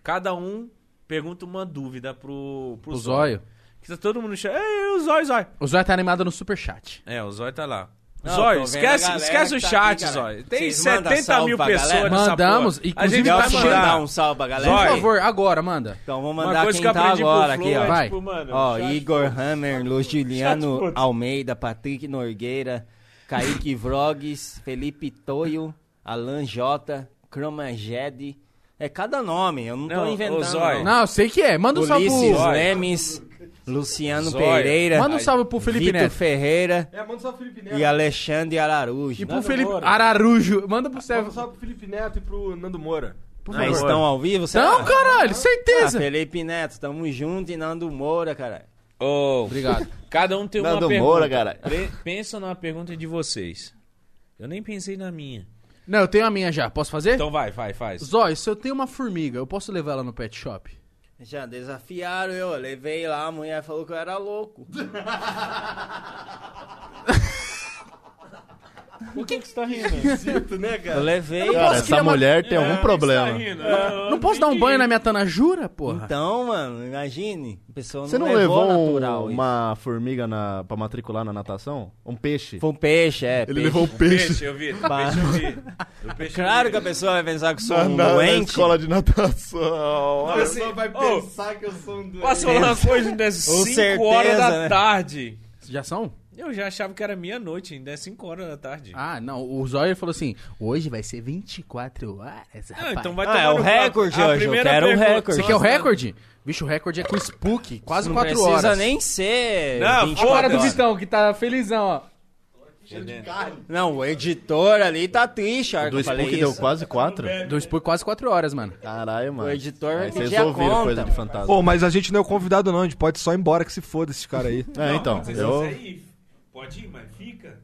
[SPEAKER 2] Cada um pergunta uma dúvida pro, pro
[SPEAKER 1] O Zóio.
[SPEAKER 2] Que tá todo mundo chama. Ei, o Zóio, Zóio.
[SPEAKER 1] O Zóio tá animado no superchat.
[SPEAKER 2] É, o Zóio tá lá.
[SPEAKER 4] Não,
[SPEAKER 2] Zóio,
[SPEAKER 4] tô vendo a
[SPEAKER 2] esquece,
[SPEAKER 4] galera
[SPEAKER 2] esquece
[SPEAKER 4] que
[SPEAKER 2] o
[SPEAKER 4] tá
[SPEAKER 2] chat,
[SPEAKER 4] aqui, cara.
[SPEAKER 2] Zóio. Tem
[SPEAKER 4] Vocês
[SPEAKER 2] 70
[SPEAKER 4] mandam
[SPEAKER 2] mil
[SPEAKER 4] salve pra
[SPEAKER 2] pessoas
[SPEAKER 4] galera?
[SPEAKER 2] nessa
[SPEAKER 1] Mandamos,
[SPEAKER 2] porra. A
[SPEAKER 1] inclusive tá
[SPEAKER 2] gente
[SPEAKER 1] pra
[SPEAKER 2] vai
[SPEAKER 4] Posso mandar
[SPEAKER 2] mandar.
[SPEAKER 4] um salve pra galera?
[SPEAKER 1] Por
[SPEAKER 2] Zóio.
[SPEAKER 1] favor, agora, manda.
[SPEAKER 4] Então vou
[SPEAKER 2] Uma
[SPEAKER 4] mandar
[SPEAKER 2] coisa
[SPEAKER 4] quem
[SPEAKER 2] que eu
[SPEAKER 4] tá
[SPEAKER 2] aprendi
[SPEAKER 4] agora
[SPEAKER 2] pro
[SPEAKER 4] aqui,
[SPEAKER 2] Flow
[SPEAKER 4] ó.
[SPEAKER 2] é,
[SPEAKER 1] Vai.
[SPEAKER 2] tipo, mano...
[SPEAKER 4] Ó,
[SPEAKER 2] chat-
[SPEAKER 4] Igor Hammer, Lu Juliano,
[SPEAKER 2] Chatbot.
[SPEAKER 4] Almeida, Patrick Norgueira, Kaique Vrogues, Felipe Toio, Alan Jota, Cromaged. É cada nome, eu não,
[SPEAKER 2] Não,
[SPEAKER 4] tô
[SPEAKER 2] ô,
[SPEAKER 4] inventando.
[SPEAKER 2] Zóio.
[SPEAKER 4] não.
[SPEAKER 1] Não, eu sei que é. Manda um salve
[SPEAKER 4] Ulisses
[SPEAKER 1] pro...
[SPEAKER 2] Zóio.
[SPEAKER 4] Lemes, Luciano
[SPEAKER 2] Zóio.
[SPEAKER 4] Pereira.
[SPEAKER 1] Manda um salve pro Felipe
[SPEAKER 4] Vitor
[SPEAKER 1] Neto.
[SPEAKER 4] Ferreira
[SPEAKER 8] É, manda só pro Felipe Neto.
[SPEAKER 4] e Alexandre Araújo.
[SPEAKER 1] E pro Felipe Ararujo. Manda
[SPEAKER 2] Ah,
[SPEAKER 1] pro
[SPEAKER 8] Manda
[SPEAKER 1] Sérgio.
[SPEAKER 8] só pro Felipe Neto e pro Nando Moura.
[SPEAKER 4] Mas Ah, estão ao vivo, será?
[SPEAKER 1] Não, caralho,
[SPEAKER 4] Ah,
[SPEAKER 1] certeza.
[SPEAKER 4] Felipe Neto, tamo junto e Nando Moura, cara.
[SPEAKER 2] Ô,
[SPEAKER 1] Obrigado.
[SPEAKER 2] Cada um tem uma
[SPEAKER 5] Nando
[SPEAKER 2] pergunta.
[SPEAKER 5] Moura, cara.
[SPEAKER 2] Pre- Pensa na pergunta de vocês. Eu nem pensei na minha.
[SPEAKER 1] Não, eu tenho a minha já. Posso fazer?
[SPEAKER 2] Então vai, vai, faz.
[SPEAKER 1] Zóio, se eu tenho uma formiga, eu posso levar ela no pet shop?
[SPEAKER 4] Já desafiaram eu, levei lá, a mulher falou que eu
[SPEAKER 2] <laughs>
[SPEAKER 4] era louco.
[SPEAKER 2] Por que, que você tá rindo?
[SPEAKER 4] Eu levei.
[SPEAKER 6] Cara,
[SPEAKER 1] criar
[SPEAKER 6] essa
[SPEAKER 1] uma-
[SPEAKER 6] mulher
[SPEAKER 2] É,
[SPEAKER 6] tem
[SPEAKER 2] Ah,
[SPEAKER 6] algum problema.
[SPEAKER 2] tá
[SPEAKER 1] Não posso dar um banho na minha tanajura, porra?
[SPEAKER 4] Então, mano, imagine. A pessoa não,
[SPEAKER 6] Você não
[SPEAKER 4] levou,
[SPEAKER 6] levou um-
[SPEAKER 4] natural. isso.
[SPEAKER 6] uma formiga na, pra matricular na natação? Um peixe?
[SPEAKER 4] Foi um peixe, é. peixe.
[SPEAKER 6] um
[SPEAKER 2] Peixe, eu vi. do Peixe, eu
[SPEAKER 4] <laughs>
[SPEAKER 2] vi. Do peixe,
[SPEAKER 4] Claro que
[SPEAKER 2] eu
[SPEAKER 4] a
[SPEAKER 2] vi.
[SPEAKER 4] pessoa vai pensar que eu sou
[SPEAKER 6] na,
[SPEAKER 4] um
[SPEAKER 6] na- na
[SPEAKER 4] doente.
[SPEAKER 6] escola de natação.
[SPEAKER 2] Olha, assim, vai
[SPEAKER 8] Sabe que eu sou um doente.
[SPEAKER 2] Passou uma coisa das
[SPEAKER 4] Com
[SPEAKER 2] 5
[SPEAKER 4] certeza,
[SPEAKER 2] horas da
[SPEAKER 4] né?
[SPEAKER 2] tarde.
[SPEAKER 1] Já são?
[SPEAKER 2] Eu já achava que era meia-noite, ainda é 5 horas da tarde.
[SPEAKER 1] Ah, não. O Zóio falou assim: hoje vai ser 24 horas,
[SPEAKER 2] Ah,
[SPEAKER 1] rapaz.
[SPEAKER 2] então vai
[SPEAKER 4] Ah,
[SPEAKER 2] tomar
[SPEAKER 4] é o
[SPEAKER 2] no cu.
[SPEAKER 4] recorde,
[SPEAKER 2] A
[SPEAKER 4] Anjo, eu
[SPEAKER 2] primeira
[SPEAKER 4] quero o
[SPEAKER 2] pergunta-
[SPEAKER 4] recorde.
[SPEAKER 1] Você quer o recorde? Bicho, o recorde é com o Spook, quase
[SPEAKER 4] Não
[SPEAKER 1] 4
[SPEAKER 4] precisa
[SPEAKER 1] horas.
[SPEAKER 4] nem ser.
[SPEAKER 2] Não,
[SPEAKER 4] 24
[SPEAKER 1] Fora do
[SPEAKER 4] horas.
[SPEAKER 1] Vitão, que tá felizão, ó.
[SPEAKER 4] Não, o editor ali tá triste, a hora que
[SPEAKER 6] Ah, Do
[SPEAKER 4] eu falei
[SPEAKER 6] Spook
[SPEAKER 4] isso.
[SPEAKER 6] deu quase quatro?
[SPEAKER 1] Do Spook, quase 4 horas, mano.
[SPEAKER 6] Caralho, mano.
[SPEAKER 4] O editor vai
[SPEAKER 6] Aí vocês
[SPEAKER 4] pedir a
[SPEAKER 6] ouviram
[SPEAKER 4] conta.
[SPEAKER 6] coisa de fantasma.
[SPEAKER 8] Pô, mas a gente não é o convidado não, a gente pode só ir embora que se foda esses caras <laughs> aí.
[SPEAKER 4] Ah,
[SPEAKER 6] É, então. Eu...
[SPEAKER 2] Pode ir, mas fica.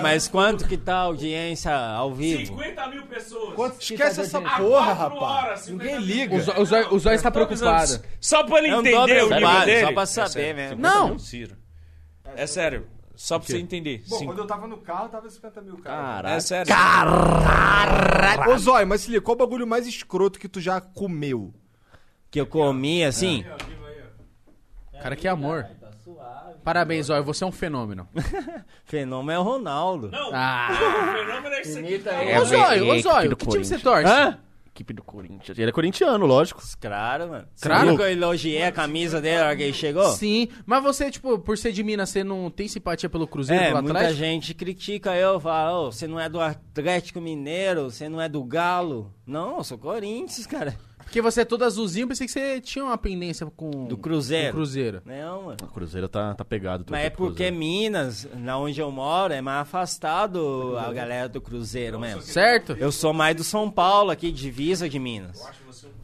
[SPEAKER 4] Mas quanto que tá a audiência ao vivo?
[SPEAKER 2] 50 mil pessoas.
[SPEAKER 8] Esquece essa porra,
[SPEAKER 2] Porra,
[SPEAKER 8] rapaz.
[SPEAKER 2] rapaz.
[SPEAKER 8] Ninguém liga.
[SPEAKER 1] O Zóio- O Zóio- o Zóio está preocupado.
[SPEAKER 2] Só pra ele
[SPEAKER 4] Eu não tô
[SPEAKER 2] entender o nível
[SPEAKER 4] preocupado,
[SPEAKER 2] dele. É
[SPEAKER 4] só pra saber
[SPEAKER 2] sério,
[SPEAKER 4] mesmo.
[SPEAKER 2] você
[SPEAKER 1] Não.
[SPEAKER 2] perdeu o um Ciro. É sério. Só pra você entender.
[SPEAKER 8] Bom,
[SPEAKER 2] Sim.
[SPEAKER 8] quando eu tava no carro, tava 50 mil, cara.
[SPEAKER 2] É
[SPEAKER 4] Caralho.
[SPEAKER 2] sério.
[SPEAKER 8] Ô, Zóio, mas se liga, qual o bagulho mais escroto que tu já comeu?
[SPEAKER 4] Que eu comi assim?
[SPEAKER 1] Cara, que amor. Parabéns, ó, você é um fenômeno.
[SPEAKER 4] Fenômeno é o Ronaldo.
[SPEAKER 1] Ah,
[SPEAKER 2] O fenômeno é isso aqui. cara.
[SPEAKER 1] ô Zóio, ô Zóio, que time
[SPEAKER 5] Corinthians.
[SPEAKER 1] você torce?
[SPEAKER 4] Hã?
[SPEAKER 5] Equipe do Corinthians. Ele é corintiano, lógico.
[SPEAKER 4] Claro, mano. Você
[SPEAKER 1] Claro.
[SPEAKER 4] viu que eu elogiei a camisa dele na hora que ele chegou?
[SPEAKER 1] Sim, mas você, tipo, por ser de Minas, você não tem simpatia pelo Cruzeiro,
[SPEAKER 4] É,
[SPEAKER 1] pelo
[SPEAKER 4] muita
[SPEAKER 1] Atlético?
[SPEAKER 4] gente critica eu, fala, "Ô, você não é do Atlético Mineiro, você não é do Galo. Não, eu sou Corinthians, cara.
[SPEAKER 1] Porque você é todo azulzinho, pensei que você tinha uma pendência com...
[SPEAKER 4] Do Cruzeiro.
[SPEAKER 1] com o Cruzeiro.
[SPEAKER 4] Não, mano.
[SPEAKER 5] O Cruzeiro tá, tá pegado.
[SPEAKER 4] Mas é porque Minas, na onde eu moro, é mais
[SPEAKER 1] é
[SPEAKER 4] afastado a galera do Cruzeiro mesmo.
[SPEAKER 1] Certo?
[SPEAKER 4] Eu sou mais do São Paulo aqui, divisa de Minas.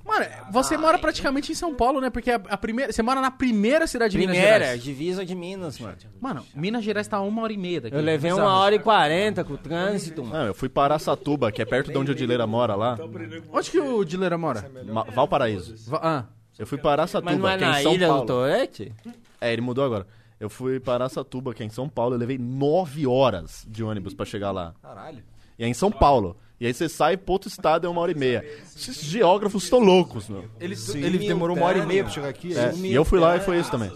[SPEAKER 1] Mano, você mora praticamente em São Paulo, né? Porque a, a primeira, você mora na primeira cidade de Minas é
[SPEAKER 4] Primeira,
[SPEAKER 1] Gerais.
[SPEAKER 4] é, divisa de Minas, mano.
[SPEAKER 1] Mano, Minas Gerais tá a uma hora e meia daqui.
[SPEAKER 4] Eu levei um-
[SPEAKER 1] Bizarro.
[SPEAKER 4] uma hora e quarenta com o trânsito, mano.
[SPEAKER 5] Não, eu fui para Satuba, que é perto de onde o Dileira mora lá.
[SPEAKER 1] Onde que o Dileira mora?
[SPEAKER 5] Ma- Valparaíso.
[SPEAKER 1] Va- ah,
[SPEAKER 5] Eu fui para Satuba,
[SPEAKER 4] Mas não é
[SPEAKER 5] que é
[SPEAKER 4] na
[SPEAKER 5] em São
[SPEAKER 4] ilha
[SPEAKER 5] Paulo.
[SPEAKER 4] do Torete?
[SPEAKER 5] É, ele mudou agora. Eu fui para Satuba, que é em São Paulo. Eu levei nove horas de ônibus pra chegar lá.
[SPEAKER 8] Caralho.
[SPEAKER 5] E é em São Paulo. E aí você sai pro outro estado, é uma hora e meia. Esses geógrafos estão loucos, meu.
[SPEAKER 8] Ele, ele demorou uma hora e meia pra chegar aqui. né?
[SPEAKER 5] É, E eu fui lá e foi isso também.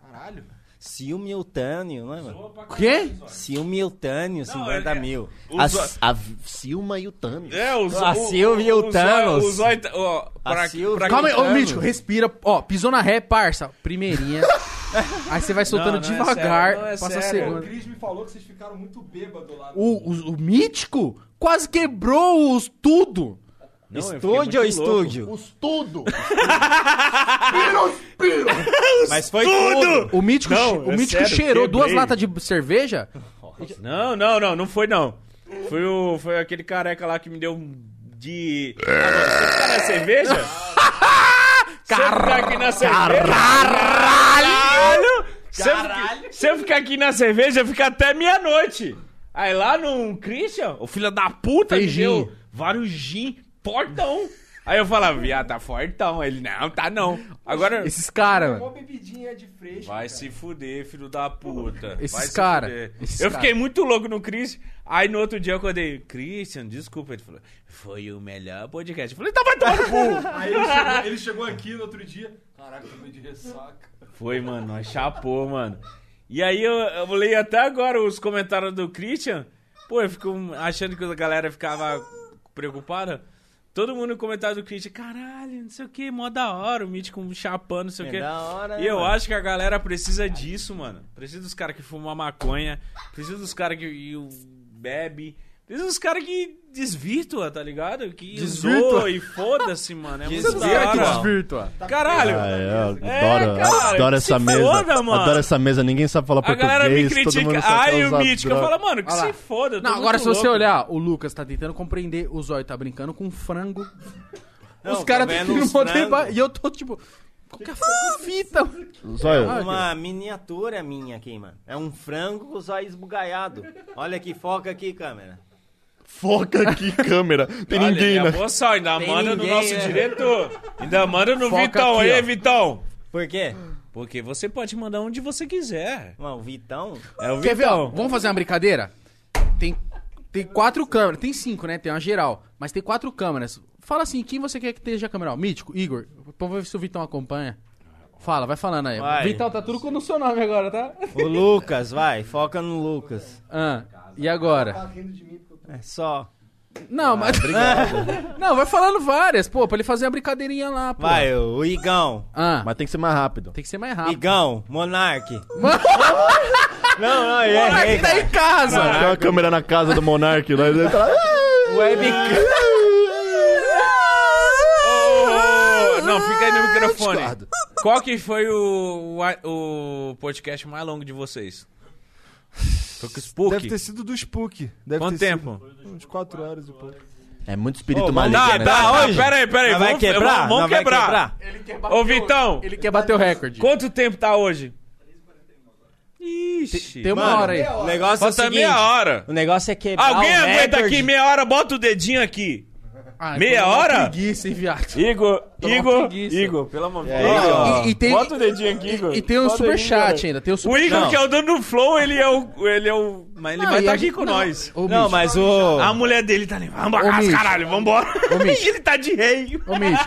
[SPEAKER 8] Caralho.
[SPEAKER 4] Ciumiltâneo, né, mano?
[SPEAKER 1] quê?
[SPEAKER 4] Ciumiltâneo, 50
[SPEAKER 2] é-
[SPEAKER 4] mil.
[SPEAKER 2] O
[SPEAKER 5] A,
[SPEAKER 2] Zó-
[SPEAKER 5] a Silma e o Thanos.
[SPEAKER 2] É, o Zó-
[SPEAKER 4] A
[SPEAKER 2] o-
[SPEAKER 4] Silvia e o
[SPEAKER 2] Zóio-
[SPEAKER 4] Thanos.
[SPEAKER 2] O Zóio tá- ó, pra- tá-
[SPEAKER 4] Silvia.
[SPEAKER 2] pra-
[SPEAKER 1] Calma aí, ô
[SPEAKER 4] Tentando.
[SPEAKER 1] Mítico, respira. Ó, pisou na ré, parça. Primeirinha. aí você vai
[SPEAKER 2] Não,
[SPEAKER 1] soltando
[SPEAKER 2] não é
[SPEAKER 1] devagar,
[SPEAKER 2] sério, não é
[SPEAKER 1] passa
[SPEAKER 2] sério.
[SPEAKER 1] a
[SPEAKER 8] O
[SPEAKER 1] segunda.
[SPEAKER 8] Cris me falou que vocês ficaram muito bêbados lá.
[SPEAKER 1] O, o- o Mítico quase quebrou os tudo.
[SPEAKER 4] Estúdio ou estúdio? Mas foi tudo!
[SPEAKER 1] O Mítico,
[SPEAKER 2] Não,
[SPEAKER 1] che- o
[SPEAKER 2] é
[SPEAKER 1] Mítico
[SPEAKER 2] sério,
[SPEAKER 1] cheirou duas
[SPEAKER 2] quebrei.
[SPEAKER 1] latas de cerveja.
[SPEAKER 2] Não, não, não, não foi não. Foi, o, foi aquele careca lá que me deu um de. Ah, mano, você fica na cerveja? <laughs> Se eu ficar aqui na cerveja. Caralho! Se eu, fica- se eu ficar aqui na cerveja, fica até meia-noite. Aí lá no Christian, o filho da puta me
[SPEAKER 1] Fez gin.
[SPEAKER 2] deu vários gin, portão. Aí eu falava, viado, tá fortão. Ele, não, tá não. Agora.
[SPEAKER 1] Esses caras, mano.
[SPEAKER 8] bebidinha de fresco.
[SPEAKER 2] Vai se fuder, filho da puta.
[SPEAKER 1] Esses
[SPEAKER 2] Vai se
[SPEAKER 1] cara,
[SPEAKER 2] fuder.
[SPEAKER 1] esses
[SPEAKER 2] Eu
[SPEAKER 1] cara.
[SPEAKER 2] fiquei muito louco no Chris. Aí no outro dia eu acordei, Christian, desculpa. Ele falou, foi o melhor podcast. Eu falei, então vai tomar no cu.
[SPEAKER 8] <laughs> Aí ele chegou, ele chegou aqui no outro dia. Caraca, eu tô de ressaca.
[SPEAKER 2] foi, mano, nós chapou, mano. E aí eu, eu leio até agora os comentários do Christian. Pô, eu fico achando que a galera ficava preocupada. Todo mundo no comentário do Christian, caralho, não sei o que, mó da hora, o Mítico chapando, não sei o
[SPEAKER 4] É
[SPEAKER 2] que.
[SPEAKER 4] da hora,
[SPEAKER 2] E
[SPEAKER 4] né,
[SPEAKER 2] eu
[SPEAKER 4] mano?
[SPEAKER 2] acho que a galera precisa disso, mano. Precisa dos caras que fumam maconha, precisa dos caras que e o- bebe, precisa dos caras que desvirtua, tá ligado? Que
[SPEAKER 1] Desvirtua.
[SPEAKER 2] zoa e foda-se, mano. É muito da
[SPEAKER 4] Desvirtua.
[SPEAKER 2] hora.
[SPEAKER 1] Desvirtua.
[SPEAKER 2] Tá Caralho.
[SPEAKER 6] Ah, é, eu
[SPEAKER 2] É,
[SPEAKER 6] adoro,
[SPEAKER 2] cara,
[SPEAKER 6] adoro
[SPEAKER 2] que
[SPEAKER 6] essa
[SPEAKER 2] se
[SPEAKER 6] mesa.
[SPEAKER 2] foda, mano.
[SPEAKER 6] Adoro essa mesa, ninguém sabe falar
[SPEAKER 2] A
[SPEAKER 6] português.
[SPEAKER 2] galera me
[SPEAKER 6] todo
[SPEAKER 2] critica.
[SPEAKER 6] mundo só quer
[SPEAKER 2] Ai, o
[SPEAKER 6] usar
[SPEAKER 2] Mítico. Eu
[SPEAKER 6] droga.
[SPEAKER 2] falo, mano, que
[SPEAKER 1] Olha lá.
[SPEAKER 2] se foda. eu tô
[SPEAKER 1] Não, agora
[SPEAKER 2] muito
[SPEAKER 1] se você
[SPEAKER 2] louco.
[SPEAKER 1] olhar, o Lucas tá tentando compreender, o Zóio tá brincando com frango.
[SPEAKER 4] Não,
[SPEAKER 1] os
[SPEAKER 4] tá
[SPEAKER 1] caras
[SPEAKER 4] vendo
[SPEAKER 1] tão
[SPEAKER 4] uns
[SPEAKER 1] modo um de
[SPEAKER 4] frango?
[SPEAKER 1] ba- E eu tô tipo. Qual que é a fita? mano?
[SPEAKER 6] Zóio,
[SPEAKER 1] Ah,
[SPEAKER 4] Uma miniatura minha aqui, mano. É um frango com os olhos esbugalhados. Olha aqui, foca aqui, câmera.
[SPEAKER 2] <laughs>
[SPEAKER 5] Foca aqui, câmera. Tem
[SPEAKER 2] Olha,
[SPEAKER 5] ninguém,
[SPEAKER 2] minha
[SPEAKER 5] né?
[SPEAKER 2] boa sorte, é ainda
[SPEAKER 4] Tem
[SPEAKER 2] manda
[SPEAKER 4] ninguém,
[SPEAKER 2] no nosso
[SPEAKER 4] né?
[SPEAKER 2] diretor. Ainda manda no
[SPEAKER 1] Foca
[SPEAKER 2] Vitão.
[SPEAKER 1] aqui,
[SPEAKER 2] Ei,
[SPEAKER 1] ó.
[SPEAKER 2] Vitão.
[SPEAKER 4] Por quê?
[SPEAKER 2] Porque você pode mandar onde você quiser.
[SPEAKER 4] Mano, o Vitão...
[SPEAKER 2] É o
[SPEAKER 1] Quer ver, ó?
[SPEAKER 2] Vitão.
[SPEAKER 1] Vamos fazer uma brincadeira? Tem, tem quatro câmeras. Tem cinco, né? Tem uma geral. Mas tem quatro câmeras. Fala assim, quem você quer que esteja a câmera? Ó, Mítico, Igor. Então, Vamos ver se o Vitão acompanha. Fala, vai falando aí.
[SPEAKER 4] Vai.
[SPEAKER 1] Vitão, tá tudo com o seu nome agora, tá?
[SPEAKER 4] O Lucas, vai, foca no Lucas.
[SPEAKER 1] Ah, e agora?
[SPEAKER 8] Tá rindo de mim porque eu tô...
[SPEAKER 4] É só.
[SPEAKER 1] Não,
[SPEAKER 2] Ah,
[SPEAKER 1] mas... <laughs> Não, vai falando várias, pô. Pra ele fazer uma brincadeirinha lá, pô.
[SPEAKER 4] Vai, o o Igão.
[SPEAKER 1] Ah,
[SPEAKER 5] Mas tem que ser mais rápido.
[SPEAKER 1] tem que ser mais rápido.
[SPEAKER 4] Igão, Monark. Não, é não, eu errei.
[SPEAKER 1] Aqui tá em casa.
[SPEAKER 5] Mano, tem uma câmera na casa do Monark
[SPEAKER 2] <laughs>
[SPEAKER 5] lá. Ele tá lá.
[SPEAKER 4] Webcam.
[SPEAKER 2] Ô, ô, ô, não, fica aí no microfone. Qual que foi o, o, o podcast mais longo de vocês? Foi com o
[SPEAKER 8] Deve
[SPEAKER 2] Spook?
[SPEAKER 8] ter sido do Spook. Deve
[SPEAKER 2] Quanto
[SPEAKER 8] ter
[SPEAKER 2] tempo?
[SPEAKER 8] Sido uns 4 horas e pouco.
[SPEAKER 5] É muito espírito
[SPEAKER 4] vamos
[SPEAKER 5] maligno.
[SPEAKER 2] Tá,
[SPEAKER 5] né?
[SPEAKER 2] tá,
[SPEAKER 4] Quebrar
[SPEAKER 2] tá,
[SPEAKER 4] hoje?
[SPEAKER 2] peraí, peraí.
[SPEAKER 4] Mas vai
[SPEAKER 2] vamos-
[SPEAKER 4] quebrar?
[SPEAKER 2] Vamos,
[SPEAKER 4] Não vai
[SPEAKER 2] quebrar.
[SPEAKER 4] quebrar?
[SPEAKER 2] Ô, Vitão,
[SPEAKER 1] Ele quer bater o recorde.
[SPEAKER 2] quanto tempo tá hoje? Ixi.
[SPEAKER 1] Tem uma
[SPEAKER 4] Mano,
[SPEAKER 1] hora aí.
[SPEAKER 4] O negócio é o
[SPEAKER 2] Falta
[SPEAKER 4] seguinte.
[SPEAKER 2] meia hora.
[SPEAKER 4] O negócio é quebrar
[SPEAKER 2] Alguém
[SPEAKER 4] o
[SPEAKER 2] aguenta
[SPEAKER 4] recorde.
[SPEAKER 2] aqui meia hora, bota o dedinho aqui. hora.
[SPEAKER 1] Ah,
[SPEAKER 2] Meia
[SPEAKER 1] tô com uma
[SPEAKER 2] hora?
[SPEAKER 1] Preguiça, hein, viado.
[SPEAKER 2] Igor,
[SPEAKER 1] Tô com
[SPEAKER 2] Igor,
[SPEAKER 1] preguiça.
[SPEAKER 2] Igor, pelo amor de Deus.
[SPEAKER 1] Igor,
[SPEAKER 2] Ó,
[SPEAKER 1] e- e tem-
[SPEAKER 2] Bota o dedinho aqui, Igor.
[SPEAKER 1] E tem um
[SPEAKER 2] Bota o dedinho,
[SPEAKER 1] superchat
[SPEAKER 2] cara.
[SPEAKER 1] ainda. Tem um
[SPEAKER 2] O
[SPEAKER 1] super...
[SPEAKER 2] Igor,
[SPEAKER 1] Não.
[SPEAKER 2] que é o dono do Flow, ele é o. Ele é o. Mas ele
[SPEAKER 1] Ah,
[SPEAKER 2] vai
[SPEAKER 1] e
[SPEAKER 2] estar
[SPEAKER 1] a
[SPEAKER 2] aqui
[SPEAKER 1] gente-
[SPEAKER 2] com
[SPEAKER 1] não.
[SPEAKER 2] nós.
[SPEAKER 1] Ô,
[SPEAKER 4] Não,
[SPEAKER 1] bicho.
[SPEAKER 4] mas o.
[SPEAKER 2] A mulher dele tá ali. Vamos
[SPEAKER 1] Ô,
[SPEAKER 2] acaso,
[SPEAKER 1] Mitch.
[SPEAKER 2] caralho, vambora.
[SPEAKER 1] Ô,
[SPEAKER 2] <laughs>
[SPEAKER 1] Mitch.
[SPEAKER 2] ele tá de rei.
[SPEAKER 1] Ô, Mitch.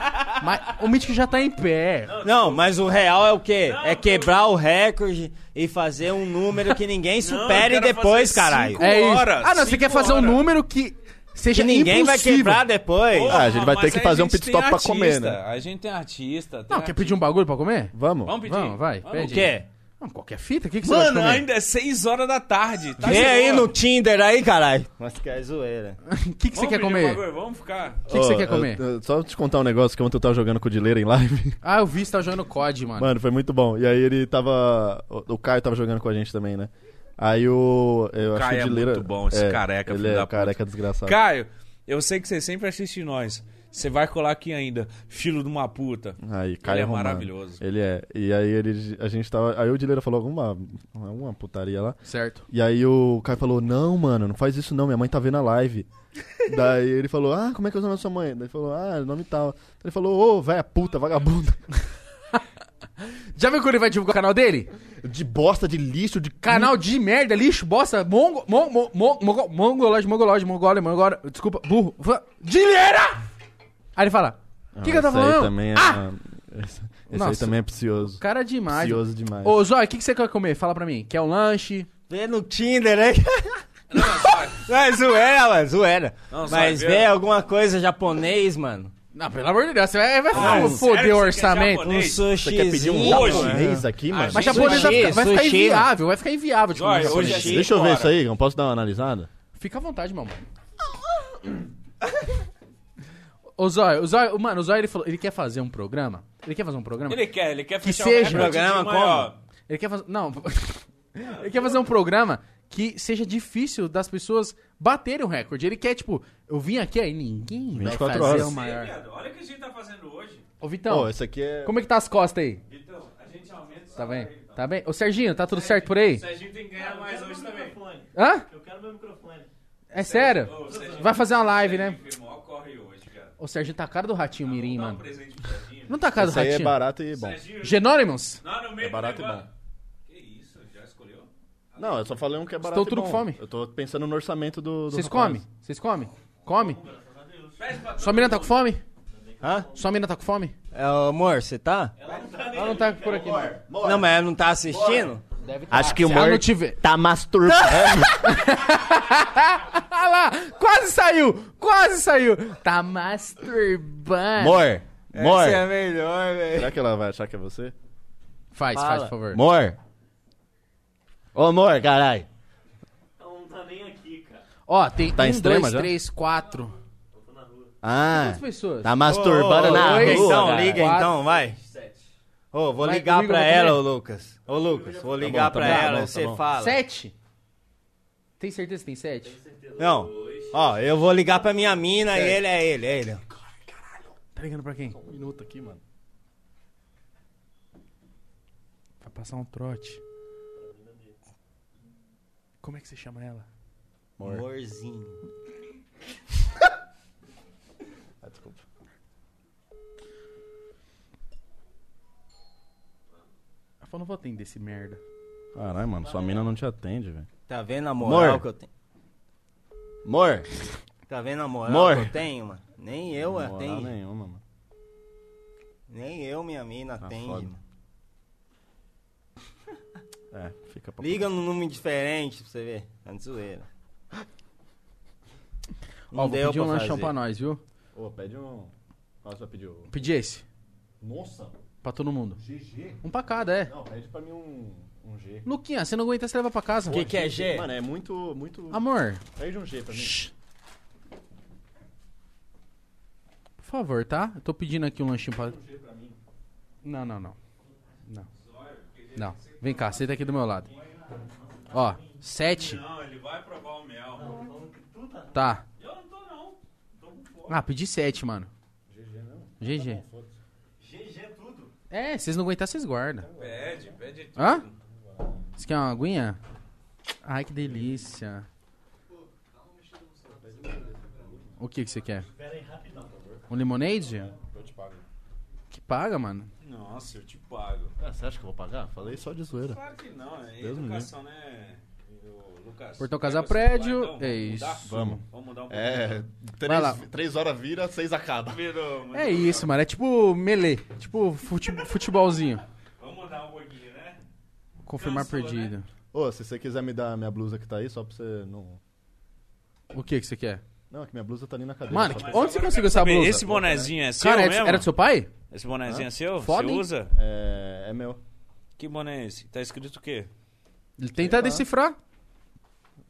[SPEAKER 1] Mas o Mitch que já tá em pé.
[SPEAKER 4] Não, mas o real é o quê? é quebrar o recorde e fazer um número que ninguém supere
[SPEAKER 2] eu quero
[SPEAKER 4] depois,
[SPEAKER 2] fazer
[SPEAKER 4] caralho.
[SPEAKER 2] cinco.
[SPEAKER 1] É isso.
[SPEAKER 2] horas,
[SPEAKER 1] ah, não, você
[SPEAKER 2] cinco
[SPEAKER 1] quer fazer um
[SPEAKER 2] horas.
[SPEAKER 1] número que seja
[SPEAKER 4] Que ninguém vai
[SPEAKER 1] impossível.
[SPEAKER 4] quebrar depois.
[SPEAKER 6] Ah, a gente vai ter
[SPEAKER 2] mas
[SPEAKER 6] que
[SPEAKER 2] aí
[SPEAKER 6] fazer um
[SPEAKER 2] gente
[SPEAKER 6] pit
[SPEAKER 2] tem
[SPEAKER 6] stop pra comer,
[SPEAKER 2] artista,
[SPEAKER 6] né?
[SPEAKER 2] A gente tem artista. tem
[SPEAKER 1] Não, quer
[SPEAKER 2] artista.
[SPEAKER 1] pedir um bagulho pra comer?
[SPEAKER 6] Vamos.
[SPEAKER 2] Vamos pedir?
[SPEAKER 1] Vamos, vai.
[SPEAKER 2] Vamos.
[SPEAKER 1] pede.
[SPEAKER 4] o quê?
[SPEAKER 1] Não, qualquer fita, o que, que você vai
[SPEAKER 2] Mano,
[SPEAKER 1] comer?
[SPEAKER 2] ainda é 6 horas da tarde. Tá
[SPEAKER 4] Vem
[SPEAKER 2] de
[SPEAKER 4] aí
[SPEAKER 2] boa.
[SPEAKER 4] no Tinder aí, caralho. Mas que é zoeira.
[SPEAKER 1] <laughs> O que, que você
[SPEAKER 2] Vamos
[SPEAKER 1] quer
[SPEAKER 2] pedir um
[SPEAKER 1] comer? O
[SPEAKER 2] bagulho, Vamos ficar.
[SPEAKER 1] que, que você
[SPEAKER 6] Ô,
[SPEAKER 1] quer comer?
[SPEAKER 6] eu- eu- só te contar um negócio que ontem eu tava jogando com o Dileira em live.
[SPEAKER 1] Ah, eu vi que você tava jogando COD, mano.
[SPEAKER 6] <laughs> Mano, foi muito bom. E aí ele tava. O o Caio tava jogando com a gente também, né? Aí o. Eu acho que
[SPEAKER 2] Caio é
[SPEAKER 6] o Dileira.
[SPEAKER 2] muito bom, esse careca,
[SPEAKER 6] Ele
[SPEAKER 2] filho
[SPEAKER 6] é
[SPEAKER 2] da puta.
[SPEAKER 6] careca desgraçado.
[SPEAKER 2] Caio, eu sei que você sempre assiste nós. Você vai colar aqui ainda. Filho de uma puta.
[SPEAKER 6] Aí, Caio
[SPEAKER 2] é
[SPEAKER 6] Romano.
[SPEAKER 2] maravilhoso.
[SPEAKER 6] Ele é. E aí ele, a gente tava. Aí o Dileira falou alguma uma putaria lá.
[SPEAKER 1] Certo.
[SPEAKER 6] E aí o Caio falou: Não, mano, não faz isso não, minha mãe tá vendo
[SPEAKER 2] <laughs>
[SPEAKER 6] a live. Daí ele falou: Ah, como é que é o nome da sua mãe? Daí ele falou: Ah, nome tal. Ele falou: Ô, véia puta, vagabunda.
[SPEAKER 1] Já viu quando ele vai divulgar o canal dele?
[SPEAKER 6] De bosta, de lixo, de
[SPEAKER 1] Canal de merda, lixo, bosta, mongo, mon, mon, mon, mongo- mongolóide, mongolóide, mongólia, mongólia, desculpa, burro, fã, dinheira! Aí ele fala, o que, que eu tô
[SPEAKER 6] Esse aí
[SPEAKER 1] falando?
[SPEAKER 6] também é.
[SPEAKER 1] ah!
[SPEAKER 6] Esse, esse aí
[SPEAKER 1] Nossa.
[SPEAKER 6] também é precioso.
[SPEAKER 1] Cara de imagem.
[SPEAKER 6] Ansioso demais.
[SPEAKER 1] Ô, Zóio, o que, que você quer comer? Fala pra mim. Quer um lanche?
[SPEAKER 4] Vê no Tinder aí. Não, é zoeira, mano, zoeira.
[SPEAKER 2] Não, sai,
[SPEAKER 4] Mas
[SPEAKER 2] vê.
[SPEAKER 4] vê alguma coisa japonês, mano.
[SPEAKER 1] Não, pelo amor de Deus, você vai, vai
[SPEAKER 2] sério que você
[SPEAKER 1] foder
[SPEAKER 2] quer
[SPEAKER 1] o orçamento.
[SPEAKER 2] japonês?
[SPEAKER 4] Um
[SPEAKER 2] Japonês?
[SPEAKER 4] sushizinho.
[SPEAKER 6] Você quer pedir um
[SPEAKER 2] Hoje? né?
[SPEAKER 6] japonês aqui, mano?
[SPEAKER 1] Mas
[SPEAKER 2] Sushi,
[SPEAKER 1] japonês vai ficar, vai ficar
[SPEAKER 4] sushi,
[SPEAKER 1] inviável, vai ficar inviável de comer
[SPEAKER 2] Zóio, hoje é
[SPEAKER 1] japonês.
[SPEAKER 2] assim.
[SPEAKER 6] Deixa eu ver
[SPEAKER 2] Bora.
[SPEAKER 6] isso aí, não posso dar uma analisada?
[SPEAKER 1] Fica à vontade, meu amor. Ô, Zóio, o Zóio, mano, o Zóio, ele falou, ele quer fazer um programa, ele quer fazer um programa
[SPEAKER 2] Ele quer, ele quer
[SPEAKER 1] Que
[SPEAKER 2] fechar
[SPEAKER 1] seja
[SPEAKER 2] o recorde
[SPEAKER 4] programa
[SPEAKER 2] de maior.
[SPEAKER 1] Ele quer fazer. Não. <laughs> ele quer fazer um programa que seja difícil das pessoas baterem o recorde. Ele quer, tipo, eu vim aqui aí, ninguém vai
[SPEAKER 6] 24
[SPEAKER 1] fazer
[SPEAKER 6] horas.
[SPEAKER 1] o
[SPEAKER 2] Ei,
[SPEAKER 1] maior.
[SPEAKER 2] viado, Olha o que a gente tá fazendo hoje.
[SPEAKER 1] Ô, Vitão,
[SPEAKER 6] Pô, esse aqui é.
[SPEAKER 1] como é que tá as costas aí?
[SPEAKER 2] Então, a gente aumenta o
[SPEAKER 1] Tá
[SPEAKER 2] salário.
[SPEAKER 1] bem? Tá bem? Ô, Serginho, tá tudo certo por aí?
[SPEAKER 2] O Serginho tem que ganhar mais hoje também.
[SPEAKER 1] Hã?
[SPEAKER 9] Eu quero meu microfone.
[SPEAKER 1] É sério?
[SPEAKER 2] Ô, Serginho,
[SPEAKER 1] Vai fazer uma live, né?
[SPEAKER 2] Serginho, firmou, corre hoje, cara.
[SPEAKER 1] Ô, Serginho, tá a cara do ratinho mirim,
[SPEAKER 2] Dá um
[SPEAKER 1] mano.
[SPEAKER 2] presente pro Serginho.
[SPEAKER 1] Não tá a cara do
[SPEAKER 6] Esse aí é
[SPEAKER 1] ratinho.
[SPEAKER 6] barato e bom.
[SPEAKER 2] Serginho,
[SPEAKER 1] Genônimos?
[SPEAKER 2] não, no meio
[SPEAKER 6] É barato e
[SPEAKER 2] do negócio.
[SPEAKER 6] bom.
[SPEAKER 2] Que isso, já escolheu?
[SPEAKER 6] Não, eu só falei um que é barato.
[SPEAKER 1] Estou tudo
[SPEAKER 6] e bom.
[SPEAKER 1] com fome.
[SPEAKER 6] Eu tô pensando no orçamento do. do
[SPEAKER 1] Vocês
[SPEAKER 6] rapaz.
[SPEAKER 1] comem? Vocês comem? Come?
[SPEAKER 2] Pede pra
[SPEAKER 1] Sua mina tá com fome?
[SPEAKER 4] Hã?
[SPEAKER 1] Sua mina tá com fome?
[SPEAKER 4] É, ô, amor, você tá?
[SPEAKER 1] Ela não tá por aqui. não.
[SPEAKER 4] Não, mas ela não tá assistindo?
[SPEAKER 5] Acho que o
[SPEAKER 1] Se ela não
[SPEAKER 5] Mor
[SPEAKER 1] tiver.
[SPEAKER 5] tá
[SPEAKER 1] <laughs>
[SPEAKER 5] masturbando.
[SPEAKER 1] Ah lá, quase saiu, quase saiu. Tá masturbando.
[SPEAKER 5] Mor,
[SPEAKER 4] Essa é
[SPEAKER 5] Mor,
[SPEAKER 4] a melhor, velho.
[SPEAKER 6] Será que ela vai achar que é você?
[SPEAKER 1] Faz, faz,
[SPEAKER 4] Fala.
[SPEAKER 1] por favor.
[SPEAKER 5] Mor. Ô, Mor, caralho.
[SPEAKER 9] Então não tá nem aqui, cara.
[SPEAKER 1] Ó, tem
[SPEAKER 5] Tá em
[SPEAKER 1] um,
[SPEAKER 5] extrema
[SPEAKER 1] dois,
[SPEAKER 5] já?
[SPEAKER 1] três, quatro.
[SPEAKER 5] Ah,
[SPEAKER 1] Quantas pessoas?
[SPEAKER 5] tá masturbando na
[SPEAKER 1] oi,
[SPEAKER 5] rua.
[SPEAKER 4] Então,
[SPEAKER 5] cara.
[SPEAKER 4] liga
[SPEAKER 1] Quatro.
[SPEAKER 4] então, vai. Ô, vou
[SPEAKER 1] Vai,
[SPEAKER 4] ligar
[SPEAKER 1] comigo,
[SPEAKER 4] pra
[SPEAKER 1] vai
[SPEAKER 4] ela,
[SPEAKER 1] comer.
[SPEAKER 4] ô Lucas. Ô, Lucas, vou ligar
[SPEAKER 6] tá
[SPEAKER 4] pra
[SPEAKER 6] bom, tá
[SPEAKER 4] ela,
[SPEAKER 6] bom, tá
[SPEAKER 4] você
[SPEAKER 6] bom.
[SPEAKER 4] fala.
[SPEAKER 1] Sete? Tem certeza que tem sete?
[SPEAKER 4] Não. Ó, eu vou ligar pra minha mina e ele é ele, é ele.
[SPEAKER 1] Tá ligando pra quem? Um minuto aqui, mano. Vai passar um trote. Como é que você chama ela?
[SPEAKER 4] Amorzinho.
[SPEAKER 1] Ela falou, não vou atender esse merda.
[SPEAKER 6] Caralho, mano, sua mina não te atende, velho.
[SPEAKER 4] Tá vendo a moral
[SPEAKER 5] Amor.
[SPEAKER 4] que eu tenho?
[SPEAKER 5] Mor,
[SPEAKER 4] Tá vendo a moral
[SPEAKER 5] Amor.
[SPEAKER 4] que eu tenho, mano? Nem eu
[SPEAKER 6] Moral
[SPEAKER 4] tenho.
[SPEAKER 6] nenhuma, mano.
[SPEAKER 4] Nem eu, minha mina,
[SPEAKER 6] Tá
[SPEAKER 4] atende.
[SPEAKER 6] foda.
[SPEAKER 4] mano.
[SPEAKER 6] É, fica pra.
[SPEAKER 4] Liga num número diferente pra você ver. Tá de zoeira. Não
[SPEAKER 1] Ó, vou
[SPEAKER 4] deu
[SPEAKER 1] pedir um
[SPEAKER 4] pra
[SPEAKER 1] lanchão
[SPEAKER 4] fazer.
[SPEAKER 1] pra nós, viu?
[SPEAKER 6] Ô, pede um. Nossa, vai pedir o.
[SPEAKER 1] Pedi esse.
[SPEAKER 6] Nossa,
[SPEAKER 1] Pra todo mundo.
[SPEAKER 6] GG.
[SPEAKER 1] Um pra cada, é.
[SPEAKER 6] Não, pede pra mim um. Um G.
[SPEAKER 1] Luquinha, você não aguenta, você leva pra casa.
[SPEAKER 4] O que, que é G?
[SPEAKER 6] Mano, é muito. muito...
[SPEAKER 1] Amor,
[SPEAKER 6] Pede um G pra mim.
[SPEAKER 1] Por favor, tá? Eu tô pedindo aqui um lanchinho pra. Não, não, não. Não. Não. Vem cá, senta aqui do meu lado. Ó, sete.
[SPEAKER 2] Não, ele vai provar o mel.
[SPEAKER 1] Tá.
[SPEAKER 2] Eu não tô, não. Tô com fome.
[SPEAKER 1] Ah, pedi sete, mano. GG,
[SPEAKER 10] Tá
[SPEAKER 1] não? GG.
[SPEAKER 9] GG tudo.
[SPEAKER 1] É, se vocês não aguentar, vocês guardam.
[SPEAKER 2] Pede, pede tudo.
[SPEAKER 1] Hã? Você quer uma aguinha? Ai, que delícia. O que que você quer?
[SPEAKER 9] Pera aí, rapidão.
[SPEAKER 1] Um limonade?
[SPEAKER 10] Eu te pago.
[SPEAKER 1] Que paga, mano.
[SPEAKER 2] Nossa, eu te pago.
[SPEAKER 5] Ah, você acha que eu vou pagar? Falei só de zoeira.
[SPEAKER 2] Claro que não, é
[SPEAKER 5] Deus me
[SPEAKER 2] educação, né? ô, Lucas.
[SPEAKER 1] Portão Casar
[SPEAKER 2] Quer você
[SPEAKER 1] Prédio,
[SPEAKER 2] mudar, então?
[SPEAKER 1] é
[SPEAKER 2] Vamos mudar?
[SPEAKER 1] isso.
[SPEAKER 5] Vamos.
[SPEAKER 2] Vamos mudar um pouco.
[SPEAKER 5] É,
[SPEAKER 1] Vai lá.
[SPEAKER 5] três, três horas vira, seis acaba.
[SPEAKER 2] Virou, mas
[SPEAKER 1] É isso, mano. É tipo melee. Tipo fute- futebolzinho.
[SPEAKER 2] Vamos mudar um pouquinho, né?
[SPEAKER 1] Confirmar
[SPEAKER 2] Cansou, né?
[SPEAKER 1] perdido.
[SPEAKER 6] Ô, se você quiser me dar a minha blusa que tá aí, só pra você não...
[SPEAKER 1] O que que você quer?
[SPEAKER 6] Não, é que minha blusa tá ali na cadeira.
[SPEAKER 1] Mano,
[SPEAKER 6] só
[SPEAKER 1] que-
[SPEAKER 6] pra-
[SPEAKER 1] onde você
[SPEAKER 2] Agora eu
[SPEAKER 1] conseguiu
[SPEAKER 2] quero
[SPEAKER 1] essa
[SPEAKER 2] saber,
[SPEAKER 1] blusa?
[SPEAKER 2] Esse bonezinho é seu
[SPEAKER 1] Cara, é de-
[SPEAKER 2] mesmo?
[SPEAKER 1] era do seu pai?
[SPEAKER 2] Esse bonezinho é seu?
[SPEAKER 1] Foda,
[SPEAKER 2] Você
[SPEAKER 1] hein?
[SPEAKER 2] usa?
[SPEAKER 6] É, é meu.
[SPEAKER 2] Que boné é esse? Tá escrito o quê?
[SPEAKER 1] Ele tenta decifrar.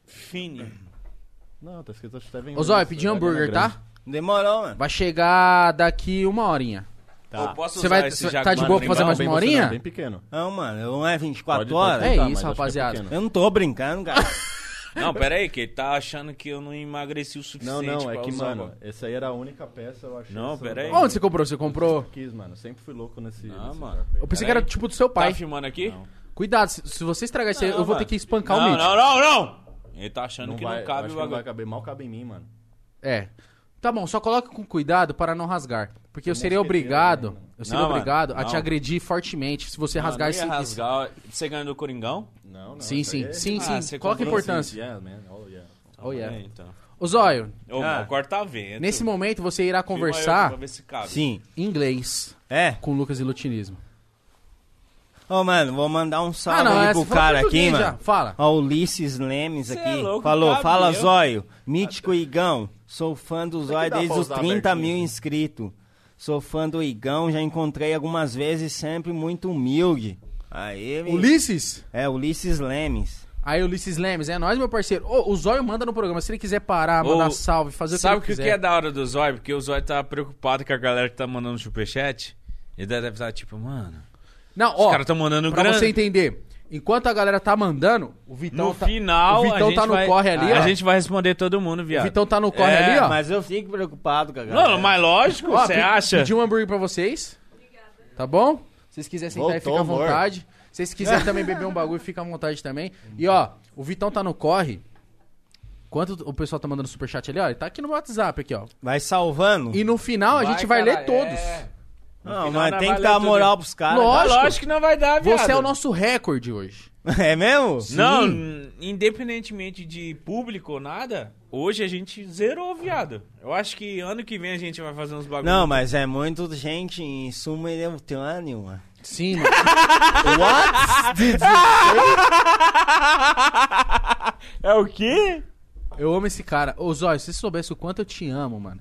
[SPEAKER 2] Fini.
[SPEAKER 6] Não, tá escrito Steven
[SPEAKER 1] Ô, Zóio, pedi hambúrguer, tá?
[SPEAKER 4] Demorou, mano.
[SPEAKER 1] Vai chegar daqui uma horinha.
[SPEAKER 2] Eu posso
[SPEAKER 1] Você
[SPEAKER 2] usar
[SPEAKER 1] vai-
[SPEAKER 2] esse
[SPEAKER 1] tá de
[SPEAKER 2] Jaguar
[SPEAKER 1] boa
[SPEAKER 2] no
[SPEAKER 1] pra fazer
[SPEAKER 6] Não,
[SPEAKER 1] mais
[SPEAKER 2] embalo?
[SPEAKER 6] bem
[SPEAKER 1] uma
[SPEAKER 6] você
[SPEAKER 1] horinha?
[SPEAKER 6] não, bem pequeno.
[SPEAKER 4] Não, mano, não é 24
[SPEAKER 6] Pode- pode
[SPEAKER 4] horas?
[SPEAKER 1] É
[SPEAKER 6] tentar, mas
[SPEAKER 1] isso,
[SPEAKER 6] acho que
[SPEAKER 1] rapaziada.
[SPEAKER 6] pequeno.
[SPEAKER 4] Eu não tô brincando,
[SPEAKER 1] <laughs>
[SPEAKER 4] cara.
[SPEAKER 2] Não, pera aí, que ele tá achando que eu não emagreci o
[SPEAKER 6] Não,
[SPEAKER 2] suficiente
[SPEAKER 6] não,
[SPEAKER 2] pra
[SPEAKER 6] é que,
[SPEAKER 2] usar,
[SPEAKER 6] mano, essa aí era a única peça, eu acho.
[SPEAKER 2] um Não,
[SPEAKER 6] essa-
[SPEAKER 2] pera aí.
[SPEAKER 1] Onde você comprou? Você comprou?
[SPEAKER 6] Quis, mano. Sempre fui louco nesse.
[SPEAKER 2] Não,
[SPEAKER 6] nesse
[SPEAKER 2] mano.
[SPEAKER 6] trampo aí.
[SPEAKER 1] Eu pensei que
[SPEAKER 2] Peraí.
[SPEAKER 1] era tipo do seu
[SPEAKER 2] Tá
[SPEAKER 1] pai.
[SPEAKER 2] filmando aqui?
[SPEAKER 1] Cuidado, se, se você estragar isso aí, eu vou
[SPEAKER 2] mano.
[SPEAKER 1] ter que espancar o
[SPEAKER 2] Não,
[SPEAKER 1] Mitch.
[SPEAKER 2] não, não, não! Ele tá achando
[SPEAKER 6] Não
[SPEAKER 2] que
[SPEAKER 6] vai,
[SPEAKER 2] não cabe
[SPEAKER 6] acho
[SPEAKER 2] o
[SPEAKER 6] que não vai
[SPEAKER 2] bagulho.
[SPEAKER 6] caber. Mal cabe em mim, mano.
[SPEAKER 1] É. Tá bom, só coloca com cuidado para não rasgar. Porque eu seria obrigado, eu seria
[SPEAKER 2] Não, mano,
[SPEAKER 1] obrigado a te
[SPEAKER 2] não.
[SPEAKER 1] agredir fortemente se você
[SPEAKER 2] Não,
[SPEAKER 1] rasgar
[SPEAKER 2] não
[SPEAKER 1] esse.
[SPEAKER 2] ia rasgar. Você ganhou do Coringão?
[SPEAKER 6] Não, não.
[SPEAKER 1] Sim,
[SPEAKER 6] isso
[SPEAKER 1] sim,
[SPEAKER 6] aí é-
[SPEAKER 1] sim,
[SPEAKER 2] Ah,
[SPEAKER 1] sim.
[SPEAKER 2] você
[SPEAKER 1] Coloca a
[SPEAKER 2] comprou,
[SPEAKER 1] importância.
[SPEAKER 6] Yeah, man. Oh, yeah.
[SPEAKER 1] Oh, yeah.
[SPEAKER 2] É, então.
[SPEAKER 1] Ô, Zóio,
[SPEAKER 2] Ô,
[SPEAKER 4] Ah.
[SPEAKER 2] meu, corta a vento.
[SPEAKER 1] nesse momento você irá
[SPEAKER 2] Filma eu
[SPEAKER 1] conversar
[SPEAKER 2] Pra ver se cabe.
[SPEAKER 4] Sim.
[SPEAKER 1] em inglês
[SPEAKER 4] É.
[SPEAKER 1] com o Lucas Ilutinismo.
[SPEAKER 4] Ô, mano, vou mandar um
[SPEAKER 2] Tá
[SPEAKER 4] salve
[SPEAKER 1] é
[SPEAKER 4] ali pro
[SPEAKER 1] você falou
[SPEAKER 4] cara aqui,
[SPEAKER 1] português
[SPEAKER 4] mano.
[SPEAKER 1] já. Fala.
[SPEAKER 4] Ó, Ulisses Lemes
[SPEAKER 2] Cê
[SPEAKER 4] aqui.
[SPEAKER 2] é louco,
[SPEAKER 4] falou,
[SPEAKER 2] cabe
[SPEAKER 4] fala,
[SPEAKER 2] eu.
[SPEAKER 4] Zóio.
[SPEAKER 1] Tá
[SPEAKER 4] Mítico Igão. Sou fã do
[SPEAKER 6] que
[SPEAKER 4] Zóio
[SPEAKER 6] dá
[SPEAKER 4] desde
[SPEAKER 6] pra
[SPEAKER 4] os
[SPEAKER 6] usar
[SPEAKER 4] 30
[SPEAKER 6] abertinho,
[SPEAKER 4] mil
[SPEAKER 1] né?
[SPEAKER 6] assim.
[SPEAKER 4] inscritos. Sou fã do Igão, já encontrei algumas vezes, sempre muito humilde. Aí, mi-
[SPEAKER 1] Ulisses?
[SPEAKER 4] É, Ulisses Lemes.
[SPEAKER 1] Aí, Ulisses Lemes, é nós, meu parceiro. Ô, o Zóio manda no programa. Se ele quiser parar,
[SPEAKER 2] Ô,
[SPEAKER 1] mandar salve, fazer o que
[SPEAKER 2] Sabe
[SPEAKER 1] ele
[SPEAKER 2] o que,
[SPEAKER 1] quiser.
[SPEAKER 2] que é da hora do Zóio? Porque o Zóio tá preocupado com a galera que tá mandando superchat. Ele deve estar tipo, mano.
[SPEAKER 1] Não,
[SPEAKER 2] Os
[SPEAKER 1] ó,
[SPEAKER 2] caras tão mandando
[SPEAKER 1] pra
[SPEAKER 2] grana.
[SPEAKER 1] você entender. Enquanto a galera tá mandando, o Vitão
[SPEAKER 2] no
[SPEAKER 1] tá,
[SPEAKER 2] final.
[SPEAKER 1] o
[SPEAKER 2] a
[SPEAKER 1] Vitão
[SPEAKER 2] gente
[SPEAKER 1] tá no
[SPEAKER 2] vai-
[SPEAKER 1] corre ali,
[SPEAKER 2] A
[SPEAKER 1] ó.
[SPEAKER 2] gente vai responder todo mundo,
[SPEAKER 1] O
[SPEAKER 2] viado.
[SPEAKER 1] Vitão tá no corre
[SPEAKER 2] É,
[SPEAKER 1] ali, ó.
[SPEAKER 4] Mas eu fico preocupado com a galera.
[SPEAKER 2] Não, mas lógico,
[SPEAKER 1] Ó,
[SPEAKER 2] você
[SPEAKER 1] pe-
[SPEAKER 2] acha?
[SPEAKER 1] Pedi um hambúrguer pra vocês. Obrigada. Tá bom? Se vocês quiserem sentar aí,
[SPEAKER 5] Voltou,
[SPEAKER 1] fica à
[SPEAKER 5] amor.
[SPEAKER 1] vontade. Se
[SPEAKER 2] <laughs>
[SPEAKER 1] vocês quiserem também beber um bagulho, fica à vontade também. E ó, o Vitão tá no corre. Quanto o pessoal tá mandando superchat ali, ó, ele tá aqui no WhatsApp aqui, ó.
[SPEAKER 4] Vai salvando.
[SPEAKER 1] E no final a gente vai ler
[SPEAKER 2] caralho,
[SPEAKER 1] todos.
[SPEAKER 2] é.
[SPEAKER 4] Não,
[SPEAKER 2] final
[SPEAKER 4] mas
[SPEAKER 2] nós
[SPEAKER 4] tem
[SPEAKER 2] vai
[SPEAKER 4] que
[SPEAKER 2] ler
[SPEAKER 4] dar a
[SPEAKER 2] tudo.
[SPEAKER 4] moral pros caras.
[SPEAKER 1] Lógico.
[SPEAKER 2] Mas lógico que não vai dar, viado.
[SPEAKER 1] Você é o nosso recorde hoje.
[SPEAKER 4] <laughs> É mesmo?
[SPEAKER 2] Não, n- independentemente de público ou nada, hoje a gente zerou, viado. Eu acho que ano que vem a gente vai fazer uns bagulhos.
[SPEAKER 4] Não, mas é muito gente em suma eletrônio, mano.
[SPEAKER 1] Sim, mano.
[SPEAKER 2] É o quê?
[SPEAKER 1] <laughs> Eu amo esse cara. Ô, Zóio, se você soubesse o quanto eu te amo, mano,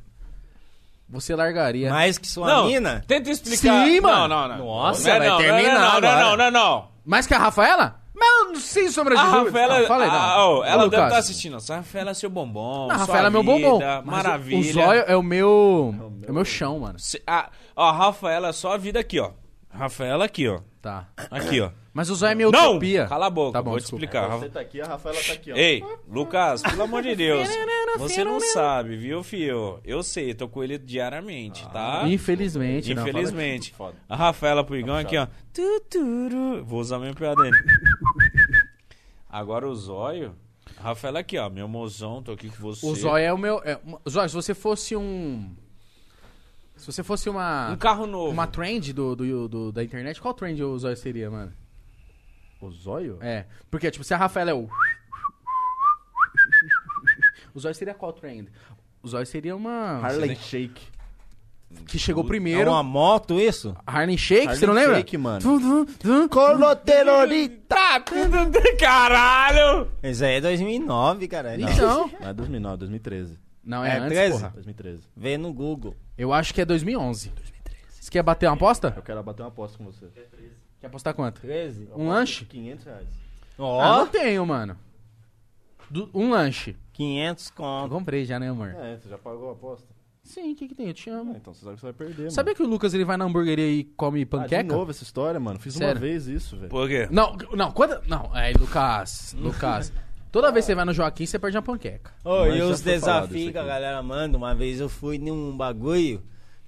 [SPEAKER 1] você largaria. Mas,
[SPEAKER 4] Mais que sua
[SPEAKER 2] não,
[SPEAKER 4] mina?
[SPEAKER 2] tenta explicar.
[SPEAKER 1] Sim, mano.
[SPEAKER 2] Não, não, não.
[SPEAKER 4] Nossa,
[SPEAKER 2] não, é
[SPEAKER 4] vai
[SPEAKER 2] não,
[SPEAKER 4] terminar
[SPEAKER 2] Não, não,
[SPEAKER 4] agora.
[SPEAKER 2] não, não, não, não.
[SPEAKER 1] que a Rafaela? Mas sem sombra de
[SPEAKER 2] A
[SPEAKER 1] dúvida.
[SPEAKER 2] Rafaela,
[SPEAKER 1] Não, fala aí, não.
[SPEAKER 2] ah, oh,
[SPEAKER 1] Ô,
[SPEAKER 2] ela deve
[SPEAKER 1] Lucas.
[SPEAKER 2] estar assistindo. A Rafaela é seu bombom.
[SPEAKER 1] Não,
[SPEAKER 2] sua
[SPEAKER 1] a Rafaela é meu
[SPEAKER 2] vida,
[SPEAKER 1] bombom. Mas
[SPEAKER 2] Maravilha.
[SPEAKER 1] O, o zóio é o meu. É o meu, chão, mano.
[SPEAKER 2] Se- ah, ó, a Rafaela é só a vida aqui, ó. Rafaela aqui, ó.
[SPEAKER 1] Tá.
[SPEAKER 2] Aqui, ó.
[SPEAKER 1] Mas o zóio é minha
[SPEAKER 2] não!
[SPEAKER 1] utopia.
[SPEAKER 2] Cala a boca,
[SPEAKER 1] Tá bom,
[SPEAKER 2] vou te
[SPEAKER 1] desculpa.
[SPEAKER 2] explicar. Rafa-
[SPEAKER 6] Você tá aqui, a Rafaela tá
[SPEAKER 1] É.
[SPEAKER 6] aqui, ó.
[SPEAKER 2] Ei, Lucas, pelo amor de Deus. Você não sabe, viu, fio? Eu sei, tô com ele diariamente, tá?
[SPEAKER 1] Infelizmente, não.
[SPEAKER 2] Infelizmente. A Rafaela Puigão aqui, ó. Tu, tu, ru. Vou usar mesmo piada dele. Agora o zóio. A Rafaela aqui, ó. Meu mozão, tô aqui com você.
[SPEAKER 1] O zóio é o meu. É, uma- zóio, se você fosse um. Se você fosse uma.
[SPEAKER 2] Um carro novo.
[SPEAKER 1] é Uma trend do, do, do- da internet, qual trend o zóio seria, mano?
[SPEAKER 6] O zóio?
[SPEAKER 1] É. Porque, tipo, se a Rafaela é o. O zóio seria qual trend? O zóio seria uma.
[SPEAKER 6] Harley Shake.
[SPEAKER 1] Que chegou
[SPEAKER 4] É
[SPEAKER 1] primeiro.
[SPEAKER 4] uma moto isso?
[SPEAKER 1] Harley Shake, você
[SPEAKER 6] Harley
[SPEAKER 1] não lembra?
[SPEAKER 6] Shake, mano.
[SPEAKER 1] Tum, tum, tum.
[SPEAKER 5] Coloterorita!
[SPEAKER 2] <laughs> Caralho!
[SPEAKER 4] Isso aí é 2009, cara. Não.
[SPEAKER 1] Então.
[SPEAKER 6] Não é 2009, 2013.
[SPEAKER 1] Não, é,
[SPEAKER 4] É
[SPEAKER 1] antes,
[SPEAKER 4] 13?
[SPEAKER 6] Tá.
[SPEAKER 1] porra.
[SPEAKER 6] 2013.
[SPEAKER 4] Vê no Google.
[SPEAKER 1] Eu acho que é 2011. Você quer bater uma aposta?
[SPEAKER 6] Eu quero bater uma aposta com você.
[SPEAKER 1] Quer apostar quanto?
[SPEAKER 4] 13?
[SPEAKER 1] Um lanche?
[SPEAKER 6] 500 reais.
[SPEAKER 1] Ah, não
[SPEAKER 4] Ó,
[SPEAKER 1] tenho, mano. Du- um lanche.
[SPEAKER 4] 500
[SPEAKER 1] Eu
[SPEAKER 4] conto.
[SPEAKER 1] comprei já, né, amor?
[SPEAKER 6] É, você já pagou a aposta?
[SPEAKER 1] Sim, o que que tem? Eu te
[SPEAKER 6] Ah,
[SPEAKER 1] amo.
[SPEAKER 6] então você sabe que você vai perder,
[SPEAKER 1] Sabia que o Lucas ele vai na hamburgueria e come
[SPEAKER 6] mano. Ah,
[SPEAKER 1] panqueca?
[SPEAKER 6] de novo essa história, mano. Fiz
[SPEAKER 1] Sério?
[SPEAKER 6] uma vez isso, velho.
[SPEAKER 2] Por quê?
[SPEAKER 1] Não, não, quando... Não, aí, Lucas, Lucas. Toda vez que você vai no Joaquim, você perde uma panqueca.
[SPEAKER 4] Ô,
[SPEAKER 6] Mas
[SPEAKER 4] e
[SPEAKER 6] já
[SPEAKER 4] os
[SPEAKER 6] foi falado isso
[SPEAKER 4] desafios que a
[SPEAKER 6] aqui.
[SPEAKER 4] galera manda? Uma vez eu fui num bagulho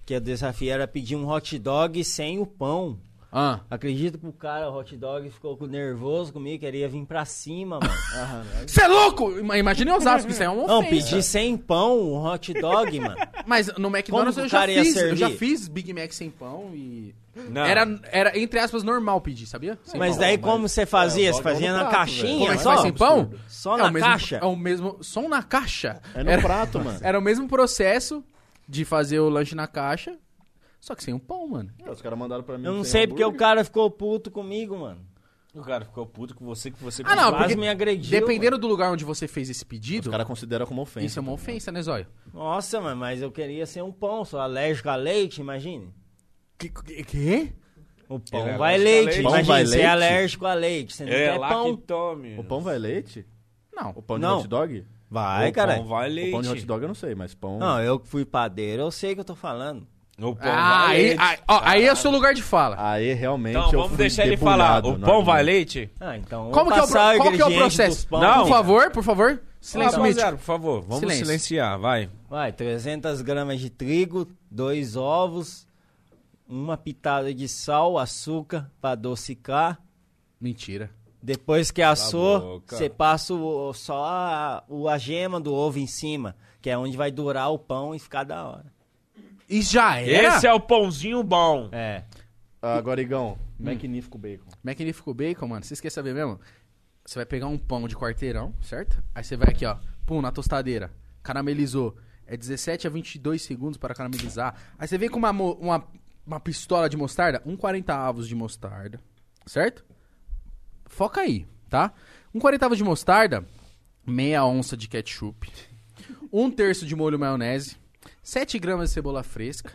[SPEAKER 4] que o desafio era pedir um hot dog sem o pão.
[SPEAKER 1] Ah,
[SPEAKER 4] Acredito que o cara, o hot dog, ficou com- nervoso comigo, queria vir pra cima, mano.
[SPEAKER 1] <laughs>
[SPEAKER 4] Aham.
[SPEAKER 1] Você é louco? Ima- Imagina em Osasco, isso aí é uma ofensa.
[SPEAKER 4] Não, pedi sem pão um hot dog, mano.
[SPEAKER 1] Mas no McDonald's
[SPEAKER 4] que o
[SPEAKER 1] eu já
[SPEAKER 4] cara ia
[SPEAKER 1] fiz, eu
[SPEAKER 4] servir?
[SPEAKER 1] já fiz Big Mac sem pão e...
[SPEAKER 2] Não.
[SPEAKER 1] Era, era, entre aspas, normal pedir, sabia? Sem
[SPEAKER 4] Mas
[SPEAKER 1] pão.
[SPEAKER 4] daí como você fazia? Você
[SPEAKER 6] dog é
[SPEAKER 4] fazia
[SPEAKER 6] no
[SPEAKER 4] na
[SPEAKER 6] prato,
[SPEAKER 4] caixinha?
[SPEAKER 1] Como é que
[SPEAKER 4] só?
[SPEAKER 1] faz sem pão?
[SPEAKER 4] Só
[SPEAKER 1] é
[SPEAKER 4] na
[SPEAKER 1] o mesmo,
[SPEAKER 4] caixa?
[SPEAKER 1] É o mesmo... Só na caixa?
[SPEAKER 6] É no
[SPEAKER 1] Era-
[SPEAKER 6] prato, mano.
[SPEAKER 1] Era o mesmo processo de fazer o lanche na caixa, só que sem o pão, mano.
[SPEAKER 6] É, Os caras mandaram pra mim.
[SPEAKER 4] Eu não
[SPEAKER 6] sem
[SPEAKER 4] sei porque é o
[SPEAKER 6] hambúrguer.
[SPEAKER 4] cara ficou puto comigo, mano.
[SPEAKER 2] O cara ficou puto com você, que você...
[SPEAKER 1] Ah, não,
[SPEAKER 4] Quase
[SPEAKER 1] porque
[SPEAKER 4] me agrediu.
[SPEAKER 1] dependendo do lugar onde você fez esse pedido,
[SPEAKER 6] Os caras consideram como ofensa.
[SPEAKER 1] isso é uma ofensa, né, Zóio?
[SPEAKER 4] mano. Nossa, mano, mas eu queria ser um pão, sou alérgico a leite, imagine.
[SPEAKER 1] Que? que- que?
[SPEAKER 4] O pão
[SPEAKER 2] Ele é
[SPEAKER 4] vai
[SPEAKER 2] alérgico a
[SPEAKER 4] leite,
[SPEAKER 2] leite.
[SPEAKER 4] imagina,
[SPEAKER 6] Pão vai
[SPEAKER 4] você é
[SPEAKER 6] leite?
[SPEAKER 4] alérgico a leite, você não
[SPEAKER 2] É,
[SPEAKER 4] quer
[SPEAKER 2] lá
[SPEAKER 4] pão.
[SPEAKER 2] que tome.
[SPEAKER 6] O pão vai leite? O
[SPEAKER 1] Não.
[SPEAKER 6] pão de
[SPEAKER 4] Não.
[SPEAKER 6] hot dog?
[SPEAKER 4] Vai,
[SPEAKER 2] O
[SPEAKER 4] cara.
[SPEAKER 2] pão vai
[SPEAKER 6] O
[SPEAKER 2] leite.
[SPEAKER 6] pão de hot dog eu não sei, mas pão.
[SPEAKER 4] Não, eu que fui padeiro, eu sei o que eu tô falando.
[SPEAKER 2] O pão
[SPEAKER 1] Ah,
[SPEAKER 2] vai
[SPEAKER 1] aí,
[SPEAKER 2] leite.
[SPEAKER 1] aí, ó, aí é o seu lugar de fala.
[SPEAKER 6] Aí realmente.
[SPEAKER 2] Então,
[SPEAKER 6] eu
[SPEAKER 2] vamos
[SPEAKER 6] fui
[SPEAKER 2] deixar ele falar.
[SPEAKER 6] debulhado
[SPEAKER 2] O
[SPEAKER 6] no
[SPEAKER 2] pão vai
[SPEAKER 6] argumento.
[SPEAKER 2] leite?
[SPEAKER 4] Ah, então.
[SPEAKER 1] Como
[SPEAKER 4] vou
[SPEAKER 1] que é o,
[SPEAKER 4] passar
[SPEAKER 1] pro- qual que é o
[SPEAKER 4] ingrediente
[SPEAKER 1] processo?
[SPEAKER 4] dos pão.
[SPEAKER 2] Não.
[SPEAKER 1] Por favor, por favor, silêncio
[SPEAKER 2] Rapaziada,
[SPEAKER 1] mítico.
[SPEAKER 2] por favor, vamos
[SPEAKER 1] Silêncio.
[SPEAKER 2] silenciar, vai.
[SPEAKER 4] Vai, 300 gramas de trigo, dois ovos, uma pitada de sal, açúcar pra adocicar.
[SPEAKER 1] Mentira.
[SPEAKER 4] Depois que assou,
[SPEAKER 2] boca.
[SPEAKER 4] você passa o, só a, o- a gema do ovo em cima, que é onde vai durar o pão e ficar da hora.
[SPEAKER 1] Isso já era?
[SPEAKER 2] Esse é o pãozinho bom.
[SPEAKER 4] É.
[SPEAKER 6] Agora, Igão, é magnífico bacon.
[SPEAKER 1] Magnífico Bacon, mano. Vocês querem saber mesmo? Você vai pegar um pão de quarteirão, certo? Aí você vai aqui, ó. Pum, na tostadeira. Caramelizou. É 17 a 22 segundos para caramelizar. Aí você vem com uma, mo- uma, uma pistola de mostarda. Um 40 avos de mostarda, certo? Foca aí, tá? Um 40 avos de mostarda. Meia onça de ketchup. Um terço de molho maionese. 7 gramas de cebola fresca.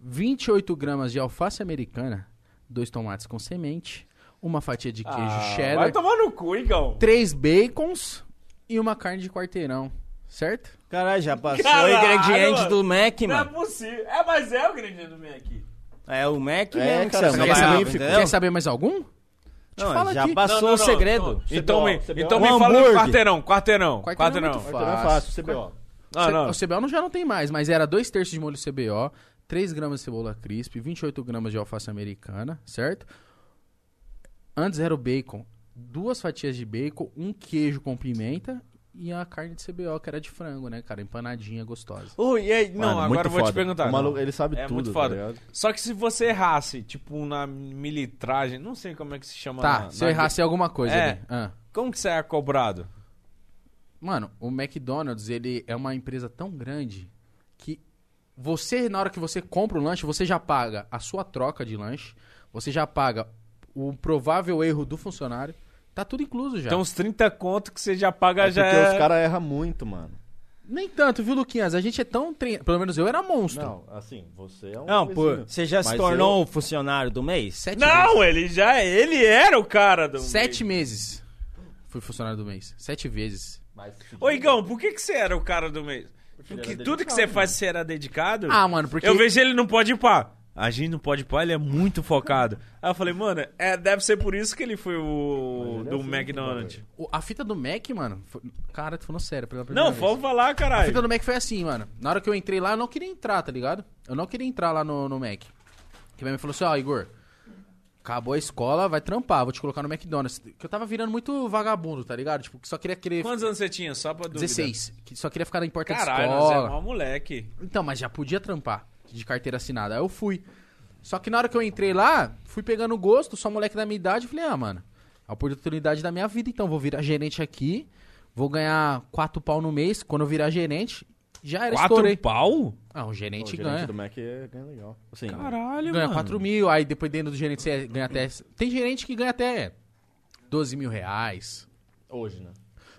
[SPEAKER 1] 28 gramas de alface americana, dois tomates com semente, uma fatia de Ah, queijo
[SPEAKER 2] Ah, Vai
[SPEAKER 1] cheddar,
[SPEAKER 2] tomar no cu, Igão.
[SPEAKER 1] três bacons e uma carne de quarteirão, certo?
[SPEAKER 4] Caralho, já passou
[SPEAKER 2] Caralho,
[SPEAKER 4] o ingrediente
[SPEAKER 2] mano.
[SPEAKER 4] do Mac,
[SPEAKER 2] Não é
[SPEAKER 4] mano.
[SPEAKER 2] possível. É, mas é o ingrediente do meio aqui.
[SPEAKER 4] É o Mac
[SPEAKER 6] É,
[SPEAKER 4] mesmo
[SPEAKER 6] cara,
[SPEAKER 4] que
[SPEAKER 6] Não,
[SPEAKER 1] quer,
[SPEAKER 4] você
[SPEAKER 6] mas
[SPEAKER 1] saber,
[SPEAKER 6] não,
[SPEAKER 1] quer
[SPEAKER 4] entendeu?
[SPEAKER 1] saber mais algum? Te
[SPEAKER 4] Não,
[SPEAKER 1] fala
[SPEAKER 4] já
[SPEAKER 1] aqui.
[SPEAKER 4] passou
[SPEAKER 2] Não, não,
[SPEAKER 4] o
[SPEAKER 2] não,
[SPEAKER 4] segredo.
[SPEAKER 2] não. Então, me,
[SPEAKER 6] CBO.
[SPEAKER 2] então
[SPEAKER 4] Um
[SPEAKER 2] me fala
[SPEAKER 4] hambúrguer.
[SPEAKER 2] do quarteirão, quarteirão,
[SPEAKER 1] Quarteirão é
[SPEAKER 2] quarteirão.
[SPEAKER 1] muito
[SPEAKER 6] Quarteirão é
[SPEAKER 1] fácil.
[SPEAKER 6] fácil, CBO.
[SPEAKER 2] Não, não.
[SPEAKER 1] O CBO não- já não tem mais, mas era dois terços de molho CBO, 3 gramas de cebola crisp, 28 gramas de alface americana, certo? Antes era o bacon, duas fatias de bacon, um queijo com pimenta e a carne de CBO, que era de frango, né, cara? Empanadinha, gostosa.
[SPEAKER 2] Ui, e aí? Não,
[SPEAKER 6] Mano,
[SPEAKER 2] é agora
[SPEAKER 6] é muito
[SPEAKER 2] eu vou te
[SPEAKER 6] foda.
[SPEAKER 2] perguntar.
[SPEAKER 6] O maluco,
[SPEAKER 2] não.
[SPEAKER 6] ele sabe
[SPEAKER 2] é
[SPEAKER 6] tudo,
[SPEAKER 2] muito
[SPEAKER 6] tá
[SPEAKER 2] foda.
[SPEAKER 6] ligado?
[SPEAKER 2] Só que se você errasse, tipo, na militragem, não sei como é que se chama.
[SPEAKER 1] Tá,
[SPEAKER 2] na-
[SPEAKER 1] se
[SPEAKER 2] na-
[SPEAKER 1] eu errasse alguma coisa
[SPEAKER 2] É.
[SPEAKER 1] ali. Ah.
[SPEAKER 2] Como que você é cobrado?
[SPEAKER 1] Mano, o McDonald's, ele é uma empresa tão grande que você, na hora que você compra o lanche, você já paga a sua troca de lanche, você já paga o provável erro do funcionário, tá tudo incluso já.
[SPEAKER 2] Então, os 30 conto que você já paga
[SPEAKER 6] É
[SPEAKER 2] já
[SPEAKER 6] porque
[SPEAKER 2] é...
[SPEAKER 6] os caras erram muito, mano.
[SPEAKER 1] Nem tanto, viu, Luquinhas? A gente é tão treinado. Pelo menos eu era monstro.
[SPEAKER 6] Não, assim, você é um.
[SPEAKER 4] Não, pô,
[SPEAKER 6] coisinha.
[SPEAKER 4] você já se
[SPEAKER 6] Mas
[SPEAKER 4] tornou o funcionário do mês?
[SPEAKER 1] Sete
[SPEAKER 2] Não, ele já... Ele era o cara do...
[SPEAKER 1] Vezes. Sete meses. Fui funcionário do mês. Sete vezes.
[SPEAKER 2] Ô, Igão, por que, que você era o cara do mês? Porque tudo que você faz, você era dedicado?
[SPEAKER 1] Ah, mano, porque-
[SPEAKER 2] Eu vejo ele não pode ir pá. A gente não pode ir pá, ele é muito focado. Aí eu falei, mano, é, deve ser por isso que ele é assim, né, foi o do McDonald's.
[SPEAKER 1] O- a fita do Mac, mano. foi- Cara, tô falando sério. Pela primeira
[SPEAKER 2] Não,
[SPEAKER 1] vez.
[SPEAKER 2] vamos falar,
[SPEAKER 1] A
[SPEAKER 2] caralho.
[SPEAKER 1] fita do Mac foi assim, mano. Na hora que eu entrei lá, eu não queria entrar, tá ligado? Eu não queria entrar lá no, no Mac. Que minha mãe falou assim, ó, Igor, acabou a escola, vai trampar, vou te colocar no McDonald's. Que eu tava virando muito vagabundo, tá ligado? Tipo, que só queria querer...
[SPEAKER 2] Quantos anos você tinha? Só pra dúvida.
[SPEAKER 1] 16. Que só queria ficar em porta
[SPEAKER 2] Caralho,
[SPEAKER 1] de
[SPEAKER 2] nós é
[SPEAKER 1] escola.
[SPEAKER 2] mó moleque.
[SPEAKER 1] Então, mas já podia trampar de carteira assinada. Aí eu fui. Só que na hora que eu entrei lá, fui pegando gosto, só moleque da minha idade, falei, ah, mano, a oportunidade da minha vida, então vou virar gerente aqui, vou ganhar quatro pau no mês, quando eu virar gerente, já era,
[SPEAKER 2] Quatro
[SPEAKER 1] estourei.
[SPEAKER 2] pau?
[SPEAKER 1] Ah, um
[SPEAKER 6] O
[SPEAKER 1] gerente
[SPEAKER 6] gerente
[SPEAKER 1] ganha.
[SPEAKER 6] do Mac é, ganha legal. Assim,
[SPEAKER 2] Caralho,
[SPEAKER 1] Ganha
[SPEAKER 2] mano.
[SPEAKER 1] 4 mil, aí dependendo do gerente você ganha até... Tem gerente que ganha até 12 mil reais,
[SPEAKER 6] hoje, né?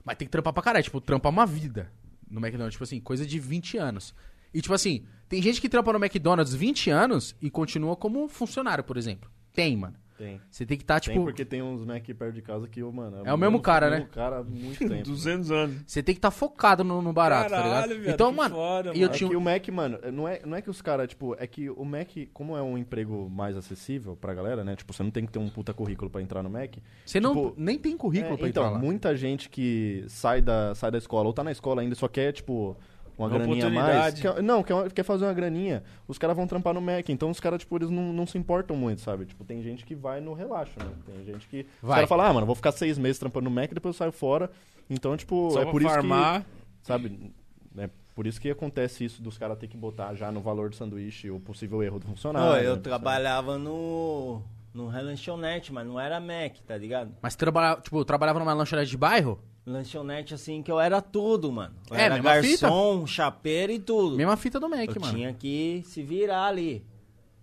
[SPEAKER 1] mas tem que trampar pra caralho, tipo, trampa uma vida no McDonald's, tipo assim, coisa de 20 anos. E tipo assim, tem gente que trampa no McDonald's 20 anos e continua como funcionário, por exemplo. Tem, mano.
[SPEAKER 6] Tem.
[SPEAKER 1] Você tem que estar,
[SPEAKER 6] tem
[SPEAKER 1] tipo,
[SPEAKER 6] porque tem uns Mac perto de casa que, mano.
[SPEAKER 1] É o mesmo cara, né?
[SPEAKER 6] O cara
[SPEAKER 1] <laughs>
[SPEAKER 6] há muito tempo.
[SPEAKER 2] 200 anos.
[SPEAKER 1] você tem que estar focado no, no barato, tá
[SPEAKER 2] Caralho,
[SPEAKER 1] ligado?
[SPEAKER 2] viado,
[SPEAKER 1] então,
[SPEAKER 2] que
[SPEAKER 1] mano,
[SPEAKER 2] foda,
[SPEAKER 1] e
[SPEAKER 2] mano.
[SPEAKER 1] eu
[SPEAKER 6] É que
[SPEAKER 1] tinha
[SPEAKER 6] o Mac, mano, não é, não é que os caras, tipo, é que o Mac, como é um emprego mais acessível pra galera, né? Tipo, você não tem que ter um puta currículo pra entrar no Mac.
[SPEAKER 1] você não
[SPEAKER 6] tipo,
[SPEAKER 1] nem tem currículo
[SPEAKER 6] É,
[SPEAKER 1] pra
[SPEAKER 6] então,
[SPEAKER 1] entrar lá.
[SPEAKER 6] muita gente que sai da, sai da escola ou tá na escola ainda só quer, tipo, uma,
[SPEAKER 2] Uma
[SPEAKER 6] graninha a mais.
[SPEAKER 2] oportunidade.
[SPEAKER 6] Quer- não, quer, quer fazer uma graninha. Os caras vão trampar no Mac. Então os caras, tipo, eles não, não se importam muito, sabe? Tipo, tem gente que vai no relaxo, né? Tem gente que. Os
[SPEAKER 1] Vai.
[SPEAKER 6] caras falam, ah, mano, vou ficar seis meses trampando no Mac e depois eu saio fora. Então, tipo,
[SPEAKER 2] Só
[SPEAKER 6] é
[SPEAKER 2] pra
[SPEAKER 6] por isso
[SPEAKER 2] farmar.
[SPEAKER 6] que. Sabe? É por isso que acontece isso dos caras ter que botar já no valor do sanduíche o possível erro do funcionário. né?
[SPEAKER 4] Não, eu
[SPEAKER 6] sabe?
[SPEAKER 4] trabalhava no. no lanchonete, mas não era Mac, tá ligado?
[SPEAKER 1] Mas trabalhava, tipo, eu trabalhava numa lanchonete de bairro?
[SPEAKER 4] Lanchonete assim que eu era tudo, mano. Eu
[SPEAKER 1] É,
[SPEAKER 4] era
[SPEAKER 1] mesma fita?
[SPEAKER 4] garçom, chapeiro e tudo.
[SPEAKER 1] Mesma fita do Mac,
[SPEAKER 4] eu
[SPEAKER 1] mano.
[SPEAKER 4] tinha que se virar ali.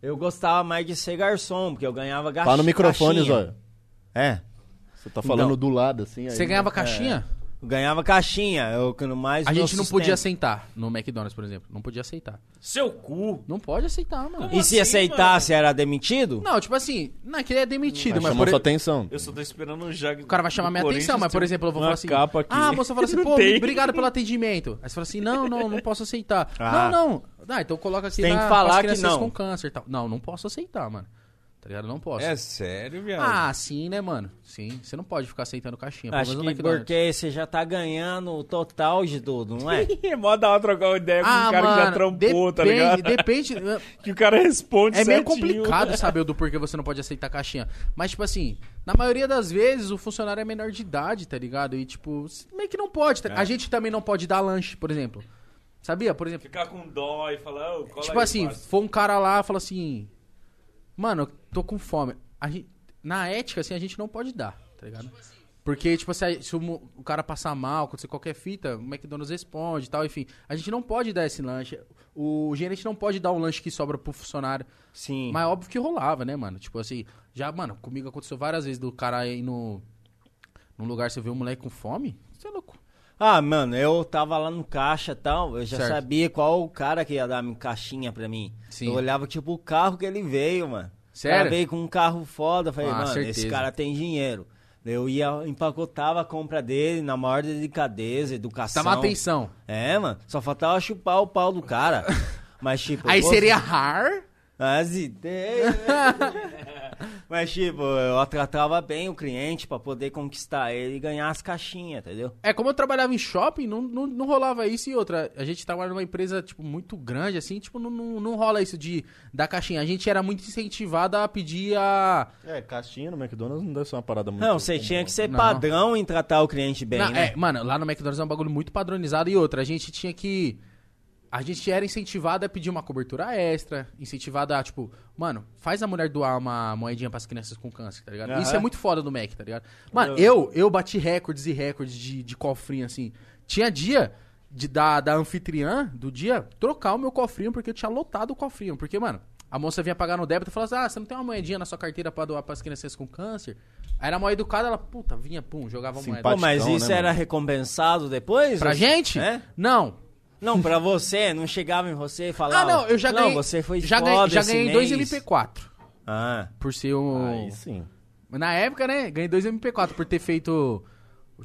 [SPEAKER 4] Eu gostava mais de ser garçom, porque eu ganhava gaxi-
[SPEAKER 6] Fala no microfone,
[SPEAKER 4] caixinha.
[SPEAKER 6] Zóio.
[SPEAKER 4] É.
[SPEAKER 6] Você tá falando
[SPEAKER 4] Então.
[SPEAKER 6] do lado, assim.
[SPEAKER 1] Você
[SPEAKER 6] aí,
[SPEAKER 1] ganhava caixinha?
[SPEAKER 4] Eu ganhava caixinha. Eu quando mais.
[SPEAKER 1] A
[SPEAKER 4] meu
[SPEAKER 1] gente não podia
[SPEAKER 4] sustento.
[SPEAKER 1] aceitar no McDonald's, por exemplo. Não podia aceitar.
[SPEAKER 2] Seu cu.
[SPEAKER 1] Não pode aceitar, mano.
[SPEAKER 4] E se
[SPEAKER 2] assim,
[SPEAKER 4] aceitasse, era demitido?
[SPEAKER 1] Não, tipo assim, não, é que ele é demitido,
[SPEAKER 6] Mas
[SPEAKER 1] mas
[SPEAKER 6] chamou
[SPEAKER 1] por...
[SPEAKER 6] sua atenção.
[SPEAKER 2] Eu só tô esperando um o Jack.
[SPEAKER 1] o cara vai chamar minha atenção, mas por exemplo, eu vou falar assim:
[SPEAKER 2] Capa aqui.
[SPEAKER 1] Ah, a moça fala
[SPEAKER 2] <laughs>
[SPEAKER 1] assim,
[SPEAKER 2] Não
[SPEAKER 1] pô,
[SPEAKER 2] tem.
[SPEAKER 1] obrigado pelo atendimento. Aí você fala assim: Não, não, não posso
[SPEAKER 2] <laughs>
[SPEAKER 1] aceitar. Não,
[SPEAKER 4] Ah.
[SPEAKER 1] não. Ah, então coloca aqui
[SPEAKER 4] Tem
[SPEAKER 1] na,
[SPEAKER 4] que falar
[SPEAKER 1] pras
[SPEAKER 4] que
[SPEAKER 1] crianças
[SPEAKER 4] não.
[SPEAKER 1] com câncer e tal. Não, não posso aceitar, mano. Tá ligado? Não posso.
[SPEAKER 2] É sério, viado.
[SPEAKER 1] Ah, sim, né, mano? Sim. Você não pode ficar aceitando caixinha. pelo
[SPEAKER 4] Acho
[SPEAKER 1] menos no
[SPEAKER 4] que
[SPEAKER 1] McDonald's.
[SPEAKER 4] porque você já tá ganhando o total de tudo, não
[SPEAKER 1] <laughs>
[SPEAKER 4] é?
[SPEAKER 2] <laughs> é mó da hora trocar uma ideia com
[SPEAKER 1] Ah,
[SPEAKER 2] um cara
[SPEAKER 1] mano,
[SPEAKER 2] que já trampou, tá
[SPEAKER 1] depende-
[SPEAKER 2] ligado? <laughs>
[SPEAKER 1] Depende. né?
[SPEAKER 2] Que o cara responde
[SPEAKER 1] É
[SPEAKER 2] certinho.
[SPEAKER 1] meio complicado saber do porquê você não pode aceitar caixinha. Mas, tipo assim, na maioria das vezes o funcionário é menor de idade, tá ligado? E, tipo, meio que não pode.
[SPEAKER 2] É.
[SPEAKER 1] tá- A gente também não pode dar lanche, por exemplo. Sabia? Por exemplo,
[SPEAKER 2] Ficar com dó e falar, ô, cola
[SPEAKER 1] tipo
[SPEAKER 2] aí,
[SPEAKER 1] assim,
[SPEAKER 2] parça.
[SPEAKER 1] foi um cara lá e falou assim: Mano, eu tô com fome. A gente- na ética, assim, a gente não pode dar, tá ligado? Porque, tipo, se, a- se o, mo- o cara passar mal, acontecer qualquer fita, o McDonald's responde e tal, enfim. A gente não pode dar esse lanche. O gerente não pode dar o lanche que sobra pro funcionário.
[SPEAKER 4] Sim.
[SPEAKER 1] Mas é óbvio que rolava, né, mano? Tipo assim, já, mano, comigo aconteceu várias vezes do cara ir no. Num lugar você vê um moleque com fome? Você é louco.
[SPEAKER 4] Ah, mano, eu tava lá no caixa e tal, eu já
[SPEAKER 1] Certo.
[SPEAKER 4] sabia qual o cara que ia dar uma caixinha pra mim.
[SPEAKER 1] Sim.
[SPEAKER 4] Eu olhava, tipo, o carro que ele veio, mano. O
[SPEAKER 1] Sério?
[SPEAKER 4] cara veio com um carro foda, eu falei,
[SPEAKER 1] Ah,
[SPEAKER 4] mano,
[SPEAKER 1] certeza.
[SPEAKER 4] esse cara tem dinheiro. Eu ia, empacotava a compra dele na maior delicadeza, educação.
[SPEAKER 1] Tava Tá, atenção.
[SPEAKER 4] É, mano, só faltava chupar o pau
[SPEAKER 1] <laughs>
[SPEAKER 4] do cara. Mas, tipo...
[SPEAKER 1] Aí
[SPEAKER 4] pô,
[SPEAKER 1] seria rar.
[SPEAKER 4] as ideias. <laughs> Mas, tipo, eu tratava bem o cliente pra poder conquistar ele e ganhar as caixinhas, entendeu?
[SPEAKER 1] É, como eu trabalhava em shopping, não, não, não rolava isso e outra. A gente trabalha numa empresa, tipo, muito grande, assim, tipo, não, não, não rola isso de da caixinha. A gente era muito incentivado a pedir a.
[SPEAKER 6] É, caixinha no McDonald's não deve ser uma parada muito.
[SPEAKER 4] Não, você tinha que ser
[SPEAKER 1] Não.
[SPEAKER 4] padrão em tratar o cliente bem,
[SPEAKER 1] Não,
[SPEAKER 4] né?
[SPEAKER 1] é, mano, lá no McDonald's é um bagulho muito padronizado e outra. A gente tinha que. A gente era incentivado a pedir uma cobertura extra, incentivado a, tipo, mano, faz a mulher doar uma moedinha pras crianças com câncer, tá ligado?
[SPEAKER 4] Aham.
[SPEAKER 1] Isso é muito foda do Mac, tá ligado? Mano, eu, eu bati recordes e recordes de, de cofrinho, assim. Tinha dia de, da, da anfitriã do dia trocar o meu cofrinho, porque eu tinha lotado o cofrinho. Porque, mano, a moça vinha pagar no débito e falava assim, ah, você não tem uma moedinha na sua carteira pra doar pras crianças com câncer? Aí era mal educada, ela, puta, vinha, pum, jogava a moeda.
[SPEAKER 4] Pô, mas
[SPEAKER 6] Paticão,
[SPEAKER 4] isso
[SPEAKER 6] né,
[SPEAKER 4] era recompensado depois?
[SPEAKER 1] Pra gente?
[SPEAKER 4] É?
[SPEAKER 1] Não.
[SPEAKER 4] Não, pra você, não chegava em você e falava...
[SPEAKER 1] Ah, não, eu já ganhei.
[SPEAKER 4] Não, você foi
[SPEAKER 1] já
[SPEAKER 4] foda
[SPEAKER 1] ganhei, já
[SPEAKER 4] esse
[SPEAKER 1] ganhei dois
[SPEAKER 4] mês."
[SPEAKER 1] MP4.
[SPEAKER 4] Ah,
[SPEAKER 1] Por ser um.
[SPEAKER 6] Aí sim.
[SPEAKER 1] Na época, né? Ganhei dois MP4 por ter feito.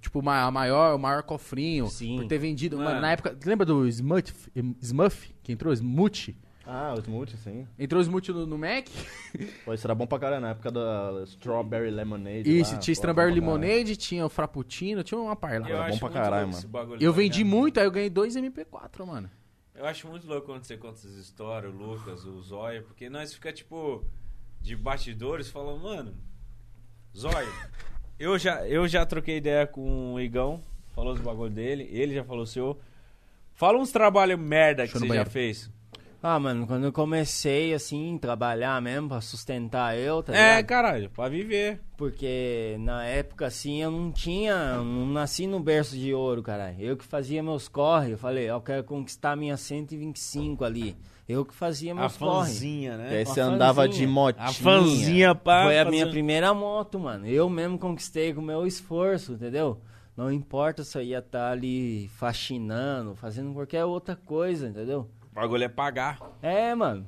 [SPEAKER 1] Tipo, ma- a maior, o maior cofrinho.
[SPEAKER 4] Sim.
[SPEAKER 1] Por ter vendido. Mano,
[SPEAKER 2] Mano.
[SPEAKER 1] na época. Lembra do Smurf? Smurf? Que entrou? Smut?
[SPEAKER 6] Ah, os multi, sim.
[SPEAKER 1] Entrou o Smut no, no Mac.
[SPEAKER 6] Pô, isso era bom pra caralho na época da Strawberry Lemonade.
[SPEAKER 1] Isso,
[SPEAKER 6] lá,
[SPEAKER 1] tinha
[SPEAKER 6] pô,
[SPEAKER 1] Strawberry
[SPEAKER 6] bom pra caralho.
[SPEAKER 1] Lemonade, tinha o Frappuccino, tinha uma parla.
[SPEAKER 2] Eu
[SPEAKER 6] Ah, é bom
[SPEAKER 2] acho
[SPEAKER 6] pra
[SPEAKER 2] muito
[SPEAKER 6] caralho,
[SPEAKER 2] louco
[SPEAKER 6] mano.
[SPEAKER 2] esse bagulho,
[SPEAKER 1] Eu
[SPEAKER 2] tá
[SPEAKER 1] vendi
[SPEAKER 2] ligado?
[SPEAKER 1] muito, aí eu ganhei dois MP4, mano.
[SPEAKER 2] Eu acho muito louco quando você conta essas histórias, o Lucas, o Zóia, porque nós fica tipo de bastidores falando, mano, Zóia, eu já, eu já troquei ideia com o Igão, falou os bagulho dele, ele já falou o seu. Fala uns trabalhos merda que
[SPEAKER 1] Deixa eu
[SPEAKER 2] você
[SPEAKER 1] no
[SPEAKER 2] já
[SPEAKER 1] banheiro.
[SPEAKER 2] fez.
[SPEAKER 4] Ah, mano, quando eu comecei, assim, trabalhar mesmo pra sustentar eu, tá
[SPEAKER 2] é,
[SPEAKER 4] ligado?
[SPEAKER 2] caralho, pra viver.
[SPEAKER 4] Porque na época, assim, eu não tinha, eu não nasci no berço de ouro, caralho. Eu que fazia meus corre, eu falei, eu quero conquistar minha 125 ali. Eu que fazia
[SPEAKER 2] A
[SPEAKER 4] meus corre.
[SPEAKER 2] fanzinha,
[SPEAKER 6] E aí
[SPEAKER 2] né?
[SPEAKER 6] você
[SPEAKER 4] Uma
[SPEAKER 6] andava
[SPEAKER 4] fanzinha.
[SPEAKER 6] de motinha.
[SPEAKER 2] A fanzinha pra
[SPEAKER 4] Foi a
[SPEAKER 2] fazer-
[SPEAKER 4] minha primeira moto, mano. Eu mesmo conquistei com o meu esforço, entendeu? Não importa se eu ia estar ali faxinando, fazendo qualquer outra coisa, entendeu?
[SPEAKER 2] O bagulho é pagar.
[SPEAKER 4] É, mano.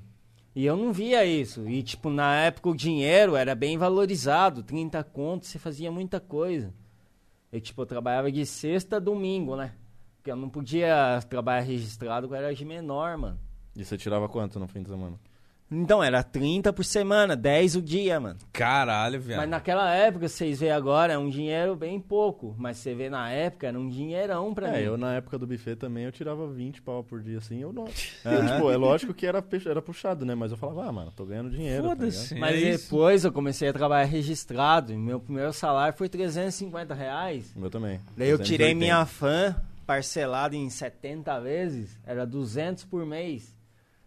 [SPEAKER 4] E eu não via isso. E, tipo, na época o dinheiro era bem valorizado. 30 contos, você fazia muita coisa. Eu, tipo, eu trabalhava de sexta a domingo, né? Porque eu não podia trabalhar registrado, porque eu era de menor, mano.
[SPEAKER 6] E você tirava quanto no fim de semana?
[SPEAKER 4] Então, era 30 por semana, 10 o dia, mano.
[SPEAKER 2] Caralho, velho.
[SPEAKER 4] Mas naquela época, vocês vê agora, é um dinheiro bem pouco. Mas você vê na época, era um dinheirão pra
[SPEAKER 6] É,
[SPEAKER 4] mim.
[SPEAKER 6] eu na época do buffet também eu tirava 20 pau por dia, assim,
[SPEAKER 4] <laughs>
[SPEAKER 6] eu não. Eu, tipo, é lógico que era, peixe- era puxado, né? Mas eu falava, ah, mano, tô ganhando dinheiro. tá
[SPEAKER 2] Foda-se.
[SPEAKER 4] Mas
[SPEAKER 2] é isso.
[SPEAKER 4] depois eu comecei a trabalhar registrado e meu primeiro salário foi 350 reais.
[SPEAKER 6] ligado? O meu também.
[SPEAKER 4] Daí eu
[SPEAKER 6] 380.
[SPEAKER 4] tirei minha fã parcelada em 70 vezes, era 200 por mês.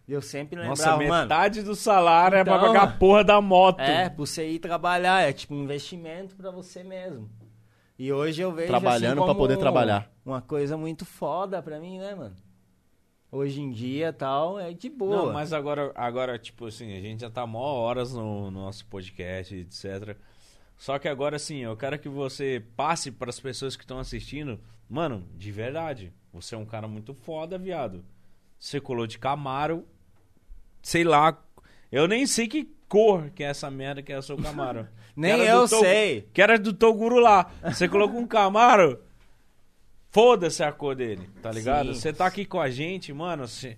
[SPEAKER 4] E eu sempre lembrava,
[SPEAKER 2] Nossa,
[SPEAKER 4] mano.
[SPEAKER 2] metade do salário é pra
[SPEAKER 4] Então,
[SPEAKER 2] pagar a porra da moto.
[SPEAKER 4] É, pra você ir trabalhar, é tipo um investimento pra você mesmo. E hoje eu vejo
[SPEAKER 6] Trabalhando
[SPEAKER 4] assim,
[SPEAKER 6] pra
[SPEAKER 4] como
[SPEAKER 6] poder trabalhar.
[SPEAKER 4] Uma coisa muito foda pra mim, né, mano? Hoje em dia, tal, é de boa.
[SPEAKER 2] Não, mas agora, agora, tipo assim, a gente já tá mó horas no nosso podcast, etc. Só que agora, assim, eu quero que você passe pras pessoas que estão assistindo. Mano, de verdade, você é um cara muito foda, viado. Você colou de Camaro, sei lá, eu nem sei que cor que é essa merda que é o seu Camaro.
[SPEAKER 4] <laughs> Nem
[SPEAKER 2] Que era
[SPEAKER 4] eu
[SPEAKER 2] do Tog-
[SPEAKER 4] sei.
[SPEAKER 2] Que era do Toguro lá. Você colocou um Camaro, foda-se a cor dele, tá ligado?
[SPEAKER 4] Sim.
[SPEAKER 2] Você tá aqui com a gente, mano, se-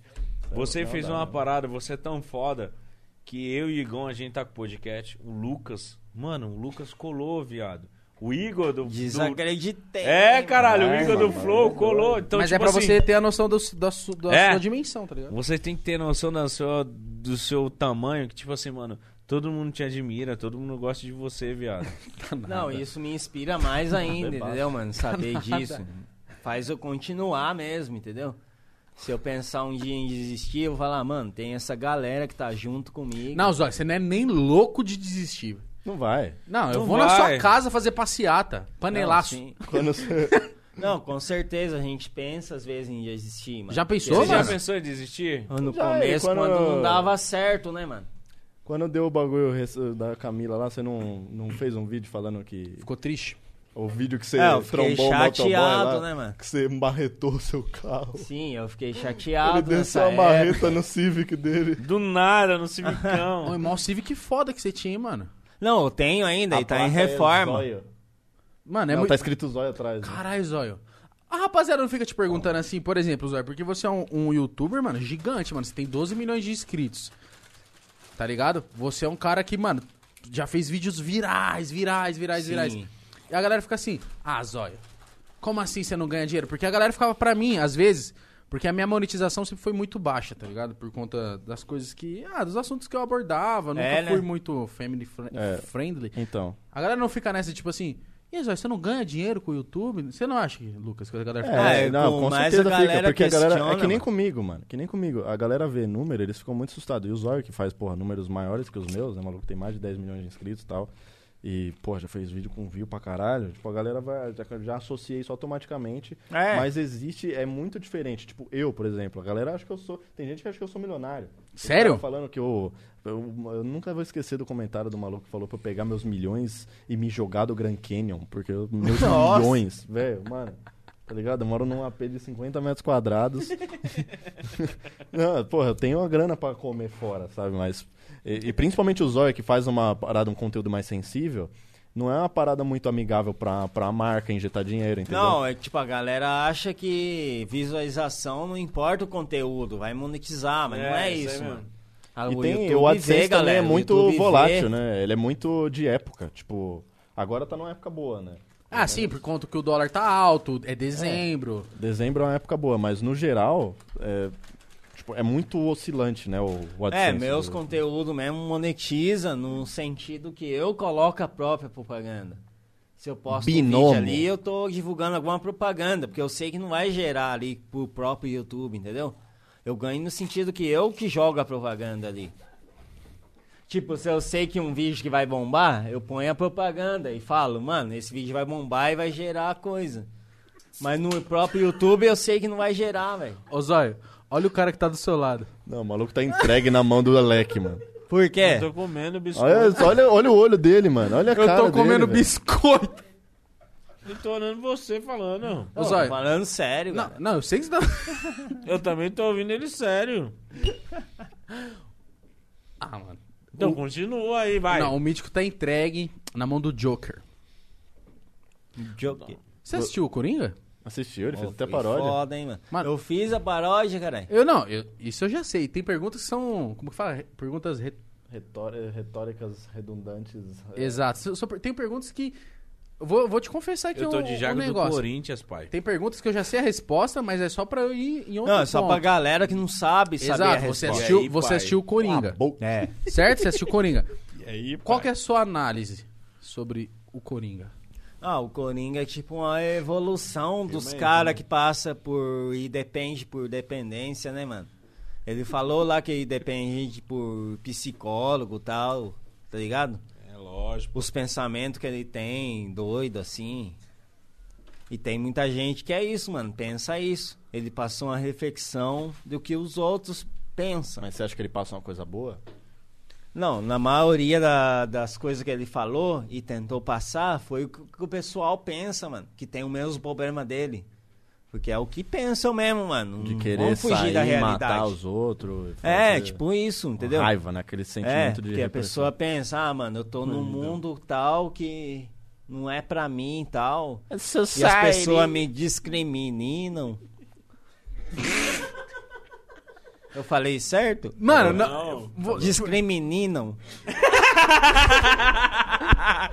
[SPEAKER 2] você fez uma parada, você é tão foda que eu e o Igor, a gente tá com o podcast, o Lucas, mano, o Lucas colou, viado. O Igor do... do...
[SPEAKER 4] Desacreditei.
[SPEAKER 2] É,
[SPEAKER 4] mano.
[SPEAKER 2] caralho, o
[SPEAKER 6] Ai,
[SPEAKER 2] Igor do
[SPEAKER 6] mano,
[SPEAKER 2] Flow colou. Então,
[SPEAKER 1] Mas
[SPEAKER 2] tipo
[SPEAKER 1] é pra
[SPEAKER 2] assim,
[SPEAKER 1] você ter a noção do- da, su- da
[SPEAKER 2] É.
[SPEAKER 1] sua dimensão, tá ligado?
[SPEAKER 2] você tem que ter noção da sua, do seu tamanho, que tipo assim, mano, todo mundo te admira, todo mundo gosta de você, viado.
[SPEAKER 4] Não, isso me inspira mais ainda, entendeu, mano? Saber disso. Faz eu continuar mesmo, entendeu? Se eu pensar um dia em desistir, eu vou falar, "Ah, mano, tem essa galera que tá junto comigo.
[SPEAKER 1] Não, Zóio, você não é nem louco de desistir. velho.
[SPEAKER 6] Não vai.
[SPEAKER 1] Não, eu
[SPEAKER 2] Não
[SPEAKER 1] vou na sua
[SPEAKER 2] vai.
[SPEAKER 1] casa fazer passeata, panelaço.
[SPEAKER 4] Não, sim.
[SPEAKER 1] <laughs>
[SPEAKER 6] Quando você...
[SPEAKER 4] Não, com certeza a gente pensa às vezes em desistir, mano.
[SPEAKER 1] Já pensou,
[SPEAKER 2] Você já
[SPEAKER 1] mano?
[SPEAKER 2] pensou em desistir?
[SPEAKER 4] No
[SPEAKER 6] Já, e
[SPEAKER 4] começo,
[SPEAKER 6] quando-
[SPEAKER 4] quando... não dava certo, né, mano?
[SPEAKER 6] Quando deu o bagulho res- da Camila lá, você não, não fez um vídeo falando que.
[SPEAKER 1] Ficou triste.
[SPEAKER 6] O vídeo que você
[SPEAKER 4] É, eu fiquei
[SPEAKER 6] trombou o motoboy
[SPEAKER 4] chateado,
[SPEAKER 6] lá,
[SPEAKER 4] né, mano?
[SPEAKER 6] que você marretou o seu carro.
[SPEAKER 4] Sim, eu fiquei
[SPEAKER 6] Ele
[SPEAKER 4] chateado
[SPEAKER 6] desceu
[SPEAKER 4] nessa
[SPEAKER 6] a
[SPEAKER 4] época.
[SPEAKER 6] marreta no Civic dele.
[SPEAKER 2] Do nada, no civicão.
[SPEAKER 1] <laughs> Ô, irmão, é Civic que foda que você tinha, hein, mano.
[SPEAKER 4] Não, eu tenho ainda, e
[SPEAKER 6] A
[SPEAKER 4] tá em
[SPEAKER 6] placa é
[SPEAKER 4] reforma.
[SPEAKER 6] zóio.
[SPEAKER 1] Mano, é
[SPEAKER 6] Não,
[SPEAKER 1] muito.
[SPEAKER 6] tá escrito zóio atrás. né?
[SPEAKER 1] Caralho, Zóio. A rapaziada não fica te perguntando assim, por exemplo, Zóio, porque você é um, um youtuber, mano, gigante, mano. Você tem 12 milhões de inscritos. Tá ligado? Você é um cara que, mano, já fez vídeos virais, virais, virais,
[SPEAKER 4] Sim.
[SPEAKER 1] virais. E a galera fica assim, ah, Zóio, como assim você não ganha dinheiro? Porque a galera ficava pra mim, às vezes, porque a minha monetização sempre foi muito baixa, tá ligado? Por conta das coisas que. Ah, dos assuntos que eu abordava. Nunca
[SPEAKER 4] É, né?
[SPEAKER 1] fui muito family fri-
[SPEAKER 6] É.
[SPEAKER 1] friendly.
[SPEAKER 6] Então.
[SPEAKER 1] A galera não fica nessa, tipo assim, e aí, Zóio, você não ganha dinheiro com o YouTube? Você não acha, que, Lucas, que a galera fica.
[SPEAKER 4] É,
[SPEAKER 6] É, não,
[SPEAKER 4] com-
[SPEAKER 6] com
[SPEAKER 4] mas a
[SPEAKER 6] certeza fica,
[SPEAKER 4] galera
[SPEAKER 6] porque a galera. É que
[SPEAKER 4] questiona,
[SPEAKER 6] nem
[SPEAKER 4] mano.
[SPEAKER 6] comigo, mano. Que nem comigo. A galera vê número, eles ficam muito assustados. E o Zóio, que faz, porra, números maiores que os meus, né? O maluco tem mais de 10 milhões de inscritos e tal. E, porra, já fez vídeo com view pra caralho. Tipo, a galera vai. Já, já associa isso automaticamente.
[SPEAKER 4] É.
[SPEAKER 6] Mas existe, é muito diferente. Tipo, eu, por exemplo, a galera acha que eu sou. Tem gente que acha que eu sou milionário.
[SPEAKER 1] Sério?
[SPEAKER 6] Tava falando que eu, eu, eu nunca vou esquecer do comentário do maluco que falou pra eu pegar meus milhões e me jogar do Grand Canyon, porque eu, meus milhões, velho, mano. Tá ligado? Eu moro num AP de 50 metros quadrados. Não, porra, eu tenho uma grana pra comer fora, sabe? Mas. E, e principalmente o Zóia, que faz uma parada, um conteúdo mais sensível, não é uma parada muito amigável pra, pra marca injetar dinheiro, entendeu?
[SPEAKER 4] Não, é que, tipo, a galera acha que visualização não importa o conteúdo, vai monetizar, mas não é
[SPEAKER 2] aí
[SPEAKER 4] isso,
[SPEAKER 2] mesmo.
[SPEAKER 4] mano. Ah,
[SPEAKER 6] E tem,
[SPEAKER 4] YouTube
[SPEAKER 6] o AdSense
[SPEAKER 4] vê,
[SPEAKER 6] também é
[SPEAKER 4] galera, o
[SPEAKER 6] muito
[SPEAKER 4] YouTube
[SPEAKER 6] volátil,
[SPEAKER 4] vê.
[SPEAKER 6] né? Ele é muito de época, tipo... Agora tá numa época boa, né?
[SPEAKER 1] Ah, sim, por conta que o dólar tá alto, é dezembro.
[SPEAKER 6] Dezembro é uma época boa, mas no geral, é, tipo, é muito oscilante, né, o, o AdSense.
[SPEAKER 4] É, meus
[SPEAKER 6] do-
[SPEAKER 4] conteúdos mesmo monetiza no sentido que eu coloco a própria propaganda. Se eu posto um
[SPEAKER 6] Binomo.
[SPEAKER 4] vídeo ali, eu tô divulgando alguma propaganda, porque eu sei que não vai gerar ali pro próprio YouTube, entendeu? Eu ganho no sentido que eu que jogo a propaganda ali. Tipo, se eu sei que um vídeo que vai bombar, eu ponho a propaganda e falo, mano, esse vídeo vai bombar e vai gerar coisa. Mas no próprio YouTube eu sei que não vai gerar, velho.
[SPEAKER 1] Ô, Zóio, olha o cara que tá do seu lado.
[SPEAKER 6] Não, o maluco tá entregue na mão do Alec, mano.
[SPEAKER 4] Por quê?
[SPEAKER 2] Eu tô comendo biscoito.
[SPEAKER 6] Olha, olha, olha o olho dele, mano. Olha a
[SPEAKER 1] Eu
[SPEAKER 6] cara
[SPEAKER 1] tô comendo
[SPEAKER 6] dele, velho.
[SPEAKER 1] biscoito.
[SPEAKER 2] Eu tô olhando você falando.
[SPEAKER 1] Ô,
[SPEAKER 4] Ô,
[SPEAKER 1] Zóio.
[SPEAKER 4] falando sério,
[SPEAKER 1] Não,
[SPEAKER 4] cara.
[SPEAKER 1] não, eu sei que você tá. <laughs>
[SPEAKER 2] Eu também tô ouvindo ele sério.
[SPEAKER 1] Ah, mano.
[SPEAKER 2] Então continua aí, vai.
[SPEAKER 1] Não, o mítico tá entregue na mão do Joker.
[SPEAKER 4] Joker.
[SPEAKER 1] Você assistiu o Coringa?
[SPEAKER 6] Assistiu, ele fez
[SPEAKER 4] Pô,
[SPEAKER 6] até
[SPEAKER 4] foi
[SPEAKER 6] paródia.
[SPEAKER 4] Foda, hein, mano?
[SPEAKER 1] Mano- é
[SPEAKER 4] Eu fiz a paródia, caralho.
[SPEAKER 1] Eu não, eu- isso eu já sei. Tem perguntas que são. Como que fala? Re- Perguntas. re-
[SPEAKER 6] Retóri- retóricas redundantes. é.
[SPEAKER 1] Exato. Só- só per- tem perguntas que. eu Vou, vou te confessar que
[SPEAKER 2] Eu tô
[SPEAKER 1] um-
[SPEAKER 2] de
[SPEAKER 1] um
[SPEAKER 2] Jago do
[SPEAKER 1] negócio.
[SPEAKER 2] Corinthians, pai.
[SPEAKER 1] Tem perguntas que eu já sei a resposta, mas é só pra eu ir em outro
[SPEAKER 4] Não, é só
[SPEAKER 1] ponto.
[SPEAKER 4] pra galera que não sabe saber
[SPEAKER 1] Exato,
[SPEAKER 4] a
[SPEAKER 1] você
[SPEAKER 4] resposta.
[SPEAKER 1] assistiu,
[SPEAKER 2] aí,
[SPEAKER 1] você
[SPEAKER 2] pai?
[SPEAKER 1] assistiu o Coringa.
[SPEAKER 4] É.
[SPEAKER 1] <laughs> Certo? Você assistiu o Coringa.
[SPEAKER 2] E aí,
[SPEAKER 1] Qual que é a sua análise sobre o Coringa?
[SPEAKER 4] Ah, o Coringa é tipo uma evolução dos caras que passa por e depende por dependência, né, mano? Ele falou lá que depende por psicólogo e tal, tá ligado?
[SPEAKER 2] é? lógico.
[SPEAKER 4] Os pensamentos que ele tem, doido assim. E tem muita gente que é isso, mano, pensa isso. Ele passou uma reflexão do que os outros pensam.
[SPEAKER 6] Mas você acha que ele passa uma coisa boa?
[SPEAKER 4] Hum, Não, na maioria da- das coisas que ele falou e tentou passar foi o que, que o pessoal pensa, mano. Que tem o mesmo problema dele. Porque é o que pensam mesmo, mano.
[SPEAKER 6] De
[SPEAKER 4] Não
[SPEAKER 6] querer
[SPEAKER 4] vamos fugir
[SPEAKER 6] sair,
[SPEAKER 4] da realidade.
[SPEAKER 6] matar os outros.
[SPEAKER 4] É,
[SPEAKER 6] fazer
[SPEAKER 4] tipo isso,
[SPEAKER 6] uma
[SPEAKER 4] entendeu?
[SPEAKER 6] Raiva, né? Aquele sentimento
[SPEAKER 4] é,
[SPEAKER 6] de
[SPEAKER 4] que a
[SPEAKER 6] repressão. é.
[SPEAKER 4] pessoa pensa, ah, mano, eu tô num mundo tal que não é pra mim e tal. E as pessoas me discriminam. eu falei certo?
[SPEAKER 1] Mano,
[SPEAKER 2] Não.
[SPEAKER 1] Vou-
[SPEAKER 4] Discriminam.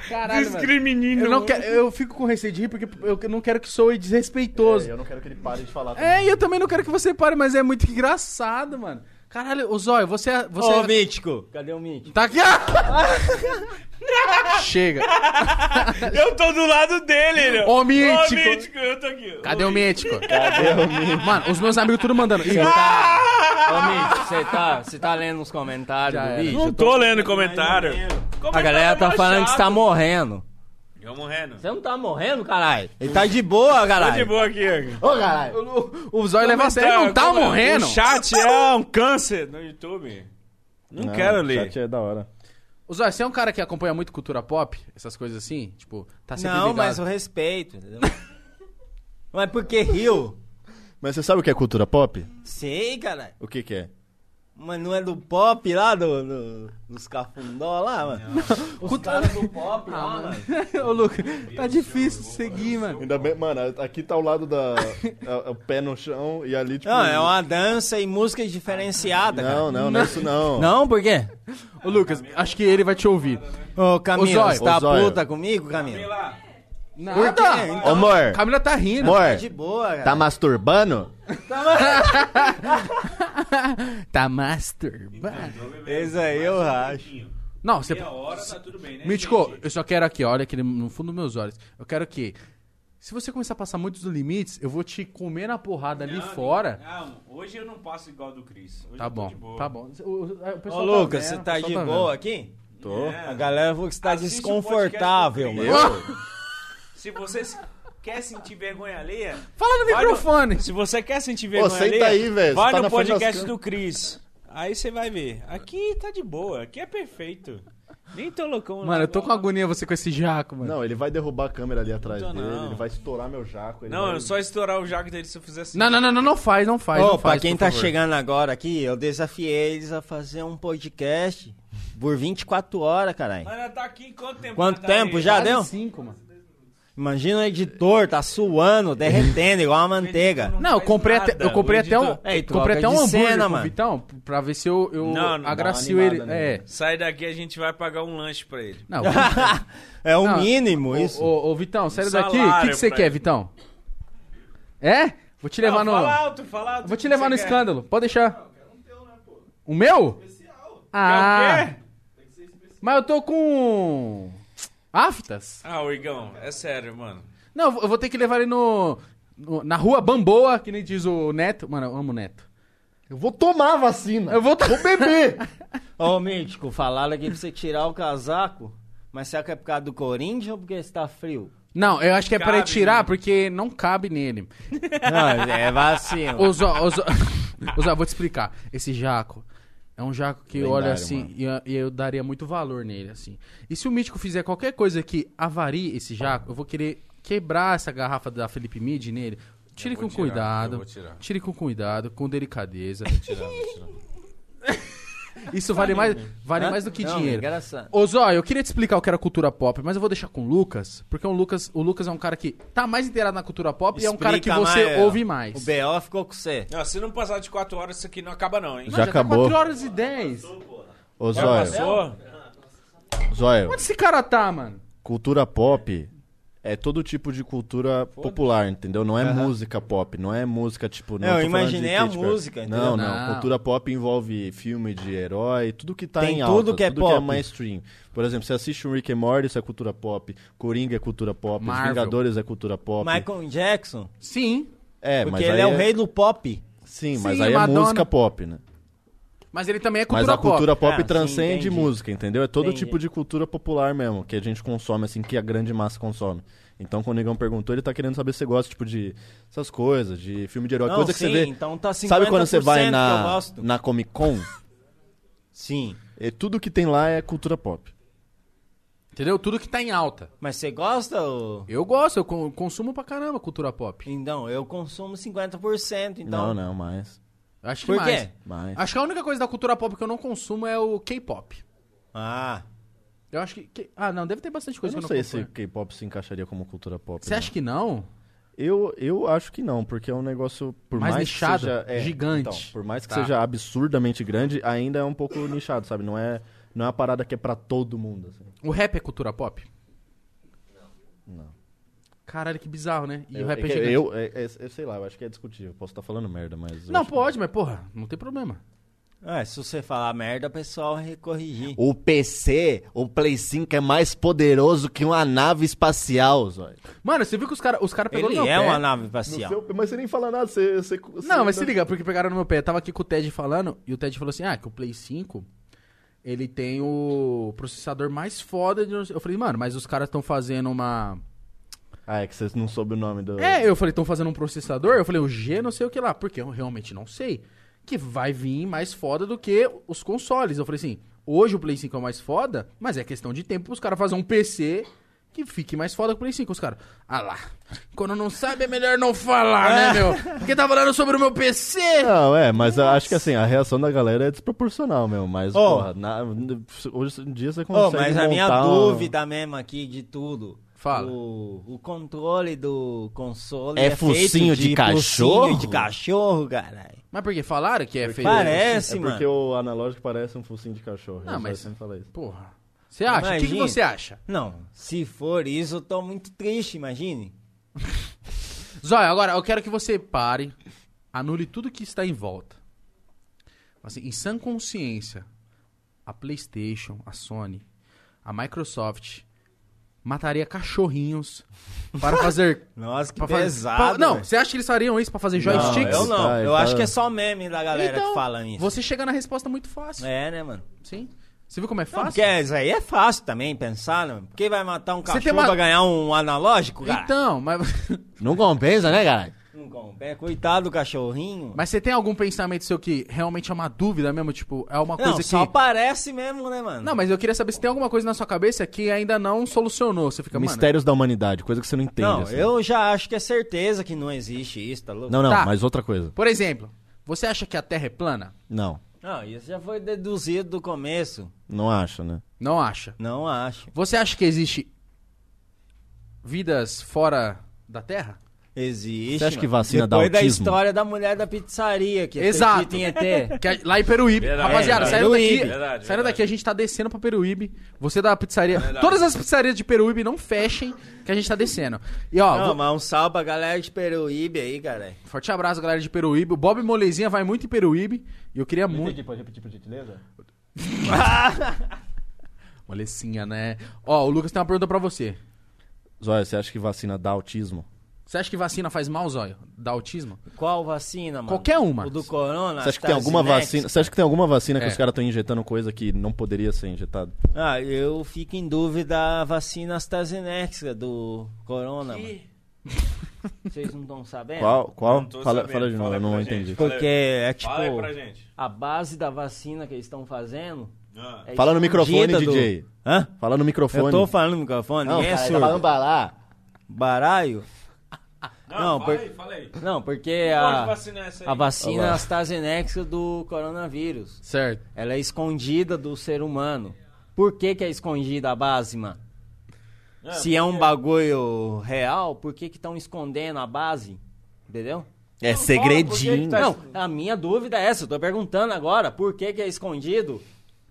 [SPEAKER 1] Caralho, mano. Eu, não quero, eu fico com receio de rir porque eu não quero que soe desrespeitoso.
[SPEAKER 6] É, eu não quero que ele pare de falar.
[SPEAKER 1] É, e eu também não quero que você pare, mas é muito engraçado, mano. Caralho, o Zóio, você. é, você
[SPEAKER 4] Ô, Mítico! Cadê o Mítico?
[SPEAKER 2] <laughs>
[SPEAKER 1] Tá aqui! Ah! Chega!
[SPEAKER 2] Eu tô do lado dele, né?
[SPEAKER 1] Ô, Mítico.
[SPEAKER 2] Ô, Mítico, eu tô aqui.
[SPEAKER 1] Cadê o mítico? Cadê o mítico? Mano, os meus amigos tudo mandando.
[SPEAKER 2] Ah!
[SPEAKER 1] Igor,
[SPEAKER 4] Ô, Mítico, você tá, você tá lendo os comentários
[SPEAKER 1] Já
[SPEAKER 4] do
[SPEAKER 1] era.
[SPEAKER 4] vídeo?
[SPEAKER 2] Não tô lendo comentário.
[SPEAKER 4] A galera tá falando que você tá morrendo.
[SPEAKER 2] Eu morrendo.
[SPEAKER 4] Você não tá morrendo, caralho? Ele tá de boa,
[SPEAKER 2] Tá de
[SPEAKER 4] caralho.
[SPEAKER 2] boa aqui.
[SPEAKER 1] o, o Zóio leva a sério. Ele não tá
[SPEAKER 2] Como é?
[SPEAKER 1] morrendo.
[SPEAKER 2] O chat é um câncer no YouTube. Não, quero ler.
[SPEAKER 6] Chat é da hora.
[SPEAKER 1] O Zóio, você é um cara que acompanha muito cultura pop? Essas coisas assim? Tipo, tá sempre
[SPEAKER 4] Não,
[SPEAKER 1] ligado.
[SPEAKER 4] mas eu respeito, entendeu? <laughs> mas porque Rio?
[SPEAKER 6] Mas você sabe o que é cultura pop?
[SPEAKER 4] Sei, caralho.
[SPEAKER 6] O que que é?
[SPEAKER 4] Mas não é do pop lá, do, do- dos cafundó lá, mano? <laughs> Os caras do pop lá, mano.
[SPEAKER 1] <laughs> Ô, Luca, tá difícil de seguir, mano.
[SPEAKER 6] Ainda bem, mano, aqui tá o lado <laughs> da... a- o pé no chão e ali, tipo...
[SPEAKER 4] Não, é uma dança e música diferenciada, cara.
[SPEAKER 6] Não, não, não é isso não.
[SPEAKER 4] Não, por quê?
[SPEAKER 1] Ô, Lucas, acho que ele vai te ouvir.
[SPEAKER 4] Ô,
[SPEAKER 1] Ô,
[SPEAKER 4] Camila,
[SPEAKER 1] Zóio.
[SPEAKER 4] você tá
[SPEAKER 6] Ô, Zóio.
[SPEAKER 4] puta comigo, Camila?
[SPEAKER 1] Nada.
[SPEAKER 6] Ô, Então, amor,
[SPEAKER 1] Camila tá rindo.
[SPEAKER 6] amor,
[SPEAKER 4] De boa, cara.
[SPEAKER 6] tá masturbando?
[SPEAKER 1] Tá masturbando.
[SPEAKER 4] Esse aí eu racho.
[SPEAKER 1] Não, você...
[SPEAKER 2] hora tá tudo bem, né?
[SPEAKER 1] Mítico, eu só quero aqui, olha aqui no fundo dos meus olhos. Eu quero que... Se você começar a passar muito dos limites, eu vou te comer na porrada ali fora.
[SPEAKER 2] Não, hoje eu não passo igual do Cris. Hoje
[SPEAKER 1] Tá
[SPEAKER 2] eu tô
[SPEAKER 1] bom,
[SPEAKER 2] de boa.
[SPEAKER 1] tá bom. O- o- o
[SPEAKER 4] Ô,
[SPEAKER 1] pessoal
[SPEAKER 4] Lucas,
[SPEAKER 1] vendo,
[SPEAKER 4] você
[SPEAKER 1] o
[SPEAKER 4] tá
[SPEAKER 1] pessoal
[SPEAKER 4] de
[SPEAKER 1] vendo.
[SPEAKER 4] boa aqui?
[SPEAKER 6] Tô.
[SPEAKER 4] A galera falou que você tá
[SPEAKER 2] Assiste o
[SPEAKER 4] desconfortável,
[SPEAKER 2] podcast
[SPEAKER 4] mano.
[SPEAKER 2] do Se você se- quer sentir vergonha alheia,
[SPEAKER 1] Fala no
[SPEAKER 2] Vai no-
[SPEAKER 1] microfone.
[SPEAKER 2] se você quer sentir vergonha
[SPEAKER 6] senta
[SPEAKER 2] alheia,
[SPEAKER 6] aí, velho. Você
[SPEAKER 2] vai
[SPEAKER 6] tá
[SPEAKER 2] no
[SPEAKER 6] na frente das
[SPEAKER 2] podcast
[SPEAKER 6] câmeras.
[SPEAKER 2] do Cris. Aí você vai ver. Aqui tá de boa, aqui é perfeito. Nem tô loucão.
[SPEAKER 1] Mano, eu tô com agonia você com esse jaco, mano.
[SPEAKER 6] Não, ele vai derrubar a câmera ali atrás
[SPEAKER 2] Não tô,
[SPEAKER 6] dele,
[SPEAKER 2] não.
[SPEAKER 6] ele vai estourar meu jaco. ele
[SPEAKER 2] Não,
[SPEAKER 6] vai-
[SPEAKER 2] eu só estourar o jaco dele se eu assim. fizesse.
[SPEAKER 1] Não, não, não, não, não faz, não faz.
[SPEAKER 4] Ô,
[SPEAKER 1] não faz
[SPEAKER 4] pra quem
[SPEAKER 1] por
[SPEAKER 4] tá
[SPEAKER 1] favor.
[SPEAKER 4] chegando agora aqui, eu desafiei eles a fazer um podcast por 24 horas, caralho.
[SPEAKER 2] Mas ela tá aqui em quanto tempo?
[SPEAKER 4] Quanto
[SPEAKER 2] Ela tá
[SPEAKER 4] tempo
[SPEAKER 2] aí?
[SPEAKER 4] já
[SPEAKER 1] Quase
[SPEAKER 4] deu?
[SPEAKER 1] Cinco, mano.
[SPEAKER 4] Imagina o editor, tá suando, derretendo igual uma manteiga.
[SPEAKER 1] Não, eu comprei
[SPEAKER 2] faz
[SPEAKER 1] até, eu
[SPEAKER 2] nada,
[SPEAKER 1] comprei
[SPEAKER 2] o
[SPEAKER 1] até um,
[SPEAKER 2] editor.
[SPEAKER 4] É, e
[SPEAKER 1] comprei até
[SPEAKER 4] troca
[SPEAKER 1] um
[SPEAKER 4] de
[SPEAKER 1] hambúrguer
[SPEAKER 4] cena,
[SPEAKER 1] com o
[SPEAKER 4] mano.
[SPEAKER 1] Vitão, pra ver se eu, eu
[SPEAKER 2] Não, não,
[SPEAKER 1] agracio
[SPEAKER 6] dá uma
[SPEAKER 1] ele.
[SPEAKER 6] animada, né?
[SPEAKER 1] É.
[SPEAKER 2] Sai daqui, a gente vai pagar um lanche pra ele.
[SPEAKER 4] <laughs>
[SPEAKER 1] Não,
[SPEAKER 4] É o
[SPEAKER 1] Não,
[SPEAKER 4] mínimo
[SPEAKER 1] ô,
[SPEAKER 4] isso.
[SPEAKER 1] ô, ô, Vitão, sai daqui. O que,
[SPEAKER 2] salário
[SPEAKER 1] que você
[SPEAKER 2] pra
[SPEAKER 1] quer,
[SPEAKER 2] ele.
[SPEAKER 1] Vitão? É? Vou te levar
[SPEAKER 2] Não,
[SPEAKER 1] no.
[SPEAKER 2] Fala alto, fala alto.
[SPEAKER 1] Vou te
[SPEAKER 2] o que
[SPEAKER 1] levar
[SPEAKER 2] você
[SPEAKER 1] no
[SPEAKER 2] quer. É
[SPEAKER 1] escândalo. Pode deixar. O meu? Ah.
[SPEAKER 2] Quer o quê?
[SPEAKER 1] Mas eu tô com. aftas.
[SPEAKER 2] Ah, o Igão, é sério, mano.
[SPEAKER 1] Não, eu vou ter que levar ele no. no- na rua Bamboa, que nem diz o Neto. Mano, eu amo o Neto.
[SPEAKER 6] Eu vou tomar a vacina.
[SPEAKER 1] Eu vou.
[SPEAKER 6] Vou beber.
[SPEAKER 4] Ô, Mítico, falaram aqui pra você tirar o casaco, mas será que é por causa do Corinthians ou porque está frio?
[SPEAKER 1] Não, eu acho que é pra
[SPEAKER 2] Cabe,
[SPEAKER 1] ele tirar,
[SPEAKER 2] né?
[SPEAKER 1] porque não cabe nele.
[SPEAKER 4] Não, é vacilo.
[SPEAKER 1] Ô, Zó, ô, Zó, ô, Zó, vou te explicar. Esse jaco é um jaco que eu olho
[SPEAKER 6] Lendário,
[SPEAKER 1] assim
[SPEAKER 6] mano.
[SPEAKER 1] e eu, e eu daria muito valor nele, assim. E se o Mítico fizer qualquer coisa que avarie esse jaco, eu vou querer quebrar essa garrafa da Felipe Mid nele. Tire
[SPEAKER 2] Eu
[SPEAKER 1] com
[SPEAKER 2] vou tirar, eu
[SPEAKER 1] cuidado.
[SPEAKER 2] vou tirar.
[SPEAKER 1] Tire com cuidado, com delicadeza.
[SPEAKER 2] Tirar, vou tirar.
[SPEAKER 1] <laughs> Isso vale mais, vale mais do que
[SPEAKER 4] Não, é
[SPEAKER 1] dinheiro.
[SPEAKER 4] engraçado.
[SPEAKER 1] Ô, Zó, eu queria te explicar o que era cultura pop, mas eu vou deixar com o Lucas, porque o Lucas, o Lucas é um cara que tá mais inteirado na cultura pop e é um cara que
[SPEAKER 4] Explica
[SPEAKER 1] você
[SPEAKER 4] mais, ó.
[SPEAKER 1] ouve mais.
[SPEAKER 4] O B.O. ficou com você.
[SPEAKER 2] Não, se não passar de 4 horas, isso aqui não acaba não, hein?
[SPEAKER 1] Não,
[SPEAKER 6] Já
[SPEAKER 1] tá
[SPEAKER 6] acabou.
[SPEAKER 1] 4 horas e 10.
[SPEAKER 6] Ô,
[SPEAKER 4] é.
[SPEAKER 2] Já
[SPEAKER 6] Zóio,
[SPEAKER 2] passou?
[SPEAKER 6] Zóio,
[SPEAKER 1] Onde esse cara tá, mano?
[SPEAKER 6] cultura pop é todo tipo de cultura popular, entendeu? Não é música pop, não é música tipo... Não,
[SPEAKER 4] Eu
[SPEAKER 6] tô falando
[SPEAKER 4] imaginei
[SPEAKER 6] de
[SPEAKER 4] a
[SPEAKER 6] Katy Perry.
[SPEAKER 4] música, entendeu?
[SPEAKER 6] Não, não,
[SPEAKER 1] Não.
[SPEAKER 6] Cultura pop envolve filme de herói, tudo que tá
[SPEAKER 4] Tem
[SPEAKER 6] em
[SPEAKER 4] tudo
[SPEAKER 6] alta.
[SPEAKER 4] que é
[SPEAKER 6] que é
[SPEAKER 4] pop.
[SPEAKER 6] mainstream. Por exemplo, você assiste um Rick and Morty, isso é cultura pop. Coringa é cultura pop. Os
[SPEAKER 1] Marvel.
[SPEAKER 6] Vingadores é cultura pop.
[SPEAKER 4] Michael Jackson.
[SPEAKER 1] Sim,
[SPEAKER 6] É, mas
[SPEAKER 4] Porque
[SPEAKER 6] aí
[SPEAKER 4] ele é o rei do pop.
[SPEAKER 6] Sim, mas
[SPEAKER 1] Sim,
[SPEAKER 6] aí
[SPEAKER 1] Madonna.
[SPEAKER 6] é música pop, né?
[SPEAKER 1] mas ele também é cultura
[SPEAKER 6] Mas a
[SPEAKER 1] pop.
[SPEAKER 6] cultura pop,
[SPEAKER 4] Ah, sim,
[SPEAKER 6] transcende
[SPEAKER 4] entendi.
[SPEAKER 6] música, entendeu? É todo
[SPEAKER 4] Entendi.
[SPEAKER 6] tipo de cultura popular mesmo, que a gente consome, assim, que a grande massa consome. Então, quando o Negão perguntou, ele tá querendo saber se você gosta, tipo, de essas coisas, de filme de herói,
[SPEAKER 4] Não,
[SPEAKER 6] coisa que
[SPEAKER 4] sim,
[SPEAKER 6] você vê.
[SPEAKER 4] então tá 50%
[SPEAKER 6] Sabe quando você vai
[SPEAKER 4] que eu
[SPEAKER 6] na,
[SPEAKER 4] gosto.
[SPEAKER 6] na Comic
[SPEAKER 4] <laughs>
[SPEAKER 6] Con?
[SPEAKER 4] Sim.
[SPEAKER 6] É, tudo que tem lá é cultura pop.
[SPEAKER 1] Entendeu? Tudo que tá em alta.
[SPEAKER 4] Mas você gosta ou...
[SPEAKER 1] Eu gosto, eu con- consumo pra caramba cultura pop.
[SPEAKER 4] Então, eu consumo 50%, então...
[SPEAKER 6] Não, não, mas.
[SPEAKER 1] Eu Acho que
[SPEAKER 4] Por
[SPEAKER 1] mais.
[SPEAKER 4] quê?
[SPEAKER 6] mas...
[SPEAKER 1] Acho que a única coisa da cultura pop que eu não consumo é o K-pop.
[SPEAKER 4] Ah,
[SPEAKER 1] Eu acho que, que- Ah, não, deve ter bastante
[SPEAKER 6] Eu
[SPEAKER 1] coisa
[SPEAKER 6] não
[SPEAKER 1] que eu
[SPEAKER 6] sei
[SPEAKER 1] não
[SPEAKER 6] se
[SPEAKER 1] consumo. né?
[SPEAKER 6] K-pop se encaixaria como cultura pop. né?
[SPEAKER 1] Você acha que não?
[SPEAKER 6] Eu, eu acho que não, porque é um negócio por
[SPEAKER 1] Mais
[SPEAKER 6] mais,
[SPEAKER 1] nichado,
[SPEAKER 6] que seja, é,
[SPEAKER 1] gigante.
[SPEAKER 6] então, por mais que
[SPEAKER 1] Tá.
[SPEAKER 6] seja absurdamente grande, ainda é um pouco nichado, sabe? Não é não é uma parada que é pra todo mundo. assim.
[SPEAKER 1] O rap é cultura pop? Não. Caralho, que bizarro, né? E o
[SPEAKER 6] eu,
[SPEAKER 1] rap é,
[SPEAKER 6] é que
[SPEAKER 1] gigante.
[SPEAKER 6] eu, é- é- eu sei lá, eu acho que é discutível. Posso estar falando merda, mas eu
[SPEAKER 1] Não,
[SPEAKER 6] acho que-
[SPEAKER 1] pode, mas porra, não tem problema.
[SPEAKER 4] é, se você falar merda, o pessoal vai corrigir.
[SPEAKER 5] O PC, o Play 5 é mais poderoso que uma nave espacial, Zóio.
[SPEAKER 1] Mano, você viu que os caras os cara pegou
[SPEAKER 4] Ele
[SPEAKER 1] no meu
[SPEAKER 4] é
[SPEAKER 1] pé.
[SPEAKER 4] uma nave
[SPEAKER 6] No
[SPEAKER 4] espacial.
[SPEAKER 6] seu- mas você nem fala nada, você, você- você-
[SPEAKER 1] Não, mas se liga, porque pegaram no meu pé. Eu tava aqui com o Ted falando, e o Ted falou assim: ah, que o Play 5 ele tem o processador mais foda de. não sei- Eu falei, mano, mas os caras estão fazendo uma.
[SPEAKER 6] Ah, é que vocês não soube o nome do.
[SPEAKER 1] É, eu falei, estão fazendo um processador? Eu falei, o G não sei o que lá, porque eu realmente não sei. Que vai vir mais foda do que os consoles. Eu falei assim, hoje o Play 5 é o mais foda, mas é questão de tempo os caras fazerem um PC que fique mais foda que o Play 5. Os caras, ah lá, quando não sabe é melhor não falar, né, meu? Porque tá falando sobre o meu PC.
[SPEAKER 6] Não, é, mas eu acho que assim, a reação da galera é desproporcional, meu. Mas,
[SPEAKER 4] Ô.
[SPEAKER 6] porra, na- hoje em dia você
[SPEAKER 4] Ô,
[SPEAKER 6] consegue.
[SPEAKER 4] mas a minha
[SPEAKER 6] montar um-
[SPEAKER 4] dúvida mesmo aqui de tudo.
[SPEAKER 1] Fala.
[SPEAKER 4] O, o controle do console
[SPEAKER 5] É
[SPEAKER 4] é, feito
[SPEAKER 5] focinho de cachorro?
[SPEAKER 4] Focinho de cachorro, caralho.
[SPEAKER 1] Mas porque falaram que é feio?
[SPEAKER 4] Parece,
[SPEAKER 6] É
[SPEAKER 4] mano.
[SPEAKER 6] porque o analógico parece um focinho de cachorro.
[SPEAKER 1] Não,
[SPEAKER 6] eu
[SPEAKER 1] mas-
[SPEAKER 6] sempre falei isso.
[SPEAKER 1] Porra. Você acha? O que, que
[SPEAKER 4] Imagina.
[SPEAKER 1] você acha?
[SPEAKER 4] Não, se for isso, eu tô muito triste, imagine.
[SPEAKER 1] Zóia, agora eu quero que você pare, anule tudo que está em volta. Assim, em sã consciência, a PlayStation, a Sony, a Microsoft mataria cachorrinhos
[SPEAKER 4] <laughs>
[SPEAKER 1] para fazer.
[SPEAKER 4] Nossa, que
[SPEAKER 1] pra fazer-
[SPEAKER 4] pesado.
[SPEAKER 1] pra- não,
[SPEAKER 4] velho.
[SPEAKER 1] você acha que eles fariam isso para fazer joysticks?
[SPEAKER 4] eu não.
[SPEAKER 6] Tá, ele
[SPEAKER 4] eu
[SPEAKER 6] tá-
[SPEAKER 4] acho que é só meme da galera
[SPEAKER 1] Então,
[SPEAKER 4] que fala isso.
[SPEAKER 1] Ah, Você chega na resposta muito fácil.
[SPEAKER 4] É, né, mano?
[SPEAKER 1] Sim. Você viu como é
[SPEAKER 4] Não,
[SPEAKER 1] fácil?
[SPEAKER 4] porque isso aí é fácil também, pensar, né? Porque vai matar um
[SPEAKER 1] Você tem
[SPEAKER 4] cachorro
[SPEAKER 1] uma-
[SPEAKER 4] pra ganhar um analógico, cara?
[SPEAKER 1] Então, mas,
[SPEAKER 5] Não compensa, né, cara?
[SPEAKER 4] Não compra. Coitado do cachorrinho.
[SPEAKER 1] mas você tem algum pensamento seu que realmente é uma dúvida mesmo? Tipo, é uma coisa
[SPEAKER 4] não,
[SPEAKER 1] que.
[SPEAKER 4] só parece mesmo, né, mano?
[SPEAKER 1] Não, mas eu queria saber se tem alguma coisa na sua cabeça que ainda não solucionou. Você fica, mano,
[SPEAKER 6] Mistérios da humanidade, coisa que você não entende.
[SPEAKER 4] Não,
[SPEAKER 6] assim.
[SPEAKER 4] eu já acho que é certeza que não existe isso, tá louco?
[SPEAKER 6] Não, não,
[SPEAKER 1] Tá.
[SPEAKER 6] mas outra coisa.
[SPEAKER 1] Por exemplo, você acha que a Terra é plana?
[SPEAKER 6] Não,
[SPEAKER 4] Não, isso já foi deduzido do começo.
[SPEAKER 6] não acho, né?
[SPEAKER 1] Não acha.
[SPEAKER 4] Não acho.
[SPEAKER 1] Você acha que existe vidas fora da Terra?
[SPEAKER 4] Existe.
[SPEAKER 6] Você acha que
[SPEAKER 4] mano.
[SPEAKER 6] vacina dá
[SPEAKER 4] Depois da
[SPEAKER 6] autismo?
[SPEAKER 4] história da mulher da pizzaria, que é
[SPEAKER 1] Exato.
[SPEAKER 4] Petita em
[SPEAKER 1] <laughs>
[SPEAKER 4] ET.
[SPEAKER 1] Que é lá em Peruíbe.
[SPEAKER 2] Verdade,
[SPEAKER 1] Rapaziada,
[SPEAKER 2] verdade.
[SPEAKER 1] saindo daqui.
[SPEAKER 4] Peruíbe.
[SPEAKER 2] Verdade,
[SPEAKER 1] Saindo
[SPEAKER 2] verdade.
[SPEAKER 1] daqui, a gente tá descendo pra Peruíbe. Você da pizzaria. Todas as pizzarias de Peruíbe não fechem, que a gente tá descendo. E ó,
[SPEAKER 4] Não,
[SPEAKER 1] vou-
[SPEAKER 4] mas um salve pra galera de Peruíbe aí, cara.
[SPEAKER 1] forte abraço, galera de Peruíbe. O Bob Molezinha vai muito em Peruíbe. E eu queria muito.
[SPEAKER 6] pode repetir por gentileza?
[SPEAKER 1] <laughs> Molecinha, né? Ó, o Lucas tem uma pergunta pra você.
[SPEAKER 6] Zóia, você acha que vacina dá autismo?
[SPEAKER 1] Você acha que vacina faz mal, Zóio? Dá autismo?
[SPEAKER 4] Qual vacina, mano?
[SPEAKER 1] Qualquer uma.
[SPEAKER 4] O do corona,
[SPEAKER 6] Você acha que tem alguma
[SPEAKER 4] AstraZeneca?
[SPEAKER 6] vacina? Você acha que tem alguma vacina que
[SPEAKER 1] É.
[SPEAKER 6] os caras estão injetando coisa que não poderia ser injetada?
[SPEAKER 4] Ah, eu fico em dúvida a vacina AstraZeneca do corona, mano. <laughs> Vocês não estão sabendo?
[SPEAKER 6] Qual?
[SPEAKER 2] Não
[SPEAKER 6] Qual?
[SPEAKER 2] tô
[SPEAKER 6] Fala,
[SPEAKER 2] sabendo.
[SPEAKER 6] fala de novo,
[SPEAKER 2] Fala
[SPEAKER 6] eu
[SPEAKER 2] aí
[SPEAKER 6] não
[SPEAKER 2] pra gente.
[SPEAKER 6] entendi.
[SPEAKER 2] Fala
[SPEAKER 4] Porque é tipo
[SPEAKER 2] Fala aí pra gente.
[SPEAKER 4] a base da vacina que eles estão fazendo.
[SPEAKER 2] Ah.
[SPEAKER 4] é
[SPEAKER 6] Fala no microfone,
[SPEAKER 4] escondida do-
[SPEAKER 6] DJ.
[SPEAKER 4] Hã?
[SPEAKER 6] Fala no microfone. tá
[SPEAKER 4] Eu tô falando no microfone, é
[SPEAKER 5] Não,
[SPEAKER 4] ninguém
[SPEAKER 5] cara,
[SPEAKER 4] é
[SPEAKER 5] ele tá
[SPEAKER 4] surdo.
[SPEAKER 2] <laughs>
[SPEAKER 5] falando pra lá.
[SPEAKER 4] Baralho? Não,
[SPEAKER 2] Ah, fala
[SPEAKER 4] por-
[SPEAKER 2] aí, fala aí.
[SPEAKER 4] Não, porque
[SPEAKER 2] Pode
[SPEAKER 4] a,
[SPEAKER 2] vacinar essa aí.
[SPEAKER 4] a vacina AstraZeneca do coronavírus,
[SPEAKER 1] Certo.
[SPEAKER 4] ela é escondida do ser humano. Por que que é escondida a base, mano?
[SPEAKER 2] É,
[SPEAKER 4] Se é um bagulho real, por que que estão escondendo a base? Entendeu?
[SPEAKER 5] É segredinho.
[SPEAKER 2] Tá
[SPEAKER 4] Não, a minha dúvida é essa, eu tô perguntando agora, por que que é escondido?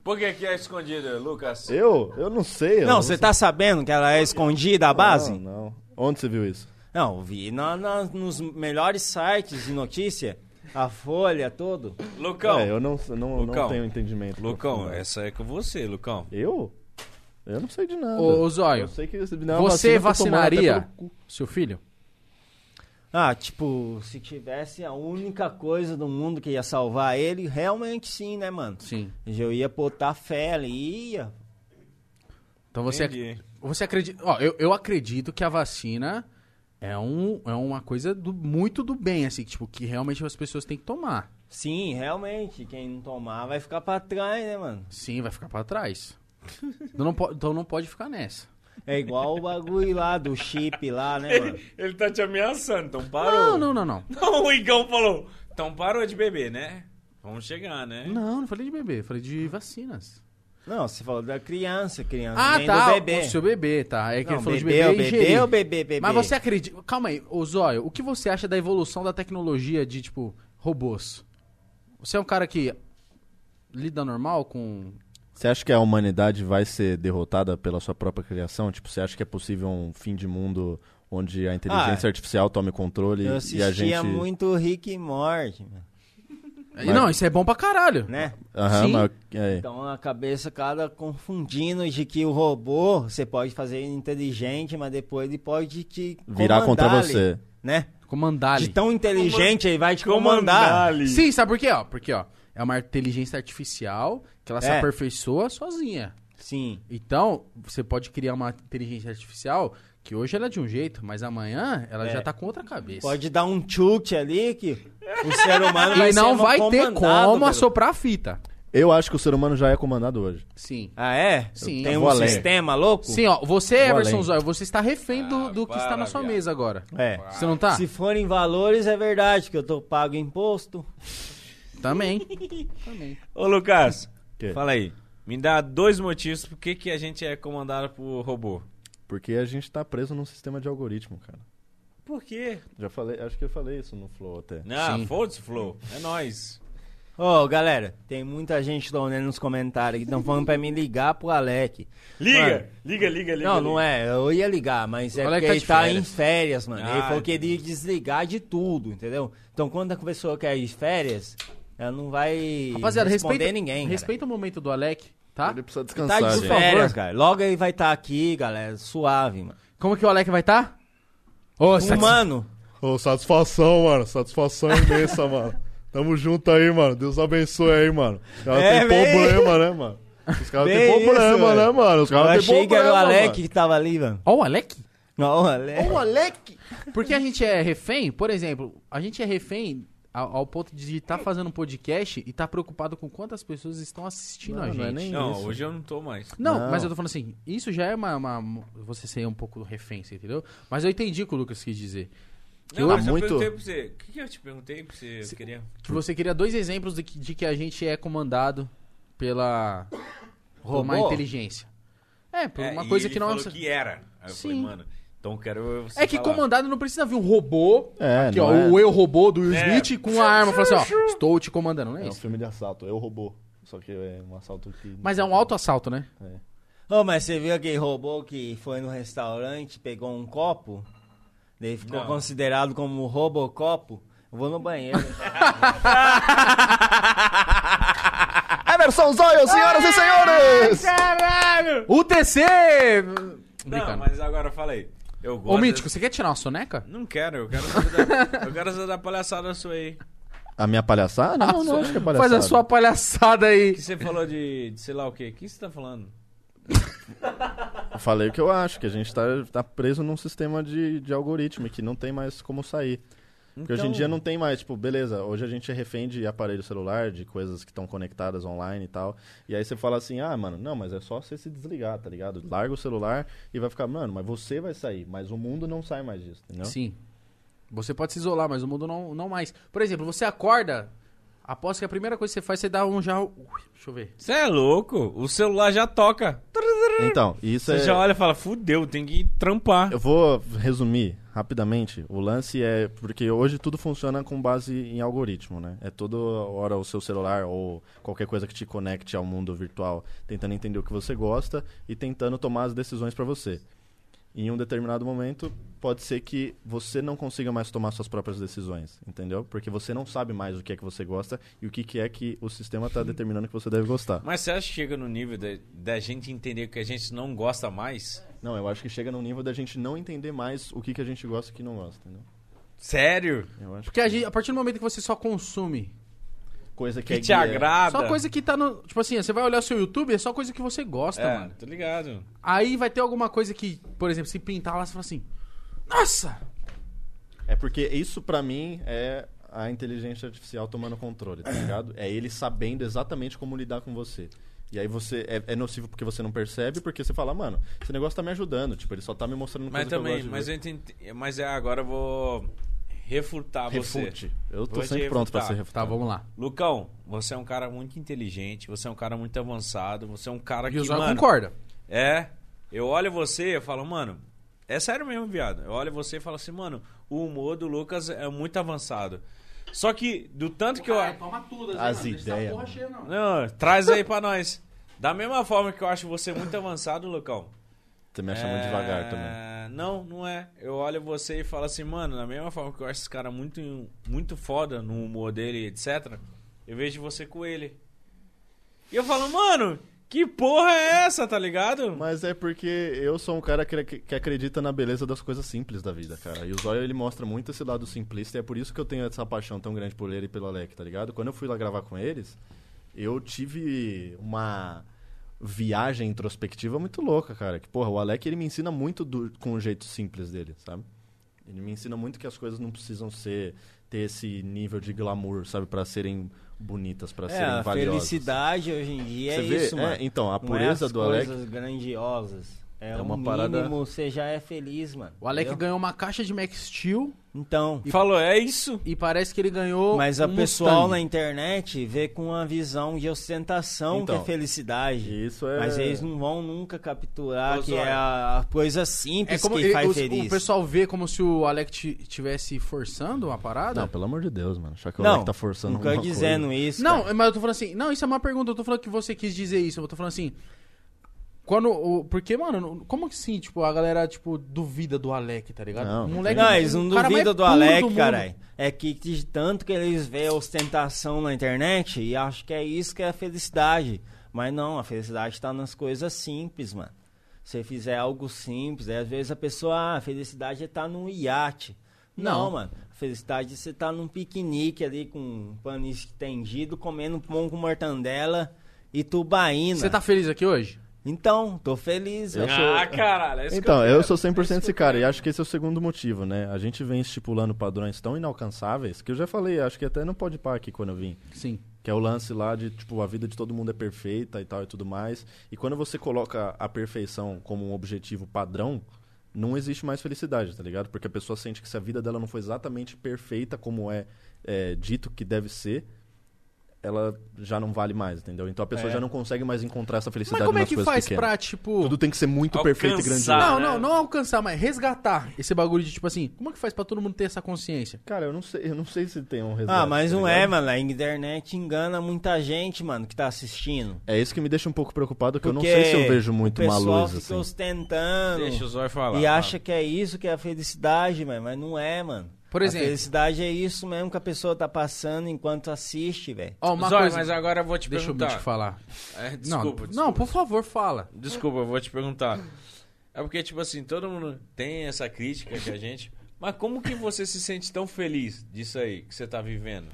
[SPEAKER 2] Por que, que é escondida, Lucas?
[SPEAKER 6] Eu? Eu não sei. eu
[SPEAKER 4] Não, você
[SPEAKER 6] sei.
[SPEAKER 4] tá sabendo que ela é escondida a base?
[SPEAKER 6] Não, não. Onde você viu isso?
[SPEAKER 4] Não, vi na- na- nos melhores sites de notícia, a Folha, todo.
[SPEAKER 2] Lucão,
[SPEAKER 6] É, eu não, não,
[SPEAKER 2] Lucão.
[SPEAKER 6] não tenho entendimento.
[SPEAKER 2] Lucão,
[SPEAKER 6] profundo.
[SPEAKER 2] essa é com você, Lucão.
[SPEAKER 6] Eu? Eu não sei de nada.
[SPEAKER 1] Ô, ô, Zóio,
[SPEAKER 6] Eu sei que se me der uma
[SPEAKER 1] você
[SPEAKER 6] vacina, eu tô tomando até
[SPEAKER 1] vacinaria
[SPEAKER 6] pelo-
[SPEAKER 1] seu filho?
[SPEAKER 4] Ah, tipo, se tivesse a única coisa do mundo que ia salvar ele, realmente sim, né, mano?
[SPEAKER 1] Sim.
[SPEAKER 4] Eu ia botar fé ali, ia.
[SPEAKER 1] Então você,
[SPEAKER 2] Entendi.
[SPEAKER 1] você acredita. Ó, eu, eu acredito que a vacina é, um, é uma coisa do, muito do bem, assim, tipo, que realmente as pessoas têm que tomar.
[SPEAKER 4] Sim, realmente, quem não tomar vai ficar pra trás, né, mano?
[SPEAKER 1] Sim, vai ficar pra
[SPEAKER 6] <laughs>
[SPEAKER 1] trás. então, não po- então não pode ficar nessa.
[SPEAKER 4] É igual o bagulho lá do chip lá, né, mano?
[SPEAKER 2] Ele tá te ameaçando, então
[SPEAKER 1] Não,
[SPEAKER 2] parou.
[SPEAKER 1] não, não,
[SPEAKER 2] <laughs>
[SPEAKER 1] não.
[SPEAKER 2] o Igão falou. Então parou de beber, né? Vamos chegar, né?
[SPEAKER 1] Não, não falei de bebê, falei de vacinas.
[SPEAKER 4] Não, você falou da criança, criança
[SPEAKER 1] Ah,
[SPEAKER 4] nem
[SPEAKER 1] tá.
[SPEAKER 4] do
[SPEAKER 1] O
[SPEAKER 4] bebê.
[SPEAKER 1] seu bebê, tá. É que
[SPEAKER 4] Não,
[SPEAKER 1] ele falou
[SPEAKER 4] bebê,
[SPEAKER 1] de bebê, e
[SPEAKER 4] bebê,
[SPEAKER 1] ingerir.
[SPEAKER 4] o bebê, bebê.
[SPEAKER 1] Mas você acredita. Calma aí, ô Zóio, o que você acha da evolução da tecnologia de, tipo, robôs? Você é um cara que lida normal com.
[SPEAKER 6] Você acha que a humanidade vai ser derrotada pela sua própria criação? Tipo, você acha que é possível um fim de mundo onde a inteligência artificial tome o controle
[SPEAKER 4] Eu
[SPEAKER 6] e
[SPEAKER 4] assistia
[SPEAKER 6] a gente...
[SPEAKER 4] muito Rick e Morty, mano,
[SPEAKER 1] Não, isso é bom pra caralho.
[SPEAKER 4] né?
[SPEAKER 6] Aham,
[SPEAKER 1] Sim.
[SPEAKER 6] mas... é.
[SPEAKER 4] Então a cabeça cada confundindo de que o robô você pode fazer ele inteligente, mas depois ele pode te
[SPEAKER 6] Virar contra
[SPEAKER 4] comandar ali,
[SPEAKER 6] você.
[SPEAKER 4] né?
[SPEAKER 1] Comandar-lhe.
[SPEAKER 4] De tão inteligente ele vai te comandar.
[SPEAKER 1] Sim, sabe por quê? Ó, porque, ó, é uma inteligência artificial que ela se
[SPEAKER 4] É.
[SPEAKER 1] aperfeiçoa sozinha.
[SPEAKER 4] Sim.
[SPEAKER 1] Então, você pode criar uma inteligência artificial que hoje ela é de um jeito, mas amanhã ela
[SPEAKER 4] É.
[SPEAKER 1] já tá com outra cabeça.
[SPEAKER 4] Pode dar um chute ali que o ser humano vai
[SPEAKER 1] E não
[SPEAKER 4] sendo
[SPEAKER 1] vai ter
[SPEAKER 4] comandado
[SPEAKER 1] como
[SPEAKER 4] pelo-
[SPEAKER 1] assoprar a fita.
[SPEAKER 6] Eu acho que o ser humano já é comandado hoje.
[SPEAKER 1] Sim.
[SPEAKER 4] Ah, é?
[SPEAKER 1] Sim.
[SPEAKER 4] Tem
[SPEAKER 1] Eu
[SPEAKER 4] um
[SPEAKER 6] vou além.
[SPEAKER 4] sistema louco?
[SPEAKER 1] Sim, ó, você,
[SPEAKER 6] Vou
[SPEAKER 1] Everson
[SPEAKER 6] além.
[SPEAKER 1] Zóio, você está refém do, do que
[SPEAKER 2] para,
[SPEAKER 1] está na sua
[SPEAKER 2] viado.
[SPEAKER 1] mesa agora.
[SPEAKER 4] É.
[SPEAKER 1] Você não tá?
[SPEAKER 4] Ah, Se for em valores, é verdade, que eu tô pago imposto. <laughs>
[SPEAKER 1] Também.
[SPEAKER 2] Ô, Lucas,
[SPEAKER 6] Quê?
[SPEAKER 2] fala aí. Me dá dois motivos por que, que a gente é comandado por robô.
[SPEAKER 6] Porque a gente tá preso num sistema de algoritmo, cara.
[SPEAKER 2] Por quê?
[SPEAKER 6] Já falei, acho que eu falei isso no Flow até.
[SPEAKER 2] Ah,
[SPEAKER 1] Sim.
[SPEAKER 2] foda-se, Flow. É nóis.
[SPEAKER 4] Ô, galera, tem muita gente lá olhando nos comentários que estão falando pra mim ligar pro Alec.
[SPEAKER 2] Liga,
[SPEAKER 4] Mano.
[SPEAKER 2] liga, liga, liga.
[SPEAKER 4] Não, não é. Eu ia ligar, mas é
[SPEAKER 1] O Alec
[SPEAKER 4] porque
[SPEAKER 1] tá
[SPEAKER 4] ele
[SPEAKER 1] de
[SPEAKER 4] tá
[SPEAKER 1] férias.
[SPEAKER 4] em férias, mano. ele
[SPEAKER 2] Ah,
[SPEAKER 4] falou que ele ia desligar de tudo, entendeu? Então, quando a pessoa quer ir de férias, ela não vai
[SPEAKER 1] Rapaziada,
[SPEAKER 4] responder
[SPEAKER 1] respeita,
[SPEAKER 4] ninguém,
[SPEAKER 1] respeita o momento do Alec, tá?
[SPEAKER 6] Ele precisa
[SPEAKER 4] cara.
[SPEAKER 6] descansar,
[SPEAKER 4] Tá de
[SPEAKER 6] gente.
[SPEAKER 4] férias, cara. Logo ele vai estar aqui, galera. Suave, mano.
[SPEAKER 1] Como que o Alec vai estar? Tá? Ô, sax-
[SPEAKER 4] Humano.
[SPEAKER 10] Ô, satisfação, mano. Satisfação imensa, <laughs> mano. Tamo junto aí, mano. Deus abençoe aí, mano. Os caras
[SPEAKER 4] É,
[SPEAKER 10] têm
[SPEAKER 4] bem-
[SPEAKER 10] problema, né, mano? Os caras
[SPEAKER 4] Bem
[SPEAKER 10] têm
[SPEAKER 4] isso,
[SPEAKER 10] problema,
[SPEAKER 4] mano.
[SPEAKER 10] né, mano? Os
[SPEAKER 4] Eu
[SPEAKER 10] caras têm
[SPEAKER 4] achei que
[SPEAKER 10] problema,
[SPEAKER 4] era o Alec
[SPEAKER 10] mano.
[SPEAKER 4] que tava ali, mano.
[SPEAKER 1] Ó, o Alec?
[SPEAKER 4] Ó, o Alec.
[SPEAKER 1] Porque a gente é refém, por exemplo, a gente é refém ao, ao ponto de estar fazendo um podcast e estar preocupado com quantas pessoas estão assistindo a
[SPEAKER 6] Não,
[SPEAKER 1] gente.
[SPEAKER 6] não
[SPEAKER 1] Não,
[SPEAKER 6] é nem
[SPEAKER 2] Não,
[SPEAKER 6] isso.
[SPEAKER 2] hoje eu não tô mais.
[SPEAKER 6] Não.
[SPEAKER 1] mas eu tô falando assim, isso já é uma, uma- Você ser um pouco refém, você entendeu? Mas eu entendi o que o Lucas quis dizer. Que,
[SPEAKER 2] não,
[SPEAKER 1] eu-
[SPEAKER 2] mas
[SPEAKER 6] muito-
[SPEAKER 2] eu perguntei pra você. O que, que eu te perguntei pra você? Eu queria...
[SPEAKER 1] que você queria dois exemplos de que, de que a gente é comandado pela. por uma
[SPEAKER 4] Robô?
[SPEAKER 1] inteligência. É, por
[SPEAKER 2] É,
[SPEAKER 1] uma
[SPEAKER 2] e
[SPEAKER 1] coisa
[SPEAKER 2] ele
[SPEAKER 1] que não.
[SPEAKER 2] falou que era. Aí eu falei,
[SPEAKER 1] Sim.
[SPEAKER 2] mano, então quero você
[SPEAKER 1] É que
[SPEAKER 2] falar.
[SPEAKER 1] comandado não precisa vir um robô.
[SPEAKER 6] É,
[SPEAKER 1] aqui,
[SPEAKER 6] não
[SPEAKER 1] ó,
[SPEAKER 6] é.
[SPEAKER 1] o eu robô do Will
[SPEAKER 2] É.
[SPEAKER 1] Smith com a arma. Falando assim, ó, estou te comandando, não é
[SPEAKER 6] É um
[SPEAKER 1] isso?
[SPEAKER 6] filme de assalto. Eu roubou. Só que é um assalto que...
[SPEAKER 1] Mas é um auto-assalto, né?
[SPEAKER 4] Ô, mas você viu aquele robô que foi no restaurante, pegou um copo? Daí ficou
[SPEAKER 2] Não.
[SPEAKER 4] considerado como um robocopo? Eu vou no banheiro.
[SPEAKER 6] Emerson Zóio, senhoras e senhores!
[SPEAKER 1] UTC!
[SPEAKER 2] Não,
[SPEAKER 1] Brincando.
[SPEAKER 2] mas agora fala aí. Eu gosto...
[SPEAKER 1] Ô, Mítico, você quer tirar uma soneca?
[SPEAKER 2] Não quero, eu quero saber da, eu quero saber da palhaçada sua aí.
[SPEAKER 6] A minha palhaçada? Não, não, acho que é palhaçada.
[SPEAKER 1] Faz a sua palhaçada aí.
[SPEAKER 2] Que você falou de, de sei lá o quê. O que você tá falando?
[SPEAKER 6] Eu falei o que eu acho, que a gente tá, tá preso num sistema de, de algoritmo e que não tem mais como sair. Porque hoje em dia
[SPEAKER 2] Então-
[SPEAKER 6] não tem mais, tipo, beleza, hoje a gente é refém de aparelho celular, de coisas que estão conectadas online e tal. E aí você fala assim, ah, mano, não, mas é só você se desligar, tá ligado? Larga o celular e vai ficar, mano, mas você vai sair, mas o mundo não sai mais disso, entendeu?
[SPEAKER 1] Sim. Você pode se isolar, mas o mundo não, não mais. Por exemplo, você acorda, aposto que a primeira coisa que você faz, você dá um já. Ui, Deixa eu ver.
[SPEAKER 2] Você é louco? O celular já toca.
[SPEAKER 6] Então, isso
[SPEAKER 2] Você
[SPEAKER 6] é.
[SPEAKER 2] já olha e fala, fudeu, tem que ir trampar.
[SPEAKER 6] Eu vou resumir rapidamente. O lance é porque hoje tudo funciona com base em algoritmo, né? É toda hora o seu celular ou qualquer coisa que te conecte ao mundo virtual, tentando entender o que você gosta e tentando tomar as decisões pra você. Em um determinado momento, pode ser que você não consiga mais tomar suas próprias decisões, entendeu? Porque você não sabe mais o que é que você gosta e o que que é que o sistema está determinando que você deve gostar.
[SPEAKER 2] Mas você acha que chega no nível da- da gente entender que a gente não gosta mais?
[SPEAKER 6] Não, eu acho que chega num nível da gente não entender mais o que que a gente gosta e o que não gosta, entendeu?
[SPEAKER 2] Sério?
[SPEAKER 6] Eu acho
[SPEAKER 1] Porque a, gente- a partir do momento que você só consome
[SPEAKER 6] coisa que,
[SPEAKER 2] Que
[SPEAKER 6] é
[SPEAKER 2] te
[SPEAKER 6] guia-
[SPEAKER 2] agrada?
[SPEAKER 1] Só coisa que tá no. Tipo assim, você vai olhar o seu YouTube, é só coisa que você gosta,
[SPEAKER 2] É,
[SPEAKER 1] mano.
[SPEAKER 2] tô ligado.
[SPEAKER 1] Aí vai ter alguma coisa que, por exemplo, se pintar lá, você fala assim: Nossa!
[SPEAKER 6] É porque isso pra mim é a inteligência artificial tomando controle, tá ligado? É ele sabendo exatamente como lidar com você. E aí você é, é nocivo porque você não percebe, porque você fala, mano, esse negócio tá me ajudando, tipo, ele só tá me mostrando
[SPEAKER 2] Mas
[SPEAKER 6] coisa
[SPEAKER 2] também,
[SPEAKER 6] que eu gosto de
[SPEAKER 2] mas
[SPEAKER 6] ver.
[SPEAKER 2] eu entendi. Mas é, agora eu vou refutar você.
[SPEAKER 6] Refute. Eu tô
[SPEAKER 2] Vou te
[SPEAKER 6] sempre pronto pra
[SPEAKER 2] refutar.
[SPEAKER 6] ser refutado.
[SPEAKER 1] Tá, vamos lá.
[SPEAKER 2] Lucão, você é um cara muito inteligente, você é um cara muito avançado, você é um cara
[SPEAKER 1] E o
[SPEAKER 2] que,
[SPEAKER 1] Zóio
[SPEAKER 2] mano,
[SPEAKER 1] concorda.
[SPEAKER 2] É. Eu olho você e falo, mano, é sério mesmo, viado. Eu olho você e falo assim, mano, o humor do Lucas é muito avançado. Só que, do tanto que eu.
[SPEAKER 1] toma tudo,
[SPEAKER 6] As mano, deixa essa ideias, porra mano.
[SPEAKER 1] cheia, não.
[SPEAKER 2] Não, traz aí pra nós. Da mesma forma que eu acho você muito avançado, Lucão. É,
[SPEAKER 6] Você me acha muito devagar também.
[SPEAKER 2] Não, não é. Eu olho você e falo assim, mano, da mesma forma que eu acho esse cara muito, muito foda no humor dele, etc., eu vejo você com ele. E eu falo, mano, que porra é essa, tá ligado?
[SPEAKER 6] Mas é porque eu sou um cara que, que acredita na beleza das coisas simples da vida, cara. E o Zóio, ele mostra muito esse lado simplista e é por isso que eu tenho essa paixão tão grande por ele e pelo Alec, tá ligado? Quando eu fui lá gravar com eles, eu tive uma viagem introspectiva muito louca, cara. Que, porra, o Alec, ele me ensina muito do- com o jeito simples dele, sabe? Ele me ensina muito que as coisas não precisam ser ter esse nível de glamour, sabe, Pra serem bonitas, pra
[SPEAKER 4] É,
[SPEAKER 6] serem
[SPEAKER 4] a
[SPEAKER 6] valiosas.
[SPEAKER 4] felicidade hoje em dia
[SPEAKER 6] tá Você
[SPEAKER 4] é
[SPEAKER 6] vê?
[SPEAKER 4] isso,
[SPEAKER 6] É,
[SPEAKER 4] mano.
[SPEAKER 6] então, a
[SPEAKER 4] Não
[SPEAKER 6] pureza
[SPEAKER 4] é as
[SPEAKER 6] do Alec-
[SPEAKER 4] coisas grandiosas. É,
[SPEAKER 6] É
[SPEAKER 4] uma
[SPEAKER 6] uma
[SPEAKER 4] o
[SPEAKER 6] parada-
[SPEAKER 4] mínimo, você já é feliz, mano.
[SPEAKER 1] O Alec
[SPEAKER 4] entendeu?
[SPEAKER 1] ganhou uma caixa de Max Steel
[SPEAKER 4] Então,
[SPEAKER 2] Falou, é isso?
[SPEAKER 1] e parece que ele ganhou.
[SPEAKER 4] mas a
[SPEAKER 1] um
[SPEAKER 4] pessoal
[SPEAKER 1] Mustang.
[SPEAKER 4] na internet vê com uma visão de ostentação que
[SPEAKER 6] Então,
[SPEAKER 4] é felicidade.
[SPEAKER 6] Isso é...
[SPEAKER 4] Mas eles não vão nunca capturar
[SPEAKER 2] Ô,
[SPEAKER 4] que
[SPEAKER 2] Zóia.
[SPEAKER 4] é a a coisa
[SPEAKER 1] É
[SPEAKER 4] simples
[SPEAKER 1] como
[SPEAKER 4] que
[SPEAKER 1] ele-
[SPEAKER 4] faz
[SPEAKER 1] os-
[SPEAKER 4] feliz.
[SPEAKER 1] o pessoal vê como se o Alec ti- tivesse forçando uma parada.
[SPEAKER 6] Não, pelo amor de Deus, mano. Achar que o
[SPEAKER 4] Não,
[SPEAKER 6] Alec tá forçando
[SPEAKER 4] não tô
[SPEAKER 6] alguma
[SPEAKER 4] dizendo
[SPEAKER 6] coisa.
[SPEAKER 4] isso.
[SPEAKER 1] Não,
[SPEAKER 4] cara.
[SPEAKER 1] mas eu tô falando assim, não, isso é uma pergunta, eu tô falando que você quis dizer isso, eu tô falando assim, quando, o- porque, mano, não- como que sim, tipo, a galera, tipo, duvida do Alec, tá ligado?
[SPEAKER 6] Não,
[SPEAKER 1] O
[SPEAKER 6] não
[SPEAKER 1] moleque-
[SPEAKER 4] Não, eles não
[SPEAKER 1] o cara mais
[SPEAKER 4] duvidam do
[SPEAKER 1] puro
[SPEAKER 4] Alec,
[SPEAKER 1] mundo.
[SPEAKER 4] caralho. É que de tanto que eles vê ostentação na internet e acham que é isso que é a felicidade. Mas não, a felicidade tá nas coisas simples, mano. Se você fizer algo simples, aí às vezes a pessoa, ah, a felicidade é tá num iate. Não,
[SPEAKER 1] Não.
[SPEAKER 4] mano. A felicidade é você tá num piquenique ali com um pano estendido, comendo pão com mortandela e tubaína.
[SPEAKER 1] Você tá feliz aqui hoje?
[SPEAKER 4] Então, tô feliz, velho.
[SPEAKER 2] Ah, caralho, é isso que
[SPEAKER 6] Então,
[SPEAKER 2] eu,
[SPEAKER 6] eu sou 100% esse cara, e acho que esse é o segundo motivo, né? A gente vem estipulando padrões tão inalcançáveis que eu já falei, acho que até não pode par aqui quando eu vim.
[SPEAKER 1] Sim.
[SPEAKER 6] Que é o lance lá de, tipo, a vida de todo mundo é perfeita e tal e tudo mais. E quando você coloca a perfeição como um objetivo padrão, não existe mais felicidade, tá ligado? Porque a pessoa sente que se a vida dela não foi exatamente perfeita como é, é, dito que deve ser, ela já não vale mais, entendeu? Então a pessoa já não consegue mais encontrar essa felicidade
[SPEAKER 4] tá
[SPEAKER 1] Mas como é
[SPEAKER 6] nas
[SPEAKER 1] que
[SPEAKER 6] coisas
[SPEAKER 1] faz
[SPEAKER 6] pequenas.
[SPEAKER 1] pra, tipo...
[SPEAKER 6] Tudo tem que ser muito perfeito e
[SPEAKER 2] Alcançar.
[SPEAKER 6] grandioso.
[SPEAKER 1] Não,
[SPEAKER 2] Ah, né?
[SPEAKER 1] não, não alcançar, mas resgatar esse bagulho de, tipo assim, como é que faz pra todo mundo ter essa consciência?
[SPEAKER 6] Cara, eu não sei, eu não sei se tem um resgate.
[SPEAKER 4] Ah, mas
[SPEAKER 6] tá
[SPEAKER 4] não
[SPEAKER 6] ligado?
[SPEAKER 4] é, mano. A internet engana muita gente, mano, que tá assistindo.
[SPEAKER 6] É isso que me deixa um pouco preocupado, que eu não
[SPEAKER 4] Porque
[SPEAKER 6] sei se eu vejo muito
[SPEAKER 4] o
[SPEAKER 6] uma
[SPEAKER 4] pessoal
[SPEAKER 6] luz,
[SPEAKER 4] fica Ah,
[SPEAKER 6] assim.
[SPEAKER 4] ostentando
[SPEAKER 2] Deixa o Zóio falar.
[SPEAKER 4] e
[SPEAKER 2] fala.
[SPEAKER 4] acha que é isso que é a felicidade, mano, mas não é, mano.
[SPEAKER 1] Por exemplo.
[SPEAKER 4] A felicidade é isso mesmo que a pessoa tá passando enquanto assiste, velho.
[SPEAKER 1] Ó, uma
[SPEAKER 2] Zóio,
[SPEAKER 1] coisa...
[SPEAKER 2] mas agora eu vou te
[SPEAKER 1] Deixa eu
[SPEAKER 2] perguntar.
[SPEAKER 1] te falar.
[SPEAKER 2] É,
[SPEAKER 1] Não,
[SPEAKER 2] desculpa, desculpa.
[SPEAKER 1] Não, por favor, fala.
[SPEAKER 2] Desculpa, eu vou te perguntar. É porque, tipo assim, todo mundo tem essa crítica que a gente. Mas como que você se sente tão feliz disso aí que você tá vivendo?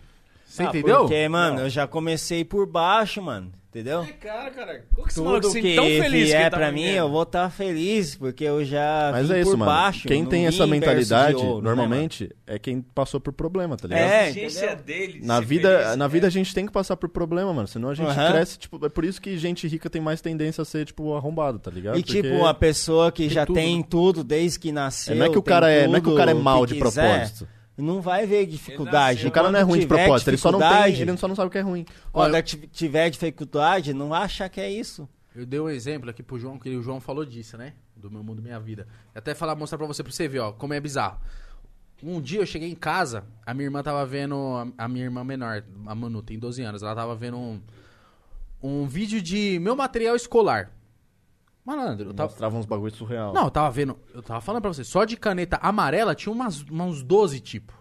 [SPEAKER 1] Você
[SPEAKER 4] Ah,
[SPEAKER 1] entendeu?
[SPEAKER 4] Porque, mano, eu já comecei por baixo, mano,
[SPEAKER 2] É
[SPEAKER 4] entendeu?
[SPEAKER 2] Cara, cara, como que
[SPEAKER 4] Tudo que, vier
[SPEAKER 2] tá
[SPEAKER 4] pra mim, eu vou estar feliz, porque eu já
[SPEAKER 6] Mas
[SPEAKER 4] vim
[SPEAKER 6] é isso,
[SPEAKER 4] por
[SPEAKER 6] mano.
[SPEAKER 4] baixo.
[SPEAKER 6] quem
[SPEAKER 4] não
[SPEAKER 6] tem
[SPEAKER 4] vim
[SPEAKER 6] essa
[SPEAKER 4] em berço de
[SPEAKER 6] mentalidade,
[SPEAKER 4] ouro, né,
[SPEAKER 6] normalmente, é quem passou por problema, tá ligado?
[SPEAKER 4] mano? É,
[SPEAKER 2] consciência dele. de
[SPEAKER 6] Na
[SPEAKER 2] ser
[SPEAKER 6] vida,
[SPEAKER 2] feliz,
[SPEAKER 6] na
[SPEAKER 2] é.
[SPEAKER 6] vida a gente tem que passar por problema, mano. Senão a gente
[SPEAKER 4] Aham.
[SPEAKER 6] cresce, tipo, é por isso que gente rica tem mais tendência a ser, tipo, arrombado, tá ligado?
[SPEAKER 4] E tipo,
[SPEAKER 6] Porque
[SPEAKER 4] uma pessoa que já
[SPEAKER 1] tudo,
[SPEAKER 4] tem tudo desde que nasceu.
[SPEAKER 6] É, não é que o
[SPEAKER 4] tem
[SPEAKER 6] cara é, não é que
[SPEAKER 4] tudo,
[SPEAKER 6] o cara é mal
[SPEAKER 4] que
[SPEAKER 6] de
[SPEAKER 4] quiser.
[SPEAKER 6] propósito.
[SPEAKER 4] Não vai ver dificuldade.
[SPEAKER 2] nasceu-
[SPEAKER 6] O cara não é ruim de
[SPEAKER 4] Quando tiver
[SPEAKER 6] propósito, ele só não tem,
[SPEAKER 4] dificuldade,
[SPEAKER 6] ele só não sabe o que é ruim.
[SPEAKER 4] Quando ti- tiver dificuldade, não vai achar que é isso.
[SPEAKER 1] Eu dei um exemplo aqui pro João, que o João falou disso, né? Do meu mundo, minha vida. Eu até falar, mostrar pra você, pra você ver, ó, como é bizarro. Um dia eu cheguei em casa, a minha irmã tava vendo, a, a minha irmã menor, a Manu, tem 12 anos, ela tava vendo um, um vídeo de meu material escolar. Malandro, eu
[SPEAKER 4] é
[SPEAKER 1] tava,
[SPEAKER 6] Mostrava uns bagulho surreal.
[SPEAKER 1] não, eu tava vendo. Eu tava falando pra você, só de caneta amarela tinha umas, uns 12 tipo.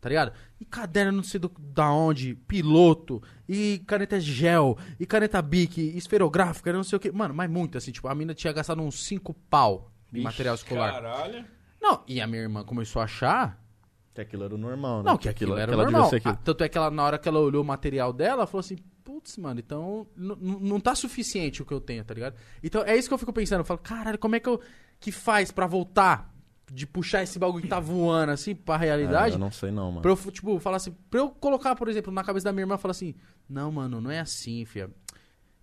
[SPEAKER 1] Tá ligado? E caderno não sei do, da onde, piloto, e caneta gel, e caneta bic, e esferográfica, não sei o que. Mano, mas muito assim, tipo, a mina tinha gastado uns 5 pau de material escolar.
[SPEAKER 2] Caralho.
[SPEAKER 1] Não, e a minha irmã começou a achar
[SPEAKER 6] Que aquilo era o normal, né?
[SPEAKER 1] não, que aquilo, era
[SPEAKER 6] que ela
[SPEAKER 1] normal.
[SPEAKER 6] devia ser
[SPEAKER 1] Ah, tanto é que ela, na hora que ela olhou o material dela, ela falou assim, putz, mano, então n- n- não tá suficiente o que eu tenho, tá ligado? Então é isso que eu fico pensando, eu falo, caralho, como é que eu que faz pra voltar de puxar esse bagulho que tá voando assim pra
[SPEAKER 6] aquilo. É,
[SPEAKER 1] realidade?
[SPEAKER 6] eu não sei não, mano.
[SPEAKER 1] Pra eu, tipo, falar assim, pra eu colocar, por exemplo, na cabeça da minha irmã, falar assim, não, mano, não é assim, fia.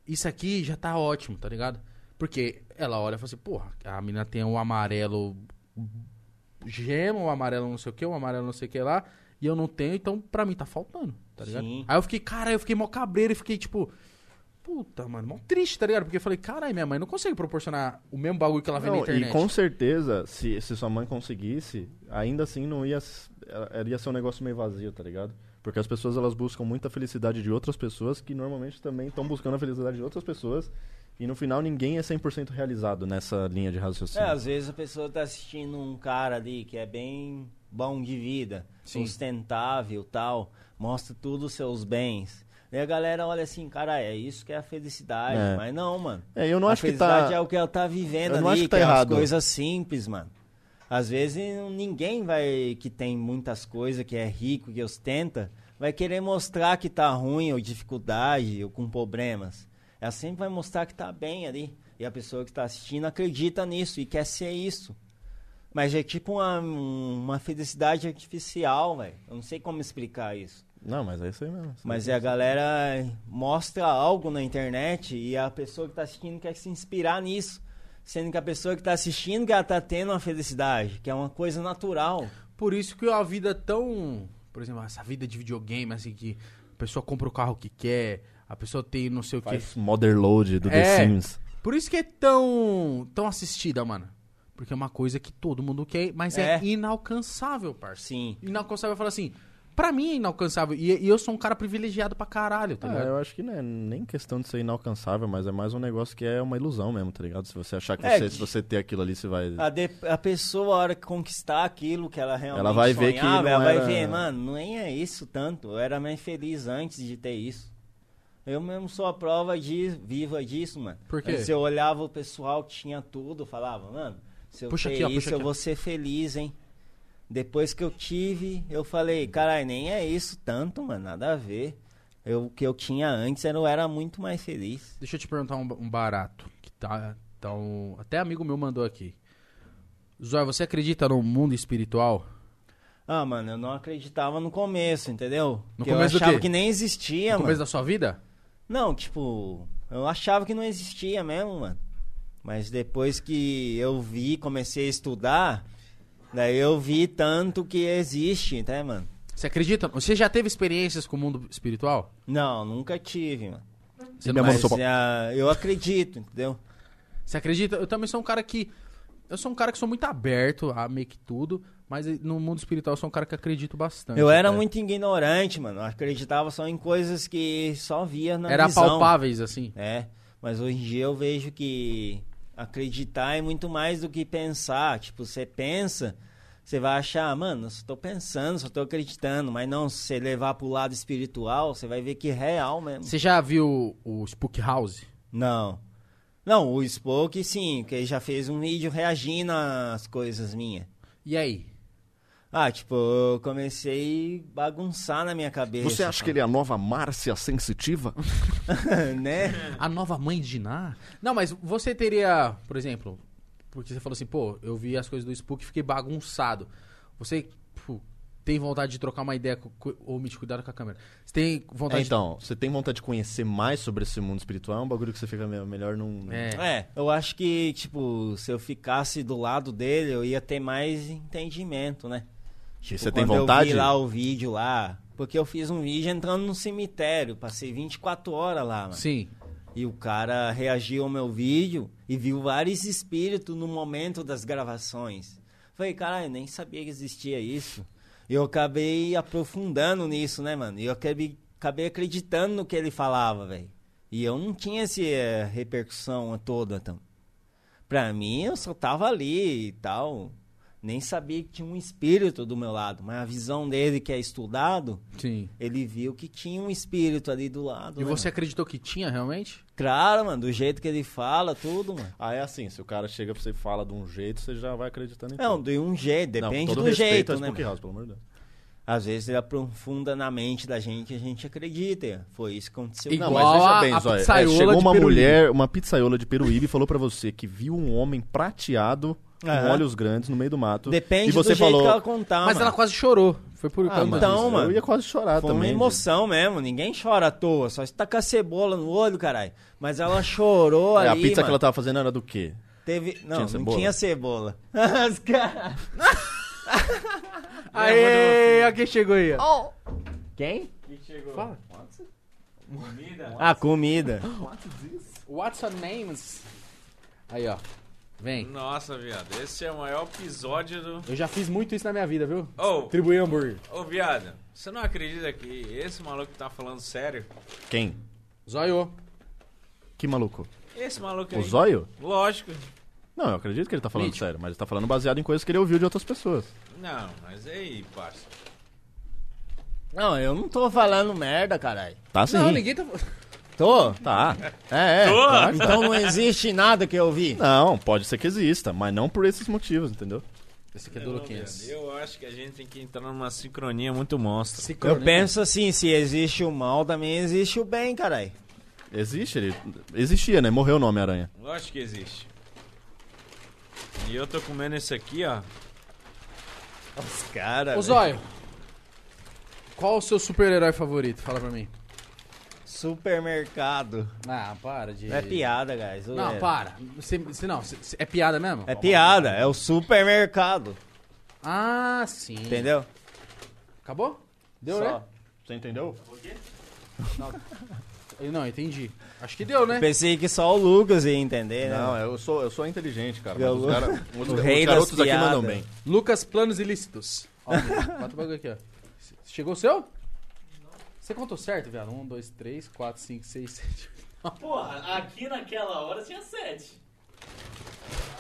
[SPEAKER 1] Isso aqui já tá ótimo, tá ligado? Porque ela olha e fala assim, porra, a menina tem um amarelo gema, um amarelo não sei o que, um amarelo não sei o que lá, e eu não tenho, então pra mim tá faltando, tá ligado?
[SPEAKER 4] Sim.
[SPEAKER 1] Aí eu fiquei, cara, eu fiquei mó cabreiro e fiquei, tipo, puta, mano, mó triste, tá ligado? Porque eu falei, caralho, minha mãe não consegue proporcionar o mesmo bagulho que ela vê na
[SPEAKER 6] Não,
[SPEAKER 1] internet.
[SPEAKER 6] e com certeza, se, se sua mãe conseguisse, ainda assim não ia, s- era- ia ser um negócio meio vazio, tá ligado? Porque as pessoas elas buscam muita felicidade de outras pessoas que normalmente também estão buscando a felicidade de outras pessoas. E no final ninguém é 100% realizado nessa linha de
[SPEAKER 4] É,
[SPEAKER 6] raciocínio.
[SPEAKER 4] às vezes a pessoa tá assistindo um cara ali que é bem bom de vida, sustentável tal, mostra tudo os seus bens. E a galera olha assim, cara, é isso que é a felicidade.
[SPEAKER 6] É.
[SPEAKER 4] Mas não, mano.
[SPEAKER 6] É, eu não
[SPEAKER 4] a
[SPEAKER 6] acho que tá-
[SPEAKER 4] felicidade é o que ela tá vivendo
[SPEAKER 6] Eu
[SPEAKER 4] ali,
[SPEAKER 6] não acho que tá
[SPEAKER 4] é
[SPEAKER 6] errado.
[SPEAKER 4] as coisas simples, mano. Às vezes ninguém vai que tem muitas coisas, que é rico, que ostenta, vai querer mostrar que tá ruim ou dificuldade ou com problemas. Ela sempre vai mostrar que tá bem ali. E a pessoa que tá assistindo acredita nisso e quer ser isso. Mas é tipo uma, uma felicidade artificial, velho. Eu não sei como explicar isso.
[SPEAKER 6] Não, mas é isso aí mesmo.
[SPEAKER 4] Mas a galera mostra algo na internet e a pessoa que tá assistindo quer se inspirar nisso. Sendo que a pessoa que tá assistindo que ela tá tendo uma felicidade, que é uma coisa natural.
[SPEAKER 1] Por isso que a vida é tão. Por exemplo, essa vida de videogame, assim, que a pessoa compra o carro que quer, a pessoa tem não sei o que.
[SPEAKER 6] Faz Mother Load do The
[SPEAKER 1] É.
[SPEAKER 6] Sims.
[SPEAKER 1] Por isso que é tão. tão assistida, mano. Porque é uma coisa que todo mundo quer, mas é,
[SPEAKER 4] É.
[SPEAKER 1] inalcançável, parceiro.
[SPEAKER 4] Sim.
[SPEAKER 1] Inalcançável, eu falo assim. Pra mim é inalcançável. E, e eu sou um cara privilegiado pra caralho, tá
[SPEAKER 6] Ah,
[SPEAKER 1] ligado?
[SPEAKER 6] eu acho que não é nem questão de ser inalcançável, mas é mais um negócio que é uma ilusão mesmo, tá ligado? Se você achar que
[SPEAKER 4] É,
[SPEAKER 6] você,
[SPEAKER 4] que-
[SPEAKER 6] se você ter aquilo ali, você vai.
[SPEAKER 4] A, de- a pessoa, a hora que conquistar aquilo que ela realmente
[SPEAKER 6] Ela vai ver que
[SPEAKER 4] sonhava,
[SPEAKER 6] não
[SPEAKER 4] ela vai
[SPEAKER 6] era-
[SPEAKER 4] ver, mano, nem é isso tanto. Eu era mais feliz antes de ter isso. Eu mesmo sou a prova de viva disso, mano.
[SPEAKER 1] Por quê?
[SPEAKER 4] Antes eu olhava o pessoal que tinha tudo, falava, mano, se eu
[SPEAKER 1] Puxa
[SPEAKER 4] ter
[SPEAKER 1] aqui, ó,
[SPEAKER 4] isso,
[SPEAKER 1] puxa
[SPEAKER 4] eu
[SPEAKER 1] aqui, ó.
[SPEAKER 4] vou ser feliz, hein? Depois que eu tive, eu falei, caralho, nem é isso tanto, mano, nada a ver. Eu, o que eu tinha antes, eu era muito mais feliz.
[SPEAKER 1] Deixa eu te perguntar um, um barato. Que tá, tá um- Até amigo meu mandou aqui. Zóia, você acredita no mundo espiritual?
[SPEAKER 4] Ah, mano, eu não acreditava no começo, entendeu?
[SPEAKER 1] No
[SPEAKER 4] Que
[SPEAKER 1] começo
[SPEAKER 4] eu
[SPEAKER 1] do
[SPEAKER 4] achava
[SPEAKER 1] quê?
[SPEAKER 4] que nem
[SPEAKER 1] No
[SPEAKER 4] existia,
[SPEAKER 6] É,
[SPEAKER 4] mano.
[SPEAKER 1] começo da sua vida?
[SPEAKER 4] Não, tipo, eu achava que não existia mesmo, mano. Mas depois que eu vi, comecei a estudar, daí eu vi tanto que existe, né, mano?
[SPEAKER 1] Você acredita? Você já teve experiências com o mundo espiritual?
[SPEAKER 4] Não, nunca tive, mano.
[SPEAKER 1] Você,
[SPEAKER 6] Minha
[SPEAKER 1] não
[SPEAKER 6] mão
[SPEAKER 4] Mas
[SPEAKER 6] no sopa-
[SPEAKER 4] ah, eu acredito, entendeu?
[SPEAKER 1] Você acredita? Eu também sou um cara que. Eu sou um cara que sou muito aberto a meio que tudo, mas no mundo espiritual eu sou um cara que acredito bastante.
[SPEAKER 4] Eu era
[SPEAKER 1] até.
[SPEAKER 4] muito ignorante, mano. Eu acreditava só em coisas que só via na
[SPEAKER 1] Era
[SPEAKER 4] visão.
[SPEAKER 1] palpáveis, assim.
[SPEAKER 4] É, mas hoje em dia eu vejo que acreditar é muito mais do que pensar. Tipo, você pensa, você vai achar, "Ah, mano, eu só tô pensando, só tô acreditando. Mas não, se você levar pro lado espiritual, você vai ver que é real mesmo.
[SPEAKER 1] Você já viu o Spook House?
[SPEAKER 4] Não. Não, o Spoke sim, que ele já fez um vídeo reagindo às coisas minhas.
[SPEAKER 1] E aí?
[SPEAKER 4] Ah, tipo, eu comecei a bagunçar na minha cabeça.
[SPEAKER 5] Você acha que ele é a nova Márcia Sensitiva?
[SPEAKER 4] ele... <laughs> né?
[SPEAKER 1] A nova mãe de Ná? Não, mas você teria, por exemplo, porque você falou assim, pô, eu vi as coisas do Spook e fiquei bagunçado. Você pô, tem vontade de trocar uma ideia com. com- Ô, Mitch, cuidado com a câmera. Você tem
[SPEAKER 6] É,
[SPEAKER 1] vontade
[SPEAKER 6] então, você tem vontade de conhecer mais sobre esse mundo espiritual? É um bagulho que você fica me- melhor num.
[SPEAKER 1] de. É.
[SPEAKER 4] É, eu acho que, tipo, se eu ficasse do lado dele, eu ia ter mais entendimento, né?
[SPEAKER 5] Que
[SPEAKER 4] Tipo,
[SPEAKER 5] você tem
[SPEAKER 4] quando
[SPEAKER 5] vontade?
[SPEAKER 4] Eu vi lá o vídeo lá, porque eu fiz um vídeo entrando no cemitério, passei 24 horas lá, mano.
[SPEAKER 1] Sim.
[SPEAKER 4] E o cara reagiu ao meu vídeo e viu vários espíritos no momento das gravações. Falei, cara, eu nem sabia que existia isso. E eu acabei aprofundando nisso, né, mano? E eu acabei, acabei acreditando no que ele falava, velho. E eu não tinha essa eh, repercussão toda, então. Pra mim, eu só tava ali e tal. Nem sabia que tinha um espírito do meu lado. Mas a visão dele, que é estudado,
[SPEAKER 1] Sim.
[SPEAKER 4] ele viu que tinha um espírito ali do lado.
[SPEAKER 1] E
[SPEAKER 4] né,
[SPEAKER 1] você
[SPEAKER 4] mano?
[SPEAKER 1] acreditou que tinha realmente?
[SPEAKER 4] Claro, mano, do jeito que ele fala, tudo, mano.
[SPEAKER 6] Ah, é assim, se o cara chega pra você e fala de um jeito, você já vai acreditando em
[SPEAKER 4] Não,
[SPEAKER 6] tudo.
[SPEAKER 4] de um jeito,
[SPEAKER 6] Não,
[SPEAKER 4] depende
[SPEAKER 6] todo
[SPEAKER 4] do
[SPEAKER 6] respeito
[SPEAKER 4] jeito,
[SPEAKER 6] às
[SPEAKER 4] né?
[SPEAKER 6] Spook
[SPEAKER 4] mano?
[SPEAKER 6] House, pelo amor de Deus.
[SPEAKER 4] Às vezes ele aprofunda na mente da gente e a gente acredita. Foi isso que aconteceu.
[SPEAKER 1] Igual
[SPEAKER 4] comigo.
[SPEAKER 6] Mas veja
[SPEAKER 1] a-
[SPEAKER 6] bem,
[SPEAKER 1] a
[SPEAKER 6] Zóia, é,
[SPEAKER 1] pizzaiola
[SPEAKER 6] chegou
[SPEAKER 1] de
[SPEAKER 6] uma
[SPEAKER 1] Peruíbe.
[SPEAKER 6] mulher, uma pizzaiola de Peruíbe, e falou pra você que viu um homem prateado com
[SPEAKER 4] Aham.
[SPEAKER 6] olhos grandes no meio do mato.
[SPEAKER 4] Depende
[SPEAKER 6] e você
[SPEAKER 4] do jeito
[SPEAKER 6] falou,
[SPEAKER 4] que ela contar,
[SPEAKER 1] Mas
[SPEAKER 4] mano.
[SPEAKER 1] ela quase chorou. Foi por
[SPEAKER 6] Ah,
[SPEAKER 1] causa
[SPEAKER 4] então,
[SPEAKER 1] disso.
[SPEAKER 6] mas
[SPEAKER 4] mano.
[SPEAKER 6] Eu ia quase chorar
[SPEAKER 4] Foi uma
[SPEAKER 6] também. gente.
[SPEAKER 4] emoção mesmo, ninguém chora à toa, só se tacar cebola no olho, caralho. Mas ela chorou
[SPEAKER 6] É,
[SPEAKER 4] ali,
[SPEAKER 6] a pizza que
[SPEAKER 4] mano.
[SPEAKER 6] ela tava fazendo era do quê?
[SPEAKER 4] Teve... Não, não
[SPEAKER 6] cebola?
[SPEAKER 4] tinha
[SPEAKER 6] <laughs>
[SPEAKER 4] cebola. As <laughs> cara-
[SPEAKER 1] Aê, olha quem chegou aí. ó.
[SPEAKER 4] Quem?
[SPEAKER 9] Chegou.
[SPEAKER 1] Fala.
[SPEAKER 9] Comida.
[SPEAKER 4] Ah, comida.
[SPEAKER 1] What's her names? Aí, ó. Vem.
[SPEAKER 2] Nossa, viado, esse é o maior episódio do. Oh,
[SPEAKER 1] Eu já fiz muito isso na minha vida, viu?
[SPEAKER 2] Ô,
[SPEAKER 1] Distribuir hambúrguer.
[SPEAKER 2] ô, viado, você não acredita que esse maluco que tá falando sério?
[SPEAKER 6] Quem?
[SPEAKER 1] Zóio.
[SPEAKER 6] Que maluco?
[SPEAKER 2] Esse maluco
[SPEAKER 6] O
[SPEAKER 2] aí.
[SPEAKER 6] Zóio?
[SPEAKER 2] Lógico.
[SPEAKER 6] Não, eu acredito que ele tá falando
[SPEAKER 1] Mítico.
[SPEAKER 6] sério, mas ele tá falando baseado em coisas que ele ouviu de outras pessoas.
[SPEAKER 2] Não, mas aí, parça.
[SPEAKER 4] Não, eu não tô falando merda, caralho.
[SPEAKER 6] Tá sim.
[SPEAKER 1] Não, ninguém tá...
[SPEAKER 4] Tô?
[SPEAKER 6] Tá. É, é.
[SPEAKER 2] Tô.
[SPEAKER 6] claro.
[SPEAKER 4] Então não existe nada que eu vi.
[SPEAKER 6] Não, pode ser que exista, mas não por esses motivos, entendeu?
[SPEAKER 1] Esse aqui é do Luquinhas.
[SPEAKER 2] Eu acho que a gente tem que entrar numa sincronia muito monstro.
[SPEAKER 4] Eu penso assim, se existe o mal, também existe o bem, caralho.
[SPEAKER 6] Existe, ele. Existia, né? Morreu o nome Aranha.
[SPEAKER 2] Lógico que existe. E eu tô comendo esse aqui, ó.
[SPEAKER 4] Os caras.
[SPEAKER 1] Ô, Zóio. Qual o seu super-herói favorito? Fala pra mim.
[SPEAKER 4] Supermercado.
[SPEAKER 1] Ah, para de...
[SPEAKER 4] Não é piada, guys.
[SPEAKER 1] Não,
[SPEAKER 4] é.
[SPEAKER 1] para. Você, você não, você- você- é piada mesmo?
[SPEAKER 4] É piada, é o supermercado.
[SPEAKER 1] Ah, sim.
[SPEAKER 4] Entendeu?
[SPEAKER 1] Acabou? Deu,
[SPEAKER 4] Só.
[SPEAKER 1] né?
[SPEAKER 6] Você entendeu?
[SPEAKER 1] Eu não, entendi. Acho que deu, né?
[SPEAKER 4] Pensei que só o Lucas ia entender, né?
[SPEAKER 6] Não, eu sou, eu sou inteligente, cara. Mas
[SPEAKER 4] Eu-
[SPEAKER 6] os,
[SPEAKER 4] <laughs>
[SPEAKER 6] cara, os,
[SPEAKER 4] O
[SPEAKER 6] os
[SPEAKER 4] rei das
[SPEAKER 6] garotos aqui
[SPEAKER 4] piadas.
[SPEAKER 6] mandam bem.
[SPEAKER 1] Lucas, planos ilícitos. Ó, meu, bota o bagulho aqui, ó. C- Chegou o seu? Você contou certo, viado? Um, dois, três, quatro, cinco, seis, sete.
[SPEAKER 9] Porra, aqui naquela hora tinha sete.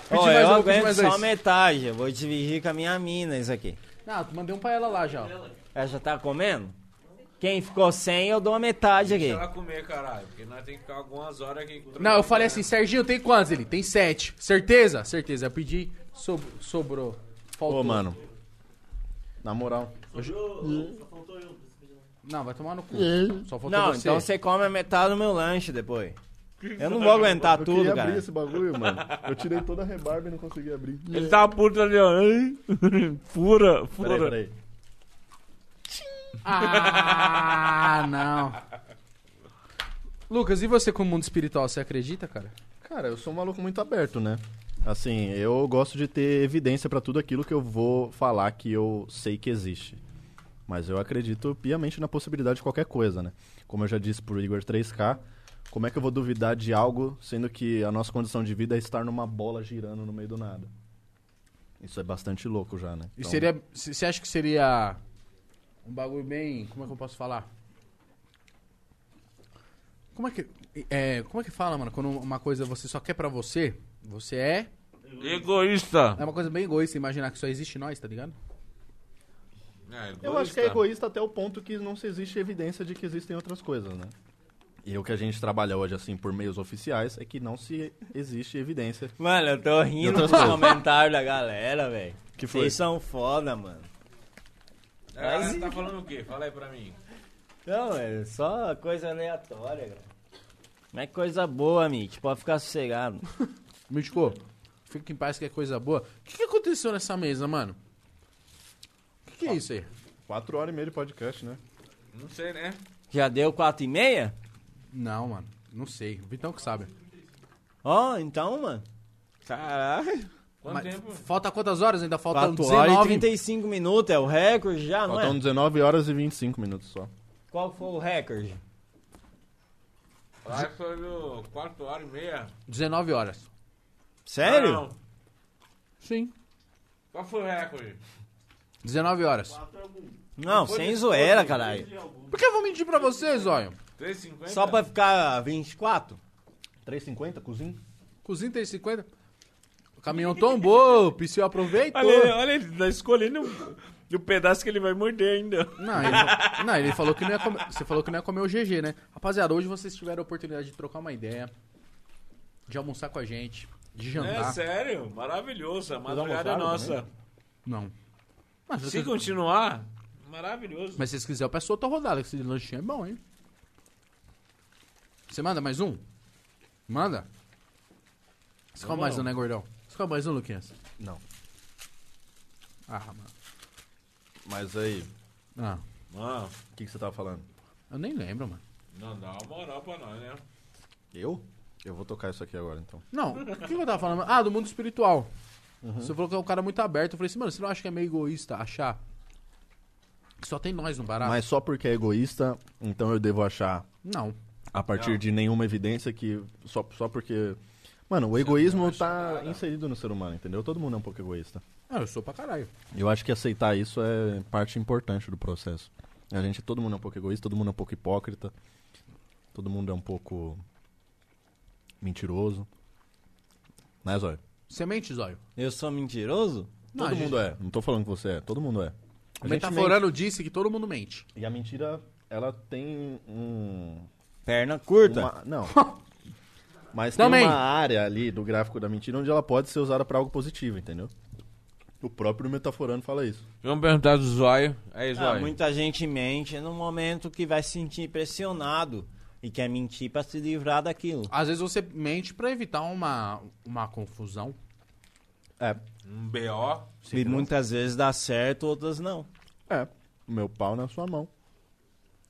[SPEAKER 1] Pedi
[SPEAKER 4] Ó,
[SPEAKER 1] mais
[SPEAKER 4] eu
[SPEAKER 1] um, pedi
[SPEAKER 4] aguento
[SPEAKER 1] mais
[SPEAKER 4] só
[SPEAKER 1] dois.
[SPEAKER 4] metade. Eu vou dividir com a minha mina isso aqui.
[SPEAKER 1] Não, tu mandei um pra ela lá já. ó.
[SPEAKER 4] Ela já tá comendo? Quem ficou sem, eu dou a metade aqui.
[SPEAKER 2] Deixa ela comer, caralho. Porque nós temos que ficar algumas horas aqui.
[SPEAKER 1] Não, eu falei assim, Serginho, tem quantos? Ele tem sete. Certeza? Certeza. Eu pedi, sob- sobrou. Faltou.
[SPEAKER 6] Ô, mano. Na moral.
[SPEAKER 9] Só faltou eu. por isso que eu já-
[SPEAKER 1] Não, vai tomar no cu. Só faltou
[SPEAKER 4] Não,
[SPEAKER 1] você.
[SPEAKER 4] então você come a metade do meu lanche depois. Eu não vou aguentar
[SPEAKER 6] Eu
[SPEAKER 4] tudo,
[SPEAKER 6] queria
[SPEAKER 4] cara.
[SPEAKER 6] abrir esse bagulho, mano. Eu tirei toda a rebarba e não consegui abrir.
[SPEAKER 2] Ele tava puto ali, ó. Ai, <laughs> Fura,
[SPEAKER 6] Peraí,
[SPEAKER 2] fura.
[SPEAKER 6] peraí.
[SPEAKER 1] Ah, não.
[SPEAKER 4] <laughs>
[SPEAKER 1] Lucas, e você com o mundo espiritual? Você acredita, cara?
[SPEAKER 6] Cara, eu sou um maluco muito aberto, né? Assim, eu gosto de ter evidência pra tudo aquilo que eu vou falar que eu sei que existe. Mas eu acredito piamente na possibilidade de qualquer coisa, né? Como eu já disse pro Igor 3K, como é que eu vou duvidar de algo sendo que a nossa condição de vida é estar numa bola girando no meio do nada? Isso é bastante louco já, né?
[SPEAKER 1] E
[SPEAKER 6] Então,
[SPEAKER 1] seria. c- Você acha que seria um bagulho bem. Como é que eu posso falar? Como é que. É, como é que fala, mano? Quando uma coisa você só quer pra você, você é.
[SPEAKER 2] Egoísta.
[SPEAKER 1] É uma coisa bem egoísta imaginar que só existe nós, tá ligado?
[SPEAKER 6] Eu acho que é egoísta até o ponto que não se existe evidência de que existem outras coisas, né? E o que a gente trabalha hoje, assim, por meios oficiais, é que não se existe evidência
[SPEAKER 4] Mano, eu tô rindo dos comentários da galera, velho.
[SPEAKER 6] Que foi?
[SPEAKER 4] Vocês são foda, mano.
[SPEAKER 2] Ah, você tá falando o quê? Fala aí pra mim.
[SPEAKER 4] Não, é só coisa aleatória, cara. Mas é coisa boa, Mitch. Pode ficar sossegado.
[SPEAKER 1] Mítico, fica em paz que é coisa boa. O que, que aconteceu nessa mesa, mano? O que, que é isso aí?
[SPEAKER 6] Quatro horas e meia de podcast, né?
[SPEAKER 2] Não sei, né?
[SPEAKER 4] Já deu quatro e meia?
[SPEAKER 1] Não, mano. Não sei. O Vitão que sabe.
[SPEAKER 4] Ó, então, mano.
[SPEAKER 2] Caralho. Quanto
[SPEAKER 1] Mas
[SPEAKER 2] tempo?
[SPEAKER 1] Falta quantas horas? Ainda faltam
[SPEAKER 4] 4 horas e
[SPEAKER 1] 19.
[SPEAKER 4] 35 minutos é o recorde já, não
[SPEAKER 6] Faltam
[SPEAKER 4] é?
[SPEAKER 6] 19 horas e 25 minutos só.
[SPEAKER 4] Qual foi o recorde?
[SPEAKER 2] Lá foi no 4 horas e meia.
[SPEAKER 1] 19 horas.
[SPEAKER 4] Sério?
[SPEAKER 2] Não.
[SPEAKER 1] Sim.
[SPEAKER 2] Qual foi o recorde?
[SPEAKER 1] 19 horas.
[SPEAKER 4] Não, sem zoeira, caralho.
[SPEAKER 1] Por que eu vou mentir pra vocês, Zóio?
[SPEAKER 2] 3,50?
[SPEAKER 4] Só pra ficar 24?
[SPEAKER 6] 3,50, cozinho?
[SPEAKER 1] Cozinha tem 50. O caminhão tombou, o Psyu aproveitou.
[SPEAKER 2] Olha, ele- olha, ele tá escolhendo o pedaço que ele vai morder ainda.
[SPEAKER 1] Não, ele, não, ele falou que não ia comer. Você falou que não ia comer o GG, né? Rapaziada, hoje vocês tiveram a oportunidade de trocar uma ideia, de almoçar com a gente, de
[SPEAKER 2] É
[SPEAKER 1] jantar.
[SPEAKER 2] sério, maravilhoso. A madrugada é nossa.
[SPEAKER 1] não. Mas
[SPEAKER 2] Se
[SPEAKER 1] vocês,
[SPEAKER 2] continuar, maravilhoso.
[SPEAKER 1] mas se vocês quiserem, eu peço outra rodada, que esse lanchinho é bom, hein? Você manda mais um? Manda. Escolhe mais um, né, gordão? Escolhe mais um, Luquinhas?
[SPEAKER 6] Não.
[SPEAKER 1] Ah, mano.
[SPEAKER 6] Mas aí,
[SPEAKER 1] Ah,
[SPEAKER 2] Mano,
[SPEAKER 6] o que, que você tava falando?
[SPEAKER 1] eu nem lembro, mano.
[SPEAKER 2] não dá uma moral pra nós, né?
[SPEAKER 6] Eu? Eu vou tocar isso aqui agora, então.
[SPEAKER 1] Não, o que que eu tava falando? Ah, do mundo espiritual. Você falou que é um cara muito aberto. Eu falei assim, mano, você não acha que é meio egoísta achar que só tem nós no barato?
[SPEAKER 6] Mas só porque é egoísta, então eu devo achar
[SPEAKER 1] Não.
[SPEAKER 6] a partir de nenhuma evidência que. Só, só porque. Mano, o egoísmo tá inserido no ser humano, entendeu? Todo mundo é um pouco egoísta.
[SPEAKER 1] Ah, eu sou pra caralho.
[SPEAKER 6] Eu acho que aceitar isso é parte importante do processo. A gente, todo mundo é um pouco egoísta, todo mundo é um pouco hipócrita, todo mundo é um pouco mentiroso. Né, Zóio?
[SPEAKER 1] Você mente, Zóio?
[SPEAKER 4] Eu sou mentiroso?
[SPEAKER 1] Não,
[SPEAKER 6] todo
[SPEAKER 1] a tá
[SPEAKER 6] mundo é. Não tô falando que você é, todo mundo é.
[SPEAKER 1] O
[SPEAKER 6] A gente
[SPEAKER 1] metaforano disse que todo mundo mente.
[SPEAKER 6] mente. E a mentira, ela tem um.
[SPEAKER 4] Perna curta.
[SPEAKER 6] uma-
[SPEAKER 1] <laughs>
[SPEAKER 6] não. Mas
[SPEAKER 1] Também.
[SPEAKER 6] tem uma área ali do gráfico da mentira onde ela pode ser usada pra algo positivo, entendeu? O próprio metaforano fala isso.
[SPEAKER 2] Vamos perguntar do zóio. Aí,
[SPEAKER 4] Ah, muita gente mente no momento que vai se sentir pressionado e quer mentir pra se livrar daquilo.
[SPEAKER 1] Às vezes você mente pra evitar uma, uma confusão.
[SPEAKER 6] É,
[SPEAKER 2] Um BO.
[SPEAKER 4] e muitas vezes dá certo, outras não.
[SPEAKER 6] é. Meu pau na sua mão.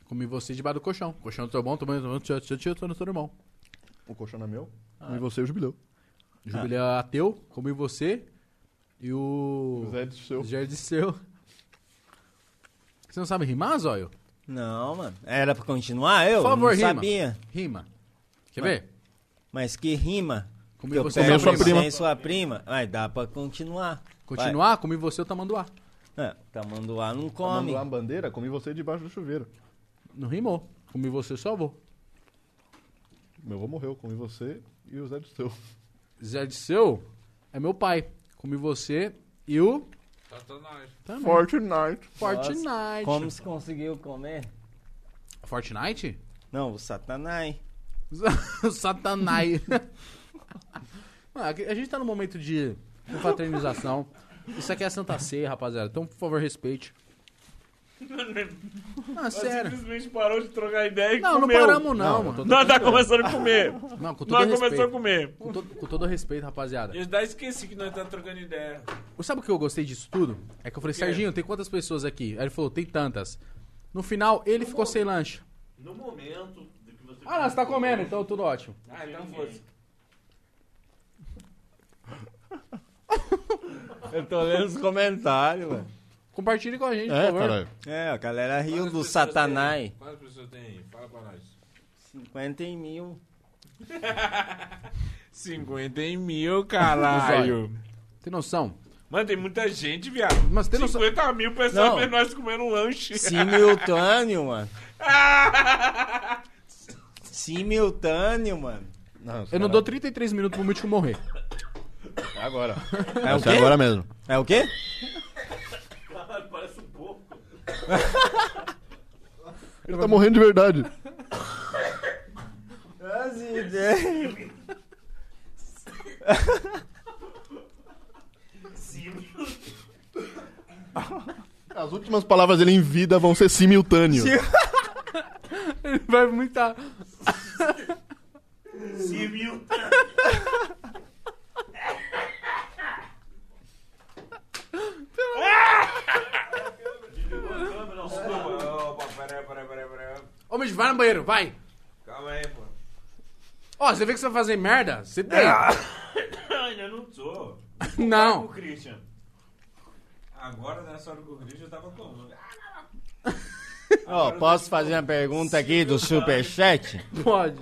[SPEAKER 1] Comi você debaixo do colchão. Colchão do teu bom, tomando tomando- tio, tio, tio, tô no teu irmão.
[SPEAKER 6] O colchão é meu. E você o jubileu. Ah.
[SPEAKER 1] Jubileu é ateu, comi você e o...
[SPEAKER 6] Zé do seu.
[SPEAKER 1] Zé de seu. Você não sabe rimar, Zóio?
[SPEAKER 4] Não, mano. Era pra continuar? Eu
[SPEAKER 1] Por favor,
[SPEAKER 4] não
[SPEAKER 1] rima.
[SPEAKER 4] sabia.
[SPEAKER 1] Rima. Quer ver?
[SPEAKER 4] Mas que rima.
[SPEAKER 1] Comi
[SPEAKER 4] Que eu
[SPEAKER 1] você
[SPEAKER 4] pego
[SPEAKER 1] e sua
[SPEAKER 4] você
[SPEAKER 1] prima.
[SPEAKER 4] e sua prima. Vai, dá pra continuar.
[SPEAKER 1] Continuar, comi você o tamanduá.
[SPEAKER 4] Vai. É, tamanduá não come.
[SPEAKER 6] Mandou uma bandeira, comi você debaixo do chuveiro.
[SPEAKER 1] Não rimou. Comi você, só vou.
[SPEAKER 6] Meu avô morreu, comi você e o Zé do seu.
[SPEAKER 1] Zé de seu é meu pai. Comi você e o Também.
[SPEAKER 6] Fortnite.
[SPEAKER 1] Fortnite.
[SPEAKER 4] Como se conseguiu comer?
[SPEAKER 1] Fortnite? <laughs>
[SPEAKER 4] Não, o Satanás.
[SPEAKER 1] Satanai. <laughs> Mano, aqui- a gente tá num momento de fraternização. Isso aqui é a Santa Ceia, rapaziada. Então, por favor, respeite. Ah, sério.
[SPEAKER 2] Simplesmente parou de trocar ideia e
[SPEAKER 1] Não, não
[SPEAKER 2] comeu.
[SPEAKER 1] paramos, não, mano.
[SPEAKER 2] Nós tá começando a comer.
[SPEAKER 1] Não, com todo
[SPEAKER 2] Nós começamos a
[SPEAKER 1] respeito.
[SPEAKER 2] comer.
[SPEAKER 1] Com todo, com todo respeito, rapaziada.
[SPEAKER 2] Eu já esqueci que nós tá trocando ideia.
[SPEAKER 1] Sabe o que eu gostei disso tudo? É que eu falei, Serginho, tem quantas pessoas aqui? Aí ele falou, tem tantas. No final, ele ficou sem lanche.
[SPEAKER 9] No momento do que você.
[SPEAKER 1] Ah, não, você tá comendo, então tudo ótimo.
[SPEAKER 2] Ah, então foda-se.
[SPEAKER 4] Eu tô lendo os comentários, mano.
[SPEAKER 1] Compartilhe com a gente, por
[SPEAKER 6] É,
[SPEAKER 1] favor.
[SPEAKER 6] caralho.
[SPEAKER 4] É, a galera riu
[SPEAKER 2] Quantas
[SPEAKER 4] do
[SPEAKER 2] pessoas
[SPEAKER 4] Satanás.
[SPEAKER 2] tem? Quantas pessoas tem aí? Fala pra nós.
[SPEAKER 4] 50 mil.
[SPEAKER 2] 50 mil, caralho.
[SPEAKER 1] Tem noção?
[SPEAKER 2] Mano, tem muita gente, viado.
[SPEAKER 1] Mas tem noção.
[SPEAKER 2] 50 mil pessoas
[SPEAKER 4] Não.
[SPEAKER 2] vendo nós comendo um lanche.
[SPEAKER 9] <laughs>
[SPEAKER 4] Simultâneo, mano. Simultâneo, mano.
[SPEAKER 1] Eu não dou 33 minutos pro Mítico morrer. <laughs>
[SPEAKER 6] É agora.
[SPEAKER 4] É o
[SPEAKER 6] Essa
[SPEAKER 4] quê?
[SPEAKER 6] É agora mesmo.
[SPEAKER 4] É o quê?
[SPEAKER 9] Parece um pouco.
[SPEAKER 6] Ele tá morrendo de verdade. As últimas palavras dele em vida vão ser simultâneo.
[SPEAKER 1] Ele vai muita.
[SPEAKER 2] Opa, peraí, peraí, peraí, peraí.
[SPEAKER 1] Ô, Mítico, vai no banheiro, vai.
[SPEAKER 2] Calma aí, pô.
[SPEAKER 9] <coughs>
[SPEAKER 1] Ó, você vê que você vai fazer merda? Você tem.
[SPEAKER 2] Ainda não tô.
[SPEAKER 1] <laughs> Não.
[SPEAKER 9] O Christian. Agora nessa hora que o Christian tava como?
[SPEAKER 4] Ó, posso fazer uma pergunta aqui do Superchat?
[SPEAKER 1] Pode.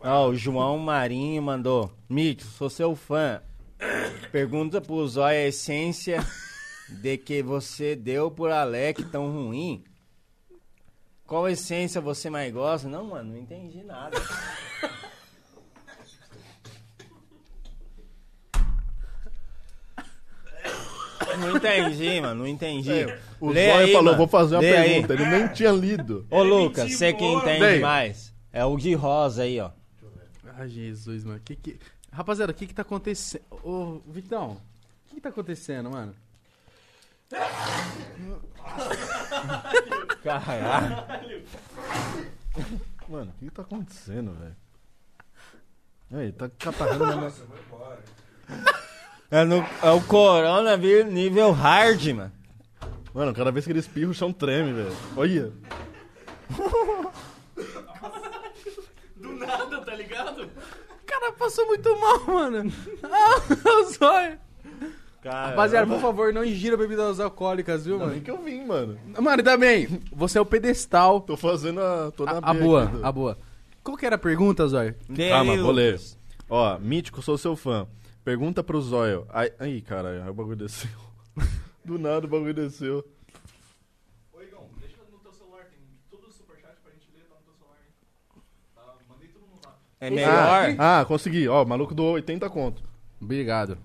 [SPEAKER 4] Ó, o João Marinho mandou. Mitch, sou seu fã. Pergunta pro Zóia a essência de que você deu por Alec tão ruim. Qual essência você mais gosta? Não, mano, não entendi nada. Não entendi, mano, não entendi.
[SPEAKER 6] O
[SPEAKER 4] Lê
[SPEAKER 6] Zóia
[SPEAKER 4] aí,
[SPEAKER 6] falou,
[SPEAKER 4] mano.
[SPEAKER 6] vou fazer uma
[SPEAKER 4] Lê aí.
[SPEAKER 6] pergunta. Ele nem tinha lido.
[SPEAKER 4] Ô, Lucas,
[SPEAKER 2] te
[SPEAKER 4] você que
[SPEAKER 2] embora.
[SPEAKER 4] entende
[SPEAKER 6] Leia.
[SPEAKER 4] mais. É o de rosa aí, ó.
[SPEAKER 1] Ai, Ah, Jesus, mano. Que que... Rapaziada, o que que tá acontecendo? Ô, Vitão, o que que tá acontecendo, mano?
[SPEAKER 4] Caralho.
[SPEAKER 6] Mano, o que que tá acontecendo, velho? Aí, tá catarrando na minha...
[SPEAKER 4] É, no- é o coronavírus nível hard, mano.
[SPEAKER 6] Mano, cada vez que ele espirra, o chão treme, velho. Olha.
[SPEAKER 9] Do nada, tá ligado?
[SPEAKER 1] O cara passou muito mal, mano. Ah, <laughs> o zóio. Rapaziada, por favor, não ingira bebidas alcoólicas, viu,
[SPEAKER 6] Ainda bem
[SPEAKER 1] mano?
[SPEAKER 6] que eu vim, mano.
[SPEAKER 1] Mano, e também, você é o pedestal.
[SPEAKER 6] Tô fazendo a... Tô na
[SPEAKER 1] A, a
[SPEAKER 6] B
[SPEAKER 1] boa,
[SPEAKER 6] aqui do-
[SPEAKER 1] a boa. Qual que era a pergunta, Zóio?
[SPEAKER 4] Lê
[SPEAKER 6] Calma,
[SPEAKER 4] aí,
[SPEAKER 6] vou ler.
[SPEAKER 4] Lucas.
[SPEAKER 6] Ó, Mítico, sou seu fã. Pergunta pro Zóio. Ai, ai caralho, aí o bagulho desceu. <laughs> Do nada o bagulho desceu.
[SPEAKER 9] Ô, Igão, deixa no teu celular. Tem todo o superchat pra gente ler, tá no teu celular. Tá, mandei tudo no mapa.
[SPEAKER 4] É melhor.
[SPEAKER 6] Ah, ah, consegui. Ó, o maluco doou 80 conto.
[SPEAKER 1] Obrigado.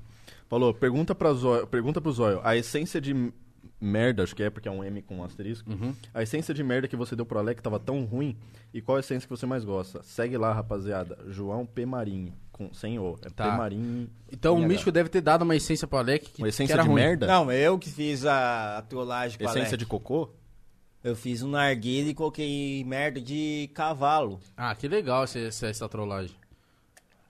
[SPEAKER 6] Falou, pergunta, pra Zóio, pergunta pro Zóio. A essência de m- merda, acho que é porque é um M com um asterisco.
[SPEAKER 1] Uhum.
[SPEAKER 6] A essência de merda que você deu pro Alec tava tão ruim. E qual a essência que você mais gosta? Segue lá, rapaziada. João P. Marinho. Com, sem O. É
[SPEAKER 1] Tá.
[SPEAKER 6] P. Marinho.
[SPEAKER 1] Então
[SPEAKER 6] Minha
[SPEAKER 1] o Místico deve ter dado uma essência pro Alec que,
[SPEAKER 6] Uma
[SPEAKER 1] que
[SPEAKER 6] essência
[SPEAKER 1] era
[SPEAKER 6] de
[SPEAKER 1] ruim.
[SPEAKER 6] merda?
[SPEAKER 4] Não, eu que fiz a, a trollagem com a
[SPEAKER 6] Ah. Essência
[SPEAKER 4] Alec.
[SPEAKER 6] de cocô?
[SPEAKER 4] Eu fiz um narguilha e coloquei merda de cavalo.
[SPEAKER 1] Ah, que legal essa, essa, essa trollagem.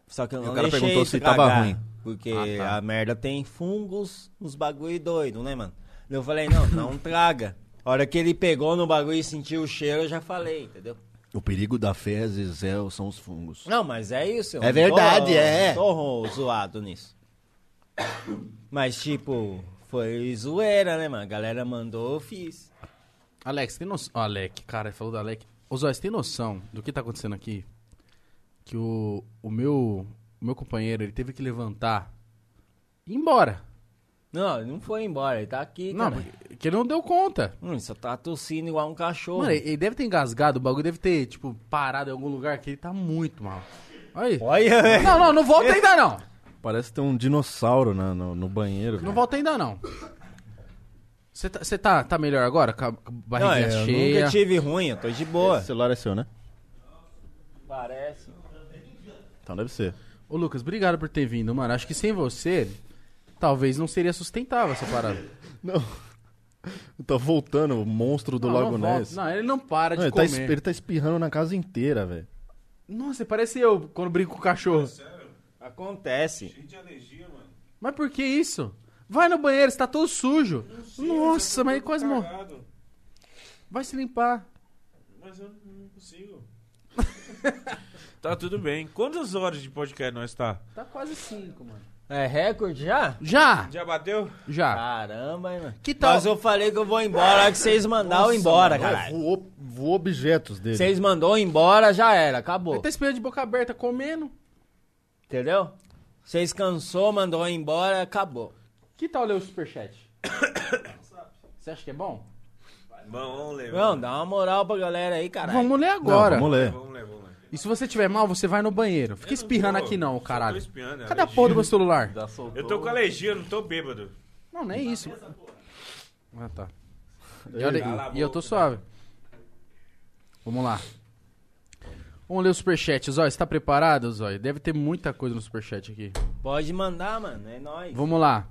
[SPEAKER 4] Só que eu
[SPEAKER 6] E o
[SPEAKER 4] não
[SPEAKER 6] cara
[SPEAKER 4] deixei
[SPEAKER 6] perguntou se
[SPEAKER 4] estragar,
[SPEAKER 6] tava ruim.
[SPEAKER 4] Porque
[SPEAKER 1] Ah, tá.
[SPEAKER 4] a merda tem fungos, uns bagulho doido, né, mano? Eu falei, não, não traga. A hora que ele pegou no bagulho e sentiu o cheiro, eu já falei, entendeu?
[SPEAKER 5] O perigo da fezes é, são os fungos.
[SPEAKER 4] Não, mas é isso. eu
[SPEAKER 5] É
[SPEAKER 4] não
[SPEAKER 5] verdade,
[SPEAKER 4] tô,
[SPEAKER 5] é.
[SPEAKER 4] Tô zoado nisso. Mas, tipo, foi zoeira, né, mano? A galera mandou, eu fiz.
[SPEAKER 1] Alex, tem noção. Ó, Alec, cara, ele falou do Alec. Ô, Zóio, você tem noção do que tá acontecendo aqui? Que o, o meu o meu companheiro, ele teve que levantar e ir embora.
[SPEAKER 4] Não, ele não foi embora, ele tá aqui,
[SPEAKER 1] Não,
[SPEAKER 4] cara.
[SPEAKER 1] porque- que ele não deu conta.
[SPEAKER 4] Hum, só tá tossindo igual um cachorro.
[SPEAKER 1] Mano, ele ele deve ter engasgado, o bagulho deve ter, tipo, parado em algum lugar que ele tá muito mal. Aí.
[SPEAKER 4] Olha, velho.
[SPEAKER 1] Não, não, não volta ainda não.
[SPEAKER 6] Parece ter um dinossauro na- no, no banheiro.
[SPEAKER 1] Não
[SPEAKER 6] velho.
[SPEAKER 1] volta ainda não. Você tá, você tá, tá melhor agora? Com a com a
[SPEAKER 4] Não,
[SPEAKER 1] barriguinha
[SPEAKER 4] é, eu
[SPEAKER 1] cheia?
[SPEAKER 4] nunca tive ruim, eu tô de boa.
[SPEAKER 6] Esse celular é seu, né?
[SPEAKER 4] Parece.
[SPEAKER 6] Então deve ser.
[SPEAKER 1] Ô, Lucas, obrigado por ter vindo, mano. Acho que sem você, talvez não seria sustentável essa parada.
[SPEAKER 6] Não. <laughs> Tá voltando o monstro do
[SPEAKER 1] não,
[SPEAKER 6] Lago
[SPEAKER 1] não,
[SPEAKER 6] Ness.
[SPEAKER 1] volta. não, ele não para
[SPEAKER 6] Não,
[SPEAKER 1] de
[SPEAKER 6] ele, tá
[SPEAKER 1] comer.
[SPEAKER 6] esp- ele tá espirrando na casa inteira, velho.
[SPEAKER 1] Nossa, parece eu quando brinco com o cachorro.
[SPEAKER 4] Acontece.
[SPEAKER 9] Gente, alergia, mano.
[SPEAKER 1] Mas por que isso? Vai no banheiro, você tá todo sujo. Nossa, mas ele quase morreu.
[SPEAKER 9] Cagado.
[SPEAKER 1] Vai se limpar.
[SPEAKER 9] Mas eu não consigo. tá tudo bem. Quantas horas de podcast nós tá?
[SPEAKER 1] Tá quase cinco, mano.
[SPEAKER 4] É recorde já?
[SPEAKER 1] Já,
[SPEAKER 9] Já bateu?
[SPEAKER 1] já.
[SPEAKER 4] Caramba, hein, mano.
[SPEAKER 1] Que tal-
[SPEAKER 4] Mas eu falei que eu vou embora, a hora que vocês mandaram eu embora,
[SPEAKER 6] Não,
[SPEAKER 4] caralho.
[SPEAKER 6] Voou, voou objetos dele.
[SPEAKER 4] Vocês mandou embora, já era, acabou.
[SPEAKER 1] Ele tá esperando de boca aberta, comendo.
[SPEAKER 4] Entendeu? Vocês cansou, mandou embora, acabou.
[SPEAKER 1] Que tal ler o
[SPEAKER 9] <coughs>
[SPEAKER 1] superchat? você acha que é bom?
[SPEAKER 9] Bom, vamos ler.
[SPEAKER 4] Não, dá uma moral pra galera aí, caralho.
[SPEAKER 1] Vamos ler
[SPEAKER 6] Não,
[SPEAKER 1] agora.
[SPEAKER 6] vamos ler.
[SPEAKER 9] Vamos ler, vamos ler.
[SPEAKER 1] E se você tiver mal, você vai no banheiro. Fica espirrando aqui não,
[SPEAKER 9] Eu
[SPEAKER 1] caralho.
[SPEAKER 9] tô espiando, é
[SPEAKER 1] Cadê a
[SPEAKER 9] alergia.
[SPEAKER 1] porra do meu celular?
[SPEAKER 4] Tá
[SPEAKER 9] Eu tô com alergia, não tô bêbado.
[SPEAKER 1] Não, não é isso. Ah, tá. E,
[SPEAKER 6] Ei,
[SPEAKER 1] olha-
[SPEAKER 9] cala a
[SPEAKER 1] e eu tô
[SPEAKER 9] boca,
[SPEAKER 1] suave. Vamos lá. Vamos ler o superchat. Zóia, você tá preparado, Zóia? Deve ter muita coisa no superchat aqui.
[SPEAKER 4] Pode mandar, mano, é nóis.
[SPEAKER 1] Vamos lá.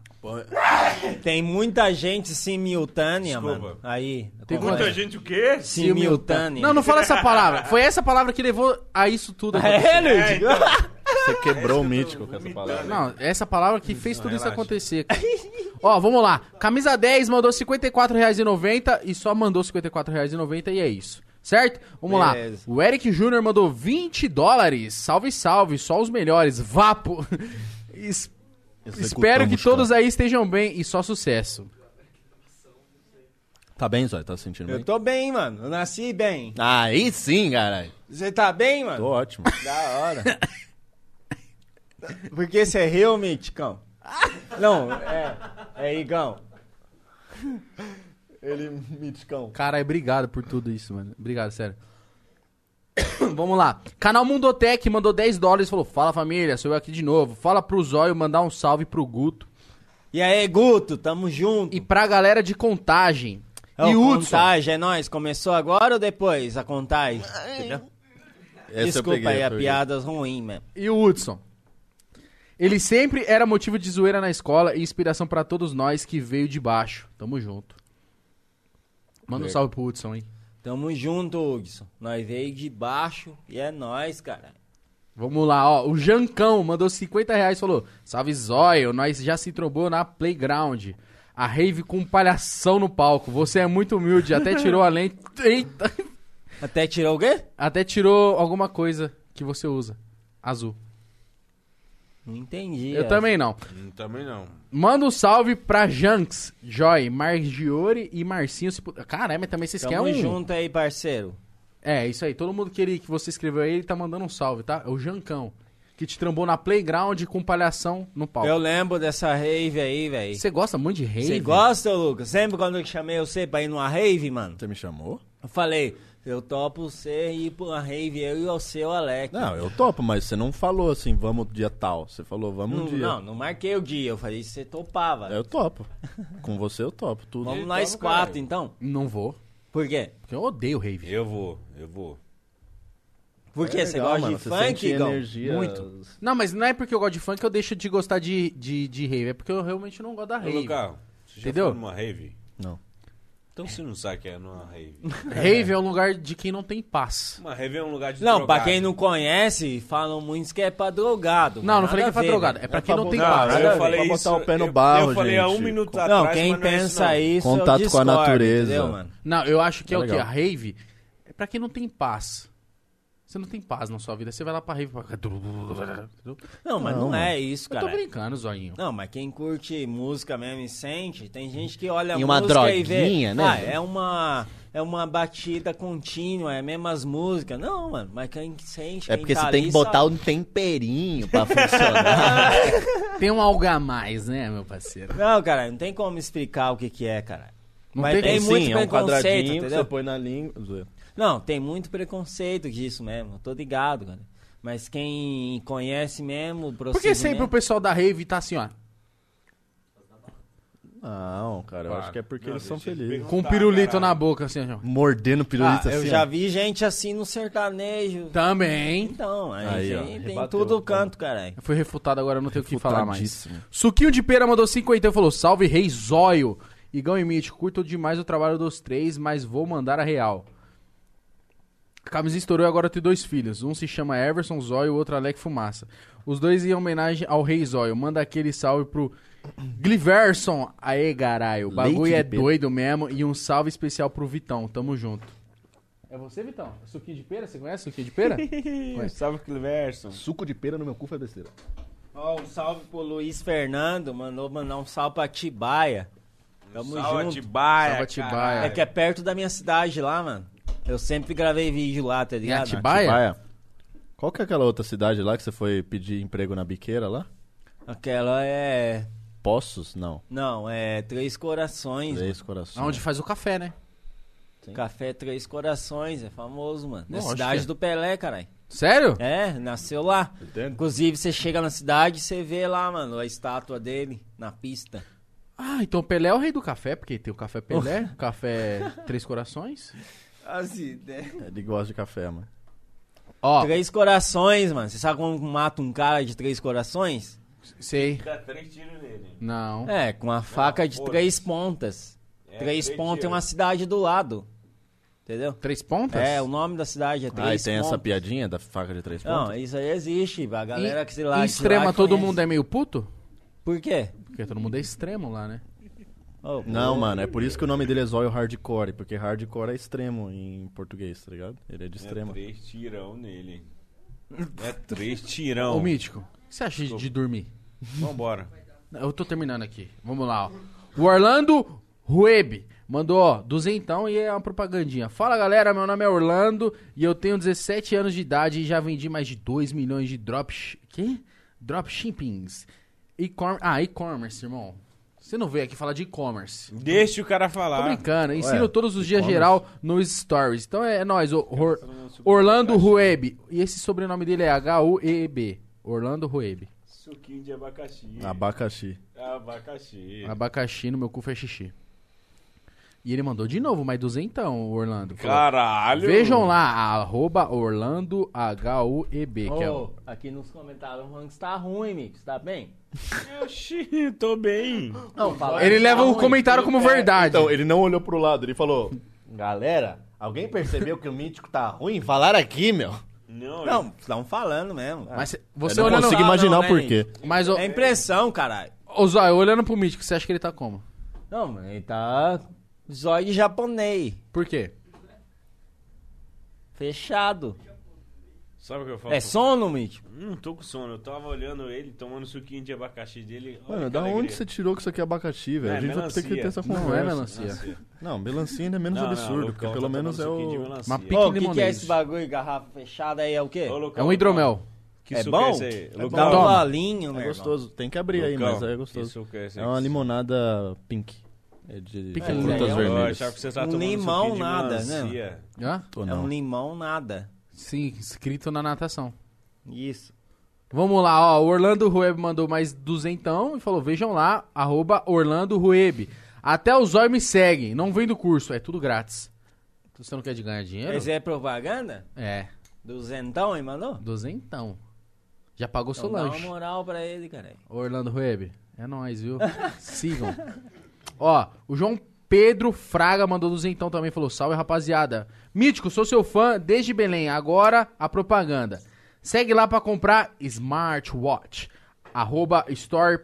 [SPEAKER 4] Tem muita gente simultânea,
[SPEAKER 9] Desculpa.
[SPEAKER 4] mano. Aí.
[SPEAKER 1] Tem
[SPEAKER 4] acompanha.
[SPEAKER 1] muita
[SPEAKER 9] Muita gente o quê?
[SPEAKER 4] simultânea.
[SPEAKER 1] Não, não fala essa palavra. Foi essa palavra que levou a isso tudo.
[SPEAKER 4] <laughs> É,
[SPEAKER 1] acontecer.
[SPEAKER 4] Luiz?
[SPEAKER 6] Você quebrou o mítico com essa
[SPEAKER 9] vomitando.
[SPEAKER 6] palavra.
[SPEAKER 1] Não, essa palavra que fez tudo isso
[SPEAKER 9] relaxa.
[SPEAKER 1] acontecer. cara. Ó, vamos lá. Camisa 10 mandou R$ 54,90 e só mandou R$ 54,90 e é isso. Certo? Vamos
[SPEAKER 4] Beleza.
[SPEAKER 1] lá. O Eric Júnior mandou 20 dólares. Salve, salve. Só os melhores. Vapo. Es- Espero que
[SPEAKER 6] Executamos,
[SPEAKER 1] todos aí estejam bem e só sucesso.
[SPEAKER 6] cara. Tá bem, Zóio? Tá se sentindo bem?
[SPEAKER 4] Eu tô bem, mano. Eu nasci bem.
[SPEAKER 5] Aí sim, caralho.
[SPEAKER 4] Você tá bem, mano?
[SPEAKER 6] Tô ótimo.
[SPEAKER 4] Da hora. Porque você realmente, Cão. Não, é. É Igão.
[SPEAKER 6] Ele, miticão.
[SPEAKER 1] Caralho, obrigado por tudo isso, mano. Obrigado, sério. <coughs> Vamos lá. Canal Mundotech mandou 10 dólares e falou: Fala família, sou eu aqui de novo. Fala pro Zóio mandar um salve pro Guto.
[SPEAKER 4] E aí, Guto, tamo junto.
[SPEAKER 1] E pra galera de contagem.
[SPEAKER 4] É o
[SPEAKER 1] e Hudson.
[SPEAKER 4] contagem, é nóis. Começou agora ou depois a contagem? Entendeu? Desculpa aí, a piada ruim, mano.
[SPEAKER 1] E o Hudson. Ele sempre era motivo de zoeira na escola e inspiração pra todos nós que veio de baixo. Tamo junto.
[SPEAKER 4] É.
[SPEAKER 1] Manda um
[SPEAKER 6] Legal.
[SPEAKER 1] salve pro Hudson, hein?
[SPEAKER 4] Tamo junto, Hudson. Nós veio de baixo e é nóis, cara.
[SPEAKER 1] Vamos lá, ó. O Jancão mandou 50 reais e falou: Salve Zóio, nós já se trombou na Playground. A rave com palhação no palco. Você é muito humilde, até tirou a lente. Eita!
[SPEAKER 4] Até tirou o quê?
[SPEAKER 1] Até tirou alguma coisa que você usa. Azul.
[SPEAKER 4] Não entendi.
[SPEAKER 1] Eu
[SPEAKER 4] essa.
[SPEAKER 1] também não.
[SPEAKER 2] Hum, Também não.
[SPEAKER 1] Manda um salve pra Janks, Joy, Margiore e Marcinho. se pu- Caralho, mas também vocês
[SPEAKER 4] Tamo
[SPEAKER 1] querem um.
[SPEAKER 4] junto aí, parceiro.
[SPEAKER 1] É, isso aí. Todo mundo que, ele, que você escreveu aí, ele tá mandando um salve, tá? É o Jancão, que te trombou na Playground com palhação no palco.
[SPEAKER 4] Eu lembro dessa rave aí, velho.
[SPEAKER 1] Você gosta muito de rave?
[SPEAKER 4] Você gosta, ô Lucas? Sempre quando eu chamei você pra ir numa rave, mano,
[SPEAKER 6] Você me chamou?
[SPEAKER 4] eu falei, eu topo você ir pra uma rave, eu e o seu Alex.
[SPEAKER 6] Não, eu topo, mas você não falou assim, vamos dia tal. Você falou,
[SPEAKER 1] um
[SPEAKER 6] vamos um
[SPEAKER 4] não,
[SPEAKER 6] dia.
[SPEAKER 4] não, não marquei o dia, eu falei, você topava.
[SPEAKER 6] Eu topo. Com você eu topo
[SPEAKER 1] um
[SPEAKER 6] tudo.
[SPEAKER 4] Vamos nós quatro, então.
[SPEAKER 1] Não vou.
[SPEAKER 4] Por quê?
[SPEAKER 1] Porque eu odeio rave.
[SPEAKER 2] Eu vou, eu vou.
[SPEAKER 4] Por quê?
[SPEAKER 6] É
[SPEAKER 4] você
[SPEAKER 6] legal,
[SPEAKER 4] gosta
[SPEAKER 6] mano,
[SPEAKER 4] de
[SPEAKER 6] você
[SPEAKER 4] funk,
[SPEAKER 6] sente
[SPEAKER 4] Igão?
[SPEAKER 6] energia.
[SPEAKER 4] Muito.
[SPEAKER 1] Não, mas não é porque eu gosto de funk que eu deixo de gostar de, de, de rave. É porque eu realmente não gosto da
[SPEAKER 2] Ô,
[SPEAKER 1] rave.
[SPEAKER 2] Lucão, você já
[SPEAKER 1] Entendeu?
[SPEAKER 2] foi numa rave?
[SPEAKER 6] Não.
[SPEAKER 2] Então você não sabe que é numa rave.
[SPEAKER 1] Rave é um lugar de quem não tem paz.
[SPEAKER 2] Uma rave é um lugar de
[SPEAKER 4] Não, pra
[SPEAKER 2] drogado.
[SPEAKER 4] quem não conhece, falam muito que é pra drogado.
[SPEAKER 1] Não, não
[SPEAKER 4] Nada
[SPEAKER 1] falei que é
[SPEAKER 4] a
[SPEAKER 1] pra
[SPEAKER 4] ver,
[SPEAKER 1] drogado.
[SPEAKER 4] velho.
[SPEAKER 1] É pra quem não, tem
[SPEAKER 6] pra
[SPEAKER 1] paz.
[SPEAKER 6] drogar,
[SPEAKER 2] Cara,
[SPEAKER 6] Nada a
[SPEAKER 2] Ah, eu
[SPEAKER 6] ver,
[SPEAKER 2] falei
[SPEAKER 6] pra
[SPEAKER 2] isso,
[SPEAKER 6] botar o pé no
[SPEAKER 2] eu-
[SPEAKER 6] barro,
[SPEAKER 2] Eu falei há um
[SPEAKER 6] gente.
[SPEAKER 2] minuto
[SPEAKER 4] Não,
[SPEAKER 2] atrás,
[SPEAKER 4] quem
[SPEAKER 2] mas não é isso,
[SPEAKER 4] pensa
[SPEAKER 2] não.
[SPEAKER 4] isso, eu
[SPEAKER 6] Contato com a
[SPEAKER 4] discordo,
[SPEAKER 6] natureza.
[SPEAKER 4] entendeu, mano?
[SPEAKER 1] Não, eu acho que é,
[SPEAKER 6] É
[SPEAKER 1] o que?
[SPEAKER 6] legal.
[SPEAKER 1] A rave é pra quem não tem paz. Você não tem paz na sua vida. Você vai lá pra rave pra... Eu
[SPEAKER 4] Não, mas não,
[SPEAKER 6] Não,
[SPEAKER 4] é isso, cara.
[SPEAKER 1] tô brincando, zoinho.
[SPEAKER 4] Não, mas quem curte música mesmo e sente, tem gente que olha
[SPEAKER 5] E
[SPEAKER 4] a
[SPEAKER 5] uma
[SPEAKER 4] música e vê,
[SPEAKER 5] droguinha, né,
[SPEAKER 4] "Ah,
[SPEAKER 5] velho?"
[SPEAKER 4] é uma é uma batida contínua, é mesmas músicas. Não, mano, mas quem sente,
[SPEAKER 5] É
[SPEAKER 4] quem
[SPEAKER 5] porque
[SPEAKER 4] tá
[SPEAKER 5] você tem
[SPEAKER 4] ali
[SPEAKER 5] que botar
[SPEAKER 4] sabe.
[SPEAKER 5] um temperinho pra funcionar.
[SPEAKER 6] <laughs>
[SPEAKER 1] Tem um algo a mais, né, meu parceiro?
[SPEAKER 4] Não, cara, não tem como explicar o que que é, cara.
[SPEAKER 1] Não
[SPEAKER 4] mas
[SPEAKER 1] tem
[SPEAKER 4] tem,
[SPEAKER 1] como-
[SPEAKER 4] muito
[SPEAKER 6] Sim, é um
[SPEAKER 4] preconceito,
[SPEAKER 6] quadradinho que
[SPEAKER 4] entendeu?
[SPEAKER 6] você põe na língua. Zoeira.
[SPEAKER 4] Não, tem muito preconceito disso mesmo, eu tô ligado, cara. Mas quem conhece mesmo o
[SPEAKER 1] Por
[SPEAKER 4] procedimento... Ah,
[SPEAKER 1] que sempre o pessoal da rave tá assim, ó?
[SPEAKER 6] Não, cara, eu acho que é porque eles são felizes.
[SPEAKER 2] é
[SPEAKER 1] Com um pirulito na boca, assim, ó.
[SPEAKER 6] Mordendo
[SPEAKER 4] Ah,
[SPEAKER 6] pirulito
[SPEAKER 4] eu
[SPEAKER 6] assim.
[SPEAKER 4] já
[SPEAKER 6] ó.
[SPEAKER 4] vi gente assim no sertanejo.
[SPEAKER 1] Tá. Também.
[SPEAKER 4] Então, aí,
[SPEAKER 6] Aí, ó,
[SPEAKER 4] tem- tem
[SPEAKER 6] rebateu,
[SPEAKER 4] tudo
[SPEAKER 1] tá.
[SPEAKER 6] então.
[SPEAKER 4] canto, caralho.
[SPEAKER 1] Eu fui refutado agora, não tenho o que falar mais.
[SPEAKER 6] Refutadíssimo.
[SPEAKER 1] Suquinho de Pera mandou 50 e falou: Salve, Rei Zóio. Igão e Mítico, curto demais o trabalho dos três, mas vou mandar a real. A camisa estourou e agora tem dois filhos. Um se chama Everson Zóio, o outro Alec Fumaça. Os dois em homenagem ao Rei Zóio. Manda aquele salve pro Gliverson. Aê, caralho. O
[SPEAKER 6] Leite
[SPEAKER 1] bagulho
[SPEAKER 6] de
[SPEAKER 1] é
[SPEAKER 6] pera.
[SPEAKER 1] doido mesmo. E um salve especial pro Vitão. Tamo junto. É você, Vitão? Suquinho de pera? Você conhece suquinho de <laughs> pera?
[SPEAKER 2] Sabe o que verso?
[SPEAKER 6] Suco de pera no meu cu foi besteira.
[SPEAKER 4] Ó, um salve pro Luiz Fernando, mandou mandar um salve pra Tibaia. Tamo junto.
[SPEAKER 2] Atibaia,
[SPEAKER 1] Salve, Atibaia.
[SPEAKER 4] É que é perto da minha cidade lá, mano. Eu sempre gravei vídeo lá, tá
[SPEAKER 1] Em
[SPEAKER 4] ligado?
[SPEAKER 1] Atibaia?
[SPEAKER 6] Vai. Qual que é aquela outra cidade lá que você foi pedir emprego na biqueira lá?
[SPEAKER 4] Aquela é.
[SPEAKER 6] Poços? Não.
[SPEAKER 4] Não, é Três Corações.
[SPEAKER 6] Três corações.
[SPEAKER 1] Onde faz o café, né?
[SPEAKER 4] mano. Café Três Corações, é famoso, mano. Na
[SPEAKER 1] Lógico
[SPEAKER 4] cidade
[SPEAKER 1] que é.
[SPEAKER 4] do Pelé, caralho.
[SPEAKER 1] Sério?
[SPEAKER 4] É, nasceu lá.
[SPEAKER 6] Entendo.
[SPEAKER 4] Inclusive, você chega na cidade e você vê lá, mano, a estátua dele na pista.
[SPEAKER 1] Ah, então o Pelé é o rei do café, porque tem o café Pelé,
[SPEAKER 4] Oh.
[SPEAKER 1] o café Três Corações.
[SPEAKER 4] Assim, né?
[SPEAKER 6] Ele gosta É de café, mano.
[SPEAKER 1] Ó,
[SPEAKER 4] Três corações, mano. Você sabe como mata um cara de três corações?
[SPEAKER 1] sei.
[SPEAKER 2] Dá três tiros nele.
[SPEAKER 1] Não.
[SPEAKER 4] É, com a faca de
[SPEAKER 2] foda-se.
[SPEAKER 4] três pontas.
[SPEAKER 2] É,
[SPEAKER 4] três pontas é
[SPEAKER 2] tiros.
[SPEAKER 4] uma cidade do lado. Entendeu?
[SPEAKER 1] Três pontas?
[SPEAKER 4] É, o nome da cidade é três
[SPEAKER 6] Ah, e tem essa
[SPEAKER 4] pontas.
[SPEAKER 6] piadinha da faca de três pontas?
[SPEAKER 4] Não, isso aí existe. A
[SPEAKER 1] Em-
[SPEAKER 4] galera que se lá.
[SPEAKER 1] em extrema todo mundo é meio puto?
[SPEAKER 4] Por quê?
[SPEAKER 1] Porque todo mundo é extremo lá, né?
[SPEAKER 4] Oh,
[SPEAKER 6] Não, mano, é por isso que o nome dele é Zóio Hardcore, porque hardcore é extremo em português, tá ligado? Ele é de
[SPEAKER 2] É
[SPEAKER 6] extremo.
[SPEAKER 2] três tirão nele. É três
[SPEAKER 1] Ô,
[SPEAKER 2] tirão.
[SPEAKER 1] Mítico, o que você acha de dormir?
[SPEAKER 2] Vambora.
[SPEAKER 1] Eu tô terminando aqui. Vamos lá, ó. O Orlando Rueb mandou, ó, duzentão e é uma propagandinha. Fala, galera, meu nome é Orlando e eu tenho 17 anos de idade e já vendi mais de 2 milhões de drops... Quê? Dropshippings. E-com- Ah, e-commerce, irmão. Você não veio aqui falar de e-commerce.
[SPEAKER 2] Deixa o cara
[SPEAKER 1] Tô
[SPEAKER 2] falar.
[SPEAKER 1] brincando. Ensino todos os dias geral nos stories. Então é, nóis. o- Or- Orlando Rueb. E esse sobrenome dele é H-U-E-B. Orlando Rueb.
[SPEAKER 2] Suquinho de abacaxi.
[SPEAKER 6] Abacaxi.
[SPEAKER 2] Abacaxi.
[SPEAKER 1] Abacaxi no meu cu faz xixi. E ele mandou de novo, mas duzentão, o Orlando. Falou,
[SPEAKER 2] Caralho.
[SPEAKER 1] Vejam lá, arroba Orlando H-U-E-B. que é o-
[SPEAKER 4] Ô, aqui nos comentários, o Ranks tá ruim, Mix, tá bem?
[SPEAKER 2] Oxi, tô bem.
[SPEAKER 4] Não, fala.
[SPEAKER 1] Ele leva o comentário como verdade.
[SPEAKER 6] Oh. Então, ele não olhou pro lado, ele falou.
[SPEAKER 5] Galera, alguém percebeu que o mítico tá ruim? Falaram aqui, meu.
[SPEAKER 2] Não,
[SPEAKER 4] Não, estão falando mesmo.
[SPEAKER 1] Mas cê-
[SPEAKER 6] Eu
[SPEAKER 1] você
[SPEAKER 6] não
[SPEAKER 1] olhando...
[SPEAKER 6] consigo
[SPEAKER 4] Ah, não,
[SPEAKER 6] imaginar
[SPEAKER 4] né,
[SPEAKER 6] o porquê.
[SPEAKER 1] Mas, ô,
[SPEAKER 4] É impressão, caralho.
[SPEAKER 1] ô Zóio, olhando pro Mítico, você acha que ele tá como?
[SPEAKER 4] Não, mano, ele tá. Zóio de japonês.
[SPEAKER 1] Por quê?
[SPEAKER 4] Fechado.
[SPEAKER 2] Sabe o que eu falo?
[SPEAKER 4] É sono, Mítico?
[SPEAKER 2] Não tô com sono. Eu tava olhando ele, tomando suquinho de abacaxi dele. Olha
[SPEAKER 10] Mano,
[SPEAKER 2] que
[SPEAKER 10] da
[SPEAKER 2] alegria.
[SPEAKER 10] onde você tirou que isso aqui é abacaxi, velho?
[SPEAKER 2] É,
[SPEAKER 10] a gente vai ter que
[SPEAKER 2] melancia.
[SPEAKER 10] ter essa conversa.
[SPEAKER 1] Não é melancia.
[SPEAKER 10] Não, melancia ainda é menos
[SPEAKER 2] Não, não,
[SPEAKER 10] absurdo,
[SPEAKER 2] Lucão
[SPEAKER 10] porque
[SPEAKER 2] tá
[SPEAKER 10] pelo
[SPEAKER 2] tomando
[SPEAKER 10] menos é
[SPEAKER 2] suquinho de
[SPEAKER 10] o...
[SPEAKER 2] melancia.
[SPEAKER 1] Uma pique
[SPEAKER 4] Ô, o que, que é
[SPEAKER 1] limonês.
[SPEAKER 4] esse bagulho, garrafa fechada aí? É o quê?
[SPEAKER 2] Ô,
[SPEAKER 1] é
[SPEAKER 2] Lucão,
[SPEAKER 1] um hidromel.
[SPEAKER 2] Que
[SPEAKER 4] é
[SPEAKER 2] suco é
[SPEAKER 4] bom?
[SPEAKER 2] esse aí?
[SPEAKER 4] É
[SPEAKER 2] Lucão,
[SPEAKER 4] Dá um
[SPEAKER 1] Toma.
[SPEAKER 4] golinho,
[SPEAKER 6] É
[SPEAKER 4] né? irmão?
[SPEAKER 6] gostoso. Tem que abrir aí,
[SPEAKER 2] Lucão,
[SPEAKER 6] mas é
[SPEAKER 2] que
[SPEAKER 6] gostoso.
[SPEAKER 2] suco é esse
[SPEAKER 6] É
[SPEAKER 2] aí?
[SPEAKER 6] uma limonada pink. É de
[SPEAKER 1] Pink
[SPEAKER 6] frutas
[SPEAKER 4] lemonade.
[SPEAKER 2] Eu
[SPEAKER 6] vermelhas.
[SPEAKER 2] achava que você
[SPEAKER 4] Um
[SPEAKER 2] tava tomando
[SPEAKER 4] limão,
[SPEAKER 2] suquinho de
[SPEAKER 4] nada, né?
[SPEAKER 2] melancia.
[SPEAKER 1] Hã?
[SPEAKER 6] Ou
[SPEAKER 4] É
[SPEAKER 6] não?
[SPEAKER 4] um limão nada.
[SPEAKER 1] Sim, escrito na natação.
[SPEAKER 4] Isso.
[SPEAKER 1] Vamos lá, ó. O Orlando Rueb mandou mais duzentão e falou: vejam lá, arroba Orlando Rueb. Até o Zóio me segue, não vem do curso, é tudo grátis. Então, Você não quer de ganhar dinheiro?
[SPEAKER 4] Esse é propaganda?
[SPEAKER 1] É,
[SPEAKER 4] Duzentão, hein, mandou?
[SPEAKER 1] duzentão. Já pagou seu
[SPEAKER 4] Então dá uma
[SPEAKER 1] é lanche.
[SPEAKER 4] moral pra ele, cara.
[SPEAKER 1] Orlando Rueb, é nóis, viu? <laughs> Sigam. Ó, o João Pedro Fraga mandou duzentão também, falou: salve rapaziada. Mítico, sou seu fã desde Belém, agora a propaganda. Segue lá pra comprar smartwatch. Arroba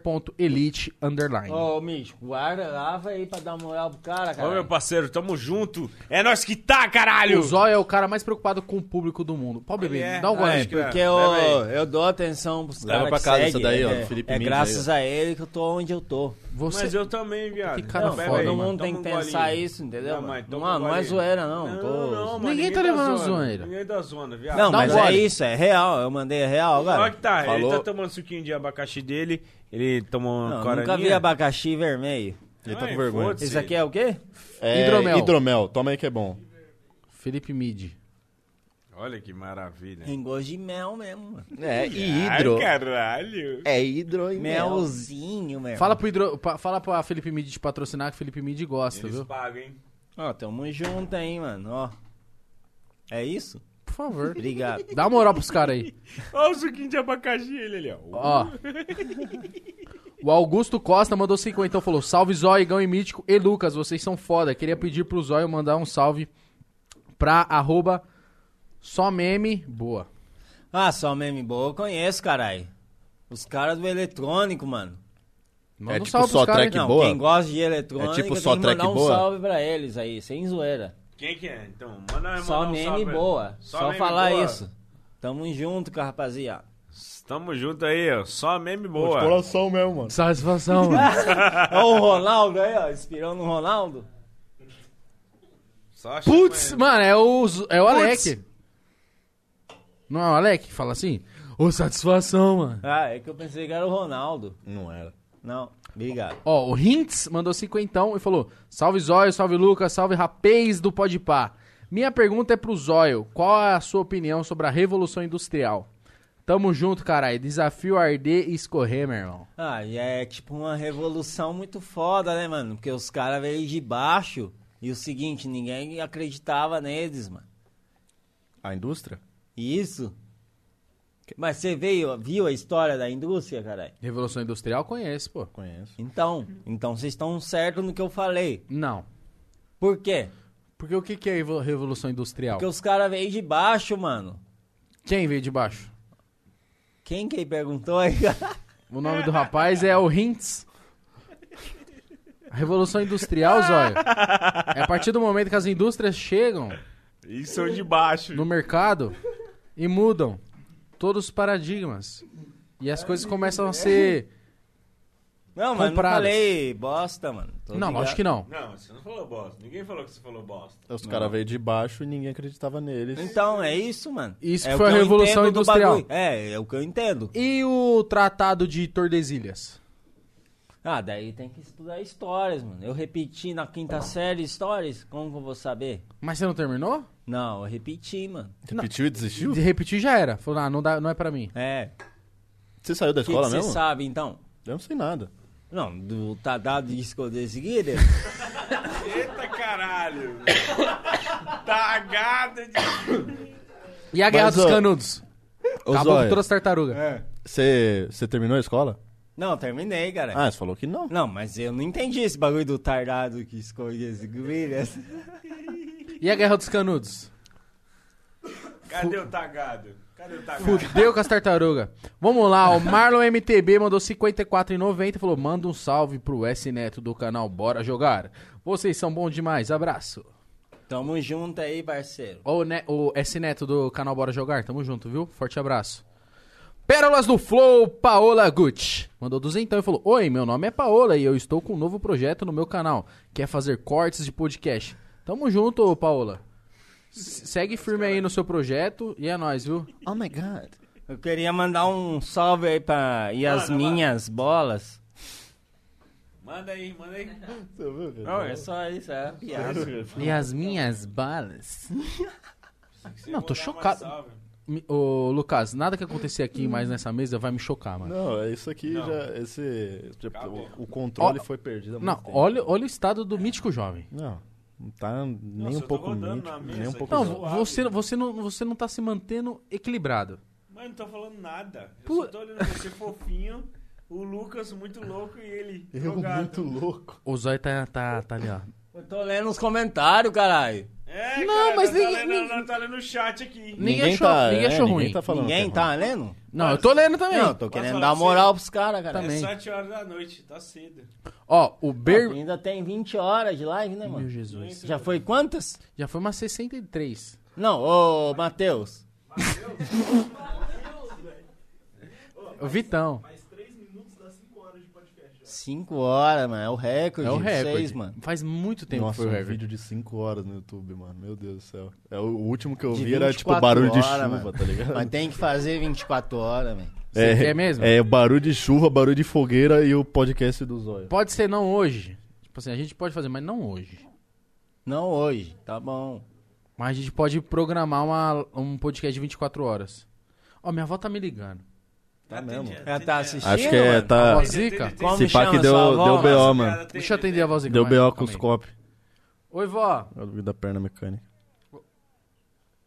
[SPEAKER 1] store.elite underline.
[SPEAKER 4] Ô, Mítico, guarda lá, vai aí pra dar moral pro cara,
[SPEAKER 2] Ô, meu
[SPEAKER 4] cara.
[SPEAKER 2] parceiro, tamo junto. É nós que tá, caralho.
[SPEAKER 1] O Zóio é o cara mais preocupado com o público do mundo. Pode beber,
[SPEAKER 2] Ele é.
[SPEAKER 1] dá um gole.
[SPEAKER 2] É,
[SPEAKER 1] Porque-
[SPEAKER 4] Porque
[SPEAKER 2] É,
[SPEAKER 4] eu,
[SPEAKER 2] leva
[SPEAKER 4] eu dou atenção pros
[SPEAKER 6] Leva
[SPEAKER 4] caras
[SPEAKER 6] pra
[SPEAKER 4] que
[SPEAKER 6] casa
[SPEAKER 4] seguem,
[SPEAKER 6] essa daí, ó,
[SPEAKER 4] é,
[SPEAKER 6] Felipe
[SPEAKER 4] É
[SPEAKER 6] Mendes
[SPEAKER 4] graças a ele que eu tô onde eu tô.
[SPEAKER 1] Você...
[SPEAKER 2] Mas eu também, viado.
[SPEAKER 1] Que cara
[SPEAKER 4] não,
[SPEAKER 1] foda,
[SPEAKER 2] bebe aí,
[SPEAKER 4] todo
[SPEAKER 1] mano.
[SPEAKER 4] mundo tem que
[SPEAKER 2] toma um
[SPEAKER 4] pensar
[SPEAKER 2] golinho.
[SPEAKER 4] isso, entendeu?
[SPEAKER 2] Não, mas
[SPEAKER 4] mano?
[SPEAKER 2] toma
[SPEAKER 4] não,
[SPEAKER 2] um
[SPEAKER 4] não é
[SPEAKER 2] golinho.
[SPEAKER 4] zoeira, não.
[SPEAKER 2] Não,
[SPEAKER 4] tô-
[SPEAKER 2] não, mano,
[SPEAKER 1] Ninguém tá levando zoeira.
[SPEAKER 2] Ninguém tá zoando, viado.
[SPEAKER 4] Não,
[SPEAKER 2] Dá um
[SPEAKER 4] mas
[SPEAKER 2] gole.
[SPEAKER 4] é isso, é real. Eu mandei é real
[SPEAKER 2] Olha
[SPEAKER 4] agora.
[SPEAKER 2] que tá, ele
[SPEAKER 6] Falou.
[SPEAKER 2] tá tomando suquinho de abacaxi dele, ele tomou
[SPEAKER 4] Não,
[SPEAKER 2] coraninha.
[SPEAKER 4] nunca vi abacaxi vermelho.
[SPEAKER 6] Ele tá
[SPEAKER 2] Ai,
[SPEAKER 6] com vergonha.
[SPEAKER 2] foda-se.
[SPEAKER 4] Isso aqui é o quê?
[SPEAKER 6] É,
[SPEAKER 1] Hidromel.
[SPEAKER 6] Hidromel, toma aí que é bom.
[SPEAKER 1] Felipe Mid.
[SPEAKER 2] Olha que maravilha.
[SPEAKER 4] Tem gosto de mel mesmo. mano.
[SPEAKER 5] É, e hidro.
[SPEAKER 2] Ai, caralho.
[SPEAKER 5] É hidro e mel.
[SPEAKER 4] Melzinho, meu.
[SPEAKER 1] Fala, pro hidro... pa- Fala pra Felipe Mid te patrocinar que Felipe Mid gosta,
[SPEAKER 2] Eles
[SPEAKER 1] viu?
[SPEAKER 2] pagam, hein?
[SPEAKER 4] Ó, tamo junto aí, mano, ó. É isso?
[SPEAKER 1] Por favor.
[SPEAKER 4] Obrigado.
[SPEAKER 1] Dá uma moral pros caras aí.
[SPEAKER 2] Olha o suquinho de abacaxi ele ali, ó.
[SPEAKER 1] Ó. O Augusto Costa mandou 50, então falou: Salve Zóio, Igão e Mítico e Lucas, vocês são foda. Queria pedir pro Zóio mandar um salve pra arroba só meme. Boa.
[SPEAKER 4] Ah, só meme boa eu conheço, caralho. Os caras do eletrônico, mano.
[SPEAKER 1] Manda um
[SPEAKER 6] tipo só
[SPEAKER 1] caras aí.
[SPEAKER 6] track- Que
[SPEAKER 4] não,
[SPEAKER 6] boa?
[SPEAKER 4] quem gosta de eletrônica
[SPEAKER 6] É tipo
[SPEAKER 4] tem
[SPEAKER 6] só
[SPEAKER 4] que
[SPEAKER 6] track
[SPEAKER 4] mandar um
[SPEAKER 6] boa?
[SPEAKER 4] salve pra eles aí, sem zoeira.
[SPEAKER 2] Quem que é? Então, manda mandar
[SPEAKER 4] só
[SPEAKER 2] um
[SPEAKER 4] meme
[SPEAKER 2] salve.
[SPEAKER 4] boa. Só,
[SPEAKER 2] meme
[SPEAKER 4] falar
[SPEAKER 2] boa.
[SPEAKER 4] isso. Tamo junto com a rapaziada.
[SPEAKER 2] Tamo junto aí, ó. Só
[SPEAKER 10] Pô,
[SPEAKER 2] meme
[SPEAKER 10] de
[SPEAKER 2] boa.
[SPEAKER 10] coração mesmo, mano.
[SPEAKER 1] Satisfação, mano.
[SPEAKER 4] Ó o Ronaldo aí, ó, inspirando no Ronaldo.
[SPEAKER 2] Só chama
[SPEAKER 1] <laughs> Putz,
[SPEAKER 2] ele.
[SPEAKER 1] mano, é o, é o Alec. Não é o Alec que fala assim? Ô, satisfação, mano.
[SPEAKER 4] Ah, é que eu pensei que era o Ronaldo.
[SPEAKER 6] Não era.
[SPEAKER 4] Não, obrigado.
[SPEAKER 1] Ó, o Hintz mandou cinquentão e falou: Salve Zóio, salve Lucas, salve rapaz do Podpá. Minha pergunta é pro Zóio: qual é a sua opinião sobre a Revolução Industrial? Tamo junto, caralho. Desafio arder e escorrer, meu irmão.
[SPEAKER 4] Ah, e é tipo uma revolução muito foda, né, mano? Porque os caras veio de baixo e o seguinte, ninguém acreditava neles, mano.
[SPEAKER 6] A indústria?
[SPEAKER 4] Isso. Mas você veio, viu a história da indústria, caralho?
[SPEAKER 1] Revolução Industrial conhece, pô.
[SPEAKER 6] Conheço.
[SPEAKER 4] Então, então vocês estão certos no que eu falei.
[SPEAKER 1] Não.
[SPEAKER 4] Por quê?
[SPEAKER 1] Porque o que, que é revo- Revolução Industrial?
[SPEAKER 4] Porque os caras veio de baixo, mano.
[SPEAKER 1] Quem veio de baixo?
[SPEAKER 4] Quem que aí perguntou aí? <laughs>
[SPEAKER 1] O nome do rapaz é o Hintz. A Revolução Industrial, Zóio. É a partir do momento que as indústrias chegam
[SPEAKER 2] Isso são de baixo.
[SPEAKER 1] no mercado e mudam todos os paradigmas. E as coisas começam a ser
[SPEAKER 4] Não, mano, não
[SPEAKER 1] Compradas.
[SPEAKER 4] falei bosta, mano. Tô
[SPEAKER 1] Não,
[SPEAKER 4] ligado.
[SPEAKER 1] lógico que não.
[SPEAKER 2] Não, você não falou bosta. Ninguém falou que você falou bosta.
[SPEAKER 6] Os caras veio de baixo e ninguém acreditava neles.
[SPEAKER 4] Então, é isso, mano.
[SPEAKER 1] Isso
[SPEAKER 4] é
[SPEAKER 1] que
[SPEAKER 4] o
[SPEAKER 1] foi a
[SPEAKER 4] eu
[SPEAKER 1] Revolução
[SPEAKER 4] entendo do
[SPEAKER 1] Industrial.
[SPEAKER 4] bagulho. É, é o que eu entendo.
[SPEAKER 1] E o Tratado de Tordesilhas?
[SPEAKER 4] Ah, daí tem que estudar histórias, mano. Eu repeti na quinta série histórias, como que eu vou saber?
[SPEAKER 1] Mas você não terminou?
[SPEAKER 4] Não, eu repeti, mano.
[SPEAKER 6] Repetiu e desistiu?
[SPEAKER 1] De repetir já era. Falou, ah, não, dá, não é pra mim.
[SPEAKER 4] É.
[SPEAKER 6] Você saiu da
[SPEAKER 4] O que
[SPEAKER 6] escola
[SPEAKER 4] que você
[SPEAKER 6] mesmo?
[SPEAKER 4] sabe, então?
[SPEAKER 6] Eu não sei nada.
[SPEAKER 4] Não, do Tadado de esconder
[SPEAKER 1] <laughs>
[SPEAKER 4] seguida.
[SPEAKER 2] Eita caralho! Tagada de.
[SPEAKER 1] E a Guerra
[SPEAKER 6] Mas,
[SPEAKER 1] dos
[SPEAKER 6] ô,
[SPEAKER 1] Canudos?
[SPEAKER 6] Ô,
[SPEAKER 1] Acabou com
[SPEAKER 6] Zóia, É.
[SPEAKER 1] todas as tartarugas.
[SPEAKER 6] você, você terminou a escola?
[SPEAKER 4] Não, terminei, cara.
[SPEAKER 6] Ah, você falou que não.
[SPEAKER 4] Não, mas eu não entendi esse bagulho do tardado que escolhe as grilhas.
[SPEAKER 1] E a Guerra dos Canudos?
[SPEAKER 2] Cadê o tagado? Cadê o tagado?
[SPEAKER 1] Fudeu com as tartarugas. Vamos lá, o Marlon MTB mandou 54,90 e falou: manda um salve pro S Neto do canal Bora Jogar. Vocês são bons demais, abraço.
[SPEAKER 4] <laughs> Tamo junto aí, parceiro.
[SPEAKER 1] Ô, ne o S Neto do canal Bora Jogar, tamo junto, viu? Forte abraço. Pérolas do Flow, Paola Gucci. Mandou duzentão e um, falou: Oi, meu nome é Paola e eu estou com um novo projeto no meu canal, que é fazer cortes de podcast. Tamo junto, ô, Paola. S- Segue firme aí no seu projeto e é nóis, viu?
[SPEAKER 5] Oh my god.
[SPEAKER 4] Eu queria mandar um salve aí pra e as minhas bolas.
[SPEAKER 2] Manda aí, manda aí.
[SPEAKER 4] Não, é só isso, é piada.
[SPEAKER 1] E as minhas balas.
[SPEAKER 2] Você
[SPEAKER 1] Não,
[SPEAKER 2] mandar
[SPEAKER 1] tô
[SPEAKER 2] uma
[SPEAKER 1] chocado.
[SPEAKER 2] salva.
[SPEAKER 1] Mi- Ô, Lucas, nada que acontecer aqui mais nessa mesa vai me chocar, mano.
[SPEAKER 6] Não, é isso aqui já. Esse, já- o, o controle foi perdido há muito
[SPEAKER 1] Não,
[SPEAKER 6] tempo.
[SPEAKER 1] olha, olha o estado do mítico jovem.
[SPEAKER 6] Não, não tá nem
[SPEAKER 2] Nossa, eu
[SPEAKER 6] um
[SPEAKER 2] tô
[SPEAKER 6] pouco
[SPEAKER 2] rodando
[SPEAKER 6] mítico,
[SPEAKER 2] na
[SPEAKER 6] nem
[SPEAKER 2] mesa
[SPEAKER 6] um
[SPEAKER 2] aqui.
[SPEAKER 6] pouco.
[SPEAKER 1] Não,
[SPEAKER 2] Pois é.
[SPEAKER 1] vo- você, você, não, você não tá se mantendo equilibrado.
[SPEAKER 2] Mas eu não tô falando nada. Eu
[SPEAKER 1] Pu-
[SPEAKER 2] só tô olhando você fofinho, o Lucas muito louco e ele
[SPEAKER 6] Eu
[SPEAKER 2] drogado.
[SPEAKER 6] muito louco.
[SPEAKER 1] O Zóio tá, tá, tá ali, ó.
[SPEAKER 4] Eu tô lendo os comentários, caralho.
[SPEAKER 2] É,
[SPEAKER 1] Não,
[SPEAKER 2] cara,
[SPEAKER 1] mas
[SPEAKER 2] tá
[SPEAKER 1] ninguém-
[SPEAKER 2] lendo-
[SPEAKER 1] ninguém-
[SPEAKER 2] tá lendo o chat aqui.
[SPEAKER 1] Ninguém, achou,
[SPEAKER 6] tá,
[SPEAKER 1] ninguém
[SPEAKER 6] é,
[SPEAKER 1] achou ruim.
[SPEAKER 6] Ninguém tá falando.
[SPEAKER 4] Ninguém
[SPEAKER 6] que é ruim.
[SPEAKER 4] tá lendo?
[SPEAKER 1] Não, eu tô lendo também.
[SPEAKER 4] Não, eu tô
[SPEAKER 2] Posso
[SPEAKER 4] querendo
[SPEAKER 2] falar
[SPEAKER 4] dar
[SPEAKER 2] pra você?
[SPEAKER 4] moral pros caras, cara.
[SPEAKER 1] Também.
[SPEAKER 2] É 7 horas da noite, tá cedo.
[SPEAKER 1] Ó, o
[SPEAKER 4] Ah,
[SPEAKER 1] Ber...
[SPEAKER 4] ainda tem 20 horas de live, né,
[SPEAKER 1] Meu
[SPEAKER 4] mano?
[SPEAKER 1] Jesus.
[SPEAKER 4] Já foi quantas?
[SPEAKER 1] Já foi uma 63.
[SPEAKER 4] Não, ô, Matheus.
[SPEAKER 1] O Vitão.
[SPEAKER 9] Mais 3 minutos dá 5 horas de podcast.
[SPEAKER 4] 5 horas, mano. É o recorde.
[SPEAKER 1] É o
[SPEAKER 4] de
[SPEAKER 1] recorde.
[SPEAKER 4] Vocês, mano.
[SPEAKER 1] Faz muito tempo
[SPEAKER 6] Nossa,
[SPEAKER 1] que foi o
[SPEAKER 6] um
[SPEAKER 1] recorde.
[SPEAKER 6] vídeo de 5 horas no YouTube, mano. Meu Deus do céu. É, o o último que eu
[SPEAKER 4] De
[SPEAKER 6] vi era tipo
[SPEAKER 4] 24
[SPEAKER 6] barulho de
[SPEAKER 4] horas,
[SPEAKER 6] chuva,
[SPEAKER 4] mano.
[SPEAKER 6] tá ligado?
[SPEAKER 4] Mas tem que fazer 24 horas, velho.
[SPEAKER 1] Você quer mesmo?
[SPEAKER 6] É, barulho de chuva, barulho de fogueira e o podcast do Zóio.
[SPEAKER 1] Pode ser não hoje. Tipo assim, a gente pode fazer, mas não hoje.
[SPEAKER 4] Não hoje, tá bom.
[SPEAKER 1] Mas a gente pode programar uma- um podcast de 24 horas. Ó, minha avó tá me ligando.
[SPEAKER 2] Tá
[SPEAKER 4] Ela tá assistindo,
[SPEAKER 6] Acho que é,
[SPEAKER 4] mano?
[SPEAKER 1] A
[SPEAKER 6] tá...
[SPEAKER 1] avó Zica?
[SPEAKER 4] Como
[SPEAKER 6] Se pá
[SPEAKER 4] chama
[SPEAKER 6] que deu,
[SPEAKER 4] sua avó?
[SPEAKER 6] deu BO, mano.
[SPEAKER 1] Deixa eu atender a voz Zica.
[SPEAKER 6] Deu
[SPEAKER 1] vai,
[SPEAKER 6] BO
[SPEAKER 1] calma
[SPEAKER 6] com os
[SPEAKER 1] aí.
[SPEAKER 6] copos.
[SPEAKER 1] Oi, vó.
[SPEAKER 6] da perna mecânica.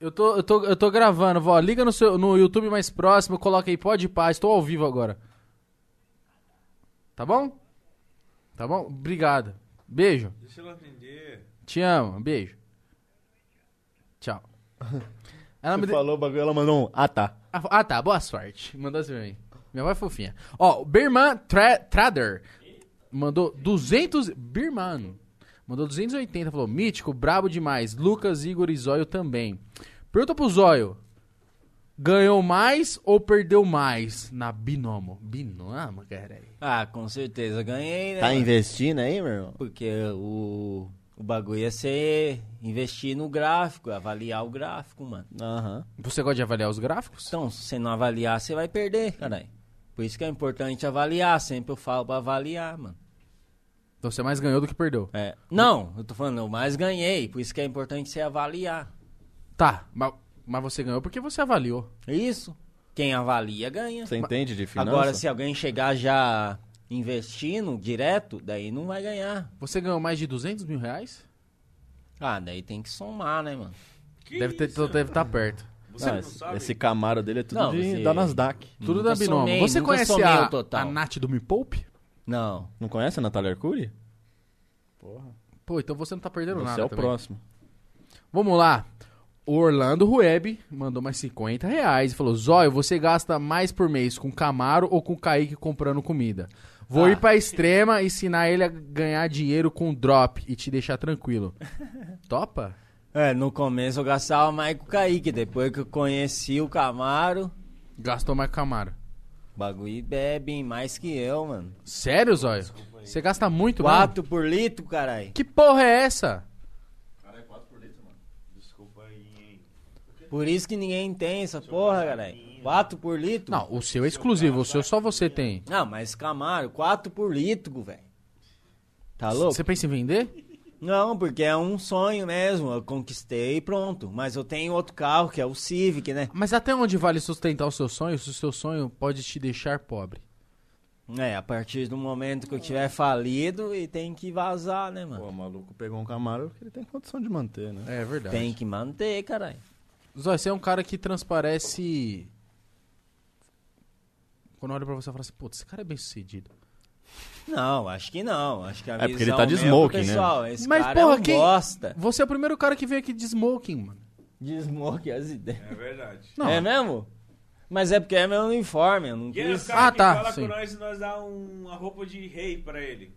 [SPEAKER 1] Eu tô, eu tô, eu tô gravando, vó. Liga no, seu, no YouTube mais próximo, coloca aí, pode pá, estou ao vivo agora. Tá bom? Tá bom? Obrigado. Beijo.
[SPEAKER 2] Deixa eu atender.
[SPEAKER 1] Te amo. Beijo. Tchau. Ela me
[SPEAKER 6] Você
[SPEAKER 1] de...
[SPEAKER 6] falou o bagulho, ela mandou um... Ah, tá.
[SPEAKER 1] Ah, tá. Boa sorte. Mandou assim pra mim. Minha avó é fofinha. Ó, Birman Tra Trader mandou 200... Birman. Mandou 280. Falou, mítico, brabo demais. Lucas, Igor e Zóio também. Pergunta pro Zóio. Ganhou mais ou perdeu mais na Binomo? Binomo, cara.
[SPEAKER 4] Ah, com certeza ganhei, né?
[SPEAKER 5] Tá
[SPEAKER 6] É.
[SPEAKER 4] mano?
[SPEAKER 5] investindo aí, meu irmão?
[SPEAKER 4] Porque o, o bagulho ia ser investir no gráfico, avaliar o gráfico, mano.
[SPEAKER 5] Aham.
[SPEAKER 1] Você gosta de avaliar os gráficos?
[SPEAKER 4] Então, se você não avaliar, você vai perder, caralho. Por isso que é importante avaliar, sempre eu falo pra avaliar, mano.
[SPEAKER 1] Então você mais ganhou do que perdeu.
[SPEAKER 4] É. Não, eu tô falando, eu mais ganhei, por isso que é importante você avaliar.
[SPEAKER 1] Tá, mas, mas você ganhou porque você avaliou.
[SPEAKER 4] É Isso. Quem avalia ganha.
[SPEAKER 6] Você entende de finança?
[SPEAKER 4] Agora, se alguém chegar já investindo direto, daí não vai ganhar.
[SPEAKER 1] Você ganhou mais de 200 mil reais?
[SPEAKER 4] Ah, daí tem que somar, né, mano?
[SPEAKER 1] deve ter, então deve estar perto.
[SPEAKER 2] Você não,
[SPEAKER 6] Ah, esse,
[SPEAKER 2] sabe?
[SPEAKER 6] esse Camaro dele é tudo
[SPEAKER 4] Não,
[SPEAKER 6] de,
[SPEAKER 4] você-
[SPEAKER 6] da Nasdaq.
[SPEAKER 1] Tudo
[SPEAKER 4] Nunca
[SPEAKER 1] da Binomo.
[SPEAKER 4] somei,
[SPEAKER 1] Você
[SPEAKER 4] nunca
[SPEAKER 1] conhece
[SPEAKER 4] somei
[SPEAKER 1] a,
[SPEAKER 4] o total.
[SPEAKER 1] a Nath do Me Poupe?
[SPEAKER 4] Não.
[SPEAKER 6] Não conhece a Natália Arcuri?
[SPEAKER 1] Pô, então você não tá perdendo
[SPEAKER 6] Você
[SPEAKER 1] nada
[SPEAKER 6] é o
[SPEAKER 1] também.
[SPEAKER 6] próximo.
[SPEAKER 1] Vamos lá. O Orlando Rueb mandou mais 50 reais e falou: Zóio, você gasta mais por mês com Camaro ou com Kaique comprando comida? Vou
[SPEAKER 4] Ah.
[SPEAKER 1] ir pra extrema e ensinar ele a ganhar dinheiro com drop e te deixar tranquilo. Topa?
[SPEAKER 4] É, no começo eu gastava mais com o Kaique, depois que eu conheci o Camaro,
[SPEAKER 1] Gastou mais com Camaro.
[SPEAKER 4] Bagulho e bebem mais que eu, mano.
[SPEAKER 1] Sério, Zóio? Você gasta muito, mano?
[SPEAKER 4] Quatro por litro, caralho.
[SPEAKER 1] Que porra é essa?
[SPEAKER 4] Por isso que ninguém tem essa porra, caralho. Quatro por litro?
[SPEAKER 1] Não, o seu é exclusivo, o seu só você tem.
[SPEAKER 4] Não, mas Camaro, quatro por litro, velho. Tá louco?
[SPEAKER 1] Você pensa em vender?
[SPEAKER 4] Não, porque é um sonho mesmo. Eu conquistei e pronto. Mas eu tenho outro carro, que é o Civic, né?
[SPEAKER 1] Mas até onde vale sustentar o seu sonho se o seu sonho pode te deixar pobre?
[SPEAKER 4] É, a partir do momento que eu tiver falido e tem que vazar, né, mano?
[SPEAKER 6] Pô, o maluco pegou um Camaro que ele tem condição de manter, né?
[SPEAKER 1] É verdade.
[SPEAKER 4] Tem que manter, caralho.
[SPEAKER 1] Zóio, você é um cara que transparece. Quando eu olho pra você, eu falo assim: putz, esse cara é bem sucedido.
[SPEAKER 4] Não, acho que não. Acho que a
[SPEAKER 6] É, porque ele
[SPEAKER 4] visão
[SPEAKER 6] tá de
[SPEAKER 4] mesmo,
[SPEAKER 6] smoking, né?
[SPEAKER 4] pessoal, Esse
[SPEAKER 1] Mas,
[SPEAKER 4] cara
[SPEAKER 1] porra,
[SPEAKER 4] é um
[SPEAKER 1] quem-
[SPEAKER 4] bosta.
[SPEAKER 1] Você é o primeiro cara que vem aqui de smoking, mano.
[SPEAKER 4] De smoking, as ideias.
[SPEAKER 2] É verdade.
[SPEAKER 1] Não.
[SPEAKER 4] É mesmo? Mas é porque é meu uniforme, eu não
[SPEAKER 2] E é o
[SPEAKER 4] quis.
[SPEAKER 2] cara
[SPEAKER 1] Ah,
[SPEAKER 2] que
[SPEAKER 1] tá,
[SPEAKER 2] fala
[SPEAKER 1] sim.
[SPEAKER 2] com nós e nós dá um- uma roupa de rei pra ele.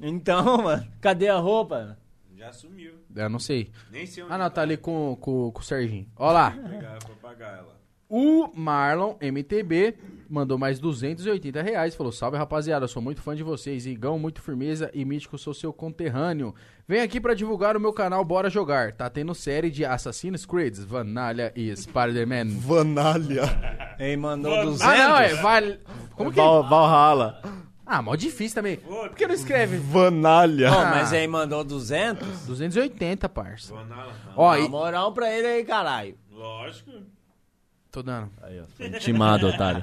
[SPEAKER 4] Então, <laughs> mano, cadê a roupa?
[SPEAKER 2] Já sumiu.
[SPEAKER 1] Eu não sei.
[SPEAKER 2] Nem sei onde
[SPEAKER 1] Ah, não, tá
[SPEAKER 2] tá.
[SPEAKER 1] ali com, com, com o Serginho. Ó lá.
[SPEAKER 2] Vou pegar pra pagar ela.
[SPEAKER 1] O Marlon MTB mandou mais 280 reais. Falou: Salve rapaziada, eu sou muito fã de vocês. Igão, muito firmeza e mítico, sou seu conterrâneo. Vem aqui pra divulgar o meu canal Bora Jogar. Tá tendo série de Assassin's Creed, Vanalha e Spider-Man.
[SPEAKER 10] Vanalha.
[SPEAKER 4] Ele mandou
[SPEAKER 2] Mano.
[SPEAKER 4] 200.
[SPEAKER 1] Ah, não, é. Val... Como que.
[SPEAKER 6] Val- Valhalla.
[SPEAKER 1] Ah, mó difícil também.
[SPEAKER 2] Ô,
[SPEAKER 1] Por que não escreve?
[SPEAKER 10] Vanalha.
[SPEAKER 4] Pô, mas ele mandou 200?
[SPEAKER 1] 280, parça.
[SPEAKER 2] Vanala, não.
[SPEAKER 1] Ó,
[SPEAKER 4] Dá
[SPEAKER 1] e...
[SPEAKER 4] moral pra ele aí, caralho.
[SPEAKER 2] Lógico. <laughs>
[SPEAKER 1] tô dando.
[SPEAKER 6] Aí, ó. foi Intimado, otário.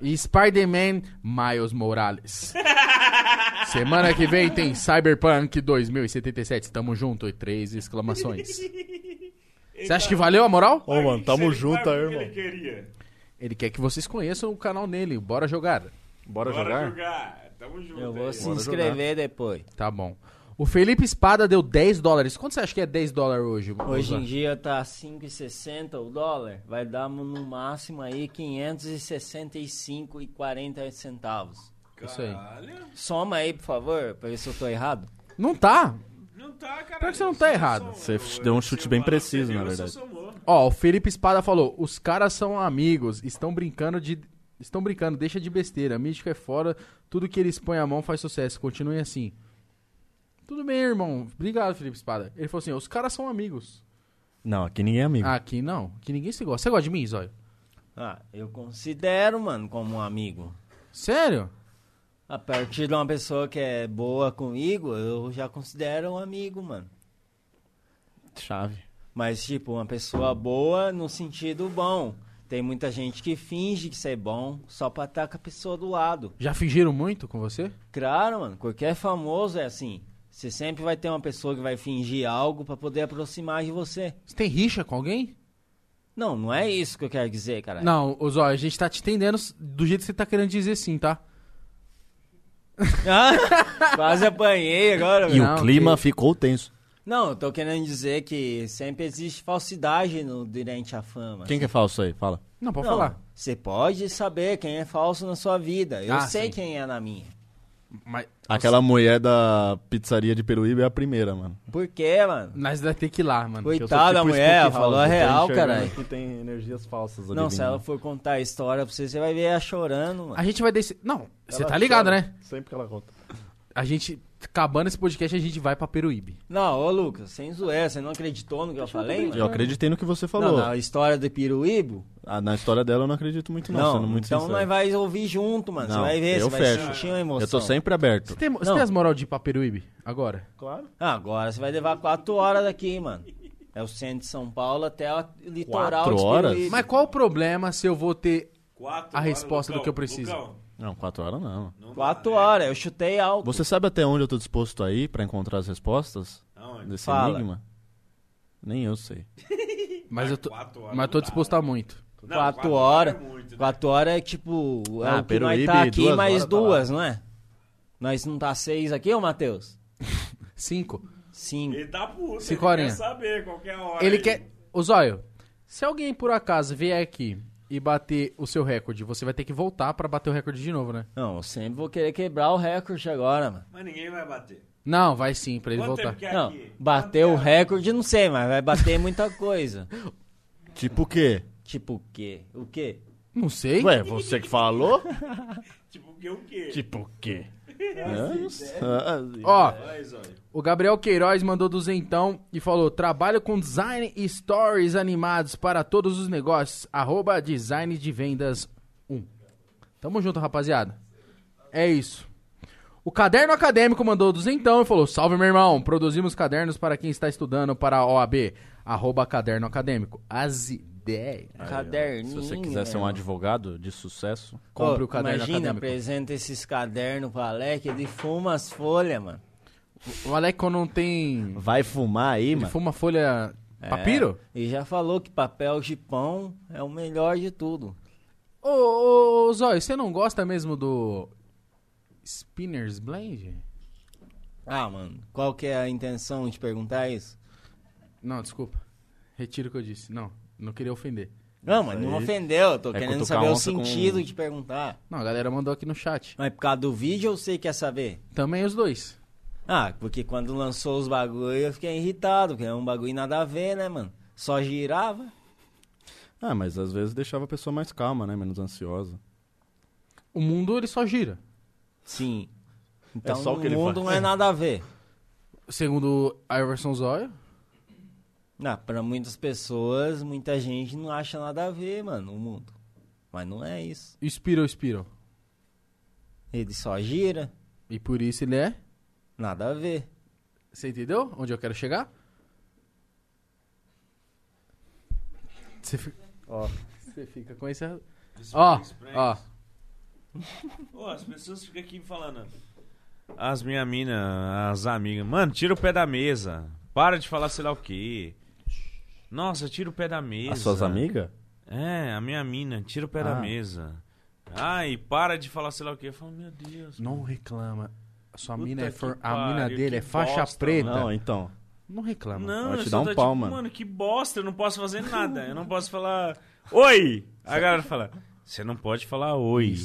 [SPEAKER 1] E Spider-Man Miles Morales. Semana que vem tem Cyberpunk 2077. Tamo junto. E três exclamações. Você acha que valeu a moral?
[SPEAKER 10] Ô, mano, tamo
[SPEAKER 2] Ele
[SPEAKER 10] junto aí,
[SPEAKER 2] sabe o que
[SPEAKER 10] irmão.
[SPEAKER 2] Ele queria.
[SPEAKER 1] Ele quer que vocês conheçam o canal dele. Bora jogar.
[SPEAKER 2] Bora
[SPEAKER 6] Bora,
[SPEAKER 2] jogar?
[SPEAKER 6] jogar?
[SPEAKER 2] Tamo junto.
[SPEAKER 4] Eu
[SPEAKER 2] aí.
[SPEAKER 4] vou se inscrever depois.
[SPEAKER 1] Tá bom. O Felipe Espada deu 10 dólares. Quanto você acha que é 10 dólares hoje?
[SPEAKER 4] Hoje
[SPEAKER 1] Usa.
[SPEAKER 4] em dia tá 5,60 o dólar. Vai dar no máximo aí 565,40 centavos.
[SPEAKER 1] Isso aí.
[SPEAKER 2] Caralho.
[SPEAKER 4] Soma aí, por favor, pra ver se eu tô errado.
[SPEAKER 1] Não tá?
[SPEAKER 2] Não tá, cara.
[SPEAKER 1] Pior que você não tá errado.
[SPEAKER 6] Você deu um chute bem preciso, na verdade.
[SPEAKER 1] Ó, o Felipe Espada falou: os caras são amigos, estão brincando de. Estão brincando, deixa de besteira. Mítico é fora, tudo que eles põem a mão faz sucesso. Continuem assim. Tudo bem, irmão. Obrigado, Felipe Espada. Ele falou assim: os caras são amigos.
[SPEAKER 6] Não, aqui ninguém é amigo.
[SPEAKER 1] Aqui não, que ninguém se gosta. Você gosta de mim, Zóio?
[SPEAKER 4] Ah, eu considero, mano, como um amigo.
[SPEAKER 1] Sério?
[SPEAKER 4] A partir de uma pessoa que é boa comigo, eu já considero um amigo, mano.
[SPEAKER 6] Chave.
[SPEAKER 4] Mas, tipo, uma pessoa boa no sentido bom. Tem muita gente que finge que ser bom só pra estar com a pessoa do lado.
[SPEAKER 1] Já fingiram muito com você?
[SPEAKER 4] Claro, mano, qualquer famoso é assim. Você sempre vai ter uma pessoa que vai fingir algo pra poder aproximar de você.
[SPEAKER 1] Você tem rixa com alguém?
[SPEAKER 4] Não, não é isso que eu quero dizer, cara.
[SPEAKER 1] Não, ô, Zóio, a gente tá te entendendo do jeito que você tá querendo dizer sim, tá?
[SPEAKER 4] <laughs> Quase apanhei agora,
[SPEAKER 6] E
[SPEAKER 4] velho.
[SPEAKER 1] Não,
[SPEAKER 6] o clima ficou tenso.
[SPEAKER 4] Não, eu tô querendo dizer que sempre existe falsidade no durante a fama.
[SPEAKER 6] Quem que é falso aí? Fala.
[SPEAKER 1] Não, pode
[SPEAKER 4] Não,
[SPEAKER 1] falar.
[SPEAKER 4] Você pode saber quem é falso na sua vida. Eu
[SPEAKER 1] Ah,
[SPEAKER 4] sei
[SPEAKER 1] sim.
[SPEAKER 4] quem é na minha.
[SPEAKER 1] Mas
[SPEAKER 6] Aquela mulher da pizzaria de Peruíbe é a primeira, mano.
[SPEAKER 4] Por quê, mano?
[SPEAKER 1] nós vai ter que tipo ir lá, mano.
[SPEAKER 4] Coitada da mulher, falou a real, caralho.
[SPEAKER 6] Que tem energias falsas
[SPEAKER 4] Não, se ela for contar a história pra você, você vai ver ela chorando, mano.
[SPEAKER 1] A gente vai descer. Não, você tá ligado, né?
[SPEAKER 10] Sempre que ela conta.
[SPEAKER 1] A gente, acabando esse podcast, a gente vai pra Peruíbe.
[SPEAKER 4] Não, ô Lucas, sem zoeira, você não acreditou no que eu falei, mano?
[SPEAKER 6] Eu acreditei no que você falou.
[SPEAKER 4] Não, na história do Piruíbo?
[SPEAKER 6] Ah, Na história dela eu não acredito muito, não, sendo muito
[SPEAKER 4] então
[SPEAKER 6] sincero.
[SPEAKER 4] nós vai ouvir junto, mano. Você
[SPEAKER 6] Não,
[SPEAKER 4] vai ver,
[SPEAKER 6] eu
[SPEAKER 4] você vai
[SPEAKER 6] fecho.
[SPEAKER 4] sentir uma emoção.
[SPEAKER 6] Eu tô sempre aberto.
[SPEAKER 1] Você tem, você
[SPEAKER 4] Não.
[SPEAKER 1] tem as moral de ir pra Peruíbe agora?
[SPEAKER 4] Ah, agora você vai levar quatro horas daqui, mano. É o centro de São Paulo até o litoral
[SPEAKER 6] Quatro
[SPEAKER 4] de
[SPEAKER 6] horas?
[SPEAKER 4] Piruíbe.
[SPEAKER 2] assim?
[SPEAKER 1] Mas qual o problema se eu vou ter.
[SPEAKER 2] Quatro
[SPEAKER 1] A
[SPEAKER 2] horas,
[SPEAKER 1] resposta do
[SPEAKER 2] Lucão,
[SPEAKER 1] que eu preciso.
[SPEAKER 2] Lucão,
[SPEAKER 6] Não, quatro horas não.
[SPEAKER 2] não dá,
[SPEAKER 4] Quatro
[SPEAKER 2] né?
[SPEAKER 4] horas, eu chutei alto.
[SPEAKER 6] Você sabe até onde eu tô disposto a ir pra encontrar as respostas
[SPEAKER 2] Aonde?
[SPEAKER 6] desse
[SPEAKER 4] Fala.
[SPEAKER 6] enigma? Nem eu sei.
[SPEAKER 1] Mas eu tô,
[SPEAKER 2] Quatro horas
[SPEAKER 1] mas eu tô
[SPEAKER 2] não dá,
[SPEAKER 1] disposto a muito.
[SPEAKER 2] Não,
[SPEAKER 4] quatro,
[SPEAKER 2] quatro
[SPEAKER 4] horas.
[SPEAKER 2] horas é muito, né?
[SPEAKER 4] Quatro horas é tipo. É
[SPEAKER 6] Ah,
[SPEAKER 4] o que nós
[SPEAKER 6] Peruíbe,
[SPEAKER 4] tá aqui,
[SPEAKER 6] duas
[SPEAKER 4] mais
[SPEAKER 6] horas pra lá.
[SPEAKER 4] duas, não é? Nós não tá seis aqui, ô Matheus?
[SPEAKER 1] Cinco.
[SPEAKER 4] Cinco.
[SPEAKER 2] Ele tá puto.
[SPEAKER 1] Cinco
[SPEAKER 2] ele
[SPEAKER 1] horinha.
[SPEAKER 2] quer saber qualquer hora.
[SPEAKER 1] Ele quer. Ô, Zóio, se alguém por acaso vier aqui e bater o seu recorde, você vai ter que voltar pra bater o recorde de novo, né?
[SPEAKER 4] Não, eu sempre vou querer quebrar o recorde agora, mano.
[SPEAKER 2] Mas ninguém vai bater.
[SPEAKER 1] Não, vai sim, pra ele
[SPEAKER 2] Quanto
[SPEAKER 1] voltar.
[SPEAKER 2] tempo que é
[SPEAKER 4] Não,
[SPEAKER 2] aqui?
[SPEAKER 4] bater o
[SPEAKER 2] Quanto é?
[SPEAKER 4] recorde, não sei, mas vai bater muita coisa. <laughs>
[SPEAKER 6] Tipo o quê?
[SPEAKER 4] Tipo o quê? O quê?
[SPEAKER 2] é?
[SPEAKER 1] Não sei.
[SPEAKER 5] Ué, você que falou?
[SPEAKER 2] Tipo, que o quê?
[SPEAKER 5] tipo o quê?
[SPEAKER 1] Ó, o Gabriel Queiroz mandou duzentão e falou: trabalho com design e stories animados para todos os negócios. Arroba design de vendas 1. Tamo junto, rapaziada. É isso. O Caderno Acadêmico mandou duzentão e falou: Salve, meu irmão. Produzimos cadernos para quem está estudando para a OAB. Arroba Caderno Acadêmico. As ideias.
[SPEAKER 4] Caderninho.
[SPEAKER 5] Se você quiser ser um advogado de sucesso,
[SPEAKER 1] Compre
[SPEAKER 4] Ô,
[SPEAKER 1] o caderno
[SPEAKER 4] Imagina,
[SPEAKER 1] acadêmico.
[SPEAKER 4] apresenta esses cadernos pro Alec, ele fuma as folhas, mano.
[SPEAKER 1] O Alec, quando não tem. É.
[SPEAKER 5] vai fumar aí,
[SPEAKER 1] Ele
[SPEAKER 5] mano.
[SPEAKER 1] fuma folha.
[SPEAKER 5] É.
[SPEAKER 1] Papiro?
[SPEAKER 4] E já falou que papel chipão é o melhor de tudo.
[SPEAKER 1] Ô, ô, ô, Zóio, você não gosta mesmo do. Spinner's Blend?
[SPEAKER 4] Ah, mano, qual que é a intenção de perguntar isso?
[SPEAKER 1] Não, desculpa. Retiro o que eu disse. Não, não queria ofender.
[SPEAKER 4] Não, mas não ofendeu, eu tô
[SPEAKER 5] É
[SPEAKER 4] querendo
[SPEAKER 5] cutucar
[SPEAKER 4] saber o
[SPEAKER 5] onça com-
[SPEAKER 4] sentido de perguntar.
[SPEAKER 1] Não, a galera mandou aqui no chat.
[SPEAKER 4] Mas por causa do vídeo eu sei que quer saber.
[SPEAKER 1] Também os dois.
[SPEAKER 4] Ah, porque quando lançou os bagulho eu fiquei irritado, porque é um bagulho nada a ver, né, mano? Só girava.
[SPEAKER 6] Ah, mas às vezes deixava a pessoa mais calma, né? Menos ansiosa.
[SPEAKER 1] O mundo, ele só gira.
[SPEAKER 4] Sim. Então
[SPEAKER 5] só o
[SPEAKER 4] o,
[SPEAKER 5] que ele
[SPEAKER 4] mundo
[SPEAKER 5] faz.
[SPEAKER 4] não é nada a ver.
[SPEAKER 1] Segundo Iverson Zóio,
[SPEAKER 4] Não, Ah, pra muitas pessoas, muita gente não acha nada a ver, mano, o mundo. Mas não é isso.
[SPEAKER 1] Spiro Spiro.
[SPEAKER 4] Ele só gira,
[SPEAKER 1] E por isso ele é...
[SPEAKER 4] nada a ver.
[SPEAKER 1] Você entendeu onde eu quero chegar? Você fica... Ó, você fica com esse... Ó, ó.
[SPEAKER 2] Ô, as pessoas ficam aqui falando. As minha mina, as amigas. Mano, tira o pé da mesa. Para de falar sei lá o quê. Nossa, tira o pé da mesa.
[SPEAKER 6] As suas amigas?
[SPEAKER 2] É, a minha mina, tira o pé da
[SPEAKER 6] Ah.
[SPEAKER 2] mesa. Ai, para de falar sei lá o quê. Eu falo, meu Deus.
[SPEAKER 1] Não reclama. A sua
[SPEAKER 2] Puta
[SPEAKER 1] mina é
[SPEAKER 2] que
[SPEAKER 1] for- a
[SPEAKER 2] pariu,
[SPEAKER 1] mina dele é
[SPEAKER 2] que
[SPEAKER 1] faixa
[SPEAKER 2] bosta,
[SPEAKER 1] preta.
[SPEAKER 6] Não, então.
[SPEAKER 1] Não reclama.
[SPEAKER 2] Não,
[SPEAKER 6] Vai
[SPEAKER 2] eu
[SPEAKER 6] te
[SPEAKER 2] só
[SPEAKER 6] dar
[SPEAKER 2] tô
[SPEAKER 6] um pau,
[SPEAKER 2] tipo,
[SPEAKER 6] mano.
[SPEAKER 2] mano, que bosta, eu não posso fazer nada. Eu não posso falar oi. A galera fala, você não pode falar oi.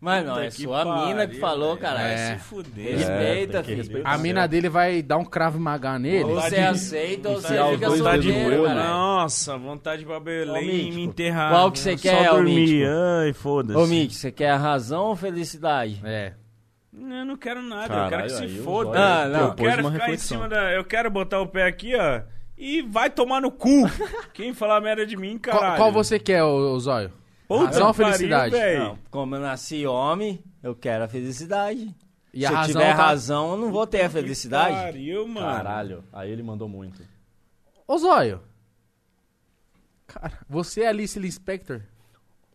[SPEAKER 4] Mas não,
[SPEAKER 2] Puta
[SPEAKER 4] é
[SPEAKER 2] que
[SPEAKER 4] sua mina que
[SPEAKER 2] pariu,
[SPEAKER 4] falou,
[SPEAKER 2] velho.
[SPEAKER 4] cara.
[SPEAKER 2] Vai
[SPEAKER 1] É.
[SPEAKER 2] se fuder.
[SPEAKER 4] Respeita,
[SPEAKER 6] tem que
[SPEAKER 4] filho.
[SPEAKER 2] tá
[SPEAKER 6] respeitar.
[SPEAKER 1] A mina dele vai dar um cravo magá nele.
[SPEAKER 4] Ou você
[SPEAKER 2] Vontade-
[SPEAKER 4] aceita ou
[SPEAKER 2] Vontade
[SPEAKER 4] você
[SPEAKER 2] de-
[SPEAKER 4] fica
[SPEAKER 2] vontade de
[SPEAKER 4] solteiro,
[SPEAKER 2] rola.
[SPEAKER 4] cara.
[SPEAKER 2] Nossa, vontade de
[SPEAKER 4] Ô,
[SPEAKER 2] babelém e
[SPEAKER 4] Mítico,
[SPEAKER 2] me enterrar.
[SPEAKER 4] qual que você
[SPEAKER 2] Eu
[SPEAKER 4] quer,
[SPEAKER 2] Só
[SPEAKER 4] ô,
[SPEAKER 2] dormir.
[SPEAKER 4] Mítico?
[SPEAKER 2] Ai, foda-se.
[SPEAKER 4] Ô, Mick, você quer a razão ou felicidade?
[SPEAKER 1] É.
[SPEAKER 2] Eu não quero nada, eu
[SPEAKER 6] Caralho,
[SPEAKER 2] quero que se
[SPEAKER 6] aí o
[SPEAKER 2] foda.
[SPEAKER 6] Zóio
[SPEAKER 4] Ah, não.
[SPEAKER 2] Eu
[SPEAKER 6] propôs
[SPEAKER 2] quero
[SPEAKER 6] uma
[SPEAKER 2] ficar em
[SPEAKER 6] reflexão.
[SPEAKER 2] cima da... Eu quero botar o pé aqui, ó, e vai tomar no
[SPEAKER 4] <laughs>
[SPEAKER 2] cu. Quem falar merda de mim,
[SPEAKER 1] Qual-
[SPEAKER 2] caralho.
[SPEAKER 1] Qual, você quer, ô, ô Zóio?
[SPEAKER 2] Puta
[SPEAKER 1] razão ou
[SPEAKER 2] que pariu,
[SPEAKER 1] felicidade?
[SPEAKER 2] velho.
[SPEAKER 4] Não, como eu nasci homem, eu quero a felicidade.
[SPEAKER 1] E tá-
[SPEAKER 4] Se eu tiver razão, tá- eu não vou ter a felicidade.
[SPEAKER 2] Pariu, mano.
[SPEAKER 6] Caralho. Aí ele mandou muito.
[SPEAKER 1] Ô, Zóio. Cara, você é Alice Lispector?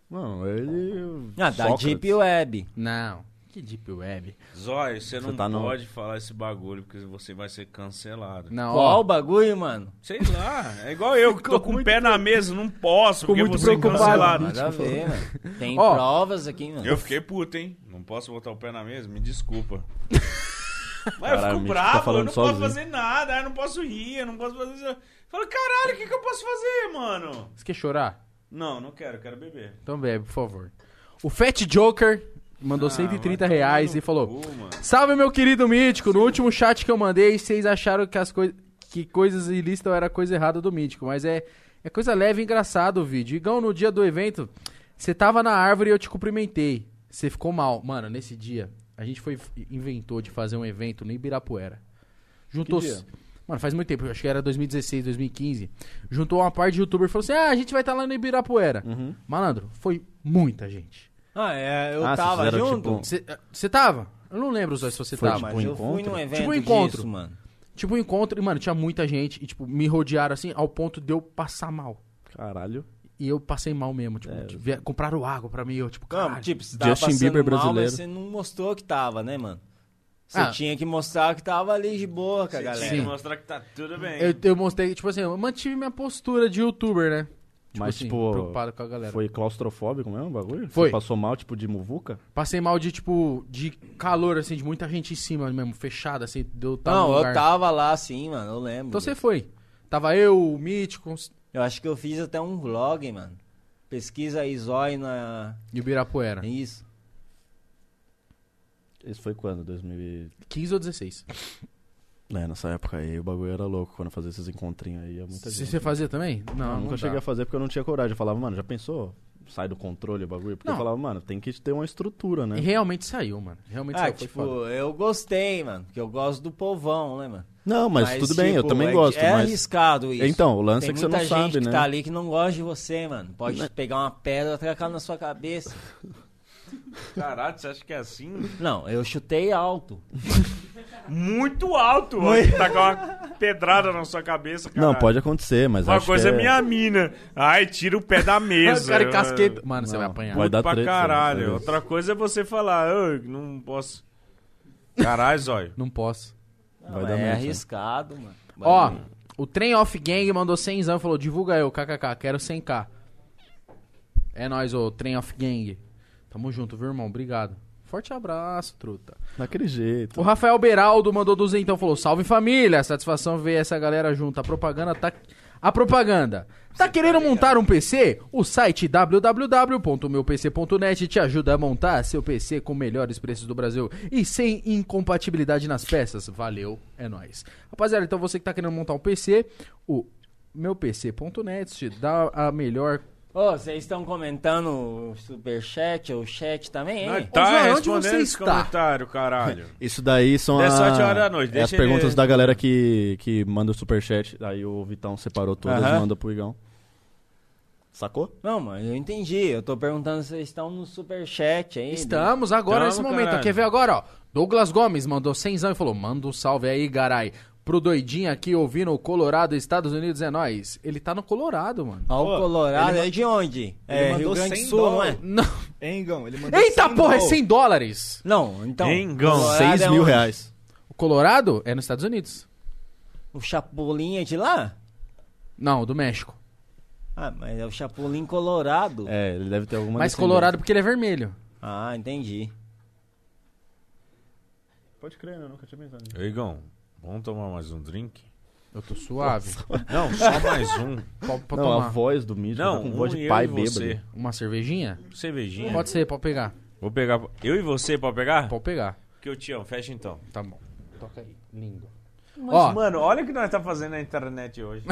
[SPEAKER 6] Não, ele.
[SPEAKER 4] Ah, da
[SPEAKER 6] Sócrates.
[SPEAKER 4] Deep Web.
[SPEAKER 1] Não. Que Deep Web.
[SPEAKER 2] Zóio, você não
[SPEAKER 6] Você tá no-
[SPEAKER 2] pode falar esse bagulho, porque você vai ser cancelado.
[SPEAKER 1] Não,
[SPEAKER 4] Qual o
[SPEAKER 1] ó.
[SPEAKER 4] bagulho, mano?
[SPEAKER 2] Sei lá, é igual eu que tô com o pé na mesa, não posso, porque
[SPEAKER 1] muito
[SPEAKER 2] você é
[SPEAKER 1] preocupado.
[SPEAKER 2] cancelado.
[SPEAKER 4] Nada a ver, mano. Tem
[SPEAKER 1] Ó.
[SPEAKER 4] provas aqui, mano.
[SPEAKER 2] Eu fiquei puto, hein? Não posso botar o pé na mesa? Me desculpa. Mas eu
[SPEAKER 6] Caralho, o
[SPEAKER 2] fico
[SPEAKER 6] Mitch tá
[SPEAKER 2] bravo, eu
[SPEAKER 6] falando
[SPEAKER 2] não posso
[SPEAKER 6] sozinho.
[SPEAKER 2] fazer nada, eu não posso rir, eu não posso fazer isso. Falo, caralho, o que, que eu posso fazer, mano?
[SPEAKER 1] Você quer chorar?
[SPEAKER 2] Não, não quero, eu quero beber.
[SPEAKER 1] Então bebe, por favor. O Fat Joker mandou
[SPEAKER 2] Ah,
[SPEAKER 1] 130
[SPEAKER 2] vai tomar
[SPEAKER 1] reais
[SPEAKER 2] no
[SPEAKER 1] e falou...
[SPEAKER 2] cu, mano.
[SPEAKER 1] Salve, meu querido Mítico. No último chat que eu mandei, vocês acharam que as coisas. Que coisas ilícitas era coisa errada do Mítico, mas é, é coisa leve e engraçado o vídeo. Igão, no dia do evento, você tava na árvore e eu te cumprimentei. Você ficou mal. Mano, nesse dia, a gente foi inventou de fazer um evento no Ibirapuera. Juntou.
[SPEAKER 6] Que dia?
[SPEAKER 1] Mano, faz muito tempo, acho que era 2016, 2015. Juntou uma parte de youtuber e falou assim: Ah, a gente vai estar lá no Ibirapuera.
[SPEAKER 6] Uhum.
[SPEAKER 1] Malandro, foi muita gente.
[SPEAKER 4] Ah, é, eu
[SPEAKER 6] Ah, vocês
[SPEAKER 4] tava
[SPEAKER 6] fizeram,
[SPEAKER 4] junto.
[SPEAKER 6] tipo,
[SPEAKER 1] Você você tava? Eu não lembro só se você
[SPEAKER 6] Foi,
[SPEAKER 1] tava.
[SPEAKER 4] mas
[SPEAKER 6] tipo, um
[SPEAKER 4] eu fui
[SPEAKER 6] encontro?
[SPEAKER 4] num evento
[SPEAKER 1] Tipo um encontro.
[SPEAKER 4] encontro. mano.
[SPEAKER 1] Tipo, um encontro, e, mano, tinha muita gente, e, tipo, me rodearam assim, ao ponto de eu passar mal.
[SPEAKER 6] Caralho.
[SPEAKER 1] E eu passei mal mesmo, tipo, tipo, vie- compraram água pra mim, eu, tipo,
[SPEAKER 4] Não,
[SPEAKER 1] caralho.
[SPEAKER 4] tipo, você tava
[SPEAKER 6] Justin
[SPEAKER 4] passando
[SPEAKER 6] Bieber
[SPEAKER 4] mal,
[SPEAKER 6] brasileiro.
[SPEAKER 4] mas você não mostrou que tava, né, mano? Você
[SPEAKER 1] Ah.
[SPEAKER 4] tinha que mostrar que tava ali de boa com a galera.
[SPEAKER 2] Tinha que
[SPEAKER 1] Sim.
[SPEAKER 2] mostrar que tá tudo bem.
[SPEAKER 1] eu, eu mostrei, tipo assim, eu mantive minha postura de youtuber, né? Tipo
[SPEAKER 6] Mas,
[SPEAKER 1] assim,
[SPEAKER 6] tipo,
[SPEAKER 1] preocupado com a galera.
[SPEAKER 6] Foi claustrofóbico mesmo o bagulho?
[SPEAKER 1] Foi.
[SPEAKER 6] Você passou mal, tipo, de muvuca?
[SPEAKER 1] Passei mal de, tipo, de calor, assim, de muita gente em cima mesmo, fechada, assim, deu tal
[SPEAKER 4] Não,
[SPEAKER 1] lugar.
[SPEAKER 4] eu tava lá sim, mano, eu lembro.
[SPEAKER 1] Então você foi. Tava eu, o Mítico uns-
[SPEAKER 4] Eu acho que eu fiz até um vlog, mano. Pesquisa aí, zóio na...
[SPEAKER 1] e o Birapuera.
[SPEAKER 4] Isso.
[SPEAKER 6] Isso foi quando? 2000 e...
[SPEAKER 1] 15 ou 16.
[SPEAKER 6] É, nessa época aí o bagulho era louco quando eu fazia esses encontrinhos aí. é muita
[SPEAKER 1] Se
[SPEAKER 6] gente.
[SPEAKER 1] você fazia também? Não,
[SPEAKER 6] Eu
[SPEAKER 1] não
[SPEAKER 6] nunca
[SPEAKER 1] dá.
[SPEAKER 6] cheguei a fazer porque eu não tinha coragem. Eu falava, mano, já pensou? sai do controle o bagulho? Porque
[SPEAKER 1] Não.
[SPEAKER 6] eu falava, mano, tem que ter uma estrutura, né?
[SPEAKER 1] E realmente saiu, mano. Realmente
[SPEAKER 4] Ah,
[SPEAKER 1] saiu. foi
[SPEAKER 4] tipo,
[SPEAKER 1] foda.
[SPEAKER 4] eu gostei, mano. Porque eu gosto do povão, né, mano?
[SPEAKER 6] Não, mas, tudo bem, eu
[SPEAKER 4] tipo,
[SPEAKER 6] também
[SPEAKER 4] é,
[SPEAKER 6] gosto,
[SPEAKER 4] É
[SPEAKER 6] mas...
[SPEAKER 4] arriscado isso.
[SPEAKER 6] Então, o lance
[SPEAKER 4] Tem
[SPEAKER 6] é que você
[SPEAKER 4] muita
[SPEAKER 6] não
[SPEAKER 4] gente
[SPEAKER 6] sabe,
[SPEAKER 4] que
[SPEAKER 6] né?
[SPEAKER 4] tá ali que não gosta de você, mano. Pode pegar uma pedra e atracar na sua cabeça.
[SPEAKER 2] Caralho, você acha que é assim?
[SPEAKER 4] Não, eu chutei alto.
[SPEAKER 2] Muito alto, mano. Tacar uma pedrada na sua cabeça, cara.
[SPEAKER 6] Não, pode acontecer, mas
[SPEAKER 2] Uma
[SPEAKER 6] acho
[SPEAKER 2] coisa é
[SPEAKER 6] que é...
[SPEAKER 2] minha mina. Ai, tira o pé da mesa.
[SPEAKER 1] O cara é em casqueta. Mano, você vai apanhar.
[SPEAKER 6] Vai dar
[SPEAKER 2] pra
[SPEAKER 6] treta,
[SPEAKER 2] caralho.
[SPEAKER 6] né?
[SPEAKER 2] Outra coisa é você falar, "Ô, não posso. Caralho,
[SPEAKER 1] <laughs>
[SPEAKER 2] zóio.
[SPEAKER 1] Não posso.
[SPEAKER 4] Não,
[SPEAKER 6] Vai
[SPEAKER 4] é
[SPEAKER 6] dar merda. né?
[SPEAKER 4] arriscado, mano.
[SPEAKER 1] Ó, o Trem Off Gang mandou 100 e falou: divulga eu, kkk, quero 100k. É nóis, ô Trem Off Gang. Tamo junto, viu, irmão? Obrigado. Forte abraço, truta.
[SPEAKER 6] Daquele jeito.
[SPEAKER 1] O Rafael Beraldo mandou 200 então falou: Salve família, satisfação ver essa galera junto. A propaganda tá. A propaganda. Tá querendo montar um PC? O site www.meupc.net te ajuda a montar seu PC com melhores preços do Brasil e sem incompatibilidade nas peças. Valeu, é nóis. Rapaziada, então você que tá querendo montar um PC, o meupc.net te dá a melhor.
[SPEAKER 4] Ô, vocês estão comentando o superchat, o chat também, hein?
[SPEAKER 1] Ô,
[SPEAKER 2] Tá
[SPEAKER 1] Zóio, onde
[SPEAKER 2] respondendo
[SPEAKER 1] você
[SPEAKER 2] esse
[SPEAKER 1] está?
[SPEAKER 2] comentário, caralho. <laughs>
[SPEAKER 6] Isso daí são
[SPEAKER 2] Dez,
[SPEAKER 6] a-
[SPEAKER 2] sete horas da noite,
[SPEAKER 6] é as
[SPEAKER 2] deixa ele-
[SPEAKER 6] perguntas da galera que, que manda o superchat. Aí o Vitão separou todas
[SPEAKER 2] Aham.
[SPEAKER 6] e manda pro Igão. Sacou?
[SPEAKER 4] Não, mano, eu entendi. Eu tô perguntando se vocês estão no superchat aí.
[SPEAKER 1] Estamos agora
[SPEAKER 2] Tamo,
[SPEAKER 1] nesse momento.
[SPEAKER 2] caralho.
[SPEAKER 1] Quer ver agora, ó? Douglas Gomes mandou 100 e falou: manda um salve aí, garai. Pro doidinho aqui ouvindo o Colorado, Estados Unidos é nóis. Ele tá no Colorado, mano.
[SPEAKER 4] Ó, o Colorado
[SPEAKER 9] ele ma-
[SPEAKER 4] é de onde? é
[SPEAKER 9] mandou
[SPEAKER 4] Rio Grande do
[SPEAKER 9] 100
[SPEAKER 4] Sul, não é?
[SPEAKER 9] dólares.
[SPEAKER 1] Não.
[SPEAKER 9] Hein, Igão? Ele mandou
[SPEAKER 1] <laughs> Eita
[SPEAKER 9] 100
[SPEAKER 1] porra, é
[SPEAKER 9] dólares.
[SPEAKER 1] 100 dólares.
[SPEAKER 4] Não, então.
[SPEAKER 2] Hein, Gão?
[SPEAKER 4] Colorado
[SPEAKER 6] seis
[SPEAKER 4] é
[SPEAKER 6] mil
[SPEAKER 4] onde?
[SPEAKER 6] reais.
[SPEAKER 1] O Colorado é nos Estados Unidos.
[SPEAKER 4] O Chapulinha de lá?
[SPEAKER 1] Não, do México.
[SPEAKER 4] Ah, mas é o Chapulim Colorado.
[SPEAKER 6] É, ele deve ter alguma
[SPEAKER 1] Mas
[SPEAKER 6] descendência.
[SPEAKER 1] Colorado porque ele é vermelho.
[SPEAKER 4] Ah, entendi.
[SPEAKER 6] Pode crer, eu nunca tinha pensado nisso.
[SPEAKER 2] Ô, Igão, vamos tomar mais um drink?
[SPEAKER 1] Eu tô suave.
[SPEAKER 2] Não, só mais
[SPEAKER 6] <laughs>
[SPEAKER 2] um.
[SPEAKER 1] Pode pra
[SPEAKER 6] Não, a
[SPEAKER 1] tomar
[SPEAKER 6] voz do Mítico tá
[SPEAKER 2] Não,
[SPEAKER 6] com
[SPEAKER 2] um
[SPEAKER 6] voz de
[SPEAKER 2] eu
[SPEAKER 6] pai
[SPEAKER 2] e você.
[SPEAKER 6] bêbado.
[SPEAKER 1] uma cervejinha?
[SPEAKER 2] Cervejinha.
[SPEAKER 1] Pode ser, pode pegar.
[SPEAKER 2] Vou pegar. Eu e você, pode pegar?
[SPEAKER 1] Pode pegar.
[SPEAKER 2] Que eu te amo, fecha então.
[SPEAKER 1] Tá bom. Toca aí. Lindo.
[SPEAKER 2] Mas,
[SPEAKER 1] Ó.
[SPEAKER 2] mano, olha o que nós tá fazendo na internet
[SPEAKER 1] <laughs>
[SPEAKER 2] hoje.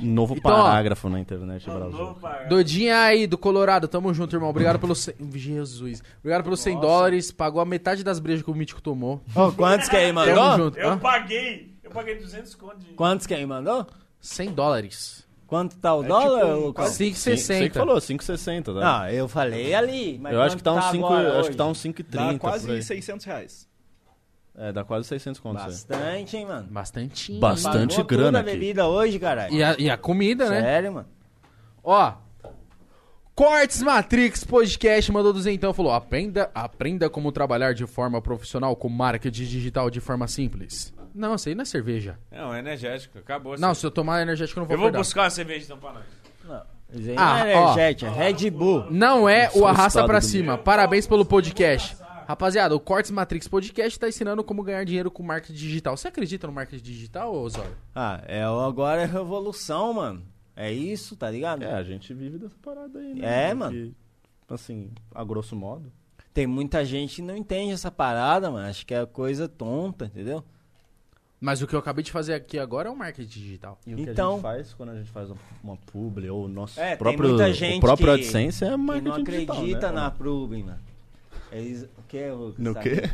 [SPEAKER 6] Novo
[SPEAKER 1] Então, ó.
[SPEAKER 6] parágrafo na internet brasileira.
[SPEAKER 1] Doidinha aí do Colorado, tamo junto, irmão. Obrigado pelo. cem- Jesus. Obrigado pelos 100 dólares. Pagou a metade das brejas que o Mítico tomou.
[SPEAKER 4] Ô, quantos que aí
[SPEAKER 1] Tamo
[SPEAKER 4] mandou?
[SPEAKER 1] junto. Hã?
[SPEAKER 2] paguei. Eu paguei 200 contos de...
[SPEAKER 4] Quantos que aí mandou?
[SPEAKER 1] 100 dólares.
[SPEAKER 4] Quanto tá
[SPEAKER 6] É
[SPEAKER 4] o dólar?
[SPEAKER 6] tipo
[SPEAKER 4] ô, Cal?
[SPEAKER 1] 5,60.
[SPEAKER 6] Você que falou, 5,60, tá?
[SPEAKER 4] Não, eu falei ali. Ah, Mas
[SPEAKER 6] eu acho que tá uns
[SPEAKER 4] quanto
[SPEAKER 6] 5,
[SPEAKER 4] agora
[SPEAKER 6] acho que tá
[SPEAKER 4] hoje?
[SPEAKER 6] uns 5,30
[SPEAKER 9] Dá
[SPEAKER 6] por aí.
[SPEAKER 9] quase 600 reais.
[SPEAKER 6] É, dá quase 600 conto. isso aí.
[SPEAKER 4] Bastante, hein, mano?
[SPEAKER 1] Bastantinho.
[SPEAKER 6] Bastante.
[SPEAKER 4] Pagou
[SPEAKER 6] grana
[SPEAKER 4] toda a
[SPEAKER 6] aqui.
[SPEAKER 4] bebida hoje, caralho.
[SPEAKER 1] E a, e a comida, né?
[SPEAKER 4] Sério, mano?
[SPEAKER 1] Ó. Cortes Matrix Podcast mandou duzentão, falou: aprenda, aprenda como trabalhar de forma profissional com marketing digital de forma simples. Não, isso aí não é cerveja.
[SPEAKER 2] Não, é energético. Acabou.
[SPEAKER 1] Não,
[SPEAKER 2] assim.
[SPEAKER 1] se eu tomar energético, eu não vou
[SPEAKER 2] eu vou
[SPEAKER 1] acordar.
[SPEAKER 2] buscar uma cerveja então pra nós.
[SPEAKER 4] Não. isso aí
[SPEAKER 1] Ah,
[SPEAKER 4] não é
[SPEAKER 1] ó.
[SPEAKER 4] energética, é Red Bull.
[SPEAKER 1] Não é o
[SPEAKER 6] Sou
[SPEAKER 1] arrasta
[SPEAKER 6] assustado
[SPEAKER 1] pra
[SPEAKER 6] do
[SPEAKER 1] cima. Parabéns pelo podcast. Rapaziada, o Cortes Matrix Podcast tá ensinando como ganhar dinheiro com marketing digital. Você acredita no marketing digital, ô Zóio?
[SPEAKER 4] Ah, é, o- agora é revolução, mano. É isso, tá ligado?
[SPEAKER 6] É, a gente vive dessa parada aí,
[SPEAKER 4] É,
[SPEAKER 6] né?
[SPEAKER 4] mano.
[SPEAKER 6] Que, assim, a grosso modo.
[SPEAKER 4] Tem muita gente que não entende essa parada, mano. Acho que é coisa tonta, entendeu?
[SPEAKER 1] Mas o que eu acabei de fazer aqui agora é o marketing digital.
[SPEAKER 6] E o que a
[SPEAKER 4] Então-
[SPEAKER 6] gente faz quando a gente faz uma publi ou o nosso
[SPEAKER 4] É, tem
[SPEAKER 6] próprio,
[SPEAKER 4] muita gente
[SPEAKER 6] o próprio
[SPEAKER 4] que-
[SPEAKER 6] AdSense é
[SPEAKER 4] Que
[SPEAKER 6] marketing
[SPEAKER 4] não acredita
[SPEAKER 6] digital, né?
[SPEAKER 4] na Prubin, mano. Eles... O que, Lucas?
[SPEAKER 6] No
[SPEAKER 4] Tá
[SPEAKER 6] quê?
[SPEAKER 4] rindo?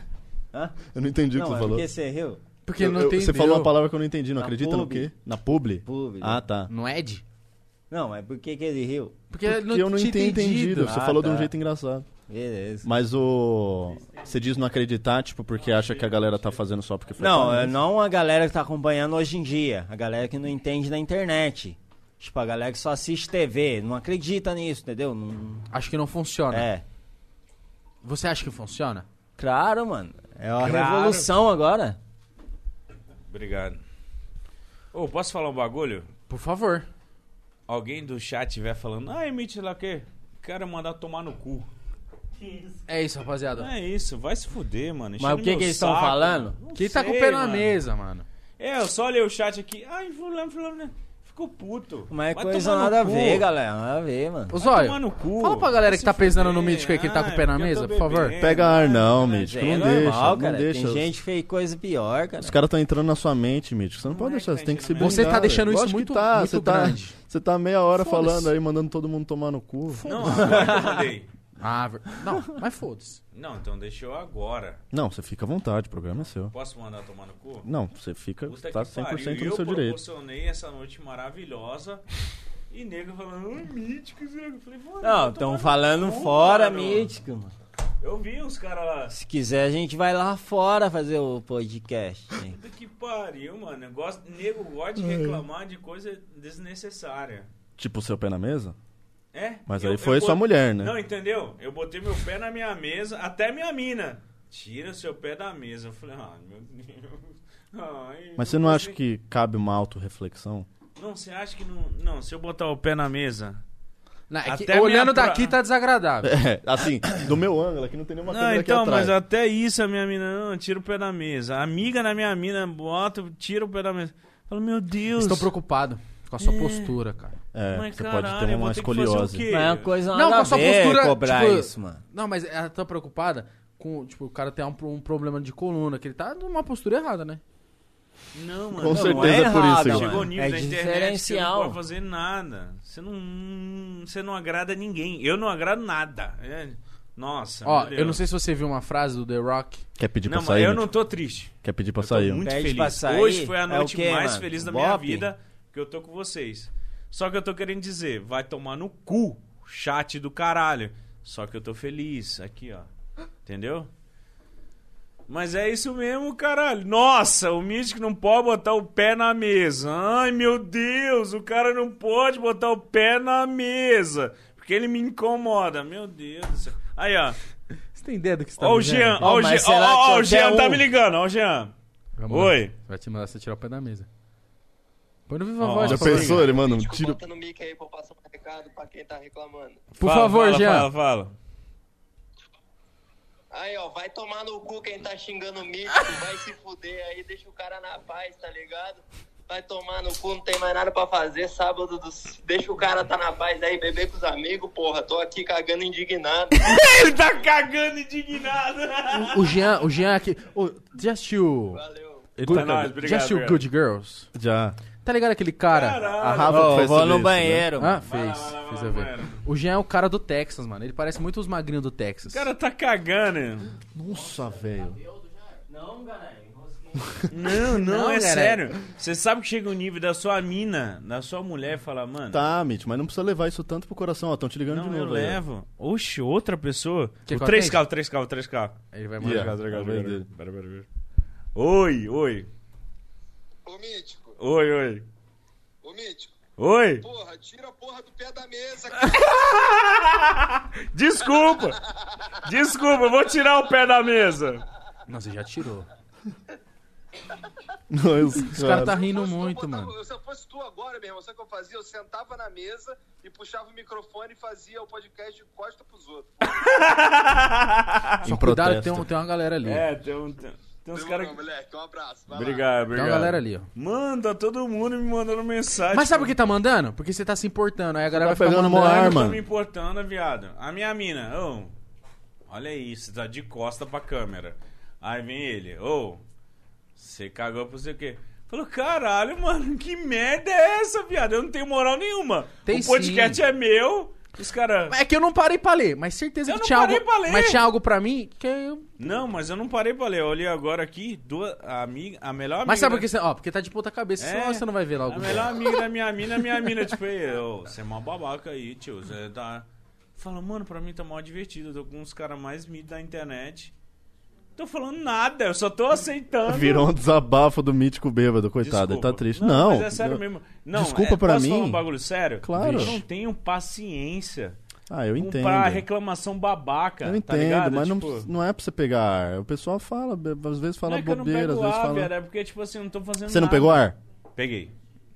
[SPEAKER 4] Hã?
[SPEAKER 6] Eu não entendi
[SPEAKER 4] Não,
[SPEAKER 6] o
[SPEAKER 4] é
[SPEAKER 6] que você falou.
[SPEAKER 4] porque você riu?
[SPEAKER 1] Porque
[SPEAKER 6] Eu-
[SPEAKER 1] não
[SPEAKER 6] eu-
[SPEAKER 1] tem.
[SPEAKER 6] Você falou
[SPEAKER 1] entendeu?
[SPEAKER 6] uma palavra que eu não entendi, não
[SPEAKER 4] Na
[SPEAKER 6] acredita no
[SPEAKER 4] publi.
[SPEAKER 6] quê? Na publi?
[SPEAKER 4] Publi.
[SPEAKER 6] Ah, tá.
[SPEAKER 1] No é, Ed?
[SPEAKER 4] Não, é porque que ele riu?
[SPEAKER 1] Porque,
[SPEAKER 6] Porque eu não
[SPEAKER 1] tinha
[SPEAKER 6] tinha entendido. Você
[SPEAKER 4] Ah,
[SPEAKER 6] falou de um
[SPEAKER 4] tá.
[SPEAKER 6] jeito engraçado.
[SPEAKER 4] Beleza.
[SPEAKER 6] Mas o. Você diz não acreditar, tipo, porque acha que a galera tá fazendo só porque foi.
[SPEAKER 4] Não,
[SPEAKER 6] famoso.
[SPEAKER 4] é não a galera que tá acompanhando hoje em dia. A galera que não entende na internet. Tipo, a galera que só assiste TV. Não acredita nisso, entendeu? Não...
[SPEAKER 1] Acho que não funciona.
[SPEAKER 4] É.
[SPEAKER 1] Você acha que funciona?
[SPEAKER 4] Claro, mano. É uma
[SPEAKER 2] Claro.
[SPEAKER 4] revolução agora.
[SPEAKER 2] Obrigado. Ô, posso falar um bagulho?
[SPEAKER 1] Por favor.
[SPEAKER 2] Alguém do chat estiver falando, ah, emite lá o quê? Quero mandar tomar no cu.
[SPEAKER 1] É isso, rapaziada.
[SPEAKER 2] Não é isso, vai se fuder, mano.
[SPEAKER 4] Tá. Mas o que que eles estão falando? tá
[SPEAKER 1] Quem tá com o pé na mesa, mano?
[SPEAKER 2] É, eu só olhei o chat aqui. Ai, fulano, fulano. né? ficou puto.
[SPEAKER 4] Mas é
[SPEAKER 2] Vai
[SPEAKER 4] coisa
[SPEAKER 2] tomar no
[SPEAKER 4] nada a
[SPEAKER 2] cu.
[SPEAKER 4] ver, galera. Nada a ver, mano.
[SPEAKER 1] Ô,
[SPEAKER 2] Vai
[SPEAKER 1] Zóio,
[SPEAKER 2] tomar no cu.
[SPEAKER 1] fala pra galera
[SPEAKER 2] Vai
[SPEAKER 1] que
[SPEAKER 2] se
[SPEAKER 1] tá pensando no
[SPEAKER 2] fuder.
[SPEAKER 1] mítico aí que ele tá com o pé
[SPEAKER 2] Ah,
[SPEAKER 1] na
[SPEAKER 2] porque eu
[SPEAKER 1] mesa,
[SPEAKER 2] tô
[SPEAKER 1] por favor.
[SPEAKER 2] bebendo.
[SPEAKER 6] Pega ar não,
[SPEAKER 4] Isso
[SPEAKER 6] Mítico.
[SPEAKER 4] aí
[SPEAKER 6] Não
[SPEAKER 4] é
[SPEAKER 6] deixa,
[SPEAKER 4] normal,
[SPEAKER 6] não
[SPEAKER 4] cara.
[SPEAKER 6] deixa.
[SPEAKER 4] Tem gente que fez coisa pior, cara.
[SPEAKER 6] Os caras estão entrando na sua mente, Mítico. Você não,
[SPEAKER 2] Não
[SPEAKER 6] pode
[SPEAKER 2] é
[SPEAKER 6] deixar,
[SPEAKER 2] que
[SPEAKER 6] você
[SPEAKER 2] tá
[SPEAKER 6] tem que se
[SPEAKER 2] entrando
[SPEAKER 4] né?
[SPEAKER 2] na
[SPEAKER 6] blindar.
[SPEAKER 1] Você tá deixando
[SPEAKER 6] Lógico
[SPEAKER 1] isso muito,
[SPEAKER 6] que tá,
[SPEAKER 1] muito
[SPEAKER 6] você tá,
[SPEAKER 1] grande.
[SPEAKER 6] Você tá meia hora
[SPEAKER 1] Foda-se.
[SPEAKER 6] falando aí, mandando todo mundo tomar no cu.
[SPEAKER 2] Não, agora que eu mandei.
[SPEAKER 1] Ah, ver- não, mas foda-se.
[SPEAKER 2] Não, então deixa eu agora.
[SPEAKER 6] Não, você fica à vontade, o programa é seu.
[SPEAKER 2] Posso mandar tomar no cu?
[SPEAKER 6] Não, você fica,
[SPEAKER 2] Puta
[SPEAKER 6] tá
[SPEAKER 2] que pariu,
[SPEAKER 6] 100%
[SPEAKER 2] eu
[SPEAKER 6] no seu direito.
[SPEAKER 2] proporcionei essa noite maravilhosa. E nego falando, ai, mítico, isso aqui." eu falei, "Mano,
[SPEAKER 4] Não, então
[SPEAKER 2] vai tomar
[SPEAKER 4] estão
[SPEAKER 2] no
[SPEAKER 4] falando
[SPEAKER 2] cu,
[SPEAKER 4] fora,
[SPEAKER 2] mano."
[SPEAKER 4] mítico, mano.
[SPEAKER 2] Eu vi os caras lá.
[SPEAKER 4] Se quiser, a gente vai lá fora fazer o podcast. hein?
[SPEAKER 2] Puta que pariu, mano. Eu gosto, nego gosta
[SPEAKER 6] Hum.
[SPEAKER 2] de reclamar de coisa desnecessária.
[SPEAKER 6] Tipo, seu pé na mesa?
[SPEAKER 2] É?
[SPEAKER 6] Mas
[SPEAKER 2] eu-
[SPEAKER 6] aí foi
[SPEAKER 2] eu
[SPEAKER 6] sua
[SPEAKER 2] bot-
[SPEAKER 6] mulher, né?
[SPEAKER 2] Não, entendeu? Eu botei meu pé na minha mesa, até minha mina. Tira seu pé da mesa. Eu falei, ah, meu Deus. <laughs> Ai,
[SPEAKER 6] Mas você não acha
[SPEAKER 2] consigo-
[SPEAKER 6] que cabe uma autorreflexão? <laughs>
[SPEAKER 2] Não, você acha que não. Não, se eu botar o pé na mesa.
[SPEAKER 1] Não, é que
[SPEAKER 2] Até a
[SPEAKER 1] olhando
[SPEAKER 2] minha pra-
[SPEAKER 1] daqui tá desagradável.
[SPEAKER 6] É, assim, do meu ângulo aqui não tem nenhuma
[SPEAKER 2] Não,
[SPEAKER 6] câmera
[SPEAKER 2] então,
[SPEAKER 6] aqui atrás.
[SPEAKER 2] mas até isso a minha mina. Não, tira o pé da mesa. A amiga da minha mina bota, tira o pé da mesa. Eu falo, meu Deus.
[SPEAKER 1] Estou preocupado com a sua postura, cara.
[SPEAKER 6] É,
[SPEAKER 2] mas
[SPEAKER 6] você pode
[SPEAKER 2] caralho,
[SPEAKER 6] ter
[SPEAKER 2] eu
[SPEAKER 6] uma
[SPEAKER 2] vou ter que fazer o
[SPEAKER 6] escoliose.
[SPEAKER 2] quê?
[SPEAKER 4] Mas é uma coisa
[SPEAKER 1] Não,
[SPEAKER 4] nada
[SPEAKER 1] com
[SPEAKER 4] a
[SPEAKER 1] a sua
[SPEAKER 4] ver
[SPEAKER 1] postura,
[SPEAKER 4] cobrar
[SPEAKER 1] tipo,
[SPEAKER 4] isso, mano.
[SPEAKER 1] Não, mas ela tá preocupada com, tipo, o cara tem um, um problema de coluna, que ele tá numa postura errada, né?
[SPEAKER 2] Não, mano.
[SPEAKER 6] Com
[SPEAKER 4] Não, não
[SPEAKER 6] certeza
[SPEAKER 4] é
[SPEAKER 6] é por
[SPEAKER 4] errado, mano.
[SPEAKER 6] isso, Igor.
[SPEAKER 2] Chegou o nível
[SPEAKER 4] É
[SPEAKER 2] da internet que você não
[SPEAKER 4] diferencial.
[SPEAKER 2] pode fazer nada. Você não, você não agrada ninguém. Eu não agrado nada. É, Nossa,
[SPEAKER 1] Ó,
[SPEAKER 2] meu Deus.
[SPEAKER 1] eu não sei é tipo se você viu uma frase do The Rock.
[SPEAKER 6] Quer pedir pra
[SPEAKER 2] Não, mas
[SPEAKER 6] sair?
[SPEAKER 2] eu
[SPEAKER 6] né?
[SPEAKER 2] não tô triste.
[SPEAKER 6] Quer pedir pra
[SPEAKER 2] Eu tô
[SPEAKER 6] sair? né?
[SPEAKER 2] muito
[SPEAKER 4] Pede pra
[SPEAKER 2] feliz.
[SPEAKER 4] sair,
[SPEAKER 2] Hoje foi
[SPEAKER 4] é
[SPEAKER 2] a
[SPEAKER 4] o
[SPEAKER 2] noite
[SPEAKER 4] quê,
[SPEAKER 2] mais
[SPEAKER 4] mano? Um
[SPEAKER 2] feliz da
[SPEAKER 4] Bop?
[SPEAKER 2] minha vida que eu tô com vocês. Só que eu tô querendo dizer, vai tomar no cu, chat do caralho. Só que eu tô feliz aqui, ó. Entendeu? Mas é isso mesmo, caralho. Nossa, o Mítico não pode botar o pé na mesa. Ai, meu Deus, o cara não pode botar o pé na mesa. Porque ele me incomoda. Meu Deus do céu. Aí, ó.
[SPEAKER 1] Você tem ideia do que você tá
[SPEAKER 2] Ó o
[SPEAKER 1] dizendo?
[SPEAKER 2] Jean,
[SPEAKER 4] Tá Ó,
[SPEAKER 2] ó o
[SPEAKER 4] mas
[SPEAKER 2] Jean.
[SPEAKER 4] será que
[SPEAKER 2] Ó, ó,
[SPEAKER 4] até
[SPEAKER 2] o Jean tá
[SPEAKER 4] um-
[SPEAKER 2] me ligando, ó o Jean.
[SPEAKER 1] Vai mandar-
[SPEAKER 2] Oi.
[SPEAKER 1] Vai te mandar você tirar o pé da mesa. Põe no Viva
[SPEAKER 2] Ó,
[SPEAKER 1] Voz,
[SPEAKER 6] Já
[SPEAKER 1] por favor.
[SPEAKER 6] pensou? Ele manda um
[SPEAKER 9] Mítico,
[SPEAKER 6] tiro.
[SPEAKER 9] bota no mic aí pra eu passar um recado pra quem tá reclamando.
[SPEAKER 1] Por
[SPEAKER 2] Fala,
[SPEAKER 1] favor,
[SPEAKER 2] fala,
[SPEAKER 1] Jean.
[SPEAKER 2] Fala, fala.
[SPEAKER 9] Aí, ó, vai tomar no cu quem tá xingando o Mítico, vai se fuder aí, deixa o cara na paz, tá ligado? Vai tomar no cu, não tem mais nada pra fazer, sábado, dos- deixa o cara tá na paz aí, beber com os amigos, porra, tô aqui cagando indignado.
[SPEAKER 2] Ele tá cagando indignado.
[SPEAKER 1] O Jean, o Jean aqui. O, já assistiu.
[SPEAKER 9] Valeu.
[SPEAKER 2] Tá nóis,
[SPEAKER 1] já
[SPEAKER 2] obrigado,
[SPEAKER 1] assistiu
[SPEAKER 2] obrigado.
[SPEAKER 1] Good Girls?
[SPEAKER 6] Já.
[SPEAKER 1] Tá ligado aquele cara?
[SPEAKER 6] A
[SPEAKER 2] Caralho.
[SPEAKER 6] Rafa
[SPEAKER 4] Ô,
[SPEAKER 6] fez
[SPEAKER 4] vou
[SPEAKER 6] sobre
[SPEAKER 4] no
[SPEAKER 6] isso, né?
[SPEAKER 4] banheiro, mano.
[SPEAKER 1] Ah, fez.
[SPEAKER 2] vai lá, vai
[SPEAKER 1] fez
[SPEAKER 2] lá,
[SPEAKER 1] a ver.
[SPEAKER 2] vai lá.
[SPEAKER 1] O Jean é o cara do Texas, mano. Ele parece muito os magrinhos do Texas.
[SPEAKER 2] O cara tá cagando. hein?
[SPEAKER 6] Nossa, velho.
[SPEAKER 4] Não, galera.
[SPEAKER 2] Não, não,
[SPEAKER 1] Não,
[SPEAKER 2] é
[SPEAKER 1] cara.
[SPEAKER 2] sério. Você sabe que chega o nível da sua mina, da sua mulher e fala, mano.
[SPEAKER 6] Tá, Mitch, mas não precisa levar isso tanto pro coração, ó. Tão te ligando
[SPEAKER 2] Não,
[SPEAKER 6] de
[SPEAKER 2] eu
[SPEAKER 6] novo. aí, ó.
[SPEAKER 2] levo. Oxe, outra pessoa.
[SPEAKER 1] Quer
[SPEAKER 2] o
[SPEAKER 1] que eu
[SPEAKER 2] 3K, o 3K, o 3K.
[SPEAKER 1] Ele vai mandar.
[SPEAKER 6] Yeah. Vai dele.
[SPEAKER 2] Pera, pera, pera. Oi, oi.
[SPEAKER 9] Ô, Mítico,
[SPEAKER 2] Oi, oi.
[SPEAKER 9] ô, Mítico,
[SPEAKER 2] Oi.
[SPEAKER 9] porra, tira a porra do pé da mesa, cara.
[SPEAKER 2] Desculpa. Desculpa, eu vou tirar o pé da mesa.
[SPEAKER 1] Nossa, já tirou.
[SPEAKER 6] Nossa,
[SPEAKER 1] Os caras tá
[SPEAKER 6] cara.
[SPEAKER 1] rindo
[SPEAKER 9] fosse tu, eu
[SPEAKER 1] muito,
[SPEAKER 9] botava-
[SPEAKER 1] mano.
[SPEAKER 9] eu- Se eu fosse tu agora, meu irmão, sabe o que eu fazia? Eu sentava na mesa e puxava o microfone e fazia o podcast de costa pros outros.
[SPEAKER 1] Só
[SPEAKER 6] Em
[SPEAKER 1] cuidado que
[SPEAKER 6] protesto.
[SPEAKER 1] tem, um- tem uma galera ali.
[SPEAKER 2] É, tem, um, tem, tem uns
[SPEAKER 9] Demorou,
[SPEAKER 2] caras que.
[SPEAKER 9] moleque. Um abraço. Vai lá.
[SPEAKER 2] Obrigado, obrigado.
[SPEAKER 1] Tem uma galera ali, ó.
[SPEAKER 2] Mano, tá todo mundo me mandando mensagem.
[SPEAKER 1] Mas sabe o
[SPEAKER 2] cara.
[SPEAKER 1] que tá mandando? Porque você tá se importando. Aí a galera
[SPEAKER 6] Tá
[SPEAKER 1] vai ficar
[SPEAKER 6] pegando
[SPEAKER 1] mandando.
[SPEAKER 6] mó
[SPEAKER 2] Eu
[SPEAKER 6] arma.
[SPEAKER 2] não tô
[SPEAKER 6] mano?
[SPEAKER 2] me importando, viado. A minha mina, ô. olha isso, tá de costa pra câmera. Aí vem ele, ô. você cagou pra você o quê? Falou, caralho, mano, que merda é essa, viado? Eu não tenho moral nenhuma.
[SPEAKER 1] Tem
[SPEAKER 2] o podcast
[SPEAKER 1] sim.
[SPEAKER 2] é meu, os caras.
[SPEAKER 1] É que eu não parei pra ler, mas certeza
[SPEAKER 2] Eu
[SPEAKER 1] que
[SPEAKER 2] não
[SPEAKER 1] tinha
[SPEAKER 2] parei
[SPEAKER 1] algo.
[SPEAKER 2] pra ler.
[SPEAKER 1] Mas tinha algo pra mim que eu.
[SPEAKER 2] Não, mas eu não parei pra ler. Eu olhei agora aqui, duas, a, amiga, a melhor amiga.
[SPEAKER 1] Mas sabe
[SPEAKER 2] da-
[SPEAKER 1] por que você. Ó, porque tá de ponta cabeça,
[SPEAKER 2] É.
[SPEAKER 1] senão você não vai ver lá
[SPEAKER 2] A
[SPEAKER 1] algum.
[SPEAKER 2] melhor amiga da minha mina, é minha mina, tipo, "Ei, ô, você é mó babaca aí, tio. Você tá. Fala, mano, pra mim tá mó divertido. Eu tô com uns caras mais mid da internet. Tô falando nada, eu só tô aceitando.
[SPEAKER 6] Virou um desabafo do mítico bêbado, coitado. Ele tá
[SPEAKER 2] Desculpa.
[SPEAKER 6] triste.
[SPEAKER 2] Não,
[SPEAKER 6] Não.
[SPEAKER 2] mas é sério mesmo. Não,
[SPEAKER 6] Desculpa
[SPEAKER 2] é,
[SPEAKER 6] pra
[SPEAKER 2] posso
[SPEAKER 6] mim?
[SPEAKER 2] falar um bagulho sério?
[SPEAKER 6] Claro.
[SPEAKER 2] Eu não tenho paciência
[SPEAKER 6] Ah, eu
[SPEAKER 2] com-
[SPEAKER 6] entendo.
[SPEAKER 2] pra reclamação babaca.
[SPEAKER 6] Eu
[SPEAKER 2] tá
[SPEAKER 6] entendo,
[SPEAKER 2] ligado?
[SPEAKER 6] mas
[SPEAKER 2] Tipo,
[SPEAKER 6] não, não é pra você pegar ar. O pessoal fala, be- às vezes
[SPEAKER 2] não
[SPEAKER 6] fala
[SPEAKER 2] é que eu não
[SPEAKER 6] bobeira, às
[SPEAKER 2] pego
[SPEAKER 6] vezes
[SPEAKER 2] ar,
[SPEAKER 6] fala.
[SPEAKER 2] velho, é porque, tipo assim, eu não tô fazendo
[SPEAKER 6] Você não
[SPEAKER 2] nada.
[SPEAKER 6] pegou ar?
[SPEAKER 2] Peguei.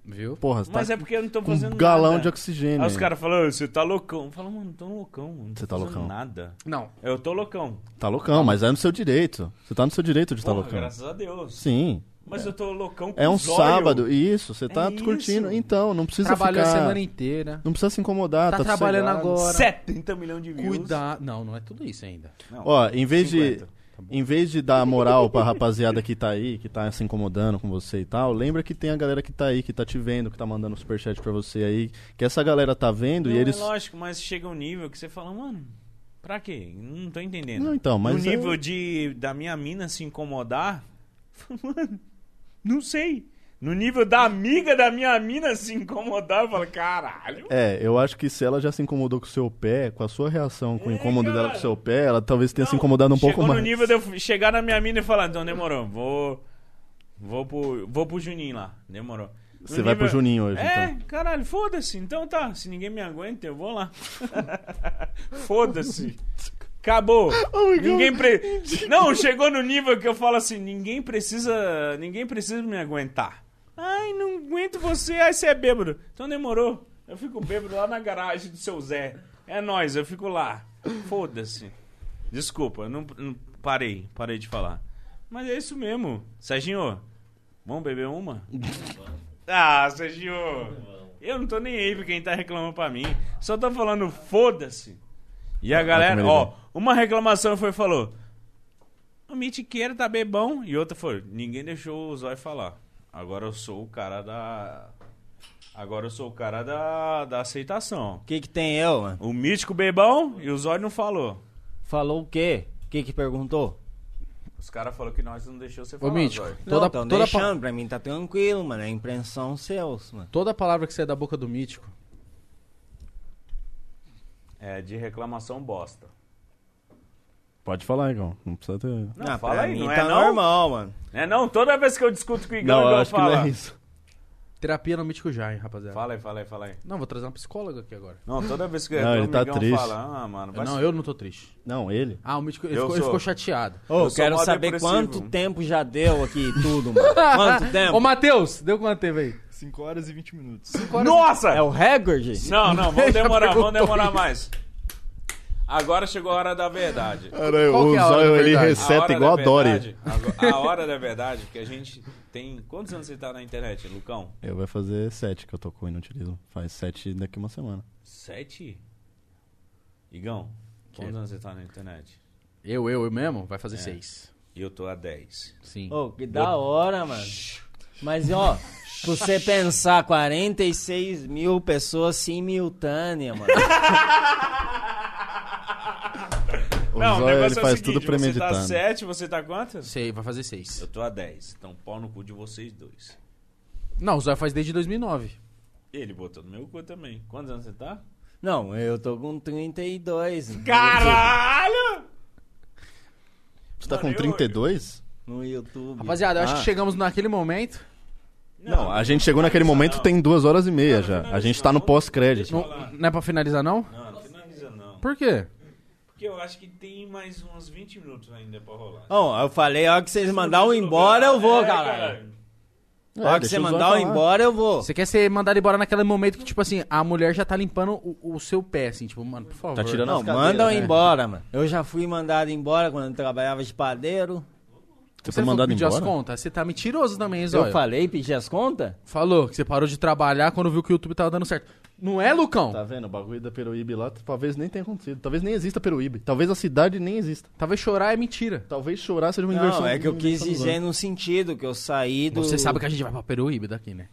[SPEAKER 1] Viu?
[SPEAKER 6] Porra, você
[SPEAKER 2] Mas
[SPEAKER 6] tá
[SPEAKER 2] é porque eu não tô
[SPEAKER 6] com
[SPEAKER 2] fazendo
[SPEAKER 6] um galão
[SPEAKER 2] nada.
[SPEAKER 6] de oxigênio.
[SPEAKER 2] Aí os
[SPEAKER 6] aí.
[SPEAKER 2] caras falam, "Ô, você tá loucão. Eu falo, mano, tô loucão. Não tô
[SPEAKER 6] Você tá
[SPEAKER 2] fazendo
[SPEAKER 6] loucão.
[SPEAKER 2] Nada.
[SPEAKER 1] Não.
[SPEAKER 2] Eu tô loucão.
[SPEAKER 6] Tá loucão, mas é no seu direito. Você tá no seu direito de estar
[SPEAKER 2] Porra,
[SPEAKER 6] loucão.
[SPEAKER 2] graças a Deus.
[SPEAKER 6] Sim.
[SPEAKER 2] Mas eu tô loucão com
[SPEAKER 6] É um
[SPEAKER 2] zóio.
[SPEAKER 6] sábado, isso, você tá
[SPEAKER 2] É isso.
[SPEAKER 6] curtindo. Então, não precisa
[SPEAKER 1] Trabalhou
[SPEAKER 6] ficar.
[SPEAKER 1] a semana inteira.
[SPEAKER 6] Não precisa se incomodar,
[SPEAKER 1] Tá
[SPEAKER 6] tá,
[SPEAKER 1] trabalhando
[SPEAKER 6] sossegado.
[SPEAKER 1] agora.
[SPEAKER 2] 70 milhões de views.
[SPEAKER 1] Cuidar. Não, não é tudo isso ainda.
[SPEAKER 2] Não, Tá
[SPEAKER 6] Ó, em vez de
[SPEAKER 2] 50.
[SPEAKER 6] em vez de dar moral pra rapaziada que tá aí, que tá se incomodando com você e tal, lembra que tem a galera que tá aí, que tá te vendo, que tá mandando superchat pra você aí, que essa galera tá vendo
[SPEAKER 2] Não,
[SPEAKER 6] e eles
[SPEAKER 2] é lógico, mas chega um nível que você fala, mano, pra quê? Não tô entendendo.
[SPEAKER 6] Não, então, mas
[SPEAKER 2] No
[SPEAKER 6] é-
[SPEAKER 2] nível de, da minha mina se incomodar, <laughs> eu falo, mano, não sei. No nível da amiga da minha mina se incomodar, eu falo, caralho.
[SPEAKER 6] É, eu acho que se ela já se incomodou com o seu pé, com a sua reação, com o
[SPEAKER 2] É,
[SPEAKER 6] incômodo dela com
[SPEAKER 2] cara.
[SPEAKER 6] o seu pé, ela talvez tenha se
[SPEAKER 2] Não,
[SPEAKER 6] incomodado um
[SPEAKER 2] chegou
[SPEAKER 6] pouco mais.
[SPEAKER 2] no nível de eu chegar na minha mina e falar, então demorou, vou, vou, pro, vou pro Juninho lá, demorou. No
[SPEAKER 6] Você vai pro Juninho hoje,
[SPEAKER 2] É,
[SPEAKER 6] então.
[SPEAKER 2] caralho, foda-se. Então tá, se ninguém me aguenta, eu vou lá. <laughs> foda-se. Acabou. ninguém pre... Não, chegou no nível que eu falo assim, ninguém precisa, ninguém precisa me aguentar. Ai, não aguento você, ai você é bêbado. Então demorou. Eu fico bêbado lá na garagem do seu Zé. É nóis, eu fico lá. Foda-se. Desculpa, não, não- parei, parei de falar. Mas é isso mesmo. Serginho, vamos beber uma? ah, Serginho. Eu não tô nem aí pra quem tá reclamando pra mim. Só tô falando foda-se. E a galera,
[SPEAKER 6] comer
[SPEAKER 2] ó, uma reclamação foi e falou: "O mitiqueiro tá bebão" e outra foi: "Ninguém deixou o Zói falar. Agora eu sou o cara da Agora eu sou o cara da, da aceitação.
[SPEAKER 4] O que que tem eu, mano?
[SPEAKER 2] O mítico bebão e o Zói não falou.
[SPEAKER 4] Falou o quê? O que que perguntou?
[SPEAKER 2] Os caras falaram que nós não deixou você
[SPEAKER 1] Ô,
[SPEAKER 2] falar.
[SPEAKER 1] Mítico,
[SPEAKER 2] Zóio.
[SPEAKER 1] toda,
[SPEAKER 4] não, tão
[SPEAKER 1] toda, pa-
[SPEAKER 4] deixando, pra mim tá tranquilo, mano. É impressão seus, mano.
[SPEAKER 1] toda palavra que sai da boca do Mítico
[SPEAKER 2] É, de reclamação bosta.
[SPEAKER 6] Pode falar, Igão. Não precisa ter.
[SPEAKER 2] Não,
[SPEAKER 4] Ah,
[SPEAKER 2] fala
[SPEAKER 4] pra
[SPEAKER 2] aí,
[SPEAKER 4] mim
[SPEAKER 2] não
[SPEAKER 4] tá
[SPEAKER 2] é não?
[SPEAKER 4] normal, mano.
[SPEAKER 2] É não, toda vez que eu discuto com o Igão,
[SPEAKER 6] Não,
[SPEAKER 2] eu
[SPEAKER 6] eu acho que
[SPEAKER 2] falo.
[SPEAKER 6] não é isso.
[SPEAKER 1] Terapia no Mítico já, hein, rapaziada.
[SPEAKER 2] Fala aí, fala aí, fala aí.
[SPEAKER 1] Não, vou trazer uma psicóloga aqui agora.
[SPEAKER 2] Não, toda vez que eu
[SPEAKER 6] Não,
[SPEAKER 2] reclamo,
[SPEAKER 6] ele tá
[SPEAKER 2] o Igão
[SPEAKER 6] triste.
[SPEAKER 2] fala, ah, mano, vai
[SPEAKER 1] não,
[SPEAKER 2] se-
[SPEAKER 1] eu não tô triste.
[SPEAKER 6] Não, ele.
[SPEAKER 1] Ah, o Mítico, ele,
[SPEAKER 2] Eu
[SPEAKER 1] ficou, ele
[SPEAKER 2] sou.
[SPEAKER 1] ficou chateado.
[SPEAKER 4] Eu,
[SPEAKER 2] Eu sou
[SPEAKER 4] quero
[SPEAKER 2] mal
[SPEAKER 4] saber
[SPEAKER 2] depressivo.
[SPEAKER 4] quanto tempo já deu aqui tudo, <laughs>
[SPEAKER 1] <laughs>
[SPEAKER 4] mano. Quanto tempo?
[SPEAKER 1] Ô, Matheus, deu quanto tempo aí?
[SPEAKER 10] 5 horas e 20 minutos.
[SPEAKER 2] Nossa!
[SPEAKER 4] É o recorde?
[SPEAKER 2] Não, não, vamos
[SPEAKER 1] <laughs> Já
[SPEAKER 2] demorar, vamos
[SPEAKER 1] perguntou
[SPEAKER 2] demorar mais. Agora chegou a hora da verdade.
[SPEAKER 6] Cara,
[SPEAKER 1] Qual que
[SPEAKER 6] o
[SPEAKER 1] é a hora
[SPEAKER 6] zóio
[SPEAKER 1] da
[SPEAKER 6] ele
[SPEAKER 1] verdade?
[SPEAKER 2] A
[SPEAKER 6] receta
[SPEAKER 2] hora
[SPEAKER 6] igual a
[SPEAKER 2] da
[SPEAKER 6] Dory.
[SPEAKER 2] verdade- agora- A hora da verdade, que a gente tem... Quantos anos você tá na internet, Lucão?
[SPEAKER 6] Eu vai fazer sete que eu tô com inutilismo. Faz sete daqui uma semana.
[SPEAKER 2] Sete? Igão, quantos anos você tá na internet?
[SPEAKER 1] Eu, eu, eu mesmo? Vai fazer seis.
[SPEAKER 2] Eu tô a 10.
[SPEAKER 1] Sim.
[SPEAKER 4] Ô, que da hora, mano.
[SPEAKER 1] <laughs>
[SPEAKER 4] Mas, ó, se você pensar, 46 mil pessoas simultâneas,
[SPEAKER 1] <laughs>
[SPEAKER 4] mano.
[SPEAKER 6] O
[SPEAKER 2] Não, o
[SPEAKER 6] zóio ele
[SPEAKER 2] negócio é o
[SPEAKER 6] faz
[SPEAKER 2] seguinte,
[SPEAKER 6] tudo premeditado.
[SPEAKER 2] você tá 7, você tá quantas?
[SPEAKER 1] Sei, vai fazer
[SPEAKER 2] Eu
[SPEAKER 1] seis.
[SPEAKER 2] tô a 10, então pau no cu de vocês dois.
[SPEAKER 1] Não, o Zóio faz desde 2009.
[SPEAKER 2] Ele botou no meu cu também. Quantos anos você tá?
[SPEAKER 4] Não, eu tô com 32
[SPEAKER 2] Caralho!
[SPEAKER 6] Você tá
[SPEAKER 2] Mano,
[SPEAKER 6] com
[SPEAKER 2] eu-
[SPEAKER 6] 32?
[SPEAKER 4] no YouTube.
[SPEAKER 1] Rapaziada, eu acho
[SPEAKER 6] Ah.
[SPEAKER 1] que chegamos naquele momento.
[SPEAKER 6] Não, a gente chegou naquele momento tem duas horas e meia já. A gente tá no pós-crédito.
[SPEAKER 1] Não, não é pra finalizar, não?
[SPEAKER 2] Não, não finaliza não.
[SPEAKER 1] Por quê?
[SPEAKER 2] Porque eu acho que tem mais uns 20 minutos ainda pra rolar.
[SPEAKER 4] Ó, eu falei, ó, que vocês mandar um embora, eu vou, galera.
[SPEAKER 6] É,
[SPEAKER 4] Ó, que
[SPEAKER 6] deixa
[SPEAKER 4] você
[SPEAKER 6] o Zóio
[SPEAKER 4] mandar um
[SPEAKER 6] falar.
[SPEAKER 4] embora, eu vou.
[SPEAKER 1] Você quer ser mandado embora naquele momento que, tipo assim, a mulher já tá limpando o, o seu pé, assim, tipo, mano, por favor.
[SPEAKER 6] Tá tirando
[SPEAKER 4] Não,
[SPEAKER 6] as cadeiras,
[SPEAKER 4] mandam
[SPEAKER 6] né?
[SPEAKER 4] embora, mano. Eu já fui mandado embora quando eu trabalhava de padeiro.
[SPEAKER 6] Você
[SPEAKER 1] Você
[SPEAKER 6] foi
[SPEAKER 1] falou que
[SPEAKER 6] mandado
[SPEAKER 1] pediu as
[SPEAKER 6] embora?
[SPEAKER 1] contas. Você tá mentiroso também, hein,
[SPEAKER 4] Eu
[SPEAKER 1] Zóio?
[SPEAKER 4] falei, pedi as contas?
[SPEAKER 1] Falou que você parou de trabalhar quando viu que o YouTube tava dando certo. Não é, Lucão?
[SPEAKER 6] Tá vendo? O bagulho da Peruíbe lá talvez nem tenha acontecido. Talvez nem exista Peruíbe. Talvez a cidade nem exista.
[SPEAKER 1] Talvez chorar é mentira.
[SPEAKER 6] Talvez chorar seja uma inversão.
[SPEAKER 4] Não, é que eu
[SPEAKER 6] uma
[SPEAKER 4] quis
[SPEAKER 6] inversão dos
[SPEAKER 4] dizer
[SPEAKER 6] anos.
[SPEAKER 4] no sentido que eu saí do...
[SPEAKER 1] Você sabe que a gente vai pra Peruíbe daqui, né?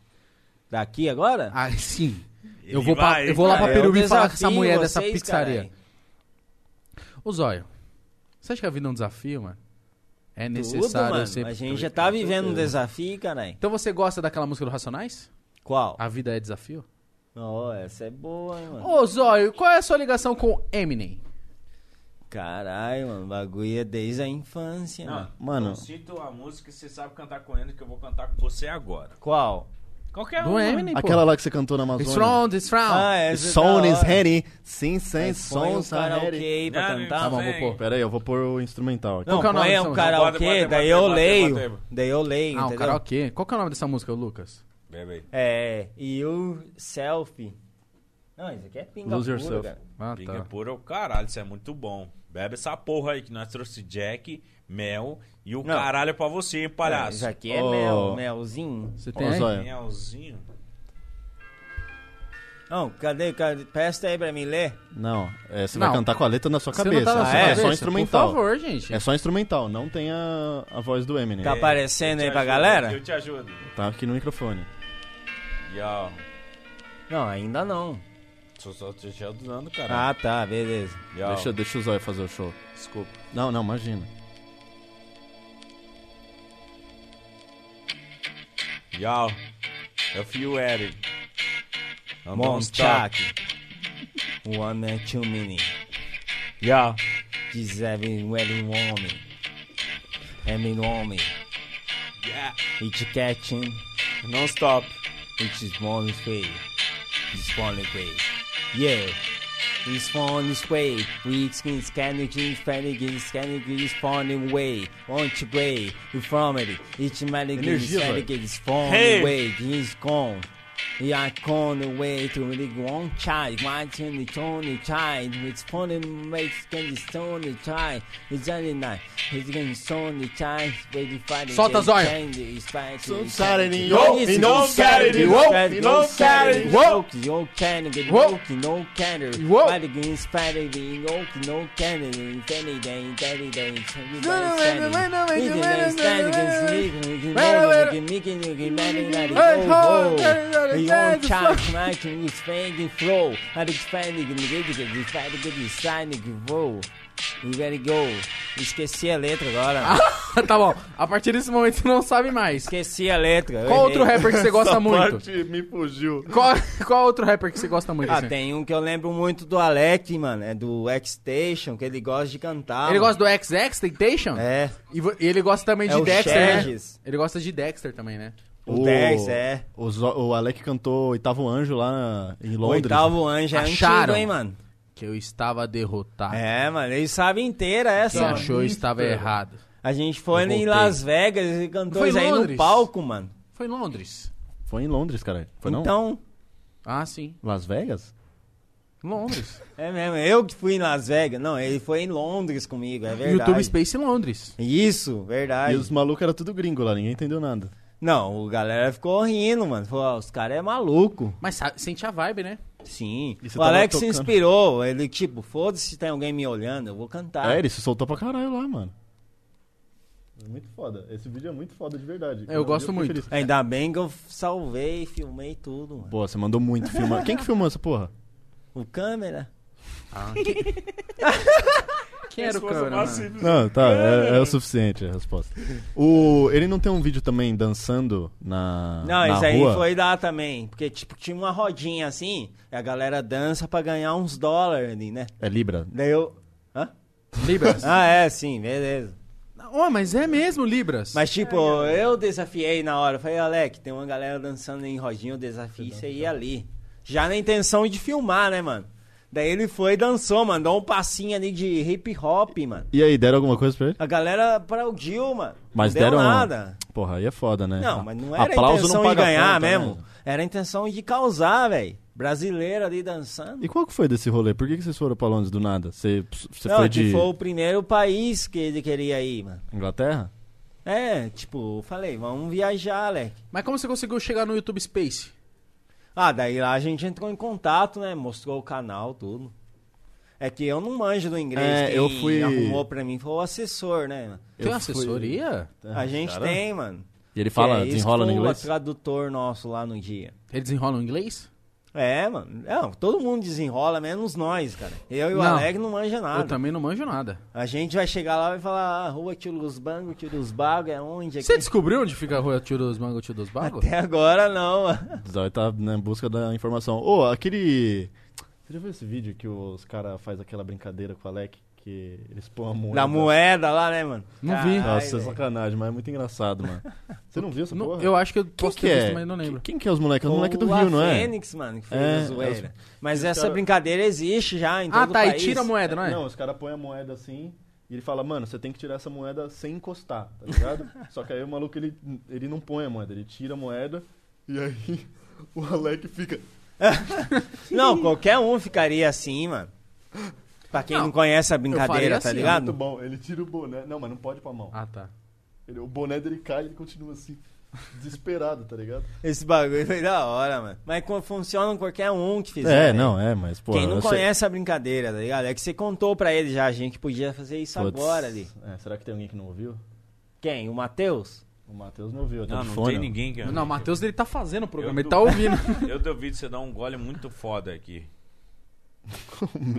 [SPEAKER 4] Daqui agora?
[SPEAKER 1] Ah, sim. Eu
[SPEAKER 2] Ele
[SPEAKER 1] vou, pra-
[SPEAKER 2] vai,
[SPEAKER 1] eu vou lá
[SPEAKER 2] cara,
[SPEAKER 1] pra
[SPEAKER 4] é um
[SPEAKER 1] Peruíbe falar com essa
[SPEAKER 4] desafio
[SPEAKER 1] mulher dessa
[SPEAKER 4] vocês,
[SPEAKER 1] pizzaria.
[SPEAKER 4] caralho.
[SPEAKER 1] Ô, Zóio, você acha que a vida é um desafio, mano? É
[SPEAKER 4] Tudo,
[SPEAKER 1] necessário
[SPEAKER 4] mano.
[SPEAKER 1] eu sempre...
[SPEAKER 4] A gente já tá vivendo um desafio, caralho.
[SPEAKER 1] Então você gosta daquela música do Racionais?
[SPEAKER 4] Qual?
[SPEAKER 1] A Vida é Desafio?
[SPEAKER 4] Ó, essa é boa, hein, mano.
[SPEAKER 1] Ô, Zóio, qual é a sua ligação com Eminem?
[SPEAKER 4] Caralho, mano, o bagulho é desde a infância,
[SPEAKER 2] Ah,
[SPEAKER 4] mano.
[SPEAKER 6] Ah, Mano.
[SPEAKER 2] Eu cito a música e você sabe cantar com ele, que eu vou cantar com você agora.
[SPEAKER 4] Qual?
[SPEAKER 2] Qualquer
[SPEAKER 1] Do
[SPEAKER 4] um,
[SPEAKER 2] uma.
[SPEAKER 1] Eminem, pô.
[SPEAKER 6] Aquela lá que você cantou na
[SPEAKER 1] It's
[SPEAKER 6] Amazônia.
[SPEAKER 1] round, it's Ah, round.
[SPEAKER 4] essa é
[SPEAKER 6] Sound
[SPEAKER 4] da
[SPEAKER 6] is
[SPEAKER 4] hora.
[SPEAKER 6] ready. Sim, sim,
[SPEAKER 4] Mas põe
[SPEAKER 6] sound
[SPEAKER 4] um
[SPEAKER 6] is ready.
[SPEAKER 4] karaokê pra
[SPEAKER 2] Não, não,
[SPEAKER 4] cantar.
[SPEAKER 1] Tá bom, vou pôr.
[SPEAKER 6] Pera aí, eu vou pôr o instrumental aqui.
[SPEAKER 4] Não,
[SPEAKER 1] Qual que é o nome
[SPEAKER 4] põe
[SPEAKER 1] dessa
[SPEAKER 4] um
[SPEAKER 1] música?
[SPEAKER 2] Bota, bota,
[SPEAKER 4] karaokê,
[SPEAKER 2] bota,
[SPEAKER 4] daí eu
[SPEAKER 2] bota,
[SPEAKER 4] leio.
[SPEAKER 2] bota, bota.
[SPEAKER 4] Daí eu leio,
[SPEAKER 1] Ah, um
[SPEAKER 4] entendeu?
[SPEAKER 1] karaokê. Qual que é o nome dessa música, Lucas?
[SPEAKER 2] Bebe aí.
[SPEAKER 4] É, yourself. Não, isso aqui é pinga
[SPEAKER 6] Lose
[SPEAKER 4] pura,
[SPEAKER 6] yourself.
[SPEAKER 4] cara.
[SPEAKER 1] Ah,
[SPEAKER 2] Pinga
[SPEAKER 1] tá.
[SPEAKER 2] puro é o caralho, isso é muito bom. Bebe essa porra aí que nós trouxe Jack, Mel e o
[SPEAKER 4] Não.
[SPEAKER 2] caralho pra você, hein,
[SPEAKER 4] Não, Isso
[SPEAKER 2] palhaço.
[SPEAKER 4] aqui é
[SPEAKER 6] Ô.
[SPEAKER 4] mel, melzinho.
[SPEAKER 1] Você
[SPEAKER 6] Ô,
[SPEAKER 1] tem aí?
[SPEAKER 6] Zóia,
[SPEAKER 2] Melzinho.
[SPEAKER 4] Não, cadê, cadê? Presta aí pra mim ler.
[SPEAKER 6] Não, é, você
[SPEAKER 1] Não.
[SPEAKER 6] vai cantar com a letra na sua
[SPEAKER 1] Você não
[SPEAKER 6] cabeça.
[SPEAKER 1] tá na
[SPEAKER 6] Ah,
[SPEAKER 1] sua
[SPEAKER 6] é,
[SPEAKER 1] cabeça?
[SPEAKER 6] só instrumental.
[SPEAKER 1] Por favor, gente.
[SPEAKER 6] É só instrumental, não tem a, a voz do Eminem.
[SPEAKER 4] Tá
[SPEAKER 6] Tá.
[SPEAKER 4] aparecendo aí
[SPEAKER 2] Eu te
[SPEAKER 4] pra
[SPEAKER 2] ajudo,
[SPEAKER 4] galera?
[SPEAKER 2] Eu te ajudo.
[SPEAKER 6] aqui no microfone.
[SPEAKER 2] Yo.
[SPEAKER 4] Não, ainda não.
[SPEAKER 2] Tô só te ajudando, caralho.
[SPEAKER 4] Ah, tá, beleza.
[SPEAKER 2] Yo.
[SPEAKER 6] Deixa, deixa o Zóia fazer o show.
[SPEAKER 2] Desculpa.
[SPEAKER 6] Não, não, imagina.
[SPEAKER 2] Yo. Eu fui o Eric. Não
[SPEAKER 4] Monchak. One man, two mini.
[SPEAKER 2] Yo.
[SPEAKER 4] Deserve well um homem. Eminem homem.
[SPEAKER 2] Yeah.
[SPEAKER 4] It's catching.
[SPEAKER 2] Não stop.
[SPEAKER 4] It's on its way. It's on its way. Yeah. It's on its way. We skin scanning jeans, fanny jeans, scanning jeans, funny way. On to way. Informity. It's money jeans,
[SPEAKER 6] Energia,
[SPEAKER 4] fanny
[SPEAKER 6] velho.
[SPEAKER 4] jeans, funny
[SPEAKER 2] Hey.
[SPEAKER 4] way. Jeans gone. Yeah, I con the way to really go on child. My tiny Tony child. It's funny makes candy stone child. It's only night. It's getting stone child. Ready fighting.
[SPEAKER 1] Solta, zóio.
[SPEAKER 6] Saturday,
[SPEAKER 4] Yo,
[SPEAKER 6] yo,
[SPEAKER 4] it's
[SPEAKER 6] no
[SPEAKER 4] no
[SPEAKER 6] Saturday,
[SPEAKER 4] Saturday,
[SPEAKER 6] yo,
[SPEAKER 4] Saturday,
[SPEAKER 6] no
[SPEAKER 4] no
[SPEAKER 6] Saturday,
[SPEAKER 4] Saturday,
[SPEAKER 6] yo.
[SPEAKER 4] no no Canada,
[SPEAKER 1] Whoa.
[SPEAKER 4] no no Canada,
[SPEAKER 1] Whoa.
[SPEAKER 4] by the green spider, the no no Canada, if any day, if any day, if any day, if any day, if any day, if any day, if any day, if any day, if any day, if any day, if charge my can expand the flow, I expand the grid, we fight the good design, the grow, we gotta go. Esqueci a letra agora.
[SPEAKER 1] <laughs> tá bom. A partir desse momento você não sabe mais.
[SPEAKER 4] Esqueci a letra. eu
[SPEAKER 1] Qual outro
[SPEAKER 4] errei.
[SPEAKER 1] rapper que
[SPEAKER 4] <laughs>
[SPEAKER 1] você gosta muito?
[SPEAKER 6] me fugiu.
[SPEAKER 1] Qual, qual outro rapper que você gosta muito?
[SPEAKER 4] Ah,
[SPEAKER 1] assim?
[SPEAKER 4] tem um que eu lembro muito do Alec, mano. É do X-Station, que ele gosta de cantar.
[SPEAKER 1] Ele
[SPEAKER 4] mano.
[SPEAKER 1] gosta do XX Temptation?
[SPEAKER 4] É.
[SPEAKER 1] E, vo- e ele gosta também de
[SPEAKER 4] É o
[SPEAKER 1] Dexter, né?
[SPEAKER 4] Cheggs.
[SPEAKER 1] Ele gosta de Dexter também, né?
[SPEAKER 4] O Dex, é.
[SPEAKER 6] O, Zó- o Alec cantou Oitavo Anjo lá na- em
[SPEAKER 4] O
[SPEAKER 6] Londres. né?
[SPEAKER 4] Oitavo Anjo é
[SPEAKER 1] Acharam.
[SPEAKER 4] antigo, hein, mano?
[SPEAKER 1] Que eu estava derrotado.
[SPEAKER 4] É, mano, ele sabe inteira
[SPEAKER 1] Quem
[SPEAKER 4] essa. mano.
[SPEAKER 1] achou eu estava errado.
[SPEAKER 4] A gente foi
[SPEAKER 1] Eu
[SPEAKER 4] em
[SPEAKER 1] voltei.
[SPEAKER 4] Las Vegas e cantou
[SPEAKER 1] Foi em
[SPEAKER 4] isso aí no
[SPEAKER 1] Londres?
[SPEAKER 4] palco, mano.
[SPEAKER 1] Foi em Londres.
[SPEAKER 6] Foi em Londres, cara. Foi não?
[SPEAKER 4] então,
[SPEAKER 1] Ah, sim.
[SPEAKER 6] Las Vegas?
[SPEAKER 1] Londres.
[SPEAKER 4] é mesmo, eu que fui em Las Vegas. Não, ele foi em Londres comigo, é verdade.
[SPEAKER 1] YouTube Space em Londres.
[SPEAKER 4] Isso, verdade.
[SPEAKER 6] E os malucos eram tudo gringo lá, ninguém entendeu nada.
[SPEAKER 4] Não, o galera ficou rindo, mano. Falou, "Ah, os caras é maluco.
[SPEAKER 1] Mas sa- sente a vibe, né?
[SPEAKER 4] Sim.
[SPEAKER 6] E você
[SPEAKER 4] O
[SPEAKER 6] tava
[SPEAKER 4] Alex se
[SPEAKER 6] tocando.
[SPEAKER 4] inspirou. Ele, tipo, foda-se se tem alguém me olhando, eu vou cantar.
[SPEAKER 1] Tá.
[SPEAKER 6] É, ele se soltou pra caralho lá, mano. É muito foda. Esse vídeo é muito foda de verdade.
[SPEAKER 1] Eu gosto muito.
[SPEAKER 4] Ainda bem que eu salvei, filmei tudo, mano.
[SPEAKER 6] Pô, você mandou muito filmar. Quem que filmou essa porra?
[SPEAKER 4] O câmera.
[SPEAKER 1] Quem era o câmera, mano?
[SPEAKER 6] Não, tá, é, é o suficiente a resposta. O, ele não tem um vídeo também dançando na.
[SPEAKER 4] Não,
[SPEAKER 6] Ah, na
[SPEAKER 4] isso aí
[SPEAKER 6] rua?
[SPEAKER 4] foi lá também. Porque, tipo, tinha uma rodinha assim, e a galera dança pra ganhar uns dólares ali, né?
[SPEAKER 6] É Libra.
[SPEAKER 4] Daí eu. Hã?
[SPEAKER 1] Libras.
[SPEAKER 4] <laughs> Ah, é, sim, beleza.
[SPEAKER 1] Oh, mas é mesmo, Libras.
[SPEAKER 4] Mas, tipo, eu desafiei na hora. Eu Falei, Alec, tem uma galera dançando em rodinha, eu desafio você ir ali. Já na intenção de filmar, né, mano? Daí ele foi e dançou, mandou um passinho ali de hip hop, mano.
[SPEAKER 6] E aí, deram alguma coisa pra ele?
[SPEAKER 4] A galera aplaudiu, mano.
[SPEAKER 6] Mas
[SPEAKER 4] não deu
[SPEAKER 6] deram.
[SPEAKER 4] nada.
[SPEAKER 6] Porra, aí é foda, né?
[SPEAKER 4] Não,
[SPEAKER 6] <laughs> A-
[SPEAKER 4] mas não era a
[SPEAKER 6] Aplauso
[SPEAKER 4] intenção
[SPEAKER 6] não
[SPEAKER 4] de
[SPEAKER 6] paga
[SPEAKER 4] ganhar
[SPEAKER 6] conta,
[SPEAKER 4] mesmo.
[SPEAKER 6] né?
[SPEAKER 4] Era a intenção de causar, velho. Brasileiro ali dançando.
[SPEAKER 6] E qual que foi desse rolê? Por que, que vocês foram pra Londres do nada? Você, você
[SPEAKER 4] não, é
[SPEAKER 6] foi
[SPEAKER 4] que
[SPEAKER 6] de
[SPEAKER 4] foi o primeiro país que ele queria ir, mano.
[SPEAKER 6] Inglaterra?
[SPEAKER 4] É, tipo, eu falei, vamos viajar, Alec.
[SPEAKER 1] Mas como você conseguiu chegar no YouTube Space?
[SPEAKER 4] Ah, daí lá a gente entrou em contato, né? Mostrou o canal, tudo. É que eu não manjo do inglês.
[SPEAKER 6] É,
[SPEAKER 4] Quem
[SPEAKER 6] eu fui-
[SPEAKER 4] arrumou pra mim foi o assessor, né? mano?
[SPEAKER 1] Tem
[SPEAKER 6] Eu
[SPEAKER 1] uma
[SPEAKER 6] fui-
[SPEAKER 1] assessoria?
[SPEAKER 4] a gente
[SPEAKER 6] Ah, cara.
[SPEAKER 4] tem, mano.
[SPEAKER 6] E ele fala,
[SPEAKER 4] Que é isso
[SPEAKER 6] desenrola no
[SPEAKER 4] que foi
[SPEAKER 6] inglês?
[SPEAKER 4] O tradutor nosso lá no dia.
[SPEAKER 1] Eles desenrolam inglês?
[SPEAKER 4] É, mano. Não, todo mundo desenrola, menos nós, cara. Eu e o
[SPEAKER 1] Não.
[SPEAKER 4] Alec Ah, não manja
[SPEAKER 1] Eu
[SPEAKER 4] nada.
[SPEAKER 1] também não manjo nada.
[SPEAKER 4] A gente vai chegar lá e vai falar, ah, rua Tio dos Bangos, Tio dos Bagos, é onde? É
[SPEAKER 1] Você
[SPEAKER 4] que...
[SPEAKER 1] descobriu onde fica a rua Tio dos Mango, Tio dos Bagos?
[SPEAKER 4] Até agora não, mano.
[SPEAKER 6] Zóio tá na busca da informação. Ô, aquele. Você já viu esse vídeo que os caras fazem aquela brincadeira com o Alec que eles põem a moeda?
[SPEAKER 4] Da moeda lá, né, mano?
[SPEAKER 1] Não vi.
[SPEAKER 4] Caralho,
[SPEAKER 6] Nossa, é
[SPEAKER 4] velho.
[SPEAKER 6] sacanagem, mas é muito engraçado, mano. Você não viu
[SPEAKER 1] <laughs>
[SPEAKER 6] essa
[SPEAKER 1] Não,
[SPEAKER 6] porra?
[SPEAKER 1] eu acho que eu
[SPEAKER 6] Quem
[SPEAKER 1] posso
[SPEAKER 6] que
[SPEAKER 1] ter
[SPEAKER 6] é?
[SPEAKER 1] visto, mas não lembro.
[SPEAKER 6] Quem, quem que é os moleques? É os moleques do
[SPEAKER 4] O La
[SPEAKER 6] Rio, não é?
[SPEAKER 4] Fênix, mano, que fez
[SPEAKER 6] É,
[SPEAKER 4] a zoeira.
[SPEAKER 6] é os-
[SPEAKER 4] Mas
[SPEAKER 6] os
[SPEAKER 4] essa
[SPEAKER 6] cara-
[SPEAKER 4] brincadeira existe já em todo
[SPEAKER 1] Ah, tá. E
[SPEAKER 4] país.
[SPEAKER 1] tira a moeda, não é?
[SPEAKER 6] Não, os caras põem a moeda assim e ele fala, mano, você tem que tirar essa moeda sem encostar,
[SPEAKER 1] <laughs>
[SPEAKER 6] tá ligado? Só que aí o <laughs> maluco, ele, ele não põe a moeda, ele tira a moeda e aí o Alec fica.
[SPEAKER 4] Não, qualquer um ficaria assim, mano. Pra quem não, conhece a brincadeira,
[SPEAKER 1] faria
[SPEAKER 4] tá
[SPEAKER 1] assim,
[SPEAKER 6] Muito
[SPEAKER 4] ligado?
[SPEAKER 6] bom. Ele tira o boné. Não, mas não pode pra mão.
[SPEAKER 1] Ah, tá.
[SPEAKER 6] Ele- o boné dele cai e ele continua assim, desesperado, tá ligado?
[SPEAKER 4] Esse bagulho foi da hora, mano. Mas co- funciona com qualquer um que fizer.
[SPEAKER 1] né?
[SPEAKER 6] É,
[SPEAKER 4] velho.
[SPEAKER 6] não, é, mas, pô.
[SPEAKER 4] Quem não
[SPEAKER 6] eu sei-
[SPEAKER 4] conhece a brincadeira, tá ligado? É que você contou pra ele já, a gente, que podia fazer isso
[SPEAKER 6] Putz.
[SPEAKER 4] agora ali.
[SPEAKER 6] É, será que tem alguém que não ouviu?
[SPEAKER 4] Quem? O Matheus?
[SPEAKER 6] O Matheus não ouviu. eu tô
[SPEAKER 2] Não,
[SPEAKER 6] de
[SPEAKER 2] não
[SPEAKER 6] fone,
[SPEAKER 2] tem
[SPEAKER 6] ó.
[SPEAKER 2] ninguém que.
[SPEAKER 1] Não, o Matheus ele tá fazendo o programa,
[SPEAKER 2] Eu
[SPEAKER 1] ele
[SPEAKER 2] tô- <laughs>
[SPEAKER 1] tá ouvindo.
[SPEAKER 2] Eu duvido você dar um gole muito foda aqui.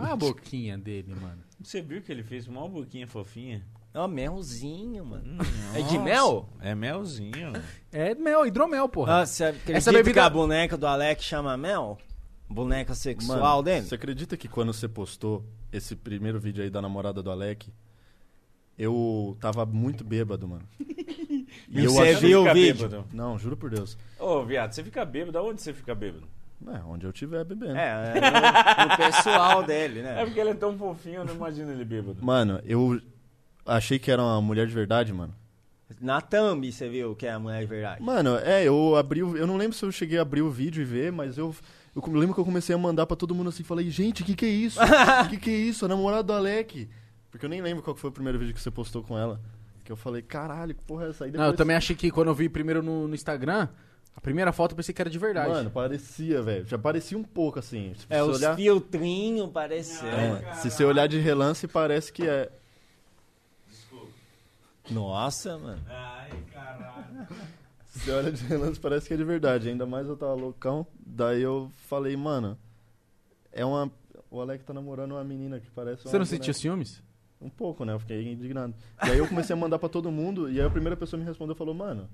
[SPEAKER 1] Olha é a boquinha dele, mano.
[SPEAKER 2] Você viu que ele fez uma boquinha fofinha?
[SPEAKER 4] Ó, É um melzinho,
[SPEAKER 6] Hum.
[SPEAKER 4] mano. É de mel?
[SPEAKER 2] É <laughs> melzinho.
[SPEAKER 1] É mel, hidromel, porra.
[SPEAKER 4] Ah, você acredita
[SPEAKER 1] Essa bebida-
[SPEAKER 4] que a boneca do Alex chama mel? Boneca sexual
[SPEAKER 6] Mano,
[SPEAKER 4] dele?
[SPEAKER 6] Você acredita que quando você postou esse primeiro vídeo aí da namorada do Alec, eu tava muito
[SPEAKER 4] <laughs>
[SPEAKER 6] bêbado, mano.
[SPEAKER 4] E você viu o
[SPEAKER 2] Fica
[SPEAKER 4] vídeo?
[SPEAKER 2] bêbado.
[SPEAKER 6] Não, juro por Deus.
[SPEAKER 2] Ô, viado, você fica bêbado. Aonde você fica bêbado?
[SPEAKER 6] É, onde eu tiver bebendo.
[SPEAKER 4] É, é o, o pessoal dele,
[SPEAKER 2] É
[SPEAKER 4] né?
[SPEAKER 2] porque ele é tão fofinho, eu não imagino ele bêbado.
[SPEAKER 6] Mano, eu achei que era uma mulher de verdade, mano.
[SPEAKER 4] Na thumb você viu que é a mulher de verdade.
[SPEAKER 6] Mano, é, eu abri o, Eu não lembro se eu cheguei a abrir o vídeo e ver, mas eu. Eu com- lembro que eu comecei a mandar pra todo mundo assim, falei, gente, que que é isso?
[SPEAKER 4] <laughs>
[SPEAKER 6] que que é isso? A namorada do Alec. Porque eu nem lembro qual que foi o primeiro vídeo que você postou com ela. Que eu falei, caralho, que porra é essa aí?
[SPEAKER 1] Não, eu também achei que quando eu vi primeiro no, no Instagram, a primeira foto eu pensei que era de verdade.
[SPEAKER 6] Mano, parecia, velho. Já parecia um pouco assim. Se
[SPEAKER 4] É
[SPEAKER 6] você
[SPEAKER 4] os
[SPEAKER 6] olhar,
[SPEAKER 4] filtrinhos parecendo.
[SPEAKER 6] É, se você olhar de relance, parece que é.
[SPEAKER 4] Nossa, mano.
[SPEAKER 6] É.
[SPEAKER 2] Ai, caralho.
[SPEAKER 6] Se você olha de relance, parece que é de verdade. Ainda mais eu tava loucão. Daí eu falei, mano, é uma. O Alec tá namorando uma menina que parece
[SPEAKER 1] Você
[SPEAKER 6] uma
[SPEAKER 1] não
[SPEAKER 6] boneca.
[SPEAKER 1] sentiu ciúmes?
[SPEAKER 6] Um pouco, né? Eu fiquei indignado. Daí eu comecei a mandar pra todo mundo, e aí a primeira pessoa me respondeu falou, mano,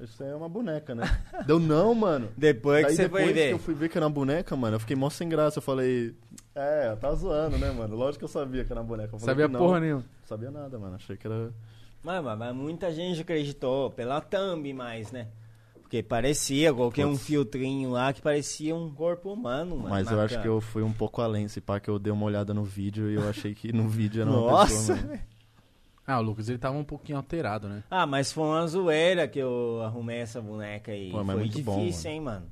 [SPEAKER 6] isso aí é uma
[SPEAKER 1] <laughs>
[SPEAKER 6] boneca, né? Deu não, mano.
[SPEAKER 4] Depois que
[SPEAKER 6] Daí
[SPEAKER 4] você
[SPEAKER 6] depois
[SPEAKER 4] foi ver.
[SPEAKER 6] que eu fui ver que era uma boneca, mano, eu fiquei mó sem graça. Eu falei, é, tá zoando, né, mano? Lógico que eu sabia que era uma boneca. Eu falei
[SPEAKER 1] Sabia
[SPEAKER 6] que não,
[SPEAKER 1] porra nenhuma.
[SPEAKER 6] Sabia nada, mano. Achei que era.
[SPEAKER 4] Mas, mas- mas muita gente acreditou pela thumb mais, né? Porque parecia, coloquei um filtrinho lá que parecia um corpo humano, mano.
[SPEAKER 6] Mas eu
[SPEAKER 4] na
[SPEAKER 6] acho que
[SPEAKER 4] thumb.
[SPEAKER 6] eu fui um pouco além, se pá, que eu dei uma olhada no vídeo e eu achei que no vídeo era uma
[SPEAKER 4] Nossa!
[SPEAKER 6] pessoa. mano.
[SPEAKER 1] Ah, o Lucas ele tava um pouquinho alterado, né?
[SPEAKER 4] Ah, mas foi uma zoeira que eu arrumei essa boneca aí.
[SPEAKER 6] Pô, mas
[SPEAKER 4] foi
[SPEAKER 6] muito bom,
[SPEAKER 4] difícil,
[SPEAKER 6] mano.
[SPEAKER 4] hein, mano.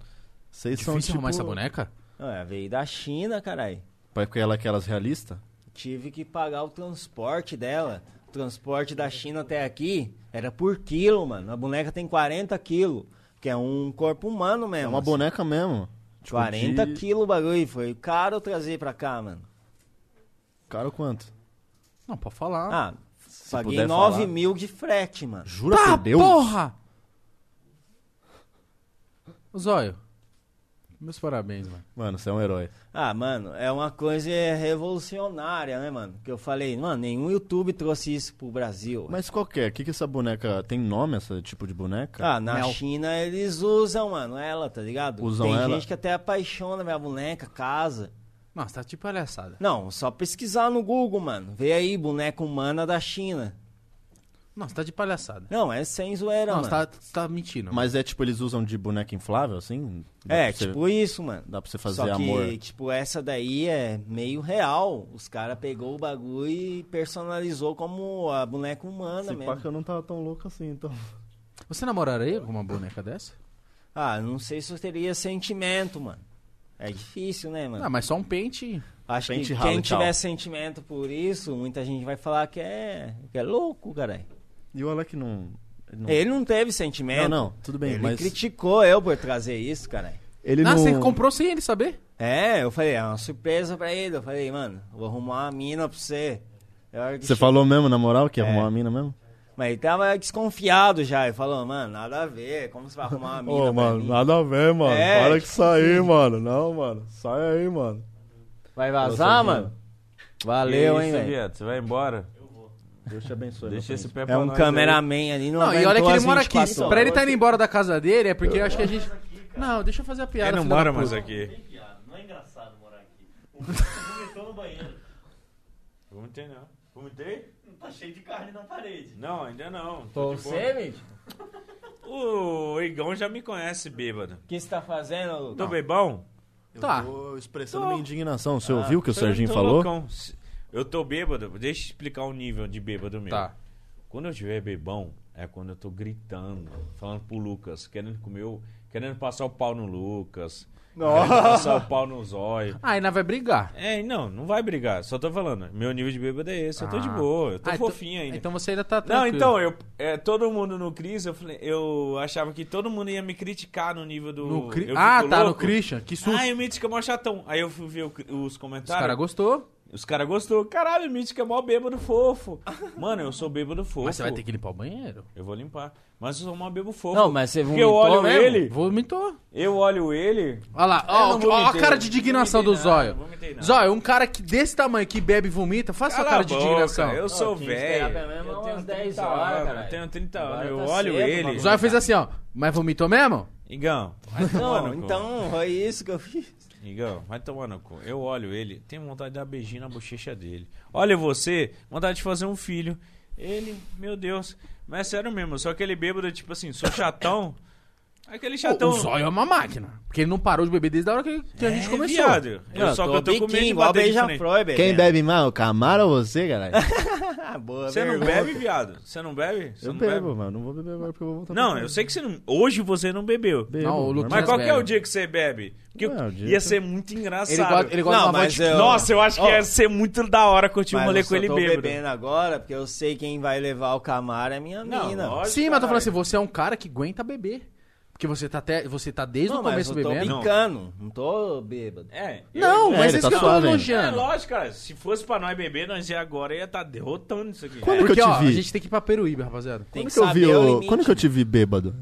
[SPEAKER 6] Vocês
[SPEAKER 1] Difícil
[SPEAKER 6] são tipo...
[SPEAKER 1] arrumar essa boneca?
[SPEAKER 4] Ah, veio da China, caralho.
[SPEAKER 6] Porque ela é aquelas realistas?
[SPEAKER 4] Tive que pagar o transporte dela. O transporte da China até aqui era por quilo, mano. A boneca tem 40 quilos, que é um corpo humano mesmo.
[SPEAKER 6] É uma
[SPEAKER 4] assim.
[SPEAKER 6] boneca mesmo. Tipo,
[SPEAKER 4] 40
[SPEAKER 6] de-
[SPEAKER 4] quilos o bagulho, foi caro trazer pra cá, mano.
[SPEAKER 6] Caro quanto?
[SPEAKER 1] Não, pode falar.
[SPEAKER 4] Ah, paguei
[SPEAKER 6] puder
[SPEAKER 4] 9
[SPEAKER 6] falar.
[SPEAKER 4] mil de frete, mano.
[SPEAKER 6] Jura
[SPEAKER 1] Tá,
[SPEAKER 6] por Deus?
[SPEAKER 1] porra! Zóio, meus parabéns, mano.
[SPEAKER 6] Mano, você é um herói.
[SPEAKER 4] Ah, mano, é uma coisa revolucionária, né, mano? Que eu falei, mano, nenhum YouTube trouxe isso pro Brasil.
[SPEAKER 6] Mas qual que é? O que, que essa boneca. Tem nome essa tipo de boneca?
[SPEAKER 4] Ah, na
[SPEAKER 1] Mel.
[SPEAKER 4] China eles usam, mano, ela, tá ligado?
[SPEAKER 6] Usam
[SPEAKER 4] Tem
[SPEAKER 6] ela?
[SPEAKER 4] gente que até apaixona minha boneca, casa.
[SPEAKER 1] Nossa, tá tipo palhaçada.
[SPEAKER 4] Não, só pesquisar no Google, mano. Vê aí, boneca humana da China.
[SPEAKER 1] Nossa, tá de palhaçada.
[SPEAKER 4] Não, é sem zoeira,
[SPEAKER 1] Não,
[SPEAKER 4] mano.
[SPEAKER 1] você tá, você tá mentindo.
[SPEAKER 6] Mas é tipo, eles usam de boneca inflável, assim? Dá
[SPEAKER 4] É,
[SPEAKER 6] pra você-
[SPEAKER 4] tipo isso, mano.
[SPEAKER 6] Dá pra você fazer
[SPEAKER 4] Só que,
[SPEAKER 6] amor.
[SPEAKER 4] tipo, essa daí é meio real. Os caras pegou o bagulho e personalizou como a boneca humana
[SPEAKER 6] Se pá
[SPEAKER 4] mesmo.
[SPEAKER 6] que eu não tava tão louco assim, então. <laughs>
[SPEAKER 1] Você namoraria com uma boneca dessa?
[SPEAKER 4] Ah, não sei se eu teria sentimento, mano. É difícil, né, mano?
[SPEAKER 1] Ah, mas só um pente.
[SPEAKER 4] Acho
[SPEAKER 6] Pente
[SPEAKER 4] que
[SPEAKER 6] ralo
[SPEAKER 4] quem
[SPEAKER 6] e tchau.
[SPEAKER 4] tiver sentimento por isso, muita gente vai falar que é, que é louco, caralho.
[SPEAKER 6] E o Alec não. Ele não,
[SPEAKER 4] Ele não teve sentimento.
[SPEAKER 6] Não, não, tudo bem,
[SPEAKER 4] Ele
[SPEAKER 6] mas-
[SPEAKER 4] criticou eu por trazer isso, caralho.
[SPEAKER 6] ele
[SPEAKER 1] ah,
[SPEAKER 6] não...
[SPEAKER 1] você comprou sem ele saber?
[SPEAKER 4] É, eu falei, é uma surpresa pra ele. Eu falei, mano, vou arrumar uma mina pra você. Na hora que
[SPEAKER 6] Você
[SPEAKER 4] che-
[SPEAKER 6] falou mesmo, na moral, que ia
[SPEAKER 4] É.
[SPEAKER 6] arrumar uma mina mesmo?
[SPEAKER 4] Mas ele tava desconfiado já. Ele falou, mano, nada a ver. Como você vai arrumar uma mina
[SPEAKER 10] Ô,
[SPEAKER 4] pra
[SPEAKER 10] mano,
[SPEAKER 4] mim?
[SPEAKER 10] nada a ver, mano.
[SPEAKER 4] É,
[SPEAKER 10] Para
[SPEAKER 4] tipo
[SPEAKER 10] que sair, mano. Não, mano. Sai aí, mano.
[SPEAKER 4] Vai vazar, mano? Valeu,
[SPEAKER 2] Que
[SPEAKER 4] hein,
[SPEAKER 2] isso,
[SPEAKER 4] velho.
[SPEAKER 2] viado? Você vai embora?
[SPEAKER 6] Deus te abençoe.
[SPEAKER 2] Deixa esse pé
[SPEAKER 4] É
[SPEAKER 2] pra
[SPEAKER 4] um
[SPEAKER 2] nós
[SPEAKER 4] cameraman ali, não
[SPEAKER 2] Ah,
[SPEAKER 1] Não, e
[SPEAKER 2] então
[SPEAKER 1] olha que
[SPEAKER 2] assim,
[SPEAKER 4] aguentou
[SPEAKER 1] ele
[SPEAKER 4] as
[SPEAKER 1] mora
[SPEAKER 2] tipo,
[SPEAKER 1] aqui.
[SPEAKER 4] 24
[SPEAKER 1] Pra
[SPEAKER 4] horas.
[SPEAKER 1] ele tá indo embora da casa dele é porque eu acho que a gente. Não, deixa eu fazer a
[SPEAKER 2] aí.
[SPEAKER 1] piada.
[SPEAKER 2] Ele não
[SPEAKER 1] filha da
[SPEAKER 2] mora mais
[SPEAKER 1] puta.
[SPEAKER 2] aqui.
[SPEAKER 11] Não é engraçado morar aqui.
[SPEAKER 2] <laughs>
[SPEAKER 11] O vomitou no banheiro.
[SPEAKER 2] Vomitei, não. Vomitei?
[SPEAKER 11] Tá cheio de carne na parede.
[SPEAKER 2] Não, ainda não. Tô de boa.
[SPEAKER 4] Você, bicho?
[SPEAKER 2] O Igão já me conhece, bêbado.
[SPEAKER 4] O que você tá fazendo, Lucas?
[SPEAKER 2] <laughs> Tô bebão?
[SPEAKER 6] Eu
[SPEAKER 1] Tá.
[SPEAKER 6] tô expressando minha indignação. Você ouviu o que o
[SPEAKER 2] Tô-
[SPEAKER 6] Serginho
[SPEAKER 2] tô
[SPEAKER 6] falou?
[SPEAKER 2] loucão. Eu tô bêbado. Deixa eu explicar o nível de bêbado meu.
[SPEAKER 1] Tá.
[SPEAKER 2] Quando eu tiver bebão, é quando eu tô gritando, falando pro Lucas, querendo comer, o- querendo passar o pau no Lucas, Vai Passar o pau no zóio.
[SPEAKER 1] Ah, ainda vai brigar.
[SPEAKER 2] É, não, não vai brigar. Só tô falando. Meu nível de bêbado é esse. Eu tô de
[SPEAKER 1] Ah.
[SPEAKER 2] boa. Eu tô
[SPEAKER 1] Ah, então-
[SPEAKER 2] fofinho ainda.
[SPEAKER 1] Então você ainda tá
[SPEAKER 2] Não,
[SPEAKER 1] tranquilo.
[SPEAKER 2] então, eu, é, todo mundo no Cris, eu, falei- eu achava que todo mundo ia me criticar no nível do.
[SPEAKER 1] No Cri-
[SPEAKER 2] eu fico
[SPEAKER 1] Ah, tá, no
[SPEAKER 2] louco.
[SPEAKER 1] Christian. Que susto.
[SPEAKER 2] Ai, o Mítica é mó chatão. Aí eu fui ver o cri- os
[SPEAKER 1] Os caras
[SPEAKER 2] comentários.
[SPEAKER 1] gostou.
[SPEAKER 2] Os caras gostou. Caralho, o Mítica é mó bêbado
[SPEAKER 1] <laughs>
[SPEAKER 2] fofo. Mano, eu sou bêbado fofo.
[SPEAKER 1] Mas você vai ter que limpar o banheiro.
[SPEAKER 2] Eu vou limpar. Mas eu sou mó bêbado fofo.
[SPEAKER 4] Não, mas você
[SPEAKER 2] Porque eu olho
[SPEAKER 4] vomitou mesmo?
[SPEAKER 2] ele,
[SPEAKER 1] Vomitou.
[SPEAKER 2] eu olho ele.
[SPEAKER 1] Olha lá, ó,
[SPEAKER 2] Eu não
[SPEAKER 1] ó a
[SPEAKER 2] vomitei.
[SPEAKER 1] cara de indignação do
[SPEAKER 2] Não vomitei nada,
[SPEAKER 1] Zóio.
[SPEAKER 2] não vomitei nada.
[SPEAKER 1] Zóio, um cara que desse tamanho que bebe e vomita, faça
[SPEAKER 2] Cala
[SPEAKER 1] a cara
[SPEAKER 2] a
[SPEAKER 1] de
[SPEAKER 2] boca,
[SPEAKER 1] indignação.
[SPEAKER 2] Eu sou
[SPEAKER 4] Tem que esperar pelo
[SPEAKER 2] velho.
[SPEAKER 4] menos
[SPEAKER 2] Eu
[SPEAKER 4] umas
[SPEAKER 2] tenho
[SPEAKER 4] 10
[SPEAKER 2] 30
[SPEAKER 4] horas,
[SPEAKER 2] anos.
[SPEAKER 4] caralho.
[SPEAKER 2] Eu tenho 30
[SPEAKER 4] Agora
[SPEAKER 2] anos. Eu
[SPEAKER 4] tá
[SPEAKER 2] olho
[SPEAKER 4] cedo,
[SPEAKER 1] O
[SPEAKER 2] ele.
[SPEAKER 4] mano.
[SPEAKER 1] Zóio fez assim, ó. Mas vomitou mesmo?
[SPEAKER 2] Igão. vai tomar
[SPEAKER 4] Não,
[SPEAKER 2] no cu.
[SPEAKER 4] então foi isso que eu fiz.
[SPEAKER 2] Igão, vai tomar no cu. Eu olho ele, tenho vontade de dar beijinho na bochecha dele. Olha você, vontade de fazer um filho. Ele, meu Deus. Mas é sério mesmo, só aquele bêbado, tipo assim, sou chatão. <laughs> Aquele
[SPEAKER 1] O
[SPEAKER 2] chatão.
[SPEAKER 1] Zóio é uma máquina. Porque ele não parou de beber desde a hora que, que a gente
[SPEAKER 2] então- É,
[SPEAKER 1] começou.
[SPEAKER 2] viado. Eu só que eu tô com medo de
[SPEAKER 4] igual
[SPEAKER 2] bater de frente.
[SPEAKER 4] beija-flor, bebê.
[SPEAKER 5] Quem bebe mal, o Camaro ou você, galera?
[SPEAKER 4] Ah, boa,
[SPEAKER 2] Você não
[SPEAKER 4] vergonha.
[SPEAKER 2] bebe, viado? Você não bebe? Você
[SPEAKER 6] Eu
[SPEAKER 2] não
[SPEAKER 6] bebo,
[SPEAKER 2] bebe?
[SPEAKER 6] mano. Não vou beber agora porque eu vou voltar pra
[SPEAKER 2] Não,
[SPEAKER 6] casa.
[SPEAKER 2] eu sei que você não. Hoje você não bebeu.
[SPEAKER 6] Bebo,
[SPEAKER 1] Não, o
[SPEAKER 6] normal.
[SPEAKER 1] Lucas-
[SPEAKER 2] Mas qual que é o
[SPEAKER 1] bebe.
[SPEAKER 2] dia que você bebe? Porque
[SPEAKER 6] Não, o dia
[SPEAKER 2] ia
[SPEAKER 6] que-
[SPEAKER 2] ser muito engraçado.
[SPEAKER 1] Ele gosta, ele gosta
[SPEAKER 4] Não,
[SPEAKER 1] de uma voz
[SPEAKER 4] mas
[SPEAKER 1] de...
[SPEAKER 4] eu-
[SPEAKER 2] Nossa, eu acho que é
[SPEAKER 4] Ó.
[SPEAKER 2] ia ser muito da hora curtir um
[SPEAKER 4] Mas
[SPEAKER 2] rolê
[SPEAKER 4] eu
[SPEAKER 2] com
[SPEAKER 4] só
[SPEAKER 2] ele
[SPEAKER 4] tô
[SPEAKER 2] bêbado.
[SPEAKER 4] bebendo agora, porque eu sei quem vai levar o Camaro é minha
[SPEAKER 2] Não,
[SPEAKER 4] mina.
[SPEAKER 2] lógico,
[SPEAKER 1] Sim, mas eu tô
[SPEAKER 2] caralho.
[SPEAKER 1] falando assim, você é um cara que aguenta beber. Porque você tá, até, você tá desde
[SPEAKER 4] Não,
[SPEAKER 1] o
[SPEAKER 4] mas
[SPEAKER 1] começo
[SPEAKER 4] eu tô
[SPEAKER 1] bebendo.
[SPEAKER 4] brincando, não tô bêbado.
[SPEAKER 2] É. eu-
[SPEAKER 1] Não,
[SPEAKER 5] É,
[SPEAKER 1] mas
[SPEAKER 5] ele
[SPEAKER 1] isso
[SPEAKER 5] tá
[SPEAKER 1] que eu tô
[SPEAKER 5] suave.
[SPEAKER 2] É
[SPEAKER 1] elogiando.
[SPEAKER 2] lógico, cara. Se fosse pra nós beber, nós ia agora ia estar derrotando isso aqui. É.
[SPEAKER 6] Quando que
[SPEAKER 1] Porque,
[SPEAKER 6] eu te
[SPEAKER 1] ó, a
[SPEAKER 6] vi?
[SPEAKER 1] gente tem que ir pra Peruíbe, rapaziada.
[SPEAKER 4] Tem
[SPEAKER 6] Quando
[SPEAKER 4] que
[SPEAKER 6] que eu
[SPEAKER 4] saber
[SPEAKER 6] vi
[SPEAKER 4] o
[SPEAKER 6] o...
[SPEAKER 4] limite.
[SPEAKER 6] Quando que eu te vi bêbado?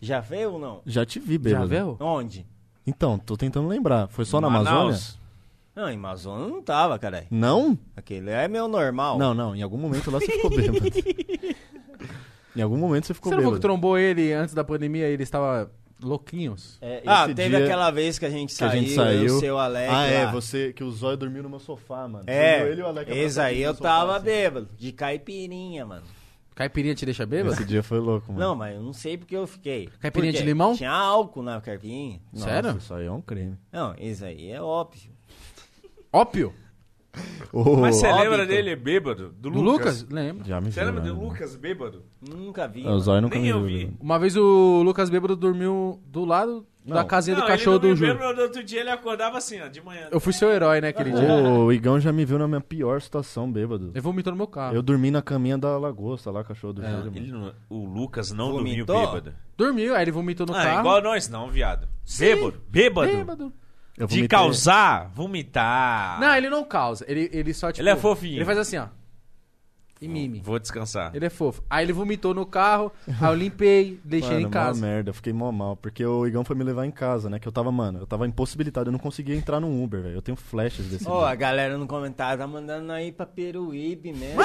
[SPEAKER 4] Já veio ou não?
[SPEAKER 6] Já te vi
[SPEAKER 1] Já
[SPEAKER 6] bêbado.
[SPEAKER 1] viu?
[SPEAKER 4] Onde?
[SPEAKER 6] Então, tô tentando lembrar. Foi só na Amazônia?
[SPEAKER 2] Manaus.
[SPEAKER 4] Não, em Amazonas não tava, caralho.
[SPEAKER 6] Não?
[SPEAKER 4] Aquele é meu normal.
[SPEAKER 6] Não, não. Em algum momento lá você ficou bêbado. em algum momento você ficou
[SPEAKER 1] Você não foi
[SPEAKER 6] bêbado.
[SPEAKER 1] que trombou ele antes da pandemia e ele estava louquinhos?
[SPEAKER 4] É, ah,
[SPEAKER 6] esse
[SPEAKER 4] teve
[SPEAKER 6] dia
[SPEAKER 4] aquela vez que a gente
[SPEAKER 6] que
[SPEAKER 4] saiu,
[SPEAKER 6] a gente
[SPEAKER 4] eu,
[SPEAKER 6] saiu.
[SPEAKER 4] o seu Alex.
[SPEAKER 6] ah, é,
[SPEAKER 4] lá.
[SPEAKER 6] você que o Zóio dormiu no meu sofá, mano. Dormiu ele e o Alex
[SPEAKER 4] É, esse
[SPEAKER 6] abraçadinho
[SPEAKER 4] aí
[SPEAKER 6] no
[SPEAKER 4] eu
[SPEAKER 6] sofá,
[SPEAKER 4] tava
[SPEAKER 6] assim.
[SPEAKER 4] bêbado, de caipirinha, mano.
[SPEAKER 1] Caipirinha te deixa bêbado?
[SPEAKER 6] Esse dia foi louco, mano.
[SPEAKER 4] Não, mas eu não sei porque eu fiquei.
[SPEAKER 1] Caipirinha
[SPEAKER 4] Por
[SPEAKER 1] de
[SPEAKER 4] quê?
[SPEAKER 1] limão?
[SPEAKER 4] Tinha álcool na caipirinha.
[SPEAKER 6] Nossa,
[SPEAKER 1] Sério?
[SPEAKER 6] Isso aí é um crime.
[SPEAKER 4] Não, isso aí é óbvio.
[SPEAKER 1] Ópio?
[SPEAKER 6] Ô,
[SPEAKER 2] Mas você
[SPEAKER 4] Óbito.
[SPEAKER 2] lembra dele bêbado? Do
[SPEAKER 1] Do
[SPEAKER 2] Lucas?
[SPEAKER 1] Lucas? Lembra.
[SPEAKER 6] Já me
[SPEAKER 2] Você lembra
[SPEAKER 6] viu,
[SPEAKER 2] do
[SPEAKER 6] né?
[SPEAKER 2] Lucas bêbado?
[SPEAKER 4] Nunca vi.
[SPEAKER 1] É
[SPEAKER 6] Ah, O Zóio nunca
[SPEAKER 2] Nem
[SPEAKER 6] me
[SPEAKER 2] eu
[SPEAKER 6] viu, né?
[SPEAKER 2] vi.
[SPEAKER 6] bêbado.
[SPEAKER 1] Uma vez o Lucas bêbado dormiu do lado da
[SPEAKER 6] Não.
[SPEAKER 1] casinha do
[SPEAKER 2] Não,
[SPEAKER 1] cachorro
[SPEAKER 2] ele
[SPEAKER 1] do
[SPEAKER 2] não
[SPEAKER 1] Júlio.
[SPEAKER 2] lembra, no outro dia ele acordava assim, ó, de manhã.
[SPEAKER 1] Eu fui seu herói, né,
[SPEAKER 6] É.
[SPEAKER 1] aquele dia?
[SPEAKER 6] Ô, O Igão já me viu na minha pior situação, bêbado.
[SPEAKER 1] Ele vomitou no meu carro.
[SPEAKER 6] Eu dormi na caminha da lagosta lá, cachorro do Júlio. mano.
[SPEAKER 2] Ah. É. Ele não- o Lucas não dormiu
[SPEAKER 4] Vomitou?
[SPEAKER 2] bêbado.
[SPEAKER 1] Dormiu, aí ele vomitou no
[SPEAKER 4] é
[SPEAKER 2] ah,
[SPEAKER 1] carro.
[SPEAKER 2] igual nós não, viado. Bêbado, bêbado.
[SPEAKER 1] Bêbado.
[SPEAKER 6] Eu
[SPEAKER 2] De
[SPEAKER 6] vomitei.
[SPEAKER 2] causar, vomitar.
[SPEAKER 1] Não, ele não causa. Ele, ele só, tipo...
[SPEAKER 2] Ele é fofinho.
[SPEAKER 1] Ele faz assim, ó. E mime.
[SPEAKER 2] Vou descansar.
[SPEAKER 1] Ele é fofo. Aí ele vomitou no carro, aí eu limpei, deixei
[SPEAKER 6] Mano,
[SPEAKER 1] ele em casa.
[SPEAKER 6] Mó merda, eu fiquei mó mal. Porque o Igão foi me levar em casa, né? Que eu tava, mano, eu tava impossibilitado. Eu não conseguia entrar num Uber, velho. Eu tenho flashes desse.
[SPEAKER 4] Ó,
[SPEAKER 6] dia.
[SPEAKER 4] a galera no comentário tá mandando aí pra Peruíbe mesmo.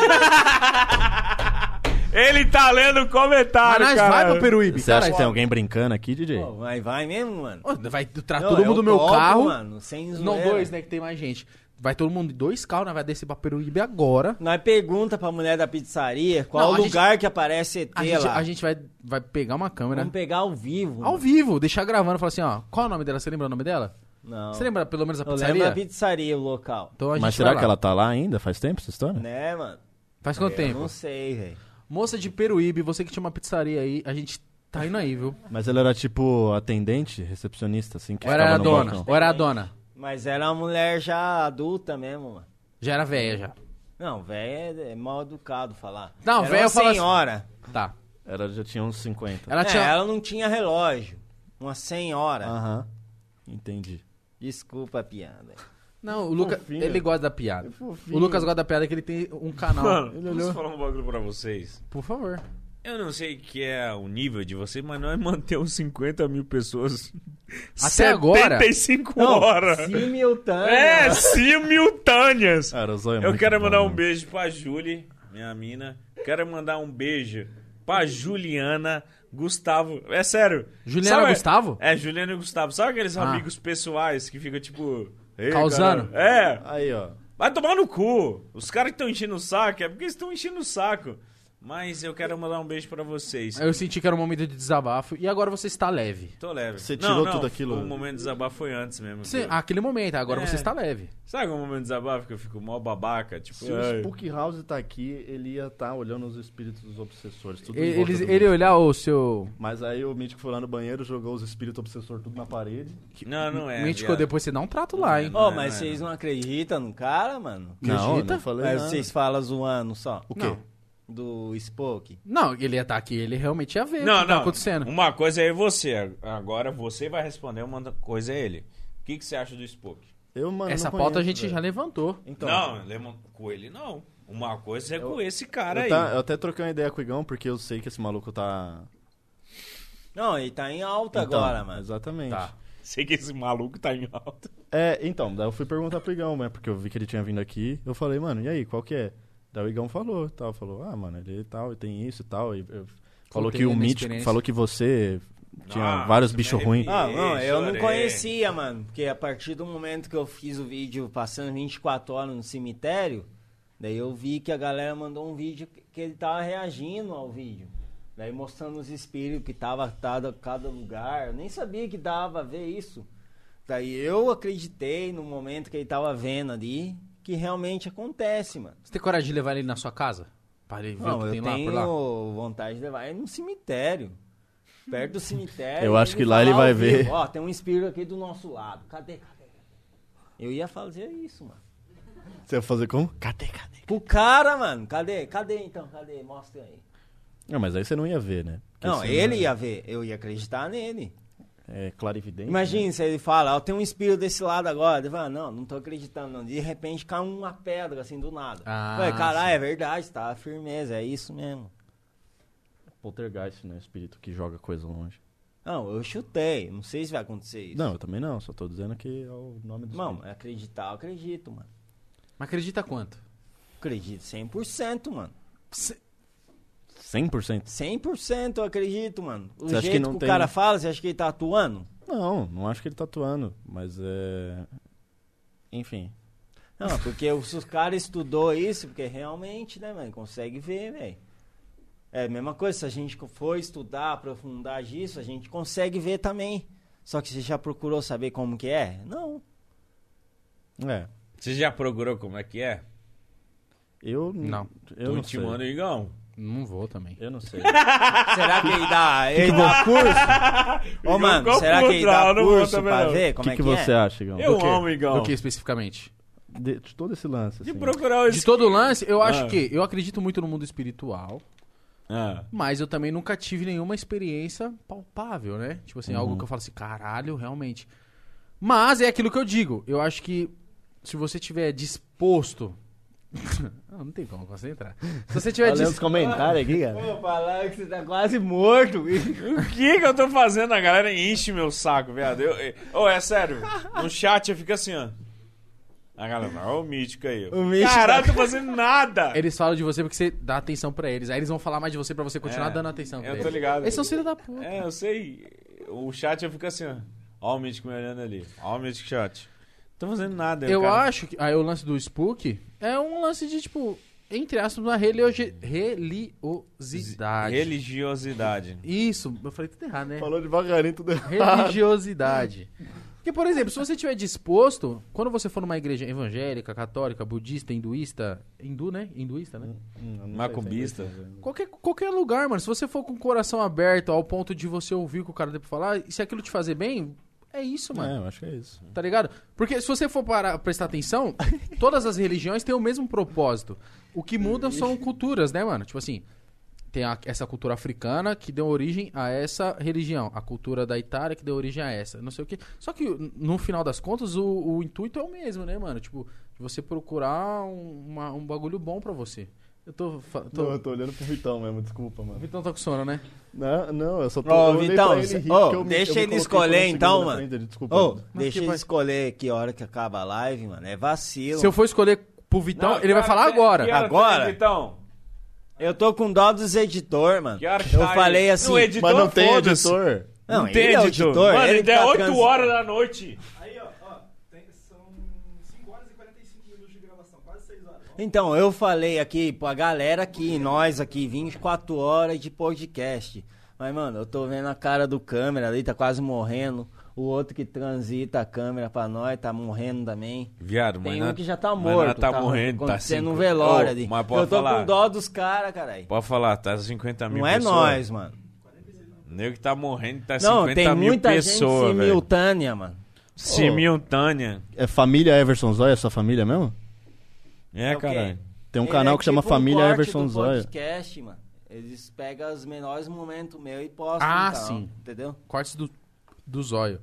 [SPEAKER 2] Ele tá lendo o
[SPEAKER 1] Mas
[SPEAKER 2] comentário,
[SPEAKER 1] nós vai
[SPEAKER 2] cara.
[SPEAKER 1] pro Peruíbe.
[SPEAKER 6] Você acha
[SPEAKER 1] caralho.
[SPEAKER 6] que tem alguém brincando aqui, DJ?
[SPEAKER 4] Pô, mas vai mesmo, mano.
[SPEAKER 1] Ô, Vai tratar
[SPEAKER 4] Não,
[SPEAKER 1] Tá todo mundo no
[SPEAKER 4] eu
[SPEAKER 1] meu
[SPEAKER 4] topo,
[SPEAKER 1] carro.
[SPEAKER 4] mano, sem zoeira.
[SPEAKER 1] Não, dois, né? Que tem mais gente. Vai todo mundo em dois carros, né? Vai descer pra Peruíbe agora.
[SPEAKER 4] Nós pergunta pra mulher da pizzaria qual
[SPEAKER 1] Não, a gente-
[SPEAKER 4] lugar que aparece ET
[SPEAKER 1] A gente,
[SPEAKER 4] lá.
[SPEAKER 1] a gente vai, vai pegar uma câmera
[SPEAKER 4] Vamos pegar ao vivo.
[SPEAKER 1] ao vivo, deixar gravando e falar assim, ó. Qual é o nome dela? Você lembra o nome dela?
[SPEAKER 4] Não.
[SPEAKER 1] Você lembra pelo menos a
[SPEAKER 4] Eu lembro
[SPEAKER 1] pizzaria?
[SPEAKER 4] da pizzaria, o local.
[SPEAKER 1] Então a gente
[SPEAKER 6] Mas será
[SPEAKER 1] vai lá.
[SPEAKER 6] que ela tá lá ainda? Faz tempo essa história?
[SPEAKER 4] Né, mano?
[SPEAKER 1] Faz quanto
[SPEAKER 4] Eu
[SPEAKER 1] tempo?
[SPEAKER 4] não sei, velho.
[SPEAKER 1] Moça de Peruíbe, você que tinha uma pizzaria aí, a gente tá indo aí, viu?
[SPEAKER 6] Mas ela era tipo atendente, recepcionista, assim, que
[SPEAKER 1] Ou era
[SPEAKER 6] ficava
[SPEAKER 1] a
[SPEAKER 6] no
[SPEAKER 1] dona?
[SPEAKER 6] balcão.
[SPEAKER 1] Ou era a dona?
[SPEAKER 4] Mas era uma mulher já adulta mesmo, mano.
[SPEAKER 1] Já era velha já.
[SPEAKER 4] Não, velho é, é mal educado falar.
[SPEAKER 1] Não,
[SPEAKER 4] Era
[SPEAKER 1] véia
[SPEAKER 4] uma
[SPEAKER 1] fala assim-
[SPEAKER 4] senhora.
[SPEAKER 1] Tá.
[SPEAKER 6] Ela já tinha uns 50.
[SPEAKER 1] Ela
[SPEAKER 4] É,
[SPEAKER 1] tinha. Ah.
[SPEAKER 4] ela não tinha relógio. Uma senhora.
[SPEAKER 6] Aham. Entendi.
[SPEAKER 4] Desculpa a piada.
[SPEAKER 1] Não, o Lucas.
[SPEAKER 6] Fofinha.
[SPEAKER 1] Ele gosta da piada.
[SPEAKER 6] fofinho.
[SPEAKER 1] O Lucas gosta da piada que ele tem um canal.
[SPEAKER 2] Mano, posso falar um bagulho pra vocês?
[SPEAKER 1] Por favor.
[SPEAKER 2] Eu não sei que é o nível de você, mas é nós mantemos 50 mil pessoas.
[SPEAKER 1] Até agora?
[SPEAKER 2] 75 horas.
[SPEAKER 4] Simultâneo.
[SPEAKER 2] É,
[SPEAKER 1] Ah,
[SPEAKER 2] simultâneas.
[SPEAKER 6] Cara, o Zóio é
[SPEAKER 2] Eu
[SPEAKER 6] muito
[SPEAKER 2] quero
[SPEAKER 6] bom,
[SPEAKER 2] mandar um
[SPEAKER 6] mano.
[SPEAKER 2] beijo pra Julie, minha mina. Quero mandar um beijo pra Juliana Gustavo. É sério.
[SPEAKER 1] Juliana
[SPEAKER 2] Sabe-
[SPEAKER 1] Gustavo?
[SPEAKER 2] É, Juliana e Gustavo. Sabe aqueles
[SPEAKER 1] Ah.
[SPEAKER 2] amigos pessoais que ficam tipo. "Ei,
[SPEAKER 1] Causando.
[SPEAKER 2] cara, É.
[SPEAKER 6] Aí, ó.
[SPEAKER 2] Vai tomar no cu. Os caras que estão enchendo o saco é porque eles estão enchendo o saco. Mas eu quero mandar um beijo pra vocês.
[SPEAKER 1] Eu senti que era um momento de desabafo e agora você está leve.
[SPEAKER 2] Tô leve.
[SPEAKER 6] Você
[SPEAKER 2] Não,
[SPEAKER 6] tirou
[SPEAKER 2] não,
[SPEAKER 6] tudo aquilo? Ah.
[SPEAKER 2] O momento de desabafo foi antes mesmo.
[SPEAKER 1] Você-
[SPEAKER 2] Que-
[SPEAKER 1] aquele momento, agora
[SPEAKER 2] É.
[SPEAKER 1] você está leve.
[SPEAKER 2] Sabe o momento de desabafo que eu fico mó babaca? Tipo,
[SPEAKER 6] Se o
[SPEAKER 2] ai,
[SPEAKER 6] Spook House tá aqui, ele ia estar olhando os espíritos dos obsessores. Tudo em
[SPEAKER 1] Ele,
[SPEAKER 6] volta
[SPEAKER 1] eles-
[SPEAKER 6] do
[SPEAKER 1] ele
[SPEAKER 6] Mítico.
[SPEAKER 1] olhar o seu.
[SPEAKER 6] Mas aí o Mítico foi lá no banheiro, jogou os espíritos obsessores tudo na parede.
[SPEAKER 2] Não, não é.
[SPEAKER 1] Mítico,
[SPEAKER 2] viado.
[SPEAKER 1] depois você dá um trato lá, hein?
[SPEAKER 4] Ô, mas vocês não acreditam no cara, mano?
[SPEAKER 6] Não, eu
[SPEAKER 1] Acredita?
[SPEAKER 6] não falei
[SPEAKER 4] Mas
[SPEAKER 6] nada.
[SPEAKER 4] vocês falam zoando só.
[SPEAKER 6] O quê?
[SPEAKER 1] Não.
[SPEAKER 4] Do Spoke.
[SPEAKER 1] Não, ele ia estar aqui, ele realmente ia ver o
[SPEAKER 2] Não,
[SPEAKER 1] que tá
[SPEAKER 2] não.
[SPEAKER 1] acontecendo.
[SPEAKER 2] Uma coisa é você. Agora você vai responder uma outra coisa é ele. O que, que você acha do Spook?
[SPEAKER 6] Eu, mano,
[SPEAKER 1] Essa
[SPEAKER 6] não
[SPEAKER 1] pauta a
[SPEAKER 6] conheço,
[SPEAKER 1] gente
[SPEAKER 6] velho.
[SPEAKER 1] já levantou.
[SPEAKER 6] Então,
[SPEAKER 2] não, lembra com ele não. Uma coisa é com esse cara
[SPEAKER 6] eu,
[SPEAKER 2] aí.
[SPEAKER 6] tá- eu até troquei uma ideia com o Igão, porque eu sei que esse maluco tá...
[SPEAKER 4] Não, ele tá em alta
[SPEAKER 6] Então,
[SPEAKER 4] agora, mano.
[SPEAKER 6] Exatamente.
[SPEAKER 1] Tá.
[SPEAKER 2] Sei que esse maluco tá em alta.
[SPEAKER 6] É, então, daí eu fui perguntar pro Igão, né? Porque eu vi que ele tinha vindo aqui. Eu falei, mano, e aí, qual que é? Daí o Igão falou, e tal, falou, ah, mano, ele tal, e tem isso e tal. E, eu- falou que
[SPEAKER 1] a
[SPEAKER 6] o
[SPEAKER 1] minha
[SPEAKER 6] mítico
[SPEAKER 1] experiência.
[SPEAKER 6] falou que você tinha
[SPEAKER 2] Nossa,
[SPEAKER 6] vários
[SPEAKER 2] me
[SPEAKER 6] bichos
[SPEAKER 2] arrepiei.
[SPEAKER 6] ruins.
[SPEAKER 4] Ah, não, eu não
[SPEAKER 2] Chorei.
[SPEAKER 4] conhecia, mano. Porque a partir do momento que eu fiz o vídeo passando 24 horas no cemitério, daí eu vi que a galera mandou um vídeo que- que ele tava reagindo ao vídeo. Daí mostrando os espíritos que tava atado a cada lugar. Eu nem sabia que dava a ver isso. Daí eu acreditei no momento que ele tava vendo ali que realmente acontece, mano.
[SPEAKER 1] Você tem coragem de levar ele na sua casa? Para ele ver o
[SPEAKER 4] Não,
[SPEAKER 1] que
[SPEAKER 4] eu
[SPEAKER 1] tem lá
[SPEAKER 4] tenho
[SPEAKER 1] por lá?
[SPEAKER 4] vontade de levar ele num cemitério. Perto do cemitério.
[SPEAKER 6] Eu acho que lá ele
[SPEAKER 4] falar
[SPEAKER 6] vai
[SPEAKER 4] ao vivo,
[SPEAKER 6] ver.
[SPEAKER 4] Ó, tem um espírito aqui do nosso lado. Cadê, cadê? Eu ia fazer isso, mano.
[SPEAKER 6] Você ia fazer como? Cadê, cadê?
[SPEAKER 4] Pro cara, mano. Cadê? Cadê então? Cadê? Mostra aí.
[SPEAKER 6] Não, mas aí você não ia ver, né? Porque
[SPEAKER 4] Não,
[SPEAKER 6] você
[SPEAKER 4] ele ia ver. Eu ia acreditar nele.
[SPEAKER 6] É clarividente.
[SPEAKER 4] Imagina se ele fala, ó, tem um espírito desse lado agora. Ele fala, não, não tô acreditando, não. De repente cai uma pedra, assim, do nada.
[SPEAKER 1] Ah,
[SPEAKER 4] Ué, caralho, é verdade, tá? Firmeza, é isso mesmo.
[SPEAKER 6] né? Poltergeist, né? Espírito que joga coisa longe.
[SPEAKER 4] Não, eu chutei. Não sei se vai acontecer isso.
[SPEAKER 6] Não, eu também não. Só tô dizendo que é o nome do
[SPEAKER 4] Mano,
[SPEAKER 6] espírito.
[SPEAKER 4] acreditar, eu acredito, mano.
[SPEAKER 1] Mas acredita quanto?
[SPEAKER 4] Acredito 100%, mano.
[SPEAKER 6] 100%?
[SPEAKER 4] 100% eu acredito, mano. O
[SPEAKER 6] Você acha
[SPEAKER 4] jeito
[SPEAKER 6] que
[SPEAKER 4] que,
[SPEAKER 6] não
[SPEAKER 4] o
[SPEAKER 6] tem- um-
[SPEAKER 4] cara fala, você acha que ele tá atuando?
[SPEAKER 6] Não, não acho que ele tá atuando. Mas é... Enfim.
[SPEAKER 4] Não, porque os, os caras estudou isso, porque realmente, né, mano, consegue ver, velho. É a mesma coisa, se a gente for estudar, aprofundar disso, a gente consegue ver também. Só que você já procurou saber como que é? Não.
[SPEAKER 6] É.
[SPEAKER 2] Você já procurou como é que é?
[SPEAKER 6] Eu n-
[SPEAKER 1] Não.
[SPEAKER 6] Eu
[SPEAKER 2] Tô
[SPEAKER 6] não sei.
[SPEAKER 2] intimando o Igão.
[SPEAKER 1] Não vou também.
[SPEAKER 6] Eu não sei.
[SPEAKER 4] Será que ele
[SPEAKER 6] <laughs>
[SPEAKER 4] dá, ele dá curso? Ô,
[SPEAKER 2] Não
[SPEAKER 4] mano,
[SPEAKER 2] confunda,
[SPEAKER 4] será que ele dá
[SPEAKER 2] eu não vou
[SPEAKER 4] curso
[SPEAKER 2] também,
[SPEAKER 4] pra
[SPEAKER 2] não.
[SPEAKER 4] ver
[SPEAKER 6] O
[SPEAKER 4] como
[SPEAKER 6] que,
[SPEAKER 4] é que,
[SPEAKER 6] que você
[SPEAKER 4] é?
[SPEAKER 6] acha, Igão?
[SPEAKER 2] Eu
[SPEAKER 6] Do quê?
[SPEAKER 2] amo, Igão.
[SPEAKER 1] Do que especificamente?
[SPEAKER 6] De, de todo esse lance,
[SPEAKER 2] De
[SPEAKER 6] assim.
[SPEAKER 2] Tipo procurar o
[SPEAKER 1] De todo lance, eu
[SPEAKER 2] Ah.
[SPEAKER 1] acho que. Eu acredito muito no mundo espiritual, <laughs>
[SPEAKER 2] Ah.
[SPEAKER 1] mas eu também nunca tive nenhuma experiência palpável, né? Tipo assim, algo que eu falo assim, caralho, realmente. Mas é aquilo que eu digo. Eu acho que se você tiver disposto. <laughs> não, não tem como concentrar. Se você tiver
[SPEAKER 6] Olha os
[SPEAKER 1] disposto.
[SPEAKER 6] comentários aqui, cara.
[SPEAKER 4] <laughs> Vou falar que você tá quase morto.
[SPEAKER 2] O que que eu tô fazendo? A galera enche meu saco, viado. Eu, eu- Ô, é sério. No chat eu fico assim, ó. A galera, olha o mítico aí. ó.
[SPEAKER 4] O mítico.
[SPEAKER 2] Caralho, tô fazendo nada.
[SPEAKER 1] Eles falam de você porque você dá atenção pra eles. Aí eles vão falar mais de você pra você continuar
[SPEAKER 2] É,
[SPEAKER 1] dando atenção pra
[SPEAKER 2] eu tô
[SPEAKER 1] eles.
[SPEAKER 2] ligado.
[SPEAKER 1] Eles são filhos da puta.
[SPEAKER 2] É, eu sei. O chat eu fico assim, ó. Ó o mítico me olhando ali. Ó o mítico chat. Tô fazendo nada.
[SPEAKER 1] Eu
[SPEAKER 2] um cara.
[SPEAKER 1] acho que. Aí o lance do Spook é um lance de, tipo, entre aspas, uma religio- religiosidade.
[SPEAKER 2] Religiosidade.
[SPEAKER 1] Isso, eu falei tudo errado, né?
[SPEAKER 6] Falou devagarinho, tudo
[SPEAKER 1] Religiosidade. Porque, por exemplo, se você estiver disposto, quando você for numa igreja evangélica, católica, budista, hinduísta. Hindu, né? Hinduísta, né?
[SPEAKER 6] Hum, é
[SPEAKER 2] Macumbista.
[SPEAKER 1] Qualquer, qualquer lugar, mano. Se você for com o coração aberto ao ponto de você ouvir o que o cara tem pra falar, e se aquilo te fazer bem, é isso, mano.
[SPEAKER 6] É, eu acho que é isso.
[SPEAKER 1] Tá ligado? Porque se você for parar, prestar atenção, todas as religiões têm o mesmo propósito. O que muda são culturas, né, mano? Tipo assim, tem a- essa cultura africana que deu origem a essa religião. A cultura da Itália que deu origem a essa. Não sei o quê. Só que, n- no final das contas, o, o intuito é o mesmo, né, mano? Tipo, de você procurar um, uma- um bagulho bom pra você. Eu tô. fa- tô...
[SPEAKER 6] Não, eu tô olhando pro Vitão mesmo, desculpa,
[SPEAKER 1] O
[SPEAKER 6] mano.
[SPEAKER 1] Vitão tá com sono, né?
[SPEAKER 6] Não, não, eu só tô...
[SPEAKER 4] Ô,
[SPEAKER 6] eu olhei
[SPEAKER 4] Vitão,
[SPEAKER 6] pra ele
[SPEAKER 4] cê-
[SPEAKER 6] rir,
[SPEAKER 4] ô,
[SPEAKER 6] porque eu me-
[SPEAKER 4] deixa
[SPEAKER 6] eu me
[SPEAKER 4] ele
[SPEAKER 6] coloquei
[SPEAKER 4] escolher,
[SPEAKER 6] como
[SPEAKER 4] então,
[SPEAKER 6] segundo na
[SPEAKER 4] mano.
[SPEAKER 6] frente dele, Desculpa.
[SPEAKER 4] Ô,
[SPEAKER 1] Mas
[SPEAKER 4] deixa
[SPEAKER 2] tipo
[SPEAKER 1] que
[SPEAKER 4] eu
[SPEAKER 1] vai-
[SPEAKER 4] escolher que hora que acaba a live, mano. É vacilo.
[SPEAKER 1] Se eu for escolher pro Vitão,
[SPEAKER 2] Não,
[SPEAKER 1] ele vai
[SPEAKER 2] cara,
[SPEAKER 1] falar
[SPEAKER 2] que-
[SPEAKER 1] agora.
[SPEAKER 2] que hora tá
[SPEAKER 4] Agora?
[SPEAKER 2] aí, Vitão?
[SPEAKER 4] Eu tô com dó dos editor, mano.
[SPEAKER 2] Que hora que
[SPEAKER 4] Eu
[SPEAKER 2] tá aí?
[SPEAKER 4] falei assim.
[SPEAKER 2] No editor,
[SPEAKER 6] Mas
[SPEAKER 5] é
[SPEAKER 6] não tem
[SPEAKER 2] foda-se.
[SPEAKER 6] editor.
[SPEAKER 4] Não,
[SPEAKER 2] Não tem
[SPEAKER 4] ele é o
[SPEAKER 2] editor.
[SPEAKER 4] editor,
[SPEAKER 2] Mano,
[SPEAKER 4] ele
[SPEAKER 2] ainda
[SPEAKER 4] que
[SPEAKER 2] é
[SPEAKER 4] tá
[SPEAKER 2] 8
[SPEAKER 4] trans-
[SPEAKER 2] horas da noite.
[SPEAKER 11] Aí, ó, ó, tem- são 5 horas e 45 minutos de gravação, quase 6 horas.
[SPEAKER 4] Então, eu falei aqui pra galera aqui, nós aqui, 24 horas de podcast. Mas, mano, eu tô vendo a cara do câmera ali, tá quase morrendo. O outro que transita a câmera pra nós tá morrendo também.
[SPEAKER 2] Viado,
[SPEAKER 4] Tem
[SPEAKER 2] mas
[SPEAKER 4] um
[SPEAKER 2] nós-
[SPEAKER 4] que já tá
[SPEAKER 2] mas
[SPEAKER 4] morto.
[SPEAKER 2] nós tá morrendo, tá
[SPEAKER 4] acontecendo um
[SPEAKER 2] cinco-
[SPEAKER 4] velório
[SPEAKER 2] Ô,
[SPEAKER 4] ali.
[SPEAKER 2] mas pode
[SPEAKER 4] eu tô
[SPEAKER 2] falar.
[SPEAKER 4] com dó dos caras, caralho.
[SPEAKER 2] Pode falar, tá 50 mil
[SPEAKER 4] Não é
[SPEAKER 2] pessoas.
[SPEAKER 4] nós, mano.
[SPEAKER 2] Nego que tá morrendo, tá
[SPEAKER 4] Não,
[SPEAKER 2] 50
[SPEAKER 4] tem
[SPEAKER 2] mil
[SPEAKER 4] muita
[SPEAKER 2] pessoas,
[SPEAKER 4] gente
[SPEAKER 2] velho.
[SPEAKER 4] simultânea, mano.
[SPEAKER 2] Simultânea.
[SPEAKER 5] É família Everson Zóia, sua família mesmo?
[SPEAKER 2] É,
[SPEAKER 4] o
[SPEAKER 2] caralho.
[SPEAKER 4] quê?
[SPEAKER 5] Tem um
[SPEAKER 4] Ele
[SPEAKER 5] canal
[SPEAKER 4] é
[SPEAKER 5] que chama
[SPEAKER 4] tipo um
[SPEAKER 5] Família
[SPEAKER 4] corte
[SPEAKER 5] Everson
[SPEAKER 4] do
[SPEAKER 5] Zóia.
[SPEAKER 4] podcast, mano. Eles pegam os menores momentos meu e postam. no
[SPEAKER 1] Ah,
[SPEAKER 4] canal,
[SPEAKER 1] sim.
[SPEAKER 4] Entendeu?
[SPEAKER 1] Cortes do, do zóio.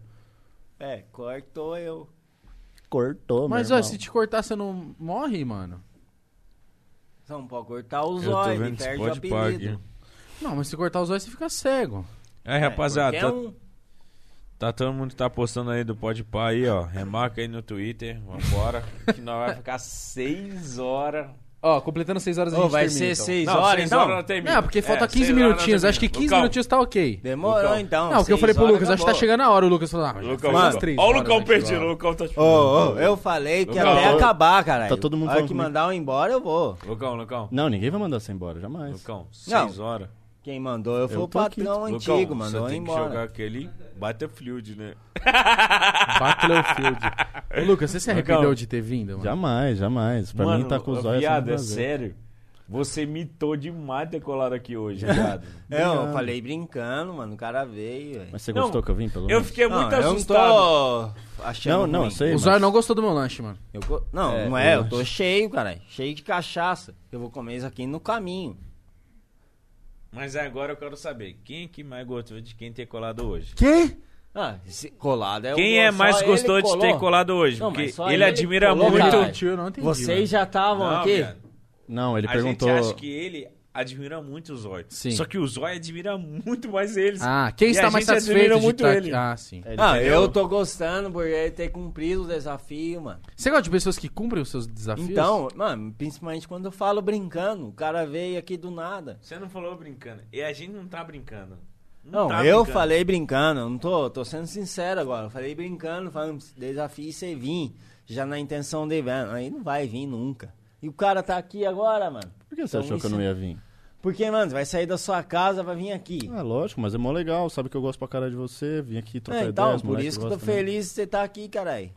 [SPEAKER 4] É, cortou eu.
[SPEAKER 5] Cortou,
[SPEAKER 1] Mas,
[SPEAKER 5] meu
[SPEAKER 1] ó,
[SPEAKER 5] irmão.
[SPEAKER 1] se te cortar, você não morre, mano?
[SPEAKER 4] Não pode cortar os
[SPEAKER 2] Eu tô
[SPEAKER 4] olhos,
[SPEAKER 2] vendo
[SPEAKER 4] ele
[SPEAKER 2] esse
[SPEAKER 4] perde o
[SPEAKER 2] pode
[SPEAKER 4] apelido.
[SPEAKER 2] pagar.
[SPEAKER 1] Não, mas se cortar os olhos, você fica cego.
[SPEAKER 2] É, rapaziada,
[SPEAKER 4] qualquer
[SPEAKER 2] tá,
[SPEAKER 4] um.
[SPEAKER 2] tá todo mundo que tá postando aí do Pode Pá aí, ó. Remarca aí no Twitter,
[SPEAKER 4] <laughs>
[SPEAKER 2] vambora. que nós vai ficar 6 horas.
[SPEAKER 1] Ó, completando 6 horas a
[SPEAKER 4] Ô,
[SPEAKER 1] gente
[SPEAKER 4] vai
[SPEAKER 1] termina,
[SPEAKER 4] ser
[SPEAKER 1] então.
[SPEAKER 4] 6
[SPEAKER 2] Não,
[SPEAKER 4] horas,
[SPEAKER 2] seis
[SPEAKER 4] então?
[SPEAKER 2] horas termina.
[SPEAKER 1] Não, porque
[SPEAKER 2] É,
[SPEAKER 1] falta 15
[SPEAKER 2] seis horas
[SPEAKER 1] minutinhos.
[SPEAKER 2] termina.
[SPEAKER 1] Acho que 15
[SPEAKER 2] Lucão,
[SPEAKER 1] minutinhos tá ok.
[SPEAKER 4] Demorou,
[SPEAKER 2] Lucão.
[SPEAKER 4] então.
[SPEAKER 1] não, o que eu
[SPEAKER 4] seis
[SPEAKER 1] falei pro
[SPEAKER 4] horas
[SPEAKER 1] Lucas, acho que tá
[SPEAKER 4] acabou.
[SPEAKER 1] chegando a hora. O Lucas falou, ah, mas já
[SPEAKER 2] Lucão,
[SPEAKER 1] fez umas
[SPEAKER 2] Lucão.
[SPEAKER 1] três
[SPEAKER 2] Ó, o
[SPEAKER 1] horas,
[SPEAKER 2] Lucão
[SPEAKER 1] acho que
[SPEAKER 2] perdido,
[SPEAKER 1] agora.
[SPEAKER 2] o Lucão tá te
[SPEAKER 4] Ô, ô, eu falei que
[SPEAKER 2] Lucão,
[SPEAKER 4] até
[SPEAKER 2] tá-
[SPEAKER 4] acabar, caralho.
[SPEAKER 5] tá todo mundo
[SPEAKER 4] A hora
[SPEAKER 5] falando
[SPEAKER 4] que
[SPEAKER 5] comigo.
[SPEAKER 4] mandar eu embora, eu vou.
[SPEAKER 2] Lucão, Lucão.
[SPEAKER 5] Não, ninguém vai mandar você embora, jamais.
[SPEAKER 2] Lucão,
[SPEAKER 4] Não.
[SPEAKER 2] 6 horas.
[SPEAKER 4] Quem mandou eu fui
[SPEAKER 5] Eu
[SPEAKER 4] o
[SPEAKER 5] tô aqui.
[SPEAKER 4] patrão
[SPEAKER 2] Lucão,
[SPEAKER 4] antigo, mandou
[SPEAKER 2] você
[SPEAKER 4] eu
[SPEAKER 2] tem que jogar
[SPEAKER 4] embora.
[SPEAKER 2] aquele Battlefield, né?
[SPEAKER 1] Battlefield. Ô, Lucas, você se arrependeu
[SPEAKER 2] Lucão.
[SPEAKER 1] de ter vindo, mano?
[SPEAKER 5] Jamais, jamais. Pra mim tá com os olhos.
[SPEAKER 1] assim,
[SPEAKER 2] viado, é
[SPEAKER 1] né?
[SPEAKER 2] sério. Você mitou demais ter colado aqui hoje,
[SPEAKER 4] <laughs>
[SPEAKER 2] viado.
[SPEAKER 4] É, Eu falei brincando, mano, o cara veio, velho.
[SPEAKER 5] Mas você
[SPEAKER 2] Não,
[SPEAKER 5] gostou que eu vim, pelo
[SPEAKER 2] Eu
[SPEAKER 5] menos?
[SPEAKER 2] fiquei muito
[SPEAKER 4] não, eu não
[SPEAKER 2] assustado.
[SPEAKER 4] tô achando
[SPEAKER 5] Não, não,
[SPEAKER 4] ruim.
[SPEAKER 5] eu sei.
[SPEAKER 1] O
[SPEAKER 5] mas-
[SPEAKER 1] Zóio não gostou do meu lanche, mano.
[SPEAKER 4] Eu co- Não,
[SPEAKER 5] É,
[SPEAKER 4] não é,
[SPEAKER 5] eu
[SPEAKER 4] eu tô cheio, caralho. Cheio de cachaça. Eu vou comer isso aqui no caminho.
[SPEAKER 2] Mas agora eu quero saber, quem que mais gostou de quem ter colado hoje?
[SPEAKER 8] Quê?
[SPEAKER 4] Ah, esse colado é o
[SPEAKER 2] Quem é
[SPEAKER 4] só
[SPEAKER 2] mais
[SPEAKER 4] ele
[SPEAKER 2] gostou de ter
[SPEAKER 4] colou.
[SPEAKER 2] colado hoje?
[SPEAKER 4] Não, mas
[SPEAKER 2] Porque
[SPEAKER 4] só
[SPEAKER 2] ele,
[SPEAKER 4] ele
[SPEAKER 2] admira
[SPEAKER 4] colou,
[SPEAKER 2] muito.
[SPEAKER 4] cara. Tá
[SPEAKER 1] Tio, eu não entendi.
[SPEAKER 4] Vocês já estavam
[SPEAKER 2] Não,
[SPEAKER 4] aqui?
[SPEAKER 2] viado,
[SPEAKER 5] Não, ele
[SPEAKER 2] a
[SPEAKER 5] perguntou.
[SPEAKER 2] gente acha que ele admira muito o Zóio.
[SPEAKER 1] Sim.
[SPEAKER 2] Só que o Zóio admira muito mais eles.
[SPEAKER 1] Ah, quem
[SPEAKER 2] E
[SPEAKER 1] está
[SPEAKER 2] a
[SPEAKER 1] mais
[SPEAKER 2] gente
[SPEAKER 1] satisfeito
[SPEAKER 2] admira
[SPEAKER 1] de
[SPEAKER 2] muito
[SPEAKER 1] estar
[SPEAKER 2] ele.
[SPEAKER 1] aqui? Ah, sim.
[SPEAKER 5] Ele
[SPEAKER 4] Ah,
[SPEAKER 5] entendeu.
[SPEAKER 4] eu tô gostando por ele ter cumprido o desafio, mano.
[SPEAKER 1] Você gosta de pessoas que cumprem os seus desafios?
[SPEAKER 4] Então, mano, principalmente quando eu falo brincando, o cara veio aqui do nada.
[SPEAKER 2] Você não falou brincando. E a gente não tá brincando.
[SPEAKER 4] Não,
[SPEAKER 2] tá
[SPEAKER 4] eu
[SPEAKER 2] brincando.
[SPEAKER 4] falei brincando, eu não tô, tô sendo sincero agora. Eu falei brincando, falando desafio você vir, já na intenção de vir. Aí não vai vir nunca. E o cara tá aqui agora, mano.
[SPEAKER 5] Por que você
[SPEAKER 4] Então,
[SPEAKER 5] achou que eu
[SPEAKER 4] isso-
[SPEAKER 5] não ia vir?
[SPEAKER 4] Porque, mano, vai sair da sua casa, vai vir aqui.
[SPEAKER 5] Ah, lógico, mas é mó legal. Sabe que eu gosto pra cara de você. Vim aqui trocar
[SPEAKER 4] É,
[SPEAKER 5] ideia.
[SPEAKER 4] então,
[SPEAKER 5] os
[SPEAKER 4] por
[SPEAKER 5] moleques
[SPEAKER 4] isso que eu tô
[SPEAKER 5] gostam, né?
[SPEAKER 4] feliz de você tá aqui, caralho.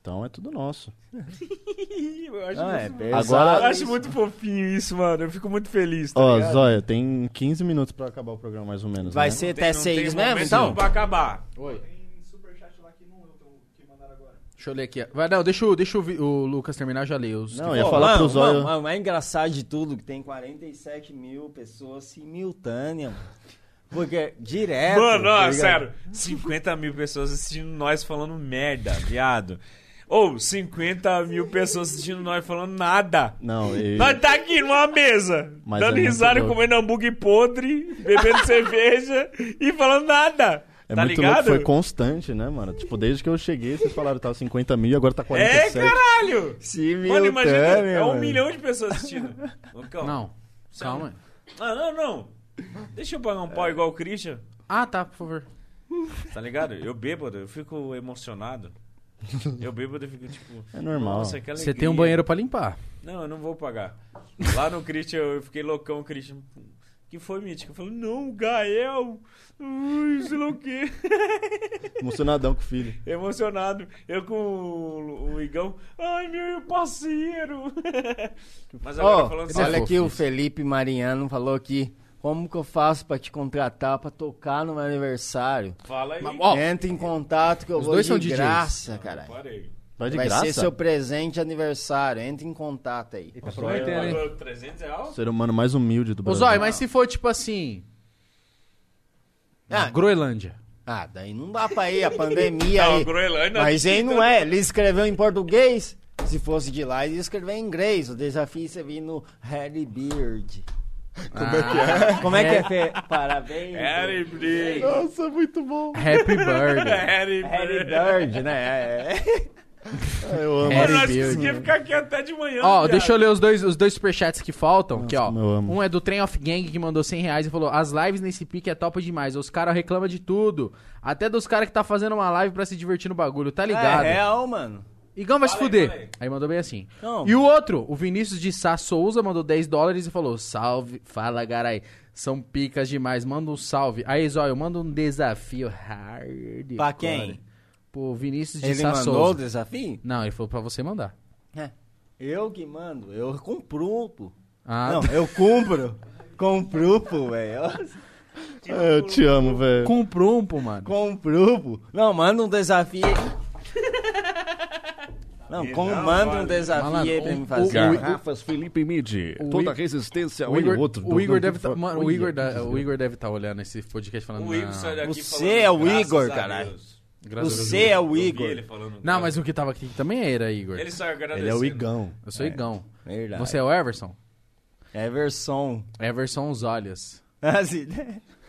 [SPEAKER 5] Então é tudo nosso.
[SPEAKER 2] Eu acho,
[SPEAKER 4] Ah, é,
[SPEAKER 2] isso-
[SPEAKER 5] Agora-
[SPEAKER 2] eu acho muito fofinho isso, mano. Eu fico muito feliz, tá
[SPEAKER 5] Ó,
[SPEAKER 2] ligado?
[SPEAKER 5] Zóia, tem 15 minutos pra acabar o programa, mais ou menos.
[SPEAKER 4] Vai
[SPEAKER 5] né?
[SPEAKER 4] ser
[SPEAKER 2] Tem- um
[SPEAKER 4] até
[SPEAKER 2] não
[SPEAKER 4] seis
[SPEAKER 2] tem
[SPEAKER 4] mesmo,
[SPEAKER 2] momento
[SPEAKER 4] então?
[SPEAKER 2] nenhum pra acabar.
[SPEAKER 11] Tem superchat lá que não eu tô- que mandaram agora.
[SPEAKER 1] Deixa eu ler aqui. Vai, não, deixa, o- deixa o, vi- o Lucas terminar, já leio. Os
[SPEAKER 5] Não,
[SPEAKER 1] que-
[SPEAKER 5] eu ia
[SPEAKER 4] Pô,
[SPEAKER 5] falar
[SPEAKER 4] mano,
[SPEAKER 5] pro Zóio.
[SPEAKER 4] mano, mas o mais engraçado de tudo que tem 47 mil pessoas simultâneas, mano. Porque
[SPEAKER 5] É,
[SPEAKER 4] direto.
[SPEAKER 2] Mano,
[SPEAKER 4] tá
[SPEAKER 2] ó,
[SPEAKER 4] ligado?
[SPEAKER 2] sério. 50 mil pessoas assistindo nós falando merda, viado. Ou 50 mil pessoas assistindo nós falando nada.
[SPEAKER 5] Não, e...
[SPEAKER 2] Nós tá aqui numa mesa,
[SPEAKER 5] Mas é
[SPEAKER 2] dando
[SPEAKER 5] muito
[SPEAKER 2] risada,
[SPEAKER 5] louco.
[SPEAKER 2] comendo hambúrguer podre, bebendo <laughs> cerveja e falando nada.
[SPEAKER 5] é
[SPEAKER 2] tá
[SPEAKER 5] muito louco,
[SPEAKER 2] ligado?
[SPEAKER 5] foi constante, né, mano? Tipo, desde que eu cheguei, vocês falaram que tava 50 mil e agora tá
[SPEAKER 2] É,
[SPEAKER 5] 47.
[SPEAKER 2] caralho! Mano, imagina, é um
[SPEAKER 5] mano.
[SPEAKER 2] milhão de pessoas assistindo. Ô, calma.
[SPEAKER 1] Não, calma.
[SPEAKER 2] Ah, não, não. Deixa eu pagar um
[SPEAKER 5] É.
[SPEAKER 2] pau igual o Christian,
[SPEAKER 1] Ah, tá, por favor.
[SPEAKER 2] tá ligado? Eu bêbado, eu fico emocionado. Eu bêbado, eu fico tipo.
[SPEAKER 5] É normal.
[SPEAKER 2] Nossa, que
[SPEAKER 1] Você
[SPEAKER 2] alegria.
[SPEAKER 1] tem um banheiro pra limpar.
[SPEAKER 2] Não, eu não vou pagar. Lá no Christian, eu fiquei loucão, o Christian. Que foi mítico. Eu falei, não, Gael! Ui, sei lá o quê. <laughs>
[SPEAKER 6] Um
[SPEAKER 5] Emocionadão com o filho.
[SPEAKER 2] Emocionado. Eu com o, o Igão. Ai, meu parceiro! <laughs> Mas agora
[SPEAKER 4] Ó,
[SPEAKER 2] falando
[SPEAKER 4] olha
[SPEAKER 5] é
[SPEAKER 2] sério.
[SPEAKER 4] aqui, o Felipe Mariano falou aqui. Como que eu faço pra te contratar pra tocar no meu aniversário?
[SPEAKER 2] Fala aí.
[SPEAKER 1] Mas, ó,
[SPEAKER 4] Entra em contato que eu
[SPEAKER 1] Os
[SPEAKER 4] vou
[SPEAKER 1] dois
[SPEAKER 4] de
[SPEAKER 1] são DJs.
[SPEAKER 4] graça, caralho.
[SPEAKER 2] Parei.
[SPEAKER 5] Vai de
[SPEAKER 4] Vai
[SPEAKER 5] graça?
[SPEAKER 4] ser seu presente de aniversário. Entra em contato aí.
[SPEAKER 1] tá prometendo, hein?
[SPEAKER 4] né?
[SPEAKER 2] Pagou 300 reais?
[SPEAKER 5] Ser humano mais humilde do
[SPEAKER 1] Ô,
[SPEAKER 5] Brasil.
[SPEAKER 6] <laughs>
[SPEAKER 1] Zói, mas se for tipo assim.
[SPEAKER 4] Ah,
[SPEAKER 1] Groenlândia.
[SPEAKER 4] ah, daí não dá pra ir,
[SPEAKER 2] <laughs>
[SPEAKER 4] a pandemia
[SPEAKER 2] Não,
[SPEAKER 4] aí.
[SPEAKER 2] Groenlândia.
[SPEAKER 4] Mas aí não
[SPEAKER 2] tá-
[SPEAKER 4] é, ele escreveu em português. Se fosse de lá, ele ia escrever em inglês. O desafio é você vir no Harry Beard. Como é que é? Como é que é, Fê? <laughs> Parabéns.
[SPEAKER 2] Harry Bird.
[SPEAKER 6] é
[SPEAKER 5] Nossa, muito bom.
[SPEAKER 1] Ah, Happy
[SPEAKER 4] <laughs> É,
[SPEAKER 1] Birthday.
[SPEAKER 2] Harry
[SPEAKER 4] Harry
[SPEAKER 2] Bird.
[SPEAKER 4] Bird, né? É, é.
[SPEAKER 5] Eu amo.
[SPEAKER 2] Mano,
[SPEAKER 1] Harry
[SPEAKER 2] nós
[SPEAKER 1] Bird.
[SPEAKER 2] conseguimos
[SPEAKER 4] né?
[SPEAKER 2] ficar aqui até de manhã.
[SPEAKER 1] Ó,
[SPEAKER 2] viado.
[SPEAKER 1] deixa eu ler os dois, os dois superchats que faltam. que, ó,
[SPEAKER 5] eu amo.
[SPEAKER 1] um é do Train of Gang que mandou 100 reais e falou: As lives nesse pique é top demais. Os caras reclamam de tudo. Até dos caras que tá fazendo uma live pra se divertir no bagulho, tá ligado?
[SPEAKER 4] É real, mano.
[SPEAKER 1] Igão vai se
[SPEAKER 2] Fala aí,
[SPEAKER 1] fuder.
[SPEAKER 2] fala
[SPEAKER 1] Aí.
[SPEAKER 2] aí.
[SPEAKER 1] mandou bem assim.
[SPEAKER 4] Não.
[SPEAKER 1] E o outro, o Vinícius de Sá Souza, mandou 10 dólares e falou: Salve, fala, garai. São picas demais, manda um salve. Aí, Zóio, manda um desafio hard.
[SPEAKER 4] Pra quem?
[SPEAKER 1] Pro Vinícius de
[SPEAKER 4] Ele
[SPEAKER 1] Sá
[SPEAKER 4] mandou o
[SPEAKER 1] Souza.
[SPEAKER 4] desafio?
[SPEAKER 1] Não, ele falou pra você mandar.
[SPEAKER 4] É. Eu que mando, eu compro, pô.
[SPEAKER 1] Ah,
[SPEAKER 4] Não, eu cumpro. Compro, pô, velho.
[SPEAKER 6] É, Eu te amo,
[SPEAKER 1] <laughs>
[SPEAKER 6] velho.
[SPEAKER 1] com prumpo, mano.
[SPEAKER 4] Compro, pô. Não, manda um desafio aí. Não, com, manda um desafio aí pra
[SPEAKER 1] Malandro,
[SPEAKER 4] me
[SPEAKER 1] o-
[SPEAKER 4] fazer.
[SPEAKER 6] Garrafas Felipe Midi.
[SPEAKER 1] O
[SPEAKER 6] Toda
[SPEAKER 1] Igor-
[SPEAKER 6] resistência ao
[SPEAKER 1] O Igor,
[SPEAKER 6] outro.
[SPEAKER 1] o Igor deve tá, mano, o Igor da- o Igor deve estar olhando esse podcast falando.
[SPEAKER 2] O Igor
[SPEAKER 1] "Não,
[SPEAKER 2] saiu daqui
[SPEAKER 4] Você
[SPEAKER 2] falando,
[SPEAKER 4] é o
[SPEAKER 2] "Graças
[SPEAKER 4] Igor,
[SPEAKER 2] a
[SPEAKER 4] caralho."
[SPEAKER 2] Deus.
[SPEAKER 1] graças a Deus".
[SPEAKER 4] Você é o
[SPEAKER 2] Eu vi
[SPEAKER 4] Igor.
[SPEAKER 2] ele falando,
[SPEAKER 1] Não,
[SPEAKER 2] cara.
[SPEAKER 1] mas o que tava aqui também era Igor.
[SPEAKER 2] Ele saiu agradecendo.
[SPEAKER 6] Ele é o Igão.
[SPEAKER 1] Eu sou Igão.
[SPEAKER 4] Verdade.
[SPEAKER 1] Você é o Everson?
[SPEAKER 4] Everson.
[SPEAKER 1] Everson os olhos.
[SPEAKER 4] Assim,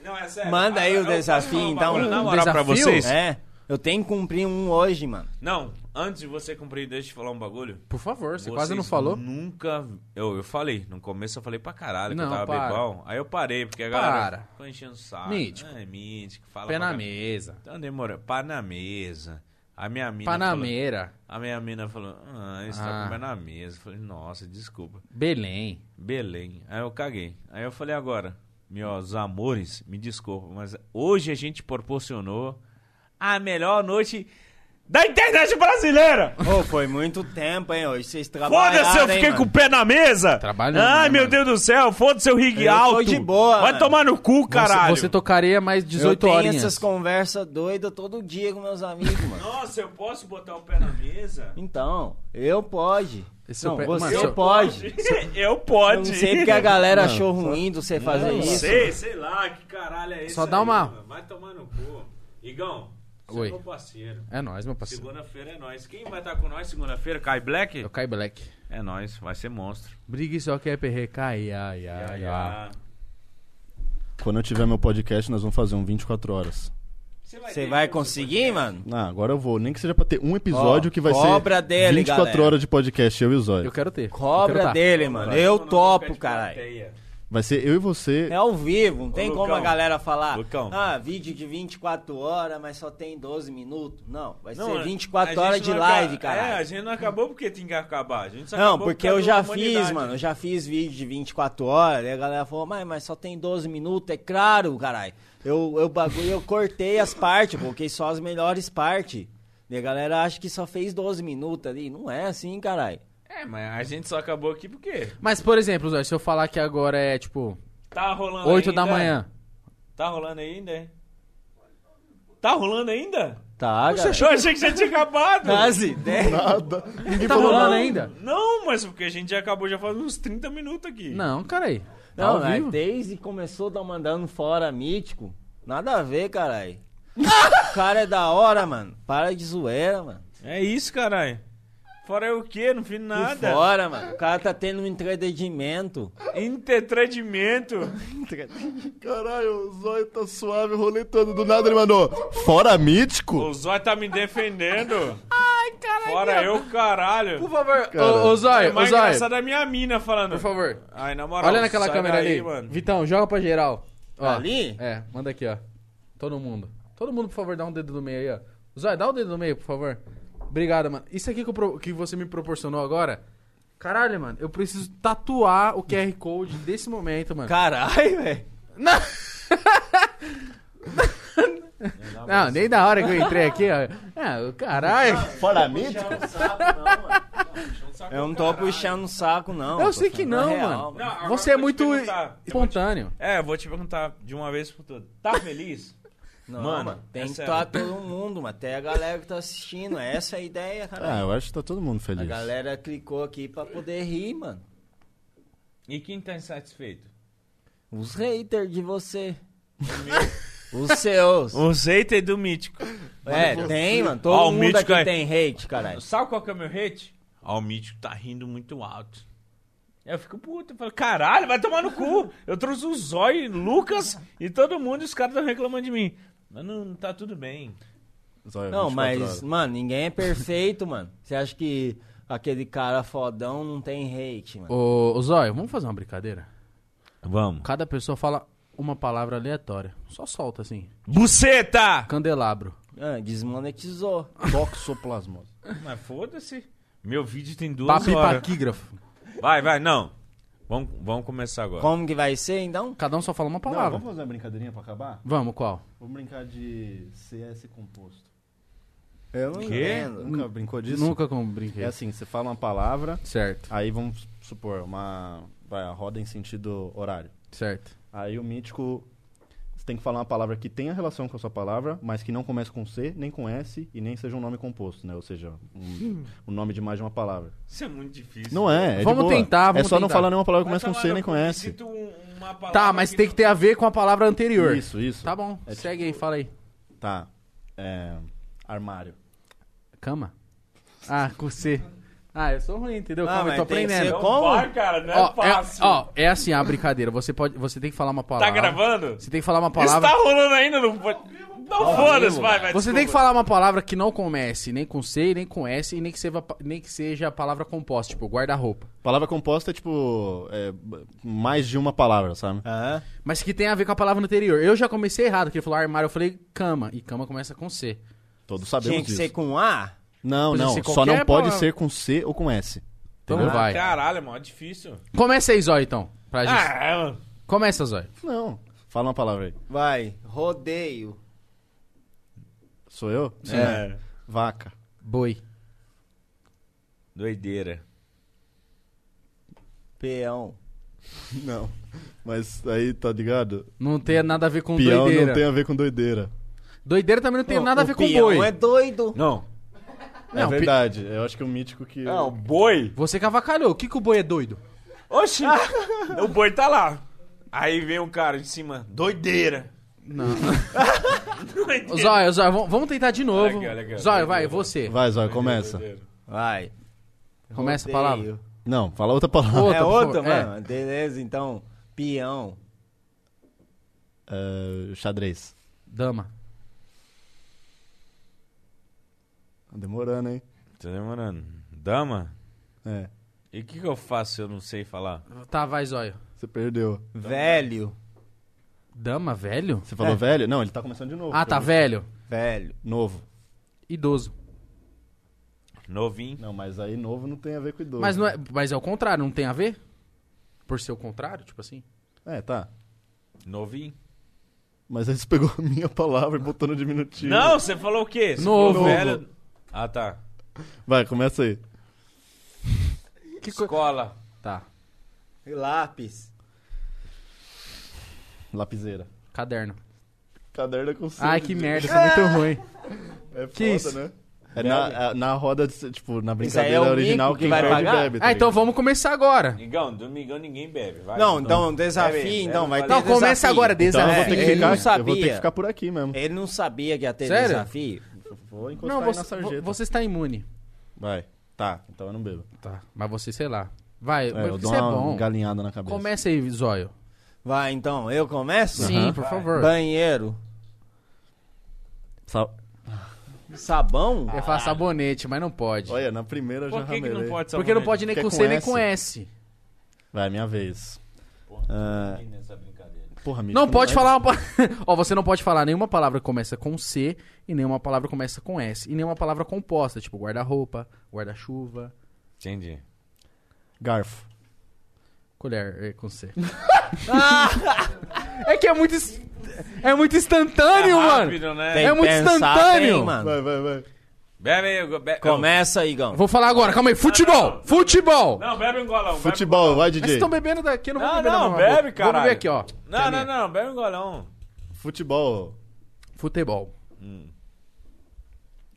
[SPEAKER 2] Não, é sério.
[SPEAKER 4] Manda aí o
[SPEAKER 2] eu posso
[SPEAKER 4] desafio,
[SPEAKER 2] falar um
[SPEAKER 4] então.
[SPEAKER 2] bagulho Na
[SPEAKER 1] Um
[SPEAKER 2] moral pra
[SPEAKER 1] desafio?
[SPEAKER 2] vocês.
[SPEAKER 4] É, eu tenho que cumprir um hoje, mano.
[SPEAKER 2] Não, antes de você cumprir, deixa eu te falar um bagulho.
[SPEAKER 1] Por favor, você
[SPEAKER 2] Vocês
[SPEAKER 1] quase não falou.
[SPEAKER 2] Nunca. Eu, eu falei. No começo eu falei pra caralho
[SPEAKER 1] Não,
[SPEAKER 2] que eu tava
[SPEAKER 1] para.
[SPEAKER 2] bebão. Aí eu parei, porque a galera
[SPEAKER 1] Para.
[SPEAKER 2] ficou enchendo o saco.
[SPEAKER 1] Mítico.
[SPEAKER 2] É, mítico. Fala
[SPEAKER 1] Pé
[SPEAKER 2] pra
[SPEAKER 1] na
[SPEAKER 2] caralho.
[SPEAKER 1] mesa.
[SPEAKER 2] Então demorou. Pá na mesa. A minha mina. falou-
[SPEAKER 1] Panameira.
[SPEAKER 2] a minha mina falou: Ah, isso
[SPEAKER 1] Ah.
[SPEAKER 2] tá comendo na mesa. Eu falei: Nossa, desculpa.
[SPEAKER 1] Belém.
[SPEAKER 2] Belém. Aí eu caguei. Aí eu falei agora, meus amores, me desculpa, mas hoje a gente proporcionou a melhor noite da internet brasileira.
[SPEAKER 4] Ô, foi muito tempo, hein? Hoje vocês trabalharam,
[SPEAKER 2] Foda-se, eu fiquei
[SPEAKER 4] hein,
[SPEAKER 2] com o
[SPEAKER 4] mano?
[SPEAKER 2] pé na mesa.
[SPEAKER 1] Trabalhando,
[SPEAKER 2] Ai,
[SPEAKER 1] né,
[SPEAKER 2] meu
[SPEAKER 1] mano?
[SPEAKER 2] Deus do céu, foda-se o rig
[SPEAKER 4] Eu
[SPEAKER 2] alto.
[SPEAKER 4] sou de boa,
[SPEAKER 2] Vai
[SPEAKER 4] mano.
[SPEAKER 2] tomar no cu, caralho.
[SPEAKER 1] Você, você tocaria mais 18
[SPEAKER 4] eu tenho
[SPEAKER 1] horinhas.
[SPEAKER 4] essas conversas doidas todo dia com meus amigos, mano.
[SPEAKER 2] Nossa, eu posso botar o pé na mesa?
[SPEAKER 4] Então, eu pode.
[SPEAKER 1] Esse
[SPEAKER 4] não,
[SPEAKER 1] seu pé-
[SPEAKER 4] você
[SPEAKER 1] mano, seu-
[SPEAKER 4] pode.
[SPEAKER 2] <laughs> eu
[SPEAKER 4] Eu não
[SPEAKER 2] pode.
[SPEAKER 4] sei porque a
[SPEAKER 2] <laughs>
[SPEAKER 4] galera achou ruim de você fazer
[SPEAKER 2] Não
[SPEAKER 4] isso.
[SPEAKER 2] sei, sei lá, que caralho é esse.
[SPEAKER 1] Só dá
[SPEAKER 2] aí,
[SPEAKER 1] uma-
[SPEAKER 2] mano? Vai tomar no cu. Igão, você
[SPEAKER 1] Oi.
[SPEAKER 2] é meu parceiro.
[SPEAKER 1] É nóis, meu parceiro.
[SPEAKER 2] Segunda-feira é nós. Quem vai estar com nós segunda-feira? Kai Black?
[SPEAKER 1] Eu caio black.
[SPEAKER 2] É nós, vai ser monstro.
[SPEAKER 1] Brigue só que é perre. Cai, ai,
[SPEAKER 4] Ah,
[SPEAKER 1] ai, ai.
[SPEAKER 6] Quando eu tiver meu podcast, nós vamos fazer um 24 horas.
[SPEAKER 4] Você vai conseguir, mano?
[SPEAKER 6] Ah, agora eu vou. Nem que seja pra ter um episódio
[SPEAKER 4] Ó,
[SPEAKER 6] que vai
[SPEAKER 4] cobra
[SPEAKER 6] ser
[SPEAKER 4] dele,
[SPEAKER 6] 24
[SPEAKER 4] galera.
[SPEAKER 6] horas de podcast, eu e o
[SPEAKER 1] Eu
[SPEAKER 6] Zóio.
[SPEAKER 1] quero ter. eu quero
[SPEAKER 4] Cobra
[SPEAKER 1] tá.
[SPEAKER 4] dele, mano. Eu
[SPEAKER 2] é
[SPEAKER 4] topo, caralho.
[SPEAKER 6] Vai ser eu e você.
[SPEAKER 4] É ao vivo, não tem
[SPEAKER 2] Ô,
[SPEAKER 4] como
[SPEAKER 2] Lucão.
[SPEAKER 4] a galera falar.
[SPEAKER 2] Lucão.
[SPEAKER 4] Ah, vídeo de 24 horas, mas só tem 12 minutos. Não, vai
[SPEAKER 2] é-
[SPEAKER 4] ser
[SPEAKER 2] a
[SPEAKER 4] 24
[SPEAKER 2] gente
[SPEAKER 4] horas de
[SPEAKER 2] não aca-
[SPEAKER 4] live,
[SPEAKER 2] É, a
[SPEAKER 4] caralho.
[SPEAKER 2] gente não acabou porque tem que acabar. A gente só
[SPEAKER 4] Não,
[SPEAKER 2] acabou por
[SPEAKER 4] porque eu
[SPEAKER 2] causa
[SPEAKER 4] já
[SPEAKER 2] da
[SPEAKER 4] fiz,
[SPEAKER 2] humanidade.
[SPEAKER 4] mano. Eu já fiz vídeo de 24 horas. E a galera falou, mas, mas só tem 12 minutos, é claro, caralho. Eu, eu, bagulho, eu cortei as partes, coloquei só as melhores partes. E a galera acha que só fez 12 minutos ali. Não é assim, caralho.
[SPEAKER 2] É, mas a gente só acabou aqui porque
[SPEAKER 1] Mas, por exemplo, Zé, se eu falar que agora é, tipo,
[SPEAKER 2] tá rolando
[SPEAKER 1] 8 da
[SPEAKER 2] ainda?
[SPEAKER 1] manhã.
[SPEAKER 2] Tá rolando ainda, hein? Tá rolando ainda?
[SPEAKER 4] Tá, cara.
[SPEAKER 2] Eu achei que já tinha acabado.
[SPEAKER 4] As ideias.
[SPEAKER 6] Nada. Ninguém
[SPEAKER 1] Tá
[SPEAKER 6] falou
[SPEAKER 1] rolando
[SPEAKER 6] nada.
[SPEAKER 1] ainda?
[SPEAKER 2] Não, mas porque a gente já acabou já faz uns 30 minutos aqui.
[SPEAKER 1] Não, cara aí. Não, né?
[SPEAKER 4] Não,
[SPEAKER 1] ao
[SPEAKER 4] mas
[SPEAKER 1] vivo.
[SPEAKER 4] desde que começou tá mandando fora mítico, nada a ver,
[SPEAKER 1] <laughs>
[SPEAKER 4] caralho. o cara é da hora, mano. Para de zoeira, mano.
[SPEAKER 2] É isso, caralho. Fora é o quê? Não fiz
[SPEAKER 4] E
[SPEAKER 2] nada.
[SPEAKER 4] fora, mano. O cara tá tendo um entretenimento.
[SPEAKER 2] Entretenimento.
[SPEAKER 6] Caralho, o Zóio tá suave, rolê todo. Do nada ele mandou. Fora mítico?
[SPEAKER 2] O Zóio tá me defendendo. Ai, caralho. Fora eu, caralho.
[SPEAKER 1] Por favor, ô, ô
[SPEAKER 2] É
[SPEAKER 1] Zóio, ô
[SPEAKER 2] mais
[SPEAKER 1] Zóio.
[SPEAKER 2] engraçado é a minha mina falando.
[SPEAKER 1] Por favor.
[SPEAKER 2] Ai, na moral.
[SPEAKER 1] Olha naquela
[SPEAKER 2] sai
[SPEAKER 1] câmera
[SPEAKER 2] daí,
[SPEAKER 1] ali.
[SPEAKER 2] mano.
[SPEAKER 1] Vitão, joga pra geral. Ó,
[SPEAKER 4] Ali?
[SPEAKER 1] É, manda aqui, ó. Todo mundo. Todo mundo, por favor, dá um dedo no meio aí, ó. Zóia, dá o dedo no meio, por favor. Obrigado, mano. Isso aqui que, eu pro- que você me proporcionou agora. Caralho, mano, eu preciso tatuar o QR Code desse momento,
[SPEAKER 4] Tá
[SPEAKER 1] mano.
[SPEAKER 4] Caralho, velho.
[SPEAKER 1] Não! Não, nem da hora que eu entrei aqui, ó. Ah, o caralho.
[SPEAKER 6] Fora mítico?
[SPEAKER 4] Eu não tô puxando o saco, não.
[SPEAKER 1] Eu
[SPEAKER 4] Tô
[SPEAKER 1] sei que
[SPEAKER 4] falando a
[SPEAKER 1] não,
[SPEAKER 4] real,
[SPEAKER 1] mano.
[SPEAKER 2] Não, agora
[SPEAKER 1] Você é
[SPEAKER 2] eu vou te
[SPEAKER 1] muito
[SPEAKER 2] perguntar.
[SPEAKER 1] espontâneo.
[SPEAKER 2] É, eu vou te perguntar de uma vez por todas. Tá feliz?
[SPEAKER 4] Não,
[SPEAKER 2] Mano,
[SPEAKER 4] mano, tem
[SPEAKER 2] é
[SPEAKER 4] que
[SPEAKER 2] sério.
[SPEAKER 4] estar todo mundo, mano. Até a galera que tá assistindo. Essa é a ideia,
[SPEAKER 6] Ah,
[SPEAKER 4] caralho.
[SPEAKER 6] eu acho que tá todo mundo
[SPEAKER 4] a
[SPEAKER 6] feliz.
[SPEAKER 4] galera clicou aqui pra poder rir, mano.
[SPEAKER 2] E quem tá insatisfeito?
[SPEAKER 4] Os haters
[SPEAKER 2] <laughs>
[SPEAKER 4] de você. Os seus.
[SPEAKER 2] O hater do Mítico.
[SPEAKER 4] É, tem, mano. Todo
[SPEAKER 2] Ó, o
[SPEAKER 4] mundo
[SPEAKER 2] mítico é-
[SPEAKER 4] aqui
[SPEAKER 2] aí.
[SPEAKER 4] tem hate, caralho.
[SPEAKER 2] Sabe qual que é o meu hate? Ó, o Mítico tá rindo muito alto. Eu fico puto, eu falo, caralho, vai tomar no cu. Eu trouxe o Zói, Lucas e todo mundo e os caras estão reclamando de mim. Mas não, não tá tudo bem.
[SPEAKER 6] Zóio,
[SPEAKER 4] Não,
[SPEAKER 6] 24
[SPEAKER 4] mas,
[SPEAKER 6] horas.
[SPEAKER 4] mano, ninguém é perfeito, mano. Você acha que aquele cara fodão não tem hate, mano?
[SPEAKER 1] Ô, ô Zóio, vamos fazer uma brincadeira?
[SPEAKER 2] Vamos.
[SPEAKER 1] Cada pessoa fala uma palavra aleatória. Só solta assim.
[SPEAKER 2] Buceta!
[SPEAKER 1] Candelabro.
[SPEAKER 4] Ah, desmonetizou.
[SPEAKER 6] Toxoplasmose.
[SPEAKER 2] Mas foda-se. Meu vídeo tem duas
[SPEAKER 1] Papo e
[SPEAKER 2] horas.
[SPEAKER 1] paquígrafo.
[SPEAKER 2] Vai, vai, não. Vamos, vamos começar agora.
[SPEAKER 4] Como que vai ser, então?
[SPEAKER 1] Cada um só fala uma
[SPEAKER 6] Não,
[SPEAKER 1] palavra.
[SPEAKER 6] vamos fazer uma brincadeirinha pra acabar?
[SPEAKER 1] Vamos, qual?
[SPEAKER 6] Vamos brincar de CS composto.
[SPEAKER 4] Eu não
[SPEAKER 2] Quê?
[SPEAKER 6] Nunca brincou disso?
[SPEAKER 1] Nunca com brinquedo.
[SPEAKER 6] É assim, você fala uma palavra,
[SPEAKER 1] Certo,
[SPEAKER 6] aí vamos supor, uma. Vai, a roda em sentido horário.
[SPEAKER 1] certo.
[SPEAKER 6] Aí o mítico. Você tem que falar uma palavra que tenha relação com a sua palavra, mas que não comece com C, nem com S e nem seja um nome composto, né? Ou seja, um, um nome de mais de uma palavra.
[SPEAKER 2] Isso é muito difícil.
[SPEAKER 6] Não é, é de
[SPEAKER 1] Hum. Vamos
[SPEAKER 6] boa.
[SPEAKER 1] tentar, vamos
[SPEAKER 6] É só não
[SPEAKER 1] tentar.
[SPEAKER 6] falar nenhuma palavra que
[SPEAKER 2] Vai
[SPEAKER 6] comece com
[SPEAKER 2] tomar
[SPEAKER 6] C
[SPEAKER 2] no
[SPEAKER 6] nem com
[SPEAKER 2] cu,
[SPEAKER 6] S.
[SPEAKER 2] cito um- uma palavra
[SPEAKER 1] Tá, mas tem que ter a ver com a palavra anterior.
[SPEAKER 6] Isso, isso.
[SPEAKER 1] Tá bom,
[SPEAKER 6] É
[SPEAKER 1] segue aí, fala aí.
[SPEAKER 6] Tá. É, armário.
[SPEAKER 1] Cama? Ah, com C. Ah, eu sou ruim, entendeu?
[SPEAKER 4] Ah,
[SPEAKER 1] Calma, eu
[SPEAKER 4] mas
[SPEAKER 1] tô
[SPEAKER 4] tem que
[SPEAKER 1] aprendendo.
[SPEAKER 4] ser-
[SPEAKER 2] Não
[SPEAKER 4] Como?
[SPEAKER 2] vai, um cara, não é
[SPEAKER 1] Ó, é,
[SPEAKER 2] fácil.
[SPEAKER 1] ó, é assim a brincadeira. Você, pode, você tem que falar uma palavra.
[SPEAKER 2] tá gravando?
[SPEAKER 1] Você tem que falar uma
[SPEAKER 2] Isso
[SPEAKER 1] palavra.
[SPEAKER 2] tá rolando ainda? Não, pode- não foda-se, vai, vai.
[SPEAKER 1] Você tem que falar uma palavra que não comece nem com C, nem com S, e nem que seja, nem que seja a palavra composta, tipo guarda-roupa.
[SPEAKER 6] Palavra composta é tipo. é, b- mais de uma palavra, sabe?
[SPEAKER 4] Aham.
[SPEAKER 1] Mas que tem a ver com a palavra anterior. Eu já comecei errado, que ele falou armário, eu falei cama. E cama começa com C.
[SPEAKER 6] Todos sabemos
[SPEAKER 4] Tinha que
[SPEAKER 6] disso.
[SPEAKER 4] ser com A?
[SPEAKER 6] Não,
[SPEAKER 1] Podia
[SPEAKER 6] não.
[SPEAKER 1] ser
[SPEAKER 6] Só
[SPEAKER 1] qualquer
[SPEAKER 6] não pode
[SPEAKER 1] palavra.
[SPEAKER 6] ser com C ou com S.
[SPEAKER 1] Então
[SPEAKER 6] Entendeu?
[SPEAKER 1] vai.
[SPEAKER 2] Caralho, é mó difícil.
[SPEAKER 1] Começa aí, Zóio, então. Pra gente.
[SPEAKER 2] Ah, é, mano.
[SPEAKER 1] Começa, Zóio.
[SPEAKER 6] Não. Fala uma palavra aí.
[SPEAKER 4] Vai, rodeio.
[SPEAKER 6] Sou eu?
[SPEAKER 2] É.
[SPEAKER 6] Vaca.
[SPEAKER 1] Boi.
[SPEAKER 2] Doideira.
[SPEAKER 4] Peão.
[SPEAKER 6] Não. Mas aí, tá ligado?
[SPEAKER 1] Não tem nada a ver com
[SPEAKER 6] Peão
[SPEAKER 1] doideira.
[SPEAKER 6] não tem a ver com doideira.
[SPEAKER 1] Doideira também não tem nada a
[SPEAKER 4] O
[SPEAKER 1] ver com
[SPEAKER 4] peão
[SPEAKER 1] boi.
[SPEAKER 4] é doido.
[SPEAKER 2] Não.
[SPEAKER 6] é
[SPEAKER 1] Não, pe-
[SPEAKER 6] verdade. Eu acho que o mítico que.
[SPEAKER 2] Não, É, boi.
[SPEAKER 1] Você que avacalhou. O que, que o boi é doido? <laughs>
[SPEAKER 2] Oxi. o boi tá lá. Aí vem um cara de cima. Doideira.
[SPEAKER 1] Não.
[SPEAKER 2] <laughs>
[SPEAKER 4] É.
[SPEAKER 2] Doideira.
[SPEAKER 1] Zóio, Zóio, vamos- vamos tentar de novo.
[SPEAKER 2] Olha aqui, olha aqui, olha
[SPEAKER 1] Zóio,
[SPEAKER 2] aqui.
[SPEAKER 1] vai, você.
[SPEAKER 6] Vai, Zóio, começa.
[SPEAKER 4] Vai.
[SPEAKER 1] Começa a
[SPEAKER 4] rodeio.
[SPEAKER 1] palavra.
[SPEAKER 6] Não, fala outra palavra.
[SPEAKER 1] Outra,
[SPEAKER 4] é
[SPEAKER 1] por
[SPEAKER 4] outra,
[SPEAKER 1] favor. É.
[SPEAKER 4] mano. Beleza, então. Peão.
[SPEAKER 6] É, xadrez.
[SPEAKER 1] Dama.
[SPEAKER 6] Tá Demorando, hein?
[SPEAKER 2] Tá demorando. Dama?
[SPEAKER 6] É.
[SPEAKER 2] E o que, que eu faço se eu não sei falar?
[SPEAKER 1] Tá, vai, Zóio.
[SPEAKER 6] Você perdeu.
[SPEAKER 4] Velho.
[SPEAKER 1] Dama, velho?
[SPEAKER 6] Você falou velho? Não, ele tá começando de novo.
[SPEAKER 1] É. Ah, tá,
[SPEAKER 6] Perdeu.
[SPEAKER 1] velho.
[SPEAKER 4] Velho.
[SPEAKER 6] Novo.
[SPEAKER 1] Idoso.
[SPEAKER 2] Novinho.
[SPEAKER 6] Não, mas aí novo não tem a ver com idoso. né?
[SPEAKER 1] Mas, não é, mas é o contrário, não tem a ver? Por ser o contrário, tipo assim?
[SPEAKER 6] É, tá.
[SPEAKER 2] Novinho?
[SPEAKER 6] Mas aí você pegou <laughs> a minha palavra e botou no diminutivo.
[SPEAKER 2] Não, você falou o quê? Você
[SPEAKER 1] Novo.
[SPEAKER 2] falou velho. Ah, tá.
[SPEAKER 6] Vai, começa aí.
[SPEAKER 2] Escola.
[SPEAKER 1] Tá.
[SPEAKER 4] Lápis.
[SPEAKER 6] Lapiseira.
[SPEAKER 1] Caderno.
[SPEAKER 6] Caderno com C.
[SPEAKER 1] Ai, que merda, isso é
[SPEAKER 6] Ah.
[SPEAKER 1] muito ruim.
[SPEAKER 6] <laughs> É foda,
[SPEAKER 1] que isso?
[SPEAKER 6] né? É na, é na roda, de, tipo, na
[SPEAKER 4] Isso aí é
[SPEAKER 6] brincadeira
[SPEAKER 4] o
[SPEAKER 6] original,
[SPEAKER 4] mico que
[SPEAKER 6] quem
[SPEAKER 4] vai
[SPEAKER 6] perde
[SPEAKER 4] pagar?
[SPEAKER 6] bebe. tá
[SPEAKER 1] Ah, então
[SPEAKER 6] ligado?
[SPEAKER 1] vamos começar agora.
[SPEAKER 2] Domingão, domingão ninguém bebe. Vai.
[SPEAKER 4] Não, então,
[SPEAKER 6] É
[SPEAKER 4] desafio,
[SPEAKER 2] Peraí,
[SPEAKER 4] então, vai
[SPEAKER 2] peraí.
[SPEAKER 1] Não,
[SPEAKER 4] ter
[SPEAKER 1] começa
[SPEAKER 4] desafio.
[SPEAKER 1] agora,
[SPEAKER 6] Então eu
[SPEAKER 1] desafio.
[SPEAKER 6] vou ter que
[SPEAKER 4] Ele
[SPEAKER 6] ficar,
[SPEAKER 4] não
[SPEAKER 6] Eu vou ter
[SPEAKER 4] sabia.
[SPEAKER 6] que ficar por aqui mesmo.
[SPEAKER 4] Ele não sabia que ia ter
[SPEAKER 1] Sério?
[SPEAKER 4] desafio.
[SPEAKER 6] Vou
[SPEAKER 1] Não,
[SPEAKER 6] encostar aí
[SPEAKER 1] você,
[SPEAKER 6] na sarjeta.
[SPEAKER 1] vo- você está imune.
[SPEAKER 6] Vai. Tá, então eu não bebo.
[SPEAKER 1] Tá. Mas você, sei lá. Vai,
[SPEAKER 6] É, eu
[SPEAKER 1] mas
[SPEAKER 6] dou
[SPEAKER 1] você é
[SPEAKER 6] uma
[SPEAKER 1] bom.
[SPEAKER 6] galinhada na cabeça.
[SPEAKER 1] Começa aí, Zóio.
[SPEAKER 4] Vai, então. Eu começo?
[SPEAKER 1] Sim, por favor.
[SPEAKER 4] Banheiro.
[SPEAKER 6] Sal-
[SPEAKER 1] É
[SPEAKER 4] Sabão?
[SPEAKER 1] Eu ia falar sabonete, mas não pode.
[SPEAKER 6] Olha, na primeira eu já
[SPEAKER 2] Por que, que não
[SPEAKER 6] ramelei.
[SPEAKER 2] pode
[SPEAKER 1] Porque não pode nem com
[SPEAKER 6] Porque é
[SPEAKER 1] C
[SPEAKER 6] com
[SPEAKER 1] nem
[SPEAKER 6] S.
[SPEAKER 1] com S.
[SPEAKER 6] Vai, minha vez. Ah, porra, Mítico,
[SPEAKER 1] Não pode falar uma pa- <laughs> Ó, você não pode falar nenhuma palavra que começa com C e nenhuma palavra que começa com S. E nenhuma palavra composta, tipo guarda-roupa, guarda-chuva,
[SPEAKER 2] Entendi.
[SPEAKER 6] Garfo.
[SPEAKER 1] colher é, com
[SPEAKER 6] <laughs>
[SPEAKER 1] C. <laughs> é que é muito. es- É muito instantâneo, mano.
[SPEAKER 2] Rápido, né?
[SPEAKER 4] Tem
[SPEAKER 1] É
[SPEAKER 4] que
[SPEAKER 1] muito
[SPEAKER 4] pensar
[SPEAKER 1] instantâneo.
[SPEAKER 4] bem, mano.
[SPEAKER 6] Vai, vai, vai.
[SPEAKER 2] Bebe aí, eu- be...
[SPEAKER 4] Começa, Igão.
[SPEAKER 1] Vou falar agora, calma aí. Futebol! Futebol!
[SPEAKER 2] Não, bebe um golão. bebe
[SPEAKER 6] Futebol, vai,
[SPEAKER 1] Mas vocês
[SPEAKER 6] DJ.
[SPEAKER 1] estão bebendo daqui, eu não vou
[SPEAKER 2] Não,
[SPEAKER 1] beber na
[SPEAKER 2] não,
[SPEAKER 1] mão,
[SPEAKER 2] bebe,
[SPEAKER 1] vou- Vou
[SPEAKER 2] caralho.
[SPEAKER 1] beber aqui, ó.
[SPEAKER 2] um- Não, não, não, bebe um golão.
[SPEAKER 6] Futebol.
[SPEAKER 1] Futebol.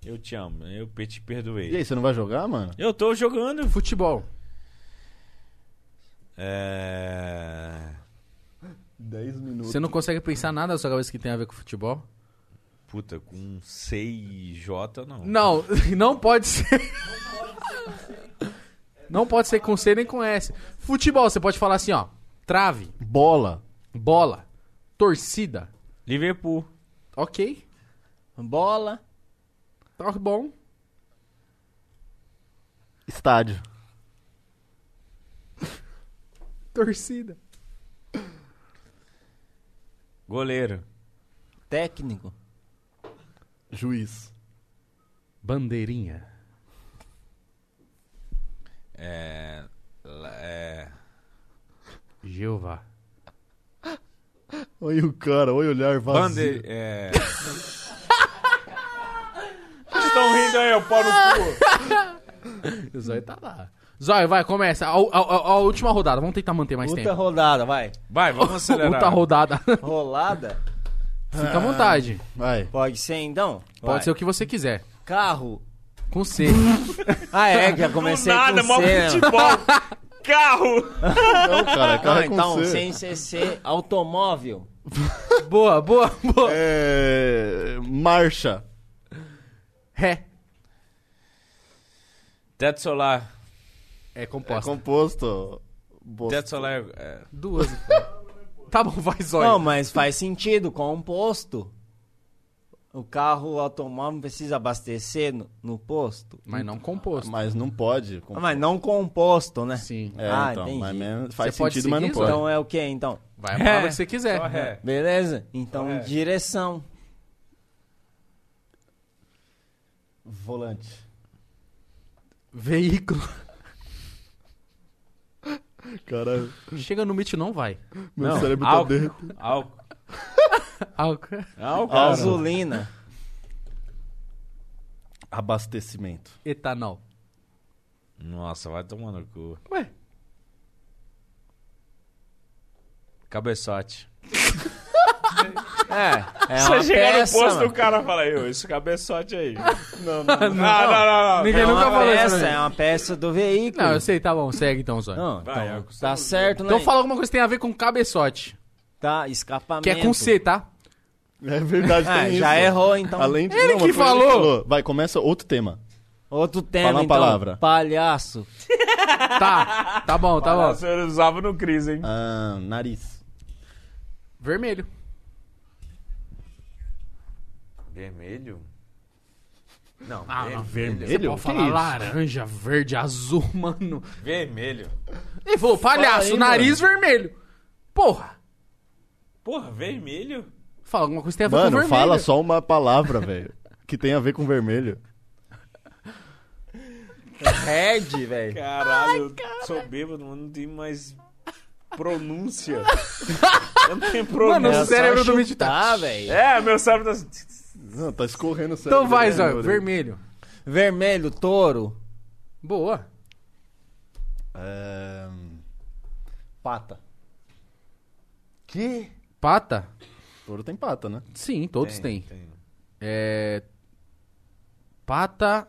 [SPEAKER 2] Eu te amo, eu pe- te
[SPEAKER 6] E
[SPEAKER 2] perdoei.
[SPEAKER 6] aí, você não vai jogar, mano?
[SPEAKER 2] Eu tô jogando.
[SPEAKER 1] Futebol.
[SPEAKER 2] É...
[SPEAKER 6] 10 minutos.
[SPEAKER 1] Você não consegue pensar nada na sua cabeça que tem a ver com futebol?
[SPEAKER 2] Puta, com CJ não.
[SPEAKER 1] Não, <laughs> não pode ser. Não pode ser com C nem com S. Futebol, você pode falar assim, ó. Trave,
[SPEAKER 6] Bola.
[SPEAKER 1] bola, torcida.
[SPEAKER 2] Liverpool.
[SPEAKER 1] Ok.
[SPEAKER 4] Bola.
[SPEAKER 1] Tá bom.
[SPEAKER 6] Estádio.
[SPEAKER 1] Torcida.
[SPEAKER 2] Goleiro.
[SPEAKER 4] Técnico.
[SPEAKER 6] Juiz.
[SPEAKER 1] Bandeirinha.
[SPEAKER 2] É. la- é
[SPEAKER 1] Jeová.
[SPEAKER 10] Olha o cara, olha o olhar vazio.
[SPEAKER 2] Bande... É... <laughs> Vocês estão rindo aí, eu pau no cu.
[SPEAKER 1] O Zóio tá lá. Zóio, vai, começa. A, a- a- a última rodada. Vamos tentar manter mais
[SPEAKER 4] Outra <laughs>
[SPEAKER 1] tempo.
[SPEAKER 4] rodada, vai.
[SPEAKER 2] Vai, vamos acelerar.
[SPEAKER 1] Outra rodada. <laughs>
[SPEAKER 4] Rolada?
[SPEAKER 1] Fica à vontade.
[SPEAKER 10] Vai.
[SPEAKER 4] Pode ser, então?
[SPEAKER 1] Pode ser o que você quiser.
[SPEAKER 4] Carro.
[SPEAKER 1] Com C. <laughs>
[SPEAKER 4] Ah, é, já comecei
[SPEAKER 2] Do nada,
[SPEAKER 4] com
[SPEAKER 2] mó
[SPEAKER 4] C, né?
[SPEAKER 2] futebol. Carro.
[SPEAKER 10] Não, cara,
[SPEAKER 4] Não,
[SPEAKER 10] cara é com
[SPEAKER 4] então,
[SPEAKER 10] C.
[SPEAKER 4] sem CC, automóvel.
[SPEAKER 1] boa, boa, boa.
[SPEAKER 10] É... Marcha.
[SPEAKER 1] Ré.
[SPEAKER 2] Teto solar.
[SPEAKER 1] É
[SPEAKER 6] É
[SPEAKER 1] composta.
[SPEAKER 6] composto. Bo-
[SPEAKER 2] Teto solar. é-
[SPEAKER 1] Duas. tá bom, vai, Zóio.
[SPEAKER 4] Não, mas faz sentido, com posto. O carro, o automóvel precisa abastecer no, no posto.
[SPEAKER 1] Mas não composto.
[SPEAKER 6] Mas não pode.
[SPEAKER 4] Ah, Mas não com posto, né?
[SPEAKER 1] Sim.
[SPEAKER 6] É,
[SPEAKER 4] Ah,
[SPEAKER 6] então,
[SPEAKER 4] entendi.
[SPEAKER 6] mas mesmo- faz
[SPEAKER 1] Você pode
[SPEAKER 6] sentido, mas não
[SPEAKER 1] seguir,
[SPEAKER 6] pode.
[SPEAKER 4] Então é o que então?
[SPEAKER 1] Vai a palavra
[SPEAKER 2] Ré.
[SPEAKER 1] que você quiser.
[SPEAKER 2] Só ré.
[SPEAKER 4] Beleza? Então,
[SPEAKER 2] É.
[SPEAKER 4] direção.
[SPEAKER 6] Volante.
[SPEAKER 1] Veículo.
[SPEAKER 6] <laughs> Cara,
[SPEAKER 1] Chega no Meet não vai.
[SPEAKER 6] meu cérebro tá
[SPEAKER 2] Álcool.
[SPEAKER 6] dentro.
[SPEAKER 2] Álcool.
[SPEAKER 1] Álcool.
[SPEAKER 2] Álcool.
[SPEAKER 4] Gasolina.
[SPEAKER 6] Abastecimento.
[SPEAKER 1] Etanol.
[SPEAKER 2] Nossa, vai tomando no cu.
[SPEAKER 1] Ué.
[SPEAKER 2] Cabeçote.
[SPEAKER 4] É, é
[SPEAKER 2] Você
[SPEAKER 4] uma
[SPEAKER 2] chega
[SPEAKER 4] peça,
[SPEAKER 2] no posto
[SPEAKER 4] mano.
[SPEAKER 2] do cara fala, eu, esse cabeçote aí.
[SPEAKER 6] Não, não.
[SPEAKER 2] Ah, não, não, não.
[SPEAKER 1] Ninguém
[SPEAKER 4] É
[SPEAKER 1] nunca
[SPEAKER 4] uma
[SPEAKER 1] falou isso.
[SPEAKER 4] peça,
[SPEAKER 1] pra mim.
[SPEAKER 4] é uma peça do veículo.
[SPEAKER 1] Não, eu sei, tá bom, segue então, Zóio.
[SPEAKER 4] Não,
[SPEAKER 2] Vai,
[SPEAKER 4] então,
[SPEAKER 2] é,
[SPEAKER 4] tá certo, né?
[SPEAKER 1] Então fala alguma coisa que tem a ver com cabeçote.
[SPEAKER 4] Tá, escapamento.
[SPEAKER 1] Que é com C, tá?
[SPEAKER 6] É
[SPEAKER 4] <laughs>
[SPEAKER 6] verdade, tem
[SPEAKER 4] Ah,
[SPEAKER 6] isso.
[SPEAKER 4] já errou, então.
[SPEAKER 6] Além de...
[SPEAKER 1] Ele
[SPEAKER 6] não, mas
[SPEAKER 1] que
[SPEAKER 6] foi
[SPEAKER 1] falou.
[SPEAKER 6] Vai, começa outro tema.
[SPEAKER 4] Outro tema,
[SPEAKER 6] Fala uma
[SPEAKER 4] então.
[SPEAKER 6] palavra.
[SPEAKER 4] Palhaço.
[SPEAKER 1] Tá, tá bom, tá
[SPEAKER 6] <laughs>
[SPEAKER 1] bom.
[SPEAKER 2] Nossa, eu usava no Cris, hein?
[SPEAKER 6] Ah, nariz.
[SPEAKER 1] Vermelho.
[SPEAKER 2] Vermelho? Ah, Não,
[SPEAKER 1] Você
[SPEAKER 6] Vermelho?
[SPEAKER 1] pode
[SPEAKER 6] Que
[SPEAKER 1] falar
[SPEAKER 6] isso?
[SPEAKER 1] laranja, verde, azul, <laughs> mano.
[SPEAKER 2] vermelho.
[SPEAKER 1] Ele falou, palhaço,
[SPEAKER 6] aí,
[SPEAKER 1] nariz vermelho. Porra.
[SPEAKER 2] Porra, vermelho?
[SPEAKER 1] Fala alguma coisa que tem a ver com
[SPEAKER 6] Mano,
[SPEAKER 1] vermelho.
[SPEAKER 6] fala só uma palavra, velho. Que tem a ver com vermelho.
[SPEAKER 4] Red, velho.
[SPEAKER 2] Caralho, eu sou bêbado, mano, não tem mais pronúncia. eu não tenho
[SPEAKER 1] Mano,
[SPEAKER 2] pronúncia.
[SPEAKER 1] o cérebro do Mitch tá.
[SPEAKER 4] Tá, É velho.
[SPEAKER 2] É, meu cérebro tá... assim,
[SPEAKER 6] Não, tá escorrendo sério.
[SPEAKER 1] Então vai, Zóio. Vermelho.
[SPEAKER 4] Vermelho, touro.
[SPEAKER 1] Boa.
[SPEAKER 6] É...
[SPEAKER 4] Pata.
[SPEAKER 6] Que?
[SPEAKER 1] Pata?
[SPEAKER 6] Touro tem pata, né?
[SPEAKER 1] Sim, todos têm.
[SPEAKER 2] tem.
[SPEAKER 1] É. Pata.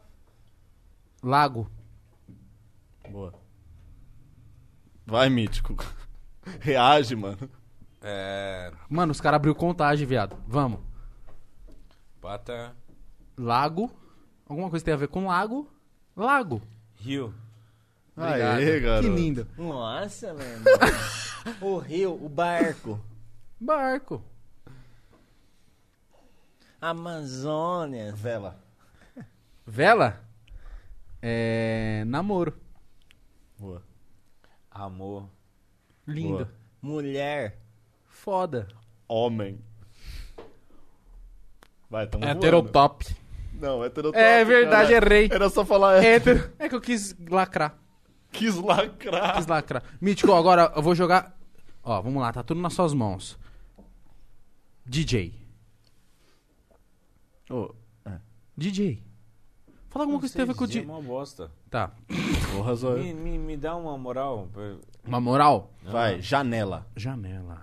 [SPEAKER 1] Lago.
[SPEAKER 6] Boa. Vai, Mítico. <laughs> Reage, mano.
[SPEAKER 2] É...
[SPEAKER 1] Mano, os caras abriu contagem, viado. Vamos.
[SPEAKER 2] Pata...
[SPEAKER 1] Lago. Alguma coisa tem a ver com lago. Lago.
[SPEAKER 2] Rio.
[SPEAKER 1] Obrigado.
[SPEAKER 6] Aê,
[SPEAKER 1] que
[SPEAKER 6] garoto.
[SPEAKER 1] lindo.
[SPEAKER 4] Nossa, mano.
[SPEAKER 1] <laughs>
[SPEAKER 4] o rio, o barco.
[SPEAKER 1] Barco.
[SPEAKER 4] Amazônia.
[SPEAKER 6] Vela.
[SPEAKER 1] Vela? É. Namoro.
[SPEAKER 6] Boa.
[SPEAKER 2] Amor.
[SPEAKER 1] Lindo.
[SPEAKER 6] Boa.
[SPEAKER 4] Mulher.
[SPEAKER 1] Foda.
[SPEAKER 6] Homem. Vai, tamo voando.
[SPEAKER 1] Heterotop.
[SPEAKER 6] Não, heterotop.
[SPEAKER 1] É verdade,
[SPEAKER 6] caralho.
[SPEAKER 1] errei.
[SPEAKER 6] Era só falar é.
[SPEAKER 1] Hétero. É que eu quis lacrar.
[SPEAKER 6] Quis lacrar.
[SPEAKER 1] Quis lacrar. Mítico, agora eu vou jogar. Ó, vamos lá, tá tudo nas suas mãos. DJ.
[SPEAKER 6] Ô, é.
[SPEAKER 1] DJ. Fala alguma coisa que tem a ver com o
[SPEAKER 2] Isso é
[SPEAKER 1] DJ.
[SPEAKER 2] uma bosta.
[SPEAKER 1] Tá.
[SPEAKER 6] Porra, só...
[SPEAKER 2] Me, me, me dá uma moral. pra-
[SPEAKER 1] Uma moral?
[SPEAKER 6] Vai, janela.
[SPEAKER 1] Janela.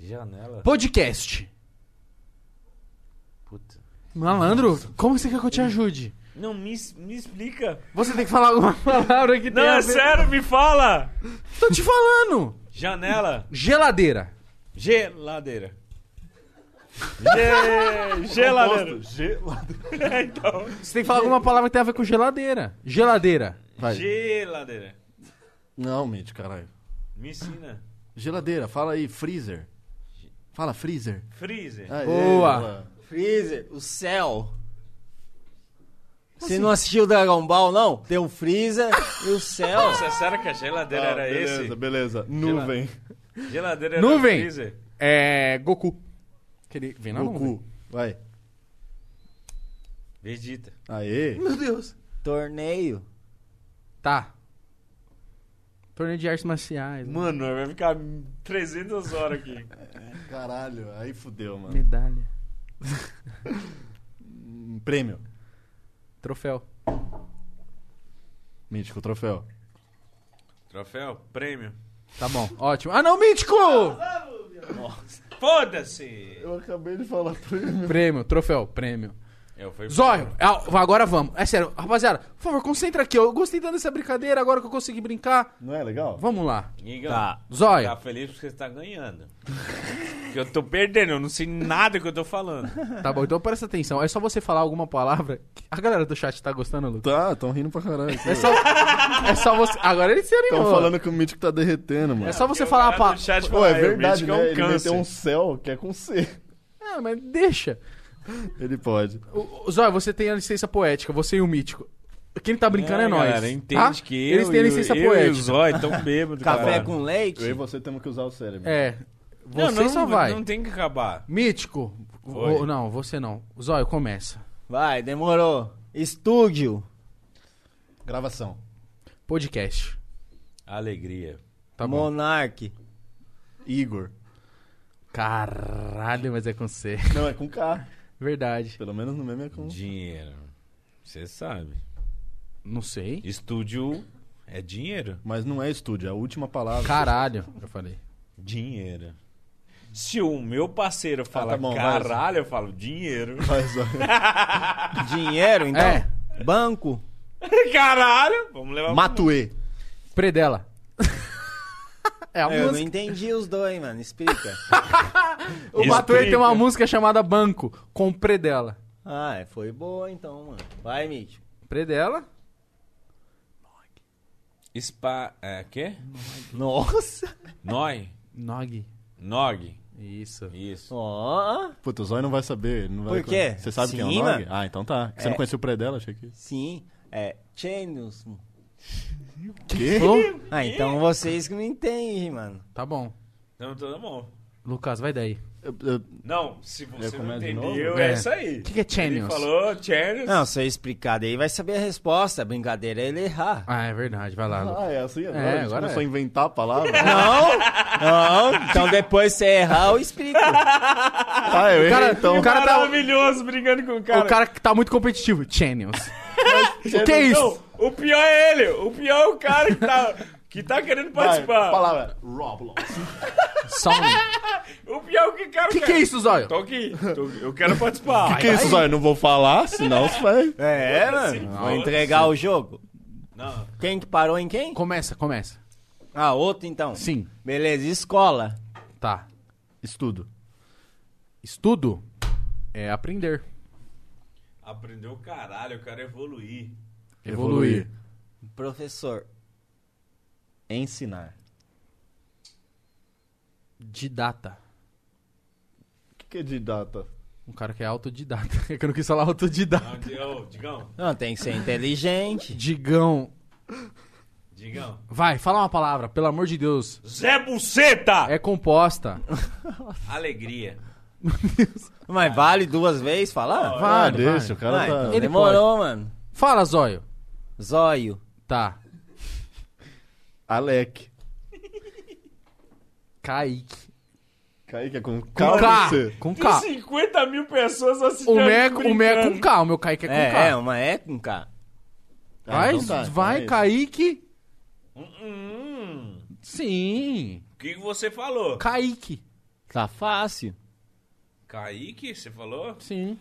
[SPEAKER 2] Janela.
[SPEAKER 1] Podcast.
[SPEAKER 2] Puta.
[SPEAKER 1] Malandro, como você quer que eu te ajude?
[SPEAKER 2] Não, me, es- me explica.
[SPEAKER 1] Você tem que falar <laughs> alguma palavra que
[SPEAKER 2] Não,
[SPEAKER 1] tem a
[SPEAKER 2] é
[SPEAKER 1] ver.
[SPEAKER 2] sério, me fala.
[SPEAKER 1] Tô te falando.
[SPEAKER 2] Janela.
[SPEAKER 1] Geladeira.
[SPEAKER 2] Geladeira. Ge- geladeira. É, <laughs> então.
[SPEAKER 1] Você tem que falar alguma palavra que tem a ver com geladeira. Geladeira.
[SPEAKER 6] Vai.
[SPEAKER 2] Geladeira.
[SPEAKER 6] Não, Mítico, caralho.
[SPEAKER 2] Me ensina.
[SPEAKER 6] Geladeira, fala aí, freezer. Fala, freezer.
[SPEAKER 2] Freezer.
[SPEAKER 6] Aê,
[SPEAKER 1] Boa.
[SPEAKER 4] Freezer. O céu. Você
[SPEAKER 1] assim?
[SPEAKER 4] não assistiu Dragon Ball, não? Tem o Freezer e o céu.
[SPEAKER 2] Nossa, será que a geladeira
[SPEAKER 6] Ah,
[SPEAKER 2] era
[SPEAKER 6] beleza, beleza. Nuvem.
[SPEAKER 2] esse? Geladeira era
[SPEAKER 1] Nuvem.
[SPEAKER 2] freezer.
[SPEAKER 1] É. Goku. Que ele vem na nuvem.
[SPEAKER 6] Goku. Vai.
[SPEAKER 2] Vegeta.
[SPEAKER 6] Aê.
[SPEAKER 4] Torneio.
[SPEAKER 1] Tá. Torneio de artes marciais. né?
[SPEAKER 2] Mano, vai ficar 300 horas aqui.
[SPEAKER 6] Caralho, aí fudeu, mano.
[SPEAKER 1] né? Medalha.
[SPEAKER 6] Um prêmio.
[SPEAKER 1] Troféu.
[SPEAKER 6] Mítico, troféu.
[SPEAKER 2] Troféu, prêmio.
[SPEAKER 1] Tá bom, ótimo. Ah, não, mítico!
[SPEAKER 2] Foda-se!
[SPEAKER 6] Eu acabei de falar prêmio.
[SPEAKER 1] Prêmio, troféu, prêmio.
[SPEAKER 2] É, Eu fui.
[SPEAKER 1] Zóio, ah, agora vamos. É sério, rapaziada, por favor, concentra aqui. Eu gostei tanto dessa brincadeira, agora que eu consegui brincar.
[SPEAKER 6] Não é legal?
[SPEAKER 1] Vamos lá.
[SPEAKER 2] Igão,
[SPEAKER 4] Tá.
[SPEAKER 1] Zóio,
[SPEAKER 2] tá feliz porque você tá ganhando. que eu tô perdendo, eu não sei nada que eu tô falando.
[SPEAKER 1] tá bom, então presta atenção. É só você falar alguma palavra. A galera do chat tá gostando, Lucas?
[SPEAKER 6] Tá, tão rindo pra caralho.
[SPEAKER 1] É só, é só você. Agora ele se
[SPEAKER 6] Tão
[SPEAKER 1] animou.
[SPEAKER 6] falando que o mítico tá derretendo, mano.
[SPEAKER 1] É só você falar a
[SPEAKER 2] um Cara
[SPEAKER 1] palavra.
[SPEAKER 2] do chat
[SPEAKER 6] Pô,
[SPEAKER 2] fala,
[SPEAKER 6] é
[SPEAKER 2] "Ah, o
[SPEAKER 6] verdade,
[SPEAKER 2] Mítico é
[SPEAKER 6] né?
[SPEAKER 2] um
[SPEAKER 6] Ele
[SPEAKER 2] câncer."
[SPEAKER 6] meteu um céu que é com C.
[SPEAKER 1] Ah, mas deixa.
[SPEAKER 6] Ele pode.
[SPEAKER 1] O- o- Zóio, você tem a licença poética, você e o mítico. Quem tá brincando é,
[SPEAKER 2] Não,
[SPEAKER 1] nós.
[SPEAKER 2] Galera, entende
[SPEAKER 1] tá?
[SPEAKER 2] que eu,
[SPEAKER 1] Eles têm a
[SPEAKER 2] e o-
[SPEAKER 1] licença
[SPEAKER 2] eu e o
[SPEAKER 1] poética.
[SPEAKER 2] Zói estão
[SPEAKER 1] Tá
[SPEAKER 2] bêbados.
[SPEAKER 4] Café
[SPEAKER 2] cara.
[SPEAKER 4] com
[SPEAKER 6] Eu e
[SPEAKER 4] leite?
[SPEAKER 6] você temos que usar o cérebro.
[SPEAKER 1] É. Você
[SPEAKER 2] Não, não,
[SPEAKER 1] só vai.
[SPEAKER 2] Não tem que acabar.
[SPEAKER 1] Mítico.
[SPEAKER 2] Oi.
[SPEAKER 1] o- não, você não. Zóio, começa.
[SPEAKER 4] Vai, demorou. Estúdio.
[SPEAKER 6] Gravação.
[SPEAKER 1] Podcast.
[SPEAKER 2] Alegria.
[SPEAKER 1] Tá bom.
[SPEAKER 4] Monark.
[SPEAKER 6] Igor.
[SPEAKER 1] Caralho, mas é com C. <laughs>
[SPEAKER 6] Não, é com K.
[SPEAKER 1] Verdade.
[SPEAKER 6] Pelo menos no meme é com.
[SPEAKER 2] Dinheiro. Você sabe.
[SPEAKER 1] Não sei.
[SPEAKER 2] Estúdio é dinheiro.
[SPEAKER 6] Mas não é estúdio, é a última palavra.
[SPEAKER 1] Caralho, eu falei.
[SPEAKER 2] Dinheiro. Se o meu parceiro fala
[SPEAKER 6] tá bom, vai.
[SPEAKER 2] caralho, eu falo dinheiro. <laughs>
[SPEAKER 6] Mas, <laughs> ó,
[SPEAKER 1] <laughs>
[SPEAKER 4] Dinheiro, então?
[SPEAKER 1] É.
[SPEAKER 4] Banco.
[SPEAKER 2] caralho! Vamos levar
[SPEAKER 6] Matuê.
[SPEAKER 1] Predela. <laughs> é a
[SPEAKER 4] Eu não
[SPEAKER 1] música.
[SPEAKER 4] entendi os dois, mano. Explica.
[SPEAKER 1] <laughs> O Batuê tem uma
[SPEAKER 2] Explica.
[SPEAKER 1] música chamada Banco, com Predela.
[SPEAKER 4] ah, é, foi boa então, mano. Vai, Mitch.
[SPEAKER 1] Predela?
[SPEAKER 2] Spa. É quê?
[SPEAKER 1] <laughs>
[SPEAKER 4] Nossa.
[SPEAKER 2] Noi.
[SPEAKER 1] Nog.
[SPEAKER 2] Nog.
[SPEAKER 1] Isso.
[SPEAKER 2] Isso.
[SPEAKER 4] Ó.
[SPEAKER 6] Puta, o Zóio não vai saber. ele Não vai
[SPEAKER 4] Por quê?
[SPEAKER 6] Você sabe quem é o
[SPEAKER 4] Sim,
[SPEAKER 6] nome?
[SPEAKER 4] mano.
[SPEAKER 6] Ah, então tá. Você não
[SPEAKER 4] É.
[SPEAKER 6] conhecia o pré dela, achei que.
[SPEAKER 4] Sim. É. Genius.
[SPEAKER 1] <laughs>
[SPEAKER 6] Quê?
[SPEAKER 1] Falou?
[SPEAKER 4] Ah, então vocês que não entendem, mano.
[SPEAKER 1] Tá bom.
[SPEAKER 2] Não, Então, todo bom.
[SPEAKER 1] Lucas, vai daí.
[SPEAKER 6] Eu- eu-
[SPEAKER 2] Não, se você não
[SPEAKER 6] começo de
[SPEAKER 2] entendeu,
[SPEAKER 1] novo?
[SPEAKER 2] é
[SPEAKER 1] É.
[SPEAKER 2] isso aí.
[SPEAKER 1] O que, que é
[SPEAKER 2] Ele
[SPEAKER 1] Channels?
[SPEAKER 2] falou Channels.
[SPEAKER 4] Não, se eu explicar daí vai saber a resposta. A brincadeira é ele
[SPEAKER 1] <laughs>
[SPEAKER 4] errar.
[SPEAKER 1] Ah, é verdade. Vai lá, Lucas.
[SPEAKER 6] Ah, é assim agora?
[SPEAKER 1] É,
[SPEAKER 6] a gente
[SPEAKER 1] agora
[SPEAKER 6] começou
[SPEAKER 1] é.
[SPEAKER 6] a inventar a palavra?
[SPEAKER 4] Não! Não! Então depois se errar,
[SPEAKER 1] <laughs>
[SPEAKER 4] eu explico.
[SPEAKER 6] ah, eu errei,
[SPEAKER 1] Cara,
[SPEAKER 6] então.
[SPEAKER 1] o cara tá...
[SPEAKER 2] Maravilhoso, brigando com o cara.
[SPEAKER 1] O cara que tá muito competitivo. <laughs> Channels. o que é
[SPEAKER 2] Não,
[SPEAKER 1] isso?
[SPEAKER 2] o pior é ele. O pior é o cara que tá, que tá querendo
[SPEAKER 6] Vai,
[SPEAKER 2] participar.
[SPEAKER 6] palavra. Roblox.
[SPEAKER 1] Sound.
[SPEAKER 2] O pior é o que o cara
[SPEAKER 1] O que,
[SPEAKER 2] quer.
[SPEAKER 1] que é isso, Zóio? é
[SPEAKER 2] Tô aqui. tô- eu quero participar.
[SPEAKER 6] Que isso, Zóio? Não vou falar, senão você vai.
[SPEAKER 4] É, mano. Vou entregar o jogo.
[SPEAKER 2] Não.
[SPEAKER 4] Quem que parou em quem?
[SPEAKER 1] Começa, começa.
[SPEAKER 4] Ah, outro então.
[SPEAKER 1] Sim.
[SPEAKER 4] Beleza, escola.
[SPEAKER 1] Tá.
[SPEAKER 6] Estudo.
[SPEAKER 1] Estudo é aprender.
[SPEAKER 2] Aprendeu o caralho, eu quero evoluir.
[SPEAKER 1] Evoluir.
[SPEAKER 4] Professor.
[SPEAKER 6] Ensinar.
[SPEAKER 1] Didata.
[SPEAKER 6] O <laughs> que, que é de data?
[SPEAKER 1] Um cara que é autodidata. <laughs> É que eu não quis falar autodidata.
[SPEAKER 2] Não, di- ô, Digão,
[SPEAKER 4] Não, tem que
[SPEAKER 1] <laughs>
[SPEAKER 4] ser inteligente.
[SPEAKER 1] Digão.
[SPEAKER 2] Digão.
[SPEAKER 1] Vai, fala uma palavra, pelo amor de Deus.
[SPEAKER 2] Zé Buceta!
[SPEAKER 1] É composta.
[SPEAKER 2] Alegria.
[SPEAKER 4] Mas vale duas vezes falar?
[SPEAKER 6] Ah,
[SPEAKER 1] Vale,
[SPEAKER 6] deixa,
[SPEAKER 1] vale.
[SPEAKER 6] o cara
[SPEAKER 4] Ah,
[SPEAKER 6] tá.
[SPEAKER 4] então
[SPEAKER 1] Ele
[SPEAKER 4] demorou, mano.
[SPEAKER 1] Fala, Zóio.
[SPEAKER 4] Zóio.
[SPEAKER 1] Tá.
[SPEAKER 6] Alec.
[SPEAKER 1] Kaique.
[SPEAKER 6] Kaique é com K.
[SPEAKER 1] Com
[SPEAKER 6] ou
[SPEAKER 1] K.
[SPEAKER 6] C?
[SPEAKER 1] Com
[SPEAKER 2] Tem
[SPEAKER 1] K.
[SPEAKER 2] 50 mil pessoas assistindo.
[SPEAKER 1] O meu, o meu é com K. O meu Kaique é com
[SPEAKER 4] É,
[SPEAKER 1] K.
[SPEAKER 4] é, uma é com K.
[SPEAKER 1] Vai,
[SPEAKER 6] então tá, então é
[SPEAKER 1] vai,
[SPEAKER 6] isso.
[SPEAKER 1] Kaique.
[SPEAKER 2] Hum,
[SPEAKER 1] Sim.
[SPEAKER 2] o que que você falou?
[SPEAKER 1] Kaique.
[SPEAKER 4] Tá fácil.
[SPEAKER 2] Kaique, você falou?
[SPEAKER 1] Sim.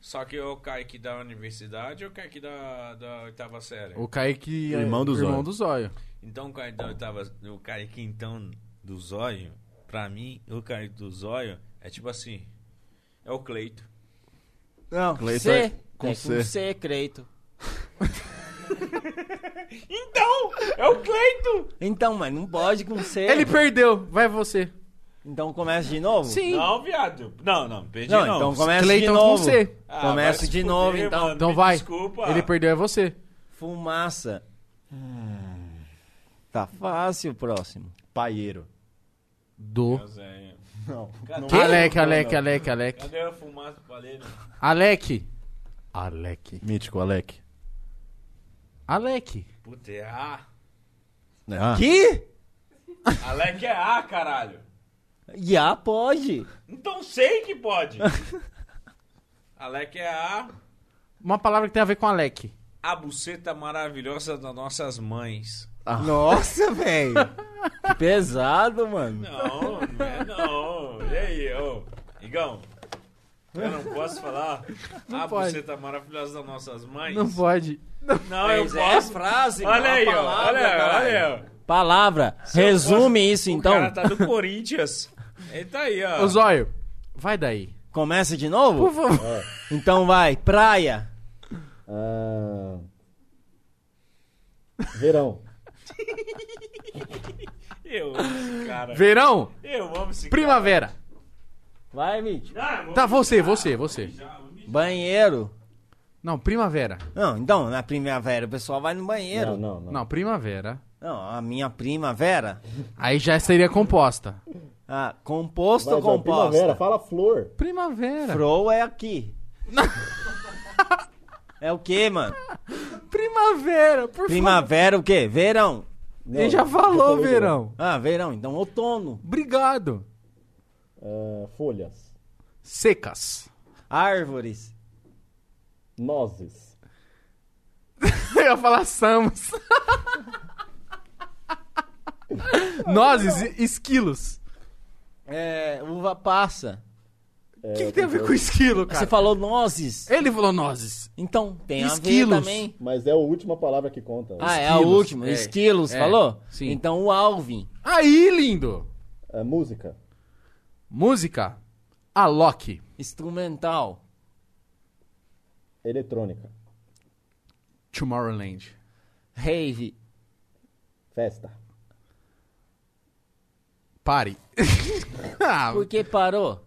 [SPEAKER 2] Só que é o Kaique da universidade ou o Kaique da, da oitava série?
[SPEAKER 1] O Kaique é
[SPEAKER 6] Irmão do
[SPEAKER 1] irmão
[SPEAKER 6] Zóio.
[SPEAKER 1] do Zóio.
[SPEAKER 2] Então o Kaique da oitava... O Kaique, então, do zóio, pra mim, o Kaique do zóio é tipo assim... É o Cleito.
[SPEAKER 4] Não,
[SPEAKER 6] Cleito
[SPEAKER 4] C.
[SPEAKER 6] é
[SPEAKER 4] É
[SPEAKER 6] com
[SPEAKER 4] com
[SPEAKER 6] C.
[SPEAKER 4] C, Creito.
[SPEAKER 2] Então, é o Cleito!
[SPEAKER 4] Então, mas não pode com C.
[SPEAKER 1] Ele perdeu. Vai você.
[SPEAKER 4] Então começa de novo?
[SPEAKER 1] Sim.
[SPEAKER 2] Não, viado. Não, não, perdi
[SPEAKER 4] Não,
[SPEAKER 2] não.
[SPEAKER 4] então começa
[SPEAKER 1] Cleiton
[SPEAKER 4] de
[SPEAKER 1] é tá com
[SPEAKER 4] novo.
[SPEAKER 1] C.
[SPEAKER 2] Ah, vai
[SPEAKER 4] começa
[SPEAKER 2] se
[SPEAKER 4] de
[SPEAKER 2] fuder,
[SPEAKER 4] novo, então.
[SPEAKER 2] mano.
[SPEAKER 1] Então
[SPEAKER 2] Me
[SPEAKER 1] vai.
[SPEAKER 2] desculpa.
[SPEAKER 1] Ele perdeu, é você.
[SPEAKER 4] Fumaça.
[SPEAKER 1] Hum.
[SPEAKER 4] Tá fácil o próximo.
[SPEAKER 6] Paieiro.
[SPEAKER 1] Do.
[SPEAKER 2] Zé,
[SPEAKER 6] Não.
[SPEAKER 2] Cadê,
[SPEAKER 1] Alec, Alec, Alec, Alec.
[SPEAKER 2] cadê a fumaça do palheiro?
[SPEAKER 1] Alec. Alec.
[SPEAKER 6] Mítico, Alec.
[SPEAKER 1] Alec.
[SPEAKER 2] Puta, é A.
[SPEAKER 4] Que?
[SPEAKER 2] Alec é A, caralho.
[SPEAKER 4] Já pode.
[SPEAKER 2] Então sei que pode. <laughs> Alec é A.
[SPEAKER 1] Uma palavra que tem a ver com Alec.
[SPEAKER 2] A buceta maravilhosa das nossas mães.
[SPEAKER 4] Nossa, velho. <laughs> Que pesado, mano.
[SPEAKER 2] Não, não é não. E aí, ô? Igão, eu não posso falar? a
[SPEAKER 1] pode.
[SPEAKER 2] buceta maravilhosa das nossas mães?
[SPEAKER 1] Não pode.
[SPEAKER 2] Não, eu
[SPEAKER 4] Mas é
[SPEAKER 2] posso.
[SPEAKER 4] frase,
[SPEAKER 2] olha
[SPEAKER 4] não
[SPEAKER 2] aí, ó. Olha,
[SPEAKER 4] palavra,
[SPEAKER 2] aí,
[SPEAKER 4] caralho.
[SPEAKER 2] olha aí, ó.
[SPEAKER 4] Palavra. Resume isso, então.
[SPEAKER 2] O cara tá do Corinthians. Ele tá aí, ó.
[SPEAKER 1] Ô, Zóio, vai daí.
[SPEAKER 4] Começa de novo?
[SPEAKER 1] Por favor.
[SPEAKER 4] Então vai. Praia.
[SPEAKER 10] Ah, Verão.
[SPEAKER 2] Eu amo esse cara.
[SPEAKER 1] Verão,
[SPEAKER 2] Eu amo esse
[SPEAKER 1] primavera.
[SPEAKER 4] Vai, Mitch.
[SPEAKER 2] cara. Ah, eu amo-
[SPEAKER 1] Tá, você, você, você.
[SPEAKER 4] Banheiro.
[SPEAKER 1] Não, primavera.
[SPEAKER 4] Não, então, na primavera o pessoal vai no banheiro.
[SPEAKER 10] Não,
[SPEAKER 4] Não,
[SPEAKER 10] não, não.
[SPEAKER 1] Não, primavera.
[SPEAKER 4] a minha primavera.
[SPEAKER 1] Aí já seria composta.
[SPEAKER 4] Ah, composto
[SPEAKER 10] Vai,
[SPEAKER 4] ou
[SPEAKER 10] vai, primavera,
[SPEAKER 4] composta?
[SPEAKER 10] fala flor.
[SPEAKER 1] Primavera.
[SPEAKER 4] Fro é aqui. é o quê, mano?
[SPEAKER 1] Primavera, por
[SPEAKER 4] Primavera o quê? Verão.
[SPEAKER 1] favor. Ele já falou, verão.
[SPEAKER 4] Ah, verão, então outono.
[SPEAKER 1] Obrigado.
[SPEAKER 10] Ah, folhas.
[SPEAKER 1] Secas. <laughs>
[SPEAKER 4] Árvores.
[SPEAKER 10] Nozes.
[SPEAKER 1] Eu ia falar
[SPEAKER 4] <laughs>
[SPEAKER 1] Samus. Nozes e esquilos.
[SPEAKER 4] É, uva passa.
[SPEAKER 1] O que, que tem a ver com esquilo,
[SPEAKER 4] É, Você
[SPEAKER 1] cara?
[SPEAKER 4] falou nozes.
[SPEAKER 1] Ele falou nozes.
[SPEAKER 4] Então, tem
[SPEAKER 1] Esquilos.
[SPEAKER 4] a ver também.
[SPEAKER 10] Mas é a última palavra que conta.
[SPEAKER 4] Ah, é a
[SPEAKER 1] Esquilos,
[SPEAKER 4] última.
[SPEAKER 1] é.
[SPEAKER 4] Esquilos,
[SPEAKER 1] É,
[SPEAKER 4] falou?
[SPEAKER 1] sim.
[SPEAKER 4] Então o Alvin.
[SPEAKER 1] Aí, lindo.
[SPEAKER 10] É música.
[SPEAKER 1] Música. Alok.
[SPEAKER 4] Instrumental.
[SPEAKER 10] Eletrônica.
[SPEAKER 1] Tomorrowland.
[SPEAKER 4] Rave.
[SPEAKER 10] Festa.
[SPEAKER 1] Pare. <laughs> Ah,
[SPEAKER 4] Por
[SPEAKER 1] <laughs>
[SPEAKER 4] que parou?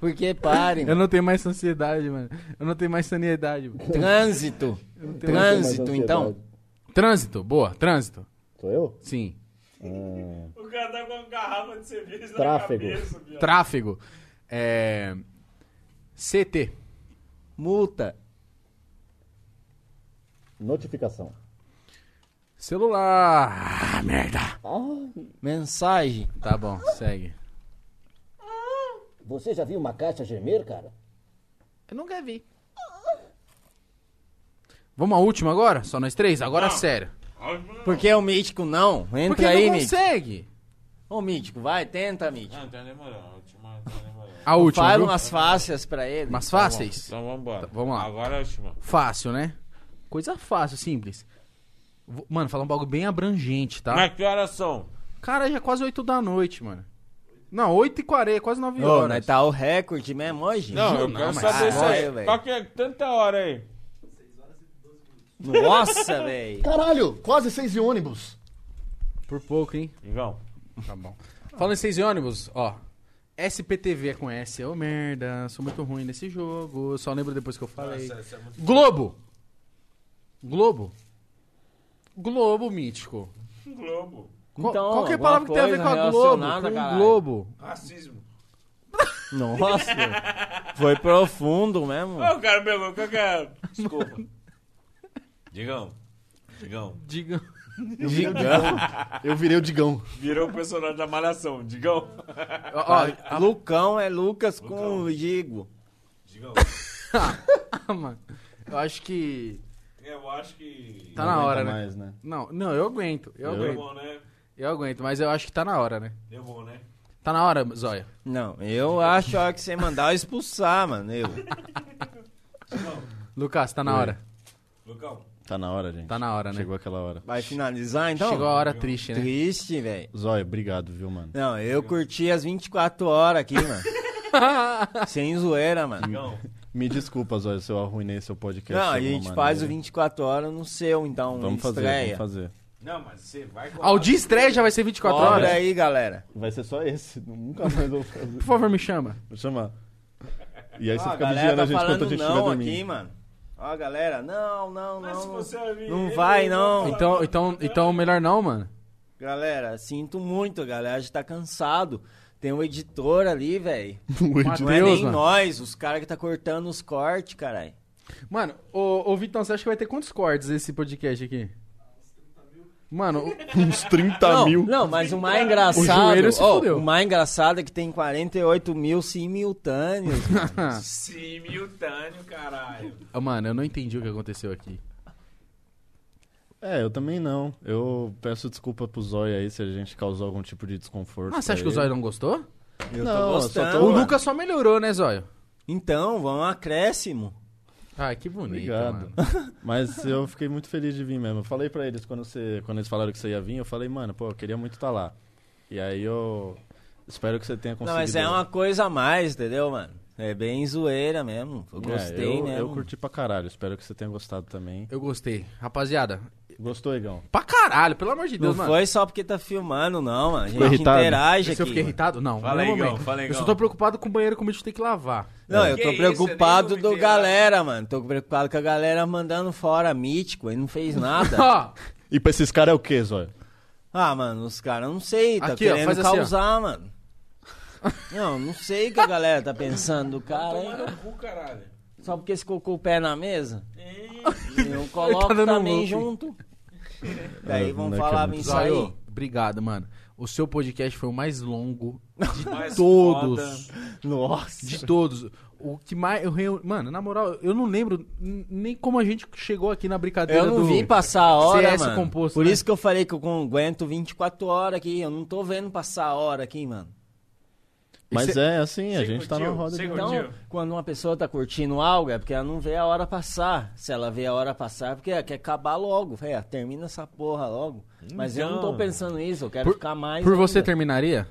[SPEAKER 4] Por que pare?
[SPEAKER 1] eu não tenho mais ansiedade, mano. Eu não tenho mais sanidade. mano.
[SPEAKER 4] Trânsito. Trânsito, então.
[SPEAKER 1] Trânsito. Boa, trânsito.
[SPEAKER 10] Sou eu?
[SPEAKER 1] Sim.
[SPEAKER 2] O cara tá com uma garrafa de cerveja
[SPEAKER 10] Tráfego.
[SPEAKER 2] na cabeça, viado.
[SPEAKER 1] Tráfego. É... CT.
[SPEAKER 4] Multa.
[SPEAKER 10] Notificação.
[SPEAKER 1] Celular. Ah, merda.
[SPEAKER 4] Mensagem.
[SPEAKER 1] Tá bom, segue.
[SPEAKER 10] Você já viu uma caixa gemer, cara?
[SPEAKER 1] Eu nunca vi. Vamos à última agora? Só nós três? Agora sério.
[SPEAKER 4] Por que o mítico não? Entra
[SPEAKER 1] Porque
[SPEAKER 4] aí,
[SPEAKER 1] não
[SPEAKER 4] mítico.
[SPEAKER 1] consegue.
[SPEAKER 4] Ô, mítico, vai, tenta, mítico.
[SPEAKER 2] Não, tá demorando. Última, tá demorando.
[SPEAKER 1] A última,
[SPEAKER 4] Faz
[SPEAKER 1] viu?
[SPEAKER 4] umas fáceis pra ele.
[SPEAKER 1] Mas fáceis?
[SPEAKER 2] Então vambora.
[SPEAKER 1] Tá, vamos lá.
[SPEAKER 2] Agora é a última.
[SPEAKER 1] Fácil, né? Coisa fácil, simples. Vou- Mano, falar um bagulho bem abrangente, tá?
[SPEAKER 2] Mas que horas são?
[SPEAKER 1] Cara, já é quase 8 da noite, mano. Não, 8h40, quase 9
[SPEAKER 4] Ô,
[SPEAKER 1] horas.
[SPEAKER 4] nós tá o recorde mesmo hoje?
[SPEAKER 2] Não, eu
[SPEAKER 1] não,
[SPEAKER 2] quero
[SPEAKER 1] mas-
[SPEAKER 2] saber isso
[SPEAKER 4] Ah,
[SPEAKER 2] aí.
[SPEAKER 4] velho.
[SPEAKER 2] Qual que é tanta hora aí?
[SPEAKER 4] Nossa, velho.
[SPEAKER 5] Caralho, quase seis e ônibus.
[SPEAKER 1] Por pouco, hein?
[SPEAKER 2] Igão.
[SPEAKER 1] Tá bom. Falando em seis e ônibus, ó. SPTV é com S, ô merda, sou muito ruim nesse jogo, só lembro depois que eu falei. Globo! Globo. Globo, mítico.
[SPEAKER 2] Globo.
[SPEAKER 1] Qual-
[SPEAKER 4] Então,
[SPEAKER 1] qualquer
[SPEAKER 4] alguma
[SPEAKER 1] palavra que tem a ver
[SPEAKER 4] coisa
[SPEAKER 1] com a Globo,
[SPEAKER 4] relacionada,
[SPEAKER 1] com o
[SPEAKER 4] caralho.
[SPEAKER 1] Globo.
[SPEAKER 2] Racismo.
[SPEAKER 4] Nossa. Foi profundo mesmo.
[SPEAKER 2] Ô, cara, meu irmão, qual que é? Desculpa. Digão. Digão.
[SPEAKER 1] Diga.
[SPEAKER 5] Eu virei o Digão.
[SPEAKER 2] Virou o personagem da Malhação. Digão.
[SPEAKER 1] Ó, <laughs>
[SPEAKER 4] Lucão é Lucas com o Digo.
[SPEAKER 2] Digão.
[SPEAKER 1] ó, Ah, mano, eu acho que
[SPEAKER 2] Eu acho que.
[SPEAKER 1] tá na hora, né?
[SPEAKER 5] mais, né?
[SPEAKER 1] Não, não, eu aguento, eu
[SPEAKER 2] Deu
[SPEAKER 1] aguento.
[SPEAKER 2] bom, né?
[SPEAKER 1] Eu aguento, mas eu acho que tá na hora, né?
[SPEAKER 2] Deu bom, né?
[SPEAKER 1] Tá na hora, Zóia.
[SPEAKER 4] Não, eu acho a hora que você mandar eu expulsar, mano. Eu.
[SPEAKER 1] Lucas, tá na hora.
[SPEAKER 2] Lucão.
[SPEAKER 5] Tá na hora, gente.
[SPEAKER 1] Tá na hora, né?
[SPEAKER 5] Chegou aquela hora.
[SPEAKER 4] Vai finalizar, então?
[SPEAKER 1] Chegou a hora triste, né?
[SPEAKER 4] Triste, velho.
[SPEAKER 5] Zóia, obrigado, viu, mano?
[SPEAKER 4] Não, eu curti as 24 horas aqui, mano.
[SPEAKER 1] <laughs>
[SPEAKER 4] Sem zoeira, mano.
[SPEAKER 2] Digão.
[SPEAKER 5] Me desculpa, Zóia, se eu arruinei seu podcast.
[SPEAKER 4] Não, a
[SPEAKER 5] de alguma
[SPEAKER 4] gente faz o
[SPEAKER 5] maneira.
[SPEAKER 4] 24 horas no seu, então.
[SPEAKER 5] Vamos fazer,
[SPEAKER 4] estreia.
[SPEAKER 5] vamos fazer.
[SPEAKER 2] Não, mas você vai.
[SPEAKER 1] Ah, o dia estreia já vai ser 24
[SPEAKER 4] Olha
[SPEAKER 1] horas.
[SPEAKER 4] aí, galera.
[SPEAKER 5] Vai ser só esse. Nunca mais vou fazer.
[SPEAKER 1] Por favor, me chama.
[SPEAKER 5] <laughs> Vou chamar. E aí você
[SPEAKER 4] Ó, a
[SPEAKER 5] fica
[SPEAKER 4] galera
[SPEAKER 5] vigiando
[SPEAKER 4] tá
[SPEAKER 5] a gente
[SPEAKER 4] falando
[SPEAKER 5] quando a gente vai
[SPEAKER 4] não
[SPEAKER 5] dormir.
[SPEAKER 4] aqui, mano. Ó, galera, não, não, não.
[SPEAKER 2] Mas se
[SPEAKER 4] não.
[SPEAKER 2] você vai vir,
[SPEAKER 4] não
[SPEAKER 2] ele
[SPEAKER 4] vai,
[SPEAKER 2] vai
[SPEAKER 4] não.
[SPEAKER 2] falar.
[SPEAKER 1] Então, então, então melhor não,
[SPEAKER 4] <laughs>
[SPEAKER 1] mano.
[SPEAKER 4] Galera, sinto muito, galera. A gente tá cansado. Tem um editor ali, velho.
[SPEAKER 5] O editor-
[SPEAKER 4] Não é
[SPEAKER 1] Deus,
[SPEAKER 4] nem
[SPEAKER 1] mano.
[SPEAKER 4] nós, os caras que tá cortando os cortes, caralho.
[SPEAKER 1] Mano, ô, ô Vitão, você acha que vai ter quantos cortes esse podcast aqui? Mano,
[SPEAKER 6] Uns 30
[SPEAKER 4] não,
[SPEAKER 6] mil.
[SPEAKER 4] Não, mas o mais engraçado.
[SPEAKER 1] O joelho se
[SPEAKER 4] ó,
[SPEAKER 1] fudeu.
[SPEAKER 4] o mais engraçado é que tem 48 mil simultâneos. <laughs>
[SPEAKER 2] Simultâneo, caralho.
[SPEAKER 1] <laughs> ah, mano, eu não entendi o que aconteceu aqui.
[SPEAKER 6] É, eu também não. Eu peço desculpa pro Zóio aí se a gente causou algum tipo de desconforto.
[SPEAKER 1] Ah, você acha que o Zóio não gostou?
[SPEAKER 4] Eu
[SPEAKER 6] Não, é.
[SPEAKER 4] tô
[SPEAKER 6] eu só
[SPEAKER 4] gostando.
[SPEAKER 6] tô-
[SPEAKER 1] O Lucas só melhorou, né, Zóio?
[SPEAKER 4] Então, vamos a acréscimo.
[SPEAKER 1] Ai, que bonito,
[SPEAKER 6] Obrigado.
[SPEAKER 1] mano.
[SPEAKER 6] <laughs> Mas eu fiquei muito feliz de vir mesmo. Eu falei pra eles quando, você, quando eles falaram que você ia vir, eu falei, mano, pô, eu queria muito estar lá. E aí eu espero que você tenha
[SPEAKER 4] Não,
[SPEAKER 6] conseguido.
[SPEAKER 4] mas é uma coisa a mais, entendeu, mano? É bem zoeira mesmo. Eu
[SPEAKER 6] é,
[SPEAKER 4] gostei,
[SPEAKER 6] eu,
[SPEAKER 4] né?
[SPEAKER 6] Eu curti pra caralho. Espero que você tenha gostado também.
[SPEAKER 1] Eu gostei. Rapaziada,
[SPEAKER 6] Gostou, Igão?
[SPEAKER 1] pra caralho, pelo amor de
[SPEAKER 4] Não
[SPEAKER 1] Deus, mano.
[SPEAKER 4] foi só porque tá filmando, não, mano. A gente
[SPEAKER 6] Ficou irritado?
[SPEAKER 4] interage
[SPEAKER 1] Se eu
[SPEAKER 4] aqui.
[SPEAKER 1] fiquei irritado? Não.
[SPEAKER 2] Fala
[SPEAKER 1] não
[SPEAKER 2] aí,
[SPEAKER 1] é o momento.
[SPEAKER 2] Igão, fala aí,
[SPEAKER 1] Eu só
[SPEAKER 2] Igão.
[SPEAKER 1] tô preocumado com o banheiro como a gente tem que lavar.
[SPEAKER 4] Não,
[SPEAKER 2] É.
[SPEAKER 4] eu
[SPEAKER 2] Que
[SPEAKER 4] tô
[SPEAKER 2] isso,
[SPEAKER 4] preocupado
[SPEAKER 2] eu nem vou né?
[SPEAKER 4] do
[SPEAKER 2] me inteirar.
[SPEAKER 4] galera, mano. Tô preocupado com a galera mandando fora mítico. Ele não fez
[SPEAKER 1] <laughs>
[SPEAKER 4] nada.
[SPEAKER 1] Ó,
[SPEAKER 6] E pra esses caras é o quê, Zóio?
[SPEAKER 4] ah, mano, os caras não sei, tá
[SPEAKER 1] Aqui, ó,
[SPEAKER 4] querendo
[SPEAKER 1] faz assim, ó.
[SPEAKER 4] causar, mano. Não, não sei o que a galera tá pensando do
[SPEAKER 1] Então,
[SPEAKER 4] cara, hein?
[SPEAKER 2] Mano, cu, caralho.
[SPEAKER 4] Só porque você colocou o pé na mesa?
[SPEAKER 2] Hein?
[SPEAKER 4] Eu coloco
[SPEAKER 1] Ele tá dando um
[SPEAKER 4] também
[SPEAKER 1] look.
[SPEAKER 4] junto. Daí
[SPEAKER 6] É,
[SPEAKER 4] vão
[SPEAKER 6] moleque é
[SPEAKER 4] falar
[SPEAKER 6] muito
[SPEAKER 4] isso aí.
[SPEAKER 1] Zóio, obrigado, mano. O seu podcast foi o mais longo
[SPEAKER 2] Mais
[SPEAKER 1] todos.
[SPEAKER 2] foda. É,
[SPEAKER 4] Nossa.
[SPEAKER 1] de todos. O que mais. Eu, reu- mano, na moral, eu não lembro n- nem como a gente chegou aqui na brincadeira.
[SPEAKER 4] Eu não
[SPEAKER 1] do...
[SPEAKER 4] vim passar a hora,
[SPEAKER 1] CS
[SPEAKER 4] mano.
[SPEAKER 1] composto,
[SPEAKER 4] Por
[SPEAKER 1] né?
[SPEAKER 4] isso que eu falei que eu con- aguento 24 horas aqui. Eu não tô vendo passar a hora aqui, mano.
[SPEAKER 6] Mas
[SPEAKER 1] cê-
[SPEAKER 6] é assim, a
[SPEAKER 2] Você
[SPEAKER 6] gente tá na
[SPEAKER 2] curtiu?
[SPEAKER 6] roda
[SPEAKER 2] Você
[SPEAKER 6] de...
[SPEAKER 2] curtiu?
[SPEAKER 4] Então, quando uma pessoa tá curtindo algo, é porque ela não vê a hora passar. Se ela vê a hora passar, é porque ela quer acabar logo. É, termina essa porra logo. Mas eu não tô pensando nisso. Eu quero
[SPEAKER 1] Então. Por-
[SPEAKER 4] ficar mais...
[SPEAKER 1] Por você
[SPEAKER 4] ainda.
[SPEAKER 1] terminaria?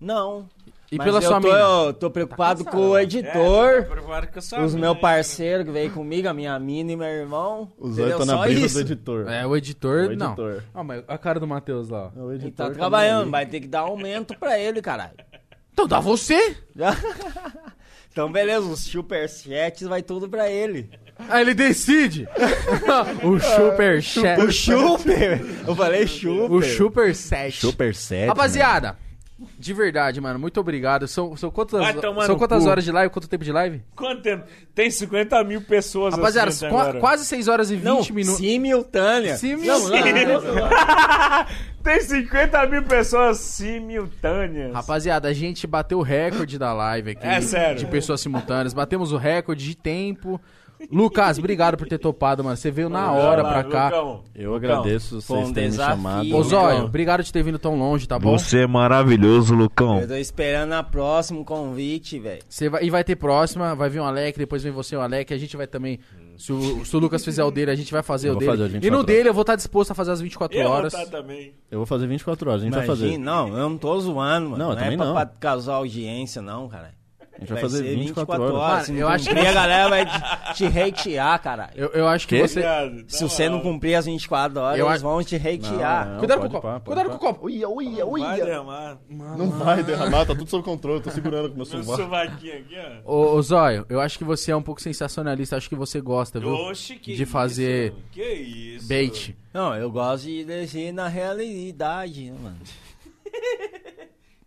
[SPEAKER 4] Não.
[SPEAKER 1] E
[SPEAKER 4] Mas
[SPEAKER 1] pela
[SPEAKER 4] eu
[SPEAKER 1] sua
[SPEAKER 4] tô,
[SPEAKER 1] mina?
[SPEAKER 4] Eu tô preocupado com o
[SPEAKER 2] É,
[SPEAKER 4] editor...
[SPEAKER 2] tá preocupado com essa
[SPEAKER 4] Os
[SPEAKER 2] mina,
[SPEAKER 4] meu
[SPEAKER 2] hein,
[SPEAKER 4] parceiro que veio comigo, a minha mina e meu irmão.
[SPEAKER 6] O Zóio
[SPEAKER 4] entendeu?
[SPEAKER 6] tá na
[SPEAKER 4] Só
[SPEAKER 6] briga
[SPEAKER 4] isso.
[SPEAKER 6] do editor.
[SPEAKER 1] É, o editor,
[SPEAKER 6] O
[SPEAKER 1] não.
[SPEAKER 6] editor.
[SPEAKER 1] Ah, mas a cara do Matheus lá. ó.
[SPEAKER 6] O
[SPEAKER 4] Ele
[SPEAKER 6] editor
[SPEAKER 4] tá
[SPEAKER 6] nem
[SPEAKER 4] trabalhando,
[SPEAKER 6] aí.
[SPEAKER 4] vai ter que dar aumento pra ele, caralho.
[SPEAKER 1] Então dá você!
[SPEAKER 4] <laughs> Então, beleza, os superchats vai tudo pra
[SPEAKER 6] <laughs>
[SPEAKER 4] ele.
[SPEAKER 1] Aí ele decide! <laughs> o Super
[SPEAKER 4] O
[SPEAKER 1] Chat.
[SPEAKER 4] Super! <laughs> Eu falei Super.
[SPEAKER 1] O Super 7.
[SPEAKER 6] Super sério.
[SPEAKER 1] Rapaziada, de verdade, mano, muito obrigado. São, são quantas,
[SPEAKER 2] Vai tomar
[SPEAKER 1] são
[SPEAKER 2] no
[SPEAKER 1] quantas
[SPEAKER 2] cu.
[SPEAKER 1] horas de live? Quanto tempo de live?
[SPEAKER 2] Quanto tempo? Tem 50 mil pessoas
[SPEAKER 1] Rapaziada,
[SPEAKER 2] assistindo
[SPEAKER 1] qua-
[SPEAKER 2] agora.
[SPEAKER 1] quase 6 horas e 20
[SPEAKER 4] Não,
[SPEAKER 1] minutos.
[SPEAKER 4] simultânea.
[SPEAKER 1] Simul-
[SPEAKER 4] Não, não, não.
[SPEAKER 2] Tem 50 mil pessoas simultâneas.
[SPEAKER 1] Rapaziada, a gente bateu o recorde da live aqui.
[SPEAKER 2] É sério.
[SPEAKER 1] De pessoas simultâneas. Batemos o recorde de tempo. Lucas, obrigado por ter topado, mano. Você veio na hora pra cá.
[SPEAKER 2] Lucão.
[SPEAKER 6] Eu agradeço
[SPEAKER 4] foi um
[SPEAKER 6] vocês terem me
[SPEAKER 4] desafio.
[SPEAKER 6] chamado.
[SPEAKER 1] Ô, Zóio,
[SPEAKER 4] Lucão.
[SPEAKER 1] obrigado de ter vindo tão longe, tá bom?
[SPEAKER 11] é maravilhoso, Lucão.
[SPEAKER 4] Eu tô esperando a próximo convite, velho.
[SPEAKER 1] Você vai, e vai ter próxima, vai vir o Alec, depois vem você e o Alec, a gente vai também. Se o, se o Lucas fizer o dele, a gente vai fazer
[SPEAKER 6] Eu
[SPEAKER 1] o
[SPEAKER 6] vou
[SPEAKER 1] dele.
[SPEAKER 6] fazer o
[SPEAKER 1] e
[SPEAKER 6] 24
[SPEAKER 1] no
[SPEAKER 6] horas.
[SPEAKER 1] dele eu vou estar disposto a fazer as 24
[SPEAKER 2] Eu vou
[SPEAKER 1] horas.
[SPEAKER 2] tá também.
[SPEAKER 6] Eu vou fazer 24 horas, a gente vai fazer.
[SPEAKER 4] Imagina, Não, eu não tô zoando, mano.
[SPEAKER 6] Não, eu
[SPEAKER 4] é
[SPEAKER 6] também
[SPEAKER 4] pra,
[SPEAKER 6] não.
[SPEAKER 4] pra causar audiência, não, cara.
[SPEAKER 6] A gente vai, fazer
[SPEAKER 4] ser
[SPEAKER 6] 24, horas.
[SPEAKER 1] Mano,
[SPEAKER 4] Se
[SPEAKER 1] eu
[SPEAKER 4] não
[SPEAKER 1] acho que
[SPEAKER 4] cumprir,
[SPEAKER 1] você-
[SPEAKER 4] a galera vai te, te hatear, caralho.
[SPEAKER 1] Eu, eu acho que
[SPEAKER 6] Quê?
[SPEAKER 1] você.
[SPEAKER 2] Obrigado,
[SPEAKER 4] Se
[SPEAKER 2] tá
[SPEAKER 4] você não
[SPEAKER 2] lá.
[SPEAKER 4] cumprir as 24 horas,
[SPEAKER 1] Eu
[SPEAKER 4] eles
[SPEAKER 1] acho-
[SPEAKER 4] vão te hatear.
[SPEAKER 6] Não,
[SPEAKER 1] Cuidado com o
[SPEAKER 6] pode
[SPEAKER 1] copo.
[SPEAKER 6] pá, pode
[SPEAKER 1] Cuidado
[SPEAKER 6] pá.
[SPEAKER 1] com o copo.
[SPEAKER 5] Uia, uia,
[SPEAKER 2] Vai
[SPEAKER 5] uia.
[SPEAKER 2] derramar. Mano,
[SPEAKER 6] Não vai derramar, tá tudo sob controle, eu tô segurando com o meu
[SPEAKER 2] meu
[SPEAKER 6] sovaco.
[SPEAKER 2] sovaquinho aqui, ó.
[SPEAKER 1] Ô, ô, Zóio, eu acho que você é um pouco sensacionalista. Acho que você gosta, viu?
[SPEAKER 2] Oxe, que
[SPEAKER 1] de fazer
[SPEAKER 2] isso? Que isso?
[SPEAKER 1] bait.
[SPEAKER 4] Não, eu gosto de descer na realidade, né, mano.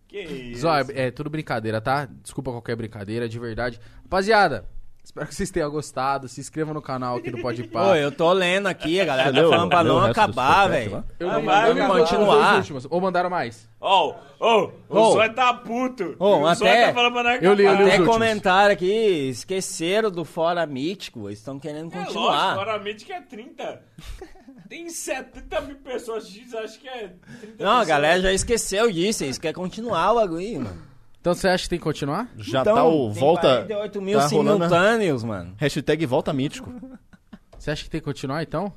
[SPEAKER 2] Que isso?
[SPEAKER 1] Zóio, é tudo brincadeira, tá? Desculpa qualquer brincadeira, de verdade. Rapaziada, espero que vocês tenham gostado. Se inscreva no canal aqui do Pode
[SPEAKER 4] Pô,
[SPEAKER 1] Pá.
[SPEAKER 4] eu tô lendo aqui, a galera tá
[SPEAKER 6] leu-
[SPEAKER 4] falando pra
[SPEAKER 6] leu o
[SPEAKER 4] não
[SPEAKER 6] resto do
[SPEAKER 4] acabar,
[SPEAKER 6] superchat
[SPEAKER 4] velho.
[SPEAKER 6] lá?
[SPEAKER 1] Eu
[SPEAKER 2] Ah,
[SPEAKER 1] não
[SPEAKER 2] vai,
[SPEAKER 1] eu não
[SPEAKER 4] vai,
[SPEAKER 1] continuar.
[SPEAKER 4] vai.
[SPEAKER 1] Os últimos. Ou mandaram mais.
[SPEAKER 2] Ó, ó,
[SPEAKER 4] Ô.
[SPEAKER 2] o Zóio tá puto.
[SPEAKER 4] Ô,
[SPEAKER 2] o Zóio
[SPEAKER 4] até-
[SPEAKER 2] tá falando pra nós
[SPEAKER 1] Eu li, eu li os
[SPEAKER 4] Até
[SPEAKER 1] últimos.
[SPEAKER 4] comentário aqui, esqueceram do Fora Mítico, eles estão querendo
[SPEAKER 2] É lógico,
[SPEAKER 4] continuar.
[SPEAKER 2] claramente que é 30. Tem 70 mil pessoas, X, acho que é 30
[SPEAKER 4] não, a
[SPEAKER 2] pessoas.
[SPEAKER 4] galera já esqueceu disso, eles querem continuar o bagulho, mano.
[SPEAKER 1] Então você acha que tem que continuar?
[SPEAKER 6] Já
[SPEAKER 4] Então,
[SPEAKER 6] tá o.
[SPEAKER 4] tem
[SPEAKER 6] Volta.
[SPEAKER 4] 48 mil
[SPEAKER 6] tá rolando a-
[SPEAKER 4] simultâneos, mano.
[SPEAKER 6] Hashtag volta mítico.
[SPEAKER 1] Você acha que tem que continuar então?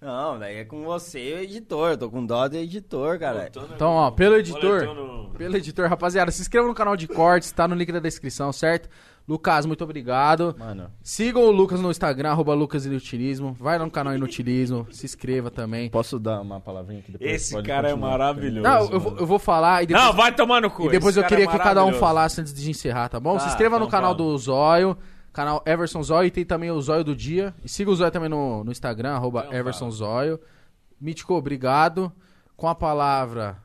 [SPEAKER 4] Não, daí é com você e o editor, eu tô com dó do editor, cara.
[SPEAKER 2] Tô no-
[SPEAKER 1] Então, ó, pelo
[SPEAKER 2] boletão
[SPEAKER 1] editor.
[SPEAKER 2] no-
[SPEAKER 1] Pelo editor, rapaziada, se inscreva no canal de cortes, tá no link da descrição, certo? Lucas, muito obrigado.
[SPEAKER 6] Mano,
[SPEAKER 1] Sigam o Lucas no Instagram, arroba Lucas Inutilismo. Vai lá no canal Inutilismo, se inscreva também.
[SPEAKER 6] posso dar uma palavrinha aqui depois?
[SPEAKER 2] Esse
[SPEAKER 6] Pode
[SPEAKER 2] cara é
[SPEAKER 6] continuar.
[SPEAKER 2] maravilhoso.
[SPEAKER 1] Não, eu, vou- eu vou falar e depois,
[SPEAKER 2] Não, vai tomar no cu.
[SPEAKER 1] e depois
[SPEAKER 2] esse
[SPEAKER 1] eu
[SPEAKER 2] cara
[SPEAKER 1] queria
[SPEAKER 2] é
[SPEAKER 1] que cada um
[SPEAKER 2] maravilhoso.
[SPEAKER 1] falasse antes de encerrar, tá bom?
[SPEAKER 4] Tá,
[SPEAKER 1] se inscreva no
[SPEAKER 2] então
[SPEAKER 1] canal
[SPEAKER 2] fala.
[SPEAKER 1] do Zóio, canal Everson Zóio, e tem também o Zóio do Dia. E siga o Zóio também no, no Instagram, arroba
[SPEAKER 2] Então
[SPEAKER 1] Everson Zóio. Mítico, obrigado. Com a palavra,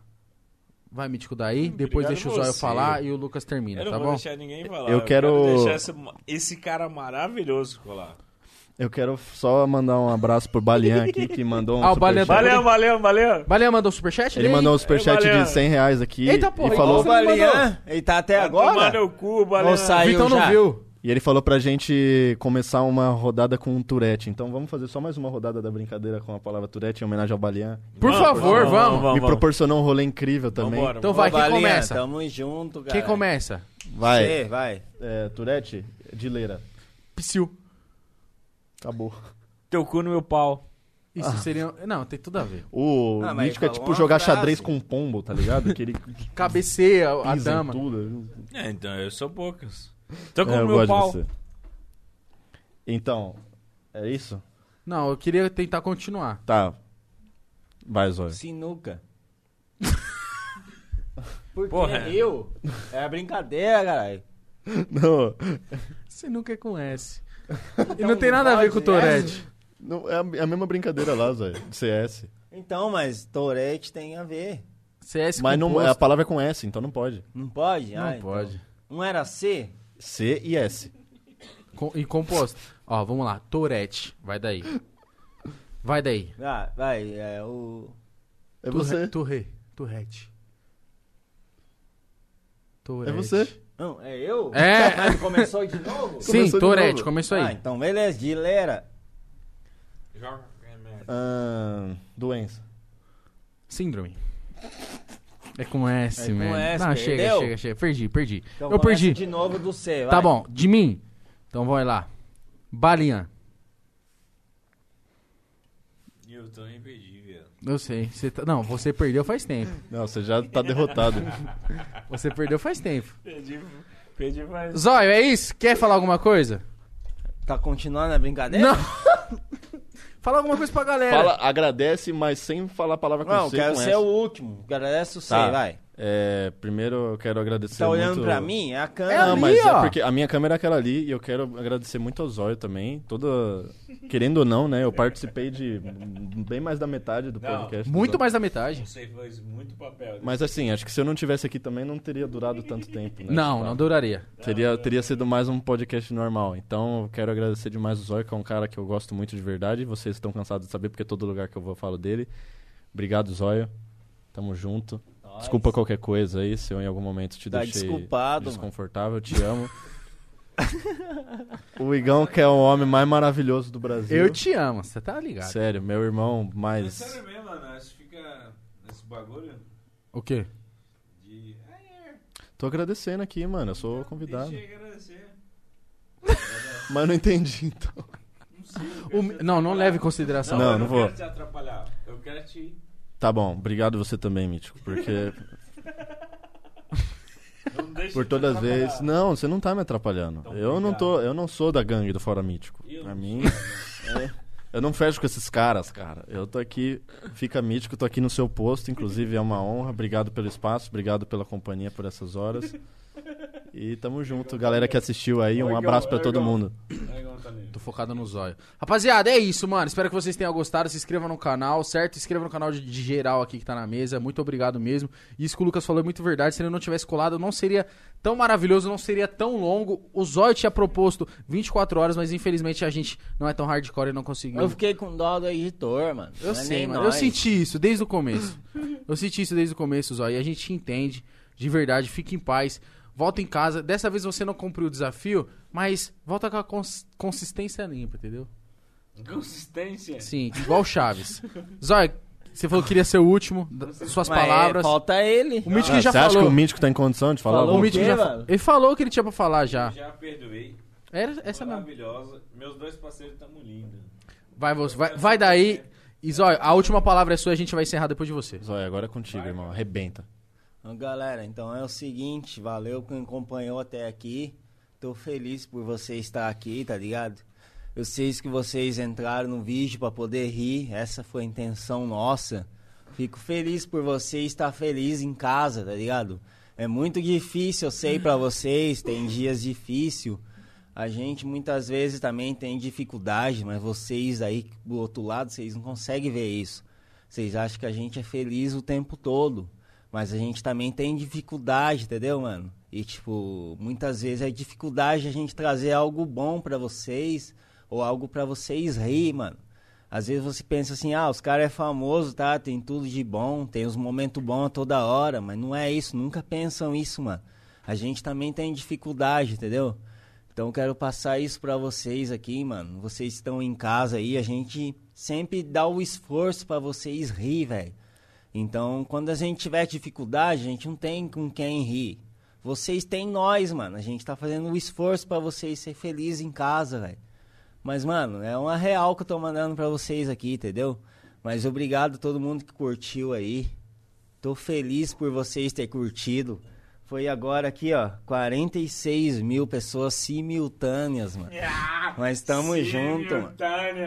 [SPEAKER 1] vai Mítico daí, depois
[SPEAKER 2] Hum, Obrigado
[SPEAKER 1] deixa o Zóio
[SPEAKER 2] você.
[SPEAKER 1] falar e o Lucas termina,
[SPEAKER 2] Eu não
[SPEAKER 1] tá
[SPEAKER 2] vou
[SPEAKER 1] bom?
[SPEAKER 2] deixar ninguém falar.
[SPEAKER 6] Eu quero-
[SPEAKER 2] deixar esse, esse cara maravilhoso colar.
[SPEAKER 6] Eu quero só mandar um abraço pro Balian aqui, que mandou um
[SPEAKER 1] Ah, o Balian
[SPEAKER 6] superchat.
[SPEAKER 2] Valeu, valeu, valeu.
[SPEAKER 1] Baleia mandou o superchat?
[SPEAKER 6] Ele
[SPEAKER 1] Lê aí.
[SPEAKER 6] mandou um superchat
[SPEAKER 2] Balian.
[SPEAKER 6] de 100 reais aqui
[SPEAKER 1] Eita, porra,
[SPEAKER 6] e falou...
[SPEAKER 1] igual você-
[SPEAKER 4] Opa,
[SPEAKER 1] me mandou.
[SPEAKER 4] Lian, ele tá até
[SPEAKER 2] Tomar
[SPEAKER 4] agora?
[SPEAKER 2] no cu, valeu.
[SPEAKER 4] Ou saiu
[SPEAKER 1] Vitão
[SPEAKER 4] já?
[SPEAKER 1] não viu.
[SPEAKER 6] E ele falou pra gente começar uma rodada com um Tourette. Então vamos fazer só mais uma rodada da brincadeira com a palavra Tourette em homenagem ao Balian.
[SPEAKER 1] Por
[SPEAKER 2] Vamos,
[SPEAKER 1] favor, vamos.
[SPEAKER 6] Me proporcionou um rolê incrível também.
[SPEAKER 2] Vambora,
[SPEAKER 1] Então
[SPEAKER 2] vambora.
[SPEAKER 1] vai,
[SPEAKER 4] Ô,
[SPEAKER 1] quem
[SPEAKER 4] Balinha,
[SPEAKER 1] começa?
[SPEAKER 4] Tamo junto, cara.
[SPEAKER 1] Quem começa?
[SPEAKER 6] Vai.
[SPEAKER 4] Você, vai.
[SPEAKER 6] É, Tourette, de leira.
[SPEAKER 1] Psiu.
[SPEAKER 6] Acabou.
[SPEAKER 2] Teu cu no meu pau.
[SPEAKER 1] Isso seria... um- Não, tem tudo a ver.
[SPEAKER 6] O
[SPEAKER 4] Ah, mas
[SPEAKER 6] mítico é
[SPEAKER 4] falou
[SPEAKER 6] tipo
[SPEAKER 4] uma
[SPEAKER 6] jogar
[SPEAKER 4] frase.
[SPEAKER 6] xadrez com um pombo, tá ligado? Que <laughs> ele
[SPEAKER 1] Cabeceia a
[SPEAKER 6] pisa em
[SPEAKER 1] dama.
[SPEAKER 6] tudo.
[SPEAKER 2] É, então eu sou poucas. Teu cu
[SPEAKER 6] É,
[SPEAKER 2] no
[SPEAKER 4] um
[SPEAKER 6] eu
[SPEAKER 2] meu
[SPEAKER 6] gosto
[SPEAKER 2] pau.
[SPEAKER 6] de você. Então, é isso?
[SPEAKER 1] Não, eu queria tentar continuar.
[SPEAKER 6] Tá. Vai, Zóio.
[SPEAKER 4] Sinuca. Porque
[SPEAKER 2] Porra.
[SPEAKER 4] eu? É brincadeira, caralho.
[SPEAKER 6] <laughs> Não,
[SPEAKER 1] Você nunca é com S. <laughs> E não tem nada a ver com o
[SPEAKER 4] pode, né?
[SPEAKER 1] Tourette.
[SPEAKER 6] não, é a, é a mesma brincadeira lá, Zóio. de CS.
[SPEAKER 4] Então, mas Tourette tem a ver.
[SPEAKER 1] CS
[SPEAKER 6] Mas não,
[SPEAKER 1] composto.
[SPEAKER 6] a palavra é com S, então não pode.
[SPEAKER 4] Não pode?
[SPEAKER 1] Não
[SPEAKER 4] Ah, então.
[SPEAKER 1] pode.
[SPEAKER 4] Não era C?
[SPEAKER 6] C e S.
[SPEAKER 1] Com, e composto. Ó, vamos lá. Tourette. Vai daí. Vai daí.
[SPEAKER 4] Ah, vai, é o...
[SPEAKER 6] É
[SPEAKER 1] Tourre-
[SPEAKER 6] você.
[SPEAKER 1] Tourre. Tourette. Tourette.
[SPEAKER 6] É você.
[SPEAKER 4] Não, é eu? <laughs>
[SPEAKER 1] É.
[SPEAKER 4] Mas começou
[SPEAKER 1] <laughs>
[SPEAKER 4] de novo?
[SPEAKER 1] Sim,
[SPEAKER 6] Começou de
[SPEAKER 1] Tourette.
[SPEAKER 6] novo.
[SPEAKER 1] Começou
[SPEAKER 4] Ah,
[SPEAKER 1] aí.
[SPEAKER 4] então beleza, Guilera.
[SPEAKER 6] Ahn, doença.
[SPEAKER 1] Síndrome. É com S,
[SPEAKER 4] É com
[SPEAKER 1] velho.
[SPEAKER 4] S,
[SPEAKER 1] Não, chega,
[SPEAKER 4] perdeu?
[SPEAKER 1] chega, chega. Perdi, perdi.
[SPEAKER 4] Então
[SPEAKER 1] Eu
[SPEAKER 4] começa
[SPEAKER 1] perdi.
[SPEAKER 4] de novo do C, vai.
[SPEAKER 1] Tá bom, de mim. Então vai lá. Balian.
[SPEAKER 2] Eu também perdi, velho.
[SPEAKER 1] Eu sei. Você tá- Não, você perdeu faz tempo.
[SPEAKER 6] Não, você já tá
[SPEAKER 4] <laughs>
[SPEAKER 6] derrotado.
[SPEAKER 1] Você perdeu faz tempo.
[SPEAKER 2] Perdi, perdi mais.
[SPEAKER 1] Zóio, é isso? Quer falar alguma coisa?
[SPEAKER 4] Tá continuando a brincadeira?
[SPEAKER 1] Não. É. <laughs> Fala alguma coisa pra galera.
[SPEAKER 6] Fala, agradece, mas sem falar a palavra com
[SPEAKER 4] Não,
[SPEAKER 6] C.
[SPEAKER 4] quero
[SPEAKER 6] com
[SPEAKER 4] ser
[SPEAKER 6] S.
[SPEAKER 4] o último. Agradece o C,
[SPEAKER 6] Tá.
[SPEAKER 4] vai.
[SPEAKER 6] É, primeiro eu quero agradecer
[SPEAKER 4] Tá olhando
[SPEAKER 6] muito...
[SPEAKER 4] pra mim? É a
[SPEAKER 1] É
[SPEAKER 4] câmera.
[SPEAKER 6] Não,
[SPEAKER 1] ali,
[SPEAKER 6] mas
[SPEAKER 1] ó.
[SPEAKER 6] é porque a minha câmera é aquela ali e eu quero agradecer muito ao Zóio também. Toda. Querendo ou não, né? Eu participei de bem mais da metade do podcast. do
[SPEAKER 1] Muito
[SPEAKER 6] Zóio.
[SPEAKER 1] mais da metade.
[SPEAKER 2] Você fez muito papel.
[SPEAKER 6] Mas assim, acho que se eu não tivesse aqui também não teria durado tanto tempo, né?
[SPEAKER 1] Não,
[SPEAKER 6] Tipo,
[SPEAKER 1] não duraria.
[SPEAKER 6] Teria, teria sido mais um podcast normal. Então eu quero agradecer demais o Zóio, que é um cara que eu gosto muito de verdade. Vocês estão cansados de saber, porque todo lugar que eu vou eu falo dele. Obrigado, Zóio. Tamo junto. Desculpa qualquer coisa aí, se eu em algum momento te
[SPEAKER 4] Tá
[SPEAKER 6] deixei
[SPEAKER 4] desculpado,
[SPEAKER 6] desconfortável. Eu te amo. o Igão, que é o homem mais maravilhoso do Brasil.
[SPEAKER 1] Eu te amo, você tá ligado.
[SPEAKER 6] Sério, meu irmão
[SPEAKER 2] É
[SPEAKER 6] mais...
[SPEAKER 2] sério mesmo, mano. Acho que fica esse bagulho
[SPEAKER 1] O quê?
[SPEAKER 2] de. Ai,
[SPEAKER 6] Tô agradecendo aqui, mano. Eu sou convidado.
[SPEAKER 2] deixa eu agradecer.
[SPEAKER 6] Mas não entendi, então.
[SPEAKER 1] O- Não, não leve em consideração.
[SPEAKER 6] Não,
[SPEAKER 2] eu
[SPEAKER 6] não vou.
[SPEAKER 2] quero te atrapalhar. Eu quero te.
[SPEAKER 6] Tá bom, obrigado você também, Mítico, porque...
[SPEAKER 2] Não deixa
[SPEAKER 6] Por
[SPEAKER 2] te
[SPEAKER 6] todas as
[SPEAKER 2] atrapalhar.
[SPEAKER 6] vezes. Não, você não tá me atrapalhando. eu não tô, eu não sou da gangue do Fora Mítico.
[SPEAKER 2] Então, Eu
[SPEAKER 6] Pra
[SPEAKER 2] não
[SPEAKER 6] mim, é, eu não fecho com esses caras, cara. Eu tô aqui, fica mítico, tô aqui no seu posto, inclusive é uma honra. Obrigado pelo espaço, obrigado pela companhia por essas horas. E tamo junto, galera que assistiu aí, um
[SPEAKER 2] Legal,
[SPEAKER 6] abraço pra todo
[SPEAKER 2] legal.
[SPEAKER 6] mundo.
[SPEAKER 2] Ai, igual tá ali.
[SPEAKER 1] Tô focado no zóio. Rapaziada, é isso, mano. Espero que vocês tenham gostado. Se inscreva no canal, certo? Inscreva no canal de, de geral aqui que tá na mesa. Muito obrigado mesmo. Isso que o Lucas falou é muito verdade. Se ele não tivesse colado, não seria tão maravilhoso, não seria tão longo. O zóio tinha proposto 24 horas, mas infelizmente a gente não é tão hardcore e não conseguiu.
[SPEAKER 4] Eu fiquei com dó do editor, mano.
[SPEAKER 1] um Eu
[SPEAKER 4] Não é
[SPEAKER 1] sei,
[SPEAKER 4] nem
[SPEAKER 1] mano. Eu
[SPEAKER 4] nós.
[SPEAKER 1] senti isso desde o começo. Eu senti isso desde o começo, Zóia. E a gente entende, de verdade. Fique em paz. Volta em casa. Dessa vez você não cumpriu o desafio, mas volta com a cons- consistência limpa, entendeu?
[SPEAKER 2] Consistência.
[SPEAKER 1] Sim, igual o Chaves. Zóia, você falou que queria ser o último. da- Suas
[SPEAKER 4] Mas é,
[SPEAKER 1] palavras.
[SPEAKER 4] falta ele.
[SPEAKER 1] O Mítico ele já
[SPEAKER 6] Ah, você acha que o
[SPEAKER 1] falou.
[SPEAKER 6] mítico tá em condição de falar?
[SPEAKER 4] Falou
[SPEAKER 1] O
[SPEAKER 6] alguma
[SPEAKER 4] mítico-
[SPEAKER 1] Mítico
[SPEAKER 4] quê,
[SPEAKER 1] já
[SPEAKER 4] mano?
[SPEAKER 1] Ele falou o que ele tinha pra falar já.
[SPEAKER 2] Já perdoei.
[SPEAKER 1] Era essa mesmo.
[SPEAKER 2] Maravilhosa. Meus dois parceiros tamo lindos.
[SPEAKER 1] Vai, você, vai, vai daí. E Zóia, a última palavra é sua e a gente vai encerrar depois de você.
[SPEAKER 6] coisa? Zóia, agora é contigo, irmão. Arrebenta.
[SPEAKER 4] Então, Galera, então é o seguinte, valeu quem acompanhou até aqui. Tô feliz por você estar aqui, tá ligado? Eu sei que vocês entraram no vídeo pra poder rir, essa foi a intenção nossa. Fico feliz por você estar feliz em casa, tá ligado? É muito difícil, eu sei pra vocês, tem dias difícil. A gente muitas vezes também tem dificuldade, mas vocês aí do outro lado, vocês não conseguem ver isso. Vocês acham que a gente é feliz o tempo todo. Mas a gente também tem dificuldade, entendeu, mano? E, tipo, muitas vezes é dificuldade a gente trazer algo bom pra vocês, ou algo pra vocês rir, mano. Às vezes você pensa assim, ah, os caras é famoso, tá? Tem tudo de bom, tem os momentos bons a toda hora, mas não é isso, nunca pensam isso, mano. A gente também tem dificuldade, entendeu? Então eu quero passar isso pra vocês aqui, mano. Vocês estão em casa aí, a gente sempre dá o esforço pra vocês rir, velho. Então, quando a gente tiver dificuldade, a gente não tem com quem rir. Vocês têm nós, mano. A gente tá fazendo o esforço pra vocês ser felizes em casa, velho. Mas, mano, é uma real que eu tô mandando pra vocês aqui, entendeu? Mas obrigado a todo mundo que curtiu aí. Tô feliz por vocês terem curtido. Foi agora aqui, ó, 46 mil pessoas simultâneas, mano.
[SPEAKER 2] É,
[SPEAKER 4] Mas Ah, tamo junto, mano.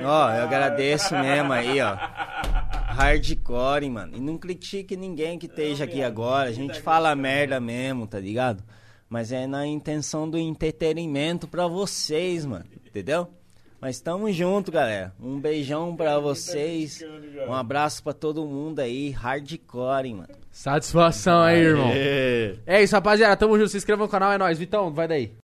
[SPEAKER 4] Ó, eu agradeço mesmo aí, ó.
[SPEAKER 2] <laughs>
[SPEAKER 4] Hardcore, mano. E não critique ninguém que esteja aqui agora. A gente fala merda mesmo, tá ligado? Mas é na intenção do entretenimento pra vocês, mano. Entendeu? Mas tamo junto, galera. Um beijão pra vocês. Um abraço pra todo mundo aí. Hardcore, mano.
[SPEAKER 1] Satisfação aí, irmão. É isso, rapaziada. Tamo junto. Se inscreva no canal, é nóis. Vitão, vai daí.